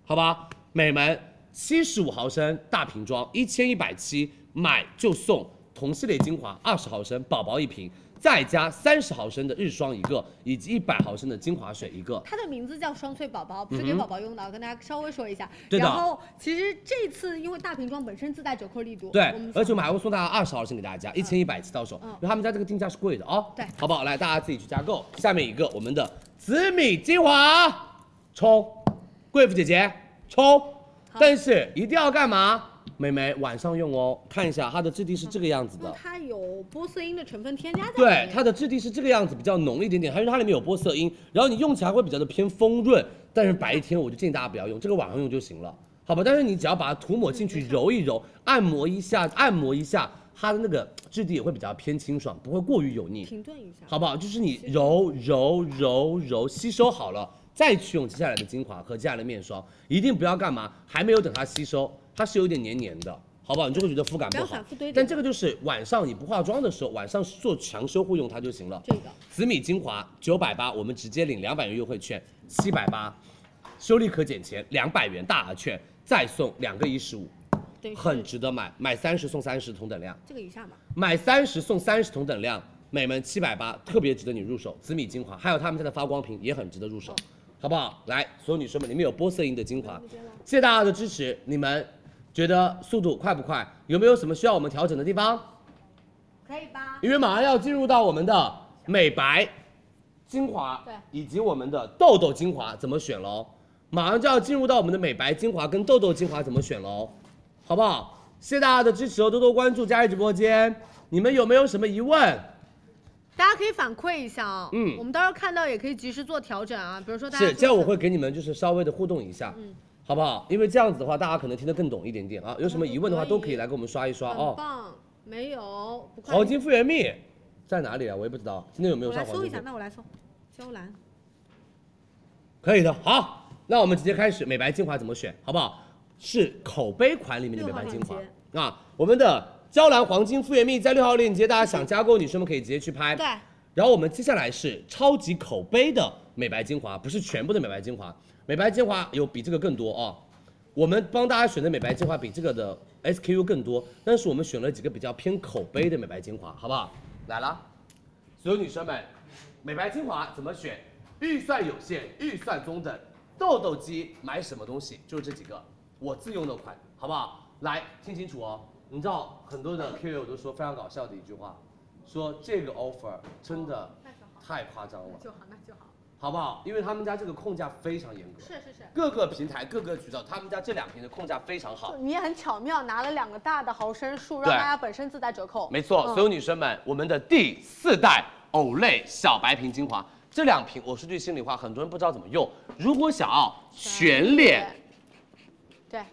[SPEAKER 12] 好吧？美们，七十五毫升大瓶装，一千一百七，买就送同系列精华二十毫升，宝宝一瓶，再加三十毫升的日霜一个，以及一百毫升的精华水一个。
[SPEAKER 1] 它的名字叫双萃宝宝，不是
[SPEAKER 12] 嗯
[SPEAKER 1] 给
[SPEAKER 12] 哼
[SPEAKER 1] 宝宝用的，我跟大家稍微说一下。
[SPEAKER 12] 对的
[SPEAKER 1] 然后其实这次因为大瓶装本身自带折扣力度，
[SPEAKER 12] 对
[SPEAKER 1] 我们，
[SPEAKER 12] 而且我们还会送大家二十毫升给大家，一千一百七到手，
[SPEAKER 1] 嗯
[SPEAKER 12] 因为他们家这个定价是贵的哦，
[SPEAKER 1] 对
[SPEAKER 12] 好不好？来，大家自己去加购。下面一个我们的紫米精华，冲，贵妇姐姐冲，但是一定要干嘛？美眉晚上用哦，看一下它的质地是这个样子
[SPEAKER 1] 因为
[SPEAKER 12] 的，
[SPEAKER 1] 它有玻色因的成分添加在里
[SPEAKER 12] 对
[SPEAKER 1] 面，，
[SPEAKER 12] 它的质地是这个样子，比较浓一点点，还是它里面有玻色因，然后你用起来会比较的偏丰润，但是白天我就建议大家不要用，这个晚上用就行了，好吧？但是你只要把它涂抹进去，揉一揉，按摩一下，按摩一下，它的那个质地也会比较偏清爽，不会过于油腻，
[SPEAKER 1] 停顿一下，
[SPEAKER 12] 好不好？就是你揉揉揉揉，吸收好了，再去用接下来的精华和接下来的面霜，一定不要干嘛，还没有等它吸收，它是有点黏黏的，好不好？你就会觉得肤感
[SPEAKER 1] 不
[SPEAKER 12] 不
[SPEAKER 1] 要
[SPEAKER 12] 好
[SPEAKER 1] 反。复堆叠。
[SPEAKER 12] 但这个就是晚上你不化妆的时候，晚上做强修护用它就行了。
[SPEAKER 1] 这个
[SPEAKER 12] 紫米精华九百八，我们直接领两百元优惠券，七百八，修丽可减钱两百元大额券，再送两个一十五，
[SPEAKER 1] 对
[SPEAKER 12] 很值得买，买三十送三十同等量，
[SPEAKER 1] 这个以下嘛，
[SPEAKER 12] 买三十送三十同等量，美们七百八，特别值得你入手。紫米精华还有他们家的发光瓶也很值得入
[SPEAKER 1] 哦
[SPEAKER 12] 手，好不好？来，所有女生们，里面有玻色因的精华，谢谢大家的支持，你们觉得速度快不快？有没有什么需要我们调整的地方？
[SPEAKER 1] 可以吧？
[SPEAKER 12] 因为马上要进入到我们的美白精华，
[SPEAKER 1] 对
[SPEAKER 12] 以及我们的痘痘精华怎么选喽？马上就要进入到我们的美白精华跟痘痘精华怎么选喽？好不好？谢谢大家的支持哦，多多关注佳怡直播间。你们有没有什么疑问？
[SPEAKER 1] 大家可以反馈一下啊、
[SPEAKER 12] 嗯
[SPEAKER 1] 我们到时候看到也可以及时做调整啊。比如说大家
[SPEAKER 12] 是
[SPEAKER 1] 说
[SPEAKER 12] 这样，我会给你们就是稍微的互动一下，
[SPEAKER 1] 嗯
[SPEAKER 12] 好不好？因为这样子的话，大家可能听得更懂一点点啊。有什么疑问的
[SPEAKER 1] 嗯
[SPEAKER 12] 话，
[SPEAKER 1] 可以嗯
[SPEAKER 12] 都可以来给我们刷一刷
[SPEAKER 1] 很
[SPEAKER 12] 哦。
[SPEAKER 1] 棒，没有不快
[SPEAKER 12] 黄金复原蜜在哪里啊？我也不知道，今天有没有
[SPEAKER 1] 我
[SPEAKER 12] 上
[SPEAKER 1] 来
[SPEAKER 12] 黄
[SPEAKER 1] 搜一
[SPEAKER 12] 金
[SPEAKER 1] 下，
[SPEAKER 12] 复？
[SPEAKER 1] 那我来搜，娇兰。
[SPEAKER 12] 可以的，好，那我们直接开始美白精华怎么选，好不好？是口碑款里面的美白精
[SPEAKER 1] 六号
[SPEAKER 12] 华啊，我们的娇兰黄金复原蜜在六号链接，大家想加购女生们可以直接去拍。
[SPEAKER 1] 对，
[SPEAKER 12] 然后我们接下来是超级口碑的美白精华，不是全部的美白精华，美白精华有比这个更多啊、我们帮大家选的美白精华比这个的 SKU 更多，但是我们选了几个比较偏口碑的美白精华，好不好？来了，所有女生们，美白精华怎么选？预算有限，预算中等，痘痘肌买什么东西？就是这几个，我自用的款，好不好？来听清楚哦，你知道很多的 Q 友都说非常搞笑的一句话，说这个 offer 真的太夸张了，
[SPEAKER 1] 就好，那就好。
[SPEAKER 12] 好不好？因为他们家这个控价非常严格，
[SPEAKER 1] 是是是，
[SPEAKER 12] 各个平台、各个渠道，他们家这两瓶的控价非常好。
[SPEAKER 20] 你也很巧妙拿了两个大的毫升数，让
[SPEAKER 12] 对
[SPEAKER 20] 大家本身自带折扣。
[SPEAKER 12] 没错，
[SPEAKER 20] 嗯
[SPEAKER 12] 所有女生们，我们的第四代欧蕾小白瓶精华，这两瓶我说句心里话，很多人不知道怎么用。如果想要全脸，
[SPEAKER 20] 对，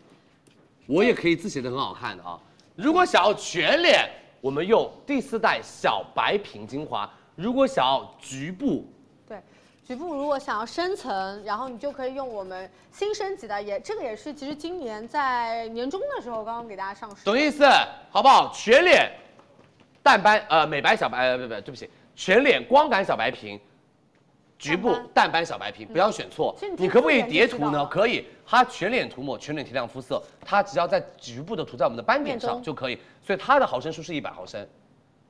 [SPEAKER 12] 我也可以字写的很好看的啊。如果想要全脸，我们用第四代小白瓶精华。如果想要局部，
[SPEAKER 20] 对，局部如果想要深层，然后你就可以用我们新升级的，也这个也是其实今年在年中的时候刚刚给大家上市。
[SPEAKER 12] 懂意思好不好？全脸淡斑呃美白小白呃不不对不起，全脸光感小白瓶，局部淡斑小白瓶，不要选错
[SPEAKER 20] 其实。你
[SPEAKER 12] 你可不可以
[SPEAKER 20] 听字
[SPEAKER 12] 叠
[SPEAKER 20] 眼就知
[SPEAKER 12] 涂
[SPEAKER 20] 道
[SPEAKER 12] 呢
[SPEAKER 20] 了？
[SPEAKER 12] 可以，它全脸涂抹，全脸提亮肤色，它只要在局部的涂在我们的斑点
[SPEAKER 20] 面
[SPEAKER 12] 上
[SPEAKER 20] 中
[SPEAKER 12] 就可以。所以它的毫升数是一百毫升，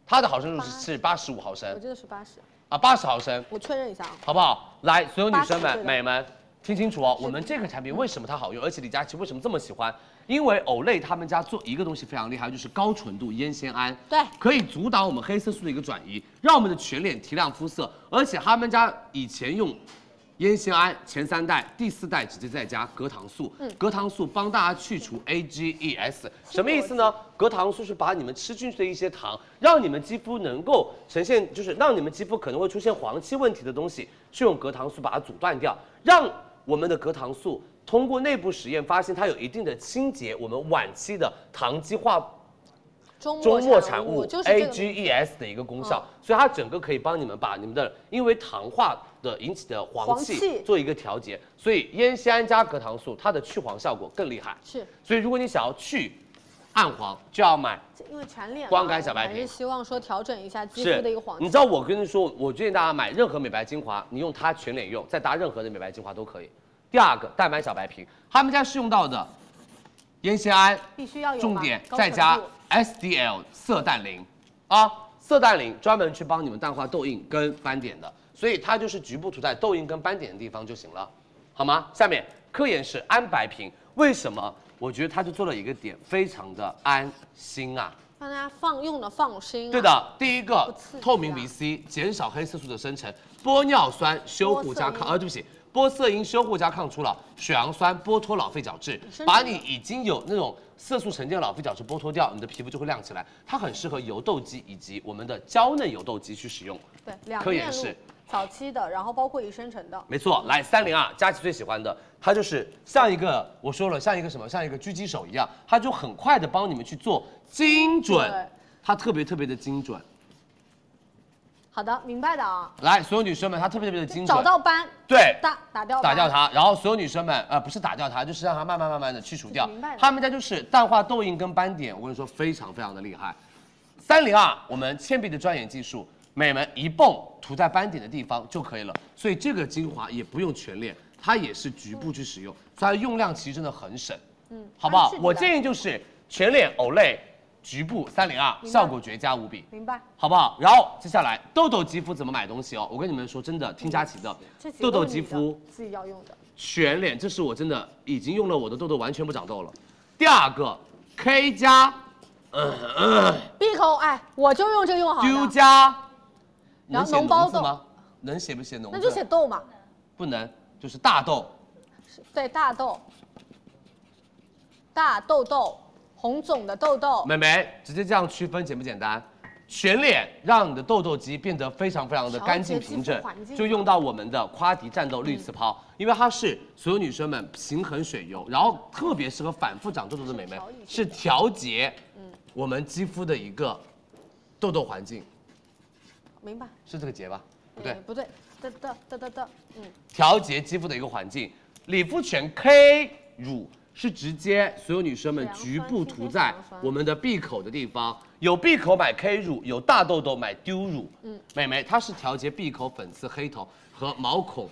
[SPEAKER 12] 它的毫升数是是八十五毫
[SPEAKER 20] 我
[SPEAKER 12] 升
[SPEAKER 20] 记得是八十，
[SPEAKER 12] 啊八十毫升。
[SPEAKER 20] 我确认一下啊。
[SPEAKER 12] 好不好？来，所有女
[SPEAKER 20] 八
[SPEAKER 12] 生
[SPEAKER 20] 十
[SPEAKER 12] 们、
[SPEAKER 20] 岁的
[SPEAKER 12] 美们，听清楚哦，我们这个产品为什么它好用，而且李佳琦为什么这么喜欢？因为 Olay 他们家做一个东西非常厉害，就是高纯度烟酰胺，
[SPEAKER 20] 对
[SPEAKER 12] 可以阻挡我们黑色素的一个转移，让我们的全脸提亮肤色。而且他们家以前用烟酰胺前三代、第四代直接再加隔糖素，
[SPEAKER 20] 嗯
[SPEAKER 12] 隔糖素帮大家去除 AGEs，什么意思呢？隔糖素是把你们吃进去的一些糖，让你们肌肤能够呈现，就是让你们肌肤可能会出现黄期问题的东西，是用隔糖素把它阻断掉，让我们的隔糖素通过内部实验发现它有一定的清洁我们晚期的糖基化
[SPEAKER 20] 中
[SPEAKER 12] 终末
[SPEAKER 20] 末
[SPEAKER 12] 产
[SPEAKER 20] 产
[SPEAKER 12] 物哎
[SPEAKER 20] 就是这个
[SPEAKER 12] AGEs 的一个功效，所以它整个可以帮你们把你们的因为糖化的引起的黄
[SPEAKER 20] 黄
[SPEAKER 12] 气
[SPEAKER 20] 气
[SPEAKER 12] 做一个调节，所以烟酰胺加隔糖素它的去黄效果更厉害。
[SPEAKER 20] 是，
[SPEAKER 12] 所以如果你想要去暗黄，就要买
[SPEAKER 20] 因为全脸嘛
[SPEAKER 12] 光感小白
[SPEAKER 20] 我还是
[SPEAKER 12] 瓶
[SPEAKER 20] 希望说调整一下肌
[SPEAKER 12] 是
[SPEAKER 20] 肤的一个黄
[SPEAKER 12] 你知道我跟你说，我建议大家买任何美白精华，你用它全脸用，再搭任何的美白精华都可以。第二个淡斑小白瓶，他们家是用到的烟酰胺
[SPEAKER 20] 必须要有
[SPEAKER 12] 重
[SPEAKER 20] 吧
[SPEAKER 12] 点
[SPEAKER 20] 高
[SPEAKER 12] 再
[SPEAKER 20] 纯
[SPEAKER 12] 加
[SPEAKER 20] 度
[SPEAKER 12] SDL 色淡灵啊，色淡灵专门去帮你们淡化痘印跟斑点的，所以它就是局部涂在痘印跟斑点的地方就行了，好吗？下面科颜氏安白瓶，为什么？我觉得它就做了一个点，非常的安心啊。
[SPEAKER 20] 让大家放用的放心、啊。
[SPEAKER 12] 对，的，第一个
[SPEAKER 20] 不刺激啊
[SPEAKER 12] 透明 VC 减少黑色素的生成，玻尿酸修护加
[SPEAKER 20] 玻色
[SPEAKER 12] 抗，
[SPEAKER 20] 因
[SPEAKER 12] 啊，对不起，玻色因修护加抗初老，水杨酸剥脱老废角质，
[SPEAKER 20] 生
[SPEAKER 12] 把
[SPEAKER 20] 成
[SPEAKER 12] 你
[SPEAKER 20] 的
[SPEAKER 12] 已经有那种色素沉淀的老废角质剥脱掉，你的皮肤就会亮起来。它很适合油痘肌以及我们的娇嫩油痘肌去使用。
[SPEAKER 20] 对，两
[SPEAKER 12] 科研
[SPEAKER 20] 面
[SPEAKER 12] 是
[SPEAKER 20] 露早期的，然后包括已生成的。
[SPEAKER 12] 没错，来三零二，佳琪最喜欢的，它就是像一个我说了，像一个什么，像一个狙击手一样，它就很快的帮你们去做精准
[SPEAKER 20] 对，
[SPEAKER 12] 它特别特别的精准。
[SPEAKER 20] 好的，明白的啊。
[SPEAKER 12] 来，所有女生们，它特别特别的精准。
[SPEAKER 20] 找到斑，
[SPEAKER 12] 对，
[SPEAKER 20] 打打掉
[SPEAKER 12] 打
[SPEAKER 20] 斑
[SPEAKER 12] 掉它，然后所有女生们，呃，不是打掉它，就是让它慢慢慢慢的去除掉
[SPEAKER 20] 明白。了
[SPEAKER 12] 他们家就是淡化痘印跟斑点，我跟你说非常非常的厉害。三零二，我们倩碧的专研技术，美们一泵涂在斑点的地方就可以了。所以这个精华也不用全脸，它也是局部去使用，所以它用量其实真的很省，嗯，好不好
[SPEAKER 20] 它是？的
[SPEAKER 12] 我建议就是全脸 Olay 局部三零二，效果绝佳无比。
[SPEAKER 20] 明白。
[SPEAKER 12] 好不好？然后接下来痘痘肌肤怎么买东西哦？我跟你们说，真的，听佳琪的
[SPEAKER 20] 这几，个
[SPEAKER 12] 痘痘
[SPEAKER 20] 都是
[SPEAKER 12] 肌
[SPEAKER 20] 你的
[SPEAKER 12] 肤
[SPEAKER 20] 自己要用的，
[SPEAKER 12] 全脸，这是我真的已经用了我的痘痘完全不长痘了。第二个 K 加
[SPEAKER 20] 闭口哎，我就用这个用好
[SPEAKER 12] U
[SPEAKER 20] 的，
[SPEAKER 12] 加，
[SPEAKER 20] 然
[SPEAKER 12] 能
[SPEAKER 20] 后
[SPEAKER 12] 写
[SPEAKER 20] 脓包
[SPEAKER 12] 字
[SPEAKER 20] 痘
[SPEAKER 12] 吗？能写不写脓？
[SPEAKER 20] 那就写痘嘛，
[SPEAKER 12] 不能，就是大痘。
[SPEAKER 20] 对大痘，大痘痘，红肿的痘痘。
[SPEAKER 12] 美眉，直接这样区分简不简单？全脸让你的痘痘肌变得非常非常的干净
[SPEAKER 20] 调节
[SPEAKER 12] 平
[SPEAKER 20] 肌
[SPEAKER 12] 整
[SPEAKER 20] 肤环境，嗯
[SPEAKER 12] 就用到我们的夸迪战斗绿刺抛，因为它是所有女生们平衡水油，然后特别适合反复长痘痘的美眉，是调节
[SPEAKER 20] 嗯
[SPEAKER 12] 我们肌肤的一个痘痘环境，
[SPEAKER 20] 明白？
[SPEAKER 12] 是这个节吧？不对
[SPEAKER 20] 嗯，不对，的的的的的，嗯，
[SPEAKER 12] 调节肌肤的一个环境。理肤泉 K 乳是直接所有女生们局部涂在我们的闭口的地方，有闭口买 K 乳，有大痘痘买丢乳。嗯，美眉，它是调节闭口、粉刺、黑头和毛孔、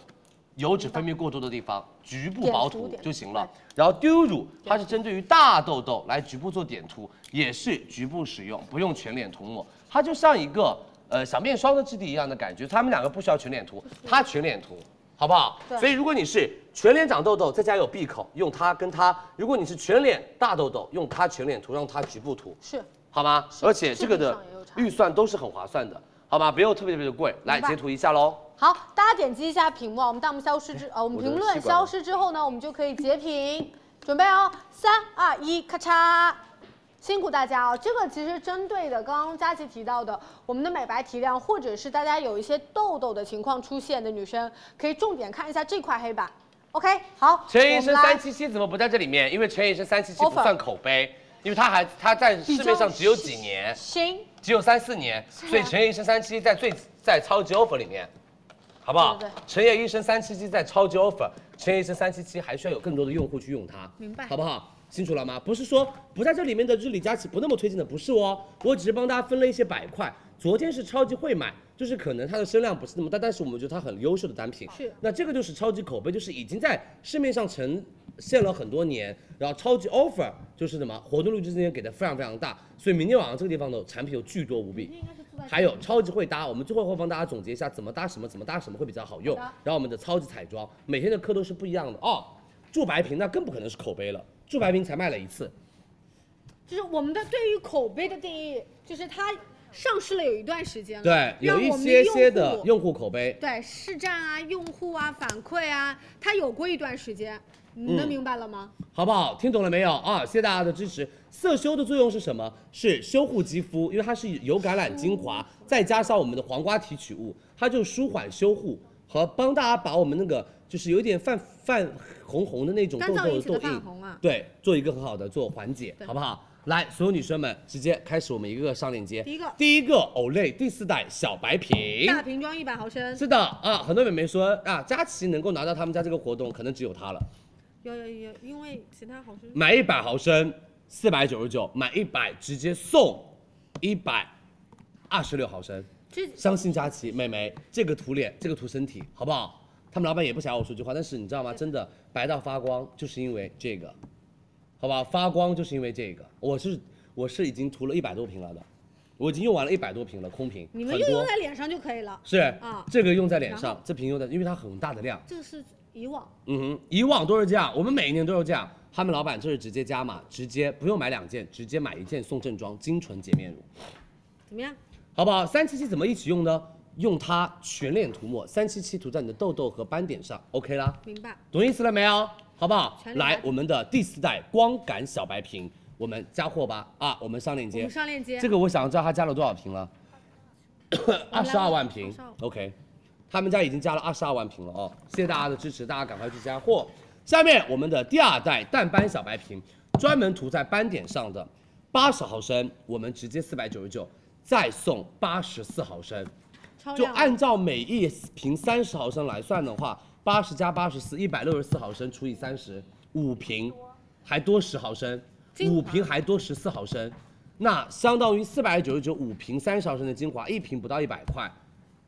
[SPEAKER 12] 油脂分泌过多的地方，局部薄涂就行了。然后丢乳，它是针对于大痘痘来局部做点涂，也是局部使用，不用全脸涂抹，它就像一个。呃，小面霜的质地一样的感觉，它们两个不需要全脸涂，它全脸涂，好不好？
[SPEAKER 20] 对
[SPEAKER 12] 所以如果你是全脸长痘痘，再加有闭口，用它跟它；如果你是全脸大痘痘，用它全脸涂，让它局部涂，
[SPEAKER 20] 是
[SPEAKER 12] 好吗？而且这个的
[SPEAKER 20] 质地上也有差
[SPEAKER 12] 预算都是很划算的，好吗？不用特别特别的贵。来
[SPEAKER 20] 明白
[SPEAKER 12] 截图一下喽。
[SPEAKER 20] 好，大家点击一下屏幕啊，我们弹幕消失之呃，我们
[SPEAKER 12] 哎我的
[SPEAKER 20] 评论
[SPEAKER 12] 吸管
[SPEAKER 20] 消失之后呢，我们就可以截屏，准备哦，三二一，咔嚓。辛苦大家啊！这个其实针对的刚刚佳琪提到的，我们的美白提亮，或者是大家有一些痘痘的情况出现的女生，可以重点看一下这块黑板。OK，好，
[SPEAKER 12] 陈
[SPEAKER 20] 我
[SPEAKER 12] 医
[SPEAKER 20] 们
[SPEAKER 12] 生
[SPEAKER 20] 来
[SPEAKER 12] 三七七怎么不在这里面？因为陈医生三七七不
[SPEAKER 20] Offer
[SPEAKER 12] 算口碑，因为它还它在市面上只有几年，
[SPEAKER 20] 行，
[SPEAKER 12] 只有三四年，
[SPEAKER 20] 啊
[SPEAKER 12] 所以陈医生三七七在最在超级 offer 里面，好不好
[SPEAKER 20] 对对？
[SPEAKER 12] 陈烨医生三七七在超级 offer，陈医生三七七还需要有更多的用户去用它，
[SPEAKER 20] 明白
[SPEAKER 12] 好不好？清楚了吗？不是说不在这里面的就是李佳琦不那么推荐的，不是哦，我只是帮大家分了一些板块。昨天是超级会买，就是可能它的声量不是那么大，但是我们觉得它很优秀的单品。
[SPEAKER 20] 是
[SPEAKER 12] 那这个就是超级口碑，就是已经在市面上呈呃现了很多年，然后超级 offer 就是什么活动力度之间给的非常非常大，所以明天晚上这个地方的产品有巨多无比。还有超级会搭，我们最后会帮大家总结一下怎么搭什么，怎么搭什么会比较好用。然后我们的超级彩妆，每天的课都是不一样的哦。驻白瓶那更不可能是口碑了，驻白瓶才卖了一次，
[SPEAKER 1] 嗯就是我们的对于口碑的定义，就是它上市了有一段时间了，
[SPEAKER 12] 对，有
[SPEAKER 1] 让
[SPEAKER 12] 一
[SPEAKER 1] 我们
[SPEAKER 12] 些些的
[SPEAKER 1] 用户
[SPEAKER 12] 用户口碑，
[SPEAKER 1] 对市占啊、用户啊、反馈啊，它有过一段时间，你能
[SPEAKER 12] 嗯
[SPEAKER 1] 明白了吗？
[SPEAKER 12] 好不好？听懂了没有啊？谢谢大家的支持。色修的作用是什么？是修护肌肤，因为它是由橄榄精华再加上我们的黄瓜提取物，它就舒缓修护和帮大家把我们那个就是有点泛泛红红的那种
[SPEAKER 1] 干
[SPEAKER 12] 痘
[SPEAKER 1] 燥
[SPEAKER 12] 痘
[SPEAKER 1] 引
[SPEAKER 12] 的
[SPEAKER 1] 起
[SPEAKER 12] 痘
[SPEAKER 1] 的
[SPEAKER 12] 印
[SPEAKER 1] 泛，红啊。
[SPEAKER 12] 对，做一个很好的做缓解，
[SPEAKER 1] 对
[SPEAKER 12] 好不好？来，所有女生们直接开始我们一个个上链接。
[SPEAKER 1] 第一个
[SPEAKER 12] 第一个 Olay 第四代小白瓶。
[SPEAKER 1] 大瓶装一百毫升，
[SPEAKER 12] 是的啊，很多美眉说啊，佳琦能够拿到他们家这个活动，可能只有她了。
[SPEAKER 1] 有有有，因为其他毫升
[SPEAKER 12] 买一百毫升四百九十九，买一百直接送一百二十六毫升。
[SPEAKER 1] 这
[SPEAKER 12] 相信佳琪妹妹，这个涂脸，这个涂身体，好不好？他们老板也不想让我说这句话，但是你知道吗？真的白到发光，就是因为这个，好吧？发光就是因为这个。我是我是已经涂了一百多瓶了的，我已经用完了一百多瓶了，空瓶。
[SPEAKER 1] 你们
[SPEAKER 12] 很
[SPEAKER 1] 就
[SPEAKER 12] 多
[SPEAKER 1] 用在脸上就可以了。
[SPEAKER 12] 是
[SPEAKER 1] 啊
[SPEAKER 12] 这个用在脸
[SPEAKER 1] 然
[SPEAKER 12] 上，这瓶用在，因为它很大的量。
[SPEAKER 1] 这个是以往
[SPEAKER 12] 嗯哼，以往都是这样，我们每一年都是这样。他们老板就是直接加码，直接不用买两件，直接买一件送正装精纯洁面乳，
[SPEAKER 1] 怎么样？
[SPEAKER 12] 好不好？三七七怎么一起用呢？用它全脸涂抹，三七七涂在你的痘痘和斑点上，OK 啦。
[SPEAKER 1] 明白？
[SPEAKER 12] 懂意思了没有？好不好
[SPEAKER 1] 全？脸
[SPEAKER 12] 来
[SPEAKER 1] 白，
[SPEAKER 12] 我们的第四代光感小白瓶，我们加货吧啊！我们上链
[SPEAKER 1] 我
[SPEAKER 12] 接
[SPEAKER 1] 们，上链接。
[SPEAKER 12] 这个我想知道它加了多少瓶了，二十二万瓶
[SPEAKER 1] 22
[SPEAKER 12] ，OK，他们家已经加了二十二万瓶了哦，谢谢大家的支持，大家赶快去加货。下面我们的第二代淡斑小白瓶，专门涂在斑点上的，八十毫升，我们直接四百九十九，再送八十四毫升，
[SPEAKER 1] 超
[SPEAKER 12] 就
[SPEAKER 1] 量啊
[SPEAKER 12] 按照每一瓶三十毫升来算的话，八十加八十四，一百六十四毫升除以三十，五瓶，还多十毫升，五瓶还多十四毫升，那相当于四百九十九五瓶三十毫升的精华，一瓶不到一百块，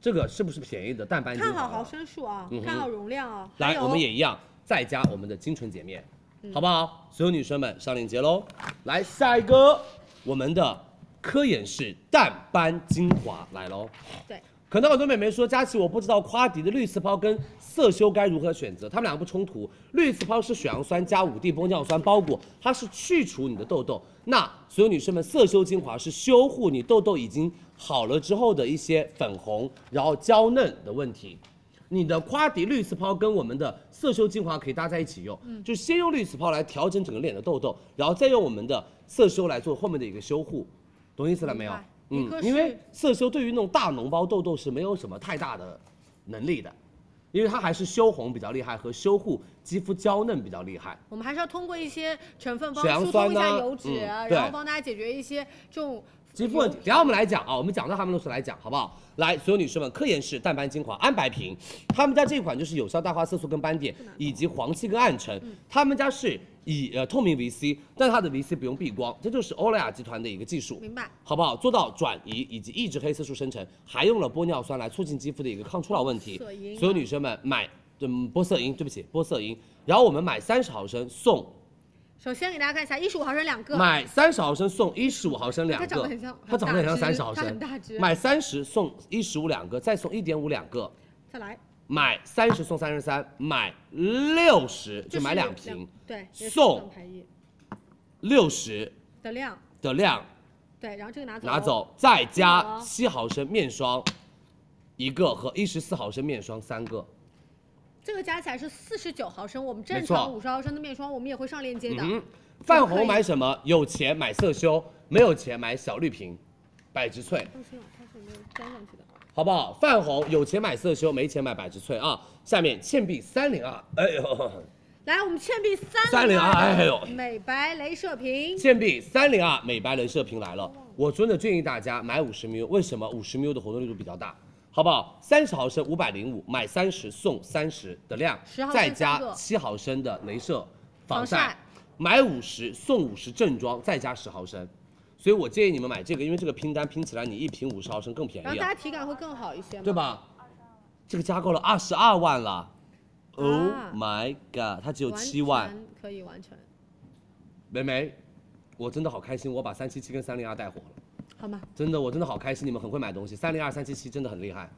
[SPEAKER 12] 这个是不是便宜的淡斑精华
[SPEAKER 1] 看
[SPEAKER 12] 了？
[SPEAKER 1] 好毫升数啊
[SPEAKER 12] 嗯，哼
[SPEAKER 1] 看好容量啊。还
[SPEAKER 12] 来，
[SPEAKER 1] 有
[SPEAKER 12] 我们也一样，再加我们的精纯洁面，好不好？所有女生们上链接喽。来，下一个，我们的科颜氏淡斑精华来喽。
[SPEAKER 1] 对，
[SPEAKER 12] 可能很多美眉说，佳琪，我不知道夸迪的绿刺抛跟色修该如何选择，它们两个不冲突。绿刺抛是水杨酸加五地玻尿酸包裹，它是去除你的痘痘。那所有女生们，色修精华是修护你痘痘已经好了之后的一些粉红，然后娇嫩的问题。你的夸迪绿丝抛跟我们的色修精华可以搭在一起用，就先用绿丝抛来调整整个脸的痘痘，然后再用我们的色修来做后面的一个修护，懂意思了没有？嗯
[SPEAKER 1] 一个，是
[SPEAKER 12] 因为色修对于那种大脓包痘痘是没有什么太大的能力的，因为它还是修红比较厉害和修护肌肤娇嫩比较厉害。
[SPEAKER 1] 我们还是要通过一些成分帮
[SPEAKER 12] 水杨
[SPEAKER 1] 疏通一下
[SPEAKER 12] 酸呐
[SPEAKER 1] 油脂，啊
[SPEAKER 12] 嗯对
[SPEAKER 1] 然后帮大家解决一些这种
[SPEAKER 12] 肌肤问题，等一下我们来讲啊，我们讲到他们的时候来讲，好不好？来，所有女士们，科颜氏淡斑精华安白瓶，他们家这款就是有效淡化色素跟斑点，以及黄气跟暗沉。
[SPEAKER 1] 嗯
[SPEAKER 12] 他们家是以呃透明 VC，但它的 VC 不用避光，这就是欧莱雅集团的一个技术，
[SPEAKER 1] 明白？
[SPEAKER 12] 好不好？做到转移以及抑制黑色素生成，还用了玻尿酸来促进肌肤的一个抗初老问题
[SPEAKER 1] 色因。啊
[SPEAKER 12] 所有女生们买，嗯，玻色因，对不起，玻色因，然后我们买三十毫升送，
[SPEAKER 1] 首先给大家看一下，一十五毫升两个，
[SPEAKER 12] 买三十毫升送一十五毫升两个，
[SPEAKER 1] 它长得很像
[SPEAKER 12] 它长得很像
[SPEAKER 1] 很大
[SPEAKER 12] 三
[SPEAKER 1] 只
[SPEAKER 12] 十毫
[SPEAKER 1] 它很
[SPEAKER 12] 升
[SPEAKER 1] 大只，
[SPEAKER 12] 买三十送一十五两个，再送一点五两个，
[SPEAKER 1] 再来，
[SPEAKER 12] 买三十送三十三，买六十就买
[SPEAKER 1] 是
[SPEAKER 12] 两瓶，
[SPEAKER 1] 对，也是
[SPEAKER 12] 送
[SPEAKER 1] 上排一
[SPEAKER 12] 六十
[SPEAKER 1] 的量，
[SPEAKER 12] 的量
[SPEAKER 1] 对，然后这个拿走，
[SPEAKER 12] 拿，走，再
[SPEAKER 1] 这
[SPEAKER 12] 加
[SPEAKER 1] 个
[SPEAKER 12] 七毫升面霜一个和一十四毫升面霜三个，
[SPEAKER 1] 这个加起来是四十九毫升，我们正
[SPEAKER 12] 没错
[SPEAKER 1] 常五十毫升的面霜我们也会上链接的，
[SPEAKER 12] 嗯，泛
[SPEAKER 1] 可以
[SPEAKER 12] 红买什么？有钱买色修，没有钱买小绿瓶，百植萃。
[SPEAKER 1] 放心，它是没有粘上去的。
[SPEAKER 12] 好不好？泛红有钱买色修，没钱买百植萃啊。下面倩碧三零二，哎呦，
[SPEAKER 1] 来，我们倩碧三
[SPEAKER 12] 302哎呦
[SPEAKER 1] 美白镭射瓶，
[SPEAKER 12] 倩碧三零二美白镭射瓶来了，我真的建议大家买五十 ml，为什么五十 ml 的活动力度比较大？好不好？三十毫升五百零五，买三十送三十的量
[SPEAKER 1] 10毫升，
[SPEAKER 12] 再
[SPEAKER 1] 三
[SPEAKER 12] 加
[SPEAKER 1] 个
[SPEAKER 12] 七毫升的镭射
[SPEAKER 1] 防
[SPEAKER 12] 防
[SPEAKER 1] 晒
[SPEAKER 12] 晒，买五十送五十正装，再加十毫升。所以我建议你们买这个，因为这个拼单拼起来，你一瓶五十毫升更便
[SPEAKER 1] 然后
[SPEAKER 12] 宜
[SPEAKER 1] 大
[SPEAKER 12] 啊
[SPEAKER 1] 家，体感会更好一些嘛，
[SPEAKER 12] 对？吧？这个加购了二十二万了，Oh
[SPEAKER 1] 啊
[SPEAKER 12] my god，它只有
[SPEAKER 1] 完
[SPEAKER 12] 七万。
[SPEAKER 1] 全可以完成，
[SPEAKER 12] 梅梅，我真的好开心，我把三七七跟三零二带火了，
[SPEAKER 1] 好吗？
[SPEAKER 12] 真的，我真的好开心，你们很会买东西，三零二、三七七真的很厉害，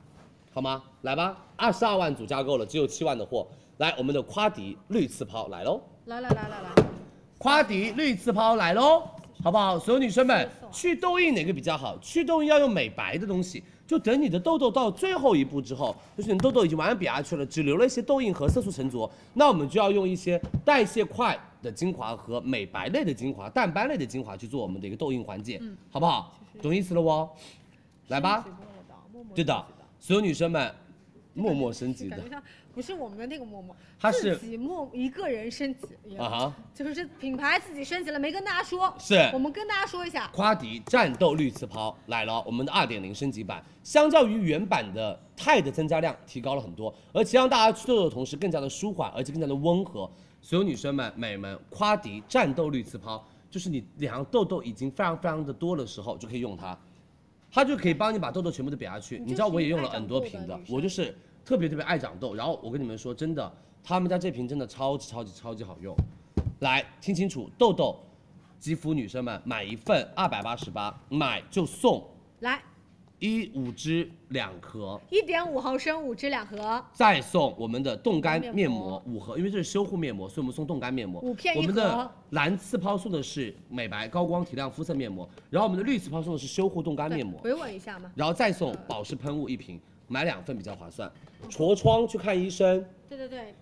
[SPEAKER 12] 好吗？来吧，二十二万组加购了，只有七万的货，来我们的夸迪绿刺抛来喽，
[SPEAKER 1] 来来来来来，
[SPEAKER 12] 夸迪绿刺抛来喽，好不好？所有女生们，祛痘印哪个比较好？祛痘印要用美白的东西。就等你的痘痘到最后一步之后，就是你痘痘已经完全比下去了，只留了一些痘印和色素沉着，那我们就要用一些代谢快的精华和美白类的精华、淡斑类的精华去做我们的一个痘印缓解，
[SPEAKER 1] 嗯
[SPEAKER 12] 好不好？懂意思了哦？来吧，对的，所有女生们，默默升级的
[SPEAKER 1] 感觉像不是我们的那个陌陌，
[SPEAKER 12] 它
[SPEAKER 1] 自
[SPEAKER 12] 是
[SPEAKER 1] 己陌一个人升级一样
[SPEAKER 12] 啊哈，
[SPEAKER 1] 就是品牌自己升级了，没跟大家说，
[SPEAKER 12] 是
[SPEAKER 1] 我们跟大家说一下，
[SPEAKER 12] 夸迪战斗绿刺抛来了，我们的二点零升级版，相较于原版的钛的增加量提高了很多，而且让大家祛痘的同时更加的舒缓，而且更加的温和。所有女生们、美们，夸迪战斗绿刺抛，就是你脸上痘痘已经非常非常的多的时候，就可以用它，它就可以帮你把痘痘全部都瘪下去。你知道我也用了很多瓶的，我就是特别特别爱长痘。然后我跟你们说，真的，他们家这瓶真的超级超级超级好用。来，听清楚，痘痘肌肤女生们买一份二百八十八，买就送
[SPEAKER 1] 来
[SPEAKER 12] 一五支两盒，
[SPEAKER 1] 一点五毫升五支两盒，
[SPEAKER 12] 再送我们的冻干
[SPEAKER 1] 面
[SPEAKER 12] 面
[SPEAKER 1] 膜
[SPEAKER 12] 膜五盒，因为这是修护面膜，所以我们送冻干面膜
[SPEAKER 1] 五片一盒
[SPEAKER 12] 我们的蓝刺抛送的是美白高光提亮肤色面膜，然后我们的绿刺抛送的是修护冻干
[SPEAKER 1] 对
[SPEAKER 12] 面膜，
[SPEAKER 1] 维稳一下嘛，
[SPEAKER 12] 然后再送保湿喷雾一瓶，买两份比较划算。痤疮去看医生，
[SPEAKER 1] 对对对，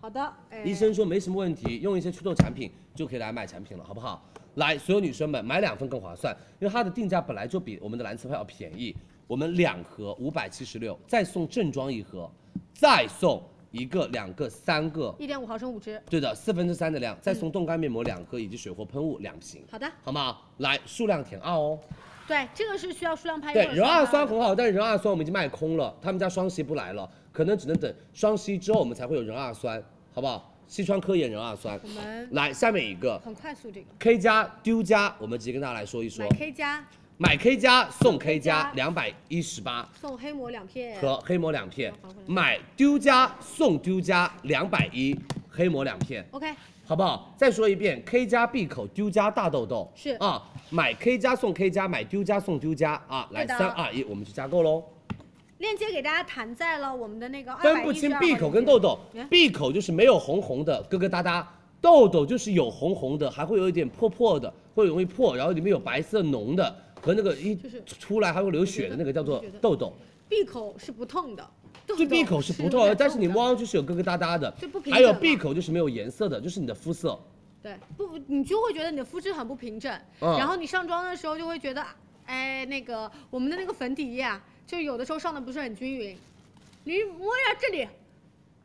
[SPEAKER 1] 好的，哎，
[SPEAKER 12] 医生说没什么问题，用一些祛痘产品就可以来买产品了，好不好？来，所有女生们买两份更划算，因为它的定价本来就比我们的蓝刺泡要便宜。我们两盒五百七十六，再送正装一盒，再送一个、两个、三个，
[SPEAKER 1] 一点五毫升五支，
[SPEAKER 12] 对的，四分之三的量，再送冻干面膜两盒以及水货喷雾两瓶，
[SPEAKER 1] 嗯好的，
[SPEAKER 12] 好不好？来，数量填二哦。
[SPEAKER 1] 对，这个是需要数量拍一
[SPEAKER 12] 对
[SPEAKER 1] 会，儿
[SPEAKER 12] 柔二
[SPEAKER 1] 算
[SPEAKER 12] 酸
[SPEAKER 1] 吧
[SPEAKER 12] 很好，但是柔二酸我们已经卖空了，他们家双十一不来了，可能只能等双十一之后我们才会有柔二酸，好不好？西川科研柔二酸
[SPEAKER 1] 我们，
[SPEAKER 12] 来下面一个
[SPEAKER 1] 很快速这个，
[SPEAKER 12] K 加丢加，我们直接跟大家来说一说
[SPEAKER 1] 买，K 加
[SPEAKER 12] 买 K 加送 K 加
[SPEAKER 1] 送 K
[SPEAKER 12] 两百一十八
[SPEAKER 1] 送黑膜两片，
[SPEAKER 12] 和黑膜两片，买丢加送丢加两百一黑膜两片，
[SPEAKER 1] OK，
[SPEAKER 12] 好不好？再说一遍，K 加闭口丢加大痘痘
[SPEAKER 1] 是
[SPEAKER 12] 啊，买 K 加送 K 加，买丢加送丢加啊，来
[SPEAKER 1] 对的
[SPEAKER 12] 三二一，我们去加购喽。
[SPEAKER 1] 链接给大家弹在了我们的那个
[SPEAKER 12] 分不清闭口跟痘痘
[SPEAKER 1] 嗯，
[SPEAKER 12] 闭口就是没有红红的疙疙瘩瘩，痘痘就是有红红的，还会有一点破破的，会容易破，然后里面有白色脓的和那个一
[SPEAKER 1] 就是
[SPEAKER 12] 出来还会流血的那个叫做
[SPEAKER 1] 我觉得
[SPEAKER 12] 痘痘。
[SPEAKER 1] 闭口是不痛的，
[SPEAKER 12] 就闭口是不痛的，但是你摸上去是有疙疙瘩瘩的
[SPEAKER 1] 就不，平
[SPEAKER 12] 还有
[SPEAKER 1] 整
[SPEAKER 12] 闭
[SPEAKER 1] 了
[SPEAKER 12] 口就是没有颜色的，就是你的肤色。
[SPEAKER 1] 对，不，你就会觉得你的肤质很不平整，
[SPEAKER 12] 嗯
[SPEAKER 1] 然后你上妆的时候就会觉得，哎，那个我们的那个粉底液啊，就有的时候上的不是很均匀，你摸一下这里，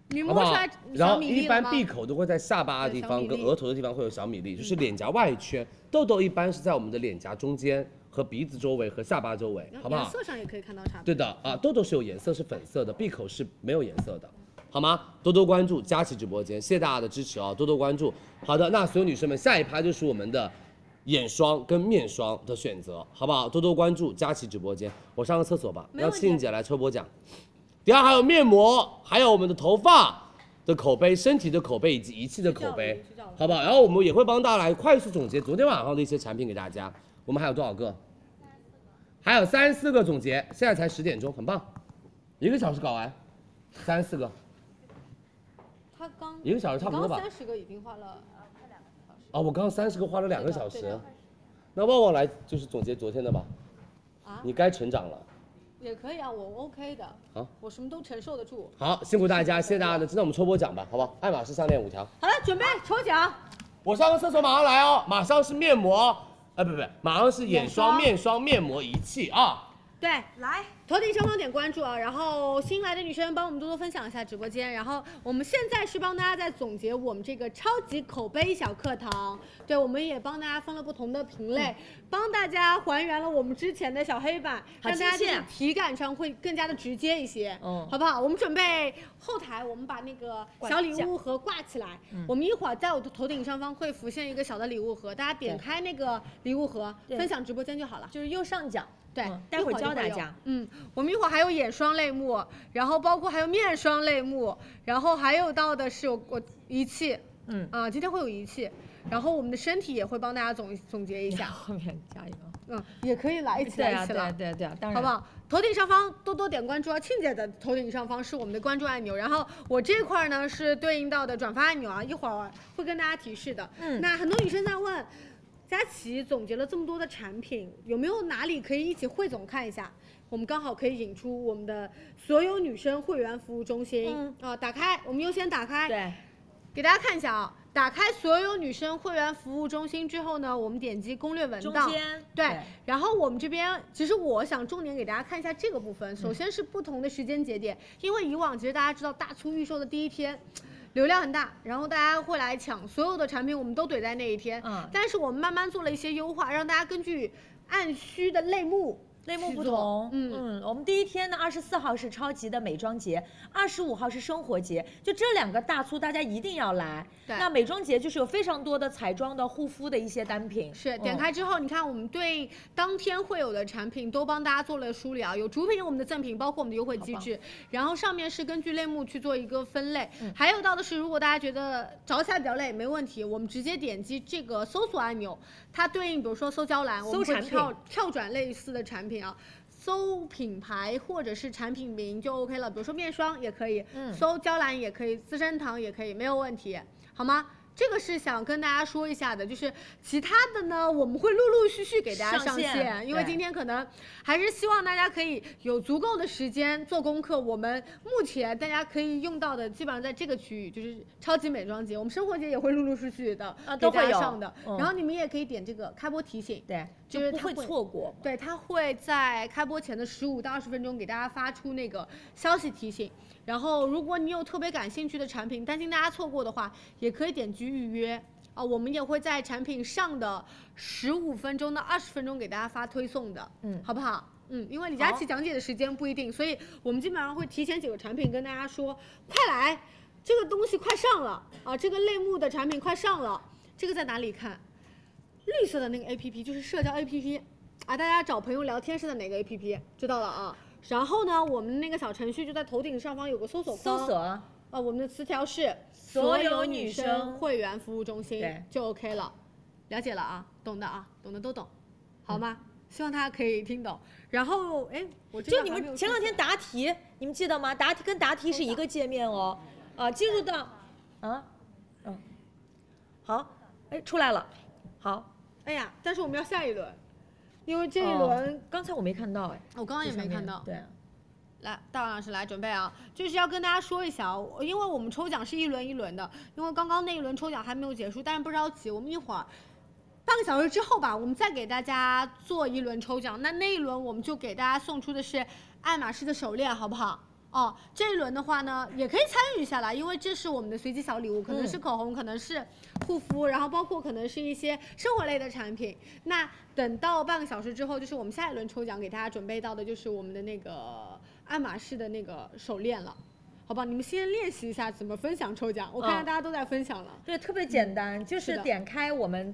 [SPEAKER 1] 你
[SPEAKER 12] 好
[SPEAKER 1] 摸
[SPEAKER 12] 不
[SPEAKER 1] 出
[SPEAKER 12] 好
[SPEAKER 1] 来？
[SPEAKER 12] 然
[SPEAKER 1] 小
[SPEAKER 12] 后
[SPEAKER 1] 米
[SPEAKER 12] 一
[SPEAKER 1] 粒了
[SPEAKER 12] 般
[SPEAKER 1] 吗？
[SPEAKER 12] 闭口都会在下巴的
[SPEAKER 1] 对
[SPEAKER 12] 地
[SPEAKER 1] 小
[SPEAKER 12] 方
[SPEAKER 1] 米
[SPEAKER 12] 跟
[SPEAKER 1] 粒
[SPEAKER 12] 额头的地方会有小米粒，就是脸颊外圈。痘痘一般是在我们的脸颊中间和鼻子周围和下巴周围，
[SPEAKER 1] 然
[SPEAKER 12] 好
[SPEAKER 1] 后
[SPEAKER 12] 不
[SPEAKER 1] 颜
[SPEAKER 12] 好？
[SPEAKER 1] 色上也可以看到差别。
[SPEAKER 12] 对的啊，痘痘是有颜色，是粉色的，闭口是没有颜色的，好吗？多多关注佳琦直播间，谢谢大家的支持啊，多多关注。好的，那所有女生们，下一趴就是我们的眼霜跟面霜的选择，好不好？多多关注佳琦直播间，我上个厕所吧，
[SPEAKER 1] 没
[SPEAKER 12] 让
[SPEAKER 1] 问题
[SPEAKER 12] 庆姐来抽拨奖。底下还有面膜，还有我们的头发的口碑、身体的口碑以及仪器的口碑，好不好？然后我们也会帮大家来快速总结昨天晚上的一些产品给大家。我们还有多少个？还有三四个总结，现在才十点钟，很棒，一个小时搞完，三四个，
[SPEAKER 1] 他刚
[SPEAKER 12] 一个小时差不多吧
[SPEAKER 1] 三十个已经花了，
[SPEAKER 12] 啊，我刚刚三十个花了两个小
[SPEAKER 1] 对的
[SPEAKER 12] 时
[SPEAKER 1] 对的，
[SPEAKER 12] 那旺旺来就是总结昨天的吧，
[SPEAKER 1] 啊
[SPEAKER 12] 你该成长了。
[SPEAKER 1] 也可以啊，我 OK 的，
[SPEAKER 12] 好，
[SPEAKER 1] 我什么都承受得住。
[SPEAKER 12] 好，辛苦大家，谢谢大家的支持，那我们抽波奖吧，好不好？爱马仕项链五条。
[SPEAKER 1] 好了，准备抽奖。
[SPEAKER 12] 我上个厕所马上来哦，马上是面膜，呃，不不，马上是眼
[SPEAKER 1] 眼霜
[SPEAKER 12] 霜、面霜、面膜仪器啊。
[SPEAKER 1] 对，来头顶上方点关注啊，然后新来的女生帮我们多多分享一下直播间。然后我们现在是帮大家在总结我们这个超级口碑小课堂，对，我们也帮大家分了不同的品类，帮大家还原了我们之前的小黑板，
[SPEAKER 2] 嗯好
[SPEAKER 1] 让大家
[SPEAKER 2] 亲切
[SPEAKER 1] 这个体感上会更加的直接一些，
[SPEAKER 2] 嗯
[SPEAKER 1] 好不好？我们准备后台我们把那个小礼
[SPEAKER 2] 挂
[SPEAKER 1] 物盒挂起来，
[SPEAKER 2] 嗯
[SPEAKER 1] 我们一会儿在我的头顶上方会浮现一个小的礼物盒，大家点
[SPEAKER 2] 对
[SPEAKER 1] 开那个礼物盒，
[SPEAKER 2] 对
[SPEAKER 1] 分享直播间就好了。
[SPEAKER 2] 就是右上角。
[SPEAKER 1] 对
[SPEAKER 2] 嗯，待会儿
[SPEAKER 1] 就
[SPEAKER 2] 教大
[SPEAKER 1] 有
[SPEAKER 2] 家。
[SPEAKER 1] 嗯，我们一会儿还有眼霜类目，然后包括还有面霜类目，然后还有到的是有我仪器，
[SPEAKER 2] 嗯
[SPEAKER 1] 啊，今天会有仪器，然后我们的身体也会帮大家总总结一下，
[SPEAKER 2] 后面加一个。
[SPEAKER 1] 嗯，也可以来一起
[SPEAKER 2] 对
[SPEAKER 1] 来
[SPEAKER 2] 啊，
[SPEAKER 1] 一起
[SPEAKER 2] 对啊
[SPEAKER 1] 来，
[SPEAKER 2] 对啊对啊，当然。
[SPEAKER 1] 好不？好？头顶上方多多点关注啊！庆姐的头顶上方是我们的关注按钮，然后我这块儿呢是对应到的转发按钮啊，一会儿会跟大家提示的。
[SPEAKER 2] 嗯
[SPEAKER 1] 那很多女生在问，佳琪总结了这么多的产品，有没有哪里可以一起汇总看一下？我们刚好可以引出我们的所有女生会员服务中心啊、
[SPEAKER 2] 嗯
[SPEAKER 1] 打开，我们优先打开，
[SPEAKER 2] 对，
[SPEAKER 1] 给大家看一下啊。打开所有女生会员服务中心之后呢，我们点击攻略文
[SPEAKER 2] 中
[SPEAKER 1] 档，
[SPEAKER 2] 间
[SPEAKER 1] 对，然后我们这边，其实我想重点给大家看一下这个部分。首先是不同的时间节点，因为以往其实大家知道大促预售的第一天。 流量很大，然后大家会来抢所有的产品，我们都怼在那一天。
[SPEAKER 2] 嗯
[SPEAKER 1] 但是我们慢慢做了一些优化，让大家根据按需的类目
[SPEAKER 2] 类目
[SPEAKER 1] 去
[SPEAKER 2] 不
[SPEAKER 1] 做
[SPEAKER 2] 同，
[SPEAKER 1] 嗯
[SPEAKER 2] 我们第一天呢，二十四号是超级的美妆节，二十五号是生活节，就这两个大促大家一定要来。
[SPEAKER 1] 对
[SPEAKER 2] 那美妆节就是有非常多的彩妆的、护肤的一些单品，
[SPEAKER 1] 是
[SPEAKER 2] 嗯
[SPEAKER 1] 点开之后，你看我们对当天会有的产品都帮大家做了梳理啊，有主品、有我们的赠品，包括我们的优惠机制。然后上面是根据类目去做一个分类，
[SPEAKER 2] 嗯
[SPEAKER 1] 还有到的是，如果大家觉得找起来比较累，没问题，我们直接点击这个搜索按钮，它对应比如说搜胶栏，我们
[SPEAKER 2] 搜
[SPEAKER 1] 会
[SPEAKER 2] 产
[SPEAKER 1] 跳跳转类似的产品啊。搜品牌或者是产品名就 OK 了，比如说面霜也可以，
[SPEAKER 2] 嗯
[SPEAKER 1] 搜娇兰也可以，资生堂也可以，没有问题，好吗？这个是想跟大家说一下的，就是其他的呢，我们会陆陆续续给大家上
[SPEAKER 2] 上线
[SPEAKER 1] 因为
[SPEAKER 2] 对
[SPEAKER 1] 今天可能还是希望大家可以有足够的时间做功课。我们目前大家可以用到的，基本上在这个区域，就是超级美妆节，我们生活节也会陆陆续续的
[SPEAKER 2] 啊
[SPEAKER 1] 给
[SPEAKER 2] 都
[SPEAKER 1] 大
[SPEAKER 2] 会
[SPEAKER 1] 家
[SPEAKER 2] 有
[SPEAKER 1] 上的。
[SPEAKER 2] 嗯
[SPEAKER 1] 然后你们也可以点这个开播提醒，
[SPEAKER 2] 对，
[SPEAKER 1] 就
[SPEAKER 2] 就是不
[SPEAKER 1] 它
[SPEAKER 2] 会
[SPEAKER 1] 会
[SPEAKER 2] 错过。
[SPEAKER 1] 对，它会在开播前的十五到二十分钟给大家发出那个消息提醒。然后，如果你有特别感兴趣的产品，担心大家错过的话，也可以点击预约。啊，我们也会在产品上的十五分钟到二十分钟给大家发推送的，
[SPEAKER 2] 嗯
[SPEAKER 1] 好不好？嗯，因为李佳琦
[SPEAKER 2] 好
[SPEAKER 1] 讲解的时间不一定，所以我们基本上会提前几个产品跟大家说，快来，这个东西快上了啊，这个类目的产品快上了，这个在哪里看？绿色的那个 A P P 就是社交 A P P 啊，大家找朋友聊天是在哪个 A P P 知道了啊？然后呢，我们那个小程序就在头顶上方有个搜索框，
[SPEAKER 2] 搜索啊，
[SPEAKER 1] 啊，我们的词条是
[SPEAKER 2] 所有
[SPEAKER 1] 有
[SPEAKER 2] 女
[SPEAKER 1] 生
[SPEAKER 2] 生
[SPEAKER 1] 会员服务中心
[SPEAKER 2] 对
[SPEAKER 1] 就 OK 了，了解了啊，懂的啊，懂的都懂，好吗？希望大家可以听懂。然后，哎，我这
[SPEAKER 2] 就
[SPEAKER 1] 边
[SPEAKER 2] 你
[SPEAKER 1] 还没有
[SPEAKER 2] 们前两
[SPEAKER 1] 说
[SPEAKER 2] 天答题，你们记得吗？答题跟答题是一个界面哦。啊，进入到啊，嗯，好，哎，出来了，好，
[SPEAKER 1] 哎呀，但是我们要下一轮，因为这一
[SPEAKER 2] 哦
[SPEAKER 1] 轮
[SPEAKER 2] 刚才我没看到哎，
[SPEAKER 1] 我刚刚也没看到，
[SPEAKER 2] 对，啊
[SPEAKER 1] 来，大王老师来准备啊，就是要跟大家说一下啊，我因为我们抽奖是一轮一轮的，因为刚刚那一轮抽奖还没有结束，但是不着急，我们一会儿半个小时之后吧，我们再给大家做一轮抽奖。那那一轮我们就给大家送出的是爱马仕的手链，好不好？哦，这一轮的话呢，也可以参与一下啦，因为这是我们的随机小礼物，可能是口红，可能是护肤，然后包括可能是一些生活类的产品。那等到半个小时之后，就是我们下一轮抽奖给大家准备到的就是我们的那个爱马仕的那个手链了，好吧？你们先练习一下怎么分享抽奖，我看到
[SPEAKER 2] 嗯
[SPEAKER 1] 大家都在分享了。
[SPEAKER 21] 对，特别简单，就是是
[SPEAKER 1] 嗯的
[SPEAKER 21] 点开我们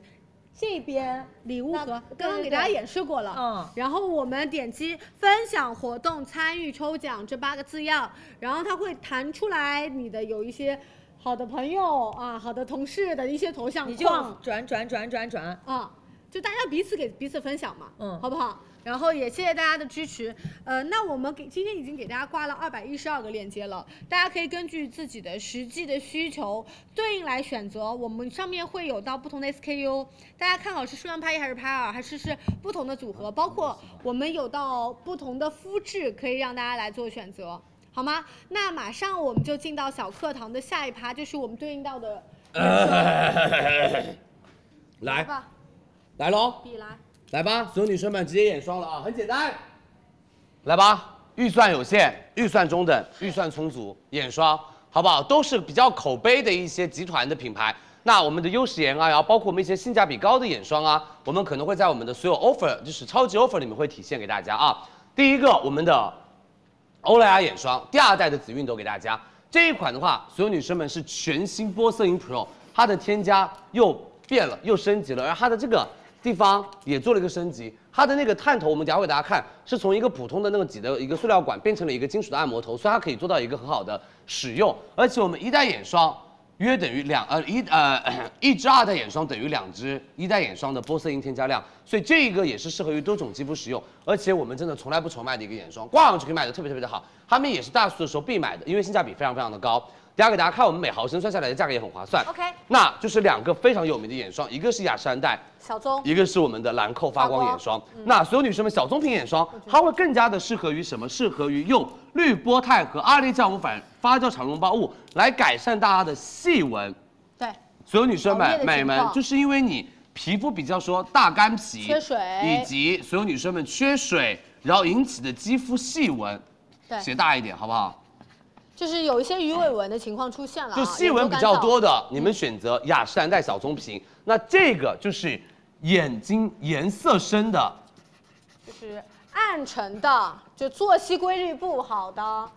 [SPEAKER 21] 这边
[SPEAKER 1] 礼物盒
[SPEAKER 21] 那
[SPEAKER 1] 刚刚给大家演示过
[SPEAKER 2] 哦
[SPEAKER 1] 了，
[SPEAKER 21] 嗯
[SPEAKER 1] 然后我们点击分享活动、参与抽奖这八个字样，然后它会弹出来你的有一些好的朋友啊、好的同事的一些头像
[SPEAKER 21] 你就
[SPEAKER 1] 框
[SPEAKER 21] 转转转转转，
[SPEAKER 1] 啊，就大家彼此给彼此分享嘛，
[SPEAKER 21] 嗯
[SPEAKER 1] 好不好？然后也谢谢大家的支持，呃，那我们给今天已经给大家挂了二百一十二个链接了，大家可以根据自己的实际的需求对应来选择。我们上面会有到不同的 SKU，大家看好是数量拍一还是拍二，还是是不同的组合，包括我们有到不同的肤质可以让大家来做选择，好吗？那马上我们就进到小课堂的下一趴，就是我们对应到的 来
[SPEAKER 12] 来
[SPEAKER 1] 吧，
[SPEAKER 12] 来喽。
[SPEAKER 1] 比来。
[SPEAKER 12] 来吧，所有女生们直接眼霜了啊，很简单。来吧，预算有限，预算中等，预算充足，眼霜好不好？都是比较口碑的一些集团的品牌。那我们的优时颜啊，然后包括我们一些性价比高的眼霜啊，我们可能会在我们的所有 offer，就是超级 offer 里面会体现给大家啊。第一个，我们的欧莱雅眼霜第二代的紫熨斗给大家。这一款的话，所有女生们是全新玻色因 Pro，它的添加又变了，又升级了，而它的这个地方也做了一个升级。它的那个探头，我们等一下会给大家看，是从一个普通的那个挤的一个塑料管变成了一个金属的按摩头，所以它可以做到一个很好的使用。而且我们一代眼霜约等于两呃一呃咳一支二代眼霜等于两支一代眼霜的玻色因添加量，所以这一个也是适合于多种肌肤使用，而且我们真的从来不愁卖的一个眼霜，挂上去可以卖的特别特别的好，他们也是大促的时候必买的，因为性价比非常非常的高。等一下给大家看我们每毫升算下来的价格也很划算
[SPEAKER 7] OK
[SPEAKER 12] 那就是两个非常有名的眼霜，一个是雅诗兰黛，
[SPEAKER 1] 小棕
[SPEAKER 12] 一个是我们的兰蔻发光眼霜。
[SPEAKER 1] 嗯
[SPEAKER 12] 那所有女生们，小棕瓶眼霜它会更加的适合于什么？适合于用滤波肽和阿粒酵母反发酵产溶胞物来改善大家的细纹。
[SPEAKER 1] 对，
[SPEAKER 12] 所有女生
[SPEAKER 1] 熬夜的情
[SPEAKER 12] 们、美们
[SPEAKER 1] 况，
[SPEAKER 12] 就是因为你皮肤比较说大干皮、
[SPEAKER 1] 缺水
[SPEAKER 12] 以及所有女生们缺水，然后引起的肌肤细纹，
[SPEAKER 1] 对
[SPEAKER 12] 写大一点好不好？
[SPEAKER 1] 就是有一些鱼尾纹的情况出现了、啊，
[SPEAKER 12] 就细
[SPEAKER 1] 眼
[SPEAKER 12] 纹
[SPEAKER 1] 周
[SPEAKER 12] 比
[SPEAKER 1] 干
[SPEAKER 12] 较
[SPEAKER 1] 燥
[SPEAKER 12] 多的，你们选择雅诗兰黛小棕瓶。那这个就是眼睛颜色深的。
[SPEAKER 1] 就是暗沉的，就作息规律不好的，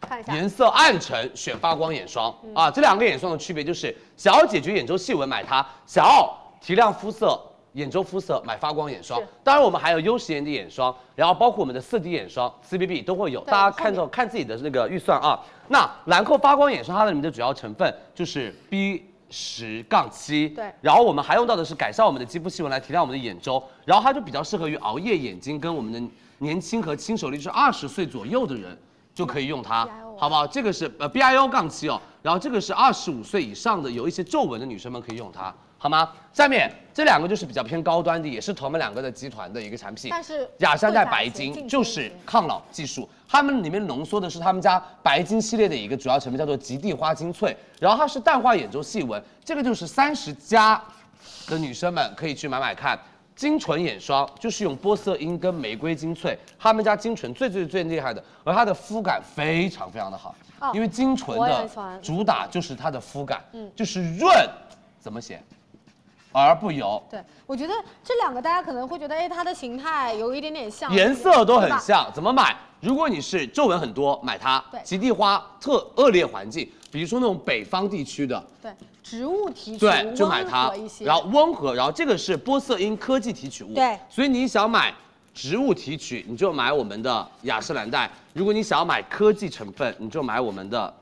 [SPEAKER 1] 看一下嗯
[SPEAKER 12] 颜色暗沉，选发光眼霜、啊。这两个眼霜的区别就是，想要解决眼周细纹，买它；想要提亮肤色。眼周肤色买发光眼霜
[SPEAKER 1] 是，
[SPEAKER 12] 当然我们还有优时颜的眼霜，然后包括我们的四 D 眼霜 CBB 都会有，
[SPEAKER 1] 对
[SPEAKER 12] 大家看到看自己的那个预算啊。那兰蔻发光眼霜它的里面的主要成分就是 B 十杠七，
[SPEAKER 1] 对
[SPEAKER 12] 然后我们还用到的是改善我们的肌肤细纹来提亮我们的眼周，然后它就比较适合于熬夜眼睛跟我们的年轻和轻熟力，就是二十岁左右的人就可以用它，好不好？这个是呃 BIO 杠七哦，然后这个是二十五岁以上的有一些皱纹的女生们可以用它，好吗？下面这两个就是比较偏高端的，也是同我们两个的集团的一个产品，
[SPEAKER 1] 但是
[SPEAKER 12] 雅诗兰
[SPEAKER 1] 贵
[SPEAKER 12] 黛
[SPEAKER 1] 价
[SPEAKER 12] 白
[SPEAKER 1] 一些
[SPEAKER 12] 金
[SPEAKER 1] 竞
[SPEAKER 12] 就
[SPEAKER 1] 争
[SPEAKER 12] 是
[SPEAKER 1] 一些
[SPEAKER 12] 抗老技术，它们里面浓缩的是他们家白金系列的一个主要成分，叫做极地花精粹，然后它是淡化眼周细纹，这个就是三十加的女生们可以去买买看。精纯眼霜就是用玻色因跟玫瑰精粹，他们家精纯最最最厉害的，而它的肤感非常非常的好，
[SPEAKER 1] 哦
[SPEAKER 12] 因为精纯
[SPEAKER 1] 我也很
[SPEAKER 12] 的
[SPEAKER 1] 喜欢
[SPEAKER 12] 主打就是它的肤感，
[SPEAKER 1] 嗯
[SPEAKER 12] 就是润，怎么写？而不油，
[SPEAKER 1] 对，我觉得这两个大家可能会觉得，哎，它的形态有一点点像，
[SPEAKER 12] 颜色都很
[SPEAKER 1] 对吧。
[SPEAKER 12] 像，怎么买？如果你是皱纹很多，买它
[SPEAKER 1] 对。
[SPEAKER 12] 极地花特恶劣环境，比如说那种北方地区的，
[SPEAKER 1] 对，植物提取
[SPEAKER 12] 对，就
[SPEAKER 1] 温
[SPEAKER 12] 买它
[SPEAKER 1] 和一。些
[SPEAKER 12] 然后温和，然后这个是玻色因科技提取物，
[SPEAKER 1] 对
[SPEAKER 12] 所以你想买植物提取，你就买我们的雅诗兰黛；如果你想要买科技成分，你就买我们的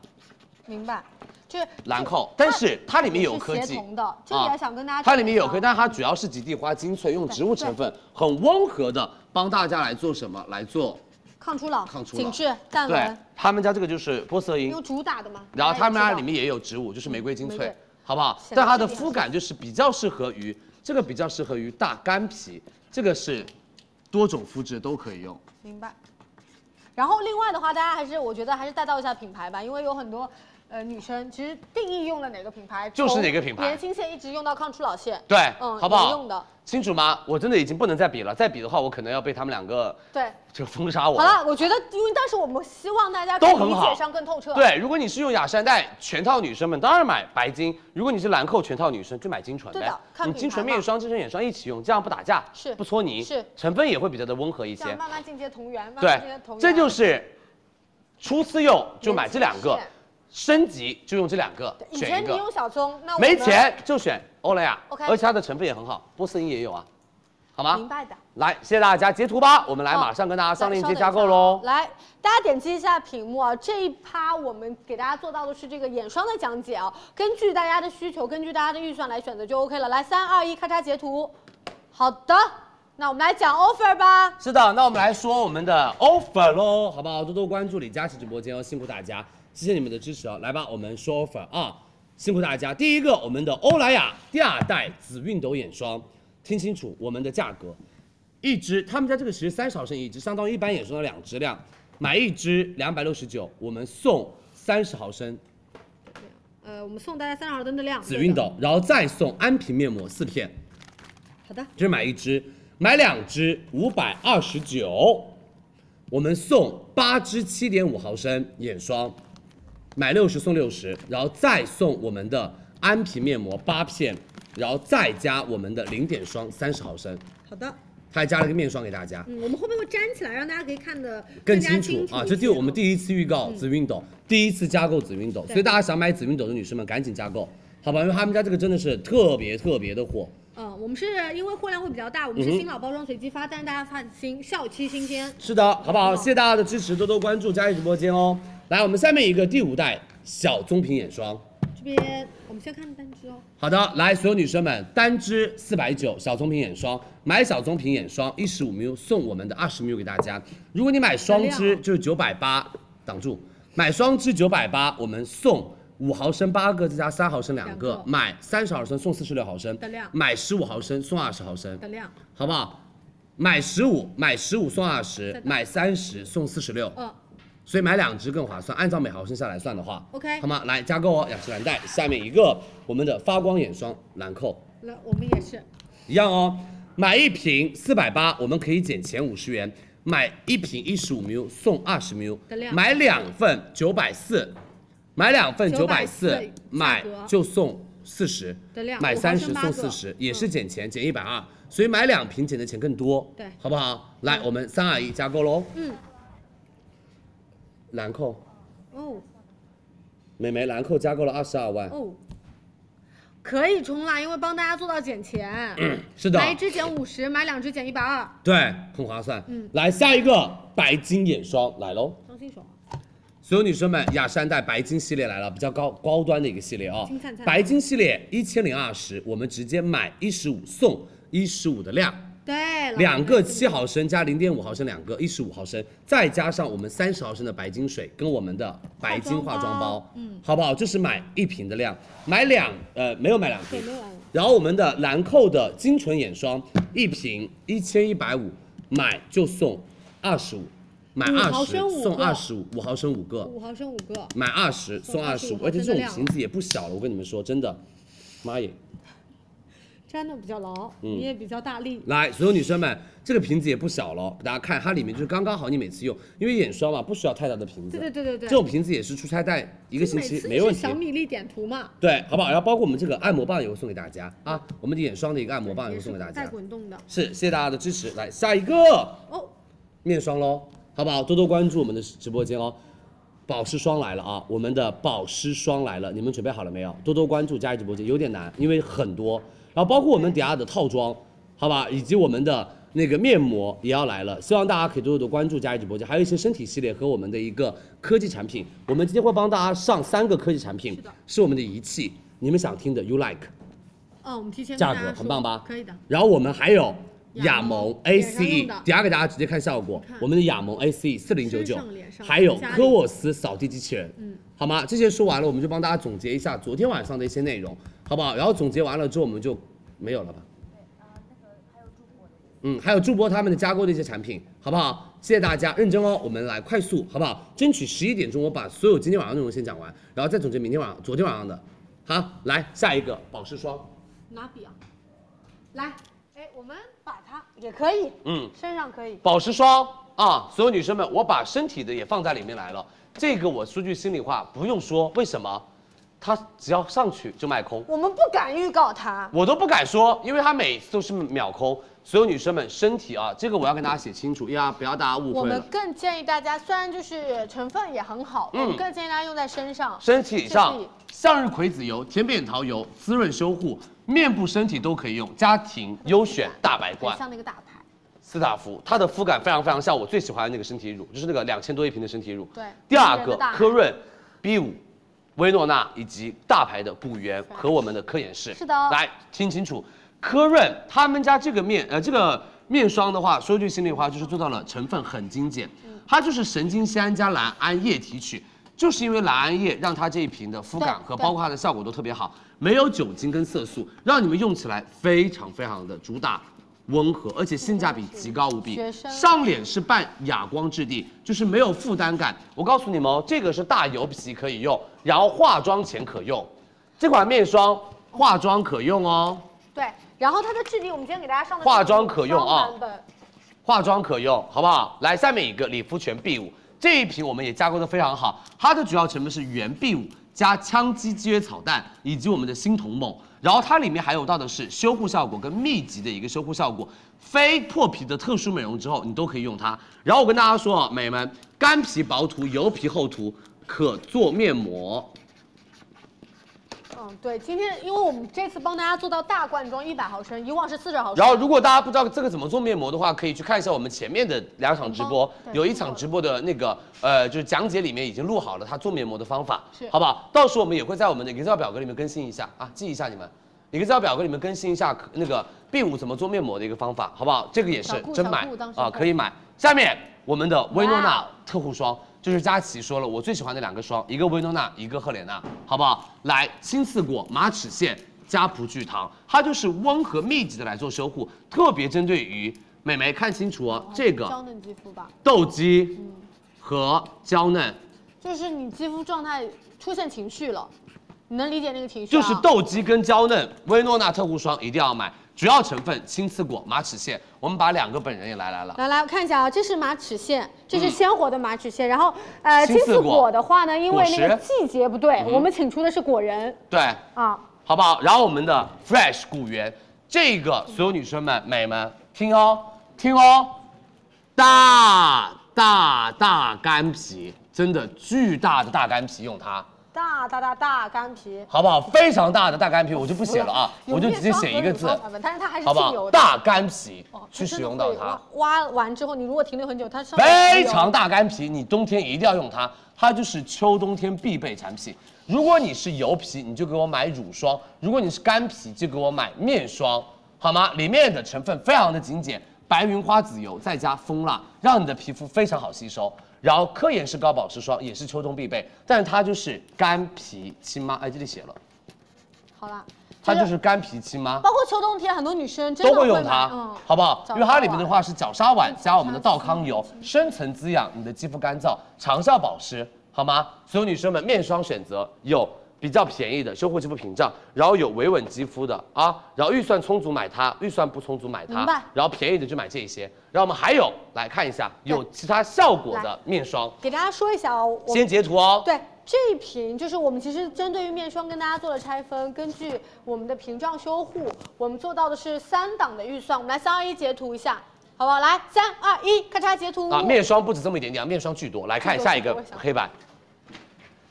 [SPEAKER 1] 明白，就是
[SPEAKER 12] 兰
[SPEAKER 1] 这
[SPEAKER 12] 蔻
[SPEAKER 1] 它。
[SPEAKER 12] 但是它里面有
[SPEAKER 1] 也是
[SPEAKER 12] 科技啊
[SPEAKER 1] 协同的，这个也想跟大家
[SPEAKER 12] 它里面有
[SPEAKER 1] 科
[SPEAKER 12] 科，但它主要是极地花精粹，用植物成分，很温和的帮大家来做什么？来做
[SPEAKER 1] 抗初老、
[SPEAKER 12] 抗初老
[SPEAKER 1] 紧致、淡
[SPEAKER 12] 对
[SPEAKER 1] 纹，，
[SPEAKER 12] 他们家这个就是玻色因
[SPEAKER 1] 有，主打的嘛。
[SPEAKER 12] 然后他们家
[SPEAKER 1] 大也知道
[SPEAKER 12] 里面也有植物，就是玫瑰精
[SPEAKER 1] 嗯玫
[SPEAKER 12] 粹
[SPEAKER 1] 瑰，
[SPEAKER 12] 好不好？
[SPEAKER 1] 显得
[SPEAKER 12] 但它
[SPEAKER 1] 质
[SPEAKER 12] 的
[SPEAKER 1] 地
[SPEAKER 12] 肤感就是比较适合于这个比较适合于大干皮，这个是多种肤质都可以用。
[SPEAKER 1] 明白。然后另外的话，大家还是我觉得还是带到一下品牌吧，因为有很多呃女生其实定义用了哪个品牌，
[SPEAKER 12] 就是
[SPEAKER 1] 从
[SPEAKER 12] 哪个品牌
[SPEAKER 1] 年轻线一直用到抗初老线，
[SPEAKER 12] 对，
[SPEAKER 1] 嗯，
[SPEAKER 12] 好不好？
[SPEAKER 1] 有用的，
[SPEAKER 12] 清楚吗？我真的已经不能再比了，再比的话，我可能要被他们两个
[SPEAKER 1] 对。
[SPEAKER 12] 就封杀我。
[SPEAKER 1] 好了，我觉得，因为但是我们希望大家可以
[SPEAKER 12] 都很
[SPEAKER 1] 理
[SPEAKER 12] 好
[SPEAKER 1] 解上更透彻。
[SPEAKER 12] 对，如果你是用雅诗兰黛全套女生们，当然买白金；如果你是兰蔻全套女生，就买精纯
[SPEAKER 1] 对
[SPEAKER 12] 呗
[SPEAKER 1] 的。看
[SPEAKER 12] 你
[SPEAKER 1] 品
[SPEAKER 12] 精
[SPEAKER 1] 牌
[SPEAKER 12] 纯
[SPEAKER 1] 嘛
[SPEAKER 12] 面霜、精纯眼霜一起用，这样不打架，
[SPEAKER 1] 是
[SPEAKER 12] 不搓泥，
[SPEAKER 1] 是
[SPEAKER 12] 成分也会比较的温和一
[SPEAKER 1] 这样
[SPEAKER 12] 些。
[SPEAKER 1] 慢慢进阶同源，慢
[SPEAKER 12] 对
[SPEAKER 1] 慢进阶同，源。
[SPEAKER 12] 这就是初次用就买这两个
[SPEAKER 1] 年轻，
[SPEAKER 12] 升级就用这两个，
[SPEAKER 1] 以
[SPEAKER 12] 选
[SPEAKER 1] 前
[SPEAKER 12] 一
[SPEAKER 1] 你
[SPEAKER 12] 个。
[SPEAKER 1] 用小棕，那我
[SPEAKER 12] 没
[SPEAKER 1] 们
[SPEAKER 12] 钱就选欧莱雅
[SPEAKER 1] OK
[SPEAKER 12] 而且它的成分也很好，波司因也有啊，好吗？
[SPEAKER 1] 明白的。
[SPEAKER 12] 来，谢谢大家，截图吧，我们来
[SPEAKER 1] 好
[SPEAKER 12] 马上跟大家啊上链接
[SPEAKER 1] 来稍等一下
[SPEAKER 12] 加购喽。
[SPEAKER 1] 来，大家点击一下屏幕啊，这一趴我们给大家做到的是这个眼霜的讲解啊，根据大家的需求，根据大家的预算来选择就 OK 了。来，三二一，咔嚓截图。好的，那我们来讲 offer 吧。
[SPEAKER 12] 是的，那我们来说我们的 offer 喽，好不好？多多关注李佳琦直播间哦，辛苦大家，谢谢你们的支持哦。来吧，我们说 offer 啊，辛苦大家。第一个，我们的欧莱雅第二代紫熨斗眼霜，听清楚我们的价格，一支，他们家这个其实三十毫升一支，相当于一般眼霜的两支量，买一支两百六十九，我们送三十毫升
[SPEAKER 1] 呃，我们送大家三十毫升的量。
[SPEAKER 12] 紫熨斗，然后再送安瓶面膜四片，
[SPEAKER 1] 好的，
[SPEAKER 12] 只买一支，买两支五百二十九，我们送八支七点五毫升眼霜，买六十送六十，然后再送我们的安瓶面膜八片，然后再加我们的零点霜三十毫升，
[SPEAKER 1] 好的，
[SPEAKER 12] 他还加了个面霜给大家。
[SPEAKER 1] 嗯，我们后面会粘起来，让大家可以看得
[SPEAKER 12] 更
[SPEAKER 1] 加
[SPEAKER 12] 清楚啊！
[SPEAKER 1] 一
[SPEAKER 12] 这
[SPEAKER 1] 些嗯
[SPEAKER 12] 第我们第一次预告紫熨斗，第一次加购紫熨斗，
[SPEAKER 1] 对
[SPEAKER 12] 所以大家想买紫熨斗的女生们赶紧加购，好吧？因为他们家这个真的是特别特别的火，
[SPEAKER 1] 嗯，我们是因为货量会比较大，我们
[SPEAKER 12] 嗯
[SPEAKER 1] 是
[SPEAKER 12] 哼
[SPEAKER 1] 新老包装随机发，但是大家放心，效期新鲜。
[SPEAKER 12] 是的，好不好？谢谢大家的支持，多多关注佳怡直播间哦。来，我们下面一个第五代小棕瓶眼霜。
[SPEAKER 1] 这边我们先看单支哦，
[SPEAKER 12] 好的，来，所有女生们，单支四百九小棕瓶眼霜，买小棕瓶眼霜一十五 ml 送我们的二十 ml 给大家。如果你买双支
[SPEAKER 1] 哦
[SPEAKER 12] 就是九百八，挡住，买双支九百八，我们送五毫升八个，再加三毫升两个，
[SPEAKER 1] 两个
[SPEAKER 12] 买三十毫升送四十六毫升
[SPEAKER 1] 的量
[SPEAKER 12] 买十五毫升送二十毫升
[SPEAKER 1] 的量，
[SPEAKER 12] 好不好？买十五，买十五送二十，买三十送四十六，
[SPEAKER 1] 嗯
[SPEAKER 12] 所以买两支更划算。按照每毫升下来算的话
[SPEAKER 1] ，OK，
[SPEAKER 12] 好吗？来加购哦，雅诗兰黛。下面一个我们的发光眼霜兰蔻
[SPEAKER 1] 来我们也是，
[SPEAKER 12] 一样哦，买一瓶四百八，我们可以减前五十元，买一瓶一十五 ml 送二十 ml，
[SPEAKER 1] 的量
[SPEAKER 12] 买两份九百四，买两份九百四
[SPEAKER 1] 940，
[SPEAKER 12] 买就送四十
[SPEAKER 1] 的量，
[SPEAKER 12] 买
[SPEAKER 1] 5
[SPEAKER 12] 三
[SPEAKER 1] 毫
[SPEAKER 12] 十
[SPEAKER 1] 升八
[SPEAKER 12] 送
[SPEAKER 1] 个
[SPEAKER 12] 四十，也是减钱减一百二，所以买两瓶减的钱更多，
[SPEAKER 1] 对
[SPEAKER 12] 好不好？来，我们三二一加购喽，
[SPEAKER 1] 嗯，
[SPEAKER 12] 兰蔻。
[SPEAKER 1] 哦
[SPEAKER 12] 美眉兰蔻加购了二十二万，
[SPEAKER 1] 哦，可以冲浪，因为帮大家做到减钱，
[SPEAKER 12] 是的，
[SPEAKER 1] 买一支减五十，买两支减一百二，
[SPEAKER 12] 对，很划算。
[SPEAKER 1] 嗯
[SPEAKER 12] 来下一个白金眼霜来喽，
[SPEAKER 1] 张新手啊，
[SPEAKER 12] 所有女生们，雅诗兰黛白金系列来了，比较高高端的一个系列啊、
[SPEAKER 1] 金灿灿
[SPEAKER 12] 白金系列一千零二十，我们直接买一十五送一十五的量，
[SPEAKER 1] 对，老
[SPEAKER 12] 两个
[SPEAKER 1] 娘
[SPEAKER 12] 七毫升加零点五毫升两个，一十五毫升，再加上我们三十毫升的白金水跟我们的白金化妆包，嗯，好不好？就是买一瓶的量，买两呃没有买两瓶
[SPEAKER 1] 对，没有了
[SPEAKER 12] 然后我们的兰蔻的精纯眼霜一瓶一千一百五，买就送二十五，买
[SPEAKER 1] 五
[SPEAKER 12] 二
[SPEAKER 1] 毫
[SPEAKER 12] 十
[SPEAKER 1] 升五
[SPEAKER 12] 送
[SPEAKER 1] 个
[SPEAKER 12] 二十五，五毫升五个，
[SPEAKER 1] 五毫升五个，
[SPEAKER 12] 买二十送二十
[SPEAKER 1] 25
[SPEAKER 12] 五，而且这
[SPEAKER 1] 真的
[SPEAKER 12] 种
[SPEAKER 1] 亮
[SPEAKER 12] 瓶子也不小了，我跟你们说，真的，妈耶！
[SPEAKER 1] 粘的比较牢，
[SPEAKER 12] 嗯
[SPEAKER 1] 你也比较大力，
[SPEAKER 12] 来，所有女生们，这个瓶子也不小了，给大家看，它里面就是刚刚好，你每次用，因为眼霜嘛，不需要太大的瓶子。
[SPEAKER 1] 对对对对对，
[SPEAKER 12] 这种瓶子也是出差带一个星
[SPEAKER 1] 每
[SPEAKER 12] 期
[SPEAKER 1] 次
[SPEAKER 12] 没
[SPEAKER 1] 就
[SPEAKER 12] 问
[SPEAKER 1] 是
[SPEAKER 12] 题
[SPEAKER 1] 小。米粒点涂嘛，
[SPEAKER 12] 对，好不好？然后包括我们这个按摩棒也会送给大家啊，我们的眼霜的一个按摩棒也
[SPEAKER 1] 也
[SPEAKER 12] 会送
[SPEAKER 1] 是
[SPEAKER 12] 给大
[SPEAKER 1] 带
[SPEAKER 12] 家。
[SPEAKER 1] 滚动的
[SPEAKER 12] 是，谢谢大家的支持。来，下一个
[SPEAKER 1] 哦，
[SPEAKER 12] 面霜喽，好不好？多多关注我们的直播间哦。保湿霜来了啊，我们的保湿霜来了，你们准备好了没有？多多关注佳怡直播间，有点难，因为很多。然后包括我们底下的套装，好吧，以及我们的那个面膜也要来了，希望大家可以多多关注佳怡直播间，还有一些身体系列和我们的一个科技产品。我们今天会帮大家上三个科技产品，是我们的仪器，你们想听的 you like。
[SPEAKER 1] 嗯，我们提前跟
[SPEAKER 12] 价
[SPEAKER 1] 大
[SPEAKER 12] 格
[SPEAKER 1] 家
[SPEAKER 12] 很
[SPEAKER 1] 说
[SPEAKER 12] 棒吧
[SPEAKER 1] 可以的，
[SPEAKER 12] 然后我们还有
[SPEAKER 1] 雅
[SPEAKER 12] 雅
[SPEAKER 1] 萌
[SPEAKER 12] 萌
[SPEAKER 1] 脸上用
[SPEAKER 12] ACE，
[SPEAKER 1] 的
[SPEAKER 12] 等下给大家直接看效果
[SPEAKER 1] E 看。
[SPEAKER 12] 我们的雅萌 ACE 四零九
[SPEAKER 1] 身
[SPEAKER 12] 九
[SPEAKER 1] 上脸，上
[SPEAKER 12] 还有
[SPEAKER 1] 家里
[SPEAKER 12] 科沃斯扫地机器人，
[SPEAKER 1] 嗯
[SPEAKER 12] 好吗？这些说完了，我们就帮大家总结一下昨天晚上的一些内容，好不好？然后总结完了之后，我们就没有了吧？嗯，还有筑波他们的加购的一些产品，好不好？谢谢大家，认真哦，我们来快速，好不好？争取十一点钟我把所有今天晚上内容先讲完，然后再总结明天晚上、昨天晚上的。好，来下一个保湿霜，
[SPEAKER 23] 拿笔啊，来，哎，我们把它也可以，
[SPEAKER 12] 嗯，
[SPEAKER 23] 身上可以。
[SPEAKER 12] 保湿霜啊，所有女生们，我把身体的也放在里面来了。这个我说句心里话，不用说，为什么？它只要上去就卖空，
[SPEAKER 1] 我们不敢预告它，
[SPEAKER 12] 我都不敢说，因为它每次都是秒空。所有女生们，身体啊，这个我要跟大家写清楚，呀，不要大家误
[SPEAKER 1] 我
[SPEAKER 12] 会
[SPEAKER 1] 们
[SPEAKER 12] 了。
[SPEAKER 1] 呃更建议大家，虽然就是成分也很好，
[SPEAKER 12] 嗯
[SPEAKER 1] 我们更建议大家用在身上。
[SPEAKER 12] 身体上
[SPEAKER 1] 身体，
[SPEAKER 12] 向日葵籽油、甜扁桃油滋润修护，面部、身体都可以用，家庭优选大白
[SPEAKER 1] 很
[SPEAKER 12] 罐。
[SPEAKER 1] 像那个大牌，
[SPEAKER 12] 斯塔芙，它的肤感非常非常像我最喜欢的那个身体乳，就是那个两千多一瓶的身体乳。
[SPEAKER 1] 对
[SPEAKER 12] 第二
[SPEAKER 1] 人
[SPEAKER 12] 个
[SPEAKER 1] 的大
[SPEAKER 12] 科润、B 5薇诺娜以及大牌的古源和我们的科颜氏。
[SPEAKER 1] 是的哦
[SPEAKER 12] 来听清楚，科润他们家这个面呃这个面霜的话，说句心里话，就是做到了成分很精简，
[SPEAKER 1] 嗯
[SPEAKER 12] 它就是神经酰胺加蓝胺液提取。就是因为蓝胺液让它这一瓶的肤感
[SPEAKER 1] 对
[SPEAKER 12] 和
[SPEAKER 1] 对
[SPEAKER 12] 包括它的效果都特别好，没有酒精跟色素，让你们用起来非常非常的主打温和，而且性价比极高无比。
[SPEAKER 1] 嗯学生
[SPEAKER 12] 上脸是半哑光质地，就是没有负担感。我告诉你们哦，这个是大油皮可以用，然后化妆前可用。这款面霜化妆可用哦，
[SPEAKER 1] 对。然后它的质地，我们今天给大家上的
[SPEAKER 12] 化妆可用啊
[SPEAKER 1] 是双版本
[SPEAKER 12] 化妆可用，好不好？来，下面一个理肤泉 B 5这一瓶我们也加工的非常好，它的主要成分是原 B 5加羟基基约草蛋以及我们的新童猛，然后它里面还有到的是修护效果跟密集的一个修护效果，非破皮的特殊美容之后你都可以用它。然后我跟大家说啊，美们，干皮薄涂，油皮厚涂，可做面膜。
[SPEAKER 1] 嗯，对，今天因为我们这次帮大家做到大罐装一百毫升，以往是四十毫升。
[SPEAKER 12] 然后，如果大家不知道这个怎么做面膜的话，可以去看一下我们前面的两场直播，
[SPEAKER 1] 哦对
[SPEAKER 12] 有一场直播的那个呃，就是讲解里面已经录好了它做面膜的方法
[SPEAKER 1] 是，
[SPEAKER 12] 好不好？到时候我们也会在我们的 Excel 表格里面更新一下啊，记一下你们 Excel 表格里面更新一下那个 B 五怎么做面膜的一个方法，好不好？这个也是
[SPEAKER 1] 小顾
[SPEAKER 12] 真
[SPEAKER 1] 小
[SPEAKER 12] 买
[SPEAKER 1] 顾当时
[SPEAKER 12] 啊，
[SPEAKER 1] 购
[SPEAKER 12] 可以买。下面我们的薇诺
[SPEAKER 1] 哇
[SPEAKER 12] 娜
[SPEAKER 1] 哦
[SPEAKER 12] 特护霜，就是佳琪说了我最喜欢的两个霜，一个薇诺娜，一个赫莲娜，好不好？来，青刺果、马齿苋加葡聚糖，它就是温和密集的来做修护，特别针对于美眉看清楚哦，这
[SPEAKER 1] 娇
[SPEAKER 12] 个
[SPEAKER 1] 嫩嗯肌肤吧，
[SPEAKER 12] 痘肌和娇嫩，
[SPEAKER 1] 就是你肌肤状态出现情绪了，你能理解那个情绪、
[SPEAKER 12] 就
[SPEAKER 1] 啊？
[SPEAKER 12] 是痘肌跟娇嫩，薇诺娜特护霜一定要买，主要成分青刺果、马齿苋，我们把两个本人也来来了。
[SPEAKER 1] 来来，我看一下啊，这是马齿苋，这是鲜活的马齿苋。然后，呃，
[SPEAKER 12] 青
[SPEAKER 1] 金
[SPEAKER 12] 丝
[SPEAKER 1] 丝
[SPEAKER 12] 嗯果
[SPEAKER 1] 果的话呢，因为那个
[SPEAKER 12] 果
[SPEAKER 1] 季节不对，我们请出的是果仁
[SPEAKER 12] 对，
[SPEAKER 1] 啊。
[SPEAKER 12] 好不好？然后我们的 Fresh 古源，这个所有女生们、美们听哦，听哦，大大大干皮，真的巨大的大干皮，用它
[SPEAKER 1] 大大大大干皮，
[SPEAKER 12] 好不好？非常大的大干皮，我就不写了啊，
[SPEAKER 1] 有
[SPEAKER 12] 我就直接
[SPEAKER 1] 面霜
[SPEAKER 12] 写一
[SPEAKER 1] 和
[SPEAKER 12] 个
[SPEAKER 1] 乳
[SPEAKER 12] 字
[SPEAKER 1] 霜，成分但是它还是
[SPEAKER 12] 好不
[SPEAKER 1] 清
[SPEAKER 12] 好？
[SPEAKER 1] 油的。
[SPEAKER 12] 大干皮
[SPEAKER 1] 哦它
[SPEAKER 12] 去
[SPEAKER 1] 真
[SPEAKER 12] 使
[SPEAKER 1] 的
[SPEAKER 12] 用到
[SPEAKER 1] 会
[SPEAKER 12] 它，
[SPEAKER 1] 挖挖完之后，你如果停留很久，它上面
[SPEAKER 12] 非
[SPEAKER 1] 有
[SPEAKER 12] 常大干皮，你冬天一定要用它，它就是秋冬天必备产品。如果你是油皮，你就给我买乳霜；如果你是干皮，就给我买面霜，好吗？里面的成分非常的精简，白云花籽油再加蜂蜡，让你的皮肤非常好吸收。然后科颜氏高保湿霜也是秋冬必备，但是它就是干皮亲妈，哎，这里写了，
[SPEAKER 1] 好啦，
[SPEAKER 12] 它就是干皮亲妈。
[SPEAKER 1] 包括秋冬天，很多女生真
[SPEAKER 12] 都
[SPEAKER 1] 的
[SPEAKER 12] 会用
[SPEAKER 1] 买
[SPEAKER 12] 它
[SPEAKER 1] 嗯，，
[SPEAKER 12] 好不好？
[SPEAKER 1] 角鲨
[SPEAKER 12] 因
[SPEAKER 1] 烷
[SPEAKER 12] 为它里面的话是角鲨烷加我们的道康油，深层滋养你的肌肤干燥，长效保湿，好吗？所有女生们，面霜选择有比较便宜的修护肌肤屏障，然后有维稳肌肤的啊，然后预算充足买它，预算不充足买它
[SPEAKER 1] 明白，
[SPEAKER 12] 然后便宜的就买这些。然后我们还有来看一下有其他效果
[SPEAKER 1] 来
[SPEAKER 12] 的面霜，
[SPEAKER 1] 给大家说一下哦，我
[SPEAKER 12] 先截图哦。
[SPEAKER 1] 对这一瓶，就是我们其实针对于面霜跟大家做了拆分，根据我们的屏障修护，我们做到的是三档的预算。我们来三二一截图一下，好不好？来，三二一，咔嚓截图。
[SPEAKER 12] 啊，面霜不止这么一点点，面霜巨多。来看
[SPEAKER 1] 巨多
[SPEAKER 12] 下一个
[SPEAKER 1] 我想
[SPEAKER 12] 黑白，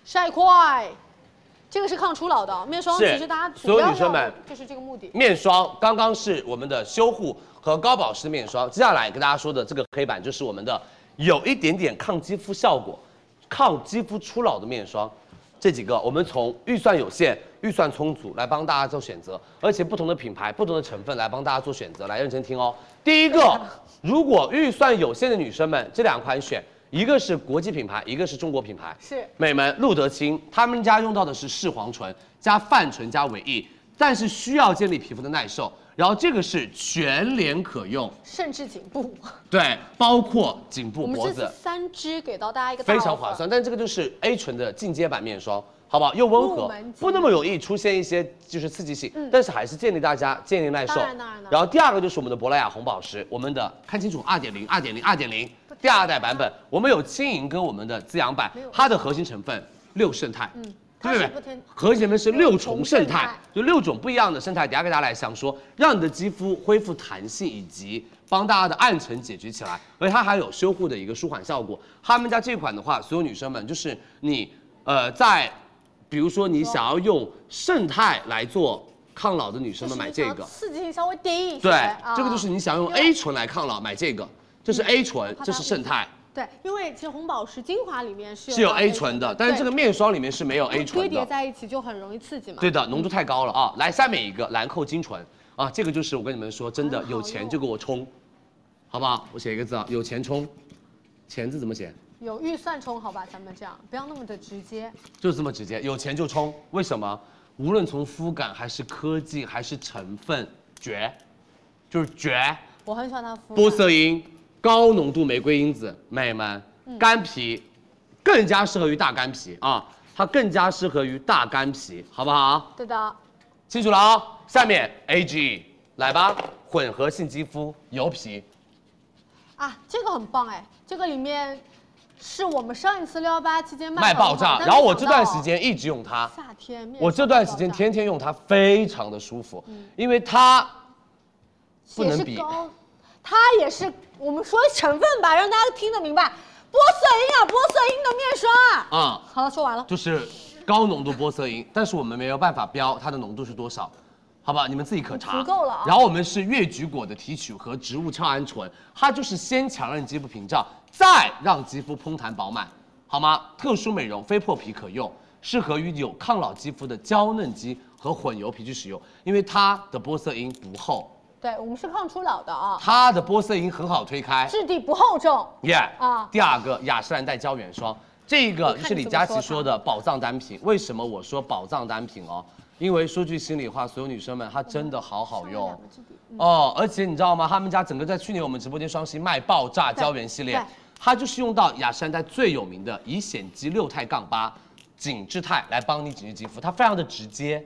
[SPEAKER 1] 晒块，这个是抗初老的哦面霜，
[SPEAKER 12] 是
[SPEAKER 1] 其实大家
[SPEAKER 12] 所有
[SPEAKER 1] 主要
[SPEAKER 12] 女生们
[SPEAKER 1] 要就是这个目的。
[SPEAKER 12] 面霜刚刚是我们的修护和高保湿面霜，接下来跟大家说的这个黑板就是我们的有一点点抗肌肤效果、抗肌肤初老的面霜。这几个我们从预算有限、预算充足来帮大家做选择，而且不同的品牌、不同的成分来帮大家做选择，来认真听哦。第一个，如果预算有限的女生们，这两款选，一个是国际品牌，一个是中国品牌。
[SPEAKER 1] 是
[SPEAKER 12] 美们，露得清，他们家用到的是视黄醇加泛醇加维 E，但是需要建立皮肤的耐受。然后这个是全脸可用，
[SPEAKER 1] 甚至颈部，
[SPEAKER 12] 对，包括颈部、
[SPEAKER 1] 我们
[SPEAKER 12] 脖
[SPEAKER 1] 这
[SPEAKER 12] 子
[SPEAKER 1] 次，三支给到大家一个大
[SPEAKER 12] 非常
[SPEAKER 1] offer
[SPEAKER 12] 划。算。但这个就是 A 醇的进阶版面霜。好不好？又温
[SPEAKER 1] 入
[SPEAKER 12] 和
[SPEAKER 1] 门，级
[SPEAKER 12] 不那么容易出现一些就是刺激性，
[SPEAKER 1] 嗯
[SPEAKER 12] 但是还是建立大家建立耐受。
[SPEAKER 1] 当然当然当然
[SPEAKER 12] 然后第二个就是我们的珀莱雅红宝石，我们的看清楚，二点零、二点零、二点零，第二代版本，我们有轻盈跟我们的滋养版，它的核心成分六胜肽，嗯，
[SPEAKER 1] 它
[SPEAKER 12] 对
[SPEAKER 1] 是
[SPEAKER 12] 不
[SPEAKER 1] 不
[SPEAKER 12] 对
[SPEAKER 1] 添？
[SPEAKER 12] 核心成分是六
[SPEAKER 1] 六重
[SPEAKER 12] 重胜
[SPEAKER 1] 胜肽
[SPEAKER 12] 肽，就六种不一样的生态，等下给大家来想说，让你的肌肤恢复弹性，以及帮大家的暗沉解决起来，而且它还有修护的一个舒缓效果。他们家这款的话，所有女生们就是你呃在，比如说你想要用胜肽来做抗老的女生们买
[SPEAKER 1] 就
[SPEAKER 12] 这
[SPEAKER 1] 是
[SPEAKER 12] 个
[SPEAKER 1] 想，刺激性稍微低一些。
[SPEAKER 12] 对，
[SPEAKER 1] 啊嗯
[SPEAKER 12] 这个就是你想用 A 醇来抗老买这个，这是 A 醇，这是胜肽。
[SPEAKER 1] 对，因为其实红宝石精华里面是
[SPEAKER 12] 是有
[SPEAKER 1] 到
[SPEAKER 12] A 醇的，但是这个
[SPEAKER 1] 对
[SPEAKER 12] 面霜里面是没有 A 醇
[SPEAKER 1] 堆
[SPEAKER 12] 的，
[SPEAKER 1] 叠在一起就很容易刺激嘛。
[SPEAKER 12] 对的，浓度太高了啊！来，下面一个兰蔻精纯啊，这个就是我跟你们说，真的有钱就给我冲，好不好？我写一个字啊，有钱冲，钱字怎么写？
[SPEAKER 1] 有预算充好吧，咱们这样不要那么的直接。
[SPEAKER 12] 就是这么直接，有钱就冲。为什么？无论从肤感还是科技还是成分，绝，就是绝。
[SPEAKER 1] 我很喜欢它的肤
[SPEAKER 12] 玻
[SPEAKER 1] 感
[SPEAKER 12] 色因、高浓度玫瑰因子，美们，干皮，更加适合于大干皮啊，它更加适合于大干皮，好不好？
[SPEAKER 1] 对的，
[SPEAKER 12] 清楚了啊、下面 A G 来吧，混合性肌肤油皮，
[SPEAKER 1] 啊，这个很棒哎，这个里面是我们上一次六幺八期间
[SPEAKER 12] 卖
[SPEAKER 1] 得很
[SPEAKER 12] 爆炸
[SPEAKER 1] 好。但
[SPEAKER 12] 然后我
[SPEAKER 1] 没
[SPEAKER 12] 这
[SPEAKER 1] 想到
[SPEAKER 12] 段时间一直用它，
[SPEAKER 1] 夏天面霜
[SPEAKER 12] 我这段时间
[SPEAKER 1] 爆炸
[SPEAKER 12] 天天用它，非常的舒服，因为它不
[SPEAKER 1] 也
[SPEAKER 12] 能
[SPEAKER 1] 是
[SPEAKER 12] 比
[SPEAKER 1] 高，它也是我们说成分吧，让大家听得明白。玻色因啊，玻色因的面霜啊。
[SPEAKER 12] 啊、
[SPEAKER 1] 好了，说完了。
[SPEAKER 12] 就是高浓度玻色因，但是我们没有办法标它的浓度是多少。好吧，你们自己可查。
[SPEAKER 1] 足够了啊
[SPEAKER 12] 然后我们是越橘果的提取和植物鞘氨醇，它就是先强韧肌肤屏障，再让肌肤嘭弹饱满，好吗？特殊美容非破皮可用，适合于有抗老肌肤的娇嫩肌和混油皮去使用，因为它的玻色因不厚，
[SPEAKER 1] 对，我们是抗初老的啊，
[SPEAKER 12] 它的玻色因很好推开。
[SPEAKER 1] 质地不厚重。
[SPEAKER 12] 耶、
[SPEAKER 1] 啊
[SPEAKER 12] 第二个雅诗兰黛胶原霜，这个就是李佳琦说的宝藏单品。为什么我说宝藏单品哦？因为说句心里话，所有女生们它真的好好用。
[SPEAKER 1] 嗯
[SPEAKER 12] 哦，而且你知道吗？他们家整个在去年我们直播间双十一卖爆炸胶原系列
[SPEAKER 1] 对，
[SPEAKER 12] 它就是用到雅诗兰黛最有名的乙酰基六肽杠八紧致肽来帮你紧致肌肤，它非常的直接，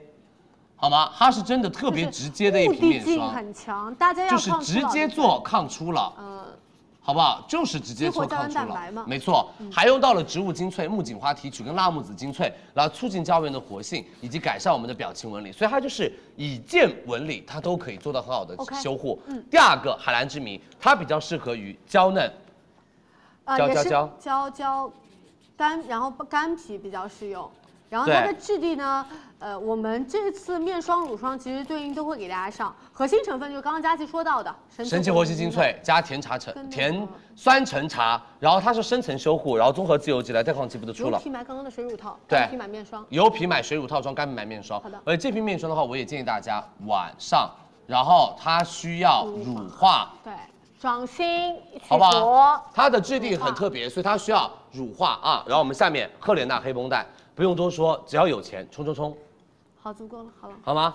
[SPEAKER 12] 好吗？它是真的特别直接的一
[SPEAKER 1] 目
[SPEAKER 12] 瓶
[SPEAKER 1] 的
[SPEAKER 12] 面
[SPEAKER 1] 性
[SPEAKER 12] 霜，
[SPEAKER 1] 很强，大家要
[SPEAKER 12] 就是
[SPEAKER 1] 抗初
[SPEAKER 12] 直
[SPEAKER 1] 老
[SPEAKER 12] 接
[SPEAKER 1] 的
[SPEAKER 12] 做抗初老。
[SPEAKER 1] 嗯，
[SPEAKER 12] 好不好？就是直接做
[SPEAKER 1] 激活胶原
[SPEAKER 12] 抗初
[SPEAKER 1] 蛋
[SPEAKER 12] 老
[SPEAKER 1] 白嘛，嗯
[SPEAKER 12] 没错，还用到了植物精粹、木槿花提取跟辣木籽精粹，然后促进胶原的活性，以及改善我们的表情纹理，所以它就是以见纹理，它都可以做到很好的
[SPEAKER 1] OK，嗯
[SPEAKER 12] 修护。第二个海蓝之谜，它比较适合于娇嫩，
[SPEAKER 1] 呃，
[SPEAKER 12] 胶
[SPEAKER 1] 也
[SPEAKER 12] 胶
[SPEAKER 1] 是
[SPEAKER 12] 胶
[SPEAKER 1] 胶胶干，然后干皮比较适用。然后它
[SPEAKER 12] 对
[SPEAKER 1] 的质地呢，呃，我们这次面霜、乳霜其实对应都会给大家上，核心成分就是刚刚佳琪说到的
[SPEAKER 12] 神奇活性精粹加甜茶橙
[SPEAKER 1] 跟那
[SPEAKER 12] 甜
[SPEAKER 1] 个
[SPEAKER 12] 酸橙茶，然后它是深层修护，然后综合自由基来对抗肌肤的初
[SPEAKER 1] 油
[SPEAKER 12] 老。
[SPEAKER 1] 皮买刚刚的水乳套，
[SPEAKER 12] 对
[SPEAKER 1] 干皮买面霜，
[SPEAKER 12] 油皮买水乳套装，干皮买面霜。
[SPEAKER 1] 好的
[SPEAKER 12] 而这瓶面霜的话，我也建议大家晚上，然后它需要乳化，
[SPEAKER 1] 对，掌心去
[SPEAKER 12] 好不
[SPEAKER 1] 薄
[SPEAKER 12] 好，？它的质地很特别，所以它需要乳化啊。然后我们下面赫莲娜黑绷带，不用多说，只要有钱冲冲冲，
[SPEAKER 1] 好，足够了，好了，
[SPEAKER 12] 好吗？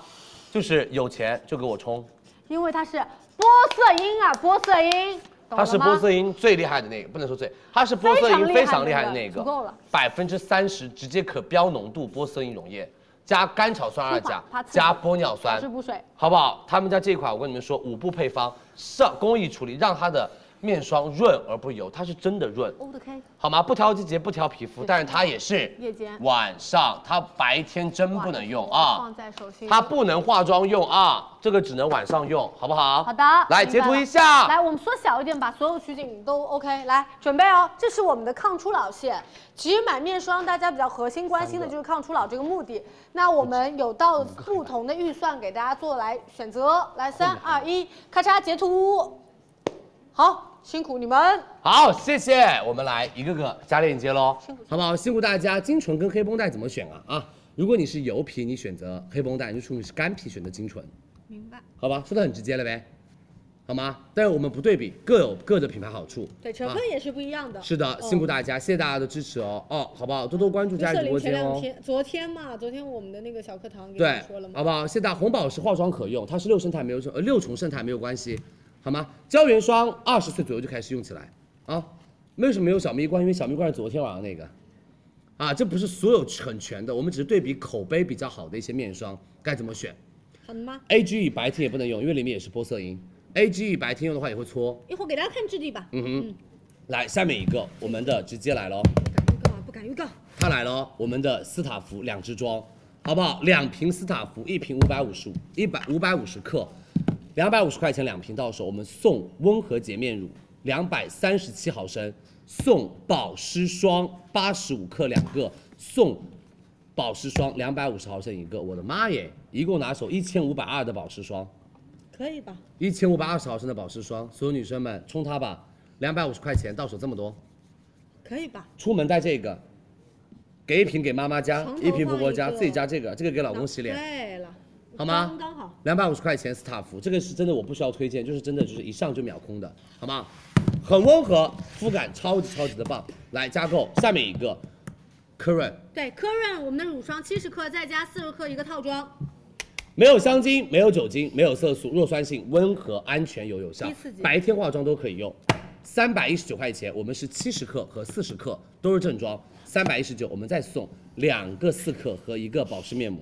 [SPEAKER 12] 就是有钱就给我冲，
[SPEAKER 1] 因为它是玻色因啊，玻色因，懂
[SPEAKER 12] 它是
[SPEAKER 1] 了吗
[SPEAKER 12] 玻色因最厉害的那个，不能说最，它是玻色因非
[SPEAKER 1] 非
[SPEAKER 12] 常
[SPEAKER 1] 常
[SPEAKER 12] 厉
[SPEAKER 1] 厉
[SPEAKER 12] 害
[SPEAKER 1] 害
[SPEAKER 12] 的
[SPEAKER 1] 的
[SPEAKER 12] 那
[SPEAKER 1] 那
[SPEAKER 12] 个，
[SPEAKER 1] 个足够了，
[SPEAKER 12] 百分之三十直接可标浓度玻色因溶液，加甘草酸二钾
[SPEAKER 1] 啪啪，呲
[SPEAKER 12] 加玻尿酸
[SPEAKER 1] 保湿，补水，
[SPEAKER 12] 好不好？他们家这款，我跟你们说，五步配方上工艺处理，让它的面霜润而不油，它是真的润，
[SPEAKER 1] o 哦的 K，
[SPEAKER 12] 好吗？不调节不调皮肤，但是它也是
[SPEAKER 1] 夜间
[SPEAKER 12] 晚上，它白天真不能用啊
[SPEAKER 1] 放，在手心，
[SPEAKER 12] 它不能化妆用啊，这个只能晚上用，好不好？
[SPEAKER 1] 好的，
[SPEAKER 12] 来
[SPEAKER 1] 明白
[SPEAKER 12] 截
[SPEAKER 1] 了
[SPEAKER 12] 图一下，
[SPEAKER 1] 来，我们缩小一点，把所有取景都 OK。来，准备哦，这是我们的抗初老线。其实买面霜，大家比较核心关心的就是抗初老这个目的。那我们有到不同的预算给大家做来选择。来，三二一，咔嚓截图。好，辛苦你们。
[SPEAKER 12] 好，谢谢，我们来一个个加链接喽，好不好？辛苦大家，精纯跟黑绷带怎么选啊？啊，如果你是油皮，你选择黑绷带；如果你是干皮，选择精纯，明白？好吧，说的很直接了呗，好吗？但是我们不对比，各有各的品牌好处。
[SPEAKER 1] 对，成分
[SPEAKER 12] 啊
[SPEAKER 1] 也是不一样的。
[SPEAKER 12] 是的，辛苦大家，谢谢大家的支持哦，哦，好不好？多多关注
[SPEAKER 1] 卢
[SPEAKER 12] 佳
[SPEAKER 1] 瑟
[SPEAKER 12] 怡直
[SPEAKER 1] 林
[SPEAKER 12] 播
[SPEAKER 1] 前
[SPEAKER 12] 间
[SPEAKER 1] 两
[SPEAKER 12] 哦。
[SPEAKER 1] 天，昨天嘛，昨天我们的那个小课堂给
[SPEAKER 12] 对
[SPEAKER 1] 你说了，嘛，
[SPEAKER 12] 好不好？现在红宝石化妆可用，它是六生态没有呃六重生态没有关系，好吗？胶原霜二十岁左右就开始用起来啊，为什么没有小蜜罐？因为小蜜罐是昨天晚上那个，啊，这不是所有很全的，我们只是对比口碑比较好的一些面霜该怎么选。
[SPEAKER 1] 好的吗？
[SPEAKER 12] A G E 白天也不能用，因为里面也是玻色因。A G E 白天用的话也会搓。
[SPEAKER 1] 一会儿给大家看质地吧。
[SPEAKER 12] 嗯哼，来下面一个，我们的直接来喽，
[SPEAKER 1] 不敢预告，
[SPEAKER 12] 它来喽，我们的斯塔芙两支装，好不好？两瓶斯塔芙，一瓶五百五十五，一百五百五十克，两百五十块钱两瓶到手，我们送温和洁面乳两百三十七毫升，送保湿霜八十五克两个，送保湿霜两百五十毫升一个，我的妈耶，一共拿手一千五百二的保湿霜。
[SPEAKER 1] 可以吧？
[SPEAKER 12] 一千五百二十毫升的保湿霜，所有女生们冲它吧，两百五十块钱到手这么多，
[SPEAKER 1] 可以吧？
[SPEAKER 12] 出门带这个，给一瓶给妈妈家
[SPEAKER 1] 床，头
[SPEAKER 12] 一瓶婆婆
[SPEAKER 1] 放一
[SPEAKER 12] 家，
[SPEAKER 1] 个
[SPEAKER 12] 自己家这个，这个给老公洗脸，
[SPEAKER 1] 对了，
[SPEAKER 12] 好吗
[SPEAKER 1] 刚刚好。
[SPEAKER 12] 两百五十块钱斯塔芙，这个是真的我不需要推荐，就是真的就是一上就秒空的，好吗？很温和，肤感超级超级的棒，来加购下面一个科润，
[SPEAKER 1] 对，科润我们的乳霜七十克，再加四十克一个套装，
[SPEAKER 12] 没有香精，没有酒精，没有色素，弱酸性，温和、安全又有效
[SPEAKER 1] 低刺激，
[SPEAKER 12] 白天化妆都可以用。三百一十九块钱，我们是七十克和四十克都是正装，三百一十九，我们再送两个四克和一个保湿面膜。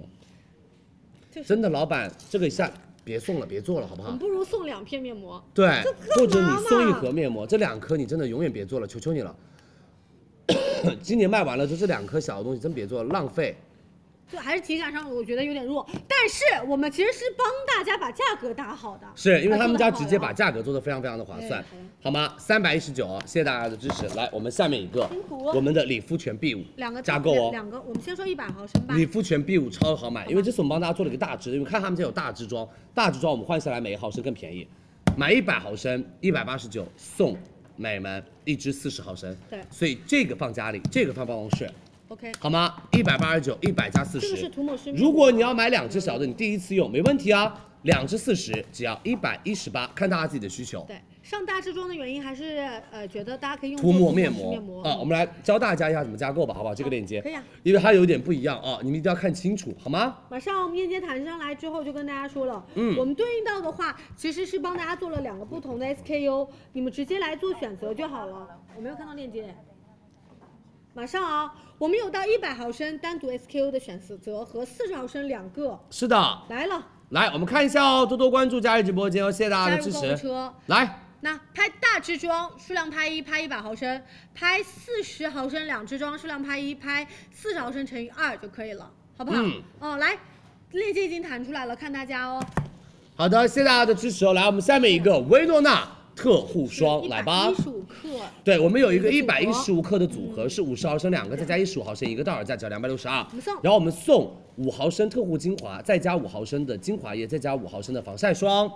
[SPEAKER 1] 就是
[SPEAKER 12] 真的，老板，这个一下别送了，别做了，好不
[SPEAKER 1] 我
[SPEAKER 12] 好
[SPEAKER 1] 们？不如送两片面膜。
[SPEAKER 12] 对
[SPEAKER 1] 这，干
[SPEAKER 12] 或者
[SPEAKER 1] 嘛
[SPEAKER 12] 你送
[SPEAKER 1] 嘛
[SPEAKER 12] 一盒面膜，这两颗你真的永远别做了，求求你了。今年卖完了，就这两颗小的东西真别做了，浪费。
[SPEAKER 1] 就还是体感上我觉得有点弱，但是我们其实是帮大家把价格打好的，
[SPEAKER 12] 是因为
[SPEAKER 1] 啊
[SPEAKER 12] 他们
[SPEAKER 1] 做得
[SPEAKER 12] 家
[SPEAKER 1] 好
[SPEAKER 12] 直接
[SPEAKER 1] 了
[SPEAKER 12] 把价格做得非常非常的划算
[SPEAKER 1] 对好的，
[SPEAKER 12] 好吗？三百一十九，谢谢大家的支持。来，我们下面一个
[SPEAKER 1] 辛苦，
[SPEAKER 12] 我们的理肤泉 B 五
[SPEAKER 1] 两个
[SPEAKER 12] 加购哦。
[SPEAKER 1] 两个，我们先说一百毫升吧。
[SPEAKER 12] 理肤泉 B 五超好买，因为这次我们帮大家做了一个大支，因为看他们家有大支装，大支装我们换下来每一毫升更便宜，买一百毫升一百八十九送美们一支四十毫升，
[SPEAKER 1] 对
[SPEAKER 12] 所以这个放家里，这个放办公室，
[SPEAKER 1] OK，
[SPEAKER 12] 好吗？一百八十九，一百加四
[SPEAKER 1] 这个是
[SPEAKER 12] 十
[SPEAKER 1] 涂抹式面。
[SPEAKER 12] 如果你要买两支小的，你第一次用没问题啊，两支四十，只要一百一十八，看大家自己的需求。
[SPEAKER 1] 对上大致妆的原因还是呃觉得大家可以用
[SPEAKER 12] 涂抹面
[SPEAKER 1] 做涂
[SPEAKER 12] 膜
[SPEAKER 1] 式面膜嗯
[SPEAKER 12] 啊，我们来教大家一下怎么加购吧，好不好？这个链接
[SPEAKER 1] 可以啊
[SPEAKER 12] 因为它有一点不一样啊，你们一定要看清楚，好吗？
[SPEAKER 1] 马上我们链接弹上来之后，就跟大家说了，
[SPEAKER 12] 嗯
[SPEAKER 1] 我们对应到的话，其实是帮大家做了两个不同的 SKU，你们直接来做选择就好了。我没有看到链接，马上啊、我们有到一百毫升单独 SKU 的选择和四十毫升两个，
[SPEAKER 12] 是的，
[SPEAKER 1] 来了，
[SPEAKER 12] 来我们看一下哦，多多关注佳怡直播间哦，谢谢大
[SPEAKER 1] 加
[SPEAKER 12] 家的
[SPEAKER 1] 入
[SPEAKER 12] 支
[SPEAKER 1] 购物
[SPEAKER 12] 持。
[SPEAKER 1] 车。
[SPEAKER 12] 来，
[SPEAKER 1] 那拍大支装，数量拍一，拍一百毫升；拍四十毫升两支装，数量拍一，拍四十毫升乘以二就可以了，好不好？
[SPEAKER 12] 嗯
[SPEAKER 1] 哦，来，链接已经弹出来了，看大家哦。
[SPEAKER 12] 好的，谢谢大家的支持哦。来，我们下面一个薇诺娜特护霜，来吧
[SPEAKER 1] 一。十五克，
[SPEAKER 12] 对，我们有一个
[SPEAKER 1] 一
[SPEAKER 12] 一
[SPEAKER 1] 个
[SPEAKER 12] 百
[SPEAKER 1] 组
[SPEAKER 12] 一
[SPEAKER 1] 合
[SPEAKER 12] 十五克的组合，是五十毫升两个，再加一十五毫升一个，到手价只要两百六十二
[SPEAKER 1] 们送。
[SPEAKER 12] 然后我们送五毫升特护精华，再加五毫升的精华液，再加五毫升的防晒霜。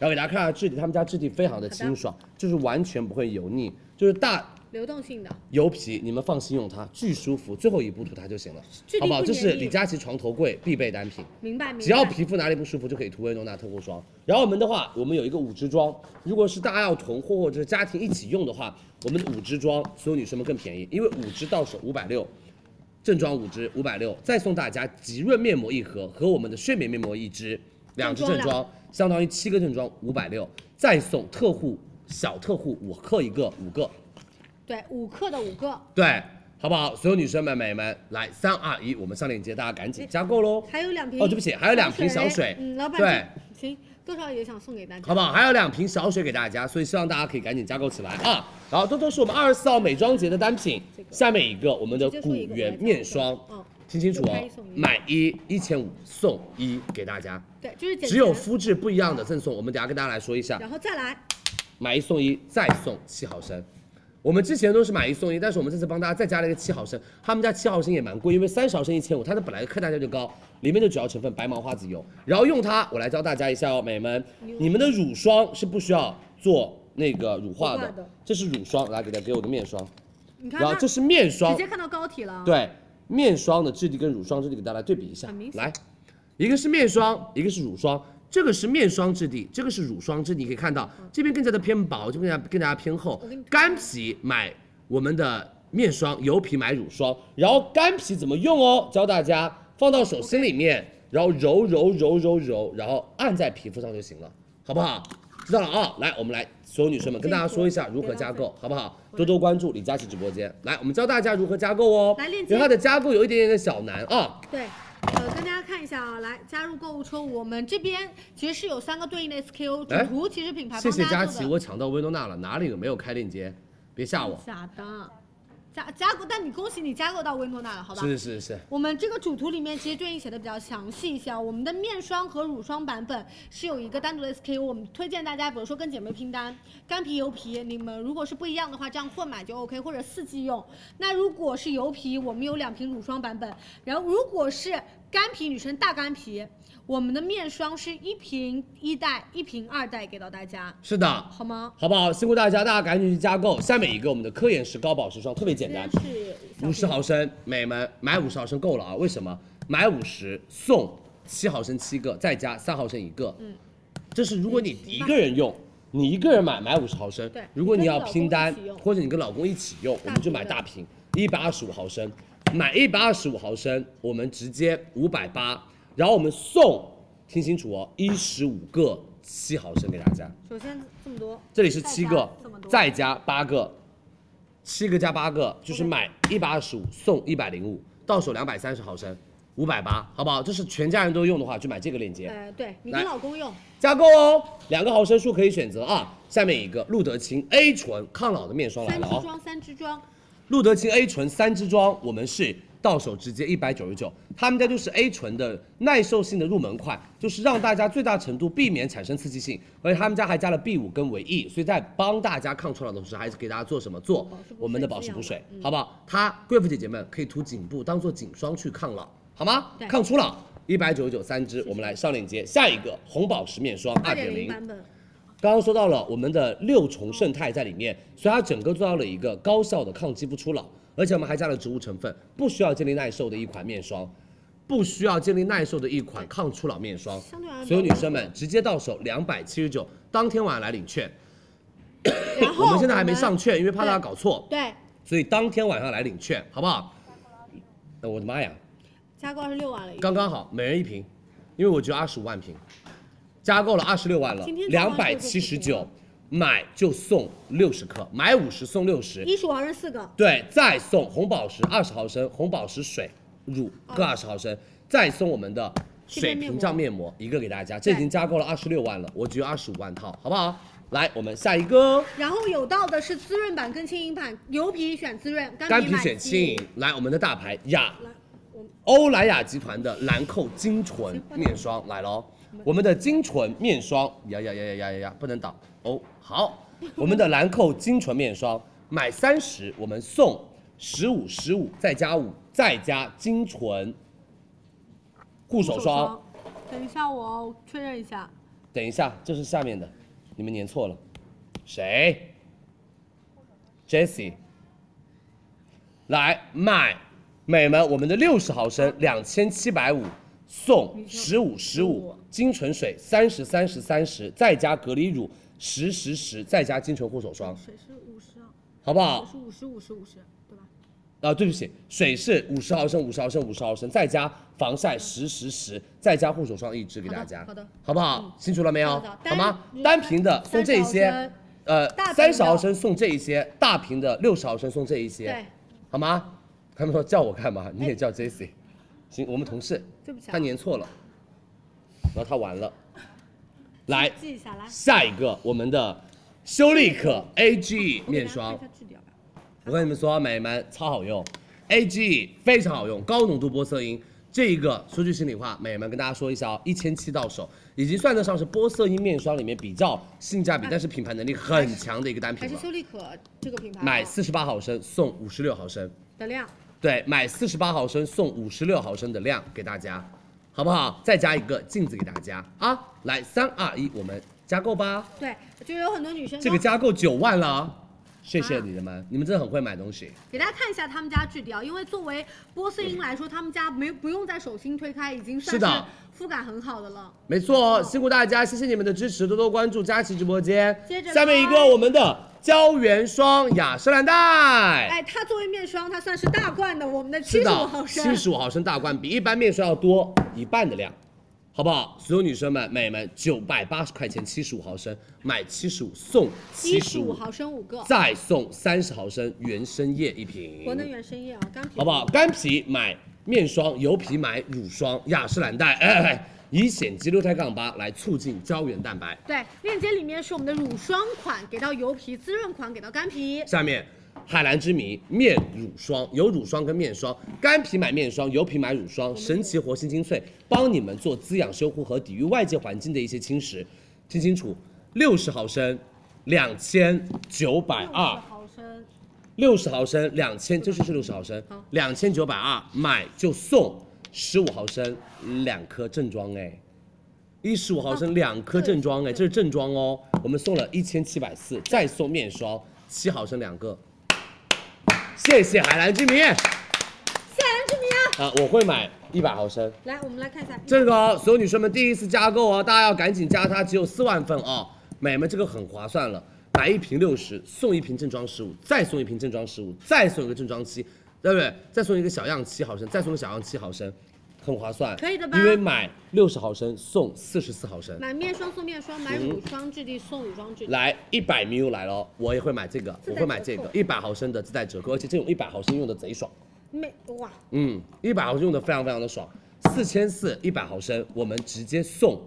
[SPEAKER 12] 然后给大家看一下质地，他们家质地非常的清爽，就是完全不会油腻，就是大
[SPEAKER 1] 流动性的，
[SPEAKER 12] 油皮，你们放心用它，巨舒服。最后一步涂它就行了
[SPEAKER 1] 质，地
[SPEAKER 12] 好不好？
[SPEAKER 1] 不
[SPEAKER 12] 这是
[SPEAKER 1] 黏腻
[SPEAKER 12] 李佳琦床头柜必备单品。
[SPEAKER 1] 明白明白。
[SPEAKER 12] 只要皮肤哪里不舒服就可以涂薇诺娜特护霜。然后我们的话，我们有一个五支装，如果是大家要囤货或者是家庭一起用的话，我们的五支装所有女生们更便宜，因为五支到手五百六，正装五支五百六，再送大家极润面膜一盒和我们的睡眠面膜一支，两支正
[SPEAKER 1] 正装
[SPEAKER 12] 装相当于七个正装五百六，再送特护小特护五克一个五个，
[SPEAKER 1] 对五克的五个，
[SPEAKER 12] 对，好不好？所有女生们、美眉们，来三二一，我们上链接，大家赶紧加购喽！
[SPEAKER 1] 还有两瓶
[SPEAKER 12] 哦对不起还有两瓶小水
[SPEAKER 1] 嗯，老板
[SPEAKER 12] 对
[SPEAKER 1] 这行，多少也想送给大家，
[SPEAKER 12] 好不好？？还有两瓶小水给大家，所以希望大家可以赶紧加购起来啊！然后多多是我们二十四号美妆节的单品，下面一个我们的古源面霜，
[SPEAKER 1] 嗯，
[SPEAKER 12] 听清楚
[SPEAKER 1] 就
[SPEAKER 12] 哦
[SPEAKER 1] 拍一送，一
[SPEAKER 12] 买一一千五送一给大家，
[SPEAKER 1] 对，就是减
[SPEAKER 12] 只有
[SPEAKER 1] 钱
[SPEAKER 12] 肤质不一样的赠送，我们等下跟大家来说一下，
[SPEAKER 1] 然后再来，
[SPEAKER 12] 买一送一再送七毫升。我们之前都是买一送一，但是我们这次帮大家再加了一个七毫升，他们家七毫升也蛮贵，因为三十毫升一千五，它的本来客单价就高，里面的主要成分白毛花籽油，然后用它，我来教大家一下哦，美们，你们的乳霜是不需要做那个乳化
[SPEAKER 1] 乳化
[SPEAKER 12] 的，
[SPEAKER 1] 的
[SPEAKER 12] 这是乳霜，来给大家给我的面霜，
[SPEAKER 1] 你看
[SPEAKER 12] 然后
[SPEAKER 1] 它
[SPEAKER 12] 这是面
[SPEAKER 1] 直
[SPEAKER 12] 霜，
[SPEAKER 1] 接看到膏体了，，
[SPEAKER 12] 对，面霜的质地跟乳霜质地给大家来对比一下
[SPEAKER 1] 很明，显
[SPEAKER 12] 来，一个是面霜，一个是乳霜，这个是面霜质地，这个是乳霜质地，你可以看到
[SPEAKER 1] 嗯
[SPEAKER 12] 这边更加的偏薄，就更加更加偏厚。干皮买我们的面霜，油皮买乳霜，然后干皮怎么用哦？教大家放到手心里面，然后揉揉揉揉揉，然后按在皮肤上就行了，好不好？知道了啊、来，我们来，所有女生们跟大家说一下如何加购，好不好？多多关注李佳琦直播间。来，我们教大家如何加购哦。
[SPEAKER 1] 来链接
[SPEAKER 12] 因为它的加购有一点点的小难啊。
[SPEAKER 1] 对，呃，跟大家看一下啊，来加入购物车，我们这边其实是有三个对应的 SKU，
[SPEAKER 12] 哎
[SPEAKER 1] 主图其实品牌
[SPEAKER 12] 谢
[SPEAKER 1] 帮
[SPEAKER 12] 谢
[SPEAKER 1] 大家
[SPEAKER 12] 佳琦，
[SPEAKER 1] 做的。嗯
[SPEAKER 12] 我抢到薇诺娜了，哪里有没有开链接？别吓我。
[SPEAKER 1] 假的，加加购，但你恭喜你加购到薇诺娜了，好吧？
[SPEAKER 12] 是是是是，
[SPEAKER 1] 我们这个主图里面其实对应写的比较详细一些啊。我们的面霜和乳霜版本是有一个单独的 SKU，我们推荐大家，比如说跟姐妹拼单，干皮、油皮，你们如果是不一样的话，这样混买就 OK，或者四季用。那如果是油皮，我们有两瓶乳霜版本，然后如果是干皮，女生大干皮，我们的面霜是一瓶一袋，一瓶二袋给到大家，
[SPEAKER 12] 是的。
[SPEAKER 1] 好吗？
[SPEAKER 12] 好不好？辛苦大家，大家赶紧去加购。下面一个我们的科颜氏高保湿霜，特别简
[SPEAKER 1] 嗯
[SPEAKER 12] 单，
[SPEAKER 1] 是
[SPEAKER 12] 五十毫升，美们买五十毫升够了啊？为什么？买五十送七毫升七个，再加三毫升一个。嗯，这是如果你一个人用，你一个人买买五十毫升。
[SPEAKER 1] 嗯对
[SPEAKER 12] 如果你要
[SPEAKER 1] 你跟
[SPEAKER 12] 拼单
[SPEAKER 1] 老公一起用
[SPEAKER 12] 或者你跟老公一起用，我们就买大瓶，一百二十五毫升，买一百二十五毫升，我们直接五百八，然后我们送，听清楚哦，一十五个七毫升给大家。
[SPEAKER 1] 首先这么多，
[SPEAKER 12] 这里是七
[SPEAKER 1] 再
[SPEAKER 12] 个
[SPEAKER 1] 加这么，多
[SPEAKER 12] 再加八个，七个加八个就是买一百二十五送一百零五，到手两百三十毫升，五百八，好不好？就是全家人都用的话，就买这个链接
[SPEAKER 1] 呃，对你跟
[SPEAKER 12] 来
[SPEAKER 1] 老公用，
[SPEAKER 12] 加购哦，两个毫升数可以选择啊。下面一个露得清 A 醇抗老的面霜来
[SPEAKER 1] 三
[SPEAKER 12] 了
[SPEAKER 1] 支
[SPEAKER 12] 哦，
[SPEAKER 1] 装，三支装。
[SPEAKER 12] 露得清 A 醇三支装，我们是到手直接一百九十九，他们家就是 A 醇的耐受性的入门款，就是让大家最大程度避免产生刺激性，而且他们家还加了 B 五跟维 E，所以在帮大家抗衰老的同时，还是给大家做什么做我们的保湿补水，好不好？它贵妇姐姐们可以涂颈部当做颈霜去抗老，好吗？抗初老。一百九十九三支，我们来上链接。下一个红宝石面霜二点零，
[SPEAKER 1] 版本，
[SPEAKER 12] 刚刚说到了我们的六重胜肽在里面，所以它整个做到了一个高效的抗肌肤初老，而且我们还加了植物成分，不需要建立耐受的一款面霜，不需要建立耐受的一款抗初老面霜。
[SPEAKER 1] 相对而言
[SPEAKER 12] 所有女生们直接到手两百七十九，当天晚上来领券。
[SPEAKER 1] 然后
[SPEAKER 12] 我们现在还没
[SPEAKER 1] 我们
[SPEAKER 12] 上券，因为怕大家搞错，
[SPEAKER 1] 对，
[SPEAKER 12] 所以当天晚上来领券，好不好？呃我的妈呀，
[SPEAKER 1] 加购二十六万了已经，
[SPEAKER 12] 刚刚好，每人一瓶，因为我只有二十五万瓶，加购了二十六万了
[SPEAKER 1] 今天，早
[SPEAKER 12] 两
[SPEAKER 1] 上
[SPEAKER 12] 百
[SPEAKER 1] 就
[SPEAKER 12] 七十
[SPEAKER 1] 是这
[SPEAKER 12] 九
[SPEAKER 1] 样，
[SPEAKER 12] 买就送六十克，买五十送六十，
[SPEAKER 1] 一十五毫升四个，
[SPEAKER 12] 对，再送红宝石二十毫升红宝石水乳
[SPEAKER 1] 哦
[SPEAKER 12] 各二十毫升，再送我们的水屏障面膜一个给大家，这已经加购了二十六万了，我只有二十五万套，好不好？来，我们下一个
[SPEAKER 1] 然后有到的是滋润版跟轻盈版，油皮选滋润，
[SPEAKER 12] 干
[SPEAKER 1] 皮
[SPEAKER 12] 皮
[SPEAKER 1] 买
[SPEAKER 12] 选轻盈，来我们的大牌雅
[SPEAKER 1] 来我
[SPEAKER 12] 欧莱雅集团的兰蔻精纯面霜来喽！我们的精纯面霜，呀呀呀呀呀呀呀，不能倒哦。好，我们的兰蔻精纯面霜，买三十我们送十五，十五再加五，再加精纯护手霜。。
[SPEAKER 1] 等一下我哦，我确认一下，
[SPEAKER 12] 等一下，这是下面的，你们粘错了，谁？Jessie，来买，美们，我们的六十毫升两千七百五送十五十五精纯水三十三十三十，再加隔离乳十十十，再加精纯护手霜，
[SPEAKER 1] 水是五十啊，
[SPEAKER 12] 好不好？
[SPEAKER 1] 是五十五十五十，对吧？
[SPEAKER 12] 啊，对不起，水是五十毫升，五十毫升，五十毫升，再加防晒十十十，再加护手霜一支给大家，
[SPEAKER 1] 好的好的
[SPEAKER 12] 不好？清楚了没有
[SPEAKER 1] 好的好？的
[SPEAKER 12] 好吗？单
[SPEAKER 1] 单
[SPEAKER 12] 瓶的送这一
[SPEAKER 1] 30毫
[SPEAKER 12] 些
[SPEAKER 1] 升，
[SPEAKER 12] 呃
[SPEAKER 1] 大，瓶
[SPEAKER 12] 三
[SPEAKER 1] 的
[SPEAKER 12] 十毫升送这一些，大瓶的六十毫升送这一些
[SPEAKER 1] 对，，哎
[SPEAKER 12] 好吗？他们说叫我干嘛？你也叫 Jessie，行，我们同事，
[SPEAKER 1] 对不起啊
[SPEAKER 12] 他粘错了，然后他完了，来
[SPEAKER 1] 记一下来。
[SPEAKER 12] 下一个我们的修丽可 AGE 面霜
[SPEAKER 1] 我给大家。看一下质地好吧
[SPEAKER 12] 我跟你们说啊，美们超好用，AGE 非常好用，高浓度玻色因。这一个说句心里话，美们跟大家说一下哦，一千七到手，已经算得上是玻色因面霜里面比较性价比，但是品牌能力很强的一个单
[SPEAKER 1] 啊还
[SPEAKER 12] 品
[SPEAKER 1] 是
[SPEAKER 12] 了。
[SPEAKER 1] 修丽可这个品牌啊
[SPEAKER 12] 买四十八毫升送五十六毫升，
[SPEAKER 1] 的量，
[SPEAKER 12] 对，买四十八毫升送五十六毫升的量给大家，好不好？再加一个镜子给大家啊！来，三二一，我们加购吧。
[SPEAKER 1] 对，就是有很多女生
[SPEAKER 12] 这个
[SPEAKER 1] 刚
[SPEAKER 12] 加购九万了啊，谢谢你们，你们真的很会买东西。
[SPEAKER 1] 给大家看一下他们家质地啊，因为作为波司营来说，他们家没不用再手心推开，已经算
[SPEAKER 12] 是的
[SPEAKER 1] 肤感很好的了。
[SPEAKER 12] 没错，哦辛苦大家，谢谢你们的支持，多多关注佳琦直播间
[SPEAKER 1] 接着。来
[SPEAKER 12] 下面一个我们的胶原霜雅诗兰黛，
[SPEAKER 1] 哎，它作为面霜，它算是大罐的，我们的七
[SPEAKER 12] 是
[SPEAKER 1] 十
[SPEAKER 12] 的
[SPEAKER 1] 五毫，升
[SPEAKER 12] 七。十五毫升大罐，比一般面霜要多一半的量，好不好？所有女生们、美们，九百八十块钱七十五毫升，买七十五送七十
[SPEAKER 1] 75
[SPEAKER 12] 五
[SPEAKER 1] 毫升五个
[SPEAKER 12] 再送三十毫升原生液一瓶，
[SPEAKER 1] 国能原生液啊，干皮
[SPEAKER 12] 好不好？干皮买面霜，油皮买乳霜，雅诗兰黛，哎哎哎，以显肌六肽杠八来促进胶原蛋白。
[SPEAKER 1] 对，链接里面是我们的乳霜款，给到油皮；滋润款给到干皮。
[SPEAKER 12] 下面海蓝之谜面乳霜，有乳霜跟面霜，干皮买面霜，油皮买乳霜，神奇活性精粹帮你们做滋养修护和抵御外界环境的一些侵蚀。听清楚，六十毫升，两千九百二。
[SPEAKER 1] 毫升，
[SPEAKER 12] 六十毫升，两千，这就是六十毫升，两千九百二，买就送十五毫升两颗正装哎，一十五毫升两颗正装哎，这是正装哦，我们送了一千七百四，再送面霜七毫升两个，谢谢海蓝之谜，
[SPEAKER 1] 下人之谜啊！
[SPEAKER 12] 啊，我会买一百毫升。
[SPEAKER 1] 来，我们来看一下
[SPEAKER 12] 这个哦所有女生们第一次加购哦，大家要赶紧加它，只有四万份哦。美们，这个很划算了，买一瓶六十，送一瓶正装十五，再送一瓶正装十五，再送一个正装七，对不对？再送一个小样七毫升，再送一个小样七毫升，很划算。
[SPEAKER 1] 可以的吧
[SPEAKER 12] 因为买六十毫升送四十四毫升，
[SPEAKER 1] 买面霜送面霜，买乳霜质地送乳霜质地。
[SPEAKER 12] 来一百 ml 来了哦，我也会买这个，
[SPEAKER 1] 自带
[SPEAKER 12] 我会买这
[SPEAKER 1] 折
[SPEAKER 12] 个
[SPEAKER 1] 扣
[SPEAKER 12] 一百毫升的自带折扣，而且这种一百毫升用的贼爽。
[SPEAKER 1] 没哇，
[SPEAKER 12] 嗯，一百毫升用的非常非常的爽，四千四一百毫升，我们直接送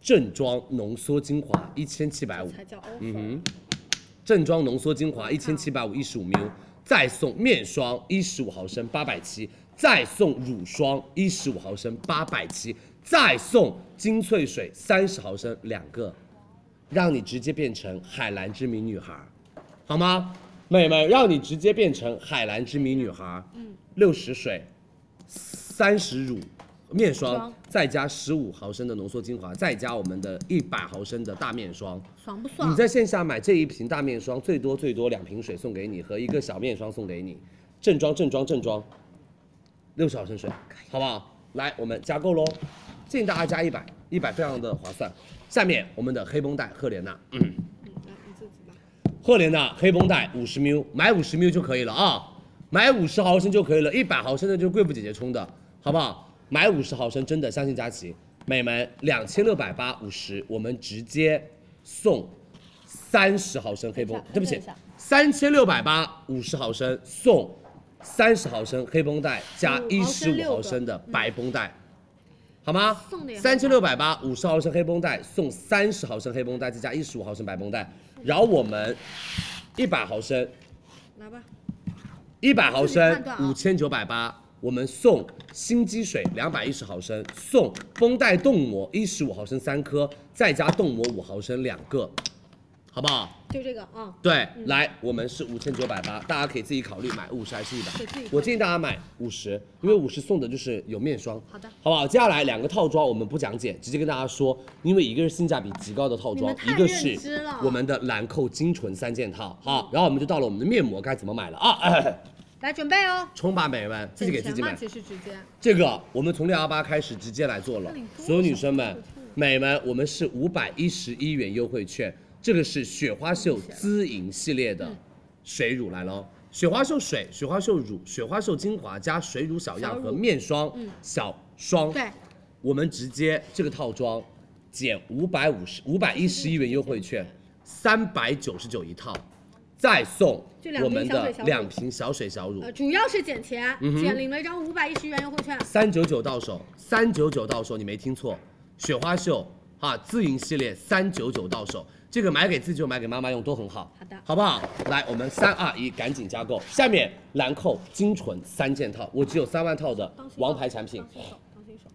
[SPEAKER 12] 正装浓缩精华一千七百五，
[SPEAKER 1] 才叫 offer。
[SPEAKER 12] 嗯哼，正装浓缩精华一千七百五一十五 ml，再送面霜一十五毫升八百七，再送乳霜一十五毫升八百七，再送精粹水三十毫升两个，让你直接变成海蓝之谜女孩儿，好吗？美们，让你直接变成海蓝之谜女孩儿。六十水，三十乳面霜
[SPEAKER 1] 霜，
[SPEAKER 12] 再加十五毫升的浓缩精华，再加我们的一百毫升的大面霜。
[SPEAKER 1] 爽不爽？
[SPEAKER 12] 你在线下买这一瓶大面霜，最多最多两瓶水送给你和一个小面霜送给你，正装正装正装，六十毫升水，好不好？来，我们加购喽，建议大家加一百，一百非常的划算。下面我们的黑绷带赫莲娜，嗯，赫莲娜黑绷带五十 ml，买五十 ml 就可以了啊，买五十毫升就可以了，一百毫升的就是贵妇姐姐冲的，好不好？买五十毫升真的相信佳琪，美们两千六百八五十，我们直接送三十毫升黑绷，对不起，三千六百八五十毫升送三十毫升黑绷带加一十五嗯毫升嗯的白绷带，好吗？
[SPEAKER 1] 送的也
[SPEAKER 12] 三
[SPEAKER 1] 很
[SPEAKER 12] 千六百八五十毫升黑绷带送三十毫升黑绷带，再加一十五毫升白绷带，然后我们一百毫升
[SPEAKER 1] 来吧，
[SPEAKER 12] 一百毫升
[SPEAKER 1] 自己判断啊
[SPEAKER 12] 五千九百八，我们送心肌水两百一十毫升，送绷带冻膜一十五毫升三颗，再加冻膜五毫升两个，好不好？
[SPEAKER 1] 就这个啊，
[SPEAKER 12] 对，来，我们是五千九百八，大家可以自己考虑买五十还是一百
[SPEAKER 1] 对自己考虑。
[SPEAKER 12] 我建议大家买五十，因为五十送的就是有面霜。
[SPEAKER 1] 好的
[SPEAKER 12] 好不好？接下来两个套装我们不讲解，直接跟大家说，因为一个是性价比极高的套
[SPEAKER 1] 你们
[SPEAKER 12] 装，
[SPEAKER 1] 太
[SPEAKER 12] 一个
[SPEAKER 1] 认知
[SPEAKER 12] 是
[SPEAKER 1] 了嗯
[SPEAKER 12] 我们的兰蔻精纯三件套。好，然后我们就到了我们的面膜该怎么买了啊？
[SPEAKER 1] 来准备哦。
[SPEAKER 12] 冲吧，美们，自己给自
[SPEAKER 1] 省
[SPEAKER 12] 己
[SPEAKER 1] 钱嘛
[SPEAKER 12] 买。
[SPEAKER 1] 其实直接
[SPEAKER 12] 这个我们从六幺八开始直接来做了，所有女生们、美们，我们是五百一十一元优惠券，这个是雪花秀滋莹系列的
[SPEAKER 1] 嗯
[SPEAKER 12] 水乳来喽。雪花秀水、雪花秀乳、雪花秀精华加水乳小样和面霜、小霜，
[SPEAKER 1] 对，
[SPEAKER 12] 我们直接这个套装减五百五十五百一十一元优惠券，三百九十九一套，再送
[SPEAKER 1] 就两瓶
[SPEAKER 12] 我们
[SPEAKER 1] 小水
[SPEAKER 12] 的
[SPEAKER 1] 小乳
[SPEAKER 12] 两瓶小水小乳
[SPEAKER 1] 呃，，主要是减钱，
[SPEAKER 12] 嗯哼
[SPEAKER 1] 减领了一张五百一十元优惠券。
[SPEAKER 12] 三九九到手，三九九到手，你没听错，雪花秀哈自营系列三九九到手，这个买给自己用，买给妈妈用都很好，
[SPEAKER 1] 好的
[SPEAKER 12] 好不好？来，我们三二一，赶紧加购。下面兰蔻精纯三件套，我只有三万套的
[SPEAKER 1] 当心手
[SPEAKER 12] 王牌产品
[SPEAKER 1] 当。心手，当心手。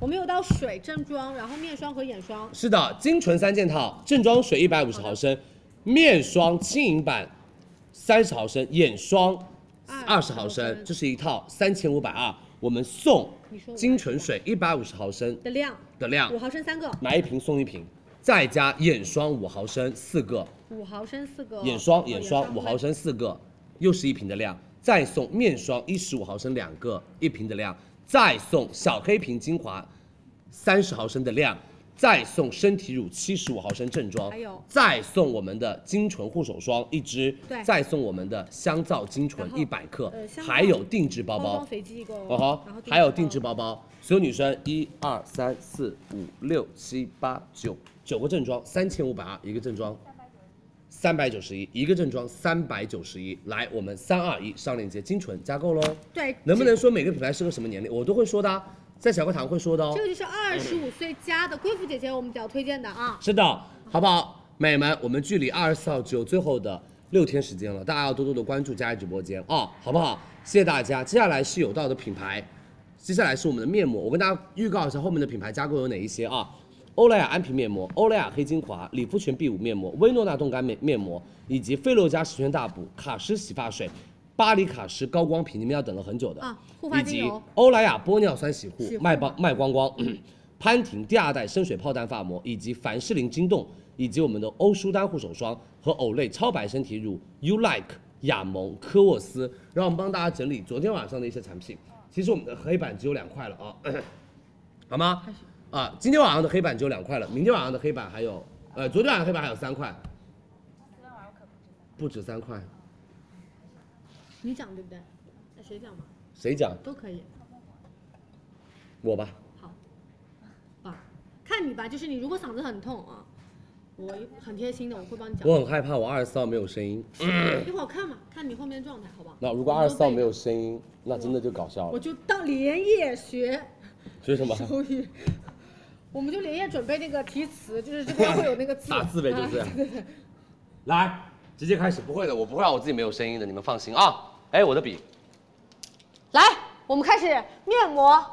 [SPEAKER 1] 我们有到水正装，然后面霜和眼霜，
[SPEAKER 12] 是的，精纯三件套，正装水一百五十毫升，面霜轻盈版三十毫升，眼霜二十毫升，这是一套三千五百二，我们送
[SPEAKER 1] 你说我
[SPEAKER 12] 精纯水一百五十毫升
[SPEAKER 1] 的量
[SPEAKER 12] 的量
[SPEAKER 1] 五，毫升三个，
[SPEAKER 12] 买一瓶送一瓶，再加眼霜五毫升四个，
[SPEAKER 1] 五毫升四个哦
[SPEAKER 12] 眼霜眼霜五毫升四个，又是一瓶的量，再送面霜一十五毫升两个，一瓶的量，再送小黑瓶精华三十毫升的量，再送身体乳七十五毫升正装，
[SPEAKER 1] 还有
[SPEAKER 12] 再送我们的精纯护手霜一支
[SPEAKER 1] 对，
[SPEAKER 12] 再送我们的香皂精纯
[SPEAKER 1] 然后
[SPEAKER 12] 一百克
[SPEAKER 1] 呃，香皂
[SPEAKER 12] 还有定制包
[SPEAKER 1] 包
[SPEAKER 12] 包
[SPEAKER 1] 装，随机一个哦，
[SPEAKER 12] 哦吼
[SPEAKER 1] 然后，
[SPEAKER 12] 还有定制包包，所有女生一二三四五六七八九九个正装，三千五百二一个正装，三百九十一一个正装，三百九十一。来，我们三二一上链接，精纯加购喽。
[SPEAKER 1] 对
[SPEAKER 12] 能不能说每个品牌适合什么年龄？我都会说的、啊，在小课堂会说的哦
[SPEAKER 1] 这。个就是二十五岁加的贵妇姐姐我们比较推荐的啊。
[SPEAKER 12] 是的，好不好？美们，我们距离二十四号只有最后的六天时间了，大家要多多的关注佳怡直播间啊、好不好？谢谢大家。接下来是有道的品牌，接下来是我们的面膜，我跟大家预告一下后面的品牌加购有哪一些啊？欧莱雅安瓶面膜、欧莱雅黑精华、理肤泉 B 五面膜、薇诺娜冻干面面膜，以及菲洛嘉十全大补、卡诗洗发水、巴黎卡诗高光瓶，你们要等了很久的
[SPEAKER 1] 啊护发精油
[SPEAKER 12] 以及欧莱雅玻尿酸洗护
[SPEAKER 1] 洗护
[SPEAKER 12] 卖光卖光光， 潘婷第二代深水炮弹发膜，以及凡士林晶冻，以及我们的欧舒丹护手霜和欧蕾超白身体乳，You Like 雅萌科沃斯，让我们帮大家整理昨天晚上的一些产品。其实我们的黑板只有两块了啊，好吗？啊，今天晚上的黑板只有两块了，明天晚上的黑板还有，呃，昨天晚上黑板还有三块。不止三块，
[SPEAKER 1] 你讲对不对？那谁讲嘛？
[SPEAKER 12] 谁讲？
[SPEAKER 1] 都可以。
[SPEAKER 12] 我吧。
[SPEAKER 1] 啊，看你吧，就是你如果嗓子很痛啊，我很贴心的，我会帮你讲。
[SPEAKER 12] 我很害怕，我二十四号没有声音。
[SPEAKER 1] 一会儿看嘛，看你后面状态，好不好？
[SPEAKER 12] 那如果二十四号没有声音，那真的就搞笑
[SPEAKER 1] 我
[SPEAKER 12] 了。
[SPEAKER 1] 就到连夜学
[SPEAKER 12] 学什么？
[SPEAKER 1] 口语，我们就连夜准备那个题词，就是这边会有那个字，
[SPEAKER 12] 打字呗就是
[SPEAKER 1] 啊对对对
[SPEAKER 12] 来，直接开始。不会的，我不会让我自己没有声音的，你们放心啊。哎，我的笔，
[SPEAKER 20] 来，我们开始面膜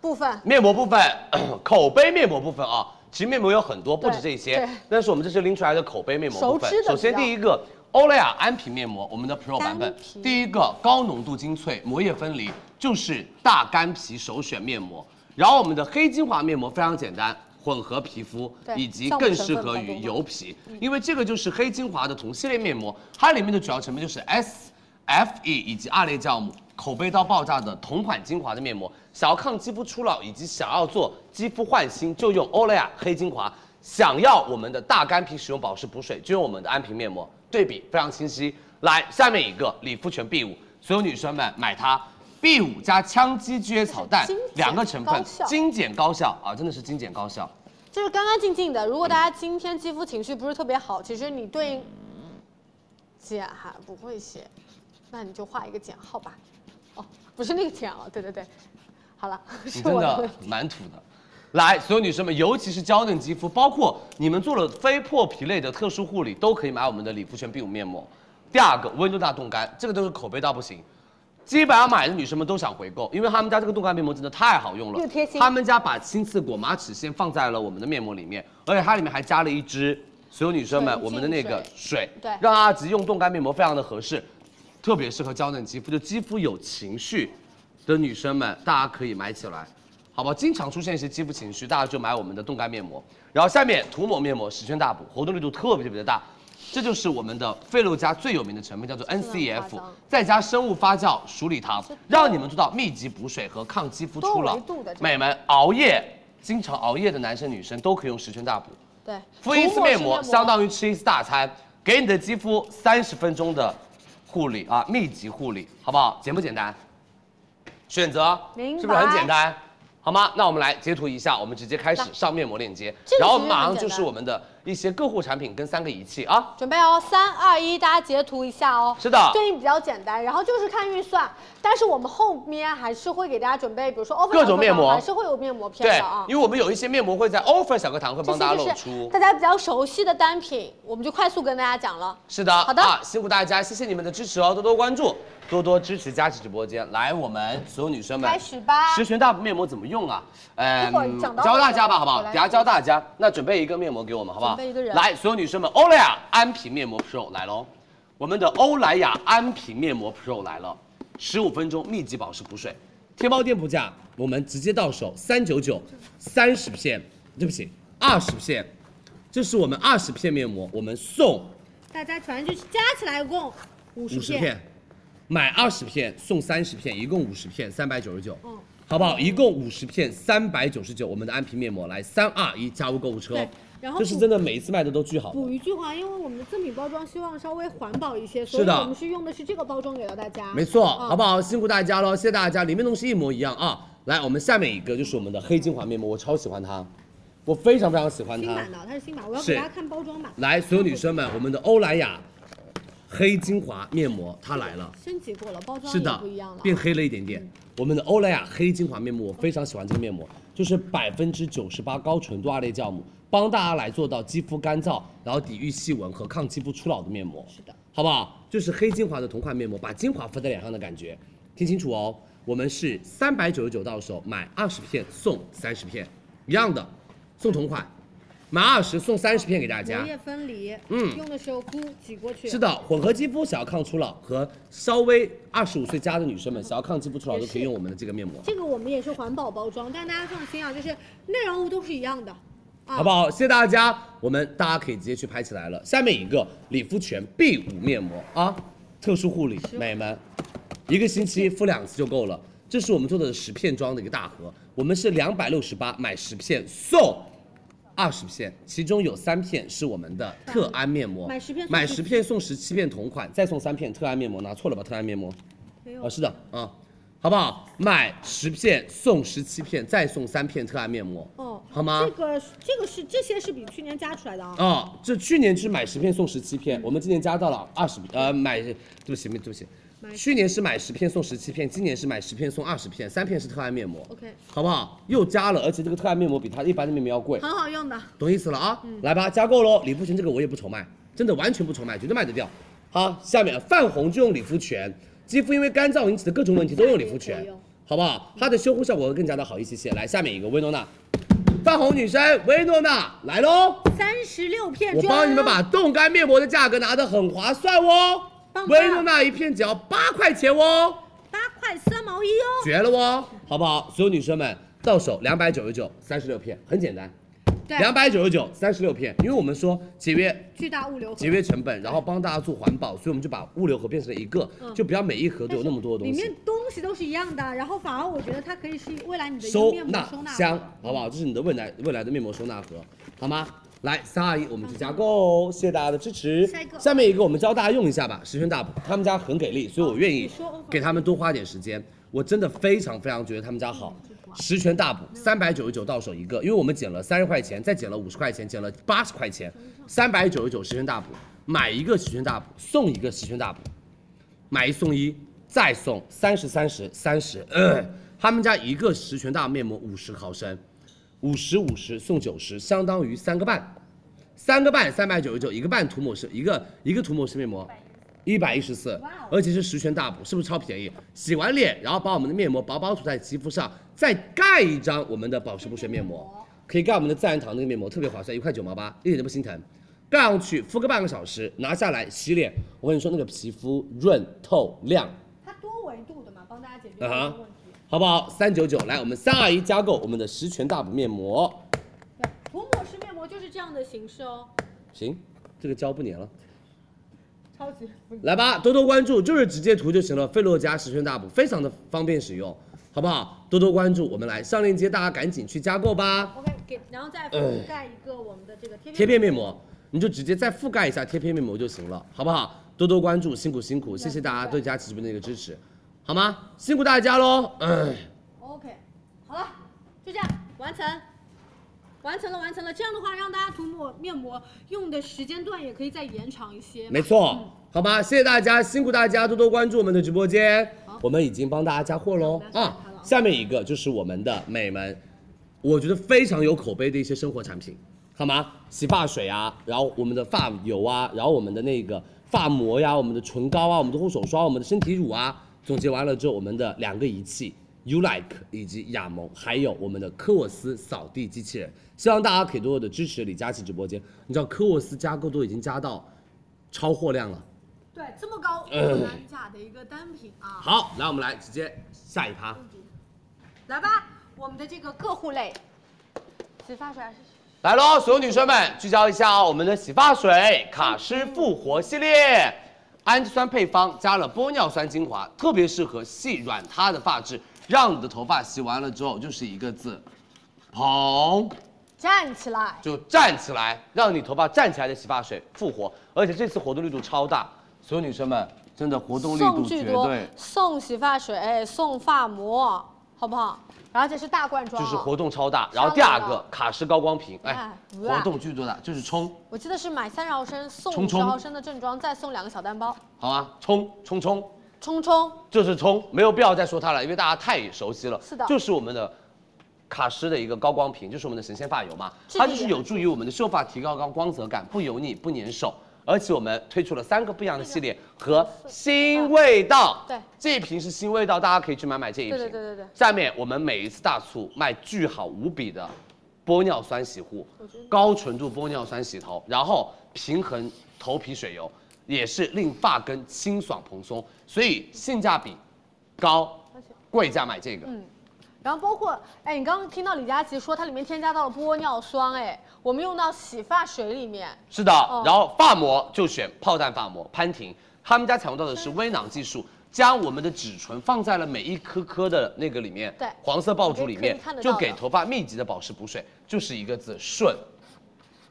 [SPEAKER 20] 部分。
[SPEAKER 12] 面膜部分， 口碑面膜部分啊，其实面膜有很多，不止这些
[SPEAKER 20] 对，
[SPEAKER 12] 但是我们这是拎出来的口碑面膜部分
[SPEAKER 20] 熟知。的
[SPEAKER 12] 首先
[SPEAKER 20] 比较
[SPEAKER 12] 第一个，欧莱雅安瓶面膜，我们的 Pro 版本
[SPEAKER 20] 干皮，
[SPEAKER 12] 第一个高浓度精粹膜液分离，就是大干皮首选面膜。然后我们的黑精华面膜非常简单。混合皮肤
[SPEAKER 20] 对
[SPEAKER 12] 以及
[SPEAKER 20] 酵母
[SPEAKER 12] 更
[SPEAKER 20] 成
[SPEAKER 12] 适
[SPEAKER 20] 分
[SPEAKER 12] 合
[SPEAKER 20] 比较
[SPEAKER 12] 于
[SPEAKER 20] 多嗯
[SPEAKER 12] 油皮，因为这个就是黑精华的同系列面膜，它里面的主要成分就是 S、F E 以及二类酵母，口碑到爆炸的同款精华的面膜。想要抗肌肤初老以及想要做肌肤焕新，就用欧莱雅黑精华；想要我们的大干皮使用保湿补水，就用我们的安瓶面膜。对比非常清晰。来，下面一个理肤泉 B 五，所有女生们买它。B 五加羟基蕨草蛋
[SPEAKER 20] 这是精简
[SPEAKER 12] 两个成分
[SPEAKER 20] 高效，
[SPEAKER 12] 精简高效啊，真的是精简高效。
[SPEAKER 20] 就是干干净净的。如果大家今天肌肤情绪不是特别好，其实你对应减还不会写，那你就画一个减号吧。哦，不是那个减
[SPEAKER 1] 啊
[SPEAKER 20] 哦，对对对，好 了，
[SPEAKER 12] 你
[SPEAKER 20] 是
[SPEAKER 12] 真
[SPEAKER 20] 我的
[SPEAKER 12] 的
[SPEAKER 20] 问题。
[SPEAKER 12] 蛮土的。来，所有女生们，尤其是娇嫩肌肤，包括你们做了非破皮类的特殊护理，都可以买我们的理肤泉 B 五面膜。第二个，温度大冻干，这个都是口碑到不行，基本上买的女生们都想回购，因为他们家这个冻干面膜真的太好用了，
[SPEAKER 20] 又贴心
[SPEAKER 12] 他们家把青刺果、马齿苋放在了我们的面膜里面，而且它里面还加了一支，所有女生们，
[SPEAKER 20] 纯净
[SPEAKER 12] 我们的那个水，
[SPEAKER 20] 对
[SPEAKER 12] 让大家直接用冻干面膜非常的合适，特别适合娇嫩肌肤，就肌肤有情绪的女生们，大家可以买起来，好不好？经常出现一些肌肤情绪，大家就买我们的冻干面膜。然后下面涂抹面膜十全大补，活动力度特别特别的大，这就是我们的菲洛嘉最有名的成分，叫做
[SPEAKER 20] 夸
[SPEAKER 12] NCF，
[SPEAKER 20] 张
[SPEAKER 12] 再加生物发酵鼠李糖，让你们做到密集补水和抗肌肤初
[SPEAKER 20] 多
[SPEAKER 12] 老
[SPEAKER 20] 维度的这。个
[SPEAKER 12] 美们，熬夜经常熬夜的男生女生都可以用十全大补。
[SPEAKER 20] 对，
[SPEAKER 12] 敷一次面膜
[SPEAKER 20] 涂
[SPEAKER 12] 相当于吃一次大餐，给你的肌肤三十分钟的护理啊，密集护理，好不好？简不简单？选择
[SPEAKER 20] 明白
[SPEAKER 12] 是不是很简单？好吗？那我们来截图一下，我们直接开始
[SPEAKER 20] 来
[SPEAKER 12] 上面膜链接
[SPEAKER 20] 这，个
[SPEAKER 12] 然后
[SPEAKER 20] 其实很
[SPEAKER 12] 马上
[SPEAKER 20] 简
[SPEAKER 12] 就是
[SPEAKER 20] 单
[SPEAKER 12] 我们的一些个护产品跟三个仪器啊。
[SPEAKER 20] 准备哦，三二一，大家截图一下哦。
[SPEAKER 12] 是的
[SPEAKER 20] 对应比较简单，然后就是看预算，但是我们后面还是会给大家准备，比如说 offer
[SPEAKER 12] 各种面膜
[SPEAKER 20] 还是会有面膜片
[SPEAKER 12] 对
[SPEAKER 20] 的啊，。
[SPEAKER 12] 因为我们有一些面膜会在 offer 小课堂会
[SPEAKER 20] 这
[SPEAKER 12] 帮大
[SPEAKER 20] 些
[SPEAKER 12] 家
[SPEAKER 20] 就
[SPEAKER 12] 露
[SPEAKER 20] 是
[SPEAKER 12] 出。
[SPEAKER 20] 大家比较熟悉的单品，我们就快速跟大家讲了。
[SPEAKER 12] 是的，
[SPEAKER 20] 好的
[SPEAKER 12] 啊，辛苦大家，谢谢你们的支持哦，多多关注，多多支持佳琦直播间。来，我们所有女生们
[SPEAKER 20] 开始吧
[SPEAKER 12] 十全大补面膜怎么用啊？嗯
[SPEAKER 20] 一会儿讲到
[SPEAKER 12] 教大家吧，好不好？
[SPEAKER 20] 我来
[SPEAKER 12] 等下教大家。那准备一个面膜给我们，好不好？
[SPEAKER 20] 准备一个人
[SPEAKER 12] 来，所有女生们，欧莱雅安瓶面膜 Pro 来喽，我们的欧莱雅安瓶面膜 Pro 来了，十五分钟密集保湿补水，天猫店铺价我们直接到手三九九，三十片，对不起，二十片。这是我们二十片面膜，我们送
[SPEAKER 1] 大家反正就是加起来一共五十
[SPEAKER 12] 五十片，买二十片送三十片，一共五十片，三百九十九。
[SPEAKER 1] 嗯
[SPEAKER 12] 好不好？一共五十片，三百九十九。我们的安瓶面膜，来三二一，加入购物车哦
[SPEAKER 1] 对。然后
[SPEAKER 12] 这是
[SPEAKER 1] 补
[SPEAKER 12] 真的，每一次卖的都巨好。
[SPEAKER 1] 补一句话，因为我们的赠品包装希望稍微环保一些，
[SPEAKER 12] 是
[SPEAKER 1] 所以
[SPEAKER 12] 的
[SPEAKER 1] 我们是用的是这个包装给到大家。
[SPEAKER 12] 没错，
[SPEAKER 1] 嗯
[SPEAKER 12] 好不好？辛苦大家了，谢谢大家。里面东西一模一样啊。来，我们下面一个就是我们的黑精华面膜，我超喜欢它，我非常非常喜欢
[SPEAKER 1] 新
[SPEAKER 12] 它。
[SPEAKER 1] 版的，它是新版，我要
[SPEAKER 12] 是
[SPEAKER 1] 给大家看包装版。
[SPEAKER 12] 来，所有女生们，我们的欧莱雅黑精华面膜它来了，
[SPEAKER 1] 升级过了，包装
[SPEAKER 12] 是
[SPEAKER 1] 也
[SPEAKER 12] 的
[SPEAKER 1] 不一样了，。嗯
[SPEAKER 12] 变黑了一点点。我们的欧莱雅黑精华面膜，我非常喜欢这个面膜，就是百分之九十八高纯度二类酵母，帮大家来做到肌肤干燥，然后抵御细纹和抗肌肤初老的面膜。是
[SPEAKER 1] 的，
[SPEAKER 12] 好不好？这是黑精华的同款面膜，把精华敷在脸上的感觉，听清楚哦。我们是三百九十九到手，买二十片送三十片，一样的，送同款，买二十送三十片给大家。
[SPEAKER 1] 膜液分离，
[SPEAKER 12] 嗯
[SPEAKER 1] 用的时候箍挤过去。
[SPEAKER 12] 是的，混合肌肤想要抗初老和稍微二十五岁加的女生们想要抗肌肤初老都可以用我们的这个面膜，
[SPEAKER 1] 这个我们也是环保包装，但大家放心啊，就是内容物都是一样的，啊、
[SPEAKER 12] 好不？好？谢谢大家，我们大家可以直接去拍起来了。下面一个理肤泉 B 五面膜啊，特殊护理，美们，一个星期敷两次就够了。这是我们做的十片装的一个大盒，我们是两百六十八买十片送。二十片，其中有三片是我们的特安面膜，
[SPEAKER 1] 买10片送
[SPEAKER 12] 买
[SPEAKER 1] 17
[SPEAKER 12] 十片送十七片同款，再送三片特安面膜，拿错了吧？特安面膜，
[SPEAKER 1] 没有
[SPEAKER 12] 啊，是的啊，好不好？买十片送十七片，再送三片特安面膜。
[SPEAKER 1] 哦，
[SPEAKER 12] 好吗
[SPEAKER 1] 这个这个是这些是比去年加出来的啊。
[SPEAKER 12] 啊、这去年是买十片送十七片，我们今年加到了二十，呃，买，对不起，对不起，去年是买十片送十七片，今年是买十片送二十片，三片是特爱面膜，
[SPEAKER 1] OK，
[SPEAKER 12] 好不好？又加了，而且这个特爱面膜比它一般的面膜要贵，
[SPEAKER 1] 很好用的，嗯
[SPEAKER 12] 懂意思了啊？来吧，加购喽！理肤泉这个我也不愁卖，真的完全不愁卖，绝对卖得掉。好，下面泛红就用理肤泉，肌肤因为干燥引起的各种问题都用理肤泉，好不好？它的修护效果会更加的好一些些。来，下面一个薇诺娜，泛红女神薇诺娜来喽！
[SPEAKER 1] 三十六片
[SPEAKER 12] 我
[SPEAKER 1] 装，
[SPEAKER 12] 帮你们把冻干面膜的价格拿得很划算哦，
[SPEAKER 1] 棒
[SPEAKER 12] 薇诺娜一片只要八块钱哦，
[SPEAKER 1] 八块三毛一哦。
[SPEAKER 12] 绝了哦，好不好？所有女生们到手两百九十九，三十六片，很简单，
[SPEAKER 1] 对，
[SPEAKER 12] 两百九十九，三十六片，因为我们说节约。
[SPEAKER 1] 巨大物流盒
[SPEAKER 12] 节约成本，然后帮大家做环保，所以我们就把物流盒变成了一个，
[SPEAKER 1] 嗯
[SPEAKER 12] 就不要每一盒都有那么多的
[SPEAKER 1] 里
[SPEAKER 12] 东
[SPEAKER 1] 面
[SPEAKER 12] 西。
[SPEAKER 1] 东西都是一样的，然后反而我觉得它可以是未来你的一个
[SPEAKER 12] 收
[SPEAKER 1] 面膜
[SPEAKER 12] 纳
[SPEAKER 1] 收纳
[SPEAKER 12] 箱，好不好？这是你的未来未来的面膜收纳盒，好吗？来，三二一，我们去加购哦，谢谢大家的支持。
[SPEAKER 1] 下一个
[SPEAKER 12] 面一个我们教大家用一下吧，十全大补，他们家很给力，所以我愿
[SPEAKER 1] 你
[SPEAKER 12] 意
[SPEAKER 1] 说 offer
[SPEAKER 12] 给他们多花点时间。我真的非常非常觉得他们家好，
[SPEAKER 1] 嗯
[SPEAKER 12] 十全大补，三百九十九到手一个，因为我们减了三十块钱，再减了五十块钱，减了八十块钱，三百九十九十全大补，买一个十全大补送一个十全大补，买一送一，再送三十三十三十。呃他们家一个十全大面膜五十毫升，五十五十送九十，相当于三个半，三个半三百九十九，一个半涂抹式，一个一个涂抹式面膜。一百一十四，而且是十全大补，是不是超便宜？洗完脸，然后把我们的面膜薄薄涂在肌肤上，再盖一张我们的保湿补水面膜，可以盖我们的自然堂那个面膜，特别划算，一块九毛八，一点都不心疼。盖上去敷个半个小时，拿下来洗脸，我跟你说那个皮肤润透亮，
[SPEAKER 1] 它多维度的嘛，帮大家解决
[SPEAKER 12] 啊哈
[SPEAKER 1] 这个问题。
[SPEAKER 12] 好不好？三九九，来，我们三二一加购我们的十全大补面膜，
[SPEAKER 1] 对，涂抹式面膜就是这样的形式哦，
[SPEAKER 12] 行，这个胶不粘了。
[SPEAKER 1] 超级敷
[SPEAKER 12] 来吧，多多关注，就是直接涂就行了。菲洛嘉十全大补非常的方便使用，好不好？多多关注，我们来上链接，大家赶紧去加购吧。
[SPEAKER 1] OK，给然后再
[SPEAKER 12] 呃
[SPEAKER 1] 覆盖一个我们的这个贴
[SPEAKER 12] 贴片面膜，你就直接再覆盖一下贴片面膜就行了，好不好？多多关注，辛苦辛苦，谢谢大家对佳琦直播间的一个支持，好吗？辛苦大家喽。嗯
[SPEAKER 1] OK，好了，就这样完成，完成了，完成了。这样的话，让大家涂抹面膜用的时间段也可以再延长一些嘛。
[SPEAKER 12] 没错，好吧，谢谢大家，辛苦大家多多关注我们的直播间
[SPEAKER 1] 好，
[SPEAKER 12] 我们已经帮大家加货喽
[SPEAKER 1] 那我们要
[SPEAKER 12] 啊
[SPEAKER 1] 上它了！
[SPEAKER 12] 下面一个就是我们的美们，我觉得非常有口碑的一些生活产品，好吗？洗发水啊，然后我们的发油啊，然后我们的那个发膜呀、我们的唇膏啊，我们的护手霜，我们的身体乳啊，总结完了之后，我们的两个仪器 u l i k e 以及雅萌，还有我们的科沃斯扫地机器人，希望大家可以多多的支持李佳琦直播间。你知道科沃斯加购都已经加到超货量了。
[SPEAKER 1] 对，这么高单价的一个单品啊。
[SPEAKER 12] 好，来我们来直接下一趴，
[SPEAKER 1] 来吧，我们的这个个护类，洗发水还是
[SPEAKER 12] 来喽，所有女生们聚焦一下哦，我们的洗发水卡诗复活系列，氨基酸配方加了玻尿酸精华，特别适合细软塌的发质，让你的头发洗完了之后就是一个字，蓬。
[SPEAKER 20] 站起来，
[SPEAKER 12] 就站起来，让你头发站起来的洗发水复活，而且这次活动力度超大，所有女生们真的活动力
[SPEAKER 20] 送
[SPEAKER 12] 度
[SPEAKER 20] 巨
[SPEAKER 12] 绝
[SPEAKER 20] 多
[SPEAKER 12] 对，
[SPEAKER 20] 送洗发水，哎送发膜，好不好？然后这是大罐装、
[SPEAKER 12] 就
[SPEAKER 20] 啊，
[SPEAKER 12] 是活动超大。
[SPEAKER 20] 上
[SPEAKER 12] 然后第二
[SPEAKER 20] 来
[SPEAKER 12] 个
[SPEAKER 20] 了
[SPEAKER 12] 卡诗高光瓶，哎
[SPEAKER 20] 哎，不赖
[SPEAKER 12] 活动巨多大，就是冲，
[SPEAKER 20] 我记得是买三十毫升送
[SPEAKER 12] 冲
[SPEAKER 20] 五十
[SPEAKER 12] 冲
[SPEAKER 20] 毫升的正装，再送两个小单包，
[SPEAKER 12] 好吗？冲冲冲，
[SPEAKER 20] 冲冲。
[SPEAKER 12] 就是冲，没有必要再说它了，因为大家太熟悉了。
[SPEAKER 20] 是的
[SPEAKER 12] 就是我们的。卡诗的一个高光瓶，就是我们的神仙发油嘛，
[SPEAKER 20] 质地
[SPEAKER 12] 它就是
[SPEAKER 20] 也
[SPEAKER 12] 有
[SPEAKER 20] 很
[SPEAKER 12] 助于我们的秀发提高高光泽感，不油腻不粘手，而且我们推出了三个不一样的系列和新味道。
[SPEAKER 20] 对，
[SPEAKER 12] 这一瓶是新味道，大家可以去买买这一
[SPEAKER 20] 对
[SPEAKER 12] 瓶。
[SPEAKER 20] 对对对对
[SPEAKER 12] 下面我们每一次大促卖巨好无比的玻尿酸洗护，高纯度玻尿酸洗头，然后平衡头皮水油，也是令发根清爽蓬松，所以性价比高，贵价买这个。
[SPEAKER 20] 嗯然后包括，哎，你刚刚听到李佳琦说它里面添加到了玻尿酸，哎，我们用到洗发水里面，
[SPEAKER 12] 是的，
[SPEAKER 20] 哦
[SPEAKER 12] 然后发膜就选炮弹发膜，潘婷他们家采用到的是微囊技术，将我们的脂醇放在了每一颗颗的那个里面，
[SPEAKER 20] 对
[SPEAKER 12] 黄色爆珠里
[SPEAKER 20] 可
[SPEAKER 12] 面
[SPEAKER 20] 以看，得到
[SPEAKER 12] 就
[SPEAKER 20] 的
[SPEAKER 12] 给头发密集的保湿补水，就是一个字顺。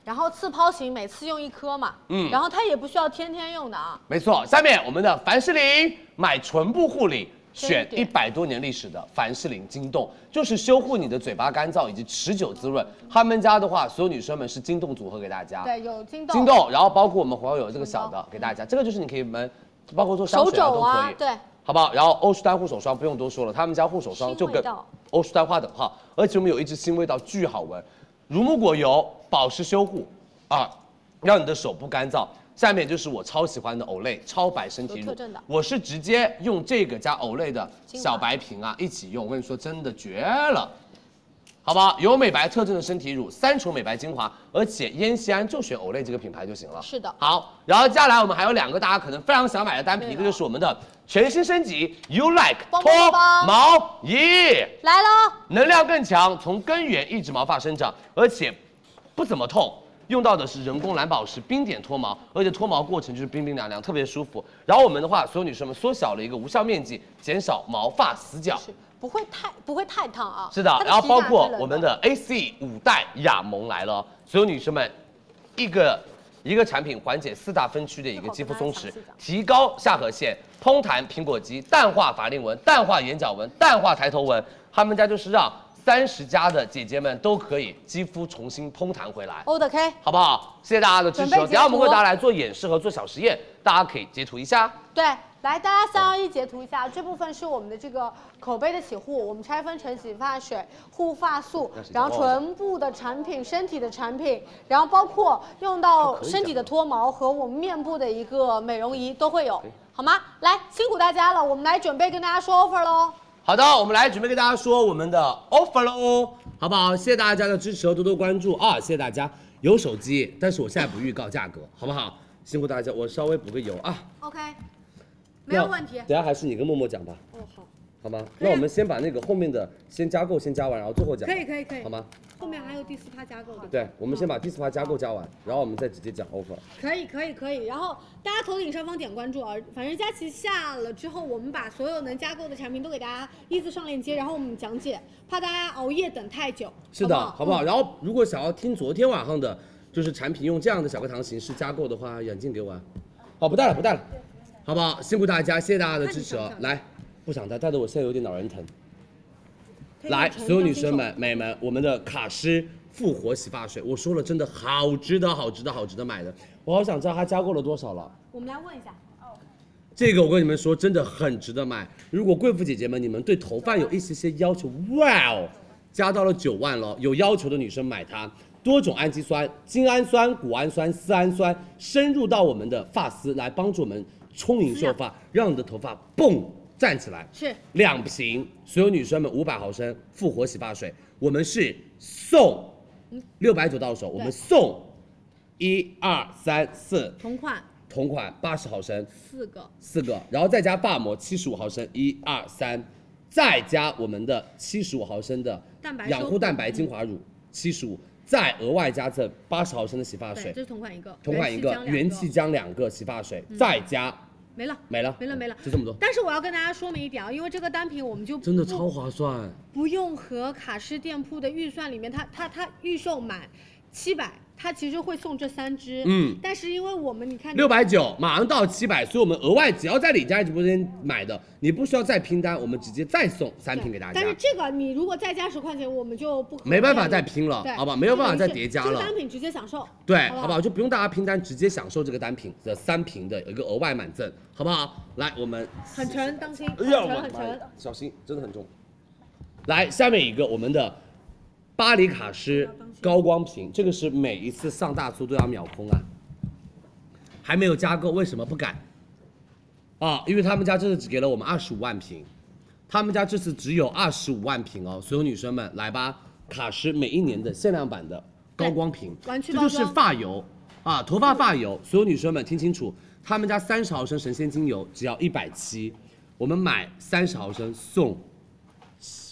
[SPEAKER 20] 然后次抛型每次用一颗嘛，
[SPEAKER 12] 嗯
[SPEAKER 20] 然后它也不需要天天用的啊，
[SPEAKER 12] 没错，下面我们的凡士林买唇部护理，
[SPEAKER 20] 真
[SPEAKER 12] 选一
[SPEAKER 20] 点
[SPEAKER 12] 百多年历史的凡士林金冻，就是修护你的嘴巴干燥以及持久滋润。他们家的话，所有女生们是金冻组合给大家，
[SPEAKER 20] 对，有金豆，
[SPEAKER 12] 金冻，然后包括我们黄友这个小的给大家，这个就是你可以们包括做香
[SPEAKER 20] 手
[SPEAKER 12] 水啊
[SPEAKER 20] 肘
[SPEAKER 12] 都可
[SPEAKER 20] 啊
[SPEAKER 12] 以，，
[SPEAKER 20] 对，
[SPEAKER 12] 好不好？然后欧舒丹护手霜不用多说了，他们家护手霜就
[SPEAKER 20] 新味
[SPEAKER 12] 跟
[SPEAKER 20] 道
[SPEAKER 12] 欧舒丹画等号，而且我们有一支新味道巨好闻，乳木果油保湿修护啊，让你的手不干燥。下面就是我超喜欢的 Olay 超白身
[SPEAKER 20] 有
[SPEAKER 12] 体乳
[SPEAKER 20] 特征的，
[SPEAKER 12] 我是直接用这个加 Olay 的
[SPEAKER 20] 精华
[SPEAKER 12] 小白瓶啊一起用，我跟你说真的绝了。好不好？有美白特征的身体乳，三重美白精华，而且烟酰胺就选 Olay 这个品牌就行了。
[SPEAKER 20] 是的
[SPEAKER 12] 好，然后接下来我们还有两个大家可能非常想买的单品，
[SPEAKER 20] 对啊
[SPEAKER 12] 一
[SPEAKER 20] 了
[SPEAKER 12] 个就是我们的全新升级 You Like
[SPEAKER 20] 帮
[SPEAKER 12] 脱
[SPEAKER 20] 帮帮
[SPEAKER 12] 毛仪，
[SPEAKER 20] 来喽，
[SPEAKER 12] 能量更强，从根源抑制毛发生长，而且不怎么痛。用到的是人工蓝宝石冰点脱毛，而且脱毛过程就是冰冰凉凉，特别舒服。然后我们的话，所有女生们缩小了一个无效面积，减少毛发死角。
[SPEAKER 20] 是不会太不会太烫啊，
[SPEAKER 12] 是的
[SPEAKER 20] 它，
[SPEAKER 12] 然后
[SPEAKER 20] 皮
[SPEAKER 12] 包
[SPEAKER 20] 感
[SPEAKER 12] 括
[SPEAKER 20] 是冷
[SPEAKER 12] 我们的 AC 五代雅萌来了，所有女生们，一个一个产品缓解四大分区的一个肌肤松弛，提高下颌线、嘭弹苹果肌、淡化法令纹、淡化眼角纹、淡化抬头纹，他们家就是让三十加的姐姐们都可以肌肤重新嘭弹回来。
[SPEAKER 20] O 的 K，
[SPEAKER 12] 好不好？谢谢大家的支持哦。
[SPEAKER 20] 准备
[SPEAKER 12] 等一下我们会
[SPEAKER 20] 截图
[SPEAKER 12] 大家来做演示和做小实验，大家可以截图一下。
[SPEAKER 20] 对，来大家三二一截图一下，这部分是我们的这个口碑的洗护，我们拆分成洗发水、护发
[SPEAKER 12] 哦
[SPEAKER 20] 素，然后唇部的产品、身体的产品，然后包括用
[SPEAKER 12] 啊
[SPEAKER 20] 到身体的脱毛和我们面部的一个美容仪都会有，好吗？来，辛苦大家了，我们来准备跟大家说 offer 喽。
[SPEAKER 12] 好的，我们来准备跟大家说我们的 offer 喽，好不好？谢谢大家的支持和多多关注啊！谢谢大家。有手机，但是我现在不预告价格，好不好？辛苦大家，我稍微补个油啊。
[SPEAKER 20] OK，
[SPEAKER 12] 没有问题。等下还是你跟默默讲吧。哦，好。好吗？那我们先把那个后面的先加购先加完，然后最后讲。
[SPEAKER 1] 可以可以可以
[SPEAKER 12] 好吗？
[SPEAKER 1] 后面还有第四趴加购的。
[SPEAKER 12] 对，我们先把第四趴加购加完，然后我们再直接讲 offer。
[SPEAKER 1] 可以可以可以，然后大家头顶上方点关注啊，反正佳琦下了之后，我们把所有能加购的产品都给大家依次上链接，然后我们讲解，怕大家熬夜等太久，
[SPEAKER 12] 是的，
[SPEAKER 1] 好嗯
[SPEAKER 12] 好不好？然后如果想要听昨天晚上的，就是产品用这样的小课堂形式加购的话，眼镜给我啊。好，不戴了，不戴了，好不好？辛苦大家，谢谢大家的支持哦。来，不想戴，戴的我现在有点脑仁疼。来，所有女生们、美们，我们的卡诗复活洗发水，我说了，真的好值得，好值得，好值得买的。我好想知道它加购了多少了。
[SPEAKER 1] 我们来问一下，哦
[SPEAKER 12] 这个我跟你们说，真的很值得买。如果贵妇姐姐们，你们对头发有一些些要求，哇哦，加到了九万了，有要求的女生买它。多种氨基酸，精氨酸、谷氨酸、丝氨酸，深入到我们的发丝，来帮助我们充盈秀发，让你的头发蹦站起来。
[SPEAKER 1] 是
[SPEAKER 12] 两瓶，所有女生们五百毫升复活洗发水，我们是送六百九到手，我们送一二三四
[SPEAKER 1] 同款
[SPEAKER 12] 同款八十毫升。
[SPEAKER 1] 四个，
[SPEAKER 12] 四个，然后再加发膜七十五毫升，一二三，再加我们的七十五毫升的
[SPEAKER 1] 蛋白
[SPEAKER 12] 养护
[SPEAKER 1] 修
[SPEAKER 12] 蛋白精华乳七十五，再额外加赠八十毫升的洗发
[SPEAKER 1] 对，
[SPEAKER 12] 水
[SPEAKER 1] 这，是同款一个，
[SPEAKER 12] 同款一
[SPEAKER 1] 元
[SPEAKER 12] 个
[SPEAKER 1] 气姜两
[SPEAKER 12] 元气姜两个洗发水，
[SPEAKER 1] 嗯
[SPEAKER 12] 再加
[SPEAKER 1] 没了，
[SPEAKER 12] 没了，
[SPEAKER 1] 没了没了
[SPEAKER 12] 就这么多，
[SPEAKER 1] 但是我要跟大家说明一点啊，因为这个单品我们就
[SPEAKER 12] 真的
[SPEAKER 1] 不
[SPEAKER 12] 超划算。
[SPEAKER 1] 不用和卡诗店铺的预算里面，它它它预售满七百，它其实会送这三支。
[SPEAKER 12] 嗯
[SPEAKER 1] 但是因为我们你看
[SPEAKER 12] 六百九，马上到七百，所以我们额外只要在李佳琦直播间买的，你不需要再拼单，我们直接再送三瓶给大家
[SPEAKER 1] 但。是这个你如果再加十块钱，我们就不可
[SPEAKER 12] 没办法
[SPEAKER 1] 能
[SPEAKER 12] 再拼了
[SPEAKER 1] 对
[SPEAKER 12] 好吧没有办法
[SPEAKER 1] 这个
[SPEAKER 12] 再叠加
[SPEAKER 1] 这
[SPEAKER 12] 了
[SPEAKER 1] 个单品直接享受，
[SPEAKER 12] 对，
[SPEAKER 1] 好
[SPEAKER 12] 好不好？？就不用大家拼单，直接享受这个单品的三瓶的一个额外满赠，好不好？来，我们
[SPEAKER 1] 很沉，当心，
[SPEAKER 12] 哎
[SPEAKER 1] 很
[SPEAKER 12] 呀，
[SPEAKER 1] 沉
[SPEAKER 12] 我的
[SPEAKER 1] 很
[SPEAKER 12] 妈呀
[SPEAKER 1] 沉。，
[SPEAKER 12] 小心，真的很重。来，下面一个我们的巴黎卡诗高光瓶，这个是每一次上大促都要秒空啊，还没有加购，为什么不敢？啊，因为他们家这次只给了我们二十五万瓶，他们家这次只有二十五万瓶哦，所有女生们来吧，卡诗每一年的限量版的高光瓶，
[SPEAKER 1] 玩具
[SPEAKER 12] 这
[SPEAKER 1] 包
[SPEAKER 12] 就是
[SPEAKER 1] 装
[SPEAKER 12] 发油啊，头发发油，所有女生们听清楚，他们家三十毫升神仙精油只要一百七，我们买三十毫升送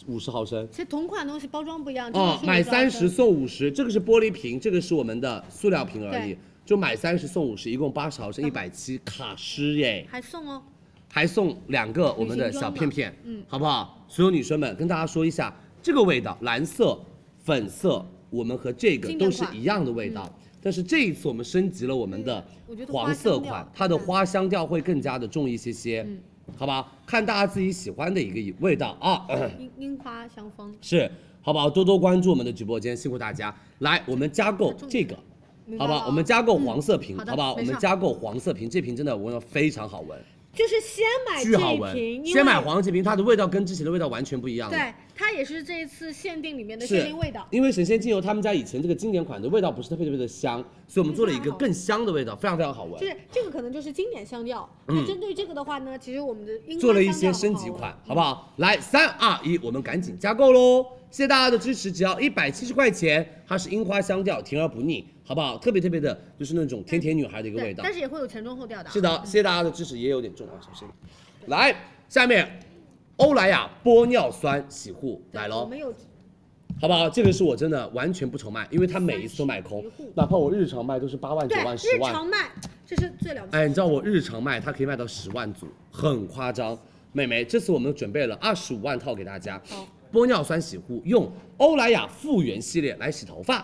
[SPEAKER 12] 五十毫升。
[SPEAKER 1] 其实同款东西包装不一样，这个
[SPEAKER 12] 哦，
[SPEAKER 1] 是
[SPEAKER 12] 买
[SPEAKER 1] 50
[SPEAKER 12] 三十送五十，这个是玻璃瓶，这个是我们的塑料瓶而已
[SPEAKER 1] 对，
[SPEAKER 12] 就买三十送五十，一共八十毫升，一百七卡诗耶。
[SPEAKER 1] 还送哦，
[SPEAKER 12] 还送两个我们的小片片，
[SPEAKER 1] 旅行装嘛嗯
[SPEAKER 12] 好不好？所有女生们跟大家说一下，这个味道，蓝色、粉色，我们和这个
[SPEAKER 1] 经典
[SPEAKER 12] 都
[SPEAKER 1] 款
[SPEAKER 12] 是一样的味道，但是这一次我们升级了我们的
[SPEAKER 1] 嗯我觉得花香
[SPEAKER 12] 黄色
[SPEAKER 1] 调
[SPEAKER 12] 款
[SPEAKER 1] 更，
[SPEAKER 12] 它的
[SPEAKER 1] 淡
[SPEAKER 12] 花香调会更加的重一些些，
[SPEAKER 1] 嗯
[SPEAKER 12] 好不好？看大家自己喜欢的一个味道啊。
[SPEAKER 1] 樱樱花香风，
[SPEAKER 12] 是，好不好？多多关注我们的直播间，辛苦大家。来，我们加购这个，
[SPEAKER 1] 明白
[SPEAKER 12] 好不
[SPEAKER 1] 了
[SPEAKER 12] 好？我们加购黄色瓶，
[SPEAKER 1] 嗯好的
[SPEAKER 12] 好不好？我
[SPEAKER 1] 没事
[SPEAKER 12] 们加购黄色瓶，这瓶真的我跟你说非常好闻，
[SPEAKER 1] 就是先买
[SPEAKER 12] 巨
[SPEAKER 1] 这
[SPEAKER 12] 好
[SPEAKER 1] 一
[SPEAKER 12] 闻。
[SPEAKER 1] 瓶，因
[SPEAKER 12] 先
[SPEAKER 1] 为
[SPEAKER 12] 买黄这瓶，它的味道跟之前的味道完全不一样了。
[SPEAKER 1] 对，它也是这一次限定里面的
[SPEAKER 12] 是
[SPEAKER 1] 限定味道。
[SPEAKER 12] 因为神仙精油他们家以前这个经典款的味道不是特别特别的香，所以我们做了一个更香的味道，非常非常好闻
[SPEAKER 1] 就。是这个可能就是经典香调。
[SPEAKER 12] 嗯
[SPEAKER 1] 那针对这个的话呢，其实我们的樱花
[SPEAKER 12] 做了一
[SPEAKER 1] 香
[SPEAKER 12] 些
[SPEAKER 1] 调很
[SPEAKER 12] 升
[SPEAKER 1] 好
[SPEAKER 12] 级
[SPEAKER 1] 闻
[SPEAKER 12] 款，好不好？来，三二一，我们赶紧加购喽！谢谢大家的支持，只要一百七十块钱，它是樱花香调，甜而不腻，好不好？特别特别的，就是那种甜甜女孩的一个
[SPEAKER 1] 对
[SPEAKER 12] 味道
[SPEAKER 1] 但。是也会有前中后调的啊。
[SPEAKER 12] 是的，谢谢大家的支持，也有点重啊，小心。来，下面欧莱雅玻尿酸洗护
[SPEAKER 1] 对
[SPEAKER 12] 来
[SPEAKER 1] 我
[SPEAKER 12] 喽，
[SPEAKER 1] 们有
[SPEAKER 12] 好不好？这个是我真的完全不愁卖，因为它每一次都卖空
[SPEAKER 1] 30洗护，
[SPEAKER 12] 哪怕我日常卖都是八万、九
[SPEAKER 1] 对
[SPEAKER 12] 万、十
[SPEAKER 1] 日
[SPEAKER 12] 万。
[SPEAKER 1] 常卖，这是最了不起。
[SPEAKER 12] 哎，你知道我日常卖，它可以卖到十万组，很夸张。美眉，这次我们准备了二十五万套给大家，玻尿酸洗护用欧莱雅复原系列来洗头发，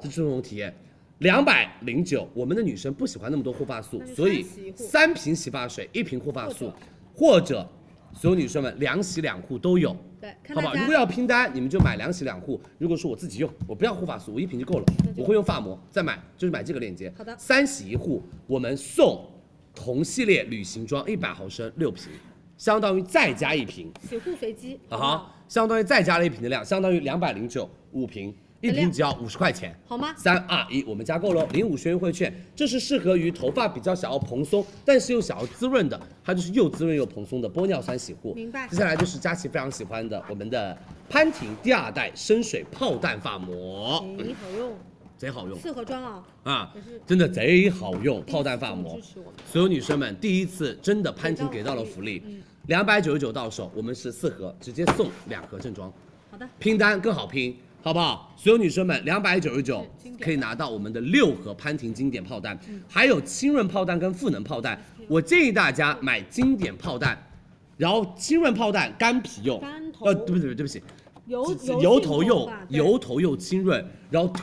[SPEAKER 12] 这是这种体验。两百零九，我们的女生不喜欢那么多护发素
[SPEAKER 1] 那，就
[SPEAKER 12] 所以
[SPEAKER 1] 三洗一护
[SPEAKER 12] 三瓶洗发水，一瓶护发素
[SPEAKER 1] 或者，
[SPEAKER 12] 或者所有女生们两洗两护都有，
[SPEAKER 1] 对，看
[SPEAKER 12] 好
[SPEAKER 1] 大
[SPEAKER 12] 不
[SPEAKER 1] 家
[SPEAKER 12] 好？如果要拼单，你们就买两洗两护。如果说我自己用，我不要护发素，我一瓶就够了
[SPEAKER 1] 那，就
[SPEAKER 12] 我会用发膜，再买就是买这个链接。
[SPEAKER 1] 好的
[SPEAKER 12] 三洗一护，我们送同系列旅行装一百毫升六瓶，相当于再加一瓶
[SPEAKER 1] 洗护随机
[SPEAKER 12] 啊
[SPEAKER 1] 好不好
[SPEAKER 12] 哈，相当于再加了一瓶的量，相当于两百零九五瓶，一
[SPEAKER 1] 的量
[SPEAKER 12] 瓶只要五十块钱。
[SPEAKER 1] 好吗？
[SPEAKER 12] 三二一，我们加购喽！零五轩优惠券，这是适合于头发比较想要蓬松，但是又想要滋润的，它就是又滋润又蓬松的玻尿酸洗护。
[SPEAKER 1] 明白
[SPEAKER 12] 接下来就是佳琪非常喜欢的我们的潘婷第二代深水炮弹发膜，
[SPEAKER 1] 哎，好用，
[SPEAKER 12] 贼好用
[SPEAKER 1] 四盒装啊，
[SPEAKER 12] 啊
[SPEAKER 1] 可是，
[SPEAKER 12] 真的贼好用，炮弹发膜
[SPEAKER 1] 支。持我们。
[SPEAKER 12] 所有女生们，第一次真的潘婷给到了福利，两百九十九到手，我们是四盒，直接送两盒正装。
[SPEAKER 1] 好的，
[SPEAKER 12] 拼单更好拼，好不好？所有女生们，两百九十九
[SPEAKER 1] 经典的嗯
[SPEAKER 12] 可以拿到我们的六盒潘婷经典炮弹，还有清润炮弹跟赋能炮弹。我建议大家买经典炮弹，然后清润炮弹干皮用，
[SPEAKER 1] 干头
[SPEAKER 12] 呃，对不对？对不起，
[SPEAKER 1] 油
[SPEAKER 12] 是是
[SPEAKER 1] 油
[SPEAKER 12] 油头
[SPEAKER 1] 性
[SPEAKER 12] 又
[SPEAKER 1] 发对
[SPEAKER 12] 油头又清润，然后特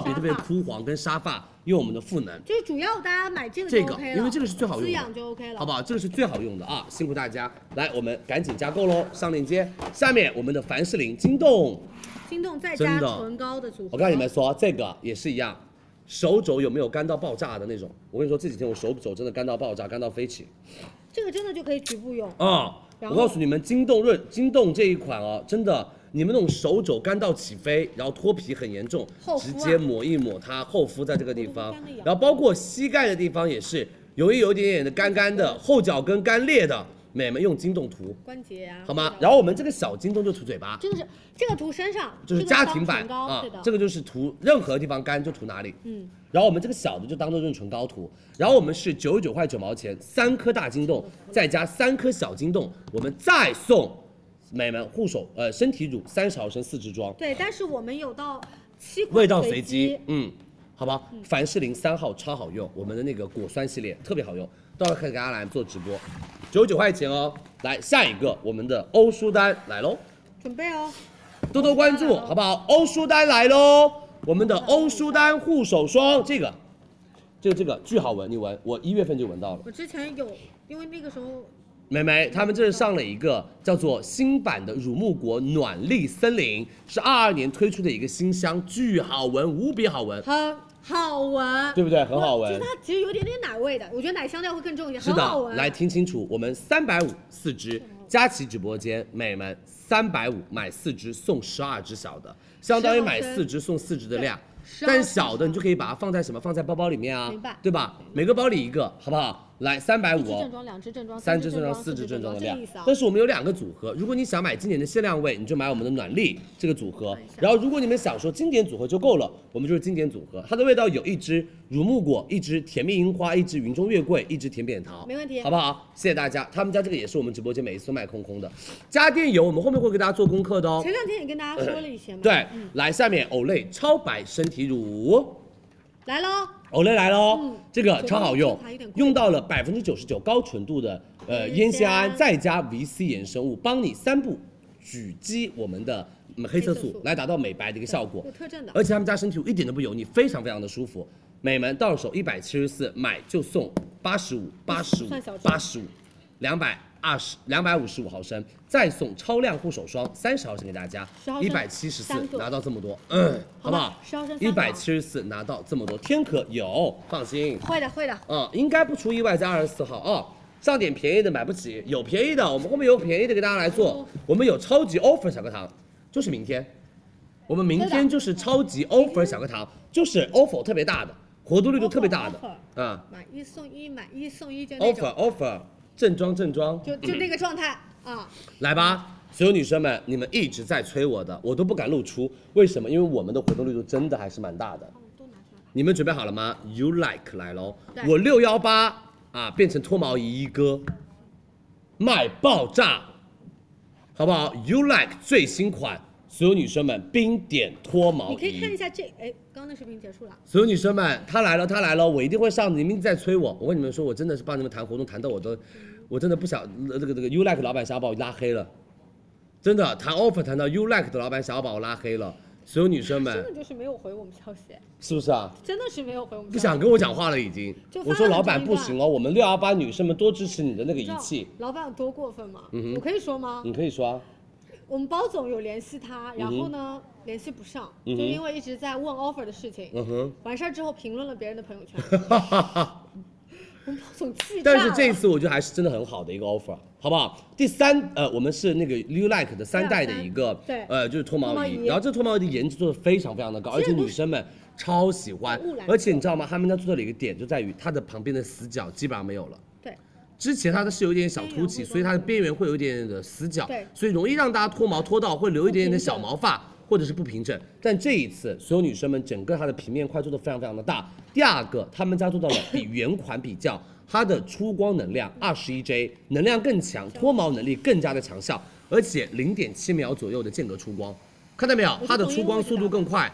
[SPEAKER 12] 别
[SPEAKER 1] 沙发
[SPEAKER 12] 特别枯黄跟沙发，用我们的赋能。
[SPEAKER 1] 就是主要大家买这个
[SPEAKER 12] 这
[SPEAKER 1] 就
[SPEAKER 12] 个
[SPEAKER 1] OK，了，
[SPEAKER 12] 因为这个是最好用的啊
[SPEAKER 1] 滋养就 OK 了，
[SPEAKER 12] 好不好？这个是最好用的啊，辛苦大家！来，我们赶紧加购喽，上链接。下面我们的凡士林金动，
[SPEAKER 1] 心动再
[SPEAKER 12] 真
[SPEAKER 1] 加
[SPEAKER 12] 的
[SPEAKER 1] 唇膏的组合，
[SPEAKER 12] 我跟你们说，这个也是一样，手肘有没有干到爆炸的那种？我跟你说，这几天我手肘真的干到爆炸，干到飞起
[SPEAKER 1] 这个真的就可以局部用，
[SPEAKER 12] 啊！
[SPEAKER 1] 然后
[SPEAKER 12] 我告诉你们，金动润金动这一款哦，真的，你们那种手肘干到起飞，然后脱皮很严重，
[SPEAKER 1] 厚
[SPEAKER 12] 直
[SPEAKER 1] 敷啊
[SPEAKER 12] 接抹一抹它，厚敷在这个地
[SPEAKER 1] 我
[SPEAKER 12] 方
[SPEAKER 1] 都不干了呀，
[SPEAKER 12] 然后包括膝盖的地方也是，有一有一点点的干干的，后脚跟干裂的，美们用金动涂。
[SPEAKER 1] 关节啊，
[SPEAKER 12] 好吗？
[SPEAKER 1] 这
[SPEAKER 12] 然
[SPEAKER 1] 个
[SPEAKER 12] 后我们这个小金钟就涂嘴巴，
[SPEAKER 1] 这个是这个涂身上，
[SPEAKER 12] 就是
[SPEAKER 1] 这个
[SPEAKER 12] 家
[SPEAKER 1] 当
[SPEAKER 12] 庭版
[SPEAKER 1] 唇膏
[SPEAKER 12] 啊
[SPEAKER 1] 对的，，
[SPEAKER 12] 这个就是涂任何地方干就涂哪里。
[SPEAKER 1] 嗯，
[SPEAKER 12] 然后我们这个小的就当做润唇膏涂，然后我们是九十九块九毛钱，三颗大金洞，再加三颗小金洞，我们再送美们护手呃身体乳三十毫升四支装，
[SPEAKER 1] 对，但是我们有到七款
[SPEAKER 12] 味道
[SPEAKER 1] 随
[SPEAKER 12] 随机，嗯，好吧，凡士林三号超好用，我们的那个果酸系列特别好用，到时候可以给大家来做直播，九十九块钱哦。来下一个，我们的欧舒丹来喽，
[SPEAKER 1] 准备哦。
[SPEAKER 12] 多多关注好不好？欧舒丹来喽，我们的欧舒丹护手霜，这个，这个这个巨好闻，你闻，我一月份就闻到了。
[SPEAKER 1] 我之前有，因为那个时候
[SPEAKER 12] 美眉，他们这是上了一个叫做新版的乳木果暖丽森林，是二二年推出的一个新香，巨好闻，无比好闻，
[SPEAKER 1] 很呃好闻，
[SPEAKER 12] 对不对？很好
[SPEAKER 1] 就
[SPEAKER 12] 闻
[SPEAKER 1] 是。它其实有点点奶味的，我觉得奶香料会更重一点，
[SPEAKER 12] 是
[SPEAKER 1] 很好
[SPEAKER 12] 的，
[SPEAKER 1] 闻。嗯
[SPEAKER 12] 来听清楚，我们三百五四支，佳琦直播间，美们三百五买四支送十二支小的，相当于买四支送四支的量。但小的你就可以把它放在什么？放在包包里面啊
[SPEAKER 1] 明白，
[SPEAKER 12] 对吧？每个包里一个，好不好？来三百
[SPEAKER 1] 一
[SPEAKER 12] 五
[SPEAKER 1] 支
[SPEAKER 12] 哦
[SPEAKER 1] 正，装，两支正装，
[SPEAKER 12] 三支
[SPEAKER 1] 支
[SPEAKER 12] 正
[SPEAKER 1] 装，
[SPEAKER 12] 装，四支正装的
[SPEAKER 1] 这
[SPEAKER 12] 量
[SPEAKER 1] 个意思啊。。
[SPEAKER 12] 但是我们有两个组合，如果你想买今年的限量味，你就买我们的暖力这个组合。然后如果你们想说经典组合就够了，我们就是经典组合。它的味道有一支乳木果，一支甜蜜樱花，一支云中月桂，一支甜扁桃，
[SPEAKER 1] 没问题
[SPEAKER 12] 好不好？谢谢大家。他们家这个也是我们直播间每一次都卖空空的。家电油我们后面会给大家做功课的哦
[SPEAKER 1] 前。两天也跟大家说了一些嘛。
[SPEAKER 12] 对
[SPEAKER 1] 嗯，，
[SPEAKER 12] 来下面 Olay 超白身体乳。
[SPEAKER 1] 来喽，
[SPEAKER 12] Olay 来喽、
[SPEAKER 1] 嗯
[SPEAKER 12] 这个超好用
[SPEAKER 1] 九十九还有点，贵
[SPEAKER 12] 用到了百分之九十九高纯度的呃烟
[SPEAKER 1] 烟
[SPEAKER 12] 酰
[SPEAKER 1] 酰
[SPEAKER 12] 胺，
[SPEAKER 1] 胺
[SPEAKER 12] 再加 VC 衍生物，帮你三步狙击我们的嗯黑色
[SPEAKER 1] 黑色
[SPEAKER 12] 素
[SPEAKER 1] 素，
[SPEAKER 12] 来达到美白的一个效果
[SPEAKER 1] 有。特征的。
[SPEAKER 12] 而且他们家身体乳一点都不油腻，非常非常的舒服。美们到手一百七十四，买就送八十五、八十五
[SPEAKER 1] 算小、众
[SPEAKER 12] 八十五，两百二十、两百五十五毫升，再送超量护手霜三十毫升给大家
[SPEAKER 1] 10，毫
[SPEAKER 12] 一
[SPEAKER 1] 升
[SPEAKER 12] 百七十四
[SPEAKER 1] 三个
[SPEAKER 12] 拿到这么多，嗯，好不好？
[SPEAKER 1] 10毫升
[SPEAKER 12] 一
[SPEAKER 1] 三个
[SPEAKER 12] 百七十四拿到这么多，天可有，放心，
[SPEAKER 1] 会的，会的。
[SPEAKER 12] 嗯，应该不出意外在二十四号啊、上点便宜的买不起，有便宜的，我们后面有便宜的给大家来做。我们有超级 offer 小课堂，就是明天，我们明天就是超级 offer 小课堂，就是 offer 特别大的，活动力度特别大的
[SPEAKER 1] offer，
[SPEAKER 12] 啊、
[SPEAKER 1] 买一送一，买一送一就那
[SPEAKER 12] o
[SPEAKER 1] 种
[SPEAKER 12] f f e r offer 嗯正装正装，
[SPEAKER 1] 就就那个状态啊。
[SPEAKER 12] 来吧。所有女生们，你们一直在催我的，我都不敢露出，为什么？因为我们的活动力度真的还是蛮大的。
[SPEAKER 1] 哦
[SPEAKER 12] 你们准备好了吗？You like 来喽！我六幺八啊，变成脱毛仪一哥，卖爆炸，好不好？You like 最新款，所有女生们冰点脱毛仪，
[SPEAKER 1] 你可以看一下这，哎，刚刚那视频结束了。
[SPEAKER 12] 所有女生们，他来了，他来了，我一定会上的。你们一直在催我，我跟你们说，我真的是帮你们谈活动谈到我都，我真的不想呃这个这个 U Like 老板想要把我拉黑了，真的谈 offer 谈到 U Like 的老板想要把我拉黑了。所有女
[SPEAKER 1] 真
[SPEAKER 12] 生
[SPEAKER 1] 的
[SPEAKER 12] 们，
[SPEAKER 1] 就是没有回我们消息，
[SPEAKER 12] 是不是啊？
[SPEAKER 1] 真的是没有回我们消息。
[SPEAKER 12] 不想跟我讲话了已经
[SPEAKER 1] 就。发
[SPEAKER 12] 我
[SPEAKER 1] 了
[SPEAKER 12] 说老板不行哦，我们六幺八女生们多支持你的那个
[SPEAKER 1] 你知
[SPEAKER 12] 仪
[SPEAKER 1] 道
[SPEAKER 12] 器，
[SPEAKER 1] 老板有多过分吗？
[SPEAKER 12] 嗯哼
[SPEAKER 1] 我可以说吗？
[SPEAKER 12] 你可以说啊。
[SPEAKER 1] 我们包总有联系他，然后呢、联系不上，
[SPEAKER 12] 嗯嗯哼
[SPEAKER 1] 就因为一直在问 offer 的事情。
[SPEAKER 12] 嗯哼
[SPEAKER 1] 完事儿之后评论了别人的朋友 圈，
[SPEAKER 12] 哈哈哈。
[SPEAKER 1] 我们包总气炸
[SPEAKER 12] 但
[SPEAKER 1] 了。
[SPEAKER 12] 是这次我觉得还是真的很好的一个 offer，好不好？第三，呃，我们是那个 u Like 的三代的一个，
[SPEAKER 1] 对
[SPEAKER 12] 呃，就是脱毛
[SPEAKER 1] 脱毛
[SPEAKER 12] 仪。
[SPEAKER 1] 仪
[SPEAKER 12] 然后这脱毛仪的颜值做的非常非常的高，而且女生们超喜欢
[SPEAKER 1] 雾。蓝色
[SPEAKER 12] 而且你知道吗？他们家做的一个点就在于它的旁边的死角基本上没有了。
[SPEAKER 1] 对，
[SPEAKER 12] 之前它的是有一点小凸起，
[SPEAKER 1] 边缘会
[SPEAKER 12] 所以它的边缘会有一点点的死角
[SPEAKER 1] 对，
[SPEAKER 12] 所以容易让大家脱毛脱到会留一点点的小毛发或者是不平整。但这一次，所有女生们整个它的平面块做的非常非常的大。第二个，他们家做到了比原款比较，它的出光能量二十一 J，能量更强，脱毛能力更加的强效，而且零点七秒左右的间隔出光，看到没有？它的出光速度更快。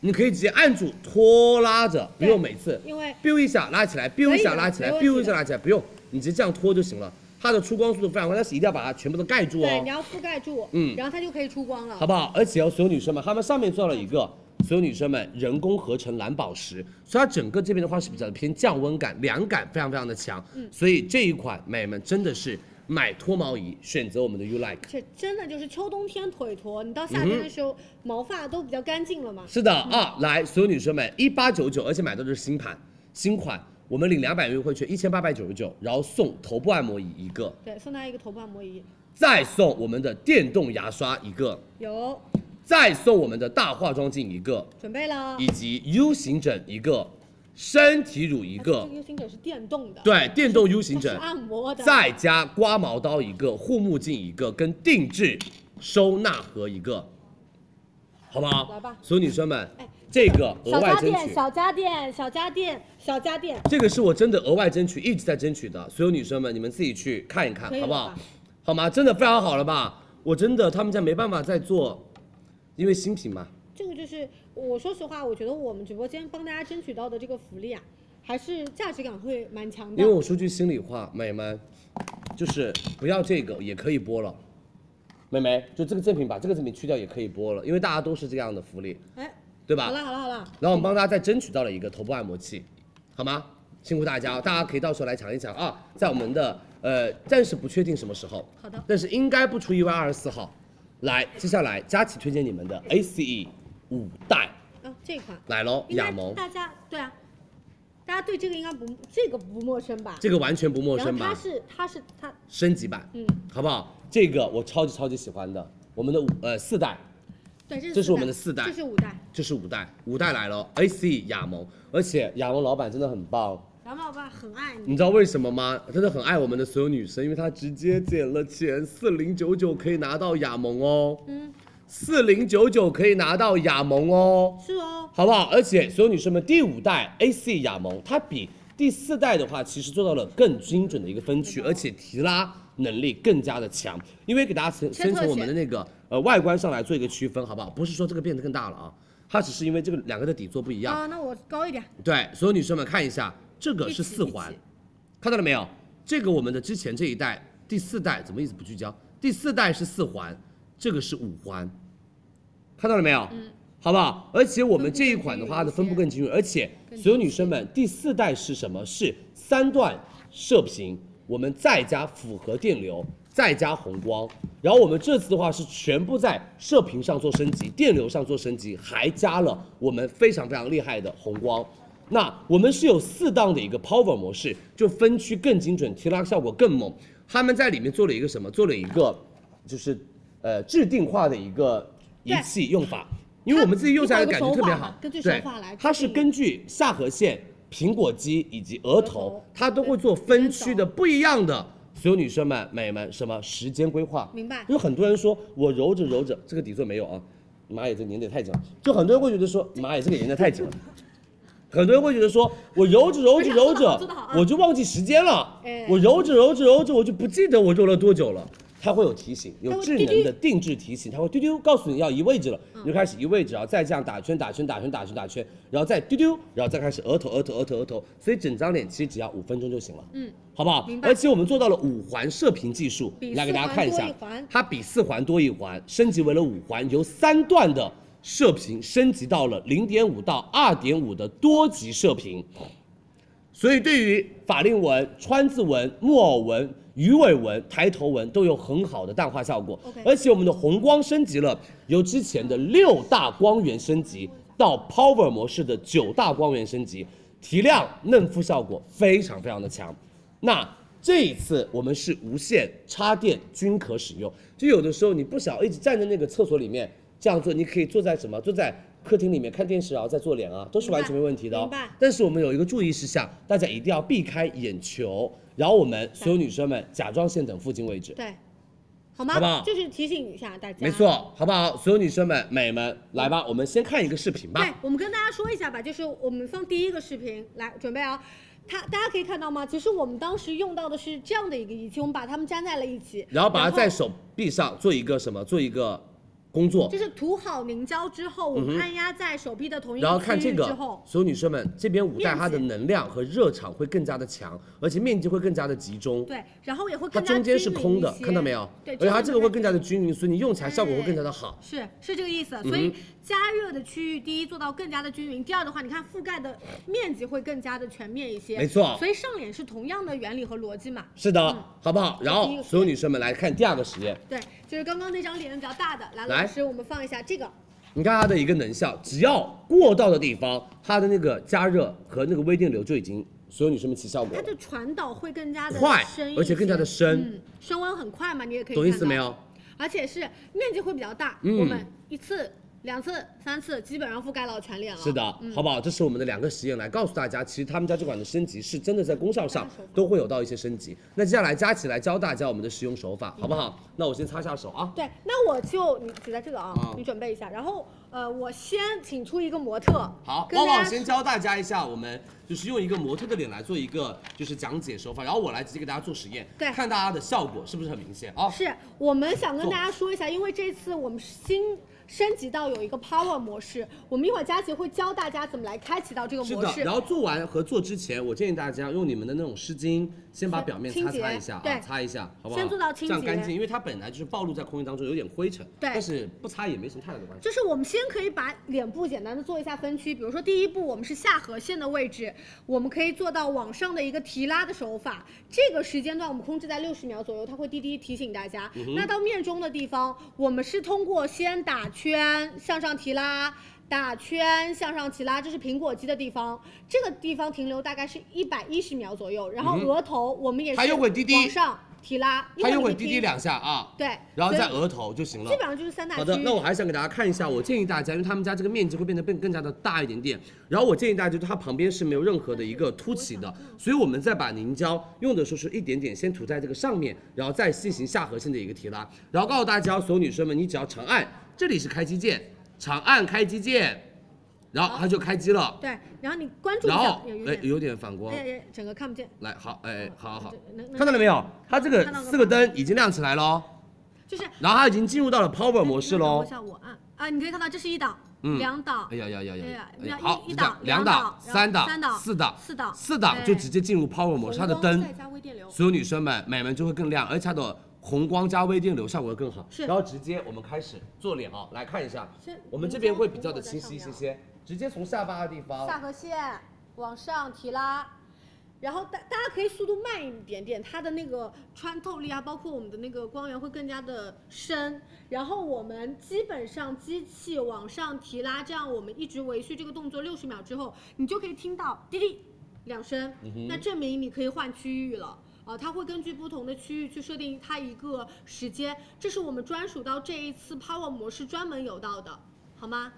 [SPEAKER 12] 你可以直接按住拖拉着，不用每次，
[SPEAKER 1] 因为
[SPEAKER 12] biu 一下拉起来，biu 一下拉起来
[SPEAKER 1] 没问题的
[SPEAKER 12] ，biu 一下拉起来，不用，你直接这样拖就行了。它的出光速度非常快，但是一定要把它全部都盖住
[SPEAKER 1] 对，你
[SPEAKER 12] 哦，
[SPEAKER 1] 要覆盖住，
[SPEAKER 12] 嗯
[SPEAKER 1] 然后它就可以出光了。
[SPEAKER 12] 好不好？而且哦，所有女生们，她们上面做了一个。所有女生们，人工合成蓝宝石，所以它整个这边的话是比较偏降温感、凉感非常非常的强，
[SPEAKER 1] 嗯
[SPEAKER 12] 所以这一款美们真的是买脱毛仪，选择我们的 You Like。
[SPEAKER 1] 这真的就是秋冬天腿驼，你到
[SPEAKER 12] 嗯
[SPEAKER 1] 夏天的时候、毛发都比较干净了嘛。
[SPEAKER 12] 是的啊，来，所有女生们，一八九九，而且买到的是新盘新款，我们领两百元优惠券，一千八百九十九，然后送头部按摩仪一个，
[SPEAKER 1] 对，送他一个头部按摩仪，
[SPEAKER 12] 再送我们的电动牙刷一个，
[SPEAKER 1] 有
[SPEAKER 12] 再送我们的大化妆镜一个，
[SPEAKER 1] 准备了。
[SPEAKER 12] 以及 U 型枕一个，身体乳一
[SPEAKER 1] 啊
[SPEAKER 12] 个
[SPEAKER 1] 这个，U 型枕是电动的，
[SPEAKER 12] 对，电动 U 型
[SPEAKER 1] 它是
[SPEAKER 12] 枕，
[SPEAKER 1] 按摩的。
[SPEAKER 12] 再加刮毛刀一个，护目镜一个，跟定制收纳盒一个，好不好？
[SPEAKER 1] 来吧
[SPEAKER 12] 所有女生们
[SPEAKER 1] 哎，
[SPEAKER 12] 这个额
[SPEAKER 1] 小
[SPEAKER 12] 外
[SPEAKER 1] 家
[SPEAKER 12] 争
[SPEAKER 1] 电，
[SPEAKER 12] 取。
[SPEAKER 1] 小家电，小家电，小家电，
[SPEAKER 12] 这个是我真的额外争取，一直在争取的。所有女生们，你们自己去看一看
[SPEAKER 1] 可，以
[SPEAKER 12] 好
[SPEAKER 1] 了
[SPEAKER 12] 不好
[SPEAKER 1] 吧？
[SPEAKER 12] 好吗？真的非常好了吧？我真的他们家没办法再做，因为新品嘛，
[SPEAKER 1] 这个就是我说实话，我觉得我们直播间帮大家争取到的这个福利啊，还是价值感会蛮强的。
[SPEAKER 12] 因为我说句心里话，美们，就是不要这个也可以播了。美眉，就这个赠品把这个赠品去掉也可以播了，因为大家都是这样的福利，
[SPEAKER 1] 哎，
[SPEAKER 12] 对吧？
[SPEAKER 1] 好了好了好了，
[SPEAKER 12] 然后我们帮大家再争取到了一个头部按摩器，好吗？辛苦大家，大家可以到时候来抢一抢啊，在我们的呃暂时不确定什么时候，
[SPEAKER 1] 好的
[SPEAKER 12] 但是应该不出意外二十四号。来，接下来佳琪推荐你们的 ACE 五代
[SPEAKER 1] 啊这一款
[SPEAKER 12] 来喽，
[SPEAKER 1] 应
[SPEAKER 12] 雅
[SPEAKER 1] 该
[SPEAKER 12] 萌，
[SPEAKER 1] 大家对啊，大家对这个应该不这个不陌生吧？
[SPEAKER 12] 这个完全不陌生
[SPEAKER 1] 然后
[SPEAKER 12] 吧
[SPEAKER 1] 它？是它是它，
[SPEAKER 12] 升级版，
[SPEAKER 1] 嗯，
[SPEAKER 12] 好不好？这个我超级超级喜欢的，我们的五呃四代
[SPEAKER 1] 对，这是
[SPEAKER 12] 这是我
[SPEAKER 1] 代
[SPEAKER 12] 们的四代
[SPEAKER 1] 这是五代。
[SPEAKER 12] 就是五代，五代来了，AC 雅萌，E 而且雅萌老板真的很棒，
[SPEAKER 1] 然后老板很爱你，
[SPEAKER 12] 你知道为什么吗？他真的很爱我们的所有女生，因为他直接减了钱，四零九九可以拿到雅萌哦，
[SPEAKER 1] 嗯，
[SPEAKER 12] 四零九九可以拿到雅萌哦，
[SPEAKER 1] 是哦，
[SPEAKER 12] 好不好？而且所有女生们，第五代 AC 雅萌，它比第四代的话，其实做到了更精准的一个分区，而且提拉能力更加的强。因为给大家先
[SPEAKER 1] 缺特
[SPEAKER 12] 先从我
[SPEAKER 1] 写
[SPEAKER 12] 们的那个呃外观上来做一个区分，好不好？不是说这个变得更大了啊，它只是因为这个两个的底座不一样。
[SPEAKER 1] 啊，那我高一点，
[SPEAKER 12] 对，所有女生们看一下，这个是四环，看到了没有？这个我们的之前这一代第四代怎么一直不聚焦？第四代是四环，这个是五环，看到了没有？嗯，好不好？而且我们这一款的话它的分布更精准，而且所有女生们，第四代是什么？是三段射频，我们再加复合电流，再加红光。然后我们这次的话是全部在射频上做升级，电流上做升级，还加了我们非常非常厉害的红光。那我们是有四档的一个 power 模式，就分区更精准，提拉效果更猛。他们在里面做了一个什么？做了一个就是呃制定化的一个仪器用法，因为我们自己用下来感觉特别好。
[SPEAKER 1] 根据手
[SPEAKER 12] 对
[SPEAKER 1] 法来，
[SPEAKER 12] 它是根据下颌线、苹果肌以及额头，它都会做分区的不一样的。所有女生们、美们，什么时间规划？
[SPEAKER 1] 明白
[SPEAKER 12] 因为很多人说我揉着揉着，这个底座没有啊，妈呀，这粘的也太紧了。就很多人会觉得说，妈呀，这个粘的太紧了。很多人会觉得说，我揉着揉着揉着，我就忘记时间了
[SPEAKER 1] 啊哎，
[SPEAKER 12] 我揉着揉着揉着，我就不记得我揉了多久了。它会有提醒，有智能的定制提醒，它会丢丢告诉你要移位置了，
[SPEAKER 1] 嗯
[SPEAKER 12] 你就开始移位置，然后再这样打圈打圈打圈打圈打圈，然后再丢丢，然后再开始额头额头额头额头，所以整张脸其实只要五分钟就行了，
[SPEAKER 1] 嗯，
[SPEAKER 12] 好不好
[SPEAKER 1] 明？白
[SPEAKER 12] 而且我们做到了五环射频技术
[SPEAKER 1] 比，
[SPEAKER 12] 来给大家看一
[SPEAKER 1] 四
[SPEAKER 12] 下
[SPEAKER 1] 环多一环，
[SPEAKER 12] 它比四环多一环，升级为了五环，由三段的射频升级到了零点五到二点五的多级射频。所以对于法令纹、川字纹、木偶纹、鱼尾纹、抬头纹都有很好的淡化效果。
[SPEAKER 1] OK
[SPEAKER 12] 而且我们的红光升级了，由之前的六大光源升级到 Power 模式的九大光源升级，提亮嫩肤效果非常非常的强。那这一次我们是无线插电均可使用，就有的时候你不想一直站在那个厕所里面这样做，你可以坐在什么？坐在客厅里面看电视啊，再做脸啊，都是完全没问题的、哦
[SPEAKER 1] 明白。
[SPEAKER 12] 但是我们有一个注意事项，大家一定要避开眼球，然后我们所有女生们甲状腺等附近位置，
[SPEAKER 1] 对，好吗？
[SPEAKER 12] 好不好
[SPEAKER 1] 就是提醒一下大家，
[SPEAKER 12] 没错，好不好？所有女生们、美们，来吧，我们先看一个视频吧。
[SPEAKER 1] 对，我们跟大家说一下吧，就是我们放第一个视频来准备啊、它大家可以看到吗？其实我们当时用到的是这样的一个仪器，我们把它们粘在了一起，
[SPEAKER 12] 然后把它在手臂上做一个什么？做一个工作
[SPEAKER 1] 就，是涂好凝胶之后，我
[SPEAKER 12] 嗯
[SPEAKER 1] 们
[SPEAKER 12] 哼
[SPEAKER 1] 按压在手臂的同一个
[SPEAKER 12] 然后看
[SPEAKER 1] 区
[SPEAKER 12] 这
[SPEAKER 1] 域
[SPEAKER 12] 个
[SPEAKER 1] 之后，，
[SPEAKER 12] 所有女生们，这边五
[SPEAKER 1] 面
[SPEAKER 12] 代
[SPEAKER 1] 积
[SPEAKER 12] 它的能量和热场会更加的强，而且面积会更加的集中。
[SPEAKER 1] 对，然后也会
[SPEAKER 12] 它
[SPEAKER 1] 更加
[SPEAKER 12] 中间是
[SPEAKER 1] 均匀
[SPEAKER 12] 空的
[SPEAKER 1] 一，些
[SPEAKER 12] 看到没有？
[SPEAKER 1] 对，
[SPEAKER 12] 而且它
[SPEAKER 1] 中间
[SPEAKER 12] 这个
[SPEAKER 1] 不
[SPEAKER 12] 会
[SPEAKER 1] 太
[SPEAKER 12] 更加的均匀，所以你用起来效果会更加的好。
[SPEAKER 1] 是是这个意思，
[SPEAKER 12] 嗯哼
[SPEAKER 1] 所以加热的区域，第一做到更加的均匀，第二的话，你看覆盖的面积会更加的全面一些，
[SPEAKER 12] 没错
[SPEAKER 1] 所以上脸是同样的原理和逻辑嘛。
[SPEAKER 12] 是的，好不好？然
[SPEAKER 1] 第一
[SPEAKER 12] 后
[SPEAKER 1] 个
[SPEAKER 12] 所有女生们来看第二个实验，
[SPEAKER 1] 对，就是刚刚那张脸比较大的，来，
[SPEAKER 12] 来
[SPEAKER 1] 老师，我们放一下这个，
[SPEAKER 12] 你看它的一个能效，只要过到的地方，它的那个加热和那个微电流就已经所有女生们起效果
[SPEAKER 1] 它
[SPEAKER 12] 了，
[SPEAKER 1] 的传导会更加的
[SPEAKER 12] 快
[SPEAKER 1] 深，
[SPEAKER 12] 而且更加的深，
[SPEAKER 1] 嗯，升温很快嘛，你也可以
[SPEAKER 12] 懂意思
[SPEAKER 1] 看到
[SPEAKER 12] 没有？？
[SPEAKER 1] 而且是面积会比较大，
[SPEAKER 12] 嗯
[SPEAKER 1] 我们一次、两次、三次，基本上覆盖到全脸了。
[SPEAKER 12] 是的，
[SPEAKER 1] 嗯、
[SPEAKER 12] 好不好？这是我们的两个实验来告诉大家，其实他们家这款的升级是真的在功效上都会有到一些升级。那接下来佳琪来教大家我们的使用手法，好不好？那我先擦下手啊。
[SPEAKER 1] 对，那我就你只在这个啊，
[SPEAKER 12] 啊
[SPEAKER 1] 你准备一下，然后呃，我先请出一个模特，
[SPEAKER 12] 好，
[SPEAKER 1] 跟
[SPEAKER 12] 旺
[SPEAKER 1] 大
[SPEAKER 12] 旺
[SPEAKER 1] 家
[SPEAKER 12] 先教大家一下，我们就是用一个模特的脸来做一个就是讲解手法，然后我来直接给大家做实验，
[SPEAKER 1] 对
[SPEAKER 12] 看大家的效果是不是很明显啊？
[SPEAKER 1] 是我们想跟大家说一下，因为这次我们新升级到有一个 Power 模式。我们一会儿佳琪会教大家怎么来开启到这个
[SPEAKER 12] 是
[SPEAKER 1] 模
[SPEAKER 12] 的，
[SPEAKER 1] 式
[SPEAKER 12] 然。后做完和做之前，我建议大家用你们的那种湿巾，先把表面
[SPEAKER 1] 清
[SPEAKER 12] 擦
[SPEAKER 1] 洁
[SPEAKER 12] 擦一下
[SPEAKER 1] 对
[SPEAKER 12] 啊，擦一下，好不好？
[SPEAKER 1] 先做到清洁
[SPEAKER 12] 这样干净，因为它本来就是暴露在空气当中，有点灰尘，
[SPEAKER 1] 对
[SPEAKER 12] 但是不擦也没什么太大的关系。
[SPEAKER 1] 就是我们先可以把脸部简单的做一下分区，比如说第一步，我们是下颌线的位置，我们可以做到往上的一个提拉的手法。这个时间段我们控制在六十秒左右，它会滴滴提醒大家。
[SPEAKER 24] 嗯哼
[SPEAKER 1] 那到面中的地方，我们是通过先打圈向上提拉。打圈向上提拉，这是苹果肌的地方，这个地方停留大概是一百一十秒左右。然后
[SPEAKER 12] 嗯哼
[SPEAKER 1] 额头我们也是
[SPEAKER 12] 它又会滴滴
[SPEAKER 1] 往上提拉，一
[SPEAKER 12] 它
[SPEAKER 1] 儿
[SPEAKER 12] 一
[SPEAKER 1] 你
[SPEAKER 12] 会
[SPEAKER 1] 就
[SPEAKER 12] 滴滴两下啊，
[SPEAKER 1] 对，
[SPEAKER 12] 然
[SPEAKER 1] 所
[SPEAKER 12] 后
[SPEAKER 1] 以
[SPEAKER 12] 在额头就行了。
[SPEAKER 1] 基本上就是三大区。
[SPEAKER 12] 好的，那我还想给大家看一下，我建议大家，因为他们家这个面积会变得更更加的大一点点。然后我建议大家，就是它旁边是没有任何的一个凸起的，
[SPEAKER 1] 嗯
[SPEAKER 12] 所以我们再把凝胶用的时候是一点点先涂在这个上面，然后再进行下颌线的一个提拉。然后告诉大家，所有女生们，你只要长按，这里是开机键，长按开机键，然后它就开机了。
[SPEAKER 1] 对，然后你关注一
[SPEAKER 12] 然
[SPEAKER 1] 下
[SPEAKER 12] 后，，
[SPEAKER 1] 有
[SPEAKER 12] 哎，
[SPEAKER 1] 点
[SPEAKER 12] 有点反光
[SPEAKER 1] 哎。哎，整个看不见。
[SPEAKER 12] 来，好，哎，好好好，
[SPEAKER 1] 能能
[SPEAKER 12] 看到了没有？它这个
[SPEAKER 1] 嗯看到了吗
[SPEAKER 12] 四个灯已经亮起来了哦，
[SPEAKER 1] 就是
[SPEAKER 12] 然后它已经进入到了哦 Power 模式喽
[SPEAKER 1] 等一。下我按啊，你可以看到这是一档，
[SPEAKER 12] 嗯
[SPEAKER 1] 两档
[SPEAKER 12] 哎，呀呀呀呀呀！
[SPEAKER 1] 哎呀
[SPEAKER 12] 哎好，
[SPEAKER 1] 一
[SPEAKER 12] 就
[SPEAKER 1] 一
[SPEAKER 12] 这样
[SPEAKER 1] 档两
[SPEAKER 12] 两档
[SPEAKER 1] 档、然后
[SPEAKER 12] 三档、
[SPEAKER 1] 三档
[SPEAKER 12] 四档、
[SPEAKER 1] 四档
[SPEAKER 12] 四档
[SPEAKER 1] 对
[SPEAKER 12] 就直接进入 Power 模式，哎它的
[SPEAKER 1] 红光
[SPEAKER 12] 灯
[SPEAKER 1] 再，加微电流。
[SPEAKER 12] 所有女生们、美们就会更亮，而且它的红光加微电流效果会更好。
[SPEAKER 1] 是
[SPEAKER 12] 然后直接我们开始做脸啊，来看一下
[SPEAKER 1] 先，
[SPEAKER 12] 我们这边会比较的清晰一
[SPEAKER 1] 啊
[SPEAKER 12] 些些，直接从下巴的地方
[SPEAKER 1] 下颌线往上提拉，然后大大家可以速度慢一点点，它的那个穿透力啊，包括我们的那个光源会更加的深。然后我们基本上机器往上提拉，这样我们一直维续这个动作六十秒之后，你就可以听到滴滴两声，
[SPEAKER 24] 嗯哼
[SPEAKER 1] 那证明你可以换区域了。啊，它会根据不同的区域去设定它一个时间，这是我们专属到这一次 Power 模式专门有到的，好吗？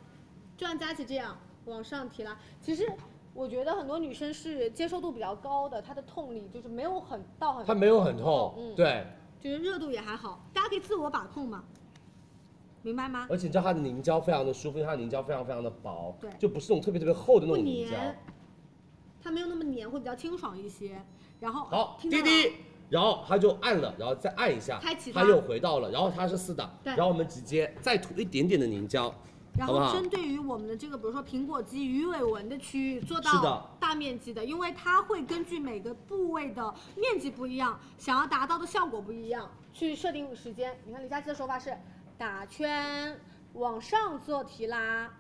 [SPEAKER 1] 就像佳琪这样往上提拉，其实我觉得很多女生是接受度比较高的，她的痛力就是没有很到很，
[SPEAKER 12] 它没有很痛，
[SPEAKER 1] 嗯，，
[SPEAKER 12] 对，
[SPEAKER 1] 就是热度也还好，大家可以自我把控嘛，明白吗？
[SPEAKER 12] 而且你知道它的凝胶非常的舒服，因为它的凝胶非常非常的薄，
[SPEAKER 1] 对
[SPEAKER 12] 就不是那种特别特别厚的那
[SPEAKER 1] 不
[SPEAKER 12] 种凝胶。
[SPEAKER 1] 粘，它没有那么粘，会比较清爽一些。然后
[SPEAKER 12] 好，
[SPEAKER 1] 听到
[SPEAKER 12] 滴
[SPEAKER 1] 了
[SPEAKER 12] 滴，然后它就按了，然后再按一下，
[SPEAKER 1] 开启它
[SPEAKER 12] 它又回到了，然后它是四档，
[SPEAKER 1] 对
[SPEAKER 12] 然后我们直接再涂一点点的凝胶，
[SPEAKER 1] 然
[SPEAKER 12] 好不
[SPEAKER 1] 后
[SPEAKER 12] 好？
[SPEAKER 1] 针对于我们的这个，比如说苹果肌、鱼尾纹的区域，做
[SPEAKER 12] 是
[SPEAKER 1] 到
[SPEAKER 12] 的
[SPEAKER 1] 大面积的，因为它会根据每个部位的面积不一样，想要达到的效果不一样，去设定时间。你看李佳琦的手法是打圈往上做提拉，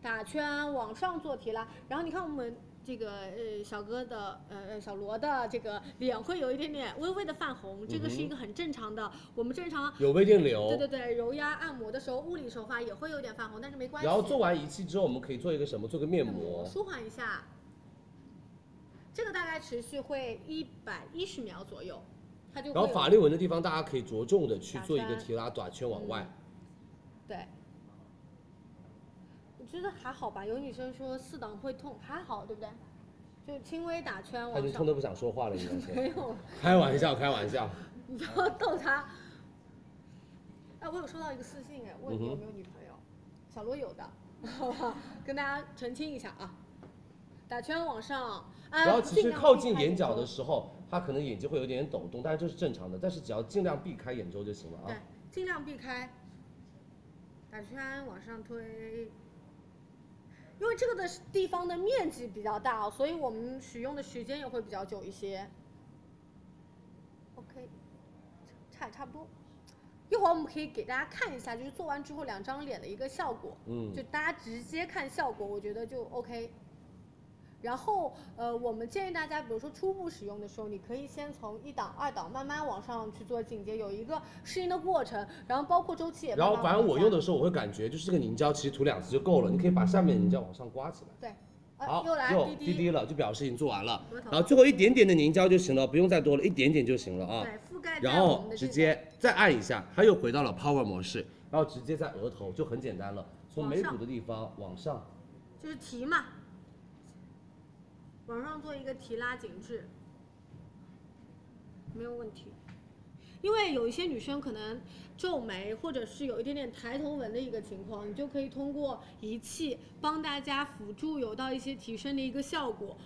[SPEAKER 1] 打圈往上做提拉，然后你看我们。这个呃，小哥的呃呃小罗的这个脸会有一点点微微的泛红，这个是一个
[SPEAKER 12] 嗯
[SPEAKER 1] 很正常的。我们正常
[SPEAKER 12] 有微电流
[SPEAKER 1] 对对对，揉压按摩的时候，物理手法也会有点泛红，但是没关系。嗯
[SPEAKER 12] 然后做完仪器之后，我们可以做一个什么？做个面膜。
[SPEAKER 1] 舒缓一下。这个大概持续会一百一十秒左右，它就会
[SPEAKER 12] 然后
[SPEAKER 1] 有
[SPEAKER 12] 法令纹的地方，大家可以着重的去
[SPEAKER 1] 打
[SPEAKER 12] 做一个
[SPEAKER 1] 圈
[SPEAKER 12] 提拉，打圈往外。
[SPEAKER 1] 对。我觉得还好吧，有女生说四档会痛，还好，对不对？就轻微打圈
[SPEAKER 12] 他已
[SPEAKER 1] 往
[SPEAKER 12] 经
[SPEAKER 1] 上
[SPEAKER 12] 痛，得不想说话了，应 该
[SPEAKER 1] 没
[SPEAKER 12] 是。
[SPEAKER 1] 有，
[SPEAKER 12] 开玩笑，开玩笑。
[SPEAKER 1] 你不要逗她。哎，我有收到一个私信哎，问
[SPEAKER 12] 嗯
[SPEAKER 1] 你
[SPEAKER 12] 哼
[SPEAKER 1] 有没有女朋友，小罗有的，好吧，跟大家澄清一下啊。打圈往上，啊、
[SPEAKER 12] 然后其
[SPEAKER 1] 尽
[SPEAKER 12] 实
[SPEAKER 1] 量
[SPEAKER 12] 靠
[SPEAKER 1] 避
[SPEAKER 12] 近
[SPEAKER 1] 开
[SPEAKER 12] 眼
[SPEAKER 1] 眼
[SPEAKER 12] 角
[SPEAKER 1] 周
[SPEAKER 12] 的时候，他可能眼睛会有点抖动，但是这是正常的。但是只要尽量避开眼周就行了啊
[SPEAKER 1] 对。，尽量避开，打圈往上推。因为这个的地方的面积比较大，所以我们使用的时间也会比较久一些。OK，差差不多。一会儿我们可以给大家看一下，就是做完之后两张脸的一个效果。
[SPEAKER 12] 嗯
[SPEAKER 1] 就大家直接看效果，我觉得就 OK。然后，呃，我们建议大家，比如说初步使用的时候，你可以先从一档、二档慢慢往上去做进阶，有一个适应的过程，然后包括周期也慢
[SPEAKER 12] 然
[SPEAKER 1] 慢
[SPEAKER 12] 后
[SPEAKER 1] 往下。
[SPEAKER 12] 反正我用的时候，我会感觉就是这个凝胶其实涂两次就够了，你可以把下面的凝胶往上刮起来。
[SPEAKER 1] 对，
[SPEAKER 12] 好
[SPEAKER 1] 呃，，又来滴
[SPEAKER 12] 滴滴了，就表示已经做完了
[SPEAKER 1] 额头。
[SPEAKER 12] 然后最后一点点的凝胶就行了，不用再多了，一点点就行了啊。
[SPEAKER 1] 对，覆盖在
[SPEAKER 12] 然
[SPEAKER 1] 我
[SPEAKER 12] 后
[SPEAKER 1] 们的
[SPEAKER 12] 直
[SPEAKER 1] 这个
[SPEAKER 12] 接再按一下，它又回到了 Power 模式，然后直接在额头就很简单了，从眉骨的地方往上。
[SPEAKER 1] 就是提嘛，往上做一个提拉紧致，没有问题。因为有一些女生可能皱眉，或者是有一点点抬头纹的一个情况，你就可以通过仪器帮大家辅助有到一些提升的一个效果。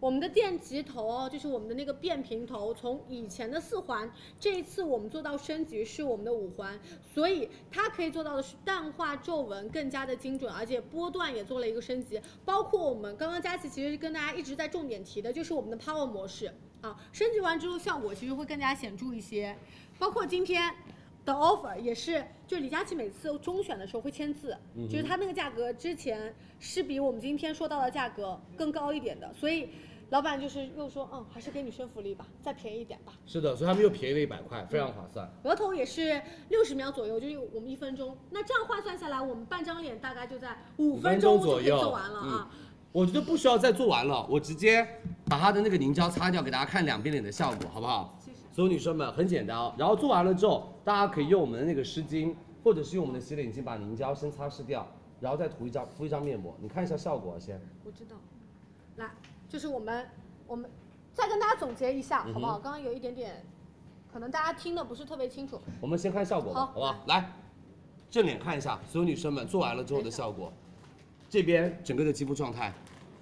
[SPEAKER 1] 我们的电极头哦，就是我们的那个变频头，从以前的四环，这一次我们做到升级是我们的五环，所以它可以做到的是淡化皱纹更加的精准，而且波段也做了一个升级，包括我们刚刚佳琪其实跟大家一直在重点提的，就是我们的 Power 模式啊，升级完之后效果其实会更加显著一些，包括今天。的 offer 也是，就李佳琦每次中选的时候会签字，
[SPEAKER 25] 嗯哼
[SPEAKER 1] 就是他那个价格之前是比我们今天说到的价格更高一点的，所以老板就是又说，嗯，还是给女生福利吧，再便宜一点吧。
[SPEAKER 26] 是的，所以他们又便宜了一百块，非常
[SPEAKER 1] 嗯
[SPEAKER 26] 划算。
[SPEAKER 1] 额头也是六十秒左右，就是我们一分钟，那这样换算下来，我们半张脸大概就在五分钟就
[SPEAKER 12] 左
[SPEAKER 1] 可以
[SPEAKER 12] 右
[SPEAKER 1] 做完了啊。
[SPEAKER 12] 嗯我觉得不需要再做完了，我直接把它的那个凝胶擦掉，给大家看两边脸的效果，好不好？所有女生们很简单哦。然后做完了之后，大家可以用我们的那个湿巾，或者是用我们的洗脸巾把凝胶先擦拭掉，然后再涂一张敷一张面膜。你看一下效果啊先。
[SPEAKER 1] 我知道，来，就是我们我们再跟大家总结一下，好不好？
[SPEAKER 12] 嗯哼
[SPEAKER 1] 刚刚有一点点，可能大家听的不是特别清楚。
[SPEAKER 12] 我们先看效果吧，
[SPEAKER 1] 好
[SPEAKER 12] 好不好？来，正脸看一下，所有女生们做完了之后的效果，这边整个的肌肤状态，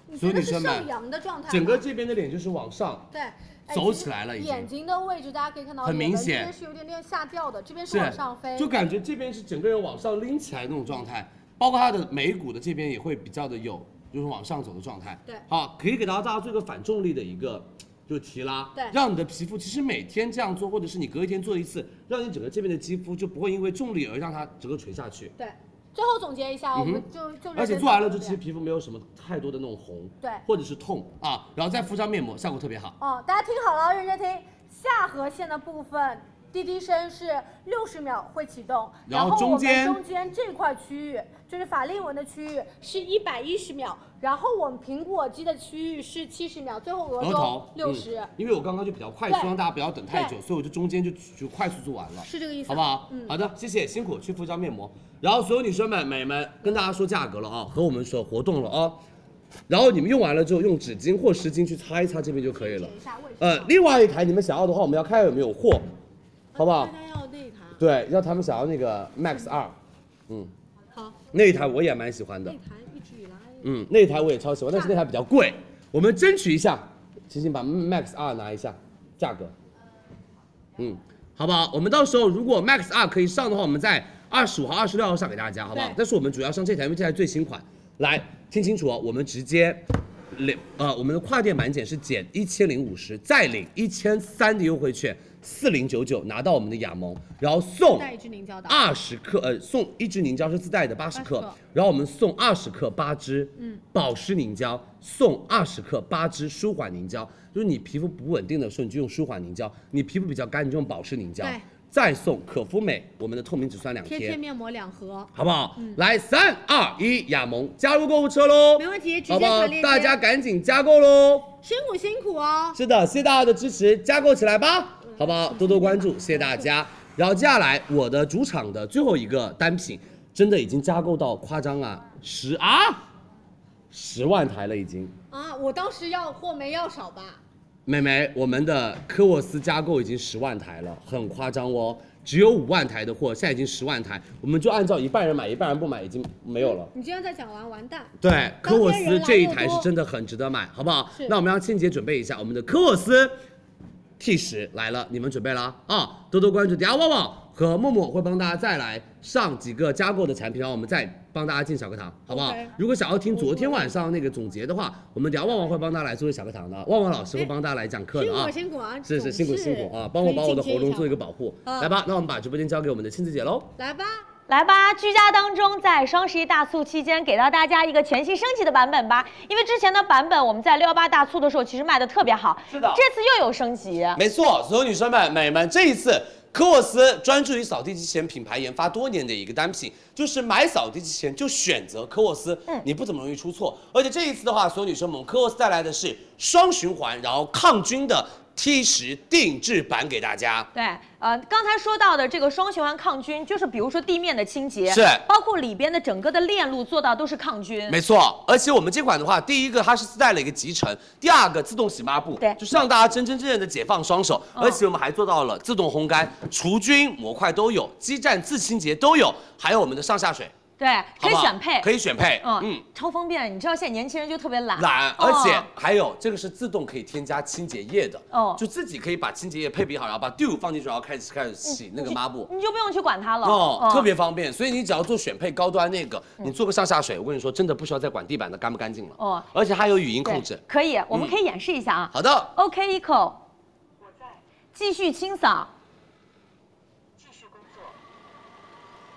[SPEAKER 1] 你觉
[SPEAKER 12] 所有
[SPEAKER 1] 得
[SPEAKER 12] 女
[SPEAKER 1] 是
[SPEAKER 12] 生
[SPEAKER 1] 上
[SPEAKER 12] 们，
[SPEAKER 1] 扬的状态吗，
[SPEAKER 12] 整个这边的脸就是往上，
[SPEAKER 1] 对，哎
[SPEAKER 12] 走
[SPEAKER 1] 其实
[SPEAKER 12] 起来了已经
[SPEAKER 1] 眼睛的位置大家可以看到，
[SPEAKER 12] 很明显
[SPEAKER 1] 这边是有点点下掉的，这边是
[SPEAKER 12] 是
[SPEAKER 1] 往上飞，
[SPEAKER 12] 就感觉这边是整个人往上拎起来的那种状态，包括她的眉骨的这边也会比较的有，就是往上走的状态。
[SPEAKER 1] 对
[SPEAKER 12] 好，可以给大家大家做一个反重力的一个就是提拉，
[SPEAKER 1] 对
[SPEAKER 12] 让你的皮肤其实每天这样做，或者是你隔一天做一次，让你整个这边的肌肤就不会因为重力而让它整个垂下去。
[SPEAKER 1] 对。最后总结一下，我
[SPEAKER 12] 嗯
[SPEAKER 1] 们
[SPEAKER 12] 哼
[SPEAKER 1] 就就
[SPEAKER 12] 而且做完了之
[SPEAKER 1] 就
[SPEAKER 12] 后，其实皮肤没有什么太多的那种红，
[SPEAKER 1] 对
[SPEAKER 12] 或者是痛啊，然后再敷上面膜，效果特别好。
[SPEAKER 1] 哦，大家听好了，认真听。下颌线的部分，滴滴声是六十秒会启动，
[SPEAKER 12] 然
[SPEAKER 1] 后
[SPEAKER 12] 后
[SPEAKER 1] 我
[SPEAKER 12] 中
[SPEAKER 1] 们
[SPEAKER 12] 间
[SPEAKER 1] 中间这块区域，就是法令纹的区域是一百一十秒，然后我们苹果肌的区域是七十秒，最后额
[SPEAKER 12] 额
[SPEAKER 1] 头
[SPEAKER 12] 头
[SPEAKER 1] 六十、
[SPEAKER 12] 嗯因为我刚刚就比较快
[SPEAKER 1] 对
[SPEAKER 12] 速，让大家不要等太久，
[SPEAKER 1] 对
[SPEAKER 12] 所以我就中间就就快速做完了，
[SPEAKER 1] 是这个意思
[SPEAKER 12] 好不好？
[SPEAKER 1] 嗯
[SPEAKER 12] 好的，谢谢，辛苦去敷一张面膜。然后所有女生们、美们，跟大家说价格了啊，和我们说活动了啊。然后你们用完了之后，用纸巾或湿巾去擦一擦这边就可以了。呃，
[SPEAKER 1] 啊
[SPEAKER 12] 另外一台你们想要的话，我们要看有没有
[SPEAKER 1] 呃
[SPEAKER 12] 货，好不好？
[SPEAKER 1] 要那一台，
[SPEAKER 12] 对，要他们想要那个 Max 二，嗯，
[SPEAKER 1] 好，
[SPEAKER 12] 那一台我也蛮喜欢的，
[SPEAKER 1] 台一直以来
[SPEAKER 12] 嗯，那一台我也超喜欢，但是那台比较贵，我们争取一下，请请把 Max R 拿一下，价格，嗯，好不好？我们到时候如果 Max R 可以上的话，我们在二十五号、二十六号上给大家，好不好
[SPEAKER 26] 对？
[SPEAKER 12] 但是我们主要上这台，因为这台最新款。来，听清楚哦，我们直接领呃，我们的跨店满减是减一千零五十，再领一千三的优惠券，四零九九拿到我们的雅萌，然后送
[SPEAKER 1] 带一支凝胶的
[SPEAKER 12] 二十克，呃，送一支凝胶是自带的八十
[SPEAKER 1] 80
[SPEAKER 12] 克
[SPEAKER 1] 克，
[SPEAKER 12] 然后我们送二十克八支，
[SPEAKER 1] 嗯
[SPEAKER 12] 保湿凝胶送二十克八支舒缓凝胶，就是你皮肤不稳定的时候，你就用舒缓凝胶；你皮肤比较干，你就用保湿凝胶
[SPEAKER 1] 对。
[SPEAKER 12] 再送可肤美我们的透明质酸两
[SPEAKER 1] 贴
[SPEAKER 12] 贴，
[SPEAKER 1] 贴面膜两盒，
[SPEAKER 12] 好不好？
[SPEAKER 1] 嗯
[SPEAKER 12] 来，三二一，雅萌加入购物车喽！
[SPEAKER 1] 没问题直接
[SPEAKER 12] 好不好
[SPEAKER 1] 传链？接
[SPEAKER 12] 大家赶紧加购喽！
[SPEAKER 1] 辛苦辛苦哦。
[SPEAKER 12] 是的，谢谢大家的支持，加购起来吧，好不好？多多关注，谢谢大家。然后接下来我的主场的最后一个单品，真的已经加购到夸张啊，十啊，十万台了已经。
[SPEAKER 1] 啊，我当时要货没要少吧？
[SPEAKER 12] 美眉，我们的科沃斯加购已经十万台了，很夸张哦，只有五万台的货，现在已经十万台，我们就按照一半人买，一半人不买，已经没有了。
[SPEAKER 1] 你今天再讲完完蛋。
[SPEAKER 12] 对，科沃斯这一台
[SPEAKER 1] 当天人来又
[SPEAKER 12] 是
[SPEAKER 1] 多
[SPEAKER 12] 真的很值得买，好不好
[SPEAKER 1] 是？
[SPEAKER 12] 那我们让倩姐准备一下我们的科沃斯 T 十来了，你们准备了啊、多多关注，等一下旺旺和默默会帮大家再来上几个加购的产品，然后我们再帮大家进小课堂，好不好
[SPEAKER 26] OK
[SPEAKER 12] 如果想要听昨天
[SPEAKER 1] 嗯
[SPEAKER 12] 晚上那个总结的话，我们等一下旺旺会帮大家来做小课堂的，旺旺老师会帮大家来讲课的啊。
[SPEAKER 1] 哎辛苦辛苦啊
[SPEAKER 12] 是
[SPEAKER 1] 总
[SPEAKER 12] 是辛苦
[SPEAKER 1] 是
[SPEAKER 12] 辛苦啊，帮我把我的
[SPEAKER 1] 可以进阶一下
[SPEAKER 12] 喉
[SPEAKER 1] 啊
[SPEAKER 12] 咙做一个保护。
[SPEAKER 21] 嗯
[SPEAKER 12] 来吧，那我们把直播间交给我们的倩子姐喽。
[SPEAKER 1] 来吧，
[SPEAKER 21] 来吧！居家当中，在双十一大促期间，给到大家一个全新升级的版本吧。因为之前的版本我们在六幺八大促的时候其实卖的特别好，是的，这次又有升级。
[SPEAKER 27] 没错，所有女生们、美们，这一次科沃斯专注于扫地机器人品牌研发多年的一个单品，就是买扫地机器人就选择科沃斯，嗯，你不怎么容易出错。而且这一次的话，所有女生们，我们科沃斯带来的是双循环，然后抗菌的 T 十定制版给大家。
[SPEAKER 21] 对，呃，刚才说到的这个双循环抗菌，就是比如说地面的清洁，
[SPEAKER 27] 是
[SPEAKER 21] 包括里边的整个的链路做到都是抗菌，
[SPEAKER 27] 没错，而且我们这款的话，第一个它是自带了一个集成，第二个自动洗抹布，对，就是让大家真真正正的解放双手。
[SPEAKER 21] 嗯
[SPEAKER 27] 而且我们还做到了自动烘干、除菌模块都有，基站自清洁都有，还有我们的上下水。
[SPEAKER 21] 对，
[SPEAKER 12] 好
[SPEAKER 21] 可以
[SPEAKER 12] 不好
[SPEAKER 21] 选配，
[SPEAKER 12] 可以选配
[SPEAKER 21] 嗯
[SPEAKER 12] 嗯
[SPEAKER 21] 超方便。你知道现在年轻人就特别懒，
[SPEAKER 12] 懒，
[SPEAKER 21] 哦
[SPEAKER 12] 而且还有这个是自动可以添加清洁液的，
[SPEAKER 21] 哦嗯
[SPEAKER 12] 就自己可以把清洁液配比好，然后把 dew 放进去，然后开始开始洗那个抹布。
[SPEAKER 21] 你就不用去管它了，
[SPEAKER 12] 哦
[SPEAKER 21] 嗯，
[SPEAKER 12] 特别方便，所以你只要做选配高端那个，你做个上下水，我跟你说，真的不需要再管地板的干不干净了。
[SPEAKER 21] 哦
[SPEAKER 12] 而且它有语音
[SPEAKER 21] 对
[SPEAKER 12] 控制。
[SPEAKER 21] 可以，我们
[SPEAKER 12] 嗯
[SPEAKER 21] 可以演示一下啊。
[SPEAKER 12] 好的，
[SPEAKER 21] OK，Eco，我在，继续清扫。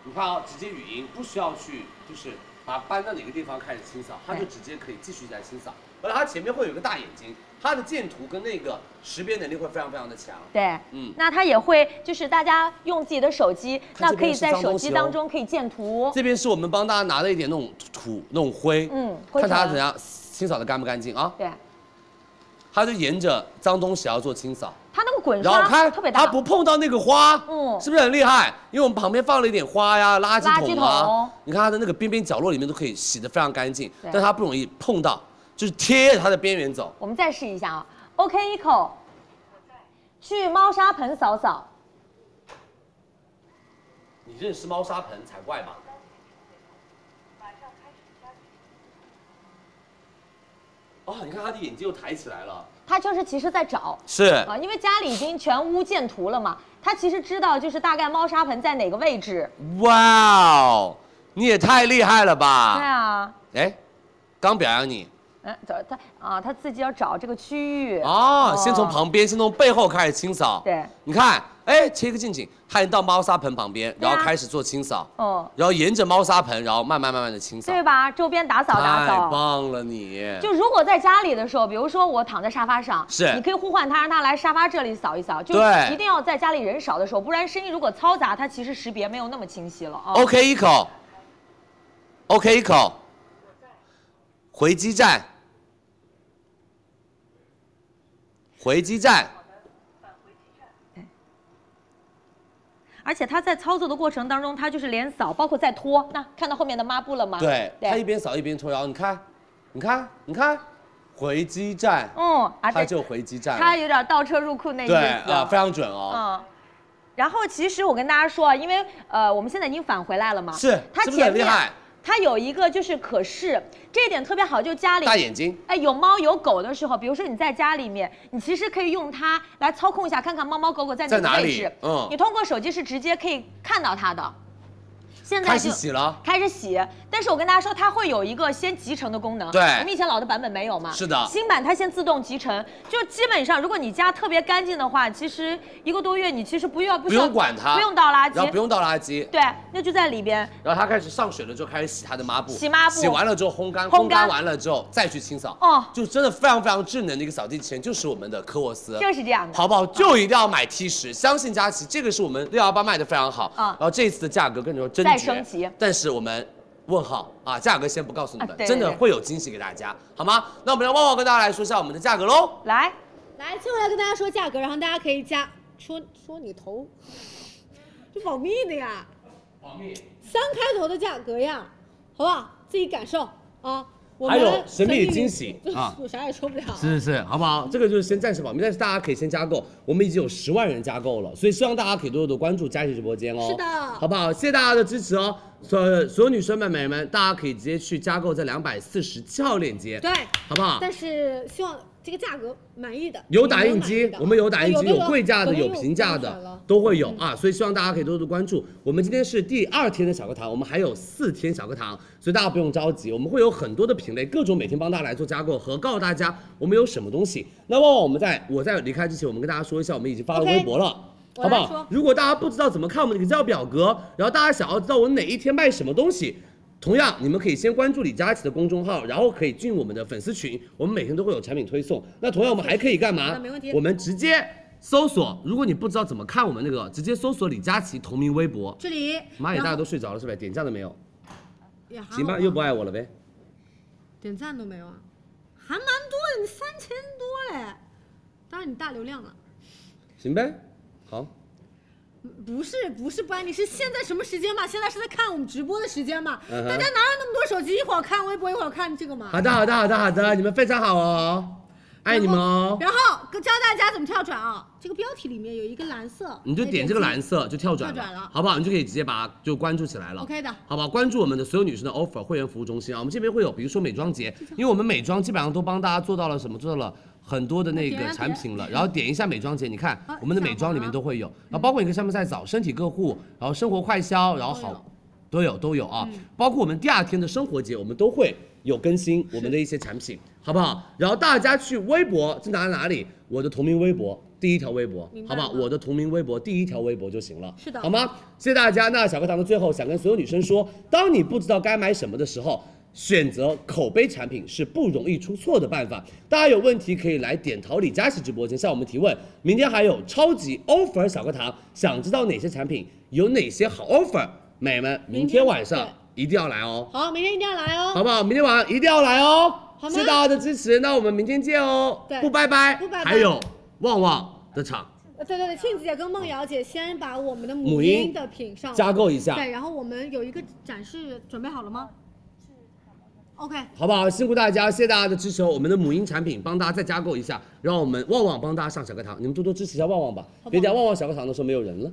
[SPEAKER 12] 你看啊、直接语音不需要去，就是把搬到哪个地方开始清扫，它就
[SPEAKER 21] 对
[SPEAKER 12] 直接可以继续在清扫。而且它前面会有一个大眼睛，它的建图跟那个识别能力会非常非常的强。
[SPEAKER 21] 对，
[SPEAKER 12] 嗯
[SPEAKER 21] 那它也会就是大家用自己的手机，
[SPEAKER 12] 看
[SPEAKER 21] 那
[SPEAKER 12] 这
[SPEAKER 21] 可
[SPEAKER 12] 边
[SPEAKER 21] 以
[SPEAKER 12] 是
[SPEAKER 21] 在
[SPEAKER 12] 脏
[SPEAKER 21] 手
[SPEAKER 12] 东
[SPEAKER 21] 机
[SPEAKER 12] 西
[SPEAKER 21] 当
[SPEAKER 12] 哦
[SPEAKER 21] 中可以建图。
[SPEAKER 12] 这边是我们帮大家拿了一点那种土、那种灰，
[SPEAKER 21] 嗯灰
[SPEAKER 12] 看它
[SPEAKER 21] 尘
[SPEAKER 12] 怎样清扫的干不干净啊？
[SPEAKER 21] 对，
[SPEAKER 12] 它就沿着脏东西要做清扫，
[SPEAKER 21] 它那个滚
[SPEAKER 12] 然后
[SPEAKER 21] 刷
[SPEAKER 12] 它
[SPEAKER 21] 特别大，
[SPEAKER 12] 它不碰到那个花，
[SPEAKER 21] 嗯
[SPEAKER 12] 是不是很厉害？因为我们旁边放了一点花呀、垃圾
[SPEAKER 21] 垃圾
[SPEAKER 12] 桶啊，
[SPEAKER 21] 桶
[SPEAKER 12] 你看它的那个边边角落里面都可以洗得非常干净
[SPEAKER 21] 对，
[SPEAKER 12] 但它不容易碰到，就是贴着它的边缘走。
[SPEAKER 21] 我们再试一下啊。OK，Eco，去猫砂盆扫扫。
[SPEAKER 12] 你认识猫砂盆才怪吧？哦，你看它的眼睛又抬起来了，
[SPEAKER 21] 他就是其实在找，
[SPEAKER 12] 是
[SPEAKER 21] 啊，因为家里已经全屋建图了嘛，他其实知道就是大概猫砂盆在哪个位置。
[SPEAKER 12] 哇哦，你也太厉害了吧？
[SPEAKER 21] 对啊，
[SPEAKER 12] 哎，刚表扬你
[SPEAKER 21] 嗯，找他啊，他自己要找这个区域。
[SPEAKER 12] 哦，先从旁边，先从背后开始清扫。
[SPEAKER 21] 对，
[SPEAKER 12] 你看，哎，切一个近景，他已经到猫砂盆旁边，
[SPEAKER 21] 对啊
[SPEAKER 12] 然后开始做清扫，
[SPEAKER 21] 哦，
[SPEAKER 12] 然后沿着猫砂盆，然后慢慢慢慢的清扫。
[SPEAKER 21] 对吧？周边打扫打
[SPEAKER 12] 太
[SPEAKER 21] 扫。
[SPEAKER 12] 棒了你！
[SPEAKER 21] 就如果在家里的时候，比如说我躺在沙发上，
[SPEAKER 12] 是
[SPEAKER 21] 你可以呼唤他，让他来沙发这里扫一扫。就
[SPEAKER 12] 对
[SPEAKER 21] 一定要在家里人少的时候，不然声音如果嘈杂，它其实识别没有那么清晰了啊。
[SPEAKER 12] OK 一口，OK 一口，回基站，回基站，
[SPEAKER 21] 而且他在操作的过程当中，他就是连扫，包括在拖。那看到后面的抹布了吗？
[SPEAKER 12] 对，他一
[SPEAKER 21] 啊对，
[SPEAKER 12] 边扫一边拖，然后你看，你看，你看，回基站，
[SPEAKER 21] 嗯，
[SPEAKER 12] 他
[SPEAKER 21] 啊，对
[SPEAKER 12] 就回基站了，
[SPEAKER 21] 他有点倒车入库那意
[SPEAKER 12] 对
[SPEAKER 21] 思
[SPEAKER 12] 啊，非常准哦，
[SPEAKER 21] 嗯。然后其实我跟大家说啊，因为呃，我们现在已经返回来了嘛，
[SPEAKER 12] 是
[SPEAKER 21] 它
[SPEAKER 12] 是不是
[SPEAKER 21] 嗯前
[SPEAKER 12] 很厉
[SPEAKER 21] 面
[SPEAKER 12] 害？
[SPEAKER 21] 它有一个就是可视，这一点特别好，就家里
[SPEAKER 12] 大眼睛。
[SPEAKER 21] 哎，有猫有狗的时候，比如说你在家里面，你其实可以用它来操控一下，看看猫猫狗狗在哪
[SPEAKER 12] 在
[SPEAKER 21] 个
[SPEAKER 12] 哪
[SPEAKER 21] 位
[SPEAKER 12] 里
[SPEAKER 21] 置。
[SPEAKER 12] 嗯
[SPEAKER 21] 你通过手机是直接可以看到它的。现在
[SPEAKER 12] 开
[SPEAKER 21] 就
[SPEAKER 12] 始洗了，
[SPEAKER 21] 开始洗，但是我跟大家说，它会有一个先集成的功能。
[SPEAKER 12] 对
[SPEAKER 21] 我们以前老的版本没有嘛。
[SPEAKER 12] 是的
[SPEAKER 21] 新版它先自动集成，就基本上，如果你家特别干净的话，其实一个多月你其实不要不
[SPEAKER 12] 不
[SPEAKER 21] 需要
[SPEAKER 12] 用管它，
[SPEAKER 21] 不用倒垃
[SPEAKER 12] 然后
[SPEAKER 21] 圾，
[SPEAKER 12] 不用倒垃圾。
[SPEAKER 21] 对，那就在里边。
[SPEAKER 12] 然后它开始上水了之后，开始洗它的抹布，
[SPEAKER 21] 洗抹布
[SPEAKER 12] 洗完了之后烘干，
[SPEAKER 21] 烘干
[SPEAKER 12] 烘完了之后再去清扫。
[SPEAKER 21] 哦
[SPEAKER 12] 就真的非常非常智能的一个扫地机器人，就是我们的科沃斯，
[SPEAKER 21] 就是这样的
[SPEAKER 12] 好不好？就一定要买 T 十，相信佳琪，这个是我们六幺八卖的非常好。
[SPEAKER 21] 嗯
[SPEAKER 12] 然后这一次的价格跟你说真绝
[SPEAKER 21] 再升级
[SPEAKER 12] 但是我们。问号啊，价格先不告诉你们，
[SPEAKER 21] 啊对对
[SPEAKER 12] 真的
[SPEAKER 21] 对
[SPEAKER 12] 会有惊喜给大家，好吗？那我们让旺旺跟大家来说一下我们的价格喽。
[SPEAKER 21] 来，
[SPEAKER 1] 来，最后来跟大家说价格，然后大家可以加说说你头， 这保密的呀，三开头的价格呀，好不好？自己感受啊。我们
[SPEAKER 28] 还有神秘
[SPEAKER 1] 三一零
[SPEAKER 28] 惊 喜啊
[SPEAKER 1] 我啥也说不了。
[SPEAKER 28] 是是是，好不好？这个就是先暂时保密，但是大家可以先加购，我们已经有十万人加购了，所以希望大家可以多多关注佳琪直播间哦。
[SPEAKER 1] 是的
[SPEAKER 28] 好不好？谢谢大家的支持哦，所有所有女生们、美们，大家可以直接去加购这两百四十七号链接，
[SPEAKER 1] 对，
[SPEAKER 28] 好不好？
[SPEAKER 1] 但是希望这个价格满意的
[SPEAKER 28] 有打印
[SPEAKER 1] 有
[SPEAKER 28] 机
[SPEAKER 1] 满意，的哎
[SPEAKER 28] 我们有打印机，
[SPEAKER 1] 有
[SPEAKER 28] 有贵价的，
[SPEAKER 1] 有
[SPEAKER 28] 有平价
[SPEAKER 1] 有有
[SPEAKER 28] 的，都会
[SPEAKER 1] 嗯
[SPEAKER 28] 有啊，所以希望大家可以多多关注。我们今天是第二天的小课堂，我们还有四天小课堂，所以大家不用着急，我们会有很多的品类，各种每天帮大家来做加购和告诉大家我们有什么东西。那旺旺，我们在我在离开之前，我们跟大家说一下，我们已经发了
[SPEAKER 1] OK
[SPEAKER 28] 微博了。
[SPEAKER 1] 我
[SPEAKER 28] 好不
[SPEAKER 1] 来说
[SPEAKER 28] 好？如果大家不知道怎么看我们的 Excel 表格，然后大家想要知道我哪一天卖什么东西，同样你们可以先关注李佳琦的公众号，然后可以进我们的粉丝群，我们每天都会有产品推送。那同样我们还可以干嘛
[SPEAKER 1] 那没问题？
[SPEAKER 28] 我们直接搜索，如果你不知道怎么看我们那个，直接搜索李佳琦同名微博。
[SPEAKER 1] 这里，
[SPEAKER 28] 妈呀，
[SPEAKER 1] 然
[SPEAKER 28] 大家
[SPEAKER 1] 后
[SPEAKER 28] 都睡着了是呗？点赞了没有？
[SPEAKER 1] 也还好
[SPEAKER 28] 行吧，
[SPEAKER 1] 吧
[SPEAKER 28] 又不爱我了呗？
[SPEAKER 1] 点赞都没有啊，还蛮多的，你三千多嘞，当然你大流量了。
[SPEAKER 28] 行呗，好，
[SPEAKER 1] 不是不是不安妮，是现在什么时间嘛？现在是在看我们直播的时间嘛？
[SPEAKER 28] 嗯哼
[SPEAKER 1] 大家哪有那么多手机？一会儿看微博，一会儿看这个嘛？
[SPEAKER 28] 好的，好的，好的，好的，你们非常好哦。
[SPEAKER 12] 爱你们哦。
[SPEAKER 1] 然后教大家怎么跳转啊！这个标题里面有一个蓝色，
[SPEAKER 12] 你就
[SPEAKER 1] 哎
[SPEAKER 12] 点这个
[SPEAKER 1] 击
[SPEAKER 12] 蓝色就跳转
[SPEAKER 1] 跳转了
[SPEAKER 12] 好不好？你就可以直接把它就关注起来了。
[SPEAKER 1] OK 的
[SPEAKER 12] 好吧，关注我们的所有女生的 offer 会员服务中心啊，我们这边会有，比如说美妆节，因为我们美妆基本上都帮大家做到了什么，做到了。很多的那
[SPEAKER 29] 点
[SPEAKER 12] 个
[SPEAKER 29] 啊
[SPEAKER 12] 产
[SPEAKER 29] 点啊
[SPEAKER 12] 品了，然后点一下美妆节，你看
[SPEAKER 29] 啊
[SPEAKER 12] 我们的美妆里面都会有，然后包括你可以上面再找身体个护，然后生活快消，然后好都有都有
[SPEAKER 29] 嗯
[SPEAKER 12] 啊，包括我们第二天的生活节，我们都会有更新我们的一些产品，好不好？然后大家去微博，这哪哪里？我的同名微博第一条微博
[SPEAKER 29] 明，白
[SPEAKER 12] 好不好？
[SPEAKER 29] 了
[SPEAKER 12] 我的同名微博第一条微博就行了，
[SPEAKER 29] 是的
[SPEAKER 12] 好吗？谢谢大家。那小课堂的最后，想跟所有女生说，当你不知道该买什么的时候。选择口碑产品是不容易出错的办法。大家有问题可以来点桃李佳琦直播间向我们提问。明天还有超级 offer 小课堂，想知道哪些产品有哪些好 offer，美们明天晚上一定要来哦，
[SPEAKER 1] 好，明天一定要来哦，
[SPEAKER 12] 好不好？明天晚上一定要来哦，
[SPEAKER 1] 好吗
[SPEAKER 12] 谢谢大家的支持。那我们明天见哦，
[SPEAKER 1] 对
[SPEAKER 12] 不拜拜，
[SPEAKER 1] 不拜拜
[SPEAKER 12] 还有旺旺的场。
[SPEAKER 1] 呃对对对，庆子姐跟梦瑶姐先把我们的
[SPEAKER 12] 母
[SPEAKER 1] 母
[SPEAKER 12] 婴
[SPEAKER 1] 婴的品上
[SPEAKER 12] 加购一下
[SPEAKER 1] 对，然后我们有一个展示，准备好了吗？OK，
[SPEAKER 12] 好不好？辛苦大家，谢谢大家的支持哦。我们的母婴产品帮大家再加购一下，让我们旺旺帮大家上小课堂，你们多多支持一下旺旺吧，
[SPEAKER 1] 好不好
[SPEAKER 12] 别等下旺旺小课堂的时候没有人了，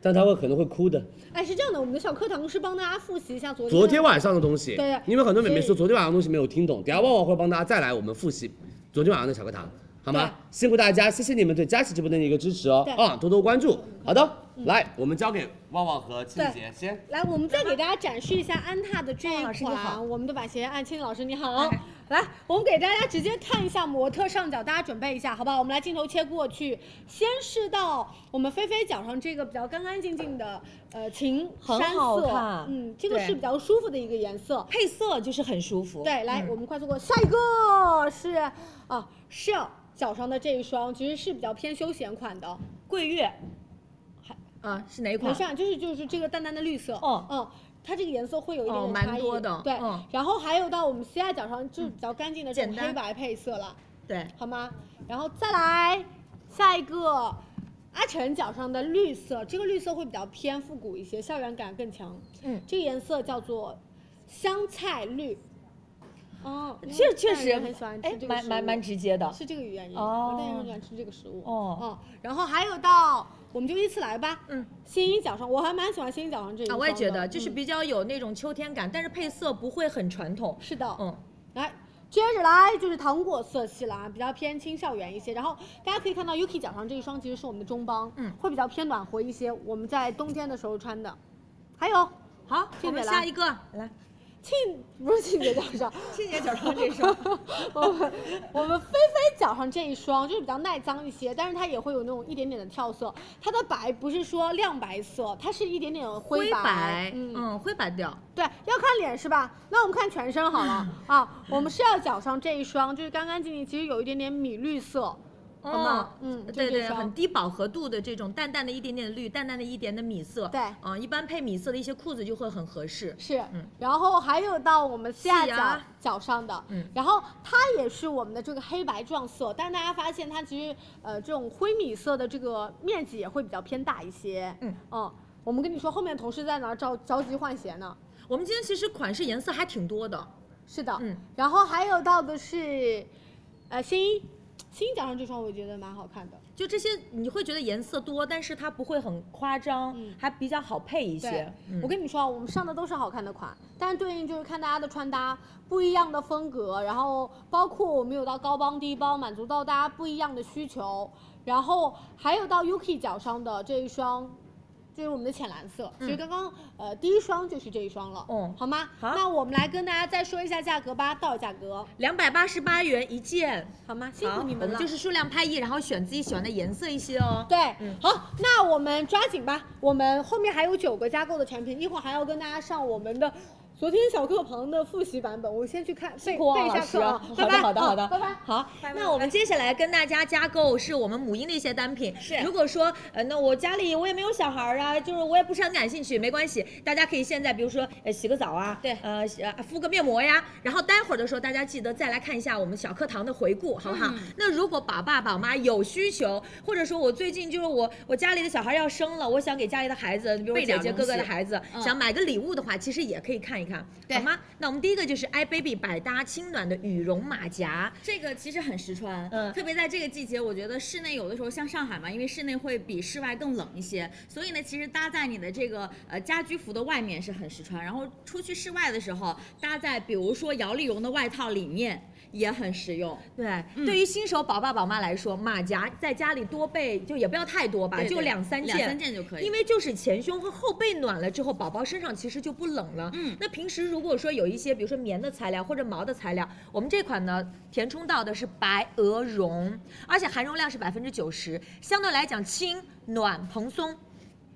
[SPEAKER 12] 但他会可能会哭的。
[SPEAKER 1] 哎，是这样的，我们的小课堂是帮大家复习一下昨天
[SPEAKER 12] 昨天晚上的东西，
[SPEAKER 1] 对
[SPEAKER 12] 因为很多美眉
[SPEAKER 1] 所
[SPEAKER 12] 说
[SPEAKER 1] 以
[SPEAKER 12] 昨天晚上的东西没有听懂，等下旺旺会帮大家再来我们复习昨天晚上的小课堂，好吗？辛苦大家，谢谢你们对佳琦直播间的一个支持哦
[SPEAKER 1] 对，嗯
[SPEAKER 12] 啊，多多关注。好的，来，我们交给旺旺和庆姐先。
[SPEAKER 1] 来，我们再给大家展示一下安踏的
[SPEAKER 2] 哦
[SPEAKER 1] 这一
[SPEAKER 12] 老师你好
[SPEAKER 1] 款我们的板鞋。安青老师你好，
[SPEAKER 2] 哎
[SPEAKER 1] 来，我们给大家直接看一下模特上脚，大家准备一下，好不好？我们来镜头切过去，先是到我们菲菲脚上这个比较干干净净的呃晴
[SPEAKER 2] 很
[SPEAKER 1] 山
[SPEAKER 2] 好
[SPEAKER 1] 色
[SPEAKER 2] 看，
[SPEAKER 1] 嗯，这个
[SPEAKER 2] 对
[SPEAKER 1] 是比较舒服的一个颜色，
[SPEAKER 2] 配色就是很舒服。
[SPEAKER 1] 对，来，
[SPEAKER 2] 嗯
[SPEAKER 1] 我们快速过下一个是啊 Shell 脚上的这一双，其实是比较偏休闲款的，
[SPEAKER 2] 桂月，啊是哪一款
[SPEAKER 1] 没事啊，就是就是这个淡淡的绿色。哦，嗯，它这个颜色会有一点
[SPEAKER 2] 哦
[SPEAKER 1] 点
[SPEAKER 2] 蛮
[SPEAKER 1] 差异
[SPEAKER 2] 多的
[SPEAKER 1] 对
[SPEAKER 2] 嗯，
[SPEAKER 1] 然后还有到我们 CI 脚上就是比较干净的这种
[SPEAKER 2] 简单
[SPEAKER 1] 黑白配色了，
[SPEAKER 2] 对，
[SPEAKER 1] 好吗？然后再来下一个。阿晨脚上的绿色，这个绿色会比较偏复古一些，校园感更强。
[SPEAKER 2] 嗯，
[SPEAKER 1] 这个颜色叫做香菜绿。哦，因为
[SPEAKER 2] 这确
[SPEAKER 1] 淡人
[SPEAKER 2] 实
[SPEAKER 1] 很喜欢吃
[SPEAKER 2] 哎
[SPEAKER 1] 这个
[SPEAKER 2] 蛮
[SPEAKER 1] 食
[SPEAKER 2] 蛮
[SPEAKER 1] 物
[SPEAKER 2] 蛮直接的
[SPEAKER 1] 是这个原因。
[SPEAKER 2] 哦
[SPEAKER 1] 我淡人很喜欢吃这个食物。
[SPEAKER 2] 哦
[SPEAKER 1] 嗯，然后还有到，我们就依次来吧。嗯，新一脚上，我还蛮喜欢新一脚上这一
[SPEAKER 2] 啊，
[SPEAKER 1] 双
[SPEAKER 2] 我也觉得
[SPEAKER 1] 的
[SPEAKER 2] 就是
[SPEAKER 1] 嗯
[SPEAKER 2] 比较有那种秋天感，但是配色不会很传统。
[SPEAKER 1] 是的，
[SPEAKER 2] 嗯，
[SPEAKER 1] 来，接着来就是糖果色系了啊，比较偏青校园一些。然后大家可以看到 Yuki 脚上这一双其实是我们的中帮，嗯，会比较偏暖和一些，我们在冬天的时候穿的。还有，好，
[SPEAKER 2] 我
[SPEAKER 1] 庆姐
[SPEAKER 2] 们
[SPEAKER 1] 来
[SPEAKER 2] 下一个来，
[SPEAKER 1] 庆不是庆姐脚上，
[SPEAKER 2] 庆姐脚上这双，
[SPEAKER 1] 我们我们菲菲脚上这一双就是比较耐脏一些，但是它也会有那种一点点的跳色。它的白不是说亮白色，它是一点点
[SPEAKER 2] 灰
[SPEAKER 1] 白，
[SPEAKER 2] 白，
[SPEAKER 1] 嗯。
[SPEAKER 2] 嗯，灰白调。
[SPEAKER 1] 对，要看脸是吧？那我们看全身好 了啊。我们是要脚上这一双，就是干干净净，其实有一点点米绿色，好吗？嗯，就
[SPEAKER 2] 对
[SPEAKER 1] 这
[SPEAKER 2] 对，
[SPEAKER 1] 双
[SPEAKER 2] 很低饱和度的这种淡淡的一点点绿，淡淡的一点的米色。
[SPEAKER 1] 对，
[SPEAKER 2] 啊，一般配米色的一些裤子就会很合适。
[SPEAKER 1] 是
[SPEAKER 2] 嗯，
[SPEAKER 1] 然后还有到我们下
[SPEAKER 2] 细
[SPEAKER 1] 脚
[SPEAKER 2] 牙
[SPEAKER 1] 脚上的，
[SPEAKER 2] 嗯
[SPEAKER 1] 然后它也是我们的这个黑白撞色，但是大家发现它其实呃这种灰米色的这个面积也会比较偏大一些，
[SPEAKER 2] 嗯
[SPEAKER 1] 我们跟你说，后面同事在哪儿着着急换鞋呢？
[SPEAKER 2] 我们今天其实款式颜色还挺多的。
[SPEAKER 1] 是的，
[SPEAKER 2] 嗯，
[SPEAKER 1] 然后还有到的是，呃新一，新一脚上这双我觉得蛮好看的，
[SPEAKER 2] 就这些，你会觉得颜色多，但是它不会很夸张，还比较好配一
[SPEAKER 1] 嗯对
[SPEAKER 2] 些。嗯
[SPEAKER 1] 我跟你说，啊，我们上的都是好看的款，但是对应就是看大家的穿搭不一样的风格，然后包括我们有到高帮、低帮，满足到大家不一样的需求，然后还有到 Yuki 脚上的这一双。就是我们的浅蓝色，其
[SPEAKER 2] 嗯
[SPEAKER 1] 实刚刚、呃第一双就是这一双了，
[SPEAKER 2] 哦
[SPEAKER 1] 好吗？
[SPEAKER 2] 好
[SPEAKER 1] 那我们来跟大家再说一下价格吧，到手价格
[SPEAKER 2] 两百八十八元一件，
[SPEAKER 1] 好吗？辛苦你
[SPEAKER 2] 我
[SPEAKER 1] 们
[SPEAKER 2] 们
[SPEAKER 1] 了，
[SPEAKER 2] 就是数量拍一，然后选自己喜欢的颜色一些哦。
[SPEAKER 1] 对，好，那我们抓紧吧，我们后面还有九个加购的产品，一会儿还要跟大家上我们的。昨天小课堂的复习版本，我先去看背
[SPEAKER 2] 辛苦啊
[SPEAKER 1] 背一下
[SPEAKER 2] 老师
[SPEAKER 1] 课啊，拜
[SPEAKER 2] 好的
[SPEAKER 1] 拜，
[SPEAKER 2] 好的好的
[SPEAKER 1] 拜拜，
[SPEAKER 2] 好，那我们接下来跟大家加购是我们母婴的一些单品。是，如果说呃，那我家里我也没有小孩儿啊，就是我也不是很感兴趣，没关系，大家可以现在比如说呃洗个澡啊，对，呃洗呃敷个面膜呀，然后待会儿的时候大家记得再来看一下我们小课堂的回顾，好不好？
[SPEAKER 3] 嗯
[SPEAKER 2] 那如果宝爸宝妈有需求，或者说我最近就是我我家里的小孩要生了，我想给家里的孩子，比如我
[SPEAKER 3] 备
[SPEAKER 2] 姐
[SPEAKER 3] 点
[SPEAKER 2] 姐
[SPEAKER 3] 东
[SPEAKER 2] 哥哥的
[SPEAKER 3] 西
[SPEAKER 2] 孩子，
[SPEAKER 3] 嗯
[SPEAKER 2] 想买个礼物的话，其实也可以看一看，好吗？那我们第一个就是 i baby 百搭轻暖的羽绒马甲，
[SPEAKER 3] 这个其实很实穿，
[SPEAKER 2] 嗯
[SPEAKER 3] 特别在这个季节，我觉得室内有的时候像上海嘛，因为室内会比室外更冷一些，所以呢，其实搭在你的这个呃家居服的外面是很实穿，然后出去室外的时候搭在比如说摇粒绒的外套里面也很实用。
[SPEAKER 2] 对，
[SPEAKER 3] 嗯
[SPEAKER 2] 对于新手宝爸宝妈来说，马甲在家里多备，就也不要太多吧，
[SPEAKER 3] 对对
[SPEAKER 2] 就两三件，
[SPEAKER 3] 两三件就可以
[SPEAKER 2] 因为就是前胸和后背暖了之后，宝宝身上其实就不冷了。嗯，那平时如果说有一些，比如说棉的材料或者毛的材料，我们这款呢填充到的是白鹅绒，而且含绒量是百分之九十，相对来讲轻、暖、蓬松。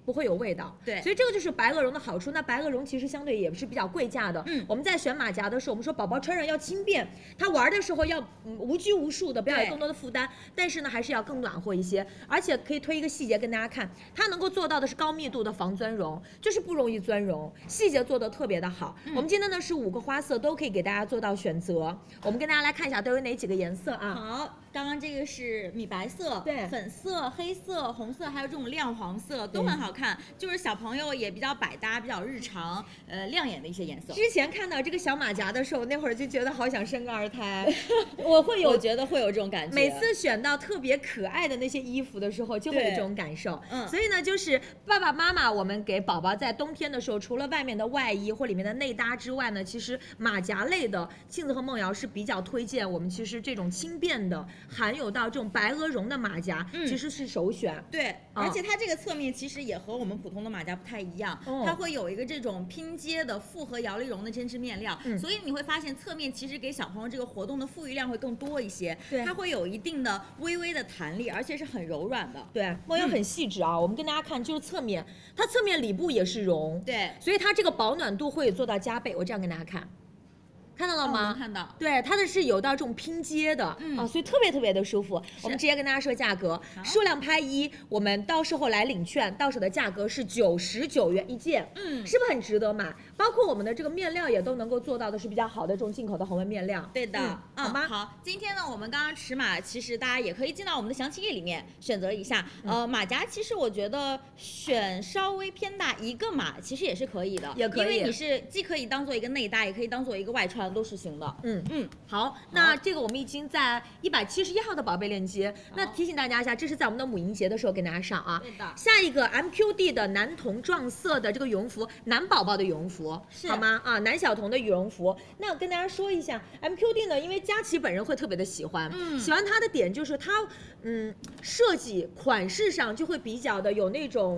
[SPEAKER 2] 不会有味道，
[SPEAKER 3] 对
[SPEAKER 2] 所以这个就是白鹅绒的好处。那白鹅绒其实相对也是比较贵价的，嗯，我们在选马甲的时候，我们说宝宝穿上要轻便，他玩的时候要嗯无拘无束的，不要有
[SPEAKER 3] 对
[SPEAKER 2] 更多的负担，但是呢还是要更暖和一些。而且可以推一个细节跟大家看，它能够做到的是高密度的防钻绒，就是不容易钻绒，细节做的特别的好。我们今天呢是五个花色都可以给大家做到选择，我们跟大家来看一下都有哪几个颜色啊？
[SPEAKER 3] 好，刚刚这个是米白色、
[SPEAKER 2] 对
[SPEAKER 3] 粉色、黑色、红色，还有这种亮黄色都
[SPEAKER 2] 对
[SPEAKER 3] 很好看，就是小朋友也比较百搭、比较日常、呃亮眼的一些颜色。
[SPEAKER 2] 之前看到这个小马甲的时候，那会儿就觉得好想生个二胎，我会有
[SPEAKER 3] 我觉得会有这种感觉。
[SPEAKER 2] 每次选到特别可爱的那些衣服的时候，就会有
[SPEAKER 3] 对
[SPEAKER 2] 这种感受。
[SPEAKER 3] 嗯
[SPEAKER 2] 所以呢，就是爸爸妈妈，我们给宝宝在冬天的时候，除了外面的外衣或里面的内搭之外呢，其实马甲类的，庆子和梦瑶是比较推荐我们，其实这种轻便的，含有到这种白鹅绒的马甲，
[SPEAKER 3] 嗯
[SPEAKER 2] 其实是首选。
[SPEAKER 3] 对，
[SPEAKER 2] 啊
[SPEAKER 3] 而且它这个侧面其实也和我们普通的马甲不太一样，
[SPEAKER 2] 哦
[SPEAKER 3] 它会有一个这种拼接的复合摇粒绒的针织面料，
[SPEAKER 2] 嗯
[SPEAKER 3] 所以你会发现侧面其实给小朋友这个活动的富裕量会更多一些，
[SPEAKER 2] 对
[SPEAKER 3] 它会有一定的微微的弹力，而且是很柔软的。
[SPEAKER 2] 对，梦瑶很细致啊，我们跟大家看就是侧面，它侧面里部也是绒，
[SPEAKER 3] 对，
[SPEAKER 2] 所以它这个保暖度会做到加倍。我这样跟大家看，看到了
[SPEAKER 3] 哦我
[SPEAKER 2] 吗？
[SPEAKER 3] 能看到。
[SPEAKER 2] 对，它的是有到这种拼接的、
[SPEAKER 3] 嗯
[SPEAKER 2] 啊，所以特别特别的舒服。我们直接跟大家说价格，数量拍一，我们到时候来领券，到手的价格是九十九元一件，
[SPEAKER 3] 嗯
[SPEAKER 2] 是不是很值得买？包括我们的这个面料也都能够做到的是比较好的这种进口的恒温面料，
[SPEAKER 3] 对的，
[SPEAKER 2] 嗯
[SPEAKER 3] 嗯
[SPEAKER 2] 好吗？
[SPEAKER 3] 好，今天呢，我们刚刚尺码，其实大家也可以进到我们的详情页里面选择一下。呃，马甲其实我觉得选稍微偏大一个码，其实也是可以的，
[SPEAKER 2] 也可以
[SPEAKER 3] 因为你是既可以当做一个内搭，也可以当做一个外穿，都是行的。
[SPEAKER 2] 嗯
[SPEAKER 3] 嗯，
[SPEAKER 2] 好，那这个我们已经在一百七十一号的宝贝链接。那提醒大家一下，这是在我们的母婴节的时候给大家上啊。
[SPEAKER 3] 对的
[SPEAKER 2] 下一个 MQD 的男童撞色的这个羽绒服，男宝宝的羽绒服，
[SPEAKER 3] 是
[SPEAKER 2] 好吗？啊，男小童的羽绒服。那我跟大家说一下，MQD 呢，因为佳琪本人会特别的喜欢，
[SPEAKER 3] 嗯
[SPEAKER 2] 喜欢它的点就是它，嗯，设计款式上就会比较的有那种。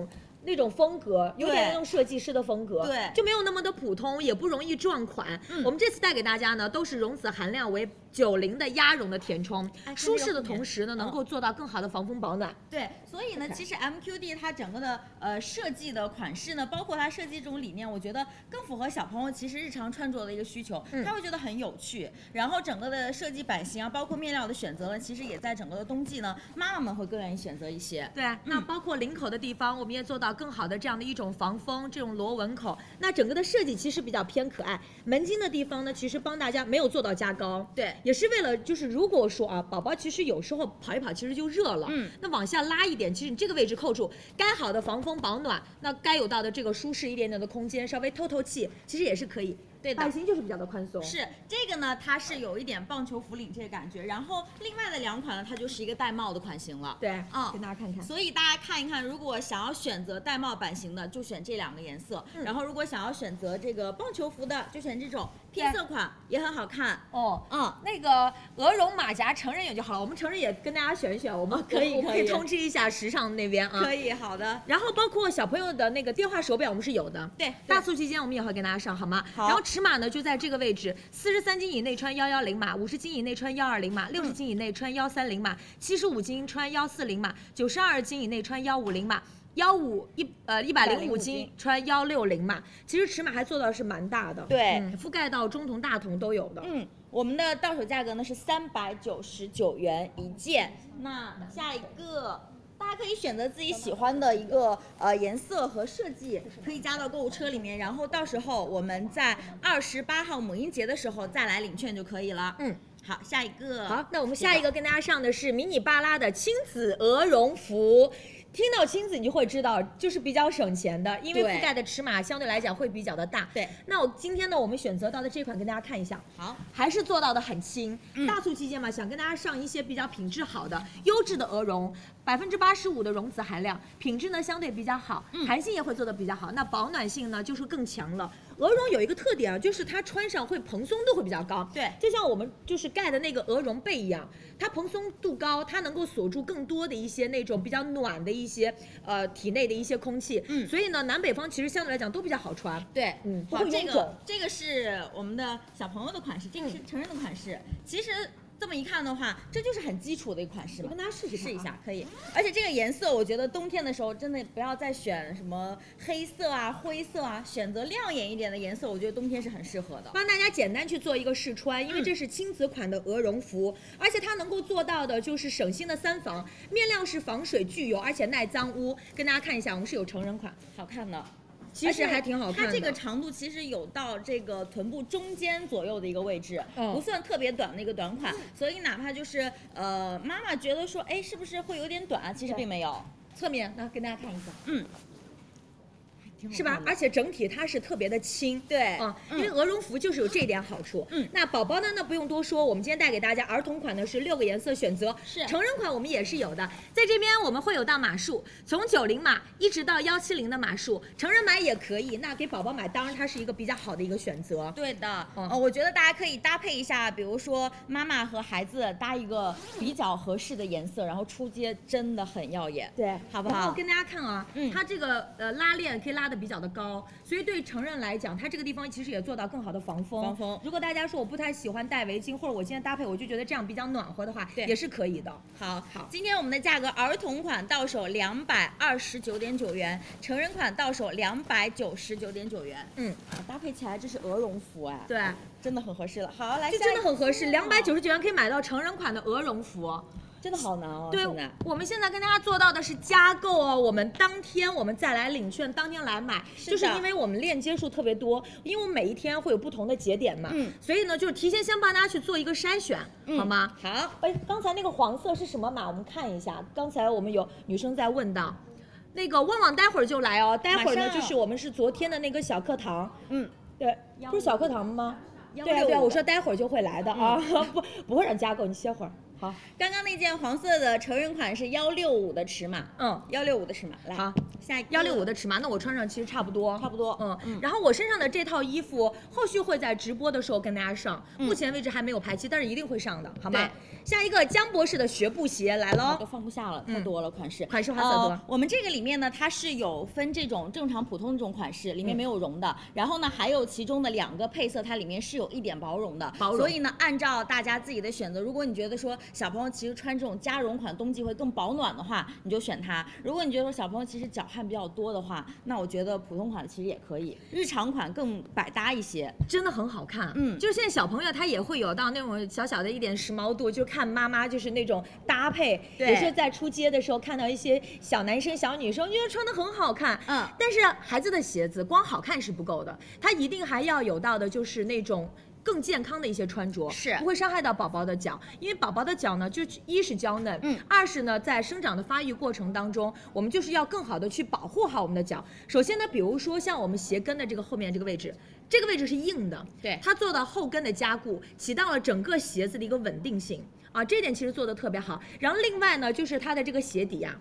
[SPEAKER 2] 那种风格，有点
[SPEAKER 3] 对
[SPEAKER 2] 那种设计师的风格，
[SPEAKER 3] 对
[SPEAKER 2] 就没有那么的普通，也不容易撞款。
[SPEAKER 3] 嗯
[SPEAKER 2] 我们这次带给大家呢，都是绒子含量为九零的鸭绒的填充，
[SPEAKER 3] 哎
[SPEAKER 2] 舒适的
[SPEAKER 3] 看这个后面
[SPEAKER 2] 同时呢，能
[SPEAKER 3] 嗯
[SPEAKER 2] 够做到更好的防风保暖。
[SPEAKER 3] 对，所以呢，
[SPEAKER 2] OK
[SPEAKER 3] 其实 MQD 它整个的呃设计的款式呢，包括它设计这种理念，我觉得更符合小朋友其实日常穿着的一个需求，
[SPEAKER 2] 嗯
[SPEAKER 3] 他会觉得很有趣。然后整个的设计版型啊，包括面料的选择呢，其实也在整个的冬季呢，妈妈们会更愿意选择一些。
[SPEAKER 2] 对，啊那包括领口的地方，我们也做到更好的这样的一种防风，这种螺纹口。那整个的设计其实比较偏可爱。门襟的地方呢，其实帮大家没有做到加高，
[SPEAKER 3] 对
[SPEAKER 2] 也是为了就是如果说啊，宝宝其实有时候跑一跑其实就热了，
[SPEAKER 3] 嗯，
[SPEAKER 2] 那往下拉一点，其实你这个位置扣住，该好的防风保暖，那该有到的这个舒适一点点的空间，稍微透透气，其实也是可以。
[SPEAKER 3] 对的
[SPEAKER 2] 版型就是比较的宽松，
[SPEAKER 3] 是这个呢，它是有一点棒球服领这个感觉，然后另外的两款呢，它就是一个戴帽的款型了。
[SPEAKER 2] 对，
[SPEAKER 3] 嗯
[SPEAKER 2] 给大家看看。
[SPEAKER 3] 所以大家看一看，如果想要选择戴帽版型的，就选这两个颜色；
[SPEAKER 2] 嗯
[SPEAKER 3] 然后如果想要选择这个棒球服的，就选这种拼哦色款，也很好看。
[SPEAKER 2] 哦，
[SPEAKER 3] 嗯，
[SPEAKER 2] 那个鹅绒马甲成人也就好了，我们成人也跟大家选一选，我们
[SPEAKER 3] 可以
[SPEAKER 2] 哦我们可以
[SPEAKER 3] 可以
[SPEAKER 2] 通知一下时尚那边啊。
[SPEAKER 3] 可。以，好的。
[SPEAKER 2] 然后包括小朋友的那个电话手表，我们是有的。
[SPEAKER 3] 对
[SPEAKER 2] 大促期间我们也会跟大家上，好吗？
[SPEAKER 3] 好
[SPEAKER 2] 然后尺码呢就在这个位置，四十三斤以内穿幺幺零码，五十斤以内穿幺二零
[SPEAKER 3] 嗯
[SPEAKER 2] 码，六十斤以内穿幺三零码，七十五斤穿幺四零码，九十二斤以内穿幺五零码。幺五一呃一百零五斤穿幺六零码，其实尺码还做到是蛮大的，
[SPEAKER 3] 对
[SPEAKER 2] 嗯覆盖到中童大童都有的，
[SPEAKER 3] 嗯，我们的到手价格呢是三百九十九元一件。那下一个，大家可以选择自己喜欢的一个呃颜色和设计，可以加到购物车里面，然后到时候我们在二十八号母婴节的时候再来领券就可以了。
[SPEAKER 2] 嗯，
[SPEAKER 3] 好，下一个。
[SPEAKER 2] 好，那我们下一个跟大家上的是迷你巴拉的亲子鹅绒服。听到亲子你就会知道，就是比较省钱的，因为
[SPEAKER 3] 对
[SPEAKER 2] 覆盖的尺码相对来讲会比较的大。
[SPEAKER 3] 对，
[SPEAKER 2] 那我今天呢，我们选择到的这款跟大家看一下，
[SPEAKER 3] 好，嗯
[SPEAKER 2] 还是做到的很轻。大促期间嘛，想跟大家上一些比较品质好的、优质的鹅绒，百分之八十五的绒子含量，品质呢相对比较好，
[SPEAKER 3] 嗯
[SPEAKER 2] 弹性也会做的比较好，那保暖性呢就是更强了。鹅绒有一个特点啊，就是它穿上会蓬松度会比较高。
[SPEAKER 3] 对，
[SPEAKER 2] 就像我们就是盖的那个鹅绒被一样，它蓬松度高，它能够锁住更多的一些那种比较暖的一些呃体内的一些空气。嗯，所以呢，南北方其实相对来讲都比较好穿。
[SPEAKER 3] 对，
[SPEAKER 2] 嗯，不
[SPEAKER 3] 好，
[SPEAKER 2] 会
[SPEAKER 3] 这
[SPEAKER 2] 臃
[SPEAKER 3] 个
[SPEAKER 2] 肿。
[SPEAKER 3] 这个是我们的小朋友的款式，这个
[SPEAKER 2] 嗯
[SPEAKER 3] 是成人的款式。其实这么一看的话，这就是很基础的一款式嘛。
[SPEAKER 2] 我跟大家试试看啊
[SPEAKER 3] 试一下，可以。而且这个颜色，我觉得冬天的时候真的不要再选什么黑色啊、灰色啊，选择亮眼一点的颜色，我觉得冬天是很适合的。嗯
[SPEAKER 2] 帮大家简单去做一个试穿，因为这是亲子款的鹅绒服，而且它能够做到的就是省心的三防，面料是防水聚油，而且耐脏污。跟大家看一下，我们是有成人款，
[SPEAKER 3] 好看的。
[SPEAKER 2] 其实
[SPEAKER 3] 而且
[SPEAKER 2] 还挺好看的
[SPEAKER 3] 它这个长度其实有到这个臀部中间左右的一个位置，
[SPEAKER 2] 嗯
[SPEAKER 3] 不算特别短的一个短款。所以哪怕就是呃，妈妈觉得说，哎，是不是会有点短啊？其实并没有。
[SPEAKER 2] 侧面，那跟大家看一下，
[SPEAKER 3] 嗯，
[SPEAKER 2] 是吧？而且整体它是特别的轻，
[SPEAKER 3] 对嗯
[SPEAKER 2] 啊，因为鹅绒服就是有这一点好处。嗯，那宝宝呢？那不用多说，我们今天带给大家儿童款呢是六个颜色选择，
[SPEAKER 3] 是
[SPEAKER 2] 成人款我们也是有的，在这边我们会有到码数，从九零码一直到幺七零的码数，成人买也可以，那给宝宝买当然它是一个比较好的一个选择。
[SPEAKER 3] 对的，
[SPEAKER 2] 哦
[SPEAKER 3] 呃，我觉得大家可以搭配一下，比如说妈妈和孩子搭一个比较合适的颜色，然后出街真的很耀眼，
[SPEAKER 2] 对，
[SPEAKER 3] 好不
[SPEAKER 2] 然
[SPEAKER 3] 好
[SPEAKER 2] 后？跟大家看啊，
[SPEAKER 3] 嗯
[SPEAKER 2] 它这个呃拉链可以拉的比较的高，所以对成人来讲，它这个地方其实也做到更好的防风。
[SPEAKER 3] 防风
[SPEAKER 2] 如果大家说我不太喜欢戴围巾，或者我今天搭配我就觉得这样比较暖和的话，
[SPEAKER 3] 对
[SPEAKER 2] 也是可以的。
[SPEAKER 3] 好
[SPEAKER 2] 好
[SPEAKER 3] 今天我们的价格，儿童款到手两百二十九点九元，成人款到手两百九十九点九元。
[SPEAKER 2] 嗯，
[SPEAKER 3] 搭配起来这是鹅绒服哎，
[SPEAKER 2] 对，
[SPEAKER 3] 真的很合适了。好，来，
[SPEAKER 2] 这
[SPEAKER 3] 下一
[SPEAKER 2] 真的很合适，
[SPEAKER 3] 个
[SPEAKER 2] 两百九十九元可以买到成人款的鹅绒服。
[SPEAKER 3] 真的好难哦，
[SPEAKER 2] 对
[SPEAKER 3] 现在，
[SPEAKER 2] 我们现在跟大家做到的是加购哦，我们当天我们再来领券，当天来买，
[SPEAKER 3] 的
[SPEAKER 2] 就是因为我们链接数特别多，因为我们每一天会有不同的节点嘛，嗯，所以呢，就是提前先帮大家去做一个筛选，好吗？
[SPEAKER 3] 嗯好，
[SPEAKER 2] 哎，刚才那个黄色是什么码？我们看一下，刚才我们有女生在问到。那个旺旺待会儿就来哦，待会儿呢
[SPEAKER 3] 马上
[SPEAKER 2] 就是我们是昨天的那个小课堂，
[SPEAKER 3] 嗯，
[SPEAKER 2] 对，不是小课堂吗？对啊
[SPEAKER 3] 155
[SPEAKER 2] 对啊，我说待会儿就会来的啊，
[SPEAKER 3] 嗯
[SPEAKER 2] 不不会让你加购，你歇会儿，好。
[SPEAKER 3] 刚刚那件黄色的成人款是幺六五的尺码，
[SPEAKER 2] 嗯，
[SPEAKER 3] 幺六五的尺码，来，
[SPEAKER 2] 好，
[SPEAKER 3] 下一个
[SPEAKER 2] 幺六五的尺码，那我穿上其实差不多，嗯差不多，嗯，
[SPEAKER 3] 嗯
[SPEAKER 2] 然后我身上的这套衣服，后续会在直播的时候跟大家上，目前为止还没有排期，但是一定会上的，好吗
[SPEAKER 3] 对？
[SPEAKER 2] 下一个江博士的学步鞋来
[SPEAKER 3] 我
[SPEAKER 2] 喽
[SPEAKER 3] 都，放不下了，太多了款式。
[SPEAKER 2] 款式花色多
[SPEAKER 3] 呃我们这个里面呢，它是有分这种正常普通的这种款式，里
[SPEAKER 2] 嗯
[SPEAKER 3] 面没有绒的。然后呢，还有其中的两个配色，它里面是有一点薄绒的。
[SPEAKER 2] 薄绒
[SPEAKER 3] 所以呢，按照大家自己的选择，如果你觉得说小朋友其实穿这种加绒款冬季会更保暖的话，你就选它。如果你觉得说小朋友其实脚汗比较多的话，那我觉得普通款其实也可以，日常款更百搭一些。
[SPEAKER 2] 真的很好看，
[SPEAKER 3] 嗯
[SPEAKER 2] 就是现在小朋友他也会有到那种小小的一点时髦度，就看妈妈就是那种搭配，
[SPEAKER 3] 对
[SPEAKER 2] 有时候在出街的时候看到一些小男生、小女生，觉得穿的很好看，
[SPEAKER 3] 嗯
[SPEAKER 2] 但是孩子的鞋子光好看是不够的，他一定还要有到的就是那种。更健康的一些穿着
[SPEAKER 3] 是
[SPEAKER 2] 不会伤害到宝宝的脚，因为宝宝的脚呢，就一是娇嫩，
[SPEAKER 3] 嗯
[SPEAKER 2] 二是呢，在生长的发育过程当中，我们就是要更好的去保护好我们的脚。首先呢，比如说像我们鞋跟的这个后面这个位置，这个位置是硬的，
[SPEAKER 3] 对
[SPEAKER 2] 它做到后跟的加固，起到了整个鞋子的一个稳定性啊，这点其实做的特别好。然后另外呢，就是它的这个鞋底呀、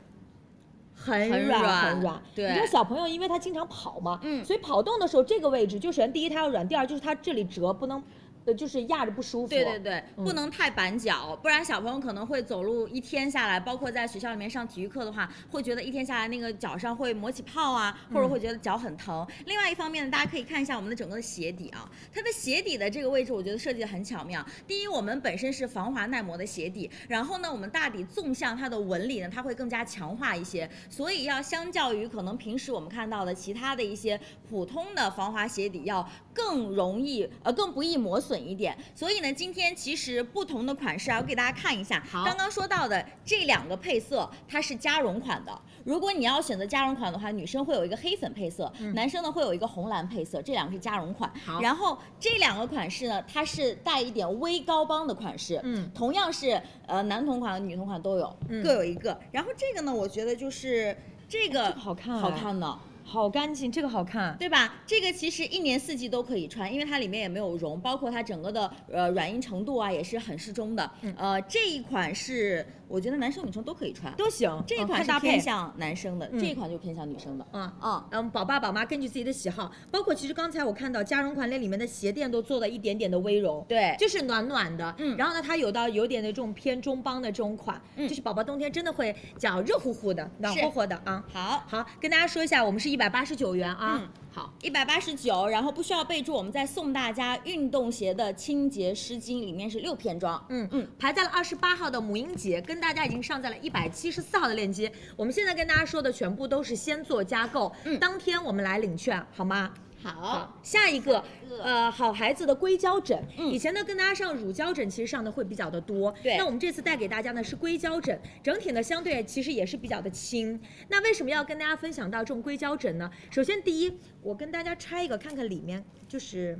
[SPEAKER 2] 很
[SPEAKER 3] 很
[SPEAKER 2] 软
[SPEAKER 3] 软
[SPEAKER 2] 很软，
[SPEAKER 3] 对
[SPEAKER 2] 你知道小朋友因为他经常跑嘛，
[SPEAKER 3] 嗯
[SPEAKER 2] 所以跑动的时候这个位置就首先第一它要软，第二就是它这里折不能，呃，就是压着不舒服。
[SPEAKER 3] 对对对，
[SPEAKER 2] 嗯
[SPEAKER 3] 不能太板脚，不然小朋友可能会走路一天下来，包括在学校里面上体育课的话，会觉得一天下来那个脚上会磨起泡啊，或
[SPEAKER 2] 嗯
[SPEAKER 3] 者会觉得脚很疼。另外一方面呢，大家可以看一下我们的整个的鞋底啊，它的鞋底的这个位置，我觉得设计的很巧妙。第一，我们本身是防滑耐磨的鞋底，然后呢，我们大底纵向它的纹理呢，它会更加强化一些，所以要相较于可能平时我们看到的其他的一些普通的防滑鞋底要更容易呃更不易磨损。损一点。所以呢，今天其实不同的款式啊，我给大家看一下。刚刚说到的这两个配色，它是加绒款的。如果你要选择加绒款的话，女生会有一个黑粉配色，男生呢会有一个红蓝配色，这两个是加绒款。然后这两个款式呢，它是带一点微高帮的款式，
[SPEAKER 2] 嗯
[SPEAKER 3] 同样是呃男童款、女童款都有，
[SPEAKER 2] 嗯
[SPEAKER 3] 各有一个。然后这个呢，我觉得就是这个好看好看呢。
[SPEAKER 2] 好干净，这个好看。
[SPEAKER 3] 对吧？这个其实一年四季都可以穿，因为它里面也没有绒，包括它整个的呃软硬程度啊也是很适中的。
[SPEAKER 2] 嗯
[SPEAKER 3] 呃，这一款是我觉得男生女生都可以穿，
[SPEAKER 2] 都行
[SPEAKER 3] 这一
[SPEAKER 2] 嗯
[SPEAKER 3] 款
[SPEAKER 2] 看
[SPEAKER 3] 是
[SPEAKER 2] 搭配
[SPEAKER 3] 偏向男生的，
[SPEAKER 2] 嗯
[SPEAKER 3] 这一款就偏向女生的。哦
[SPEAKER 2] 啊啊，嗯，宝爸宝妈根据自己的喜好，包括其实刚才我看到加绒款类里面的鞋垫都做了一点点的微绒，
[SPEAKER 3] 对
[SPEAKER 2] 就是暖暖的，嗯，然后呢，它有到有点的这种偏中帮的这种款，嗯，就是宝宝冬天真的会脚热乎乎的，暖和和的啊。
[SPEAKER 3] 好，
[SPEAKER 2] 好，跟大家说一下，我们是一百八十九元啊，
[SPEAKER 3] 嗯
[SPEAKER 2] 好，
[SPEAKER 3] 一百八十九，然后不需要备注，我们再送大家运动鞋的清洁湿巾，里面是六片装。
[SPEAKER 2] 嗯嗯，排在了二十八号的母婴节，跟大家已经上在了一百七十四号的链接。我们现在跟大家说的全部都是先做加购，当天我们来领券，好吗？
[SPEAKER 3] 好，
[SPEAKER 2] 下一个，呃，好孩子的硅胶枕，以前呢跟大家上乳胶枕，其实上的会比较的多。
[SPEAKER 3] 嗯对
[SPEAKER 2] 那我们这次带给大家呢是硅胶枕，整体呢相对其实也是比较的轻。那为什么要跟大家分享到这种硅胶枕呢？首先第一，我跟大家拆一个看看里面，就是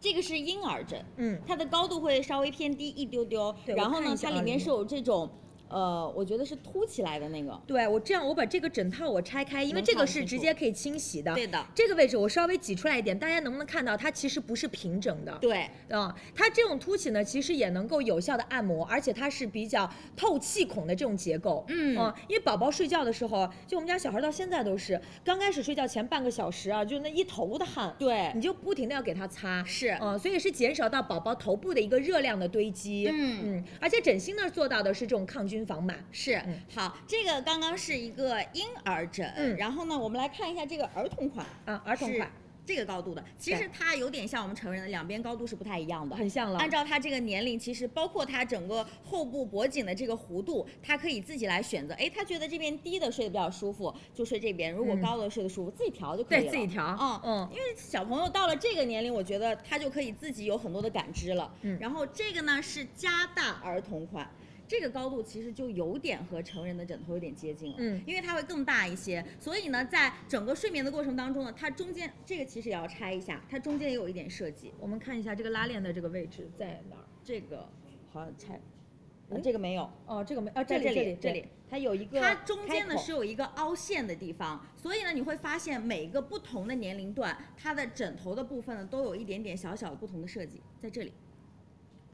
[SPEAKER 3] 这个是婴儿枕，
[SPEAKER 2] 嗯，
[SPEAKER 3] 它的高度会稍微偏低一丢丢，
[SPEAKER 2] 对
[SPEAKER 3] 然后
[SPEAKER 2] 我看
[SPEAKER 3] 呢
[SPEAKER 2] 一，下
[SPEAKER 3] 它
[SPEAKER 2] 啊里
[SPEAKER 3] 里面
[SPEAKER 2] 面
[SPEAKER 3] 是有这种，呃，我觉得是凸起来的那个。
[SPEAKER 2] 对我这样，我把这个枕套我拆开，因为
[SPEAKER 3] 能
[SPEAKER 2] 这个
[SPEAKER 3] 看
[SPEAKER 2] 是
[SPEAKER 3] 清
[SPEAKER 2] 直
[SPEAKER 3] 楚
[SPEAKER 2] 接可以清洗的。
[SPEAKER 3] 对的
[SPEAKER 2] 这个位置我稍微挤出来一点，大家能不能看到它其实不是平整的？
[SPEAKER 3] 对，
[SPEAKER 2] 嗯，它这种凸起呢，其实也能够有效的按摩，而且它是比较透气孔的这种结构。
[SPEAKER 3] 嗯
[SPEAKER 2] 因为宝宝睡觉的时候，就我们家小孩到现在都是刚开始睡觉前半个小时啊，就那一头的汗，
[SPEAKER 3] 对
[SPEAKER 2] 你就不停的要给他擦。
[SPEAKER 3] 是
[SPEAKER 2] 嗯，所以是减少到宝宝头部的一个热量的堆积。
[SPEAKER 3] 嗯
[SPEAKER 2] 嗯，而且枕芯呢做到的是这种抗菌防螨。
[SPEAKER 3] 是
[SPEAKER 2] 嗯
[SPEAKER 3] 好，这个刚刚是一个婴儿枕，
[SPEAKER 2] 嗯
[SPEAKER 3] 然后呢，我们来看一下这个儿童款
[SPEAKER 2] 啊儿童款。
[SPEAKER 3] 这个高度的，其实
[SPEAKER 2] 对
[SPEAKER 3] 它有点像我们成人的，两边高度是不太一样的，
[SPEAKER 2] 很像了
[SPEAKER 3] 按照它这个年龄，其实包括它整个后部脖颈的这个弧度，它可以自己来选择。哎，他觉得这边低的睡得比较舒服，就睡这边；如果
[SPEAKER 2] 嗯
[SPEAKER 3] 高的睡得舒服，自己调就可以
[SPEAKER 2] 对
[SPEAKER 3] 了。
[SPEAKER 2] 自己调
[SPEAKER 3] 嗯
[SPEAKER 2] 嗯
[SPEAKER 3] 因为小朋友到了这个年龄，我觉得他就可以自己有很多的感知了。
[SPEAKER 2] 嗯
[SPEAKER 3] 然后这个呢是加大儿童款。这个高度其实就有点和成人的枕头有点接近了，
[SPEAKER 2] 嗯
[SPEAKER 3] 因为它会更大一些，所以呢，在整个睡眠的过程当中呢，它中间这个其实也要拆一下，它中间也有一点设计，
[SPEAKER 2] 我们看一下这个拉链的这个位置在哪儿？
[SPEAKER 3] 这个好像拆，呃这个没有，
[SPEAKER 2] 哦，这个没，啊，
[SPEAKER 3] 在
[SPEAKER 2] 这
[SPEAKER 3] 这
[SPEAKER 2] 这
[SPEAKER 3] 里
[SPEAKER 2] 里
[SPEAKER 3] 这里，
[SPEAKER 2] 它有一个
[SPEAKER 3] 它中间呢
[SPEAKER 2] 开口
[SPEAKER 3] 是有一个凹陷的地方，所以呢你会发现每个不同的年龄段，它的枕头的部分呢都有一点点小小的不同的设计，在这里。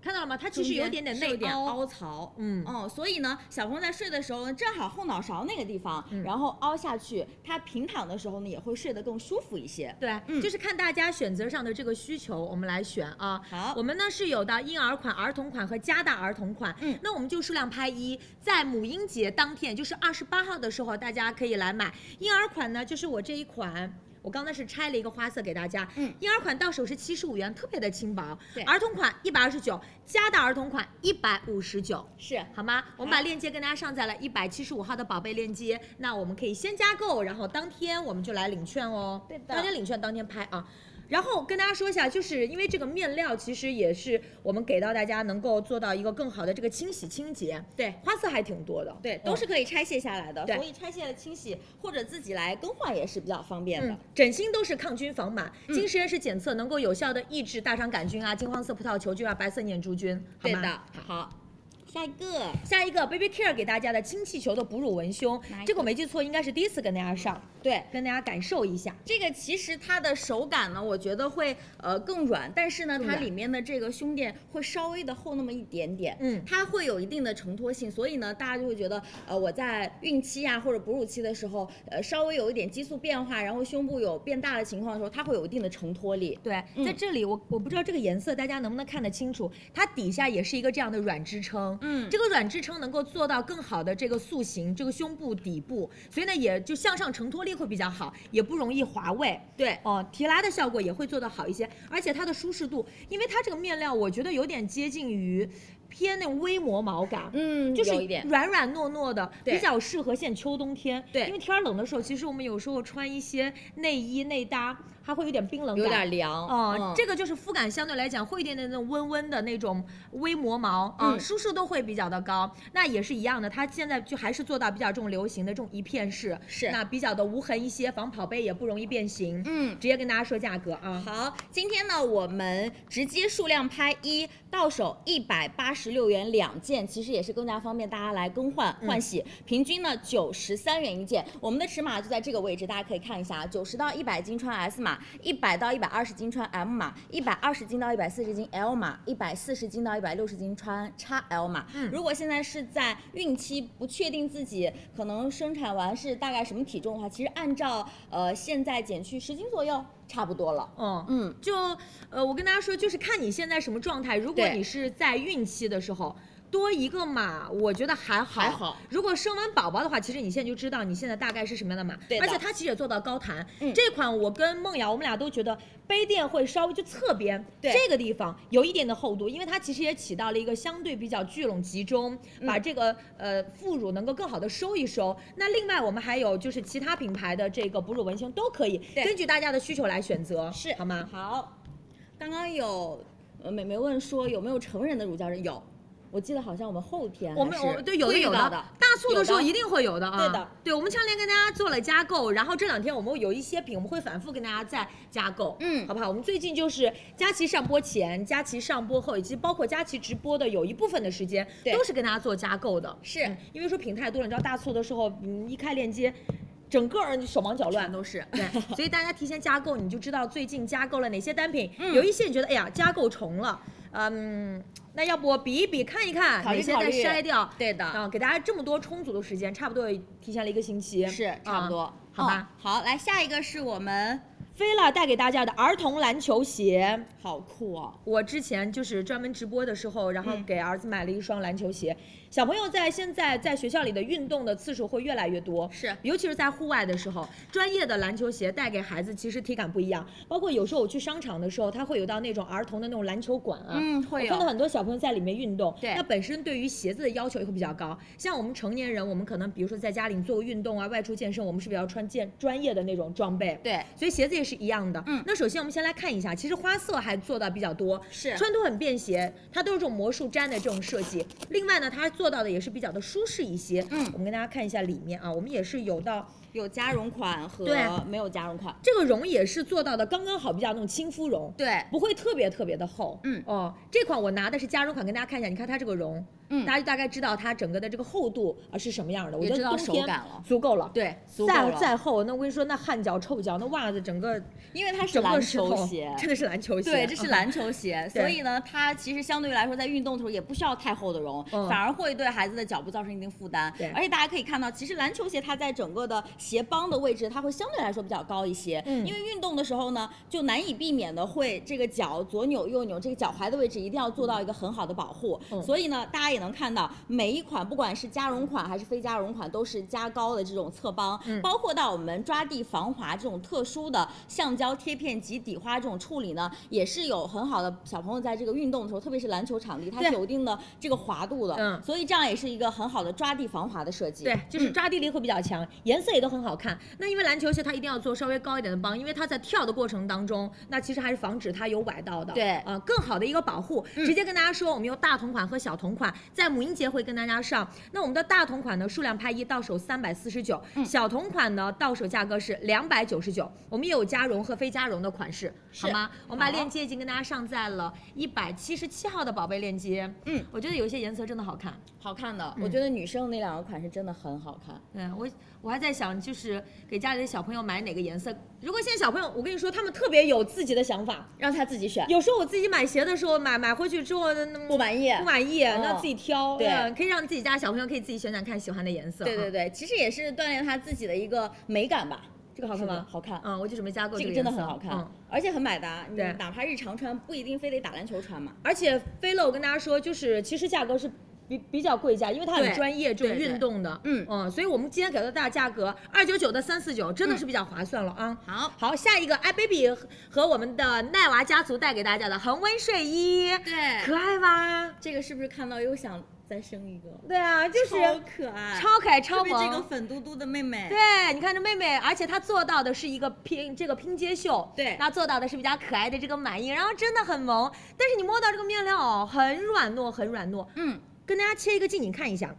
[SPEAKER 2] 看到了吗？它其实有点点
[SPEAKER 3] 中间是
[SPEAKER 2] 内
[SPEAKER 3] 有点凹
[SPEAKER 2] 凹，
[SPEAKER 3] 槽，
[SPEAKER 2] 嗯
[SPEAKER 3] 哦，所以呢，小朋友在睡的时候呢，正好后脑勺那个地方，
[SPEAKER 2] 嗯
[SPEAKER 3] 然后凹下去，他平躺的时候呢，也会睡得更舒服一些。
[SPEAKER 2] 对，
[SPEAKER 3] 嗯
[SPEAKER 2] 就是看大家选择上的这个需求，我们来选啊。
[SPEAKER 3] 好
[SPEAKER 2] 我们呢是有的婴儿款、儿童款和加大儿童款。
[SPEAKER 3] 嗯
[SPEAKER 2] 那我们就数量拍一，在母婴节当天，也就是二十八号的时候，大家可以来买婴儿款呢，就是我这一款。我刚才是拆了一个花色给大家，
[SPEAKER 3] 嗯
[SPEAKER 2] 婴儿款到手是七十五元，特别的轻薄，
[SPEAKER 3] 对
[SPEAKER 2] 儿童款一百二十九，加大儿童款一百五十九，
[SPEAKER 3] 是
[SPEAKER 2] 好吗？我们把链接跟大家上在了一百七十五号的宝贝链接，那我们可以先加购，然后当天我们就来领券哦。
[SPEAKER 3] 对的
[SPEAKER 2] 当天领券当天拍啊。然后跟大家说一下，就是因为这个面料其实也是我们给到大家能够做到一个更好的这个清洗清洁，
[SPEAKER 3] 对，
[SPEAKER 2] 花色还挺多的，
[SPEAKER 3] 对，
[SPEAKER 2] 嗯
[SPEAKER 3] 都是可以拆卸下来的，
[SPEAKER 2] 对
[SPEAKER 3] 所以拆卸了清洗或者自己来更换也是比较方便的。
[SPEAKER 2] 嗯，枕芯都是抗菌防螨，经实验室检测能够有效的抑制大肠杆菌啊、金黄色葡萄球菌啊、白色念珠菌，好
[SPEAKER 3] 对
[SPEAKER 2] 吗？
[SPEAKER 3] 的，好，下一个
[SPEAKER 2] 下一个 Baby Care 给大家的氢气球的哺乳文胸
[SPEAKER 3] 哪一个，
[SPEAKER 2] 这个我没记错，应该是第一次跟大家上，
[SPEAKER 3] 对。
[SPEAKER 2] 跟大家感受一下。
[SPEAKER 3] 这个其实它的手感呢，我觉得会呃更软，但是呢，
[SPEAKER 2] 更
[SPEAKER 3] 它
[SPEAKER 2] 软
[SPEAKER 3] 里面的这个胸垫会稍微的厚那么一点点，
[SPEAKER 2] 嗯
[SPEAKER 3] 它会有一定的承托性，所以呢，大家就会觉得呃我在孕期啊或者哺乳期的时候，呃稍微有一点激素变化，然后胸部有变大的情况的时候，它会有一定的承托力。
[SPEAKER 2] 对，
[SPEAKER 3] 嗯
[SPEAKER 2] 在这里我我不知道这个颜色大家能不能看得清楚，它底下也是一个这样的软支撑，
[SPEAKER 3] 嗯
[SPEAKER 2] 这个软支撑能够做到更好的这个塑形，这个胸部底部，所以呢也就向上承托力会比较好，也不容易滑位。
[SPEAKER 3] 对
[SPEAKER 2] 哦，提拉的效果也会做得好一些，而且它的舒适度，因为它这个面料我觉得有点接近于。偏那种微磨毛感，
[SPEAKER 3] 嗯
[SPEAKER 2] 就是
[SPEAKER 3] 有一点
[SPEAKER 2] 软软糯糯的，
[SPEAKER 3] 对
[SPEAKER 2] 比较适合现秋冬天。
[SPEAKER 3] 对
[SPEAKER 2] 因为天儿冷的时候，其实我们有时候穿一些内衣内搭，它会有点冰冷感，
[SPEAKER 3] 有点凉
[SPEAKER 2] 啊、
[SPEAKER 3] 嗯
[SPEAKER 2] 这个就是肤感相对来讲会一点点那种温温的那种微磨毛，啊
[SPEAKER 3] 嗯
[SPEAKER 2] 舒适度会比较的高。那也是一样的，它现在就还是做到比较这种流行的这种一片式，
[SPEAKER 3] 是
[SPEAKER 2] 那比较的无痕一些，防跑杯也不容易变形。
[SPEAKER 3] 嗯，
[SPEAKER 2] 直接跟大家说价格
[SPEAKER 7] 嗯
[SPEAKER 2] 啊。
[SPEAKER 3] 好，今天呢，我们直接数量拍一，到手一百八十六元两件，其实也是更加方便大家来更换
[SPEAKER 7] 嗯
[SPEAKER 3] 换洗。平均呢九十三元一件，我们的尺码就在这个位置，大家可以看一下，九十到一百斤穿 S 码，一百到一百二十斤穿 M 码，一百二十斤到一百四十斤 L 码，一百四十斤到一百六十斤穿 XL 码。
[SPEAKER 7] 嗯
[SPEAKER 3] 如果现在是在孕期，不确定自己可能生产完是大概什么体重的话，其实按照呃现在减去十斤左右，差不多了。
[SPEAKER 2] 嗯
[SPEAKER 3] 嗯，
[SPEAKER 2] 就呃，我跟大家说，就是看你现在什么状态。如果
[SPEAKER 3] 对
[SPEAKER 2] 你是在孕期的时候。多一个码，我觉得还好。
[SPEAKER 3] 还好。
[SPEAKER 2] 如果生完宝宝的话，其实你现在就知道你现在大概是什么样的码。
[SPEAKER 3] 对的
[SPEAKER 2] 而
[SPEAKER 3] 嗯
[SPEAKER 2] 且它其实也做到高弹。这款我跟梦瑶，我们俩都觉得杯垫会稍微就侧边
[SPEAKER 3] 对
[SPEAKER 2] 这个地方有一点的厚度，因为它其实也起到了一个相对比较聚拢集中，
[SPEAKER 3] 嗯
[SPEAKER 2] 把这个呃副乳能够更好的收一收。那另外我们还有就是其他品牌的这个哺乳文胸都可以，
[SPEAKER 3] 对
[SPEAKER 2] 根据大家的需求来选择，是好吗？
[SPEAKER 3] 好，刚刚有呃美眉问说有没有成人的乳胶枕？有，我记得好像我们后天
[SPEAKER 2] 我们
[SPEAKER 3] 还是
[SPEAKER 2] 我对有
[SPEAKER 3] 会
[SPEAKER 2] 的
[SPEAKER 3] 遇
[SPEAKER 2] 有的，
[SPEAKER 3] 到
[SPEAKER 2] 大促的时候一定会有的啊。
[SPEAKER 3] 对的，，
[SPEAKER 2] 对我们前两天跟大家做了加购，然后这两天我们有一些品我们会反复跟大家再加购，嗯，好不好？我们最近就是佳琦上播前、佳琦上播后，以及包括佳琦直播的有一部分的时间，都是跟大家做加购的，嗯
[SPEAKER 3] 是、
[SPEAKER 2] 因为说品太多了，你知道大促的时候，嗯，一开链接。整个人手忙脚乱，都是对， 所以大家提前加购，你就知道最近加购了哪些单品。
[SPEAKER 3] 嗯
[SPEAKER 2] 有一些你觉得，哎呀，加购重了，嗯，那要不我比一比，看一看
[SPEAKER 3] 考虑
[SPEAKER 2] 哪些
[SPEAKER 3] 考
[SPEAKER 2] 再
[SPEAKER 3] 虑
[SPEAKER 2] 筛掉，
[SPEAKER 3] 对的
[SPEAKER 2] 啊，给大家这么多充足的时间，差不多也提前了一个星期，
[SPEAKER 3] 是差不多哦
[SPEAKER 2] 啊好吧？
[SPEAKER 3] 好，来下一个是我们
[SPEAKER 2] 菲拉带给大家的儿童篮球鞋，
[SPEAKER 3] 好酷哦！
[SPEAKER 2] 我之前就是专门直播的时候，然后
[SPEAKER 3] 嗯
[SPEAKER 2] 给儿子买了一双篮球鞋。小朋友在现在在学校里的运动的次数会越来越多，
[SPEAKER 3] 是，
[SPEAKER 2] 尤其是在户外的时候，专业的篮球鞋带给孩子其实体感不一样。包括有时候我去商场的时候，它会有到那种儿童的那种篮球馆啊，
[SPEAKER 3] 嗯会有
[SPEAKER 2] 我看到很多小朋友在里面运动，
[SPEAKER 3] 对
[SPEAKER 2] 那本身对于鞋子的要求也会比较高。像我们成年人，我们可能比如说在家里做个运动啊，外出健身，我们是比较穿健专业的那种装备，
[SPEAKER 3] 对
[SPEAKER 2] 所以鞋子也是一样的。嗯，那首先我们先来看一下，其实花色还做到比较多，
[SPEAKER 3] 是
[SPEAKER 2] 穿脱很便携，它都是这种魔术粘的这种设计。另外呢，它做到的也是比较的舒适一些。嗯，我们跟大家看一下里面啊，我们也是有到
[SPEAKER 3] 有加绒款和
[SPEAKER 2] 对
[SPEAKER 3] 没有加绒款。
[SPEAKER 2] 这个绒也是做到的刚刚好，比较那种亲肤绒，
[SPEAKER 3] 对，
[SPEAKER 2] 不会特别特别的厚。
[SPEAKER 3] 嗯
[SPEAKER 2] 哦，这款我拿的是加绒款，跟大家看一下，你看它这个绒，
[SPEAKER 3] 嗯
[SPEAKER 2] 大家就大概知道它整个的这个厚度啊是什么样的。我
[SPEAKER 3] 也
[SPEAKER 2] 觉
[SPEAKER 3] 知
[SPEAKER 2] 得
[SPEAKER 3] 道
[SPEAKER 2] 冬
[SPEAKER 3] 手
[SPEAKER 2] 天
[SPEAKER 3] 感了
[SPEAKER 2] 足够了。
[SPEAKER 3] 对足够
[SPEAKER 2] 再
[SPEAKER 3] 了
[SPEAKER 2] 再厚，那我跟你说，那汗脚臭脚，那袜子整个，
[SPEAKER 3] 因为它是
[SPEAKER 2] 整个
[SPEAKER 3] 篮
[SPEAKER 2] 湿
[SPEAKER 3] 球
[SPEAKER 2] 透
[SPEAKER 3] 鞋
[SPEAKER 2] 真的是篮球鞋，
[SPEAKER 3] 对，这是篮
[SPEAKER 2] 嗯
[SPEAKER 3] 球鞋，
[SPEAKER 2] 对
[SPEAKER 3] 所以呢，它其实相对来说在运动的时候也不需要太厚的绒，
[SPEAKER 2] 嗯
[SPEAKER 3] 反而会对孩子的脚部造成一定负担。
[SPEAKER 2] 对
[SPEAKER 3] 而且大家可以看到，其实篮球鞋它在整个的鞋帮的位置，它会相对来说比较高一些，
[SPEAKER 2] 嗯
[SPEAKER 3] 因为运动的时候呢，就难以避免的会这个脚左扭右扭，这个脚踝的位置一定要做到一个很好的保护。
[SPEAKER 2] 嗯
[SPEAKER 3] 所以呢，大家也能看到每一款，不管是加绒款还是非加绒款，都是加高的这种侧帮，
[SPEAKER 2] 嗯
[SPEAKER 3] 包括到我们抓地防滑这种特殊的橡胶贴片及底花这种处理呢，也是有很好的小朋友在这个运动的时候，特别是篮球场地，它
[SPEAKER 2] 对
[SPEAKER 3] 是有一定的这个滑度的，
[SPEAKER 2] 嗯
[SPEAKER 3] 所以这样也是一个很好的抓地防滑的设计。
[SPEAKER 2] 对，就是
[SPEAKER 3] 嗯
[SPEAKER 2] 抓地力会比较强，颜色也都很好看。那因为篮球鞋它一定要做稍微高一点的帮，因为它在跳的过程当中，那其实还是防止它有崴到的。
[SPEAKER 3] 对嗯
[SPEAKER 2] 啊、更好的一个保护。直接跟大家说，我们有大同款和小同款，在母婴节会跟大家上。那我们的大同款呢，数量拍一，到手三百四十九；
[SPEAKER 3] 嗯
[SPEAKER 2] 小同款呢，到手价格是两百九十九。我们也有加绒和非加绒的款式，好吗？我们把
[SPEAKER 3] 好
[SPEAKER 2] 链接已经跟大家上在了一百七十七号的宝贝链接。
[SPEAKER 3] 嗯，
[SPEAKER 2] 我觉得有一些颜色真的好看。
[SPEAKER 3] 好看的，
[SPEAKER 2] 嗯
[SPEAKER 3] 我觉得女生那两个款式真的很好看。
[SPEAKER 2] 对嗯我，我还在想，就是给家里的小朋友买哪个颜色。如果现在小朋友，我跟你说，他们特别有自己的想法。
[SPEAKER 3] 让他自己选，
[SPEAKER 2] 有时候我自己买鞋的时候，买买回去之后嗯
[SPEAKER 3] 不满意
[SPEAKER 2] 不满意，
[SPEAKER 3] 嗯
[SPEAKER 2] 那自己挑。
[SPEAKER 3] 对
[SPEAKER 2] 嗯可以让自己家小朋友可以自己选选看喜欢的颜色。
[SPEAKER 3] 对对
[SPEAKER 2] 对，
[SPEAKER 3] 对，其实也是锻炼他自己的一个美感吧。这个好看吗？好看，
[SPEAKER 2] 嗯，我就准备加购
[SPEAKER 3] 这
[SPEAKER 2] 个
[SPEAKER 3] 个真的
[SPEAKER 2] 颜色
[SPEAKER 3] 很好看，
[SPEAKER 2] 嗯
[SPEAKER 3] 而且很百搭。你
[SPEAKER 2] 对
[SPEAKER 3] 哪怕日常穿，不一定非得打篮球穿嘛。
[SPEAKER 2] 而且菲乐，我跟大家说，就是其实价格是。比比较贵价，因为它很
[SPEAKER 21] 对
[SPEAKER 2] 专业，这种
[SPEAKER 21] 对对
[SPEAKER 2] 运动的，嗯嗯，所以我们今天给到大家价格二九九到三四九，真
[SPEAKER 3] 嗯
[SPEAKER 2] 的是比较划算了啊。好，好，下一个 iBaby 和我们的奈娃家族带给大家的恒温睡衣，
[SPEAKER 3] 对
[SPEAKER 2] 可爱吧？
[SPEAKER 3] 这个是不是看到又想再生一个？
[SPEAKER 2] 对啊，就是
[SPEAKER 3] 超可爱，
[SPEAKER 2] 超可爱超
[SPEAKER 3] 特别这
[SPEAKER 2] 萌
[SPEAKER 3] 个粉嘟嘟的妹妹，
[SPEAKER 2] 对，你看这妹妹，而且她做到的是一个拼这个拼接袖，对，那做到的是比较可爱的这个满意，然后真的很萌。但是你摸到这个面料哦，很软糯，很软糯。嗯，跟大家切一个近景看一下。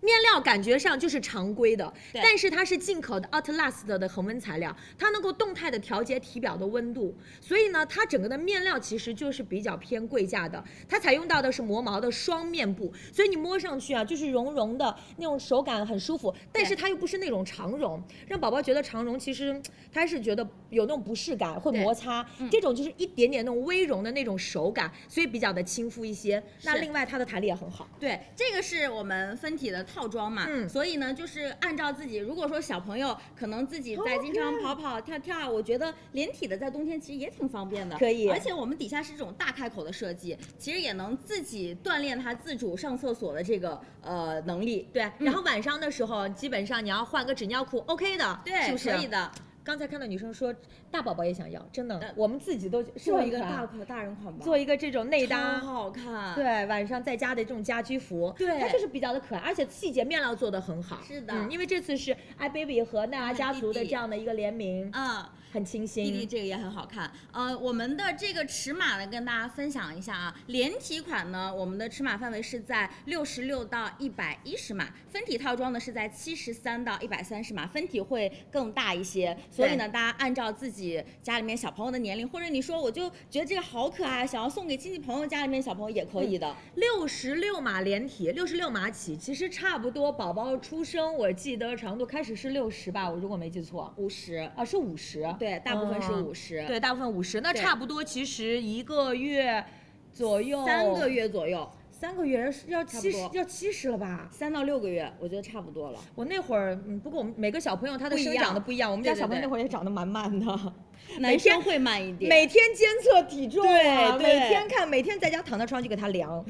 [SPEAKER 2] 面料感觉上就是常规的，
[SPEAKER 3] 对
[SPEAKER 2] 但是它是进口的 Outlast 的恒温材料，它能够动态的调节体表的温度，所以呢，它整个的面料其实就是比较偏贵价的。它采用到的是磨毛的双面布，所以你摸上去啊，就是绒绒的那种手感很舒服，但是它又不是那种长绒，让宝宝觉得长绒其实嗯他是觉得有那种不适感，会摩擦。
[SPEAKER 3] 嗯
[SPEAKER 2] 这种就是一点点那种微绒的那种手感，所以比较的亲肤一些。那
[SPEAKER 3] 是
[SPEAKER 2] 另外它的弹力也很好。
[SPEAKER 3] 对，这个是我们分体的套装嘛，
[SPEAKER 2] 嗯
[SPEAKER 3] 所以呢，就是按照自己，如果说小朋友可能自己在经
[SPEAKER 2] 哦
[SPEAKER 3] 常
[SPEAKER 2] 嗯
[SPEAKER 3] 跑跑跳跳啊，我觉得连体的在冬天其实也挺方便的，
[SPEAKER 2] 可以
[SPEAKER 3] 而且我们底下是这种大开口的设计，其实也能自己锻炼他自主上厕所的这个呃能力。
[SPEAKER 2] 对，然后晚上的时候，基本上你要换个纸尿裤，OK 的，
[SPEAKER 3] 对
[SPEAKER 2] 是不是？
[SPEAKER 3] 可以的。
[SPEAKER 2] 刚才看到女生说大宝宝也想要，真的，我们自己都是不
[SPEAKER 3] 做
[SPEAKER 2] 是
[SPEAKER 3] 一个
[SPEAKER 2] 很可爱
[SPEAKER 3] 大款大人款吧，
[SPEAKER 2] 做一个这种内搭，
[SPEAKER 3] 超好看。
[SPEAKER 2] 对，晚上在家的这种家居服，
[SPEAKER 3] 对
[SPEAKER 2] 它就是比较的可爱，而且细节面料做的很好。
[SPEAKER 3] 是的
[SPEAKER 2] 嗯，因为这次是 iBaby 和奈娃家族的这样的一个联名，
[SPEAKER 3] 啊，
[SPEAKER 2] 很清新。
[SPEAKER 3] 弟弟这个也很好看。呃，我们的这个尺码呢，跟大家分享一下啊。连体款呢，我们的尺码范围是在六十六到一百一十码；分体套装呢是在七十三到一百三十码，分体会更大一些。所以呢，
[SPEAKER 2] 对
[SPEAKER 3] 大家按照自己家里面小朋友的年龄，或者你说我就觉得这个好可爱，啊想要送给亲戚朋友家里面小朋友也可
[SPEAKER 2] 嗯
[SPEAKER 3] 以的。
[SPEAKER 2] 六十六码连体，六十六码起，其实差不多。宝宝出生，我记得长度开始是六十吧，我如果没记错，
[SPEAKER 3] 五十
[SPEAKER 2] 啊，是五十。
[SPEAKER 3] 对，大部分是
[SPEAKER 2] 嗯
[SPEAKER 3] 五十、
[SPEAKER 2] 对，大部分五十，那
[SPEAKER 3] 对
[SPEAKER 2] 差不多其实一个月左右，
[SPEAKER 3] 三个月左右，
[SPEAKER 2] 三个月要
[SPEAKER 3] 差不
[SPEAKER 2] 七十
[SPEAKER 3] 多
[SPEAKER 2] 要七十了吧？
[SPEAKER 3] 三到六个月，我觉得差不多了。
[SPEAKER 2] 我那会儿，嗯，不过我们每个小朋友他的
[SPEAKER 3] 不一
[SPEAKER 2] 生长
[SPEAKER 3] 样
[SPEAKER 2] 得不一样，我们
[SPEAKER 3] 对
[SPEAKER 2] 家
[SPEAKER 3] 对
[SPEAKER 2] 小朋友
[SPEAKER 3] 对
[SPEAKER 2] 那会儿也长得蛮慢的，每
[SPEAKER 3] 男生
[SPEAKER 2] 天
[SPEAKER 3] 会慢一点，
[SPEAKER 2] 每天监测体重啊，
[SPEAKER 3] 对对
[SPEAKER 2] 每天看，每天在家躺到床上就给他量，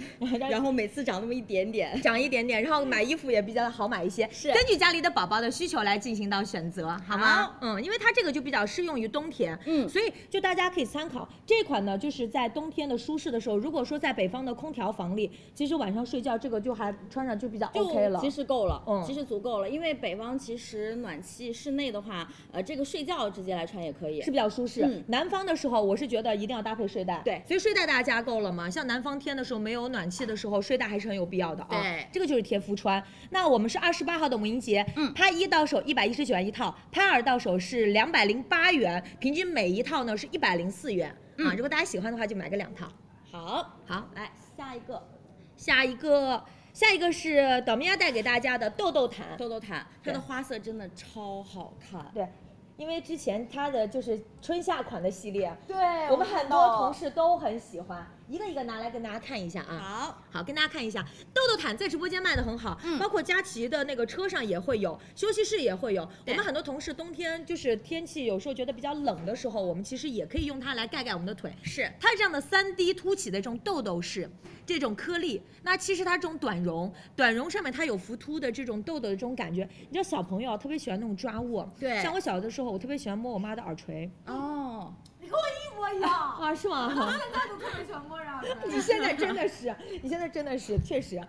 [SPEAKER 3] 然后每次长那么一点点，
[SPEAKER 2] 长一点点，然后买衣服也比较好买一些，
[SPEAKER 3] 是
[SPEAKER 2] 根据家里的宝宝的需求来进行到选择，好吗
[SPEAKER 3] 好？
[SPEAKER 2] 嗯，因为它这个就比较适用于冬天，嗯，所以就大家可以参考这款呢，就是在冬天的舒适的时候，如果说在北方的空调房里，其实晚上睡觉这个就还穿上就比较 OK 了，
[SPEAKER 3] 其实够了，
[SPEAKER 2] 嗯
[SPEAKER 3] 其实足够了，因为北方其实暖气室内的话，呃，这个睡觉直接来穿也可以，
[SPEAKER 2] 是比较舒适。
[SPEAKER 3] 嗯
[SPEAKER 2] 南方的时候，我是觉得一定要搭配睡袋。
[SPEAKER 3] 对
[SPEAKER 2] 所以睡袋大家加购了吗？像南方天的时候没有暖气的时候，睡袋还是很有必要的啊。
[SPEAKER 3] 对
[SPEAKER 2] 这个就是贴肤穿。那我们是二十八号的母婴节，嗯，拍一到手一百一十九元一套，拍二到手是两百零八元，平均每一套呢是一百零四元、啊。如果大家喜欢的话，就买个两套。
[SPEAKER 3] 好，
[SPEAKER 2] 好，来
[SPEAKER 3] 下一个
[SPEAKER 2] 下一个，下一个是导明亚带给大家的豆豆毯。
[SPEAKER 3] 豆豆毯，它
[SPEAKER 2] 对
[SPEAKER 3] 的花色真的超好看，
[SPEAKER 2] 对，因为之前它的就是春夏款的系列，啊
[SPEAKER 20] 对
[SPEAKER 2] 我们
[SPEAKER 20] 我看
[SPEAKER 2] 很
[SPEAKER 20] 到
[SPEAKER 2] 多
[SPEAKER 20] 了
[SPEAKER 2] 同事都很喜欢，一个一个拿来跟大家看一下啊。
[SPEAKER 3] 好，
[SPEAKER 2] 好，跟大家看一下，豆豆毯在直播间卖的很好，包括佳琦的那个车上也会有，休息室也会有。我们很多同事冬天就是天气有时候觉得比较冷的时候，我们其实也可以用它来盖盖我们的腿。
[SPEAKER 3] 是
[SPEAKER 2] 它这样的三 D 凸起的这种痘痘式，这种颗粒，那其实它这种短绒，短绒上面它有浮凸的这种痘痘的这种感觉。你知道小朋友啊特别喜欢那种抓握，
[SPEAKER 3] 对
[SPEAKER 2] 像我小的时候，我特别喜欢摸我妈的耳垂
[SPEAKER 3] 哦，
[SPEAKER 20] 我一样，
[SPEAKER 2] 啊，是吗？
[SPEAKER 20] 现在都特别喜欢摸上耳
[SPEAKER 2] 你现在真的是，啊你现在真的是，确实。啊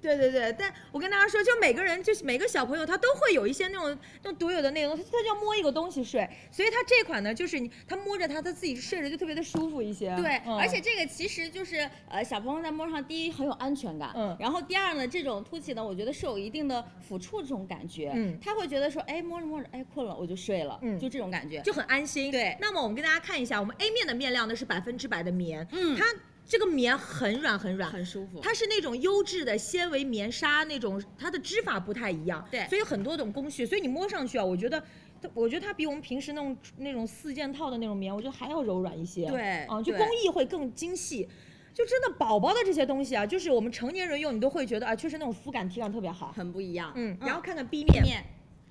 [SPEAKER 2] 对对对，但我跟大家说，就每个人，就是每个小朋友，他都会有一些那种那种独有的那种，他他就要摸一个东西睡，所以他这款呢，就是你他摸着它，他自己睡着就特别的舒服一些。
[SPEAKER 3] 对，
[SPEAKER 2] 嗯
[SPEAKER 3] 而且这个其实就是呃，小朋友在摸上，第一很有安全感，
[SPEAKER 2] 嗯
[SPEAKER 3] 然后第二呢，这种凸起呢，我觉得是有一定的抚触这种感觉，
[SPEAKER 2] 嗯
[SPEAKER 3] 他会觉得说，哎，摸着摸着，哎，困了，我就睡了，
[SPEAKER 2] 嗯
[SPEAKER 3] 就这种感觉，
[SPEAKER 2] 就很安心。
[SPEAKER 3] 对
[SPEAKER 2] 那么我们跟大家看一下，我们 A 面的面料呢是百分之百的棉，
[SPEAKER 3] 嗯
[SPEAKER 2] 它这个棉很软很软，
[SPEAKER 3] 很舒服，
[SPEAKER 2] 它是那种优质的纤维棉纱那种，它的织法不太一样，
[SPEAKER 3] 对
[SPEAKER 2] 所以有很多种工序，所以你摸上去啊，我觉得它，我觉得它比我们平时那种那种四件套的那种棉，我觉得还要柔软一些，
[SPEAKER 3] 对
[SPEAKER 2] 啊，就
[SPEAKER 3] 对
[SPEAKER 2] 工艺会更精细。就真的宝宝的这些东西啊，就是我哎们成年人用，你都会觉得啊，确实那种肤感体感特别好。
[SPEAKER 3] 嗯很不一样，
[SPEAKER 2] 嗯，然后看看 B
[SPEAKER 3] 面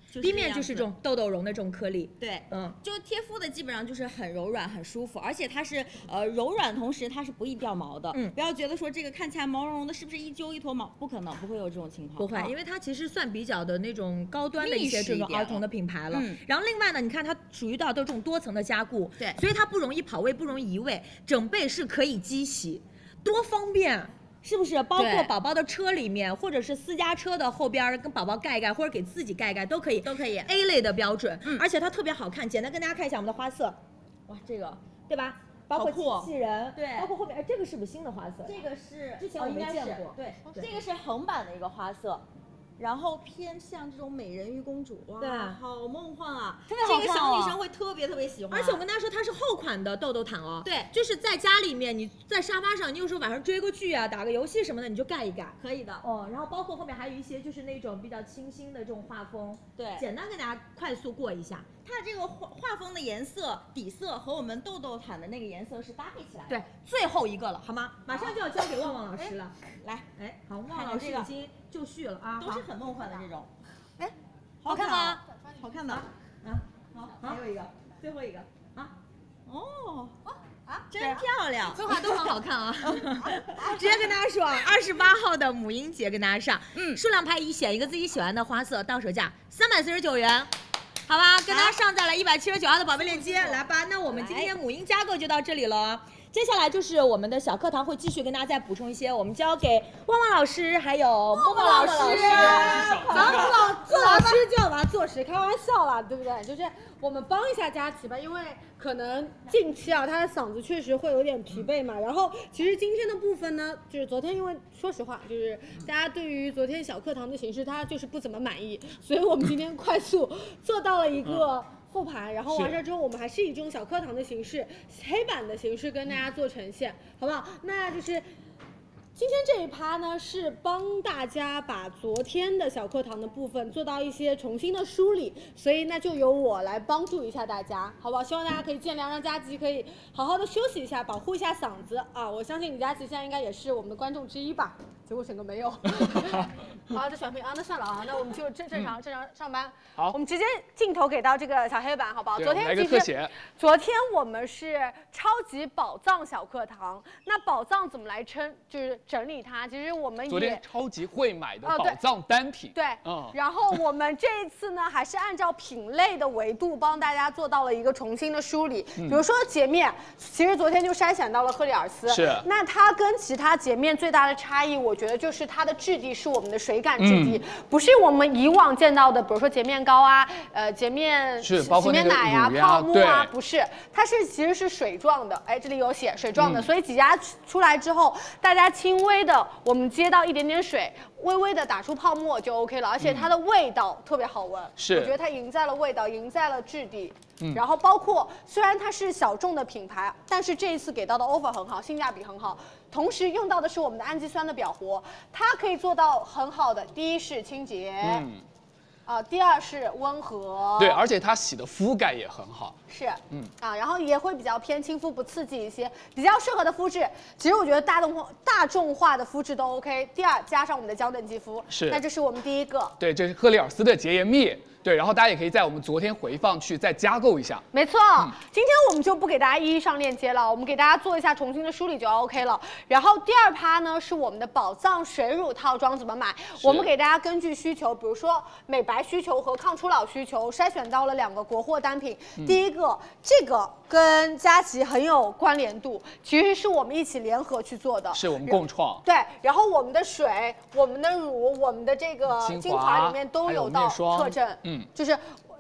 [SPEAKER 3] 就是
[SPEAKER 2] 冰面
[SPEAKER 3] 这
[SPEAKER 2] 就
[SPEAKER 3] 样
[SPEAKER 2] 是
[SPEAKER 3] 子
[SPEAKER 2] 这种痘痘绒的这种颗粒。
[SPEAKER 3] 对，
[SPEAKER 2] 嗯，
[SPEAKER 3] 就贴肤的基本上就是很柔软、很舒服，而且它是呃柔软，同时它是不易掉毛的。
[SPEAKER 2] 嗯
[SPEAKER 3] 不要觉得说这个看起来毛茸茸的，是不是一揪一坨毛？不可能，不会有这种情况。
[SPEAKER 2] 不会
[SPEAKER 3] 啊，
[SPEAKER 2] 因为它其实算比较的那种高端的一些
[SPEAKER 3] 密实
[SPEAKER 2] 这
[SPEAKER 3] 一
[SPEAKER 2] 种
[SPEAKER 3] 点
[SPEAKER 2] 儿童的品牌了。
[SPEAKER 3] 嗯
[SPEAKER 2] 然后另外呢，你看它属于到都这种多层的加固，对，所以它不容易跑位，不容易移位，整备是可以机洗，多方便。是不是包括
[SPEAKER 3] 对
[SPEAKER 2] 宝宝的车里面，或者是私家车的后边儿跟宝宝盖一盖，或者给自己盖一盖都可以，
[SPEAKER 3] 嗯
[SPEAKER 2] 都可以 A 类的标准，而且它特别好看。简单跟大家看一下我们的花色，哇，这个对吧？包括
[SPEAKER 3] 好酷哦
[SPEAKER 2] 机器人，
[SPEAKER 3] 对
[SPEAKER 2] 包括后面，哎，这个是不是新的花色呀？
[SPEAKER 3] 这个是
[SPEAKER 2] 之前
[SPEAKER 3] 哦
[SPEAKER 2] 我没
[SPEAKER 3] 应该
[SPEAKER 2] 见
[SPEAKER 3] 是
[SPEAKER 2] 过
[SPEAKER 3] 对，
[SPEAKER 2] 对
[SPEAKER 3] 这个是横版的一个花色。然后偏向这种美人鱼公主，哇
[SPEAKER 2] 对，
[SPEAKER 3] 好梦幻啊！
[SPEAKER 2] 特别好看哦
[SPEAKER 3] 这个小女生会特别特别喜欢。
[SPEAKER 2] 而且我跟大家说，它是厚款的豆豆毯哦。
[SPEAKER 3] 对
[SPEAKER 2] 就是在家里面，你在沙发上，你有时候晚上追个剧啊，打个游戏什么的，你就盖一盖。
[SPEAKER 3] 可以的
[SPEAKER 2] 哦，然后包括后面还有一些就是那种比较清新的这种画风。
[SPEAKER 3] 对
[SPEAKER 2] 简单跟大家快速过一下。
[SPEAKER 3] 它这个画画风的颜色底色和我们豆豆毯的那个颜色是搭配起来的。
[SPEAKER 2] 对，最后一个了，好吗？马上就要交给旺旺老师了。
[SPEAKER 3] 来，
[SPEAKER 2] 哎，好，旺旺
[SPEAKER 3] 看
[SPEAKER 2] 老
[SPEAKER 3] 看
[SPEAKER 2] 师
[SPEAKER 3] 这个
[SPEAKER 2] 已经就绪了啊，
[SPEAKER 3] 都是
[SPEAKER 2] 好
[SPEAKER 3] 很梦幻的这种。
[SPEAKER 2] 哎，
[SPEAKER 3] 好看吗？
[SPEAKER 2] 好看吧？啊，好，还有一个，最后一个啊。
[SPEAKER 3] 哦，
[SPEAKER 2] 啊，
[SPEAKER 3] 真漂亮
[SPEAKER 2] 绘画都很好看 啊！直接跟大家说啊，二十八号的母婴节跟大家上，嗯，数量拍一选一个自己喜欢的花色，到手价三百四十九元。好吧，跟大家上在了一百七十九号的宝贝链接，来吧。那我们今天母婴加购就到这里了啊，接下来就是我们的小课堂会继续跟大家再补充一些，我们交给旺旺老师还有默默老
[SPEAKER 1] 老啊
[SPEAKER 2] 师。
[SPEAKER 1] 咱们老老师就要把它坐实，开玩笑啦，对不对？就是我们帮一下佳琪吧，因为可能近期啊，她的嗓子确实会有点疲惫嘛。然后其实今天的部分呢，就是昨天，因为说实话，就是大家对于昨天小课堂的形式，她就是不怎么满意，所以我们今天快速做到了一个。复盘，然后完事儿之后，我们还是以这种小课堂的形式、黑板的形式跟大家做呈现，好不好？那就是今天这一趴呢，是帮大家把昨天的小课堂的部分做到一些重新的梳理，所以那就由我来帮助一下大家，好不好？希望大家可以见谅，让佳琪可以好好的休息一下，保护一下嗓子啊！我相信李佳琦现在应该也是我们的观众之一吧？结果整个没 有。好，这选屏啊，那算了啊，那我们就正正常正常上班。
[SPEAKER 19] 好
[SPEAKER 1] 我们直接镜头给到这个小黑板，好不好？
[SPEAKER 19] 对
[SPEAKER 1] 昨
[SPEAKER 19] 我们来
[SPEAKER 1] 天其
[SPEAKER 19] 个特
[SPEAKER 1] 实
[SPEAKER 19] 写
[SPEAKER 1] 昨天我们是超级宝藏小课堂，那宝藏怎么来称？就是整理它。其实我们也
[SPEAKER 19] 昨天超级会买的
[SPEAKER 1] 哦对
[SPEAKER 19] 宝藏单品，
[SPEAKER 1] 对，
[SPEAKER 19] 嗯
[SPEAKER 1] 然后我们这一次呢，还是按照品类的维度帮大家做到了一个重新的梳理。
[SPEAKER 19] 嗯
[SPEAKER 1] 比如说洁面，其实昨天就筛选到了赫里尔斯，
[SPEAKER 19] 是
[SPEAKER 1] 那它跟其他洁面最大的差异，我觉得就是它的质地是我们的水感质地，
[SPEAKER 19] 嗯
[SPEAKER 1] 不是我们以往见到的，比如说洁面膏啊，呃，洁面
[SPEAKER 19] 是
[SPEAKER 1] 洗
[SPEAKER 19] 包括
[SPEAKER 1] 洗面
[SPEAKER 19] 那个
[SPEAKER 1] 奶呀、
[SPEAKER 19] 乳呀
[SPEAKER 1] 泡沫啊，
[SPEAKER 19] 对
[SPEAKER 1] 不是，它是其实是水状的，哎，这里有写水状的，
[SPEAKER 19] 嗯
[SPEAKER 1] 所以挤压出来之后，大家轻微的我们接到一点点水，微微的打出泡沫就 OK 了，而且它的味道特别好闻，
[SPEAKER 19] 嗯是
[SPEAKER 1] 我觉得它赢在了味道，赢在了质地。
[SPEAKER 19] 嗯
[SPEAKER 1] 然后包括虽然它是小众的品牌，但是这一次给到的 offer 很好，性价比很好，同时用到的是我们的氨基酸的表活，它可以做到很好的，第一是清洁，
[SPEAKER 19] 嗯，
[SPEAKER 1] 啊、第二是温和，
[SPEAKER 19] 对，而且它洗的肤感也很好，
[SPEAKER 1] 是，
[SPEAKER 19] 嗯
[SPEAKER 1] 啊，然后也会比较偏亲肤，不刺激一些，比较适合的肤质。其实我觉得大众化大众化的肤质都 OK。第二，加上我们的胶枕肌肤，
[SPEAKER 19] 是
[SPEAKER 1] 那这是我们第一个。
[SPEAKER 19] 对，这是赫丽尔斯的洁颜蜜，对，然后大家也可以在我们昨天回放去再加购一下。
[SPEAKER 1] 没错，今天我们就不给大家一一上链接了，我们给大家做一下重新的梳理就 OK 了。然后第二趴呢是我们的宝藏水乳套装怎么买，
[SPEAKER 19] 是
[SPEAKER 1] 我们给大家根据需求，比如说美白需求和抗初老需求，筛选到了两个国货单品。
[SPEAKER 19] 嗯
[SPEAKER 1] 第一个，这个跟佳琦很有关联度，其实是我们一起联合去做的，
[SPEAKER 19] 是我们共创
[SPEAKER 1] 对，然后我们的水、我们的乳、我们的这个
[SPEAKER 19] 精华
[SPEAKER 1] 精华里面都
[SPEAKER 19] 还有
[SPEAKER 1] 有
[SPEAKER 19] 面
[SPEAKER 1] 到
[SPEAKER 19] 霜
[SPEAKER 1] 特征，
[SPEAKER 19] 嗯
[SPEAKER 1] 就是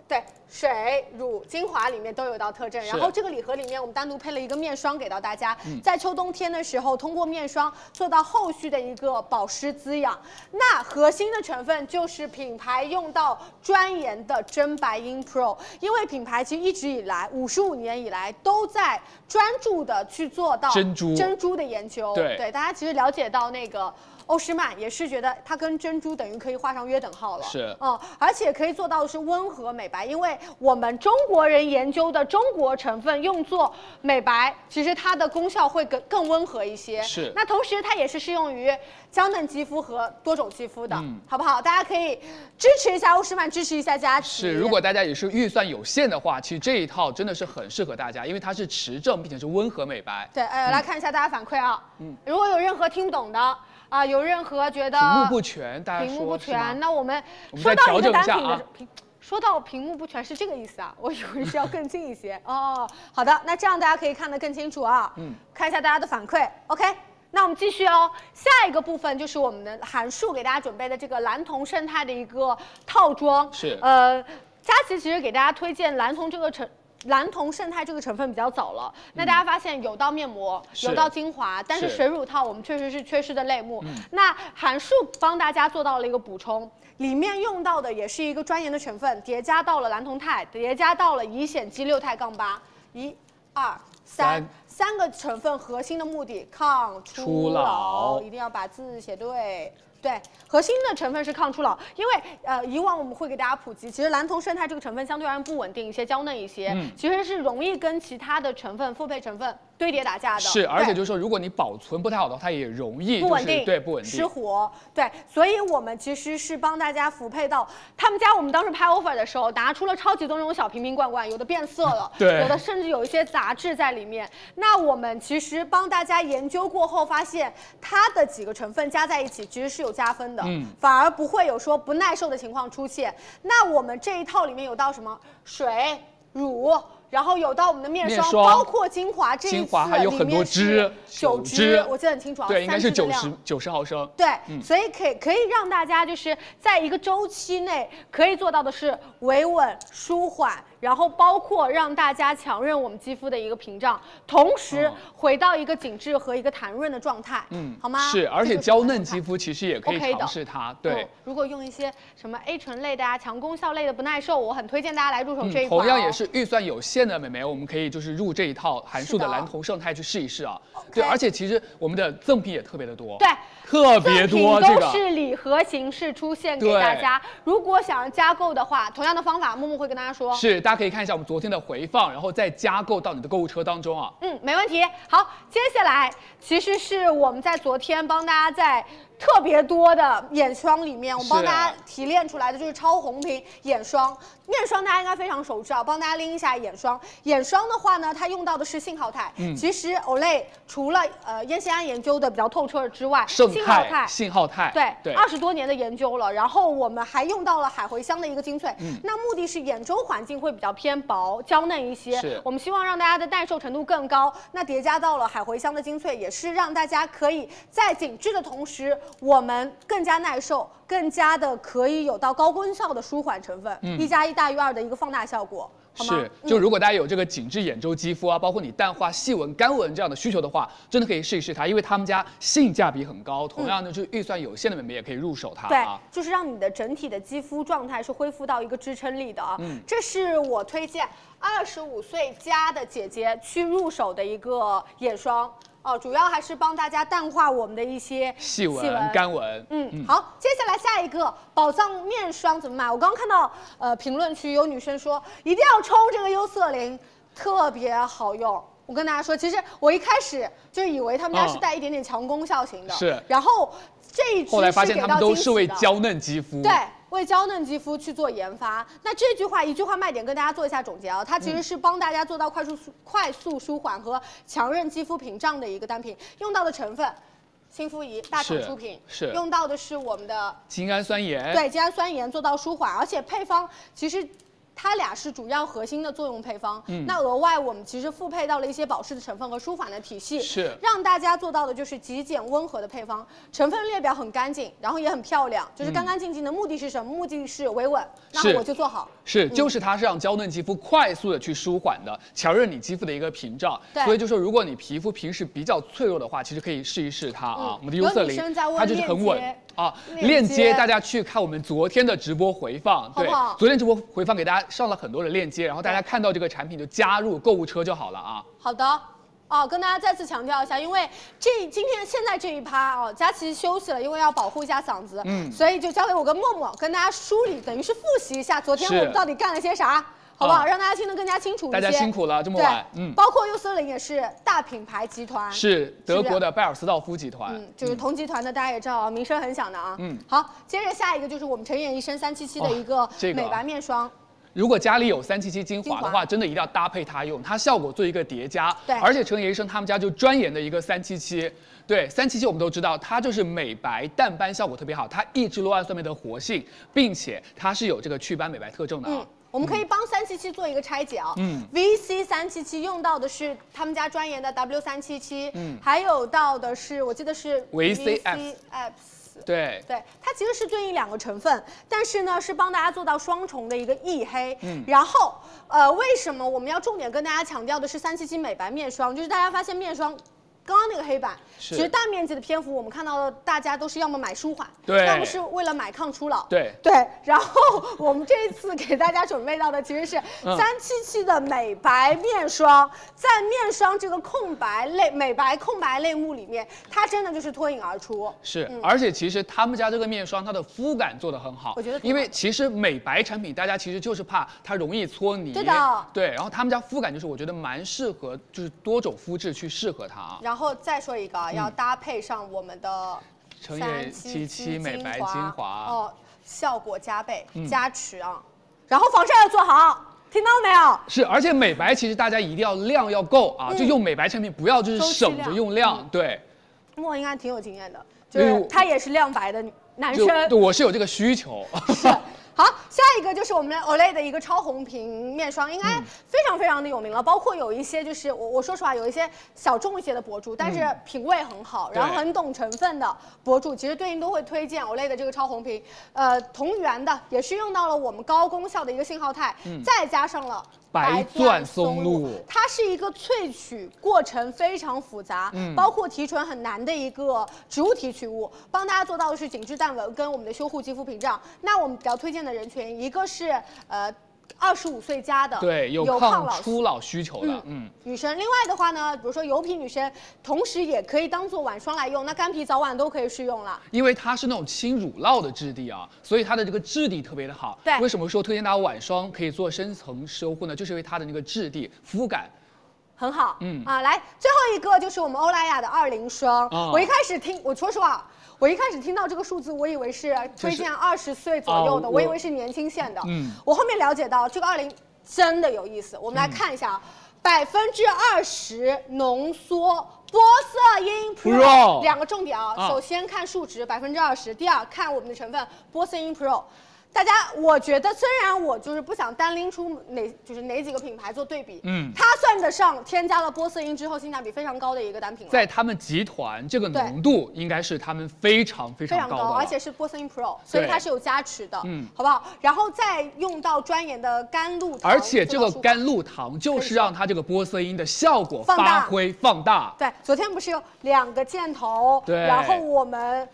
[SPEAKER 1] 对水、乳、精华里面都有到特征。
[SPEAKER 19] 是
[SPEAKER 1] 然后这个礼盒里面，我们单独配了一个面霜给到大家，
[SPEAKER 19] 嗯
[SPEAKER 1] 在秋冬天的时候，通过面霜做到后续的一个保湿滋养。那核心的成分就是品牌用到专研的真白英 Pro，因为品牌其实一直以来五十五年以来都在专注的去做到
[SPEAKER 19] 珍珠
[SPEAKER 1] 珍珠的研究。
[SPEAKER 19] 对
[SPEAKER 1] 对，大家其实了解到那个欧诗漫，也是觉得它跟珍珠等于可以画上约等号了。
[SPEAKER 19] 是
[SPEAKER 1] 嗯，而且可以做到的是温和美白，因为我们中国人研究的中国成分用作美白，其实它的功效会更更温和一些。
[SPEAKER 19] 是
[SPEAKER 1] 那同时它也是适用于娇嫩肌肤和多种肌肤的，
[SPEAKER 19] 嗯
[SPEAKER 1] 好不好？大家可以支持一下欧诗漫，支持一下佳琦。
[SPEAKER 19] 是，如果大家也是预算有限的话，其实这一套真的是很适合大家，因为它是持证并且是温和美白。
[SPEAKER 1] 对，呃，来看一下大家反馈啊。
[SPEAKER 19] 嗯
[SPEAKER 1] 如果有任何听不懂的啊、有任何觉得
[SPEAKER 19] 屏幕不全，大家
[SPEAKER 1] 屏幕不
[SPEAKER 19] 说是吗
[SPEAKER 1] 全，？那我们
[SPEAKER 19] 我们
[SPEAKER 1] 说
[SPEAKER 19] 再
[SPEAKER 1] 到你
[SPEAKER 19] 调整
[SPEAKER 1] 的
[SPEAKER 19] 一
[SPEAKER 1] 单
[SPEAKER 19] 下
[SPEAKER 1] 品的
[SPEAKER 19] 啊
[SPEAKER 1] 时候屏，说到屏幕不全是这个意思啊，我以为是要更近一些哦。好的，那这样大家可以看得更清楚啊。
[SPEAKER 19] 嗯，
[SPEAKER 1] 看一下大家的反馈，OK。那我们继续哦，下一个部分就是我们的韩束给大家准备的这个蓝铜生态的一个套装。
[SPEAKER 19] 是
[SPEAKER 1] 呃，佳琪其实给大家推荐蓝铜这个成。蓝铜胜肽这个成分比较早了，那大家发现有到面膜，
[SPEAKER 19] 嗯是
[SPEAKER 1] 有到精华，但是
[SPEAKER 19] 是
[SPEAKER 1] 水乳套我们确实是缺失的类目。
[SPEAKER 19] 嗯
[SPEAKER 1] 那韩束帮大家做到了一个补充，里面用到的也是一个专研的成分，叠加到了蓝铜肽，叠加到了乙酰基六肽杠八，一、二、三
[SPEAKER 19] 三
[SPEAKER 1] 三个成分核心的目的抗初
[SPEAKER 19] 初老
[SPEAKER 1] 一定要把字写对。对，核心的成分是抗初老，因为呃，以往我们会给大家普及，其实蓝铜胜肽这个成分相对而言不稳定一些，娇嫩一些，
[SPEAKER 19] 嗯
[SPEAKER 1] 其实是容易跟其他的成分、复配成分堆叠打架的。
[SPEAKER 19] 是，而且
[SPEAKER 1] 对
[SPEAKER 19] 就是说，如果你保存不太好的话，它也容易、就是、
[SPEAKER 1] 不稳定，
[SPEAKER 19] 对不稳定
[SPEAKER 1] 失。活，对，所以我们其实是帮大家辅配到他们家。我们当时拍 offer 的时候，拿出了超级多那种小瓶瓶罐罐，有的变色了，
[SPEAKER 19] 对
[SPEAKER 1] 有的甚至有一些杂质在里面。那我们其实帮大家研究过后，发现它的几个成分加在一起其实是有加分的，
[SPEAKER 19] 嗯
[SPEAKER 1] 反而不会有说不耐受的情况出现。那我们这一套里面有到什么水、乳。然后有到我们的面
[SPEAKER 19] 面
[SPEAKER 1] 霜，
[SPEAKER 19] 霜
[SPEAKER 1] 包括精华，这一
[SPEAKER 19] 精
[SPEAKER 1] 次
[SPEAKER 19] 华还有
[SPEAKER 1] 里
[SPEAKER 19] 很
[SPEAKER 1] 面
[SPEAKER 19] 多
[SPEAKER 1] 是
[SPEAKER 19] 支，
[SPEAKER 1] 九支
[SPEAKER 19] 支，，
[SPEAKER 1] 我记得很清楚啊，
[SPEAKER 19] 对，应该
[SPEAKER 1] 三
[SPEAKER 19] 是
[SPEAKER 1] 支的
[SPEAKER 19] 九
[SPEAKER 1] 量
[SPEAKER 19] 十九十毫升。
[SPEAKER 1] 对，
[SPEAKER 19] 嗯
[SPEAKER 1] 所以可可以让大家就是在一个周期内可以做到的是维稳、舒缓，然后包括让大家强韧我们肌肤的一个屏障，同时回到一个紧致和一个弹润的状态，
[SPEAKER 19] 哦嗯，
[SPEAKER 1] 好吗？
[SPEAKER 19] 是，而
[SPEAKER 1] 这
[SPEAKER 19] 且
[SPEAKER 1] 个
[SPEAKER 19] 娇嫩肌肤其实也可以
[SPEAKER 1] OK 的
[SPEAKER 19] 尝试它，
[SPEAKER 1] 嗯
[SPEAKER 19] 对。
[SPEAKER 1] 如果用一些什么 A 醇类的啊、强功效类的不耐受，我很推荐大家来入手这一
[SPEAKER 19] 嗯，
[SPEAKER 1] 款、哦
[SPEAKER 19] 同样也是预算有限的美眉，我们可以就是入这一套函数的
[SPEAKER 1] 是的
[SPEAKER 19] 蓝铜胜肽去试一试啊。对，而且其实我们的赠品也特别的多，
[SPEAKER 1] 对，
[SPEAKER 19] 特别多
[SPEAKER 1] 赠
[SPEAKER 19] 这
[SPEAKER 1] 品
[SPEAKER 19] 个
[SPEAKER 1] 都是礼盒形式出现给大家。如果想要加购的话，同样的方法，木木会跟大家说。
[SPEAKER 19] 是，大家可以看一下我们昨天的回放，然后再加购到你的购物车当中啊。
[SPEAKER 1] 嗯，没问题。好，接下来其实是我们在昨天帮大家在特别多的眼霜里面，我
[SPEAKER 19] 是啊
[SPEAKER 1] 帮大家提炼出来的就是超红瓶眼霜。面霜大家应该非常熟知啊，帮大家拎一下眼霜。眼霜的话呢，它用到的是信号肽。
[SPEAKER 19] 嗯
[SPEAKER 1] 其实 Olay 除了呃烟酰胺研究的比较透彻之外，
[SPEAKER 19] 胜
[SPEAKER 1] 信号
[SPEAKER 19] 肽
[SPEAKER 1] 肽、
[SPEAKER 19] 信号肽，
[SPEAKER 1] 对，二十多年的研究了，然后我们还用到了海茴香的一个精粹，
[SPEAKER 19] 嗯
[SPEAKER 1] 那目的是眼周环境会比较偏薄、娇嫩一些
[SPEAKER 19] 是，
[SPEAKER 1] 我们希望让大家的耐受程度更高。那叠加到了海茴香的精粹，也是让大家可以在紧致的同时，我们更加耐受，更加的可以有到高功效的舒缓成分，
[SPEAKER 19] 嗯
[SPEAKER 1] 一加一大于二的一个放大效果，好吗
[SPEAKER 19] 是，？就
[SPEAKER 1] 嗯
[SPEAKER 19] 如果大家有这个紧致眼周肌肤啊，包括你淡化、细纹、干纹这样的需求的话，真的可以试一试它，因为他们家性价比很高，同样呢就是预算有限的美眉也可以入手它
[SPEAKER 1] 嗯对
[SPEAKER 19] 啊。，
[SPEAKER 1] 就是让你的整体的肌肤状态是恢复到一个支撑力的啊。
[SPEAKER 19] 嗯
[SPEAKER 1] 这是我推荐二十五岁加的姐姐去入手的一个眼霜哦，主要还是帮大家淡化我们的一些
[SPEAKER 19] 细纹、干纹，
[SPEAKER 1] 嗯，好，接下来下一个宝藏面霜怎么买？我刚刚看到呃评论区有女生说一定要冲这个优色林，特别好用。我跟大家说，其实我一开始就以为他们家是
[SPEAKER 19] 嗯
[SPEAKER 1] 带一点点强功效型的，
[SPEAKER 19] 是
[SPEAKER 1] 然后这一支
[SPEAKER 19] 后来发现
[SPEAKER 1] 给
[SPEAKER 19] 他
[SPEAKER 1] 到
[SPEAKER 19] 们都
[SPEAKER 1] 惊
[SPEAKER 19] 是
[SPEAKER 1] 喜
[SPEAKER 19] 为
[SPEAKER 1] 的
[SPEAKER 19] 娇嫩肌肤，
[SPEAKER 1] 对，为娇嫩肌肤去做研发。那这句话一句话卖点跟大家做一下总结啊，它其
[SPEAKER 19] 嗯
[SPEAKER 1] 实是帮大家做到快速舒、快速舒缓和强韧肌肤屏障的一个单品，用到的成分。新肤仪大厂
[SPEAKER 19] 是
[SPEAKER 1] 出品，
[SPEAKER 19] 是哎
[SPEAKER 1] 用到的是我们的
[SPEAKER 19] 精氨酸盐，
[SPEAKER 1] 对，精氨酸盐做到舒缓，而且配方其实它俩是主要核心的作用配方。
[SPEAKER 19] 嗯
[SPEAKER 1] 那额外我们其实复配到了一些保湿的成分和舒缓的体系，
[SPEAKER 19] 是
[SPEAKER 1] 让大家做到的就是极简温和的配方，成分列表很干净，然后也很漂亮，就是干干净净的。目的是什么？目的是维稳，那
[SPEAKER 19] 嗯是
[SPEAKER 1] 我就做好。
[SPEAKER 19] 是，就是它是让娇嫩肌肤快速的去舒缓的，强韧你肌肤的一个屏障。
[SPEAKER 1] 对
[SPEAKER 19] 所以就说，如果你皮肤平时比较脆弱的话，其实可以试一试它啊
[SPEAKER 1] 嗯。
[SPEAKER 19] 我们的优
[SPEAKER 1] 有
[SPEAKER 19] 色
[SPEAKER 1] 女
[SPEAKER 19] 林
[SPEAKER 1] 生在问，
[SPEAKER 19] 它就是很稳
[SPEAKER 1] 链
[SPEAKER 19] 啊。
[SPEAKER 1] 链
[SPEAKER 19] 链
[SPEAKER 1] 接
[SPEAKER 19] 接大家去看我们昨天的直播回放，
[SPEAKER 1] 好不
[SPEAKER 19] 对
[SPEAKER 1] 好，
[SPEAKER 19] 昨天直播回放给大家上了很多的链接，然后大家看到这个产品就加入购物车就好了啊。
[SPEAKER 1] 好的。哦，跟大家再次强调一下，因为这今天现在这一趴哦，佳琪休息了，因为要保护一下嗓子，
[SPEAKER 19] 嗯
[SPEAKER 1] 所以就交给我跟默默跟大家梳理，等于是复习一下昨天
[SPEAKER 19] 是
[SPEAKER 1] 我们到底干了些啥，好不好？
[SPEAKER 19] 啊
[SPEAKER 1] 让大家听得更加清楚一些。
[SPEAKER 19] 大家辛苦了这么晚
[SPEAKER 1] 对
[SPEAKER 19] 嗯
[SPEAKER 1] 包括优思林也是大品牌集团，
[SPEAKER 19] 是德
[SPEAKER 1] 不
[SPEAKER 19] 国的拜尔斯道夫集团。
[SPEAKER 1] 嗯，就是同集团的，大家也知道啊，名声很响的啊。
[SPEAKER 19] 啊嗯
[SPEAKER 1] 好，接着下一个就是我们陈妍一身三七七的一
[SPEAKER 19] 哇
[SPEAKER 1] 个
[SPEAKER 19] 这个啊
[SPEAKER 1] 美白面霜，
[SPEAKER 19] 如果家里有三七七精华的
[SPEAKER 1] 精华
[SPEAKER 19] 话，真的一定要搭配它用，它效果做一个叠加。
[SPEAKER 1] 对
[SPEAKER 19] 而且陈野医生他们家就专研的一个三七七。对，三七七我们都知道，它就是美白淡斑效果特别好，它抑制酪氨酸酶的活性，并且它是有这个祛斑美白特征的啊。
[SPEAKER 1] 嗯，我们可以帮三七七做一个拆解啊。
[SPEAKER 19] 嗯
[SPEAKER 1] ，VC 三七七用到的是他们家专研的 W 三七七，
[SPEAKER 19] 嗯
[SPEAKER 1] 还有到的是我记得是
[SPEAKER 19] VC
[SPEAKER 1] VC Apps
[SPEAKER 19] 对
[SPEAKER 1] 对，它其实是对应两个成分，但是呢是帮大家做到双重的一个抑黑。
[SPEAKER 19] 嗯
[SPEAKER 1] 然后呃，为什么我们要重点跟大家强调的是三七七美白面霜？就是大家发现面霜。刚刚那个黑板，
[SPEAKER 19] 是
[SPEAKER 1] 其实大面积的篇幅，我们看到的大家都是要么买舒缓，
[SPEAKER 19] 对
[SPEAKER 1] 要么是为了买抗初老，
[SPEAKER 19] 对
[SPEAKER 1] 对。然后我们这一次给大家准备到的其实是
[SPEAKER 19] 嗯
[SPEAKER 1] 三七七的美白面霜，在面霜这个空白类美白空白类目里面，它真的就是脱颖而出。
[SPEAKER 19] 是
[SPEAKER 1] 嗯，
[SPEAKER 19] 而且其实他们家这个面霜，它的肤感做得很好。
[SPEAKER 1] 我觉得挺好的
[SPEAKER 19] 因为其实美白产品，大家其实就是怕它容易搓泥。
[SPEAKER 1] 对的
[SPEAKER 19] 对，然后他们家肤感就是我觉得蛮适合，就是多种肤质去适合它啊。
[SPEAKER 1] 然后再说一个啊，
[SPEAKER 19] 嗯
[SPEAKER 1] 要搭配上我们的
[SPEAKER 19] 成也七七美白精华
[SPEAKER 1] 哦，效果加倍、
[SPEAKER 19] 嗯
[SPEAKER 1] 加持啊，然后防晒要做好，听到没有？
[SPEAKER 19] 是，而且美白其实大家一定要量要够啊，
[SPEAKER 1] 嗯
[SPEAKER 19] 就用美白产品不要就是
[SPEAKER 1] 周期
[SPEAKER 19] 省
[SPEAKER 1] 量嗯
[SPEAKER 19] 着用量，对。
[SPEAKER 1] 莫应该挺有经验的，就
[SPEAKER 19] 对
[SPEAKER 1] 是
[SPEAKER 19] 我
[SPEAKER 1] 她也是亮白的女男
[SPEAKER 19] 哎就
[SPEAKER 1] 生。
[SPEAKER 19] 对，我是有这个需求。
[SPEAKER 1] 好，下一个就是我们 Olay 的一个超红瓶面霜，应该
[SPEAKER 19] 嗯
[SPEAKER 1] 非常非常的有名了。包括有一些就是我我说实话，有一些小众一些的博主，但是
[SPEAKER 19] 嗯
[SPEAKER 1] 品味很好，
[SPEAKER 19] 对
[SPEAKER 1] 然后很懂成分的博主，其实对应都会推荐 Olay 的这个超红瓶。呃，同源的也是用到了我们高功效的一个信号肽，
[SPEAKER 19] 嗯
[SPEAKER 1] 再加上了
[SPEAKER 19] 白钻松露，
[SPEAKER 1] 它是一个萃取过程非常复杂，
[SPEAKER 19] 嗯
[SPEAKER 1] 包括提纯很难的一个植物提取物，帮大家做到的是紧致淡纹跟我们的修护肌肤屏障。那我们比较推荐的人群，一个是呃二十五岁加的，
[SPEAKER 19] 对，有
[SPEAKER 1] 有
[SPEAKER 19] 抗
[SPEAKER 1] 老
[SPEAKER 19] 初老需求的，嗯
[SPEAKER 1] 女生，另外的话呢，比如说油皮女生，同时也可以当做晚霜来用，那干皮早晚都可以试用了。
[SPEAKER 19] 因为它是那种轻乳酪的质地啊，所以它的这个质地特别的好。
[SPEAKER 1] 对
[SPEAKER 19] 为什么说推荐大家晚霜可以做深层修护呢？就是因为它的那个质地、肤感。
[SPEAKER 1] 很好，
[SPEAKER 19] 嗯
[SPEAKER 1] 啊，来最后一个就是我们欧莱雅的二零霜。
[SPEAKER 19] 啊
[SPEAKER 1] 我一开始听，我说实话，我一开始听到这个数字，我以为是推荐二十岁左右的，
[SPEAKER 19] 哦
[SPEAKER 1] 我以
[SPEAKER 19] 我
[SPEAKER 1] 为是年轻线的。
[SPEAKER 19] 嗯
[SPEAKER 1] 我后面了解到这个二零真的有意思，我们来看一下啊，百分之二十浓缩。玻色因
[SPEAKER 19] Pro
[SPEAKER 1] 两个重点啊，
[SPEAKER 19] 啊
[SPEAKER 1] 首先看数值百分之二十，第二看我们的成分玻色因 Pro。大家，我觉得虽然我就是不想单拎出哪就是哪几个品牌做对比，
[SPEAKER 19] 嗯
[SPEAKER 1] 它算得上添加了玻色因之后性价比非常高的一个单品了，
[SPEAKER 19] 在他们集团这个浓度应该是他们非常非
[SPEAKER 1] 非常
[SPEAKER 19] 常
[SPEAKER 1] 高，
[SPEAKER 19] 高的了，
[SPEAKER 1] 而且是玻色因 Pro，所以它是有加持的，
[SPEAKER 19] 嗯
[SPEAKER 1] 好不好？然后再用到专研的甘露糖，
[SPEAKER 19] 而且这
[SPEAKER 1] 做
[SPEAKER 19] 个
[SPEAKER 1] 到舒
[SPEAKER 19] 甘露糖就是让它这个玻色因的效果
[SPEAKER 1] 放大
[SPEAKER 19] 发挥放大。
[SPEAKER 1] 对，昨天不是有两个箭头，
[SPEAKER 19] 对
[SPEAKER 1] 然后我们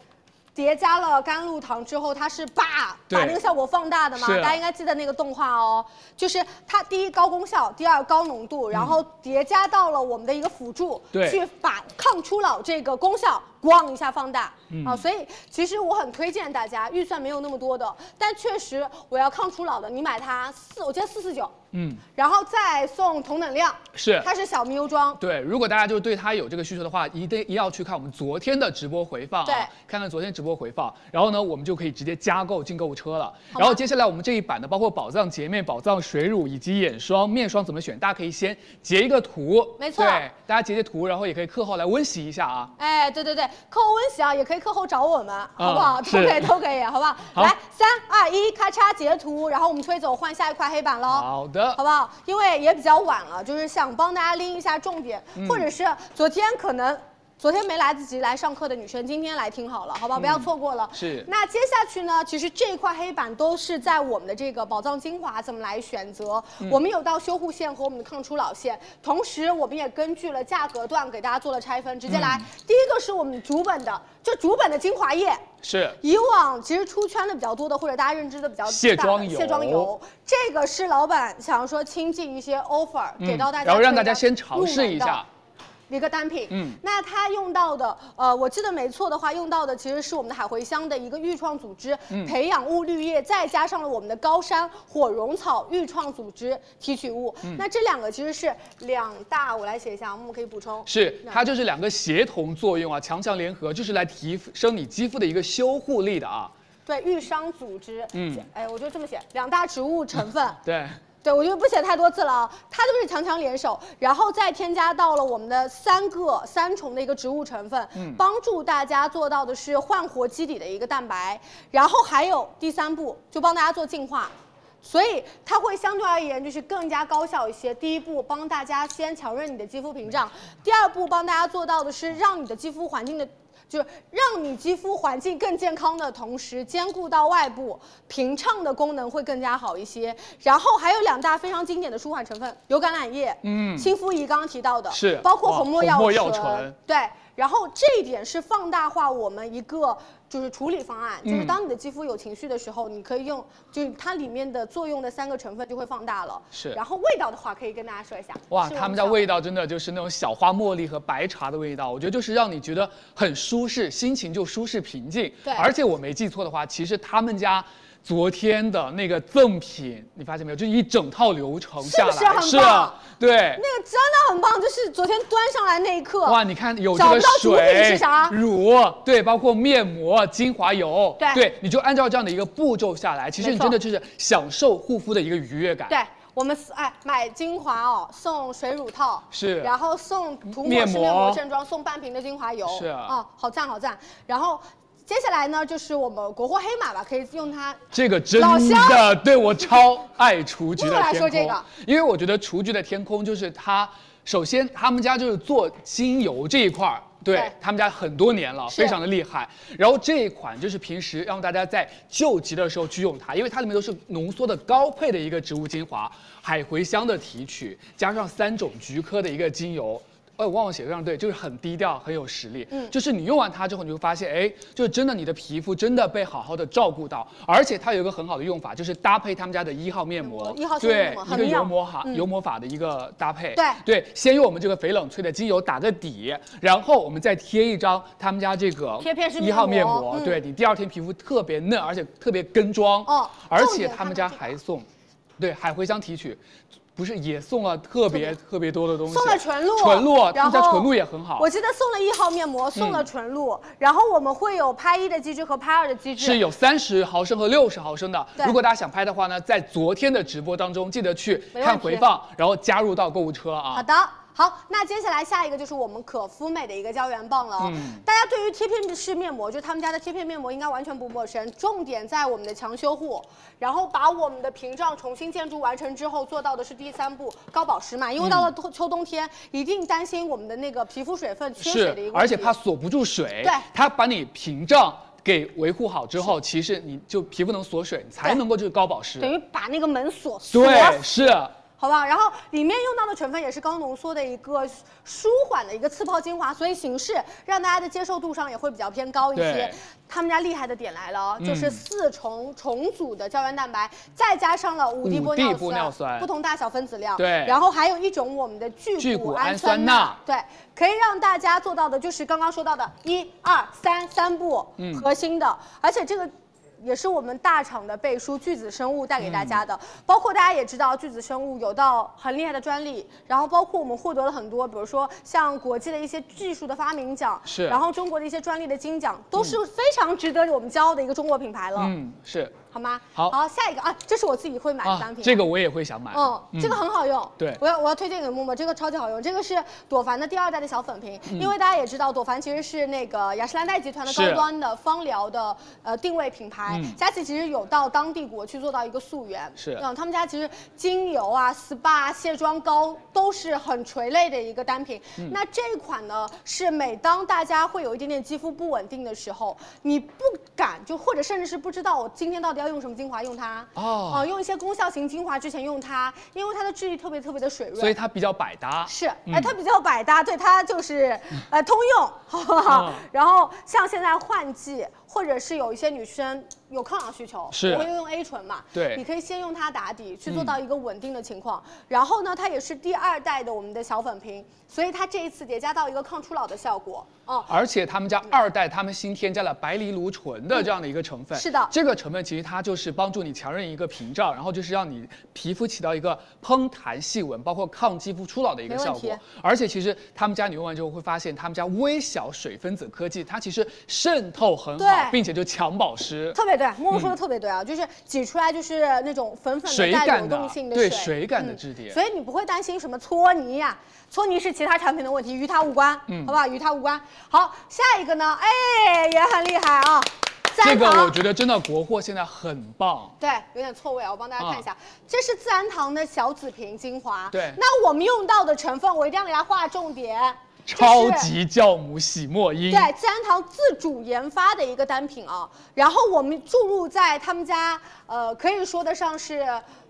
[SPEAKER 1] 叠加了甘露糖之后，它是叭
[SPEAKER 19] 对
[SPEAKER 1] 把那个效果放大的嘛，
[SPEAKER 19] 是啊
[SPEAKER 1] 大家应该记得那个动画哦，就是它第一高功效，第二高浓度，然后叠加到了我们的一个辅助，
[SPEAKER 19] 嗯对
[SPEAKER 1] 去把抗初老这个功效咣一下放大、
[SPEAKER 19] 嗯
[SPEAKER 1] 啊，所以其实我很推荐大家，预算没有那么多的，但确实我要抗初老的，你买它四，我记得四四九。
[SPEAKER 19] 嗯，
[SPEAKER 1] 然后再送同等量，
[SPEAKER 19] 是
[SPEAKER 1] 它是小迷油装，
[SPEAKER 19] 对，如果大家就是对它有这个需求的话，一定一定要去看我们昨天的直播回放
[SPEAKER 1] 对
[SPEAKER 19] 啊，看看昨天直播回放，然后呢，我们就可以直接加购进购物车了。
[SPEAKER 1] 好吗
[SPEAKER 19] 然后接下来我们这一版的包括宝藏洁面、宝藏水乳以及眼霜、面霜怎么选，大家可以先截一个图，
[SPEAKER 1] 没错
[SPEAKER 19] 对，大家截截图，然后也可以课后来温习一下啊。
[SPEAKER 1] 哎，对对对，课后温习啊，也可以课后找我们，好不好？
[SPEAKER 19] 嗯
[SPEAKER 1] 都可以，
[SPEAKER 19] 是
[SPEAKER 1] 都可以，好不好？
[SPEAKER 19] 好
[SPEAKER 1] 来，三二一，咔嚓截图，然后我们推走换下一块黑板喽。
[SPEAKER 19] 好的
[SPEAKER 1] 好不好？因为也比较晚了，就是想帮大家拎一下重点，
[SPEAKER 19] 嗯
[SPEAKER 1] 或者是昨天可能。昨天没来得及来上课的女生，今天来听好了，好不好？不要
[SPEAKER 19] 嗯
[SPEAKER 1] 错过了。
[SPEAKER 19] 是
[SPEAKER 1] 那接下去呢？其实这一块黑板都是在我们的这个宝藏精华怎么来选择。
[SPEAKER 19] 嗯
[SPEAKER 1] 我们有到修护线和我们的抗初老线，同时我们也根据了价格段给大家做了拆分，直接
[SPEAKER 19] 嗯
[SPEAKER 1] 来。第一个是我们主本的，就主本的精华液。
[SPEAKER 19] 是
[SPEAKER 1] 以往其实出圈的比较多的，或者大家认知的比较大的
[SPEAKER 19] 卸妆油
[SPEAKER 1] 卸妆油，这个是老板想要说倾尽一些 offer、
[SPEAKER 19] 嗯
[SPEAKER 1] 给到大家，
[SPEAKER 19] 然后让大家先尝试一下。
[SPEAKER 1] 一个单品。
[SPEAKER 19] 嗯
[SPEAKER 1] 那它用到的，呃，我记得没错的话，用到的其实是我们的海茴香的一个愈创组织、
[SPEAKER 19] 嗯
[SPEAKER 1] 培养物绿叶，再加上了我们的高山火绒草愈创组织提取物。
[SPEAKER 19] 嗯
[SPEAKER 1] 那这两个其实是两大，我来写一下，我们可以补充。
[SPEAKER 19] 是
[SPEAKER 1] 两
[SPEAKER 19] 它就是两个协同作用啊，强强联合，就是来提升你肌肤的一个修护力的啊。
[SPEAKER 1] 对愈伤组织。
[SPEAKER 19] 嗯
[SPEAKER 1] 嗯，哎，我就这么写，两大植物成分。
[SPEAKER 19] 对，
[SPEAKER 1] 对，我就不写太多字了啊，它就是强强联手，然后再添加到了我们的三个三重的一个植物成分，
[SPEAKER 19] 嗯
[SPEAKER 1] 帮助大家做到的是焕活肌底的一个蛋白，然后还有第三步就帮大家做净化。所以它会相对而言就是更加高效一些。第一步帮大家先强韧你的肌肤屏障，第二步帮大家做到的是让你的肌肤环境的，就是让你肌肤环境更健康的同时，兼顾到外部平畅的功能会更加好一些。然后还有两大非常经典的舒缓成分，有橄榄叶，
[SPEAKER 19] 嗯
[SPEAKER 1] 亲肤仪刚刚提到的，
[SPEAKER 19] 是
[SPEAKER 1] 包括
[SPEAKER 19] 哇
[SPEAKER 1] 红没
[SPEAKER 19] 红没
[SPEAKER 1] 药
[SPEAKER 19] 药醇
[SPEAKER 1] 对。然后这一点是放大化我们一个就是处理方案，就是
[SPEAKER 19] 嗯
[SPEAKER 1] 当你的肌肤有情绪的时候，你可以用就是它里面的作用的三个成分就会放大了。
[SPEAKER 19] 是
[SPEAKER 1] 然后味道的话，可以跟大家说一下。
[SPEAKER 19] 哇，
[SPEAKER 1] 是我
[SPEAKER 19] 他们家
[SPEAKER 1] 小
[SPEAKER 19] 味道真的就是那种小花茉莉和白茶的味道，我觉得就是让你觉得很舒适，心情就舒适平静。
[SPEAKER 1] 对
[SPEAKER 19] 而且我没记错的话，其实他们家。昨天的那个赠品，你发现没有？就一整套流程
[SPEAKER 1] 是
[SPEAKER 19] 下
[SPEAKER 1] 不
[SPEAKER 19] 来，啊
[SPEAKER 1] 是很棒
[SPEAKER 19] 对，
[SPEAKER 1] 那个真的很棒，就是昨天端上来那一刻，
[SPEAKER 19] 哇，你看有这
[SPEAKER 1] 找
[SPEAKER 19] 个
[SPEAKER 1] 不到主品
[SPEAKER 19] 水
[SPEAKER 1] 是啥？
[SPEAKER 19] 乳，对，包括面膜、精华油，
[SPEAKER 1] 对
[SPEAKER 19] 你就按照这样的一个步骤下来，其实
[SPEAKER 1] 没
[SPEAKER 19] 你
[SPEAKER 1] 错
[SPEAKER 19] 真的就是享受护肤的一个愉悦感。
[SPEAKER 1] 对。我们哎买精华哦，送水乳套
[SPEAKER 19] 是
[SPEAKER 1] 然后送涂抹
[SPEAKER 19] 啊面
[SPEAKER 1] 式
[SPEAKER 19] 膜
[SPEAKER 1] 面膜正装，送半瓶的精华油，
[SPEAKER 19] 是啊
[SPEAKER 1] 啊，好赞好赞。然后接下来呢，就是我们国货黑马吧，可以用它
[SPEAKER 19] 这个真
[SPEAKER 1] 老
[SPEAKER 19] 的
[SPEAKER 1] 乡
[SPEAKER 19] 对我超爱雏菊的
[SPEAKER 1] 木木来
[SPEAKER 19] 天
[SPEAKER 1] 说
[SPEAKER 19] 空，
[SPEAKER 1] 这个
[SPEAKER 19] 因为我觉得雏菊的天空就是它，首先他们家就是做精油这一块儿。对
[SPEAKER 30] 对
[SPEAKER 19] 他们家很多年了，
[SPEAKER 30] 是
[SPEAKER 19] 非常的厉害。然后这一款就是平时让大家在救急的时候去用它，因为它里面都是浓缩的高配的一个植物精华，海茴香的提取，加上三种菊科的一个精油。哎，我忘了写上对，就是很低调，很有实力。
[SPEAKER 30] 嗯
[SPEAKER 19] 嗯，就是你用完它之后，你就发现，哎，就是真的你的皮肤真的被好好的照顾到，而且它有一个很好的用法，就是搭配他们家的一号面膜，
[SPEAKER 1] 嗯一号面
[SPEAKER 19] 对
[SPEAKER 1] 膜
[SPEAKER 19] 一
[SPEAKER 1] 很
[SPEAKER 19] 个
[SPEAKER 1] 妙
[SPEAKER 19] 油膜哈、
[SPEAKER 1] 嗯
[SPEAKER 19] 油膜法的一个搭配。
[SPEAKER 1] 对
[SPEAKER 19] 对，先用我们这个翡冷翠的精油打个底，然后我们再贴一张他们家这个
[SPEAKER 1] 贴片式
[SPEAKER 19] 一号
[SPEAKER 1] 面
[SPEAKER 19] 面
[SPEAKER 1] 膜
[SPEAKER 19] 膜，
[SPEAKER 1] 嗯
[SPEAKER 19] 对你第二天皮肤特别嫩，而且特别跟妆。
[SPEAKER 1] 哦
[SPEAKER 19] 而
[SPEAKER 1] 重
[SPEAKER 19] 且
[SPEAKER 1] 点
[SPEAKER 19] 他
[SPEAKER 1] 他
[SPEAKER 19] 们
[SPEAKER 1] 们
[SPEAKER 19] 家还送，对海茴香提取。不是也送了特别特别多的东西，
[SPEAKER 1] 送了纯露，
[SPEAKER 19] 纯露，他
[SPEAKER 1] 然
[SPEAKER 19] 们家
[SPEAKER 1] 后
[SPEAKER 19] 纯露也很好。嗯
[SPEAKER 1] 我记得送了一号面膜，送了纯露，然后我们会有拍一的机制和拍二的机制，
[SPEAKER 19] 是有三十毫升和六十毫升的
[SPEAKER 1] 对。
[SPEAKER 19] 如果大家想拍的话呢，在昨天的直播当中记得去
[SPEAKER 1] 没问题
[SPEAKER 19] 看回放，然后加入到购物车啊。
[SPEAKER 1] 好的，好，那接下来下一个就是我们可肤美的一个胶原棒了、哦。
[SPEAKER 19] 嗯
[SPEAKER 1] 大家对于贴片式面膜，就他们家的贴片面膜应该完全不陌生。重点在我们的强修护，然后把我们的屏障重新建筑完成之后，做到的是第三步高保湿嘛。因为到
[SPEAKER 19] 嗯
[SPEAKER 1] 了秋秋冬天，一定担心我们的那个皮肤水分缺水的一个问
[SPEAKER 19] 是，
[SPEAKER 1] 题。
[SPEAKER 19] 而且怕锁不住水，
[SPEAKER 1] 对
[SPEAKER 19] 它把你屏障给维护好之后，其实你就皮肤能锁水，你才能够就是高保湿。
[SPEAKER 1] 等于把那个门锁锁
[SPEAKER 19] 对，是。
[SPEAKER 1] 好不好？然后里面用到的成分也是高浓缩的一个舒缓的一个次泡精华，所以形式让大家的接受度上也会比较偏高一些
[SPEAKER 19] 对。
[SPEAKER 1] 他们家厉害的点来了哦，
[SPEAKER 19] 嗯
[SPEAKER 1] 就是四重重组的胶原蛋白，再加上了五 D 玻
[SPEAKER 19] 五 D
[SPEAKER 1] 尿
[SPEAKER 19] 玻尿酸
[SPEAKER 1] 不同大小分子量，
[SPEAKER 19] 对
[SPEAKER 1] 然后还有一种我们的
[SPEAKER 19] 聚
[SPEAKER 1] 聚
[SPEAKER 19] 钴
[SPEAKER 1] 钴氨
[SPEAKER 19] 氨酸
[SPEAKER 1] 酸
[SPEAKER 19] 钠
[SPEAKER 1] 钠，对，可以让大家做到的就是刚刚说到的一二三三步
[SPEAKER 19] 嗯
[SPEAKER 1] 核心的，而且这个。也是我们大厂的背书，巨子生物带给大
[SPEAKER 19] 嗯
[SPEAKER 1] 家的。包括大家也知道，巨子生物有到很厉害的专利，然后包括我们获得了很多，比如说像国际的一些技术的发明奖，
[SPEAKER 19] 是
[SPEAKER 1] 然后中国的一些专利的金奖，都是非常值得我们骄傲的一个中国品牌了，
[SPEAKER 19] 嗯，是
[SPEAKER 1] 好吗？
[SPEAKER 19] 好
[SPEAKER 1] 下一个啊，这是我自己会买的单
[SPEAKER 19] 啊
[SPEAKER 1] 品、，
[SPEAKER 19] 这个我也会想买。
[SPEAKER 1] 嗯，这个很好用。
[SPEAKER 19] 对
[SPEAKER 1] 我要我要推荐给默默，这个超级好用。这个是朵梵的第二代的小粉瓶，
[SPEAKER 19] 嗯
[SPEAKER 1] 因为大家也知道，朵梵其实是那个雅诗兰黛集团的
[SPEAKER 19] 是
[SPEAKER 1] 高端的芳疗的呃定位品牌
[SPEAKER 19] 嗯。
[SPEAKER 1] 佳琦其实有到当地国去做到一个溯源，
[SPEAKER 19] 是
[SPEAKER 1] 嗯，他们家其实精油啊、SPA、卸妆膏都是很垂类的一个单品。
[SPEAKER 19] 嗯
[SPEAKER 1] 那这一款呢，是每当大家会有一点点肌肤不稳定的时候，你不敢就或者甚至是不知道我今天到底要用什么精华，用它
[SPEAKER 19] 哦
[SPEAKER 1] 呃用一些功效型精华之前用它，因为它的质地特别特别的水润，
[SPEAKER 19] 所以它比较百搭。
[SPEAKER 1] 是，
[SPEAKER 19] 嗯
[SPEAKER 1] 哎，它比较百搭，对，它就是呃通用，好不好？
[SPEAKER 19] 嗯
[SPEAKER 1] 然后像现在换季，或者是有一些女生有抗氧需求，
[SPEAKER 19] 是
[SPEAKER 1] 我会用 A 醇嘛，
[SPEAKER 19] 对
[SPEAKER 1] 你可以先用它打底，去做
[SPEAKER 19] 嗯
[SPEAKER 1] 到一个稳定的情况。然后呢，它也是第二代的我们的小粉瓶，所以它这一次叠加到一个抗初老的效果，嗯，
[SPEAKER 19] 而且他们家二代，他们新添加了白藜芦醇的这样的一个成分。
[SPEAKER 1] 嗯是的
[SPEAKER 19] 这个成分其实它就是帮助你强韧一个屏障，然后就是让你皮肤起到一个嘭弹细纹，包括抗肌肤初老的一个效
[SPEAKER 1] 没问
[SPEAKER 19] 果
[SPEAKER 1] 题。
[SPEAKER 19] 而且其实他们家你用完之后会发现，他们家微小水分子科技它其实渗透很好
[SPEAKER 1] 对，
[SPEAKER 19] 并且就强保湿。
[SPEAKER 1] 特别对，默默说的
[SPEAKER 19] 嗯
[SPEAKER 1] 特别对啊，就是挤出来就是那种粉粉
[SPEAKER 19] 水
[SPEAKER 1] 的带流
[SPEAKER 19] 感
[SPEAKER 1] 动性的
[SPEAKER 19] 对
[SPEAKER 1] 水嗯
[SPEAKER 19] 水感的质地。
[SPEAKER 1] 所以你不会担心什么搓泥呀、搓泥是其他产品的问题，与它无关，
[SPEAKER 19] 嗯
[SPEAKER 1] 好不好？与它无关。好，下一个呢？哎，也很厉害啊，
[SPEAKER 19] 这
[SPEAKER 1] 三
[SPEAKER 19] 个
[SPEAKER 1] 糖。
[SPEAKER 19] 我觉得真的国货现在很棒。
[SPEAKER 1] 对，有点错位啊，我帮大家看一下，
[SPEAKER 19] 啊
[SPEAKER 1] 这是自然堂的小紫瓶精华。
[SPEAKER 19] 对
[SPEAKER 1] 那我们用到的成分，我一定要给大家划重点。这
[SPEAKER 19] 超
[SPEAKER 1] 是
[SPEAKER 19] 级酵母洗墨因，
[SPEAKER 1] 对，自然堂自主研发的一个单品啊，然后我们注入在他们家，呃，可以说得上是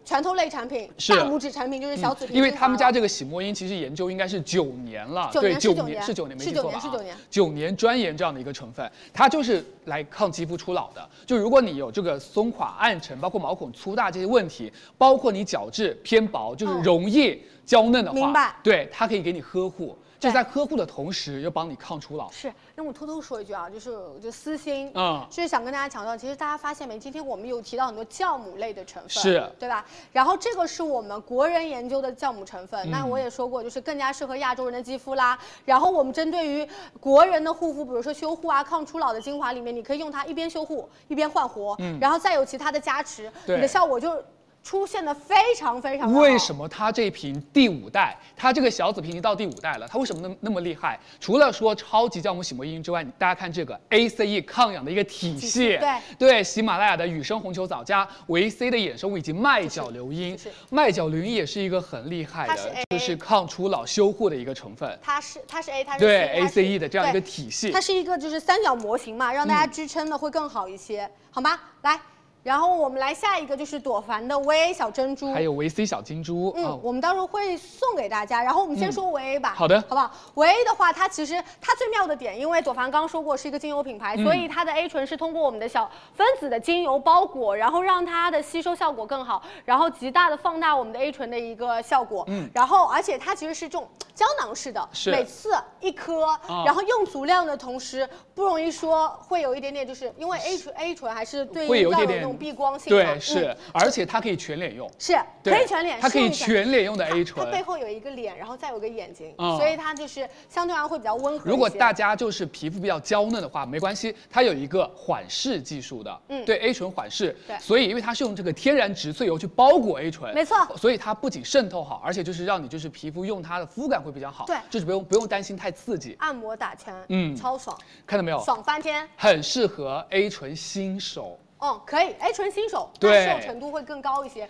[SPEAKER 1] 拳头类产品，
[SPEAKER 19] 是
[SPEAKER 1] 大拇指产品，就是小紫瓶精
[SPEAKER 19] 嗯
[SPEAKER 1] 华了、
[SPEAKER 19] 因为他们家这个洗墨因其实研究应该是九年了，
[SPEAKER 1] 九
[SPEAKER 19] 对，
[SPEAKER 1] 年
[SPEAKER 19] 九
[SPEAKER 1] 是九
[SPEAKER 19] 年
[SPEAKER 1] 年
[SPEAKER 19] 是九年，没
[SPEAKER 1] 是
[SPEAKER 19] 记
[SPEAKER 1] 九
[SPEAKER 19] 错吧
[SPEAKER 1] 年？是九年
[SPEAKER 19] 九年专研这样的一个成分，它就是来抗肌肤初老的。就如果你有这个松垮、暗沉，包括毛孔粗大这些问题，包括你角质偏薄，就是容易娇嫩的话，
[SPEAKER 1] 嗯明白
[SPEAKER 19] 对，它可以给你呵护。就
[SPEAKER 1] 对
[SPEAKER 19] 在呵护的同时，又帮你抗初老。
[SPEAKER 1] 是，那我偷偷说一句啊，就是我就私心
[SPEAKER 19] 啊
[SPEAKER 1] 就是想跟大家强调，其实大家发现没，今天我们有提到很多酵母类的成分，
[SPEAKER 19] 是
[SPEAKER 1] 对吧？然后这个是我们国人研究的酵母成分，那
[SPEAKER 19] 嗯
[SPEAKER 1] 我也说过，就是更加适合亚洲人的肌肤啦。然后我们针对于国人的护肤，比如说修护啊、抗初老的精华里面，你可以用它一边修护一边焕活，
[SPEAKER 19] 嗯
[SPEAKER 1] 然后再有其他的加持，你
[SPEAKER 19] 对
[SPEAKER 1] 的效果就出现的非常非常的好。
[SPEAKER 19] 为什么它这一瓶第五代，它这个小紫瓶已经到第五代了，它为什么那么那么厉害？除了说超级酵母洗膜因之外，你大家看这个 ACE 抗氧的一个体
[SPEAKER 1] 体
[SPEAKER 19] 系
[SPEAKER 1] 系，对
[SPEAKER 19] 对，喜马拉雅的雨生红球藻加维 C 的衍生物以及麦角硫因，麦角硫因也是一个很厉害
[SPEAKER 1] 它是
[SPEAKER 19] 的
[SPEAKER 1] AA，
[SPEAKER 19] 就是抗初老修护的一个成分。
[SPEAKER 1] 它是它是 A，它是 C，
[SPEAKER 19] 对
[SPEAKER 1] 它是
[SPEAKER 19] ACE 的这样一个
[SPEAKER 1] 对
[SPEAKER 19] 体系
[SPEAKER 1] 它是一个就是三角模型嘛，让大家
[SPEAKER 19] 嗯
[SPEAKER 1] 支撑的会更好一些，好吗？来，然后我们来下一个就是朵梵的 VA 小珍珠，
[SPEAKER 19] 还有维 C 小金珠，
[SPEAKER 1] 嗯，
[SPEAKER 19] 哦嗯
[SPEAKER 1] 我们到时候会送给大家。然后我们先说维 A 吧，
[SPEAKER 19] 好的
[SPEAKER 1] 好不好？维 A 的话，它其实它最妙的点，因为朵梵刚说过是一个精油品牌，
[SPEAKER 19] 嗯
[SPEAKER 1] 所以它的 A 醇是通过我们的小分子的精油包裹，然后让它的吸收效果更好，然后极大的放大我们的 A 醇的一个效果。
[SPEAKER 19] 嗯
[SPEAKER 1] 然后而且它其实是这种胶囊式的，
[SPEAKER 19] 是
[SPEAKER 1] 每次一颗，
[SPEAKER 19] 啊
[SPEAKER 1] 然后用足量的同时，不容易说会有一点点，就是因为 A 醇 A 醇还是对
[SPEAKER 19] 会
[SPEAKER 1] 应
[SPEAKER 19] 有一
[SPEAKER 1] 要
[SPEAKER 19] 点
[SPEAKER 1] 有那种
[SPEAKER 19] 点
[SPEAKER 1] 避光性嘛，
[SPEAKER 19] 对，是
[SPEAKER 1] 嗯，
[SPEAKER 19] 而且它可以全脸用，
[SPEAKER 1] 是
[SPEAKER 19] 对
[SPEAKER 1] 可以全脸，
[SPEAKER 19] 它可以
[SPEAKER 1] 是一种
[SPEAKER 19] 全脸用的 A
[SPEAKER 1] 它
[SPEAKER 19] 醇。
[SPEAKER 1] 背后有一个脸，然后再有个眼睛，
[SPEAKER 19] 嗯
[SPEAKER 1] 所以它就是相对来说会比较温和一些。
[SPEAKER 19] 如果大家就是皮肤比较娇嫩的话，没关系，它有一个缓释技术的，
[SPEAKER 1] 嗯
[SPEAKER 19] 对 A 醇缓释，
[SPEAKER 1] 对
[SPEAKER 19] 所以因为它是用这个天然植萃油去包裹 A 醇，
[SPEAKER 1] 没错
[SPEAKER 19] 所以它不仅渗透好，而且就是让你就是皮肤用它的肤感会比较好，
[SPEAKER 1] 对
[SPEAKER 19] 就是不用不用担心太刺激，
[SPEAKER 1] 按摩打拳，
[SPEAKER 19] 嗯哦
[SPEAKER 1] 超爽，
[SPEAKER 19] 看到没有？
[SPEAKER 1] 爽翻天。
[SPEAKER 19] 很适合 A 醇新手，
[SPEAKER 1] 嗯，可以，A 醇新手，
[SPEAKER 19] 对
[SPEAKER 1] 耐受程度会更高一些。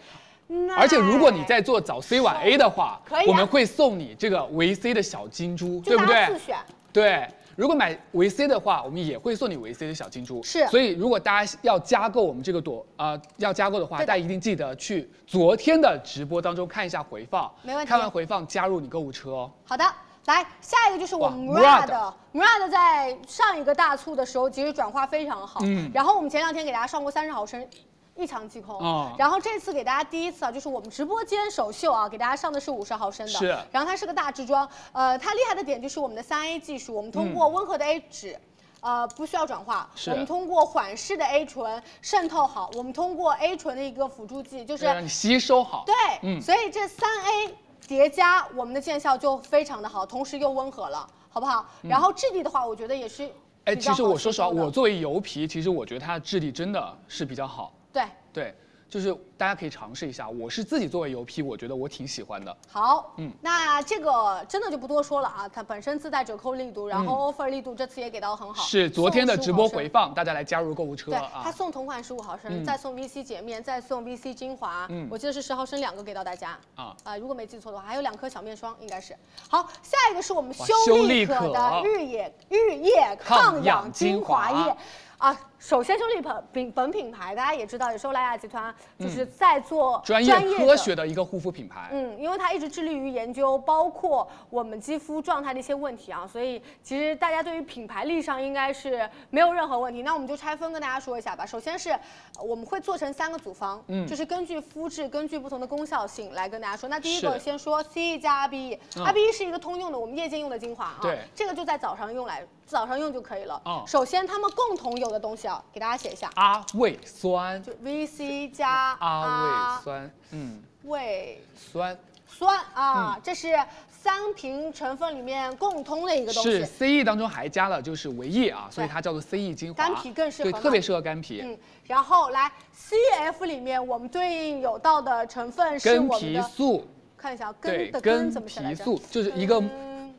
[SPEAKER 1] 那
[SPEAKER 19] 而且如果你在做早 C 晚 A 的话，
[SPEAKER 1] 可以啊
[SPEAKER 19] 我们会送你这个维 C 的小金珠，对
[SPEAKER 1] 就
[SPEAKER 19] 不
[SPEAKER 1] 大
[SPEAKER 19] 对？
[SPEAKER 1] 家自选，
[SPEAKER 19] 对，如果买维 C 的话，我们也会送你维 C 的小金珠。
[SPEAKER 1] 是
[SPEAKER 19] 所以如果大家要加购我们这个朵啊、呃要加购的话，
[SPEAKER 1] 对的
[SPEAKER 19] 大家一定记得去昨天的直播当中看一下回放，
[SPEAKER 1] 没问题
[SPEAKER 19] 看完回放加入你购物车哦。
[SPEAKER 1] 好的。来，下一个就是我
[SPEAKER 19] 哇
[SPEAKER 1] 们
[SPEAKER 19] Murad
[SPEAKER 1] Murad。Murad 在上一个大促的时候，其实转化非常好。
[SPEAKER 19] 嗯
[SPEAKER 1] 然后我们前两天给大家上过三十毫升，一抢即空。
[SPEAKER 19] 哦
[SPEAKER 1] 然后这次给大家第一次啊，就是我们直播间首秀啊，给大家上的是五十毫升的。
[SPEAKER 19] 是
[SPEAKER 1] 然后它是个大支装，呃，它厉害的点就是我们的三 A 技术，我们通过温和的 A 酯。呃，不需要转化，
[SPEAKER 19] 嗯是
[SPEAKER 1] 我们通过缓释的 A 醇渗透好，我们通过 A 醇的一个辅助剂，就是
[SPEAKER 19] 要让你吸收好。
[SPEAKER 1] 对，
[SPEAKER 19] 嗯
[SPEAKER 1] 所以这三 A 叠加，我们的见效就非常的好，同时又温和了，好不好？然后质地的话，我觉得也是
[SPEAKER 19] 嗯哎，
[SPEAKER 1] 比较
[SPEAKER 19] 其
[SPEAKER 1] 好吸收的。
[SPEAKER 19] 实我说实话，我作为油皮，其实我觉得它的质地真的是比较好。
[SPEAKER 1] 对
[SPEAKER 19] 对，就是大家可以尝试一下。我是自己作为油皮，我觉得我挺喜欢的。
[SPEAKER 1] 好，
[SPEAKER 19] 嗯
[SPEAKER 1] 那这个真的就不多说了啊，它本身自带折扣力度，然后
[SPEAKER 19] 嗯
[SPEAKER 1] offer 力度这次也给到很好，
[SPEAKER 19] 是昨天的直播回
[SPEAKER 1] 放。
[SPEAKER 19] 放，大家来加入购物车
[SPEAKER 1] 对，
[SPEAKER 19] 啊
[SPEAKER 1] 它。送同款十五毫升，
[SPEAKER 19] 嗯
[SPEAKER 1] 再送 VC 洁面，再送 VC 精华，
[SPEAKER 19] 嗯
[SPEAKER 1] 我记得是十毫升两个给到大家
[SPEAKER 19] 啊
[SPEAKER 1] 啊，如果没记错的话，还有两颗小面霜应该是。好，下一个是我们
[SPEAKER 19] 哇
[SPEAKER 1] 修
[SPEAKER 19] 修
[SPEAKER 1] 丽
[SPEAKER 19] 丽
[SPEAKER 1] 可
[SPEAKER 19] 可
[SPEAKER 1] 的日野日夜抗
[SPEAKER 19] 抗
[SPEAKER 1] 氧
[SPEAKER 19] 氧
[SPEAKER 1] 精
[SPEAKER 19] 精华
[SPEAKER 1] 华液。啊，首先修丽本品本品牌，大家也知道，也是欧莱雅集团就是在做
[SPEAKER 19] 嗯专
[SPEAKER 1] 业
[SPEAKER 19] 业
[SPEAKER 1] 的
[SPEAKER 19] 科学的一个护肤品牌。
[SPEAKER 1] 嗯，因为他一直致力于研究包括我们肌肤状态的一些问题啊，所以其实大家对于品牌力上应该是没有任何问题。那我们就拆分跟大家说一下吧。首先是呃我们会做成三个组方，
[SPEAKER 31] 嗯
[SPEAKER 1] 就是根据肤质、根据不同的功效性来跟大家说。那第一
[SPEAKER 31] 是
[SPEAKER 1] 个
[SPEAKER 31] 的
[SPEAKER 1] 先说 C 加 RBE，RBE、
[SPEAKER 31] 嗯
[SPEAKER 1] RBE 是一个通用的，我们夜间用的精华啊，
[SPEAKER 31] 对嗯
[SPEAKER 1] 这个就在早上用来早上用就可以了。
[SPEAKER 19] 哦
[SPEAKER 1] 首先他们共同有的东西啊，给大家写一下，
[SPEAKER 19] 阿魏酸，
[SPEAKER 1] 就 VC 加
[SPEAKER 19] 阿魏
[SPEAKER 1] 阿
[SPEAKER 19] 酸，嗯，
[SPEAKER 1] 魏
[SPEAKER 19] 酸
[SPEAKER 1] 酸啊，
[SPEAKER 19] 嗯
[SPEAKER 1] 这是三瓶成分里面共通的一个东西。
[SPEAKER 19] 是 CE 当中还加了就是维 E 啊，所以它叫做 CE 精华，
[SPEAKER 1] 干皮更适合
[SPEAKER 19] 对，
[SPEAKER 1] 吗
[SPEAKER 19] 特别适合干皮。
[SPEAKER 1] 嗯，然后来 CF 里面我们对应有到的成分是
[SPEAKER 19] 根
[SPEAKER 1] 我们
[SPEAKER 19] 皮
[SPEAKER 1] 的，
[SPEAKER 19] 素，
[SPEAKER 1] 看一下啊
[SPEAKER 19] 对
[SPEAKER 1] 根，的根
[SPEAKER 19] 根
[SPEAKER 1] 怎么写来
[SPEAKER 19] 皮
[SPEAKER 1] 着？嗯
[SPEAKER 19] 素就是一个，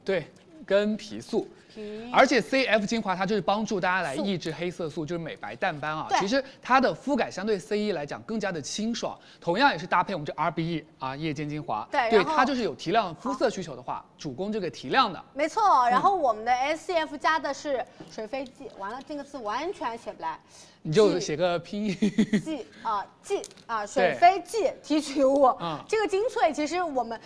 [SPEAKER 19] 对，根皮素。
[SPEAKER 1] 皮
[SPEAKER 19] 而且 CF 精华它就是帮助大家来
[SPEAKER 1] 素
[SPEAKER 19] 抑制黑色素，就是美白淡斑啊
[SPEAKER 1] 对。
[SPEAKER 19] 其实它的肤感相对 CE 来讲更加的清爽，同样也是搭配我们这 RBE 啊夜间精华。
[SPEAKER 1] 对然后啊
[SPEAKER 19] 它就是有提亮肤色需求的话，主攻这个提亮的。
[SPEAKER 1] 没错，
[SPEAKER 19] 嗯
[SPEAKER 1] 然后我们的 SCF 加的是水飞剂，完了这个字完全写不来，
[SPEAKER 19] 你就
[SPEAKER 1] 剂
[SPEAKER 19] 写个拼音，
[SPEAKER 1] 剂啊剂啊水飞剂提取物
[SPEAKER 19] 嗯，
[SPEAKER 1] 这个精粹其实我们。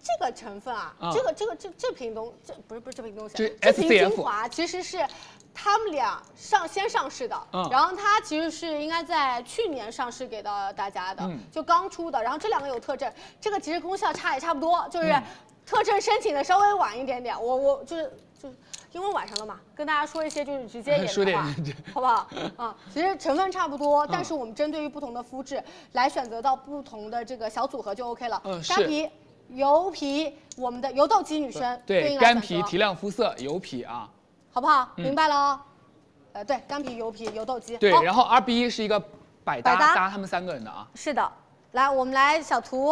[SPEAKER 1] 这个成分啊，
[SPEAKER 19] 嗯
[SPEAKER 1] 这个这个这这瓶东这不是不是这瓶东西啊，这
[SPEAKER 19] 这
[SPEAKER 1] 瓶
[SPEAKER 19] SCF
[SPEAKER 1] 精华其实是他们俩上先上市的，
[SPEAKER 31] 嗯
[SPEAKER 1] 然后它其实是应该在去年上市给到大家的，
[SPEAKER 31] 嗯
[SPEAKER 1] 就刚出的。然后这两个有特征，这个其实功效差也差不多，就是
[SPEAKER 31] 嗯
[SPEAKER 1] 特征申请的稍微晚一点点。我我就是就是因为晚上了嘛，跟大家说一些就是直接一
[SPEAKER 19] 说
[SPEAKER 1] 点的
[SPEAKER 19] 点
[SPEAKER 1] 话， 好不好？啊，其实成分差不多，但
[SPEAKER 19] 嗯
[SPEAKER 1] 是我们针对于不同的肤质来选择到不同的这个小组合就 OK 了。
[SPEAKER 19] 嗯是嗯
[SPEAKER 1] 干皮、油皮，我们的油痘肌女生
[SPEAKER 19] 对
[SPEAKER 1] 应来
[SPEAKER 19] 干
[SPEAKER 1] 选
[SPEAKER 19] 皮
[SPEAKER 1] 择
[SPEAKER 19] 提亮肤色，油皮啊。
[SPEAKER 1] 好不好？
[SPEAKER 19] 嗯
[SPEAKER 1] 明白了哦。呃，对，干皮、油皮、油痘肌。
[SPEAKER 19] 对
[SPEAKER 1] 好，
[SPEAKER 19] 然后 RBE 是一个百搭
[SPEAKER 1] 哦百搭
[SPEAKER 19] 搭他们三个人的啊。
[SPEAKER 1] 是的，来，我们来小图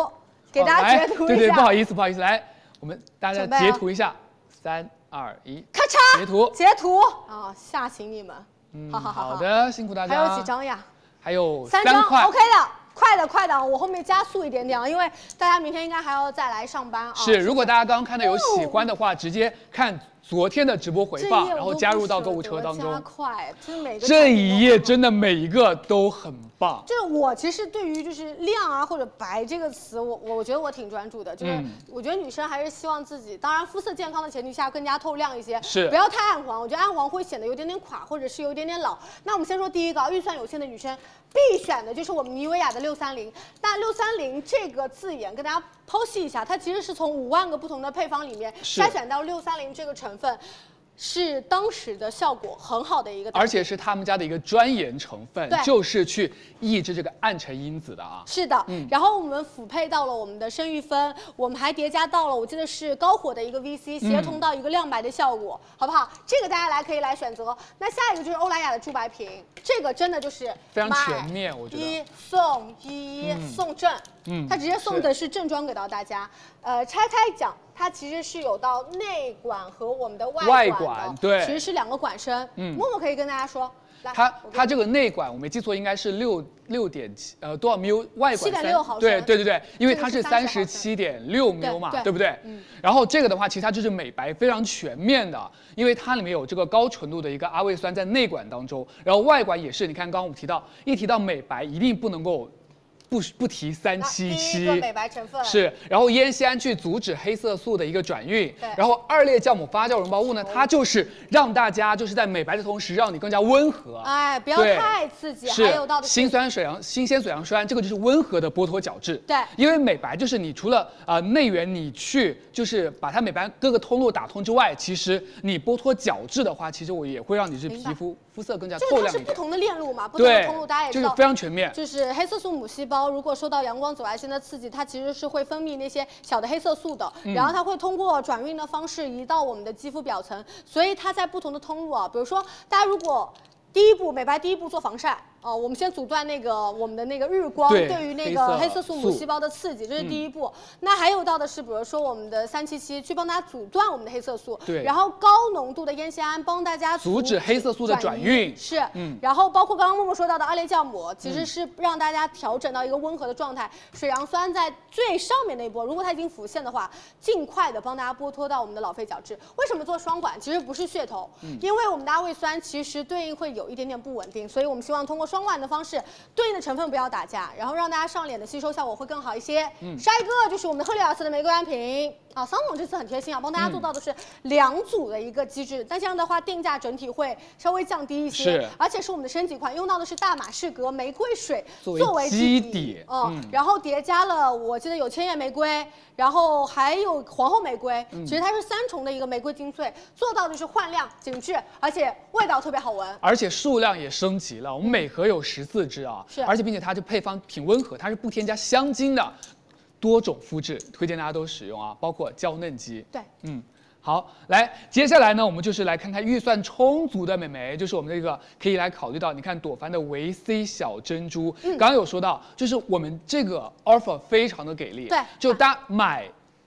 [SPEAKER 1] 给
[SPEAKER 19] 好
[SPEAKER 1] 大家
[SPEAKER 19] 来
[SPEAKER 1] 截图一下。
[SPEAKER 19] 对对，不好意思，不好意思，来，我们大家
[SPEAKER 1] 准备啊
[SPEAKER 19] 截图一下，三二一，
[SPEAKER 1] 咔嚓，
[SPEAKER 19] 截图，
[SPEAKER 1] 截图啊，吓醒你们。
[SPEAKER 19] 嗯
[SPEAKER 1] 好好好好
[SPEAKER 19] 的，辛苦大
[SPEAKER 1] 还
[SPEAKER 19] 家。
[SPEAKER 1] 有几？张呀？
[SPEAKER 19] 还有
[SPEAKER 1] 三
[SPEAKER 19] 张
[SPEAKER 1] 张，OK 的，快的快的，我后面加速一点点啊，因为大家明天应该还要再来上班啊。
[SPEAKER 19] 是，如果大家刚刚看到有喜欢的话，直接看昨天的直播回
[SPEAKER 1] 哦这一
[SPEAKER 19] 放，
[SPEAKER 1] 页
[SPEAKER 19] 然
[SPEAKER 1] 我
[SPEAKER 19] 后
[SPEAKER 1] 都
[SPEAKER 19] 加
[SPEAKER 1] 不
[SPEAKER 19] 入到
[SPEAKER 1] 舍
[SPEAKER 19] 购物
[SPEAKER 1] 得
[SPEAKER 19] 车当
[SPEAKER 1] 加
[SPEAKER 19] 中。
[SPEAKER 1] 快，就是每个
[SPEAKER 19] 这
[SPEAKER 1] 产品都
[SPEAKER 19] 一页真的每一个都很棒。
[SPEAKER 1] 就是我其实对于就是亮啊或者白这个词，我我觉得我挺专注的，就是
[SPEAKER 19] 嗯
[SPEAKER 1] 我觉得女生还是希望自己，当然肤色健康的前提下更加透亮一些，
[SPEAKER 31] 是
[SPEAKER 1] 不要太暗黄，我觉得暗黄会显得有点点垮或者是有点点老。那我们先说第一个，啊，预算有限的女生必选的就是我们妮维雅的六三零。那六三零这个字眼跟大家剖析一下，它其实是从五万个不同的配方里面
[SPEAKER 19] 是
[SPEAKER 1] 筛选到六三零这个成分。是当时的效果很好的一个单品，
[SPEAKER 19] 而且是他们家的一个专研成分
[SPEAKER 1] 对，
[SPEAKER 19] 就是去抑制这个暗沉因子的啊。
[SPEAKER 1] 是的，
[SPEAKER 19] 嗯
[SPEAKER 1] 然后我们辅配到了我们的生育酚，我们还叠加到了我记得是高火的一个
[SPEAKER 19] 嗯
[SPEAKER 1] VC，协同到一个亮白的效果，好不好？这个大家来可以来选择。那下一个就是欧莱雅的驻白瓶，这个真的就是
[SPEAKER 19] 非常
[SPEAKER 1] 买
[SPEAKER 19] 全面我觉得
[SPEAKER 1] 一送一、
[SPEAKER 19] 嗯
[SPEAKER 1] 送正，
[SPEAKER 19] 嗯
[SPEAKER 1] 它直接送的是正装给到大家。呃，拆开讲，它其实是有到内管和我们的外
[SPEAKER 19] 外
[SPEAKER 1] 管的，
[SPEAKER 19] 管对
[SPEAKER 1] 其实是两个管身。
[SPEAKER 19] 嗯
[SPEAKER 1] 默默可以跟大家说，来，
[SPEAKER 19] 它
[SPEAKER 1] 我给
[SPEAKER 19] 它
[SPEAKER 1] 你
[SPEAKER 19] 这个内管我没记错应该是六六点七呃多少 ml 外管
[SPEAKER 1] 7.6毫升
[SPEAKER 19] 对对对对，因为它
[SPEAKER 1] 这
[SPEAKER 19] 是
[SPEAKER 1] 个是
[SPEAKER 19] 三十七点六 ml 嘛
[SPEAKER 1] 对对，
[SPEAKER 19] 对不对？
[SPEAKER 1] 嗯
[SPEAKER 19] 然后这个的话，其实它就是美白非常全面的，因为它里面有这个高纯度的一个阿魏酸在内管当中，然后外管也是。你看，刚刚我们提到，一提到美白，一定不能够不不提三七
[SPEAKER 1] 第一
[SPEAKER 19] 七
[SPEAKER 1] 个美白成分
[SPEAKER 19] 是，然后烟酰胺去阻止黑色素的一个转运
[SPEAKER 1] 对，哦
[SPEAKER 19] 然后二裂酵母发酵绒孢物呢，它就是让大家就是在美白的同时，让你更加温和。
[SPEAKER 1] 哎，不要
[SPEAKER 19] 对
[SPEAKER 1] 太刺激，
[SPEAKER 19] 是
[SPEAKER 1] 还有到的
[SPEAKER 19] 辛酸水杨新鲜水杨酸，这个就是温和的剥脱角质。
[SPEAKER 1] 对
[SPEAKER 19] 因为美白就是你除了呃内源你去就是把它美白各个通路打通之外，其实你剥脱角质的话，其实我也会让你这
[SPEAKER 1] 明白
[SPEAKER 19] 皮肤肤色更加
[SPEAKER 1] 这
[SPEAKER 19] 透
[SPEAKER 1] 个它
[SPEAKER 19] 亮
[SPEAKER 1] 是
[SPEAKER 19] 一
[SPEAKER 1] 不
[SPEAKER 19] 点。
[SPEAKER 1] 同的链路嘛，不同的
[SPEAKER 19] 对
[SPEAKER 1] 通路，大家也，
[SPEAKER 19] 就
[SPEAKER 1] 知
[SPEAKER 19] 是
[SPEAKER 1] 道。
[SPEAKER 19] 非常全面。
[SPEAKER 1] 就是黑色素母细胞，如果受到阳光、紫外线的刺激，它其实是会分泌那些小的黑色素的，
[SPEAKER 31] 嗯
[SPEAKER 1] 然后它会通过转运的方式移到我们的肌肤表层，所以它在不同的通路啊，比如说大家如果第一步美白第一步做防晒哦、我们先阻断那个我们的那个日光
[SPEAKER 31] 对
[SPEAKER 1] 对于那
[SPEAKER 31] 黑
[SPEAKER 1] 个
[SPEAKER 31] 色
[SPEAKER 1] 黑色素母
[SPEAKER 31] 素
[SPEAKER 1] 细胞的刺激，这是第一
[SPEAKER 19] 嗯
[SPEAKER 1] 步。那还有到的是，比如说我们的三七七去帮大家阻断我们的黑色素，
[SPEAKER 19] 对
[SPEAKER 1] 然后高浓度的烟酰胺帮大家
[SPEAKER 19] 阻止黑色素的转运
[SPEAKER 1] 是，
[SPEAKER 19] 嗯
[SPEAKER 1] 然后包括刚刚默默说到的二裂酵母，其实
[SPEAKER 19] 嗯
[SPEAKER 1] 是让大家调整到一个温和的状态。水杨酸在最上面那一波，如果它已经浮现的话，尽快的帮大家剥脱到我们的老废角质。为什么做双管？其实不是噱头，
[SPEAKER 31] 嗯
[SPEAKER 1] 因为我们的阿魏酸其实对应会有一点点不稳定，所以我们希望通过双。双万的方式，对应的成分不要打架，然后让大家上脸的吸收效果会更好一些。
[SPEAKER 32] 嗯
[SPEAKER 1] 下一个就是我们的赫丽尔斯的玫瑰安瓶啊，桑总这次很贴心啊，帮大家做到的是两组的一个机制，那这样的话定价整体会稍微降低一些，
[SPEAKER 19] 是
[SPEAKER 1] 而且是我们的升级款，用到的是大马士革玫瑰水
[SPEAKER 19] 作为
[SPEAKER 1] 基
[SPEAKER 19] 基底
[SPEAKER 1] 哦，
[SPEAKER 19] 嗯
[SPEAKER 1] 然后叠加了我记得有千叶玫瑰，然后还有皇后玫瑰，
[SPEAKER 19] 嗯
[SPEAKER 1] 其实它是三重的一个玫瑰精粹，做到的是焕亮紧致，而且味道特别好闻。
[SPEAKER 19] 而且数量也升级了，我们每盒有十四支啊，
[SPEAKER 1] 嗯是
[SPEAKER 19] 而且并且它这配方挺温和，它是不添加香精的，多种肤质，推荐大家都使用啊，包括娇嫩肌。
[SPEAKER 1] 对，
[SPEAKER 19] 嗯。好，来，接下来呢，我们就是来看看预算充足的美眉，就是我们这个可以来考虑到，你看朵帆的维 C 小珍珠，
[SPEAKER 1] 嗯
[SPEAKER 19] 刚刚有说到，就是我们这个 offer 非常的给力，
[SPEAKER 1] 对啊
[SPEAKER 19] 就大家买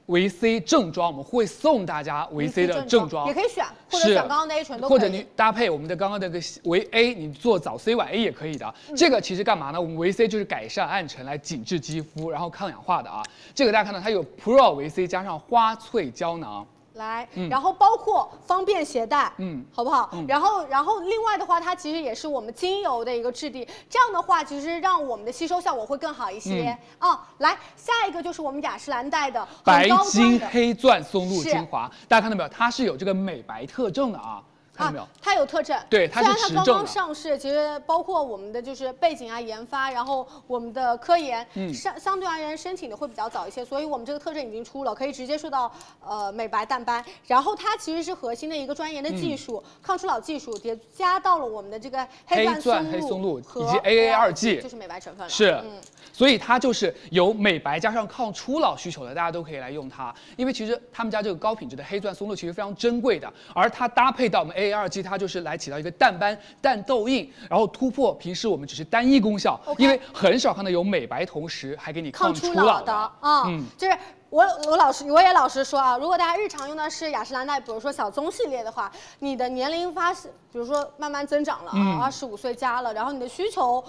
[SPEAKER 19] 维 C 正装，我们会送大家维 C 的正装，
[SPEAKER 1] 也可以选，或者
[SPEAKER 19] 是
[SPEAKER 1] 选刚刚那一唇都可以。
[SPEAKER 19] 或者你搭配我们的刚刚那个维 A，你做早 C 晚 A 也可以的。
[SPEAKER 1] 嗯
[SPEAKER 19] 这个其实干嘛呢？我们维 C 就是改善暗沉，来紧致肌肤，然后抗氧化的啊。这个大家看到它有 Pro 维 C 加上花萃胶囊，
[SPEAKER 1] 来，
[SPEAKER 19] 嗯
[SPEAKER 1] 然后包括方便携带，
[SPEAKER 19] 嗯
[SPEAKER 1] 好不好？
[SPEAKER 19] 嗯
[SPEAKER 1] 然后，然后另外的话，它其实也是我们精油的一个质地，这样的话，其实让我们的吸收效果会更好一些。啊，来，下一个就是我们雅诗兰黛的很
[SPEAKER 19] 嗯白
[SPEAKER 1] 高端
[SPEAKER 19] 金
[SPEAKER 1] 的
[SPEAKER 19] 黑钻松露
[SPEAKER 1] 是
[SPEAKER 19] 精华，大家看到没有？它是有这个美白特征的啊，看到没有？
[SPEAKER 1] 它有特征，
[SPEAKER 19] 对它是
[SPEAKER 1] 虽然它
[SPEAKER 19] 持
[SPEAKER 1] 刚
[SPEAKER 19] 证
[SPEAKER 1] 刚
[SPEAKER 19] 的
[SPEAKER 1] 上市，其实包括我们的就是背景啊、研发，然后我们的科研，
[SPEAKER 19] 嗯
[SPEAKER 1] 相、相对而言申请的会比较早一些，所以我们这个特征已经出了，可以直接说到呃美白淡斑。然后它其实是核心的一个专研的技术，抗初老技术叠加到了我们的这个
[SPEAKER 19] 黑
[SPEAKER 1] 钻
[SPEAKER 19] 钻
[SPEAKER 1] 松
[SPEAKER 19] 嗯黑松露
[SPEAKER 1] 和
[SPEAKER 19] 以及 AA 二
[SPEAKER 1] G，
[SPEAKER 19] 剂
[SPEAKER 1] 就是美白成分了，
[SPEAKER 19] 是
[SPEAKER 1] 嗯，
[SPEAKER 19] 所以它就是有美白加上抗初老需求的，大家都可以来用它。因为其实他们家这个高品质的黑钻松露其实非常珍贵的，而它搭配到我们 AA 二 G，它就是来起到一个淡斑、淡痘印，然后突破平时我们只是单一功效
[SPEAKER 1] OK
[SPEAKER 19] 因为很少看到有美白同时还给你
[SPEAKER 1] 抗
[SPEAKER 19] 初
[SPEAKER 1] 初
[SPEAKER 19] 老
[SPEAKER 1] 老
[SPEAKER 19] 的。
[SPEAKER 1] 的啊，
[SPEAKER 19] 嗯
[SPEAKER 1] 就是我我老实我也老实说啊，如果大家日常用的是雅诗兰黛，比如说小棕系列的话，你的年龄发，比如说慢慢增长了啊
[SPEAKER 19] 嗯，
[SPEAKER 1] 二十五岁加了，然后你的需求。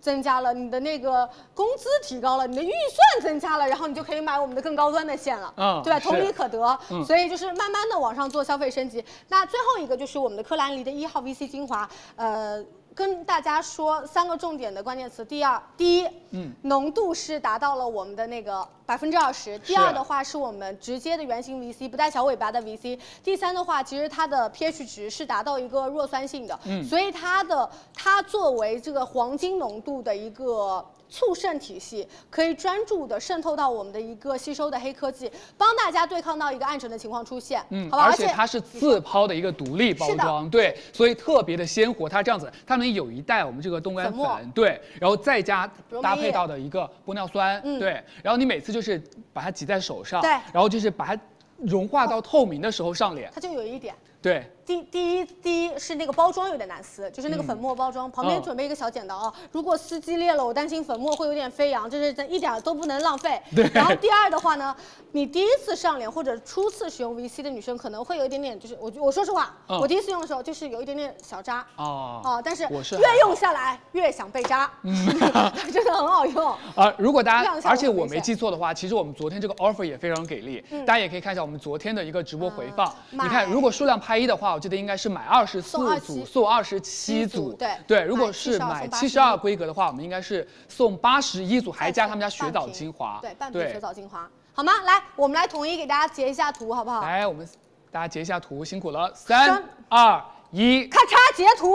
[SPEAKER 1] 增加了你的那个工资提高了，你的预算增加了，然后你就可以买我们的更高端的线了，
[SPEAKER 19] 嗯
[SPEAKER 1] 对吧？
[SPEAKER 19] 是
[SPEAKER 1] 同理可得，
[SPEAKER 19] 嗯
[SPEAKER 1] 所以就是慢慢的往上做消费升级。那最后一个就是我们的科兰黎的一号 VC 精华，呃，跟大家说三个重点的关键词。第二，第一，
[SPEAKER 19] 嗯
[SPEAKER 1] 浓度是达到了我们的那个百分之二十。第
[SPEAKER 19] 是
[SPEAKER 1] 二的话是我们直接的圆形 VC，不带小尾巴的 VC。第三的话，其实它的 pH 值是达到一个弱酸性的，
[SPEAKER 19] 嗯
[SPEAKER 1] 所以它的它作为这个黄金浓度的一个。促渗体系可以专注的渗透到我们的一个吸收的黑科技，帮大家对抗到一个暗沉的情况出现，
[SPEAKER 19] 嗯，
[SPEAKER 1] 好吧？
[SPEAKER 19] 而且它是自抛的一个独立包
[SPEAKER 1] 是的
[SPEAKER 19] 装，对，所以特别的鲜活。它这样子，它能有一袋我们这个冻干
[SPEAKER 1] 粉末
[SPEAKER 19] 粉，对，然后再加
[SPEAKER 1] 溶酶
[SPEAKER 19] 搭配
[SPEAKER 1] 液
[SPEAKER 19] 到的一个玻尿酸，
[SPEAKER 1] 嗯
[SPEAKER 19] 对，然后你每次就是把它挤在手上，
[SPEAKER 1] 对哦
[SPEAKER 19] 然后就是把它融化到透明的时候上脸，
[SPEAKER 1] 它就有一点，
[SPEAKER 19] 对，
[SPEAKER 1] 第第一第一是那个包装有点难撕，就是那个
[SPEAKER 19] 嗯
[SPEAKER 1] 粉末包装，旁边
[SPEAKER 19] 嗯
[SPEAKER 1] 准备一个小剪刀啊，如果撕激烈了，我担心粉末会有点飞扬，这是一点儿都不能浪费。
[SPEAKER 19] 对
[SPEAKER 1] 然后第二的话呢，你第一次上脸或者初次使用 VC 的女生，可能会有一点点，就是我我说实话，
[SPEAKER 19] 嗯
[SPEAKER 1] 我第一次用的时候就是有一点点小渣。
[SPEAKER 19] 哦
[SPEAKER 1] 啊，但是
[SPEAKER 19] 我是还嗯
[SPEAKER 1] 越用下来越想被扎， 真的很好用。
[SPEAKER 19] 啊，如果大
[SPEAKER 1] 这样
[SPEAKER 19] 家
[SPEAKER 1] 效，果
[SPEAKER 19] 而且我
[SPEAKER 1] 很明
[SPEAKER 19] 没
[SPEAKER 1] 显
[SPEAKER 19] 记错的话，其实我们昨天这个 offer 也非常给力，
[SPEAKER 1] 嗯啊
[SPEAKER 19] 大家也可以看一下我们昨天的一个直播回放。你
[SPEAKER 1] 买
[SPEAKER 19] 看，如果数量拍一的话，我记得应该是买二十四
[SPEAKER 1] 送27
[SPEAKER 19] 组送二十七
[SPEAKER 1] 组
[SPEAKER 19] 组，
[SPEAKER 1] 对
[SPEAKER 19] 如果
[SPEAKER 1] 买
[SPEAKER 19] 是
[SPEAKER 1] 72
[SPEAKER 19] 买
[SPEAKER 1] 送
[SPEAKER 19] 七十二规格的话，我们应该是送八十一组，还加他们家雪藻精华，
[SPEAKER 1] 对，半瓶雪藻精华，好吗？来，我们来统一给大家截一下图，好不好？
[SPEAKER 19] 来，我们大家截一下图，辛苦了，三二一，
[SPEAKER 1] 咔嚓截图，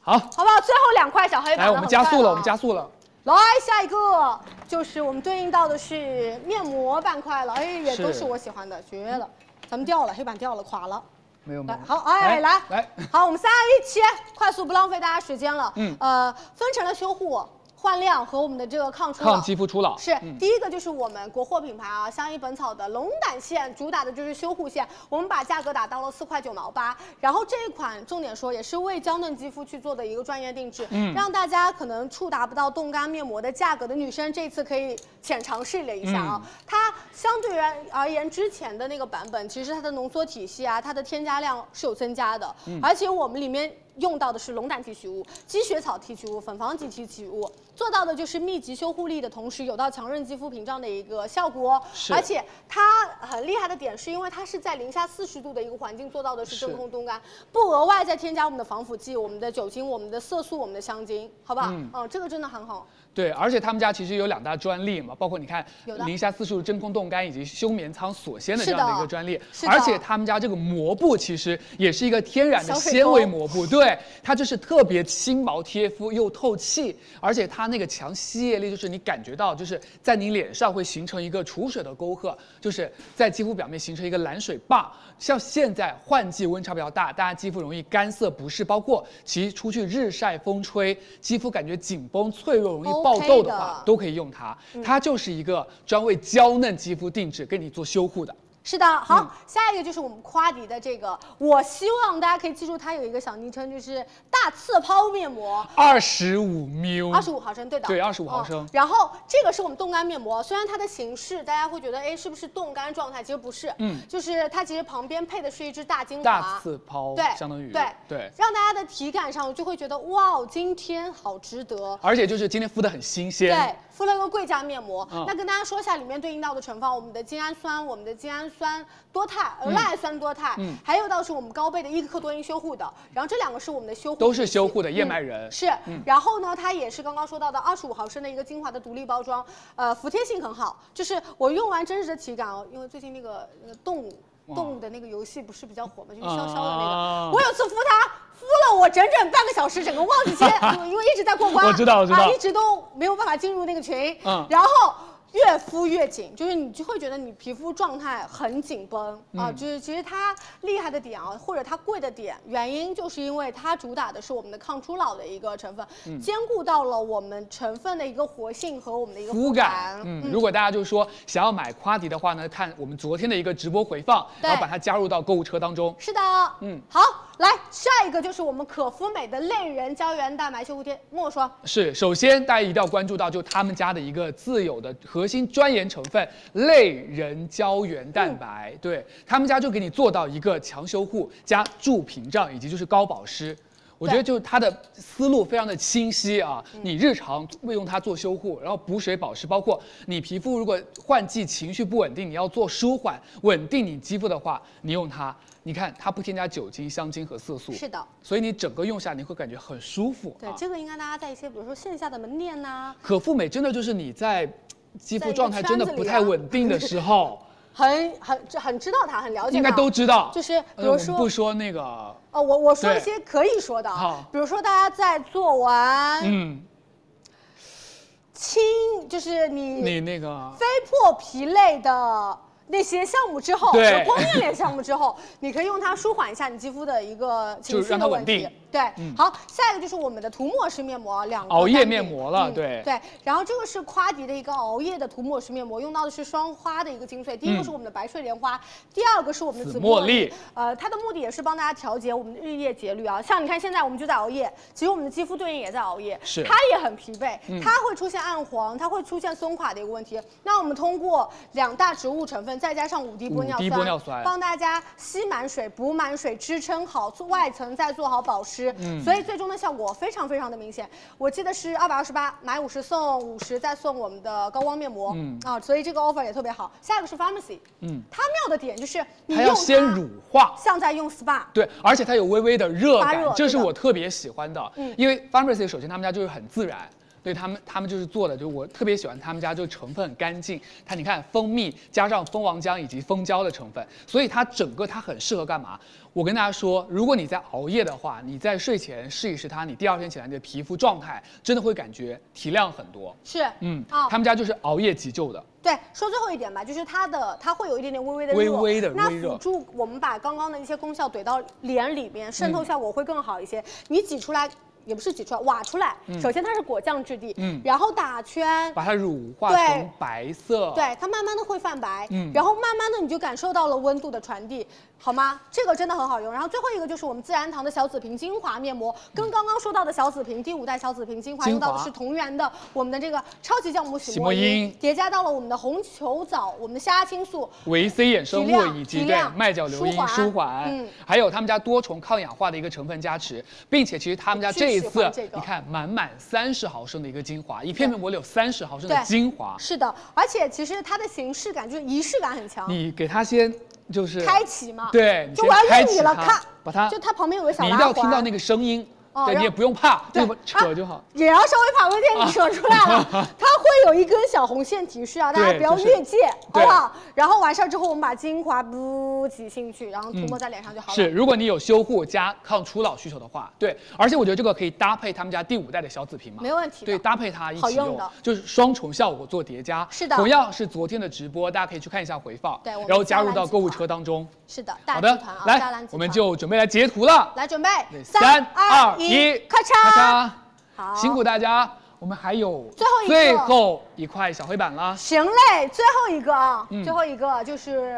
[SPEAKER 19] 好，
[SPEAKER 1] 好不好？最后两块小黑板
[SPEAKER 19] 来，
[SPEAKER 1] 了，
[SPEAKER 19] 我们加
[SPEAKER 1] 很快
[SPEAKER 19] 速了，
[SPEAKER 1] 啊
[SPEAKER 19] 我们加速了。
[SPEAKER 1] 来，下一个就是我们对应到的是面膜板块了，哎，也
[SPEAKER 19] 是
[SPEAKER 1] 都是我喜欢的，绝了！咱们掉了，黑板掉了，垮了。
[SPEAKER 19] 没有没
[SPEAKER 1] 来
[SPEAKER 19] 有，，
[SPEAKER 1] 好，哎，来
[SPEAKER 19] 来来，
[SPEAKER 1] 好，我们三二一，起，快速不浪费大家时间了。
[SPEAKER 19] 嗯
[SPEAKER 1] 呃，分成了修护、焕亮和我们的这个抗初老。
[SPEAKER 19] 抗肌肤初老
[SPEAKER 1] 是
[SPEAKER 19] 嗯
[SPEAKER 1] 第一个就是我们国货品牌啊，相宜本草的龙胆线，主打的就是修护线，我们把价格打到了四块九毛八。然后这一款重点说也是为娇嫩肌肤去做的一个专业定制，
[SPEAKER 19] 嗯
[SPEAKER 1] 让大家可能触达不到冻干面膜的价格的女生，这次可以浅尝试了一下啊。
[SPEAKER 19] 嗯
[SPEAKER 1] 它相对而而言，之前的那个版本，其实它的浓缩体系啊，它的添加量是有增加的，
[SPEAKER 19] 嗯
[SPEAKER 1] 而且我们里面用到的是龙胆提取物、积雪草提取物、粉防己提取物，做到的就是密集修护力的同时，有到强润肌肤屏障的一个效果。
[SPEAKER 33] 是
[SPEAKER 1] 而且它很厉害的点是因为它是在零下四十度的一个环境做到的是真
[SPEAKER 33] 是
[SPEAKER 1] 空冻干，不额外再添加我们的防腐剂、我们的酒精、我们的色素、我们的香精，好不好？
[SPEAKER 19] 嗯
[SPEAKER 1] 嗯，这个真的很好。
[SPEAKER 19] 对，而且他们家其实有两大专利嘛，包括你看
[SPEAKER 1] 有的
[SPEAKER 19] 零下四十度真空冻干以及休眠舱锁鲜的
[SPEAKER 1] 是
[SPEAKER 19] 这
[SPEAKER 1] 的
[SPEAKER 19] 样的一个专利
[SPEAKER 1] 是，的
[SPEAKER 19] 而且他们家这个膜布其实也是一个天然的
[SPEAKER 1] 小水
[SPEAKER 19] 纤维
[SPEAKER 1] 沟
[SPEAKER 19] 膜布，对，它就是特别轻薄贴肤又透气，而且它那个强吸液力就是你感觉到就是在你脸上会形成一个储水的沟壑，就是在肌肤表面形成一个蓝水坝。像现在换季温差比较大，大家肌肤容易干涩不适，包括其出去日晒风吹，肌肤感觉紧绷脆弱容易爆痘的话
[SPEAKER 1] OK 的
[SPEAKER 19] 都可以用它
[SPEAKER 1] 嗯。
[SPEAKER 19] 它就是一个专为娇嫩肌肤定制，给你做修护的。
[SPEAKER 1] 是的，好，
[SPEAKER 19] 嗯
[SPEAKER 1] 下一个就是我们夸迪的这个，我希望大家可以记住，它有一个小昵称，就是大刺抛面膜。
[SPEAKER 19] 二十五 ml，
[SPEAKER 1] 二十五毫啊升，对的，
[SPEAKER 19] 嗯对25毫升
[SPEAKER 1] 嗯然后这个是我们冻干面膜，虽然它的形式大家会觉得，哎，是不是冻干状态？其实不是，
[SPEAKER 19] 嗯
[SPEAKER 1] 就是它其实旁边配的是一支大精华，
[SPEAKER 19] 大刺抛，
[SPEAKER 1] 对
[SPEAKER 19] 相当于
[SPEAKER 1] 对
[SPEAKER 19] 对。
[SPEAKER 1] 让大家的体感上就会觉得，哇，今天好值得。
[SPEAKER 19] 而且就是今天敷的很新鲜，
[SPEAKER 1] 对，敷了个贵价面膜。
[SPEAKER 19] 嗯
[SPEAKER 1] 那跟大家说一下里面对应到的成分，我们的精氨酸、我们的精氨酸多肽、呃
[SPEAKER 19] 嗯
[SPEAKER 1] 赖氨酸多肽，
[SPEAKER 19] 嗯
[SPEAKER 1] 还有到是我们高倍的伊克多因修护的。然后这两个是我们的修护体系，
[SPEAKER 19] 都是修护的燕麦仁
[SPEAKER 1] 嗯是
[SPEAKER 19] 嗯，
[SPEAKER 1] 然后呢，它也是刚刚说到的二十五毫升的一个精华的独立包装，呃，服帖性很好，就是我用完真实的体感哦，因为最近那个那个动物。
[SPEAKER 19] 哇
[SPEAKER 1] 动物的那个游戏不是比较火嘛，就是潇潇的那个，
[SPEAKER 19] 啊
[SPEAKER 1] 我有次敷它，敷了我整整半个小时，整个忘记 切，因为一直在过关，
[SPEAKER 19] 我知道我知道
[SPEAKER 1] 啊，一直都没有办法进入那个 群，
[SPEAKER 19] 嗯
[SPEAKER 1] 然后。越敷越紧，就是你就会觉得你皮肤状态很紧绷、啊，
[SPEAKER 19] 嗯
[SPEAKER 1] 就是其实它厉害的点啊，或者它贵的点，原因就是因为它主打的是我们的抗初老的一个成分，
[SPEAKER 19] 嗯
[SPEAKER 1] 兼顾到了我们成分的一个活性和我们的一个
[SPEAKER 19] 肤感，嗯，如果大家就是说想要买夸迪的话呢，看我们昨天的一个直播回放，
[SPEAKER 1] 对
[SPEAKER 19] 然后把它加入到购物车当中。
[SPEAKER 1] 是的，
[SPEAKER 19] 嗯，
[SPEAKER 1] 好，来下一个就是我们可肤美的类人胶原蛋白修护贴，莫说，
[SPEAKER 19] 是，首先大家一定要关注到，就他们家的一个自有的核心专研成分类人胶原蛋
[SPEAKER 1] 嗯
[SPEAKER 19] 白，对他们家就给你做到一个强修护加助屏障，以及就是高保湿。我觉得就是它的思路非常的清晰啊，
[SPEAKER 1] 嗯
[SPEAKER 19] 你日常会用它做修护，然后补水保湿，包括你皮肤如果换季情绪不稳定，你要做舒缓，稳定你肌肤的话，你用它，你看它不添加酒精、香精和色素，
[SPEAKER 1] 是的，
[SPEAKER 19] 所以你整个用下你会感觉很舒服、啊。
[SPEAKER 1] 对，这个应该大家在一些比如说线下的门店呐、
[SPEAKER 19] 可复美真的就是你在
[SPEAKER 1] 在一
[SPEAKER 19] 肌肤
[SPEAKER 1] 个
[SPEAKER 19] 状态真的
[SPEAKER 1] 圈子
[SPEAKER 19] 不
[SPEAKER 1] 里
[SPEAKER 19] 太
[SPEAKER 1] 啊
[SPEAKER 19] 稳定的 时候，
[SPEAKER 1] 很很这很知道它，很了解它，
[SPEAKER 19] 应该都知道。
[SPEAKER 1] 就是比
[SPEAKER 19] 呃
[SPEAKER 1] 如
[SPEAKER 19] 我
[SPEAKER 1] 说，
[SPEAKER 19] 们不说那个，
[SPEAKER 1] 哦，我我说
[SPEAKER 19] 对
[SPEAKER 1] 一些可以说的啊
[SPEAKER 19] 好，
[SPEAKER 1] 比如说大家在做完
[SPEAKER 19] 嗯，
[SPEAKER 1] 清，就是你
[SPEAKER 19] 你那个
[SPEAKER 1] 非破皮类的那些项目之后，
[SPEAKER 19] 对
[SPEAKER 1] 就光面脸项目之后， 你可以用它舒缓一下你肌肤的一个情
[SPEAKER 19] 就是
[SPEAKER 1] 绪
[SPEAKER 19] 让
[SPEAKER 1] 的
[SPEAKER 19] 它
[SPEAKER 1] 问
[SPEAKER 19] 稳
[SPEAKER 1] 题
[SPEAKER 19] 定。
[SPEAKER 1] 对，
[SPEAKER 19] 嗯
[SPEAKER 1] 好，下一个就是我们的涂抹式面膜，两个
[SPEAKER 19] 熬夜
[SPEAKER 1] 单
[SPEAKER 19] 面
[SPEAKER 1] 品
[SPEAKER 19] 膜了
[SPEAKER 1] 嗯
[SPEAKER 19] 对
[SPEAKER 1] 对，然后这个是夸迪的一个熬夜的涂抹式面膜，用到的是双花的一个精粹，第一个
[SPEAKER 19] 嗯
[SPEAKER 1] 是我们的白睡莲花，第二个是我们的
[SPEAKER 19] 紫
[SPEAKER 1] 紫
[SPEAKER 19] 茉
[SPEAKER 1] 茉
[SPEAKER 19] 莉
[SPEAKER 1] 莉。呃，它的目的也是帮大家调节我们的日夜节律啊。像你看现在我们就在熬夜，其实我们的肌肤对应也在熬夜，
[SPEAKER 33] 是
[SPEAKER 1] 它也很疲惫，
[SPEAKER 33] 嗯
[SPEAKER 1] 它会出现暗黄，它会出现松垮的一个问题。那我们通过两大植物成分，再加上五滴玻尿
[SPEAKER 19] 五滴
[SPEAKER 1] 酸，
[SPEAKER 19] 玻尿酸
[SPEAKER 1] 帮大家吸满水、补满水、支撑好外层，再做好保湿。
[SPEAKER 19] 嗯
[SPEAKER 1] 所以最终的效果非常非常的明显。我记得是二百二十八，买五十送五十，再送我们的高光面膜。
[SPEAKER 19] 嗯
[SPEAKER 1] 啊，所以这个 offer 也特别好。下一个是 Pharmacy。
[SPEAKER 19] 嗯，
[SPEAKER 1] 它妙的点就是你
[SPEAKER 19] 它
[SPEAKER 1] 用
[SPEAKER 19] 要先乳化，
[SPEAKER 1] 像在用 SPA。
[SPEAKER 19] 对，而且它有微微的热
[SPEAKER 1] 发
[SPEAKER 19] 感，
[SPEAKER 1] 热
[SPEAKER 19] 这是
[SPEAKER 1] 对的
[SPEAKER 19] 我特别喜欢的。
[SPEAKER 1] 嗯
[SPEAKER 19] 因为 Pharmacy 首先他们家就是很自然。对他们，他们就是做的，就我特别喜欢他们家，就成分很干净。它你看，蜂蜜加上蜂王浆以及蜂胶的成分，所以它整个它很适合干嘛？我跟大家说，如果你在熬夜的话，你在睡前试一试它，你第二天起来你的皮肤状态真的会感觉提亮很多。
[SPEAKER 1] 是，
[SPEAKER 19] 嗯，
[SPEAKER 1] 啊
[SPEAKER 19] 他们家就是熬夜急救的。
[SPEAKER 1] 对，说最后一点吧，就是它的它会有一点点微微的
[SPEAKER 19] 微
[SPEAKER 1] 热
[SPEAKER 19] 微的
[SPEAKER 1] 那
[SPEAKER 19] 微热
[SPEAKER 1] 辅助我们把刚刚的一些功效怼到脸里
[SPEAKER 19] 嗯
[SPEAKER 1] 面，渗透效果会更好一些。你挤出来也不是挤出来，挖出来。
[SPEAKER 19] 嗯
[SPEAKER 1] 首先它是果酱质地，
[SPEAKER 19] 嗯
[SPEAKER 1] 然后打圈，
[SPEAKER 19] 把它乳化
[SPEAKER 1] 对
[SPEAKER 19] 成白色。
[SPEAKER 1] 对，它慢慢的会泛白，
[SPEAKER 19] 哦嗯
[SPEAKER 1] 然后慢慢的你就感受到了温度的传递。好吗？这个真的很好用。然后最后一个就是我们自然堂的小紫瓶精华面膜，跟刚刚说到的小紫瓶第五代小紫瓶精华
[SPEAKER 19] 嗯精
[SPEAKER 1] 用
[SPEAKER 19] 华
[SPEAKER 1] 到的是同源的我们的这个超级酵母洗
[SPEAKER 19] 洗
[SPEAKER 1] 墨
[SPEAKER 19] 墨
[SPEAKER 1] 因
[SPEAKER 19] 因，
[SPEAKER 1] 叠加到了我们的红球藻、我们的虾青素，
[SPEAKER 19] 维 C 衍生
[SPEAKER 1] 提
[SPEAKER 19] 物
[SPEAKER 1] 亮
[SPEAKER 19] 以
[SPEAKER 1] 提
[SPEAKER 19] 及对
[SPEAKER 1] 亮
[SPEAKER 19] 麦角硫因
[SPEAKER 1] 舒缓
[SPEAKER 19] 舒缓，
[SPEAKER 1] 嗯
[SPEAKER 19] 还有他们家多重抗氧化的一个成分加持，并且其实他们家
[SPEAKER 1] 我巨
[SPEAKER 19] 这
[SPEAKER 1] 喜
[SPEAKER 19] 一次
[SPEAKER 1] 欢这个
[SPEAKER 19] 你看满满三十毫升的一个精华，一片面膜里有三十毫升的
[SPEAKER 1] 对
[SPEAKER 19] 精华，
[SPEAKER 1] 是的，而且其实它的形式感就是仪式感很强。
[SPEAKER 19] 你给它先就是
[SPEAKER 1] 开启嘛，
[SPEAKER 19] 对，你
[SPEAKER 1] 就
[SPEAKER 19] 先
[SPEAKER 1] 我要
[SPEAKER 19] 开
[SPEAKER 1] 用
[SPEAKER 19] 启
[SPEAKER 1] 你了，
[SPEAKER 19] 它
[SPEAKER 1] 咔，
[SPEAKER 19] 把它
[SPEAKER 1] 就它旁边有个小
[SPEAKER 19] 你一
[SPEAKER 1] 拉
[SPEAKER 19] 定要听到
[SPEAKER 1] 环
[SPEAKER 19] 那个声音，
[SPEAKER 1] 哦
[SPEAKER 19] 对
[SPEAKER 1] 然
[SPEAKER 19] 你也
[SPEAKER 1] 后
[SPEAKER 19] 不用怕，
[SPEAKER 1] 对啊
[SPEAKER 19] 就把扯就好。
[SPEAKER 1] 也要稍微怕，微店你扯出来 了，它会有一根小红线提示啊，大家
[SPEAKER 19] 啊对
[SPEAKER 1] 不要
[SPEAKER 19] 就是
[SPEAKER 1] 越界，好
[SPEAKER 19] 对
[SPEAKER 1] 不好？然后完事儿之后，我们把精华不挤进去，然后涂抹在脸上就好了。
[SPEAKER 19] 是，如果你有修护加抗初老需求的话，对，而且我觉得这个可以搭配他们家第五代的小紫瓶嘛，
[SPEAKER 1] 没问题的
[SPEAKER 19] 对，搭配它一
[SPEAKER 1] 好
[SPEAKER 19] 起
[SPEAKER 1] 用
[SPEAKER 19] 用
[SPEAKER 1] 的，
[SPEAKER 19] 就是双重效果做叠加。
[SPEAKER 1] 是的
[SPEAKER 19] 同样是昨天的直播，大家可以去看一下回放，
[SPEAKER 1] 对我们
[SPEAKER 19] 然后加
[SPEAKER 1] 加
[SPEAKER 19] 入
[SPEAKER 1] 蓝
[SPEAKER 19] 到
[SPEAKER 1] 集
[SPEAKER 19] 购物车当中。
[SPEAKER 1] 是的，大
[SPEAKER 19] 好
[SPEAKER 1] 集
[SPEAKER 19] 的
[SPEAKER 1] 团啊，，大蓝
[SPEAKER 19] 来
[SPEAKER 1] 集，
[SPEAKER 19] 我们
[SPEAKER 1] 团
[SPEAKER 19] 就准备来截图了。
[SPEAKER 1] 来准备
[SPEAKER 19] 对，
[SPEAKER 1] 三
[SPEAKER 19] 二
[SPEAKER 1] 一，咔嚓，
[SPEAKER 19] 咔
[SPEAKER 1] 好，
[SPEAKER 19] 嚓，辛苦大家，我们还有
[SPEAKER 1] 最后一个
[SPEAKER 19] 最后一块小黑板啦。
[SPEAKER 1] 行嘞，最后一个啊，
[SPEAKER 19] 嗯
[SPEAKER 1] 最后一个就是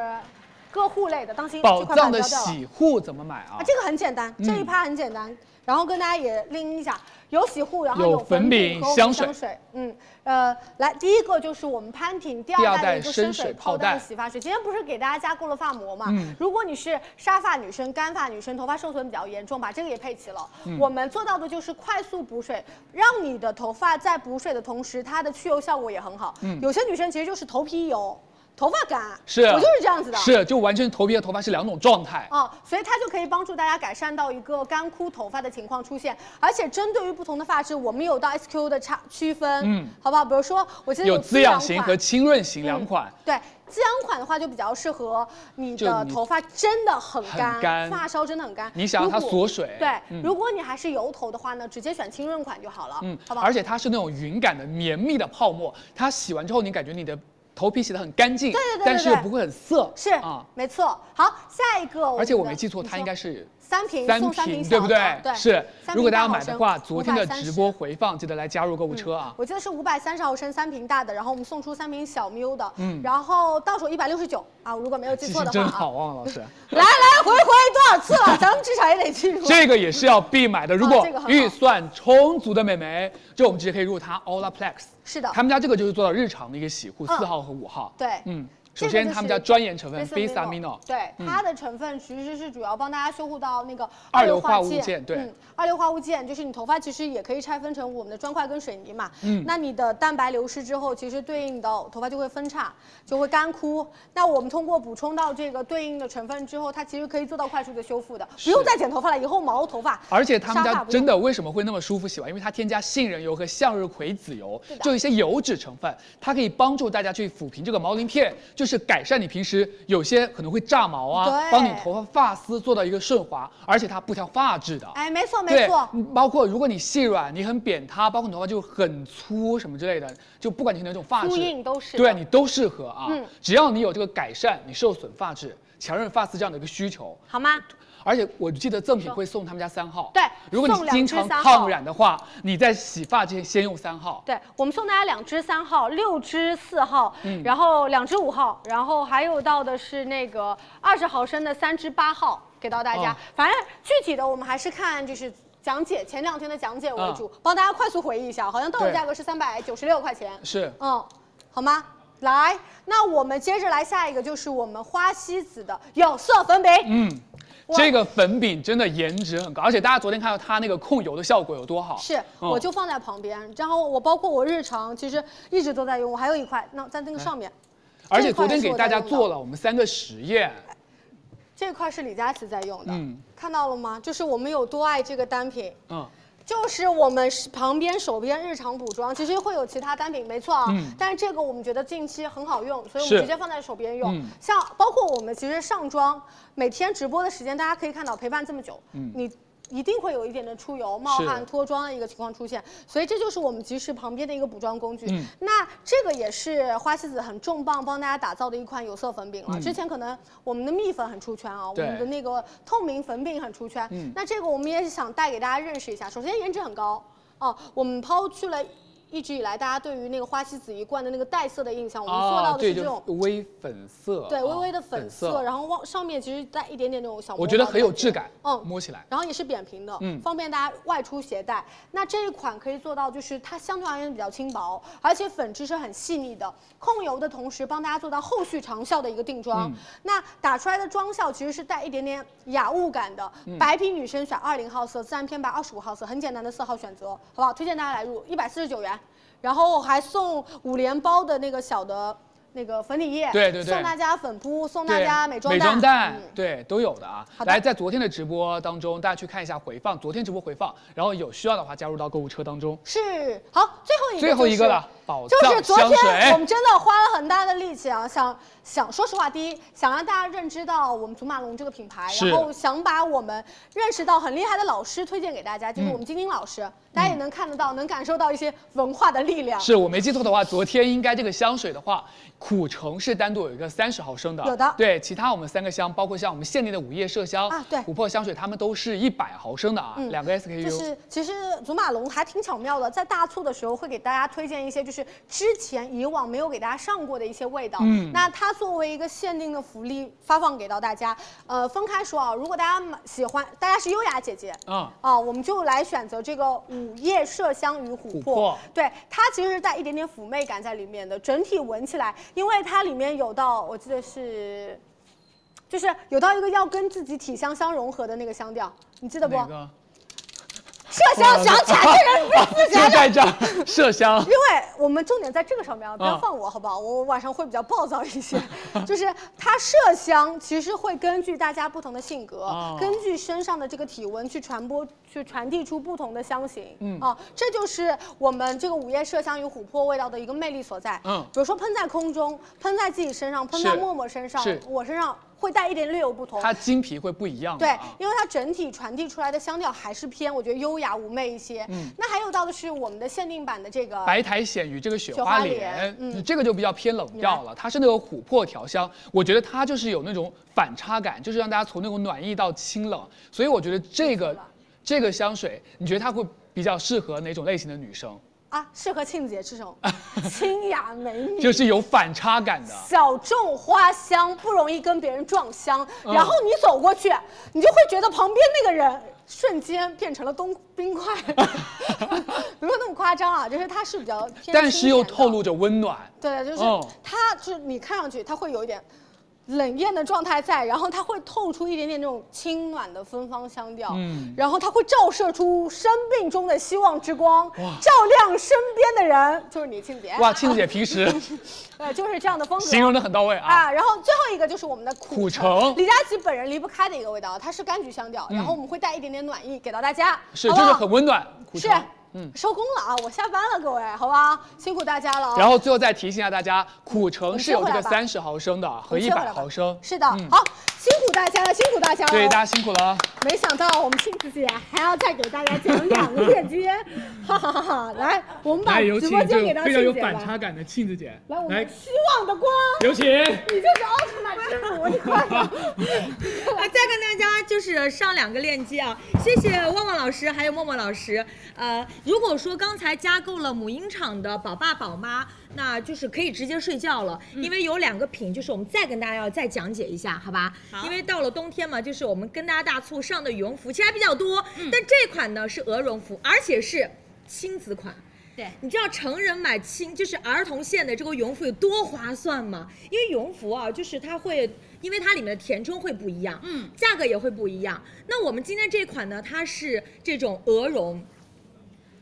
[SPEAKER 1] 个护类的，当心
[SPEAKER 19] 宝
[SPEAKER 1] 这块板
[SPEAKER 19] 藏的
[SPEAKER 1] 不要掉了
[SPEAKER 19] 洗护怎么买啊
[SPEAKER 1] 啊，？这个很简单，
[SPEAKER 19] 嗯
[SPEAKER 1] 这一趴很简单。然后跟大家也拎一下，有洗护，然后
[SPEAKER 19] 有
[SPEAKER 1] 有粉
[SPEAKER 19] 粉饼
[SPEAKER 1] 和我们
[SPEAKER 19] 香
[SPEAKER 1] 水
[SPEAKER 19] 水
[SPEAKER 1] 嗯，呃，来，第一个就是我们潘婷第
[SPEAKER 19] 第
[SPEAKER 1] 二代
[SPEAKER 19] 二
[SPEAKER 1] 的
[SPEAKER 19] 代
[SPEAKER 1] 一个
[SPEAKER 19] 深
[SPEAKER 1] 深水
[SPEAKER 19] 水
[SPEAKER 1] 泡
[SPEAKER 19] 泡
[SPEAKER 1] 蛋
[SPEAKER 19] 蛋
[SPEAKER 1] 洗发水。今天不是给大家加购了发膜嘛？
[SPEAKER 19] 嗯
[SPEAKER 1] 如果你是沙发女生、干发女生，头发受损比较严重，把这个也配齐了。
[SPEAKER 19] 嗯
[SPEAKER 1] 我们做到的就是快速补水，让你的头发在补水的同时，它的去油效果也很好。
[SPEAKER 19] 嗯
[SPEAKER 1] 有些女生其实就是头皮油、头发干，
[SPEAKER 19] 是，啊
[SPEAKER 1] 我就是这样子的。
[SPEAKER 19] 是，就完全头皮和头发是两种状态。
[SPEAKER 1] 哦，所以它就可以帮助大家改善到一个干枯头发的情况出现，而且针对于不同的发质，我们有到 SQ 的差区分，
[SPEAKER 19] 嗯
[SPEAKER 1] 好不好？比如说，我记得
[SPEAKER 19] 有滋养
[SPEAKER 1] 款嗯
[SPEAKER 19] 型和清润型两款。
[SPEAKER 1] 对滋养款的话，就比较适合你
[SPEAKER 19] 就
[SPEAKER 1] 的
[SPEAKER 19] 你
[SPEAKER 1] 头发真的很干，
[SPEAKER 19] 很干
[SPEAKER 1] 发梢真的很干。
[SPEAKER 19] 你想让它
[SPEAKER 1] 如果
[SPEAKER 19] 锁水
[SPEAKER 1] 对，
[SPEAKER 19] 嗯
[SPEAKER 1] 如果你还是油头的话呢，直接选清润款就好了，
[SPEAKER 19] 嗯
[SPEAKER 1] 好不好？
[SPEAKER 19] 而且它是那种匀感的绵密的泡沫，它洗完之后你感觉你的头皮洗得很干净，
[SPEAKER 1] 对对对对
[SPEAKER 19] 但是又
[SPEAKER 1] 对
[SPEAKER 19] 不会很涩。
[SPEAKER 1] 是
[SPEAKER 19] 啊，
[SPEAKER 1] 没错。好，下一个们的，
[SPEAKER 19] 而且我没记错，
[SPEAKER 1] 你
[SPEAKER 19] 它应
[SPEAKER 1] 说
[SPEAKER 19] 该是
[SPEAKER 1] 三瓶
[SPEAKER 19] 三
[SPEAKER 1] 送三瓶小
[SPEAKER 19] 对不对
[SPEAKER 1] 的？对
[SPEAKER 19] 是
[SPEAKER 1] 三瓶。
[SPEAKER 19] 如果大
[SPEAKER 1] 大
[SPEAKER 19] 家
[SPEAKER 1] 毫
[SPEAKER 19] 买的
[SPEAKER 1] 升
[SPEAKER 19] 话，昨天的
[SPEAKER 1] 530
[SPEAKER 19] 直播回放记得来加入购物车啊。
[SPEAKER 1] 嗯我记得是五百三十毫升三瓶大的，然后我们送出三瓶小 miu 的，
[SPEAKER 19] 嗯
[SPEAKER 1] 然后到手一百六十九啊，如果没有记
[SPEAKER 19] 记
[SPEAKER 1] 错
[SPEAKER 19] 性
[SPEAKER 1] 的
[SPEAKER 19] 真
[SPEAKER 1] 话啊
[SPEAKER 19] 好，，啊，老 师。
[SPEAKER 1] 来来回回多少次了？咱们至少也得记住。
[SPEAKER 19] 这个也是要必买 的。如
[SPEAKER 1] 啊
[SPEAKER 19] 果
[SPEAKER 1] 这个很好
[SPEAKER 19] 预算充足的美眉，这我们直接可以入它 Olaplex。
[SPEAKER 1] 是的
[SPEAKER 19] 他们家这个就是做到日常的一个洗护，
[SPEAKER 1] 嗯
[SPEAKER 19] 四号和五号。
[SPEAKER 1] 对
[SPEAKER 19] 嗯，
[SPEAKER 1] 这
[SPEAKER 19] 首
[SPEAKER 1] 个
[SPEAKER 19] 先
[SPEAKER 1] 就是
[SPEAKER 19] 他们家专研成分 b i s a m i n
[SPEAKER 1] Bisamino
[SPEAKER 19] o
[SPEAKER 1] 对，
[SPEAKER 19] 嗯
[SPEAKER 1] 它的成分其实是主要帮大家修护到那个
[SPEAKER 19] 二硫化
[SPEAKER 1] 物
[SPEAKER 19] 物件对
[SPEAKER 1] 嗯，二硫化物件就是你头发其实也可以拆分成我们的砖块跟水泥嘛，
[SPEAKER 19] 嗯
[SPEAKER 1] 那你的蛋白流失之后，其实对应的头发就会分叉，就会干枯。那我们通过补充到这个对应的成分之后，它其实可以做到快速的修复的，不用再剪头发了，以后毛头发，
[SPEAKER 19] 而且他们
[SPEAKER 1] 沙发
[SPEAKER 19] 家
[SPEAKER 1] 不用
[SPEAKER 19] 真的为什么会那么舒服洗完？因为它添加杏仁油和向日葵籽油
[SPEAKER 1] 是的，
[SPEAKER 19] 就一些油脂成分，它可以帮助大家去抚平这个毛鳞片，就是改善你平时有些可能会炸毛啊
[SPEAKER 1] 对，
[SPEAKER 19] 帮你头发发丝做到一个顺滑，而且它不挑发质的。
[SPEAKER 1] 哎，没错没
[SPEAKER 19] 对
[SPEAKER 1] 错，，
[SPEAKER 19] 嗯包括如果你细软，你很扁塌，包括你头发就很粗什么之类的，就不管你是哪种发质，
[SPEAKER 1] 粗硬都适合
[SPEAKER 19] 对你都适合啊。
[SPEAKER 1] 嗯
[SPEAKER 19] 只要你有这个改善你受损发质、强韧发丝这样的一个需求，
[SPEAKER 1] 好吗？
[SPEAKER 19] 而且我记得赠品会送他们家三号，
[SPEAKER 1] 对
[SPEAKER 19] 如果你
[SPEAKER 1] 送
[SPEAKER 19] 是
[SPEAKER 1] 两
[SPEAKER 19] 经
[SPEAKER 1] 支
[SPEAKER 19] 常
[SPEAKER 1] 三号
[SPEAKER 19] 抗染的话，你在洗发之前先用三号。
[SPEAKER 1] 对，我们送大家两支三号、六支四号，
[SPEAKER 19] 嗯
[SPEAKER 1] 然后两支五号，然后还有到的是那个二十毫升的三支八号给到大家。
[SPEAKER 19] 哦
[SPEAKER 1] 反正具体的我们还是看就是讲解前两天的讲解为主，帮大家快速回忆一下，好像到手
[SPEAKER 19] 啊对
[SPEAKER 1] 价格是三百九十六块钱。
[SPEAKER 19] 是
[SPEAKER 1] 嗯，好吗？来，那我们接着来下一个，就是我们花西子的有色粉饼。
[SPEAKER 19] 嗯，这个粉饼真的颜值很高，而且大家昨天看到它那个控油的效果有多好。
[SPEAKER 1] 是，
[SPEAKER 19] 嗯
[SPEAKER 1] 我就放在旁边，然后我包括我日常其实一直都在用，我还有一块，那在那个
[SPEAKER 19] 来
[SPEAKER 1] 上面。
[SPEAKER 19] 而且
[SPEAKER 1] 这块
[SPEAKER 19] 昨天
[SPEAKER 1] 是
[SPEAKER 19] 给
[SPEAKER 1] 我
[SPEAKER 19] 大
[SPEAKER 1] 在
[SPEAKER 19] 家
[SPEAKER 1] 用的
[SPEAKER 19] 做了我们三个实验，
[SPEAKER 1] 这块是李佳琦在用的，
[SPEAKER 19] 嗯
[SPEAKER 1] 看到了吗？就是我们有多爱这个单品，
[SPEAKER 19] 嗯，
[SPEAKER 1] 就是我们是旁边手边日常补妆，其实会有其他单品，没错啊。
[SPEAKER 19] 嗯
[SPEAKER 1] 但是这个我们觉得近期很好用，所以我
[SPEAKER 19] 是
[SPEAKER 1] 们直接放在手边用。
[SPEAKER 19] 嗯
[SPEAKER 1] 像包括我们其实上妆，每天直播的时间，大家可以看到陪伴这么久，
[SPEAKER 19] 嗯
[SPEAKER 1] 你。一定会有一点的出油、冒汗、
[SPEAKER 19] 是
[SPEAKER 1] 脱妆的一个情况出现，所以这就是我们及时旁边的一个补妆工具。
[SPEAKER 19] 嗯
[SPEAKER 1] 那这个也是花西子很重磅帮大家打造的一款有色粉饼了。
[SPEAKER 19] 嗯
[SPEAKER 1] 之前可能我们的蜜粉很出圈啊，我们
[SPEAKER 19] 对
[SPEAKER 1] 的那个透明粉饼很出圈。
[SPEAKER 19] 嗯
[SPEAKER 1] 那这个我们也想带给大家认识一下。首先颜值很高哦、我们抛去了一直以来大家对于那个花西子一贯的那个带色的印象，我们
[SPEAKER 19] 啊，
[SPEAKER 1] 做到的
[SPEAKER 19] 对
[SPEAKER 1] 是这
[SPEAKER 19] 就
[SPEAKER 1] 种。
[SPEAKER 19] 微粉色，
[SPEAKER 1] 对，微
[SPEAKER 19] 啊
[SPEAKER 1] 微的粉色，然后往上面其实带一点点那种小，
[SPEAKER 19] 我觉得很有质感，
[SPEAKER 1] 嗯，
[SPEAKER 19] 摸起来。
[SPEAKER 1] 然后也是扁平的，
[SPEAKER 19] 嗯
[SPEAKER 1] 方便大家外出携带。那这一款可以做到，就是它相对而言比较轻薄，而且粉质是很细腻的，控油的同时帮大家做到后续长效的一个定妆。
[SPEAKER 3] 嗯
[SPEAKER 1] 那打出来的妆效其实是带一点点雅雾感的，
[SPEAKER 3] 嗯
[SPEAKER 1] 白皮女生选二零号色，自然偏白二十五号色，很简单的色号选择，好不好？推荐大家来入，一百四十九元，然后还送五连包的那个小的。那个粉底液，
[SPEAKER 19] 对对对
[SPEAKER 1] 送大家粉扑，送大
[SPEAKER 19] 对，
[SPEAKER 1] 家美妆
[SPEAKER 19] 美妆蛋，
[SPEAKER 1] 嗯
[SPEAKER 19] 对，都有的啊。
[SPEAKER 1] 好的
[SPEAKER 19] 来，在昨天的直播当中，大家去看一下回放，昨天直播回放，然后有需要的话加入到购物车当中。
[SPEAKER 1] 是好，最后一个、
[SPEAKER 19] 最后一个了，，宝藏
[SPEAKER 1] 就是昨
[SPEAKER 19] 香水
[SPEAKER 1] 天我们真的花了很大的力气啊，想想说实话，第一想让大家认知到我们祖马龙这个品牌，
[SPEAKER 3] 是
[SPEAKER 1] 然后想把我们认识到很厉害的老师推荐给大家，就是
[SPEAKER 19] 嗯
[SPEAKER 1] 我们晶晶老师，大家也能看得到，能感受到一些文化的力量。
[SPEAKER 19] 是我没记错的话，昨天应该这个香水的话，苦橙是单独有一个三十毫升的，
[SPEAKER 1] 有的
[SPEAKER 19] 对，其他我们三个香，包括像我们限定的午夜麝香啊，对，琥珀香水，它们都是一百毫升的啊，
[SPEAKER 1] 嗯
[SPEAKER 19] 两个 SKU。
[SPEAKER 1] 就是其实祖马龙还挺巧妙的，在大促的时候会给大家推荐一些就是之前以往没有给大家上过的一些味道。
[SPEAKER 3] 嗯
[SPEAKER 1] 那它作为一个限定的福利发放给到大家。呃，分开说啊，如果大家买喜欢，大家是优雅姐姐
[SPEAKER 19] 啊
[SPEAKER 1] 啊，我们就来选择这个午夜麝香与琥
[SPEAKER 19] 琥珀
[SPEAKER 1] 对，它其实是带一点点妩媚感在里面的，整体闻起来，因为它里面有到我记得是。就是有到一个要跟自己体香相融合的那个香调，你记得不？
[SPEAKER 19] 哪个？
[SPEAKER 1] 麝香想起来，这人不是
[SPEAKER 19] 就
[SPEAKER 1] 自
[SPEAKER 19] 在
[SPEAKER 1] 觉
[SPEAKER 19] 这
[SPEAKER 1] 的。
[SPEAKER 19] 儿，麝香
[SPEAKER 1] 因。为我们重点在这个上面啊，不要
[SPEAKER 19] 啊
[SPEAKER 1] 放我好不好？我晚上会比较暴躁一 些。就是它麝香其实会根据大家不同的性格，
[SPEAKER 3] 哦
[SPEAKER 19] 啊
[SPEAKER 1] 根据身上的这个体温去传播、去传递出不同的香型。
[SPEAKER 3] 嗯
[SPEAKER 1] 啊，这就是我们这个午夜麝香与琥珀味道的一个魅力所在。
[SPEAKER 3] 嗯
[SPEAKER 1] 比如说喷在空中，喷在自己身上，喷
[SPEAKER 19] 是
[SPEAKER 1] 在默默身上
[SPEAKER 19] 是，
[SPEAKER 1] 我身上会带一点略有不同。
[SPEAKER 19] 它精皮会不一样的
[SPEAKER 1] 对
[SPEAKER 19] 啊，
[SPEAKER 1] 因为它整体传递出来的香调还是偏，我觉得优雅妩媚一些。
[SPEAKER 19] 嗯
[SPEAKER 1] 那还有到的是我们的限定版的这个
[SPEAKER 19] 白苔藓与这个雪
[SPEAKER 1] 雪
[SPEAKER 19] 花
[SPEAKER 1] 花
[SPEAKER 19] 莲
[SPEAKER 1] 莲，嗯
[SPEAKER 19] 这个就比较偏冷调了，它是那种琥珀调香，我觉得它就是有那种反差感，就是让大家从那种暖意到清冷，所以我觉得这个这个香水，你觉得它会比较适合哪种类型的女生？
[SPEAKER 1] 啊，适合庆姐这 种清雅美女，
[SPEAKER 19] 就是有反差感的。
[SPEAKER 1] 小众花香，不容易跟别人撞香。
[SPEAKER 19] 嗯
[SPEAKER 1] 然后你走过去，你就会觉得旁边那个人瞬间变成了冬冰 块， 没有那么夸张啊，就是它是比较偏，
[SPEAKER 19] 但是又透露着温暖，
[SPEAKER 1] 对，就是
[SPEAKER 19] 哦
[SPEAKER 1] 它，就是你看上去它会有一点冷艳的状态在，然后它会透出一点点那种清暖的芬芳香调，
[SPEAKER 3] 嗯
[SPEAKER 1] 然后它会照射出生命中的希望之光
[SPEAKER 19] 哇，
[SPEAKER 1] 照亮身边的人，就是你庆姐。
[SPEAKER 19] 哇，庆姐 平时
[SPEAKER 1] 对，就是这样的风格。
[SPEAKER 19] 形容的很到位啊。
[SPEAKER 1] 然后最后一个就是我们的苦
[SPEAKER 19] 苦橙
[SPEAKER 1] 李佳琦本人离不开的一个味道，它是柑橘香调，
[SPEAKER 19] 嗯
[SPEAKER 1] 然后我们会带一点点暖意给到大家，
[SPEAKER 19] 是，
[SPEAKER 1] 好
[SPEAKER 19] 就
[SPEAKER 1] 不
[SPEAKER 19] 是
[SPEAKER 1] 好
[SPEAKER 19] 很温暖。苦
[SPEAKER 1] 哦是
[SPEAKER 19] 橙，嗯。
[SPEAKER 1] 收工了啊，我下班了，各位，好不好？辛苦大家了啊。
[SPEAKER 19] 然后最后再提醒一下大家，苦橙是有这个
[SPEAKER 1] 我们切回来吧
[SPEAKER 19] 三十毫升的
[SPEAKER 1] 我
[SPEAKER 19] 和
[SPEAKER 1] 们
[SPEAKER 19] 一
[SPEAKER 1] 切回来
[SPEAKER 19] 百
[SPEAKER 1] 吧
[SPEAKER 19] 毫升，
[SPEAKER 1] 是哦的，
[SPEAKER 19] 嗯
[SPEAKER 1] 好，辛苦大家了，辛苦大家了。
[SPEAKER 19] 对大家辛苦了啊。
[SPEAKER 1] 没想到我们庆子姐还要再给大家讲两个链接，哈哈哈哈！来，我们把
[SPEAKER 34] 来有
[SPEAKER 1] 直
[SPEAKER 34] 请
[SPEAKER 1] 播
[SPEAKER 34] 这
[SPEAKER 1] 间给
[SPEAKER 34] 个
[SPEAKER 1] 到
[SPEAKER 34] 非
[SPEAKER 1] 庆
[SPEAKER 34] 常有
[SPEAKER 1] 姐
[SPEAKER 34] 反
[SPEAKER 1] 吧。
[SPEAKER 34] 差感的庆子姐，
[SPEAKER 1] 来，我
[SPEAKER 34] 来
[SPEAKER 1] 们希望的光，
[SPEAKER 34] 有请
[SPEAKER 1] 你就是奥特曼之母，你快 点。
[SPEAKER 2] 啊，再跟大家就是上两个链接啊，谢谢旺旺老师，还有默默老师。呃，如果说刚才加购了母婴厂的宝爸宝妈，那就是可以直接睡觉了，因为有两个品，就是我们再跟大家要再讲解一下，好吧？因为到了冬天嘛，就是我们跟大家大促上的羽绒服其实还比较多，但这款呢是鹅绒服，而且是亲子款。
[SPEAKER 3] 对
[SPEAKER 2] 你知道成人买轻就是儿童线的这个羽绒服有多划算吗？因为羽绒服啊，就是它会，因为它里面的填充会不一样，嗯，价格也会不一样。那我们今天这款呢，它是这种鹅绒，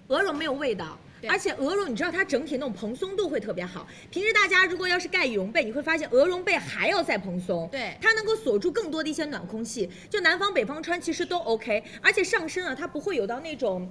[SPEAKER 2] 鹅绒没有味道。而且鹅绒，你知道它整体那种蓬松度会特别好。平时大家如果要是盖羽绒被，你会发现鹅绒被还要再蓬松，
[SPEAKER 3] 对
[SPEAKER 2] 它能够锁住更多的一些暖空气。就南方北方穿其实都 OK，而且上身啊，它不会有到那种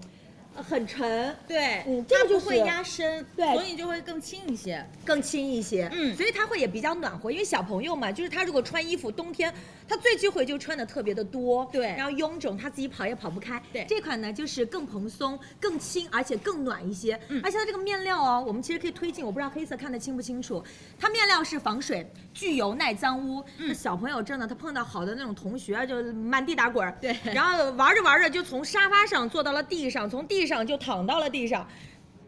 [SPEAKER 2] 呃很沉，
[SPEAKER 3] 对，
[SPEAKER 2] 嗯，这个
[SPEAKER 3] 它
[SPEAKER 2] 就是
[SPEAKER 3] 不会压身，
[SPEAKER 2] 对
[SPEAKER 3] 所以就会更轻一些。
[SPEAKER 2] 更轻一些，嗯，所以它会也比较暖和，因为小朋友嘛，就是他如果穿衣服，冬天他最忌讳就穿的特别的多，对，然后臃肿，他自己跑也跑不开，对，这款呢就是更蓬松、更轻，而且更暖一些，嗯，而且它这个面料哦，我们其实可以推进，我不知道黑色看得清不清楚，它面料是防水、聚油、耐脏污，嗯，小朋友真的他碰到好的那种同学啊就满地打滚儿，对，然后玩着玩着就从沙发上坐到了地上，从地上就躺到了地上。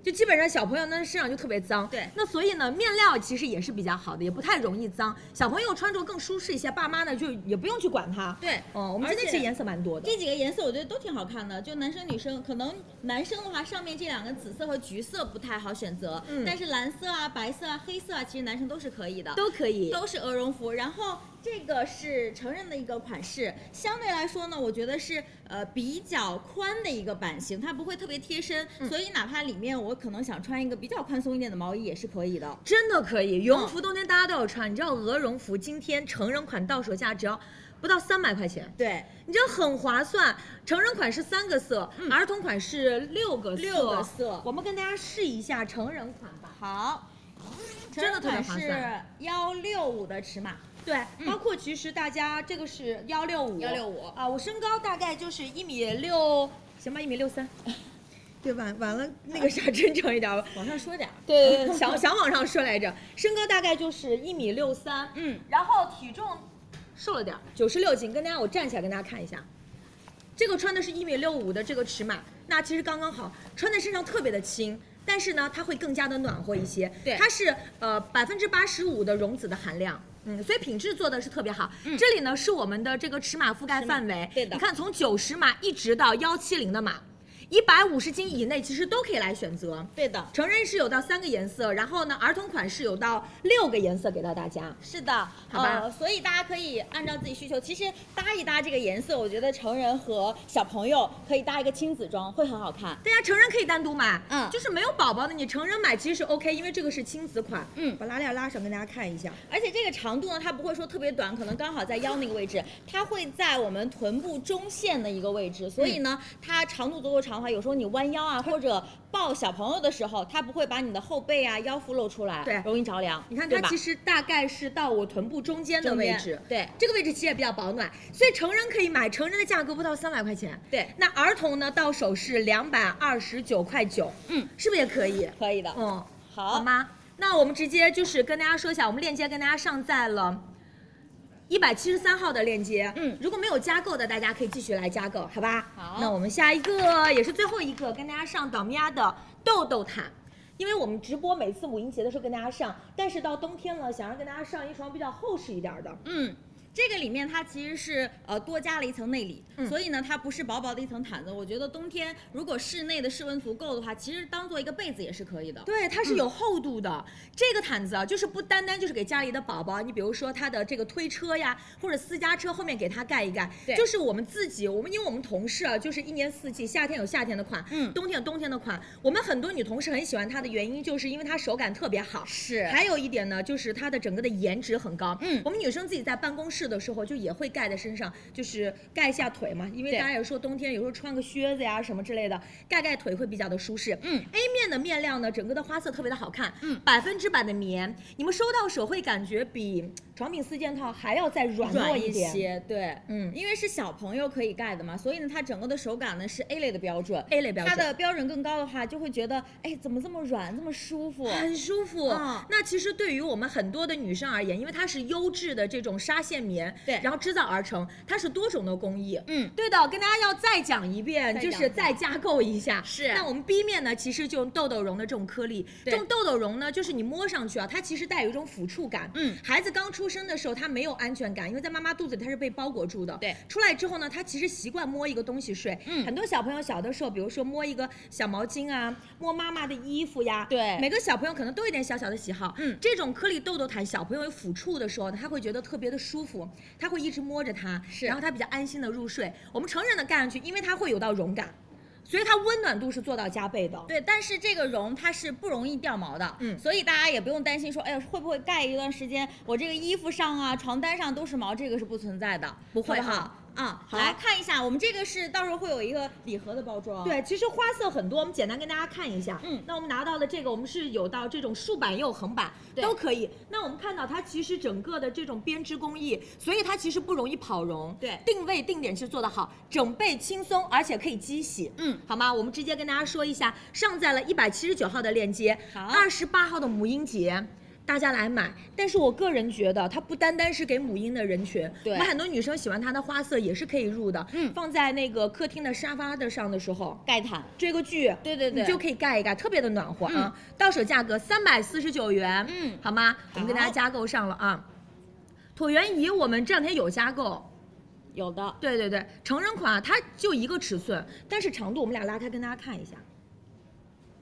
[SPEAKER 2] 就基本上小朋友那身上就特别脏。对，那所以呢，面料其实也是比较好的，也不太容易脏。小朋友穿着更舒适一些，爸妈呢就也不用去管他。
[SPEAKER 3] 对，
[SPEAKER 2] 哦，我们
[SPEAKER 3] 而
[SPEAKER 2] 今天
[SPEAKER 3] 且
[SPEAKER 2] 其实颜色蛮多的。
[SPEAKER 3] 这几个颜色我觉得都挺好看的，就男生女生，可能男生的话上面这两个紫色和橘色不太好选择，
[SPEAKER 2] 嗯
[SPEAKER 3] 但是蓝色啊、白色啊、黑色啊，其实男生都是可以的，
[SPEAKER 2] 都可以
[SPEAKER 3] 都是鹅绒服。然后这个是成人的一个款式，相对来说呢，我觉得是呃比较宽的一个版型，它不会特别贴身，
[SPEAKER 2] 嗯
[SPEAKER 3] 所以哪怕里面我可能想穿一个比较宽松一点的毛衣也是可以的。
[SPEAKER 2] 真的可以，羽绒服冬天大家都有穿。你知道鹅绒服今天成人款到手价只要不到三百块钱，
[SPEAKER 3] 对，
[SPEAKER 2] 你知道很划算。成人款是三个色，儿童款是嗯六个色，
[SPEAKER 3] 六个色
[SPEAKER 2] 我们跟大家试一下成人款吧。
[SPEAKER 3] 好，成
[SPEAKER 2] 真的
[SPEAKER 3] 人
[SPEAKER 2] 特别
[SPEAKER 3] 款
[SPEAKER 2] 划
[SPEAKER 3] 是
[SPEAKER 2] 算。
[SPEAKER 3] 幺六五的尺码，
[SPEAKER 2] 对，包括其实大家这个是幺六五，
[SPEAKER 3] 165
[SPEAKER 2] 啊，我身高大概就是一米六，行吧，一米六三。对吧？完
[SPEAKER 3] 哎
[SPEAKER 2] 了，那个啥， 真诚一点吧，往上说点。对 对对，想想往上说来着，身高大概就是一米六三，嗯，然后体重瘦了点儿，九十六斤。跟大家我站起来跟大家看一下，这个穿的是一米六五的这个尺码，那其实刚刚好，穿在身上特别的轻。但是呢，它会更加的暖和一些。
[SPEAKER 3] 对
[SPEAKER 2] 它是呃百分之八十五的绒子的含量，嗯，所以品质做的是特别好。这里呢是我们的这个嗯尺码覆盖范围，对的。你看从九十码一直到幺七零的码，一百五十斤以内其实都可以来选择。
[SPEAKER 3] 对的，
[SPEAKER 2] 成人是有到三个颜色，然后呢，儿童款是有到六个颜色给到大家。
[SPEAKER 3] 是的，
[SPEAKER 2] 好吧
[SPEAKER 3] 呃，所以大家可以按照自己需求，其实搭一搭这个颜色，我觉得成人和小朋友可以搭一个亲子装，会很好看。
[SPEAKER 2] 对呀、成人可以单独买，
[SPEAKER 3] 嗯
[SPEAKER 2] 就是没有宝宝的你成人买其实是 OK，因为这个是亲子款。
[SPEAKER 3] 嗯，
[SPEAKER 2] 把拉链拉上，跟大家看一下。
[SPEAKER 3] 而且这个长度呢，它不会说特别短，可能刚好在腰那个位置，它会在我们臀部中线的一个位置。所以呢，
[SPEAKER 2] 嗯
[SPEAKER 3] 它长度足够长的话，有时候你弯腰 啊，或者抱小朋友的时候，它不会把你的后背啊、腰腹露出来，
[SPEAKER 2] 对
[SPEAKER 3] 容易着凉。
[SPEAKER 2] 你看
[SPEAKER 3] 对
[SPEAKER 2] 它
[SPEAKER 3] 吧
[SPEAKER 2] 其实大概是到我臀部中间的
[SPEAKER 3] 中
[SPEAKER 2] 位
[SPEAKER 3] 间
[SPEAKER 2] 置，
[SPEAKER 3] 对，
[SPEAKER 2] 这个位置其实也比较保暖，所以成人可以买，成人的价格不到三百块钱，
[SPEAKER 3] 对，
[SPEAKER 2] 那儿童呢到手是两百二十九块九，嗯，是不是也可以？
[SPEAKER 3] 可以的，
[SPEAKER 2] 嗯，
[SPEAKER 3] 好，
[SPEAKER 2] 好吗？那我们直接就是跟大家说一下，我们链接跟大家上在了。一百七十三号的链接，嗯，如果没有加购的，大家可以继续来加购，好吧？
[SPEAKER 3] 好
[SPEAKER 2] 那我们下一个也是最后一个，跟大家上岛米亚的豆豆毯，因为我们直播每次母婴节的时候跟大家上，但是到冬天了，想让跟大家上一床比较厚实一点的，
[SPEAKER 3] 嗯，这个里面它其实是呃多加了一层内里，
[SPEAKER 2] 嗯
[SPEAKER 3] 所以呢它不是薄薄的一层毯子。我觉得冬天如果室内的室温足够的话，其实当做一个被子也是可以的。
[SPEAKER 2] 对，它是有
[SPEAKER 3] 嗯
[SPEAKER 2] 厚度的。这个毯子啊，就是不单单就是给家里的宝宝，你比如说他的这个推车呀，或者私家车后面给他盖一盖，
[SPEAKER 3] 对
[SPEAKER 2] 就是我们自己，我们因为我们同事啊，就是一年四季，夏天有夏天的款，
[SPEAKER 3] 嗯
[SPEAKER 2] 冬天有冬天的款。我们很多女同事很喜欢它的原因，就是因为它手感特别好，
[SPEAKER 3] 是
[SPEAKER 2] 还有一点呢，就是它的整个的颜值很高，
[SPEAKER 3] 嗯
[SPEAKER 2] 我们女生自己在办公室的时候就也会盖在身上，就是盖一下腿嘛，因为
[SPEAKER 3] 对
[SPEAKER 2] 大家也说冬天有时候穿个靴子呀什么之类的，盖盖腿会比较的舒适，
[SPEAKER 3] 嗯
[SPEAKER 2] A 面的面料呢，整个的花色特别的好看，
[SPEAKER 3] 嗯
[SPEAKER 2] 百分之百的棉，你们收到手会感觉比嗯床品四件套还要再软糯
[SPEAKER 3] 软一
[SPEAKER 2] 点。
[SPEAKER 3] 些，对，
[SPEAKER 2] 嗯
[SPEAKER 3] 因为是小朋友可以盖的嘛，所以呢，它整个的手感呢是 A 类的标准
[SPEAKER 2] A 类标准
[SPEAKER 3] 它的标准更高的话，就会觉得，哎，怎么这么软，这么舒服？
[SPEAKER 2] 很舒服、
[SPEAKER 3] 嗯
[SPEAKER 2] 那其实对于我们很多的女生而言，因为它是优质的这种纱线棉，
[SPEAKER 3] 对
[SPEAKER 2] 然后制造而成，它是多种的工艺。
[SPEAKER 3] 嗯
[SPEAKER 2] 对的，跟大家要再讲一遍，
[SPEAKER 3] 再
[SPEAKER 2] 就
[SPEAKER 3] 讲
[SPEAKER 2] 是再加购一下。
[SPEAKER 3] 是
[SPEAKER 2] 那我们 B 面呢，其实就用豆豆绒的这种颗粒，这
[SPEAKER 3] 对
[SPEAKER 2] 种豆豆绒呢，就是你摸上去啊，它其实带有一种抚触感。
[SPEAKER 3] 嗯
[SPEAKER 2] 孩子刚出生的时候，他没有安全感，因为在妈妈肚子里他是被包裹住的。
[SPEAKER 3] 对
[SPEAKER 2] 出来之后呢，他其实习惯摸一个东西睡。
[SPEAKER 3] 嗯
[SPEAKER 2] 很多小朋友小的时候，比如说摸一个小毛巾啊，摸妈妈的衣服呀，
[SPEAKER 3] 对
[SPEAKER 2] 每个小朋友可能都有一点小小的喜好。
[SPEAKER 3] 嗯
[SPEAKER 2] 这种颗粒豆豆毯，小朋友抚触的时候呢，他会觉得特别的舒服，他会一直摸着它，
[SPEAKER 3] 是
[SPEAKER 2] 然后他比较安心的入睡。我们成人的盖上去，因为它会有到绒感，所以它温暖度是做到加倍的。
[SPEAKER 3] 对，但是这个绒它是不容易掉毛的，
[SPEAKER 2] 嗯
[SPEAKER 3] 所以大家也不用担心说，哎呀，会不会盖一段时间，我这个衣服上啊、床单上都是毛，这个是不存在的，
[SPEAKER 2] 不会
[SPEAKER 3] 好不
[SPEAKER 2] 哈
[SPEAKER 3] 好？啊、
[SPEAKER 2] 好
[SPEAKER 3] 来看一下，我们这个是到时候会有一个礼盒的包装，
[SPEAKER 2] 对，，其实花色很多，我们简单跟大家看一下。
[SPEAKER 3] 嗯
[SPEAKER 2] 那我们拿到的这个，我们是有到这种竖版也有横版，
[SPEAKER 3] 对
[SPEAKER 2] 都可以。那我们看到它其实整个的这种编织工艺，所以它其实不容易跑绒。
[SPEAKER 3] 对
[SPEAKER 2] 定位定点是做得好，整备轻松，而且可以机洗。
[SPEAKER 3] 嗯，
[SPEAKER 2] 好吗？我们直接跟大家说一下，上在了一百七十九号的链接，
[SPEAKER 3] 好
[SPEAKER 2] 二十八号的母婴节。大家来买。但是我个人觉得，它不单单是给母婴的人群，
[SPEAKER 35] 对
[SPEAKER 2] 我们很多女生喜欢它的花色也是可以入的。嗯，放在那个客厅的沙发的上的时候，
[SPEAKER 35] 盖毯
[SPEAKER 2] 追个剧，
[SPEAKER 35] 对对嗯对
[SPEAKER 2] 你就可以盖一盖，特别的暖和啊。到手价格三百四十九元，嗯，好吗？我们给大家加购上了啊。椭圆仪我们这两天有加购，
[SPEAKER 35] 有的。
[SPEAKER 2] 对对对，成人款啊它就一个尺寸，但是长度我们俩拉开跟大家看一下。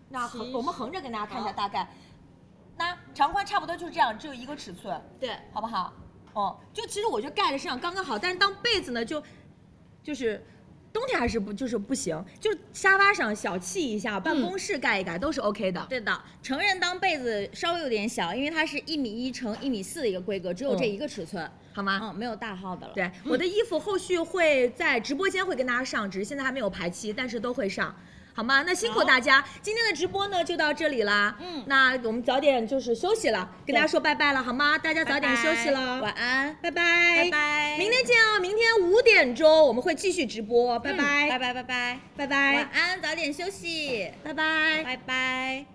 [SPEAKER 2] 那横我们横着跟大家看一下大概，那长宽差不多就是这样，只有一个尺寸，
[SPEAKER 35] 对，
[SPEAKER 2] 好不好？哦，就其实我觉得盖在身上刚刚好，但是当被子呢就，就是。冬天还是不就是不行，就是沙发上小憩一下，办公室盖一盖、都是 OK 的。
[SPEAKER 35] 对的，成人当被子稍微有点小，因为它是一米一乘一米四的一个规格，只有这一个尺寸，
[SPEAKER 2] 嗯好吗？
[SPEAKER 35] 嗯，没有大号的了。
[SPEAKER 2] 对，我的衣服后续会在直播间会跟大家上，只是现在还没有排期，但是都会上。好吗？那辛苦大家，今天的直播呢就到这里啦。嗯，那我们早点就是休息了，跟大家说拜拜了，好吗？大家早点休息了，
[SPEAKER 35] 晚安，
[SPEAKER 2] 拜拜，
[SPEAKER 3] 哎
[SPEAKER 35] 拜拜，
[SPEAKER 2] 明天见啊！明天五点钟我们会继续直嗯播，拜拜，
[SPEAKER 35] 拜拜拜拜
[SPEAKER 2] 拜拜，
[SPEAKER 35] 晚安，早点休息，
[SPEAKER 2] 拜拜，
[SPEAKER 35] 拜拜。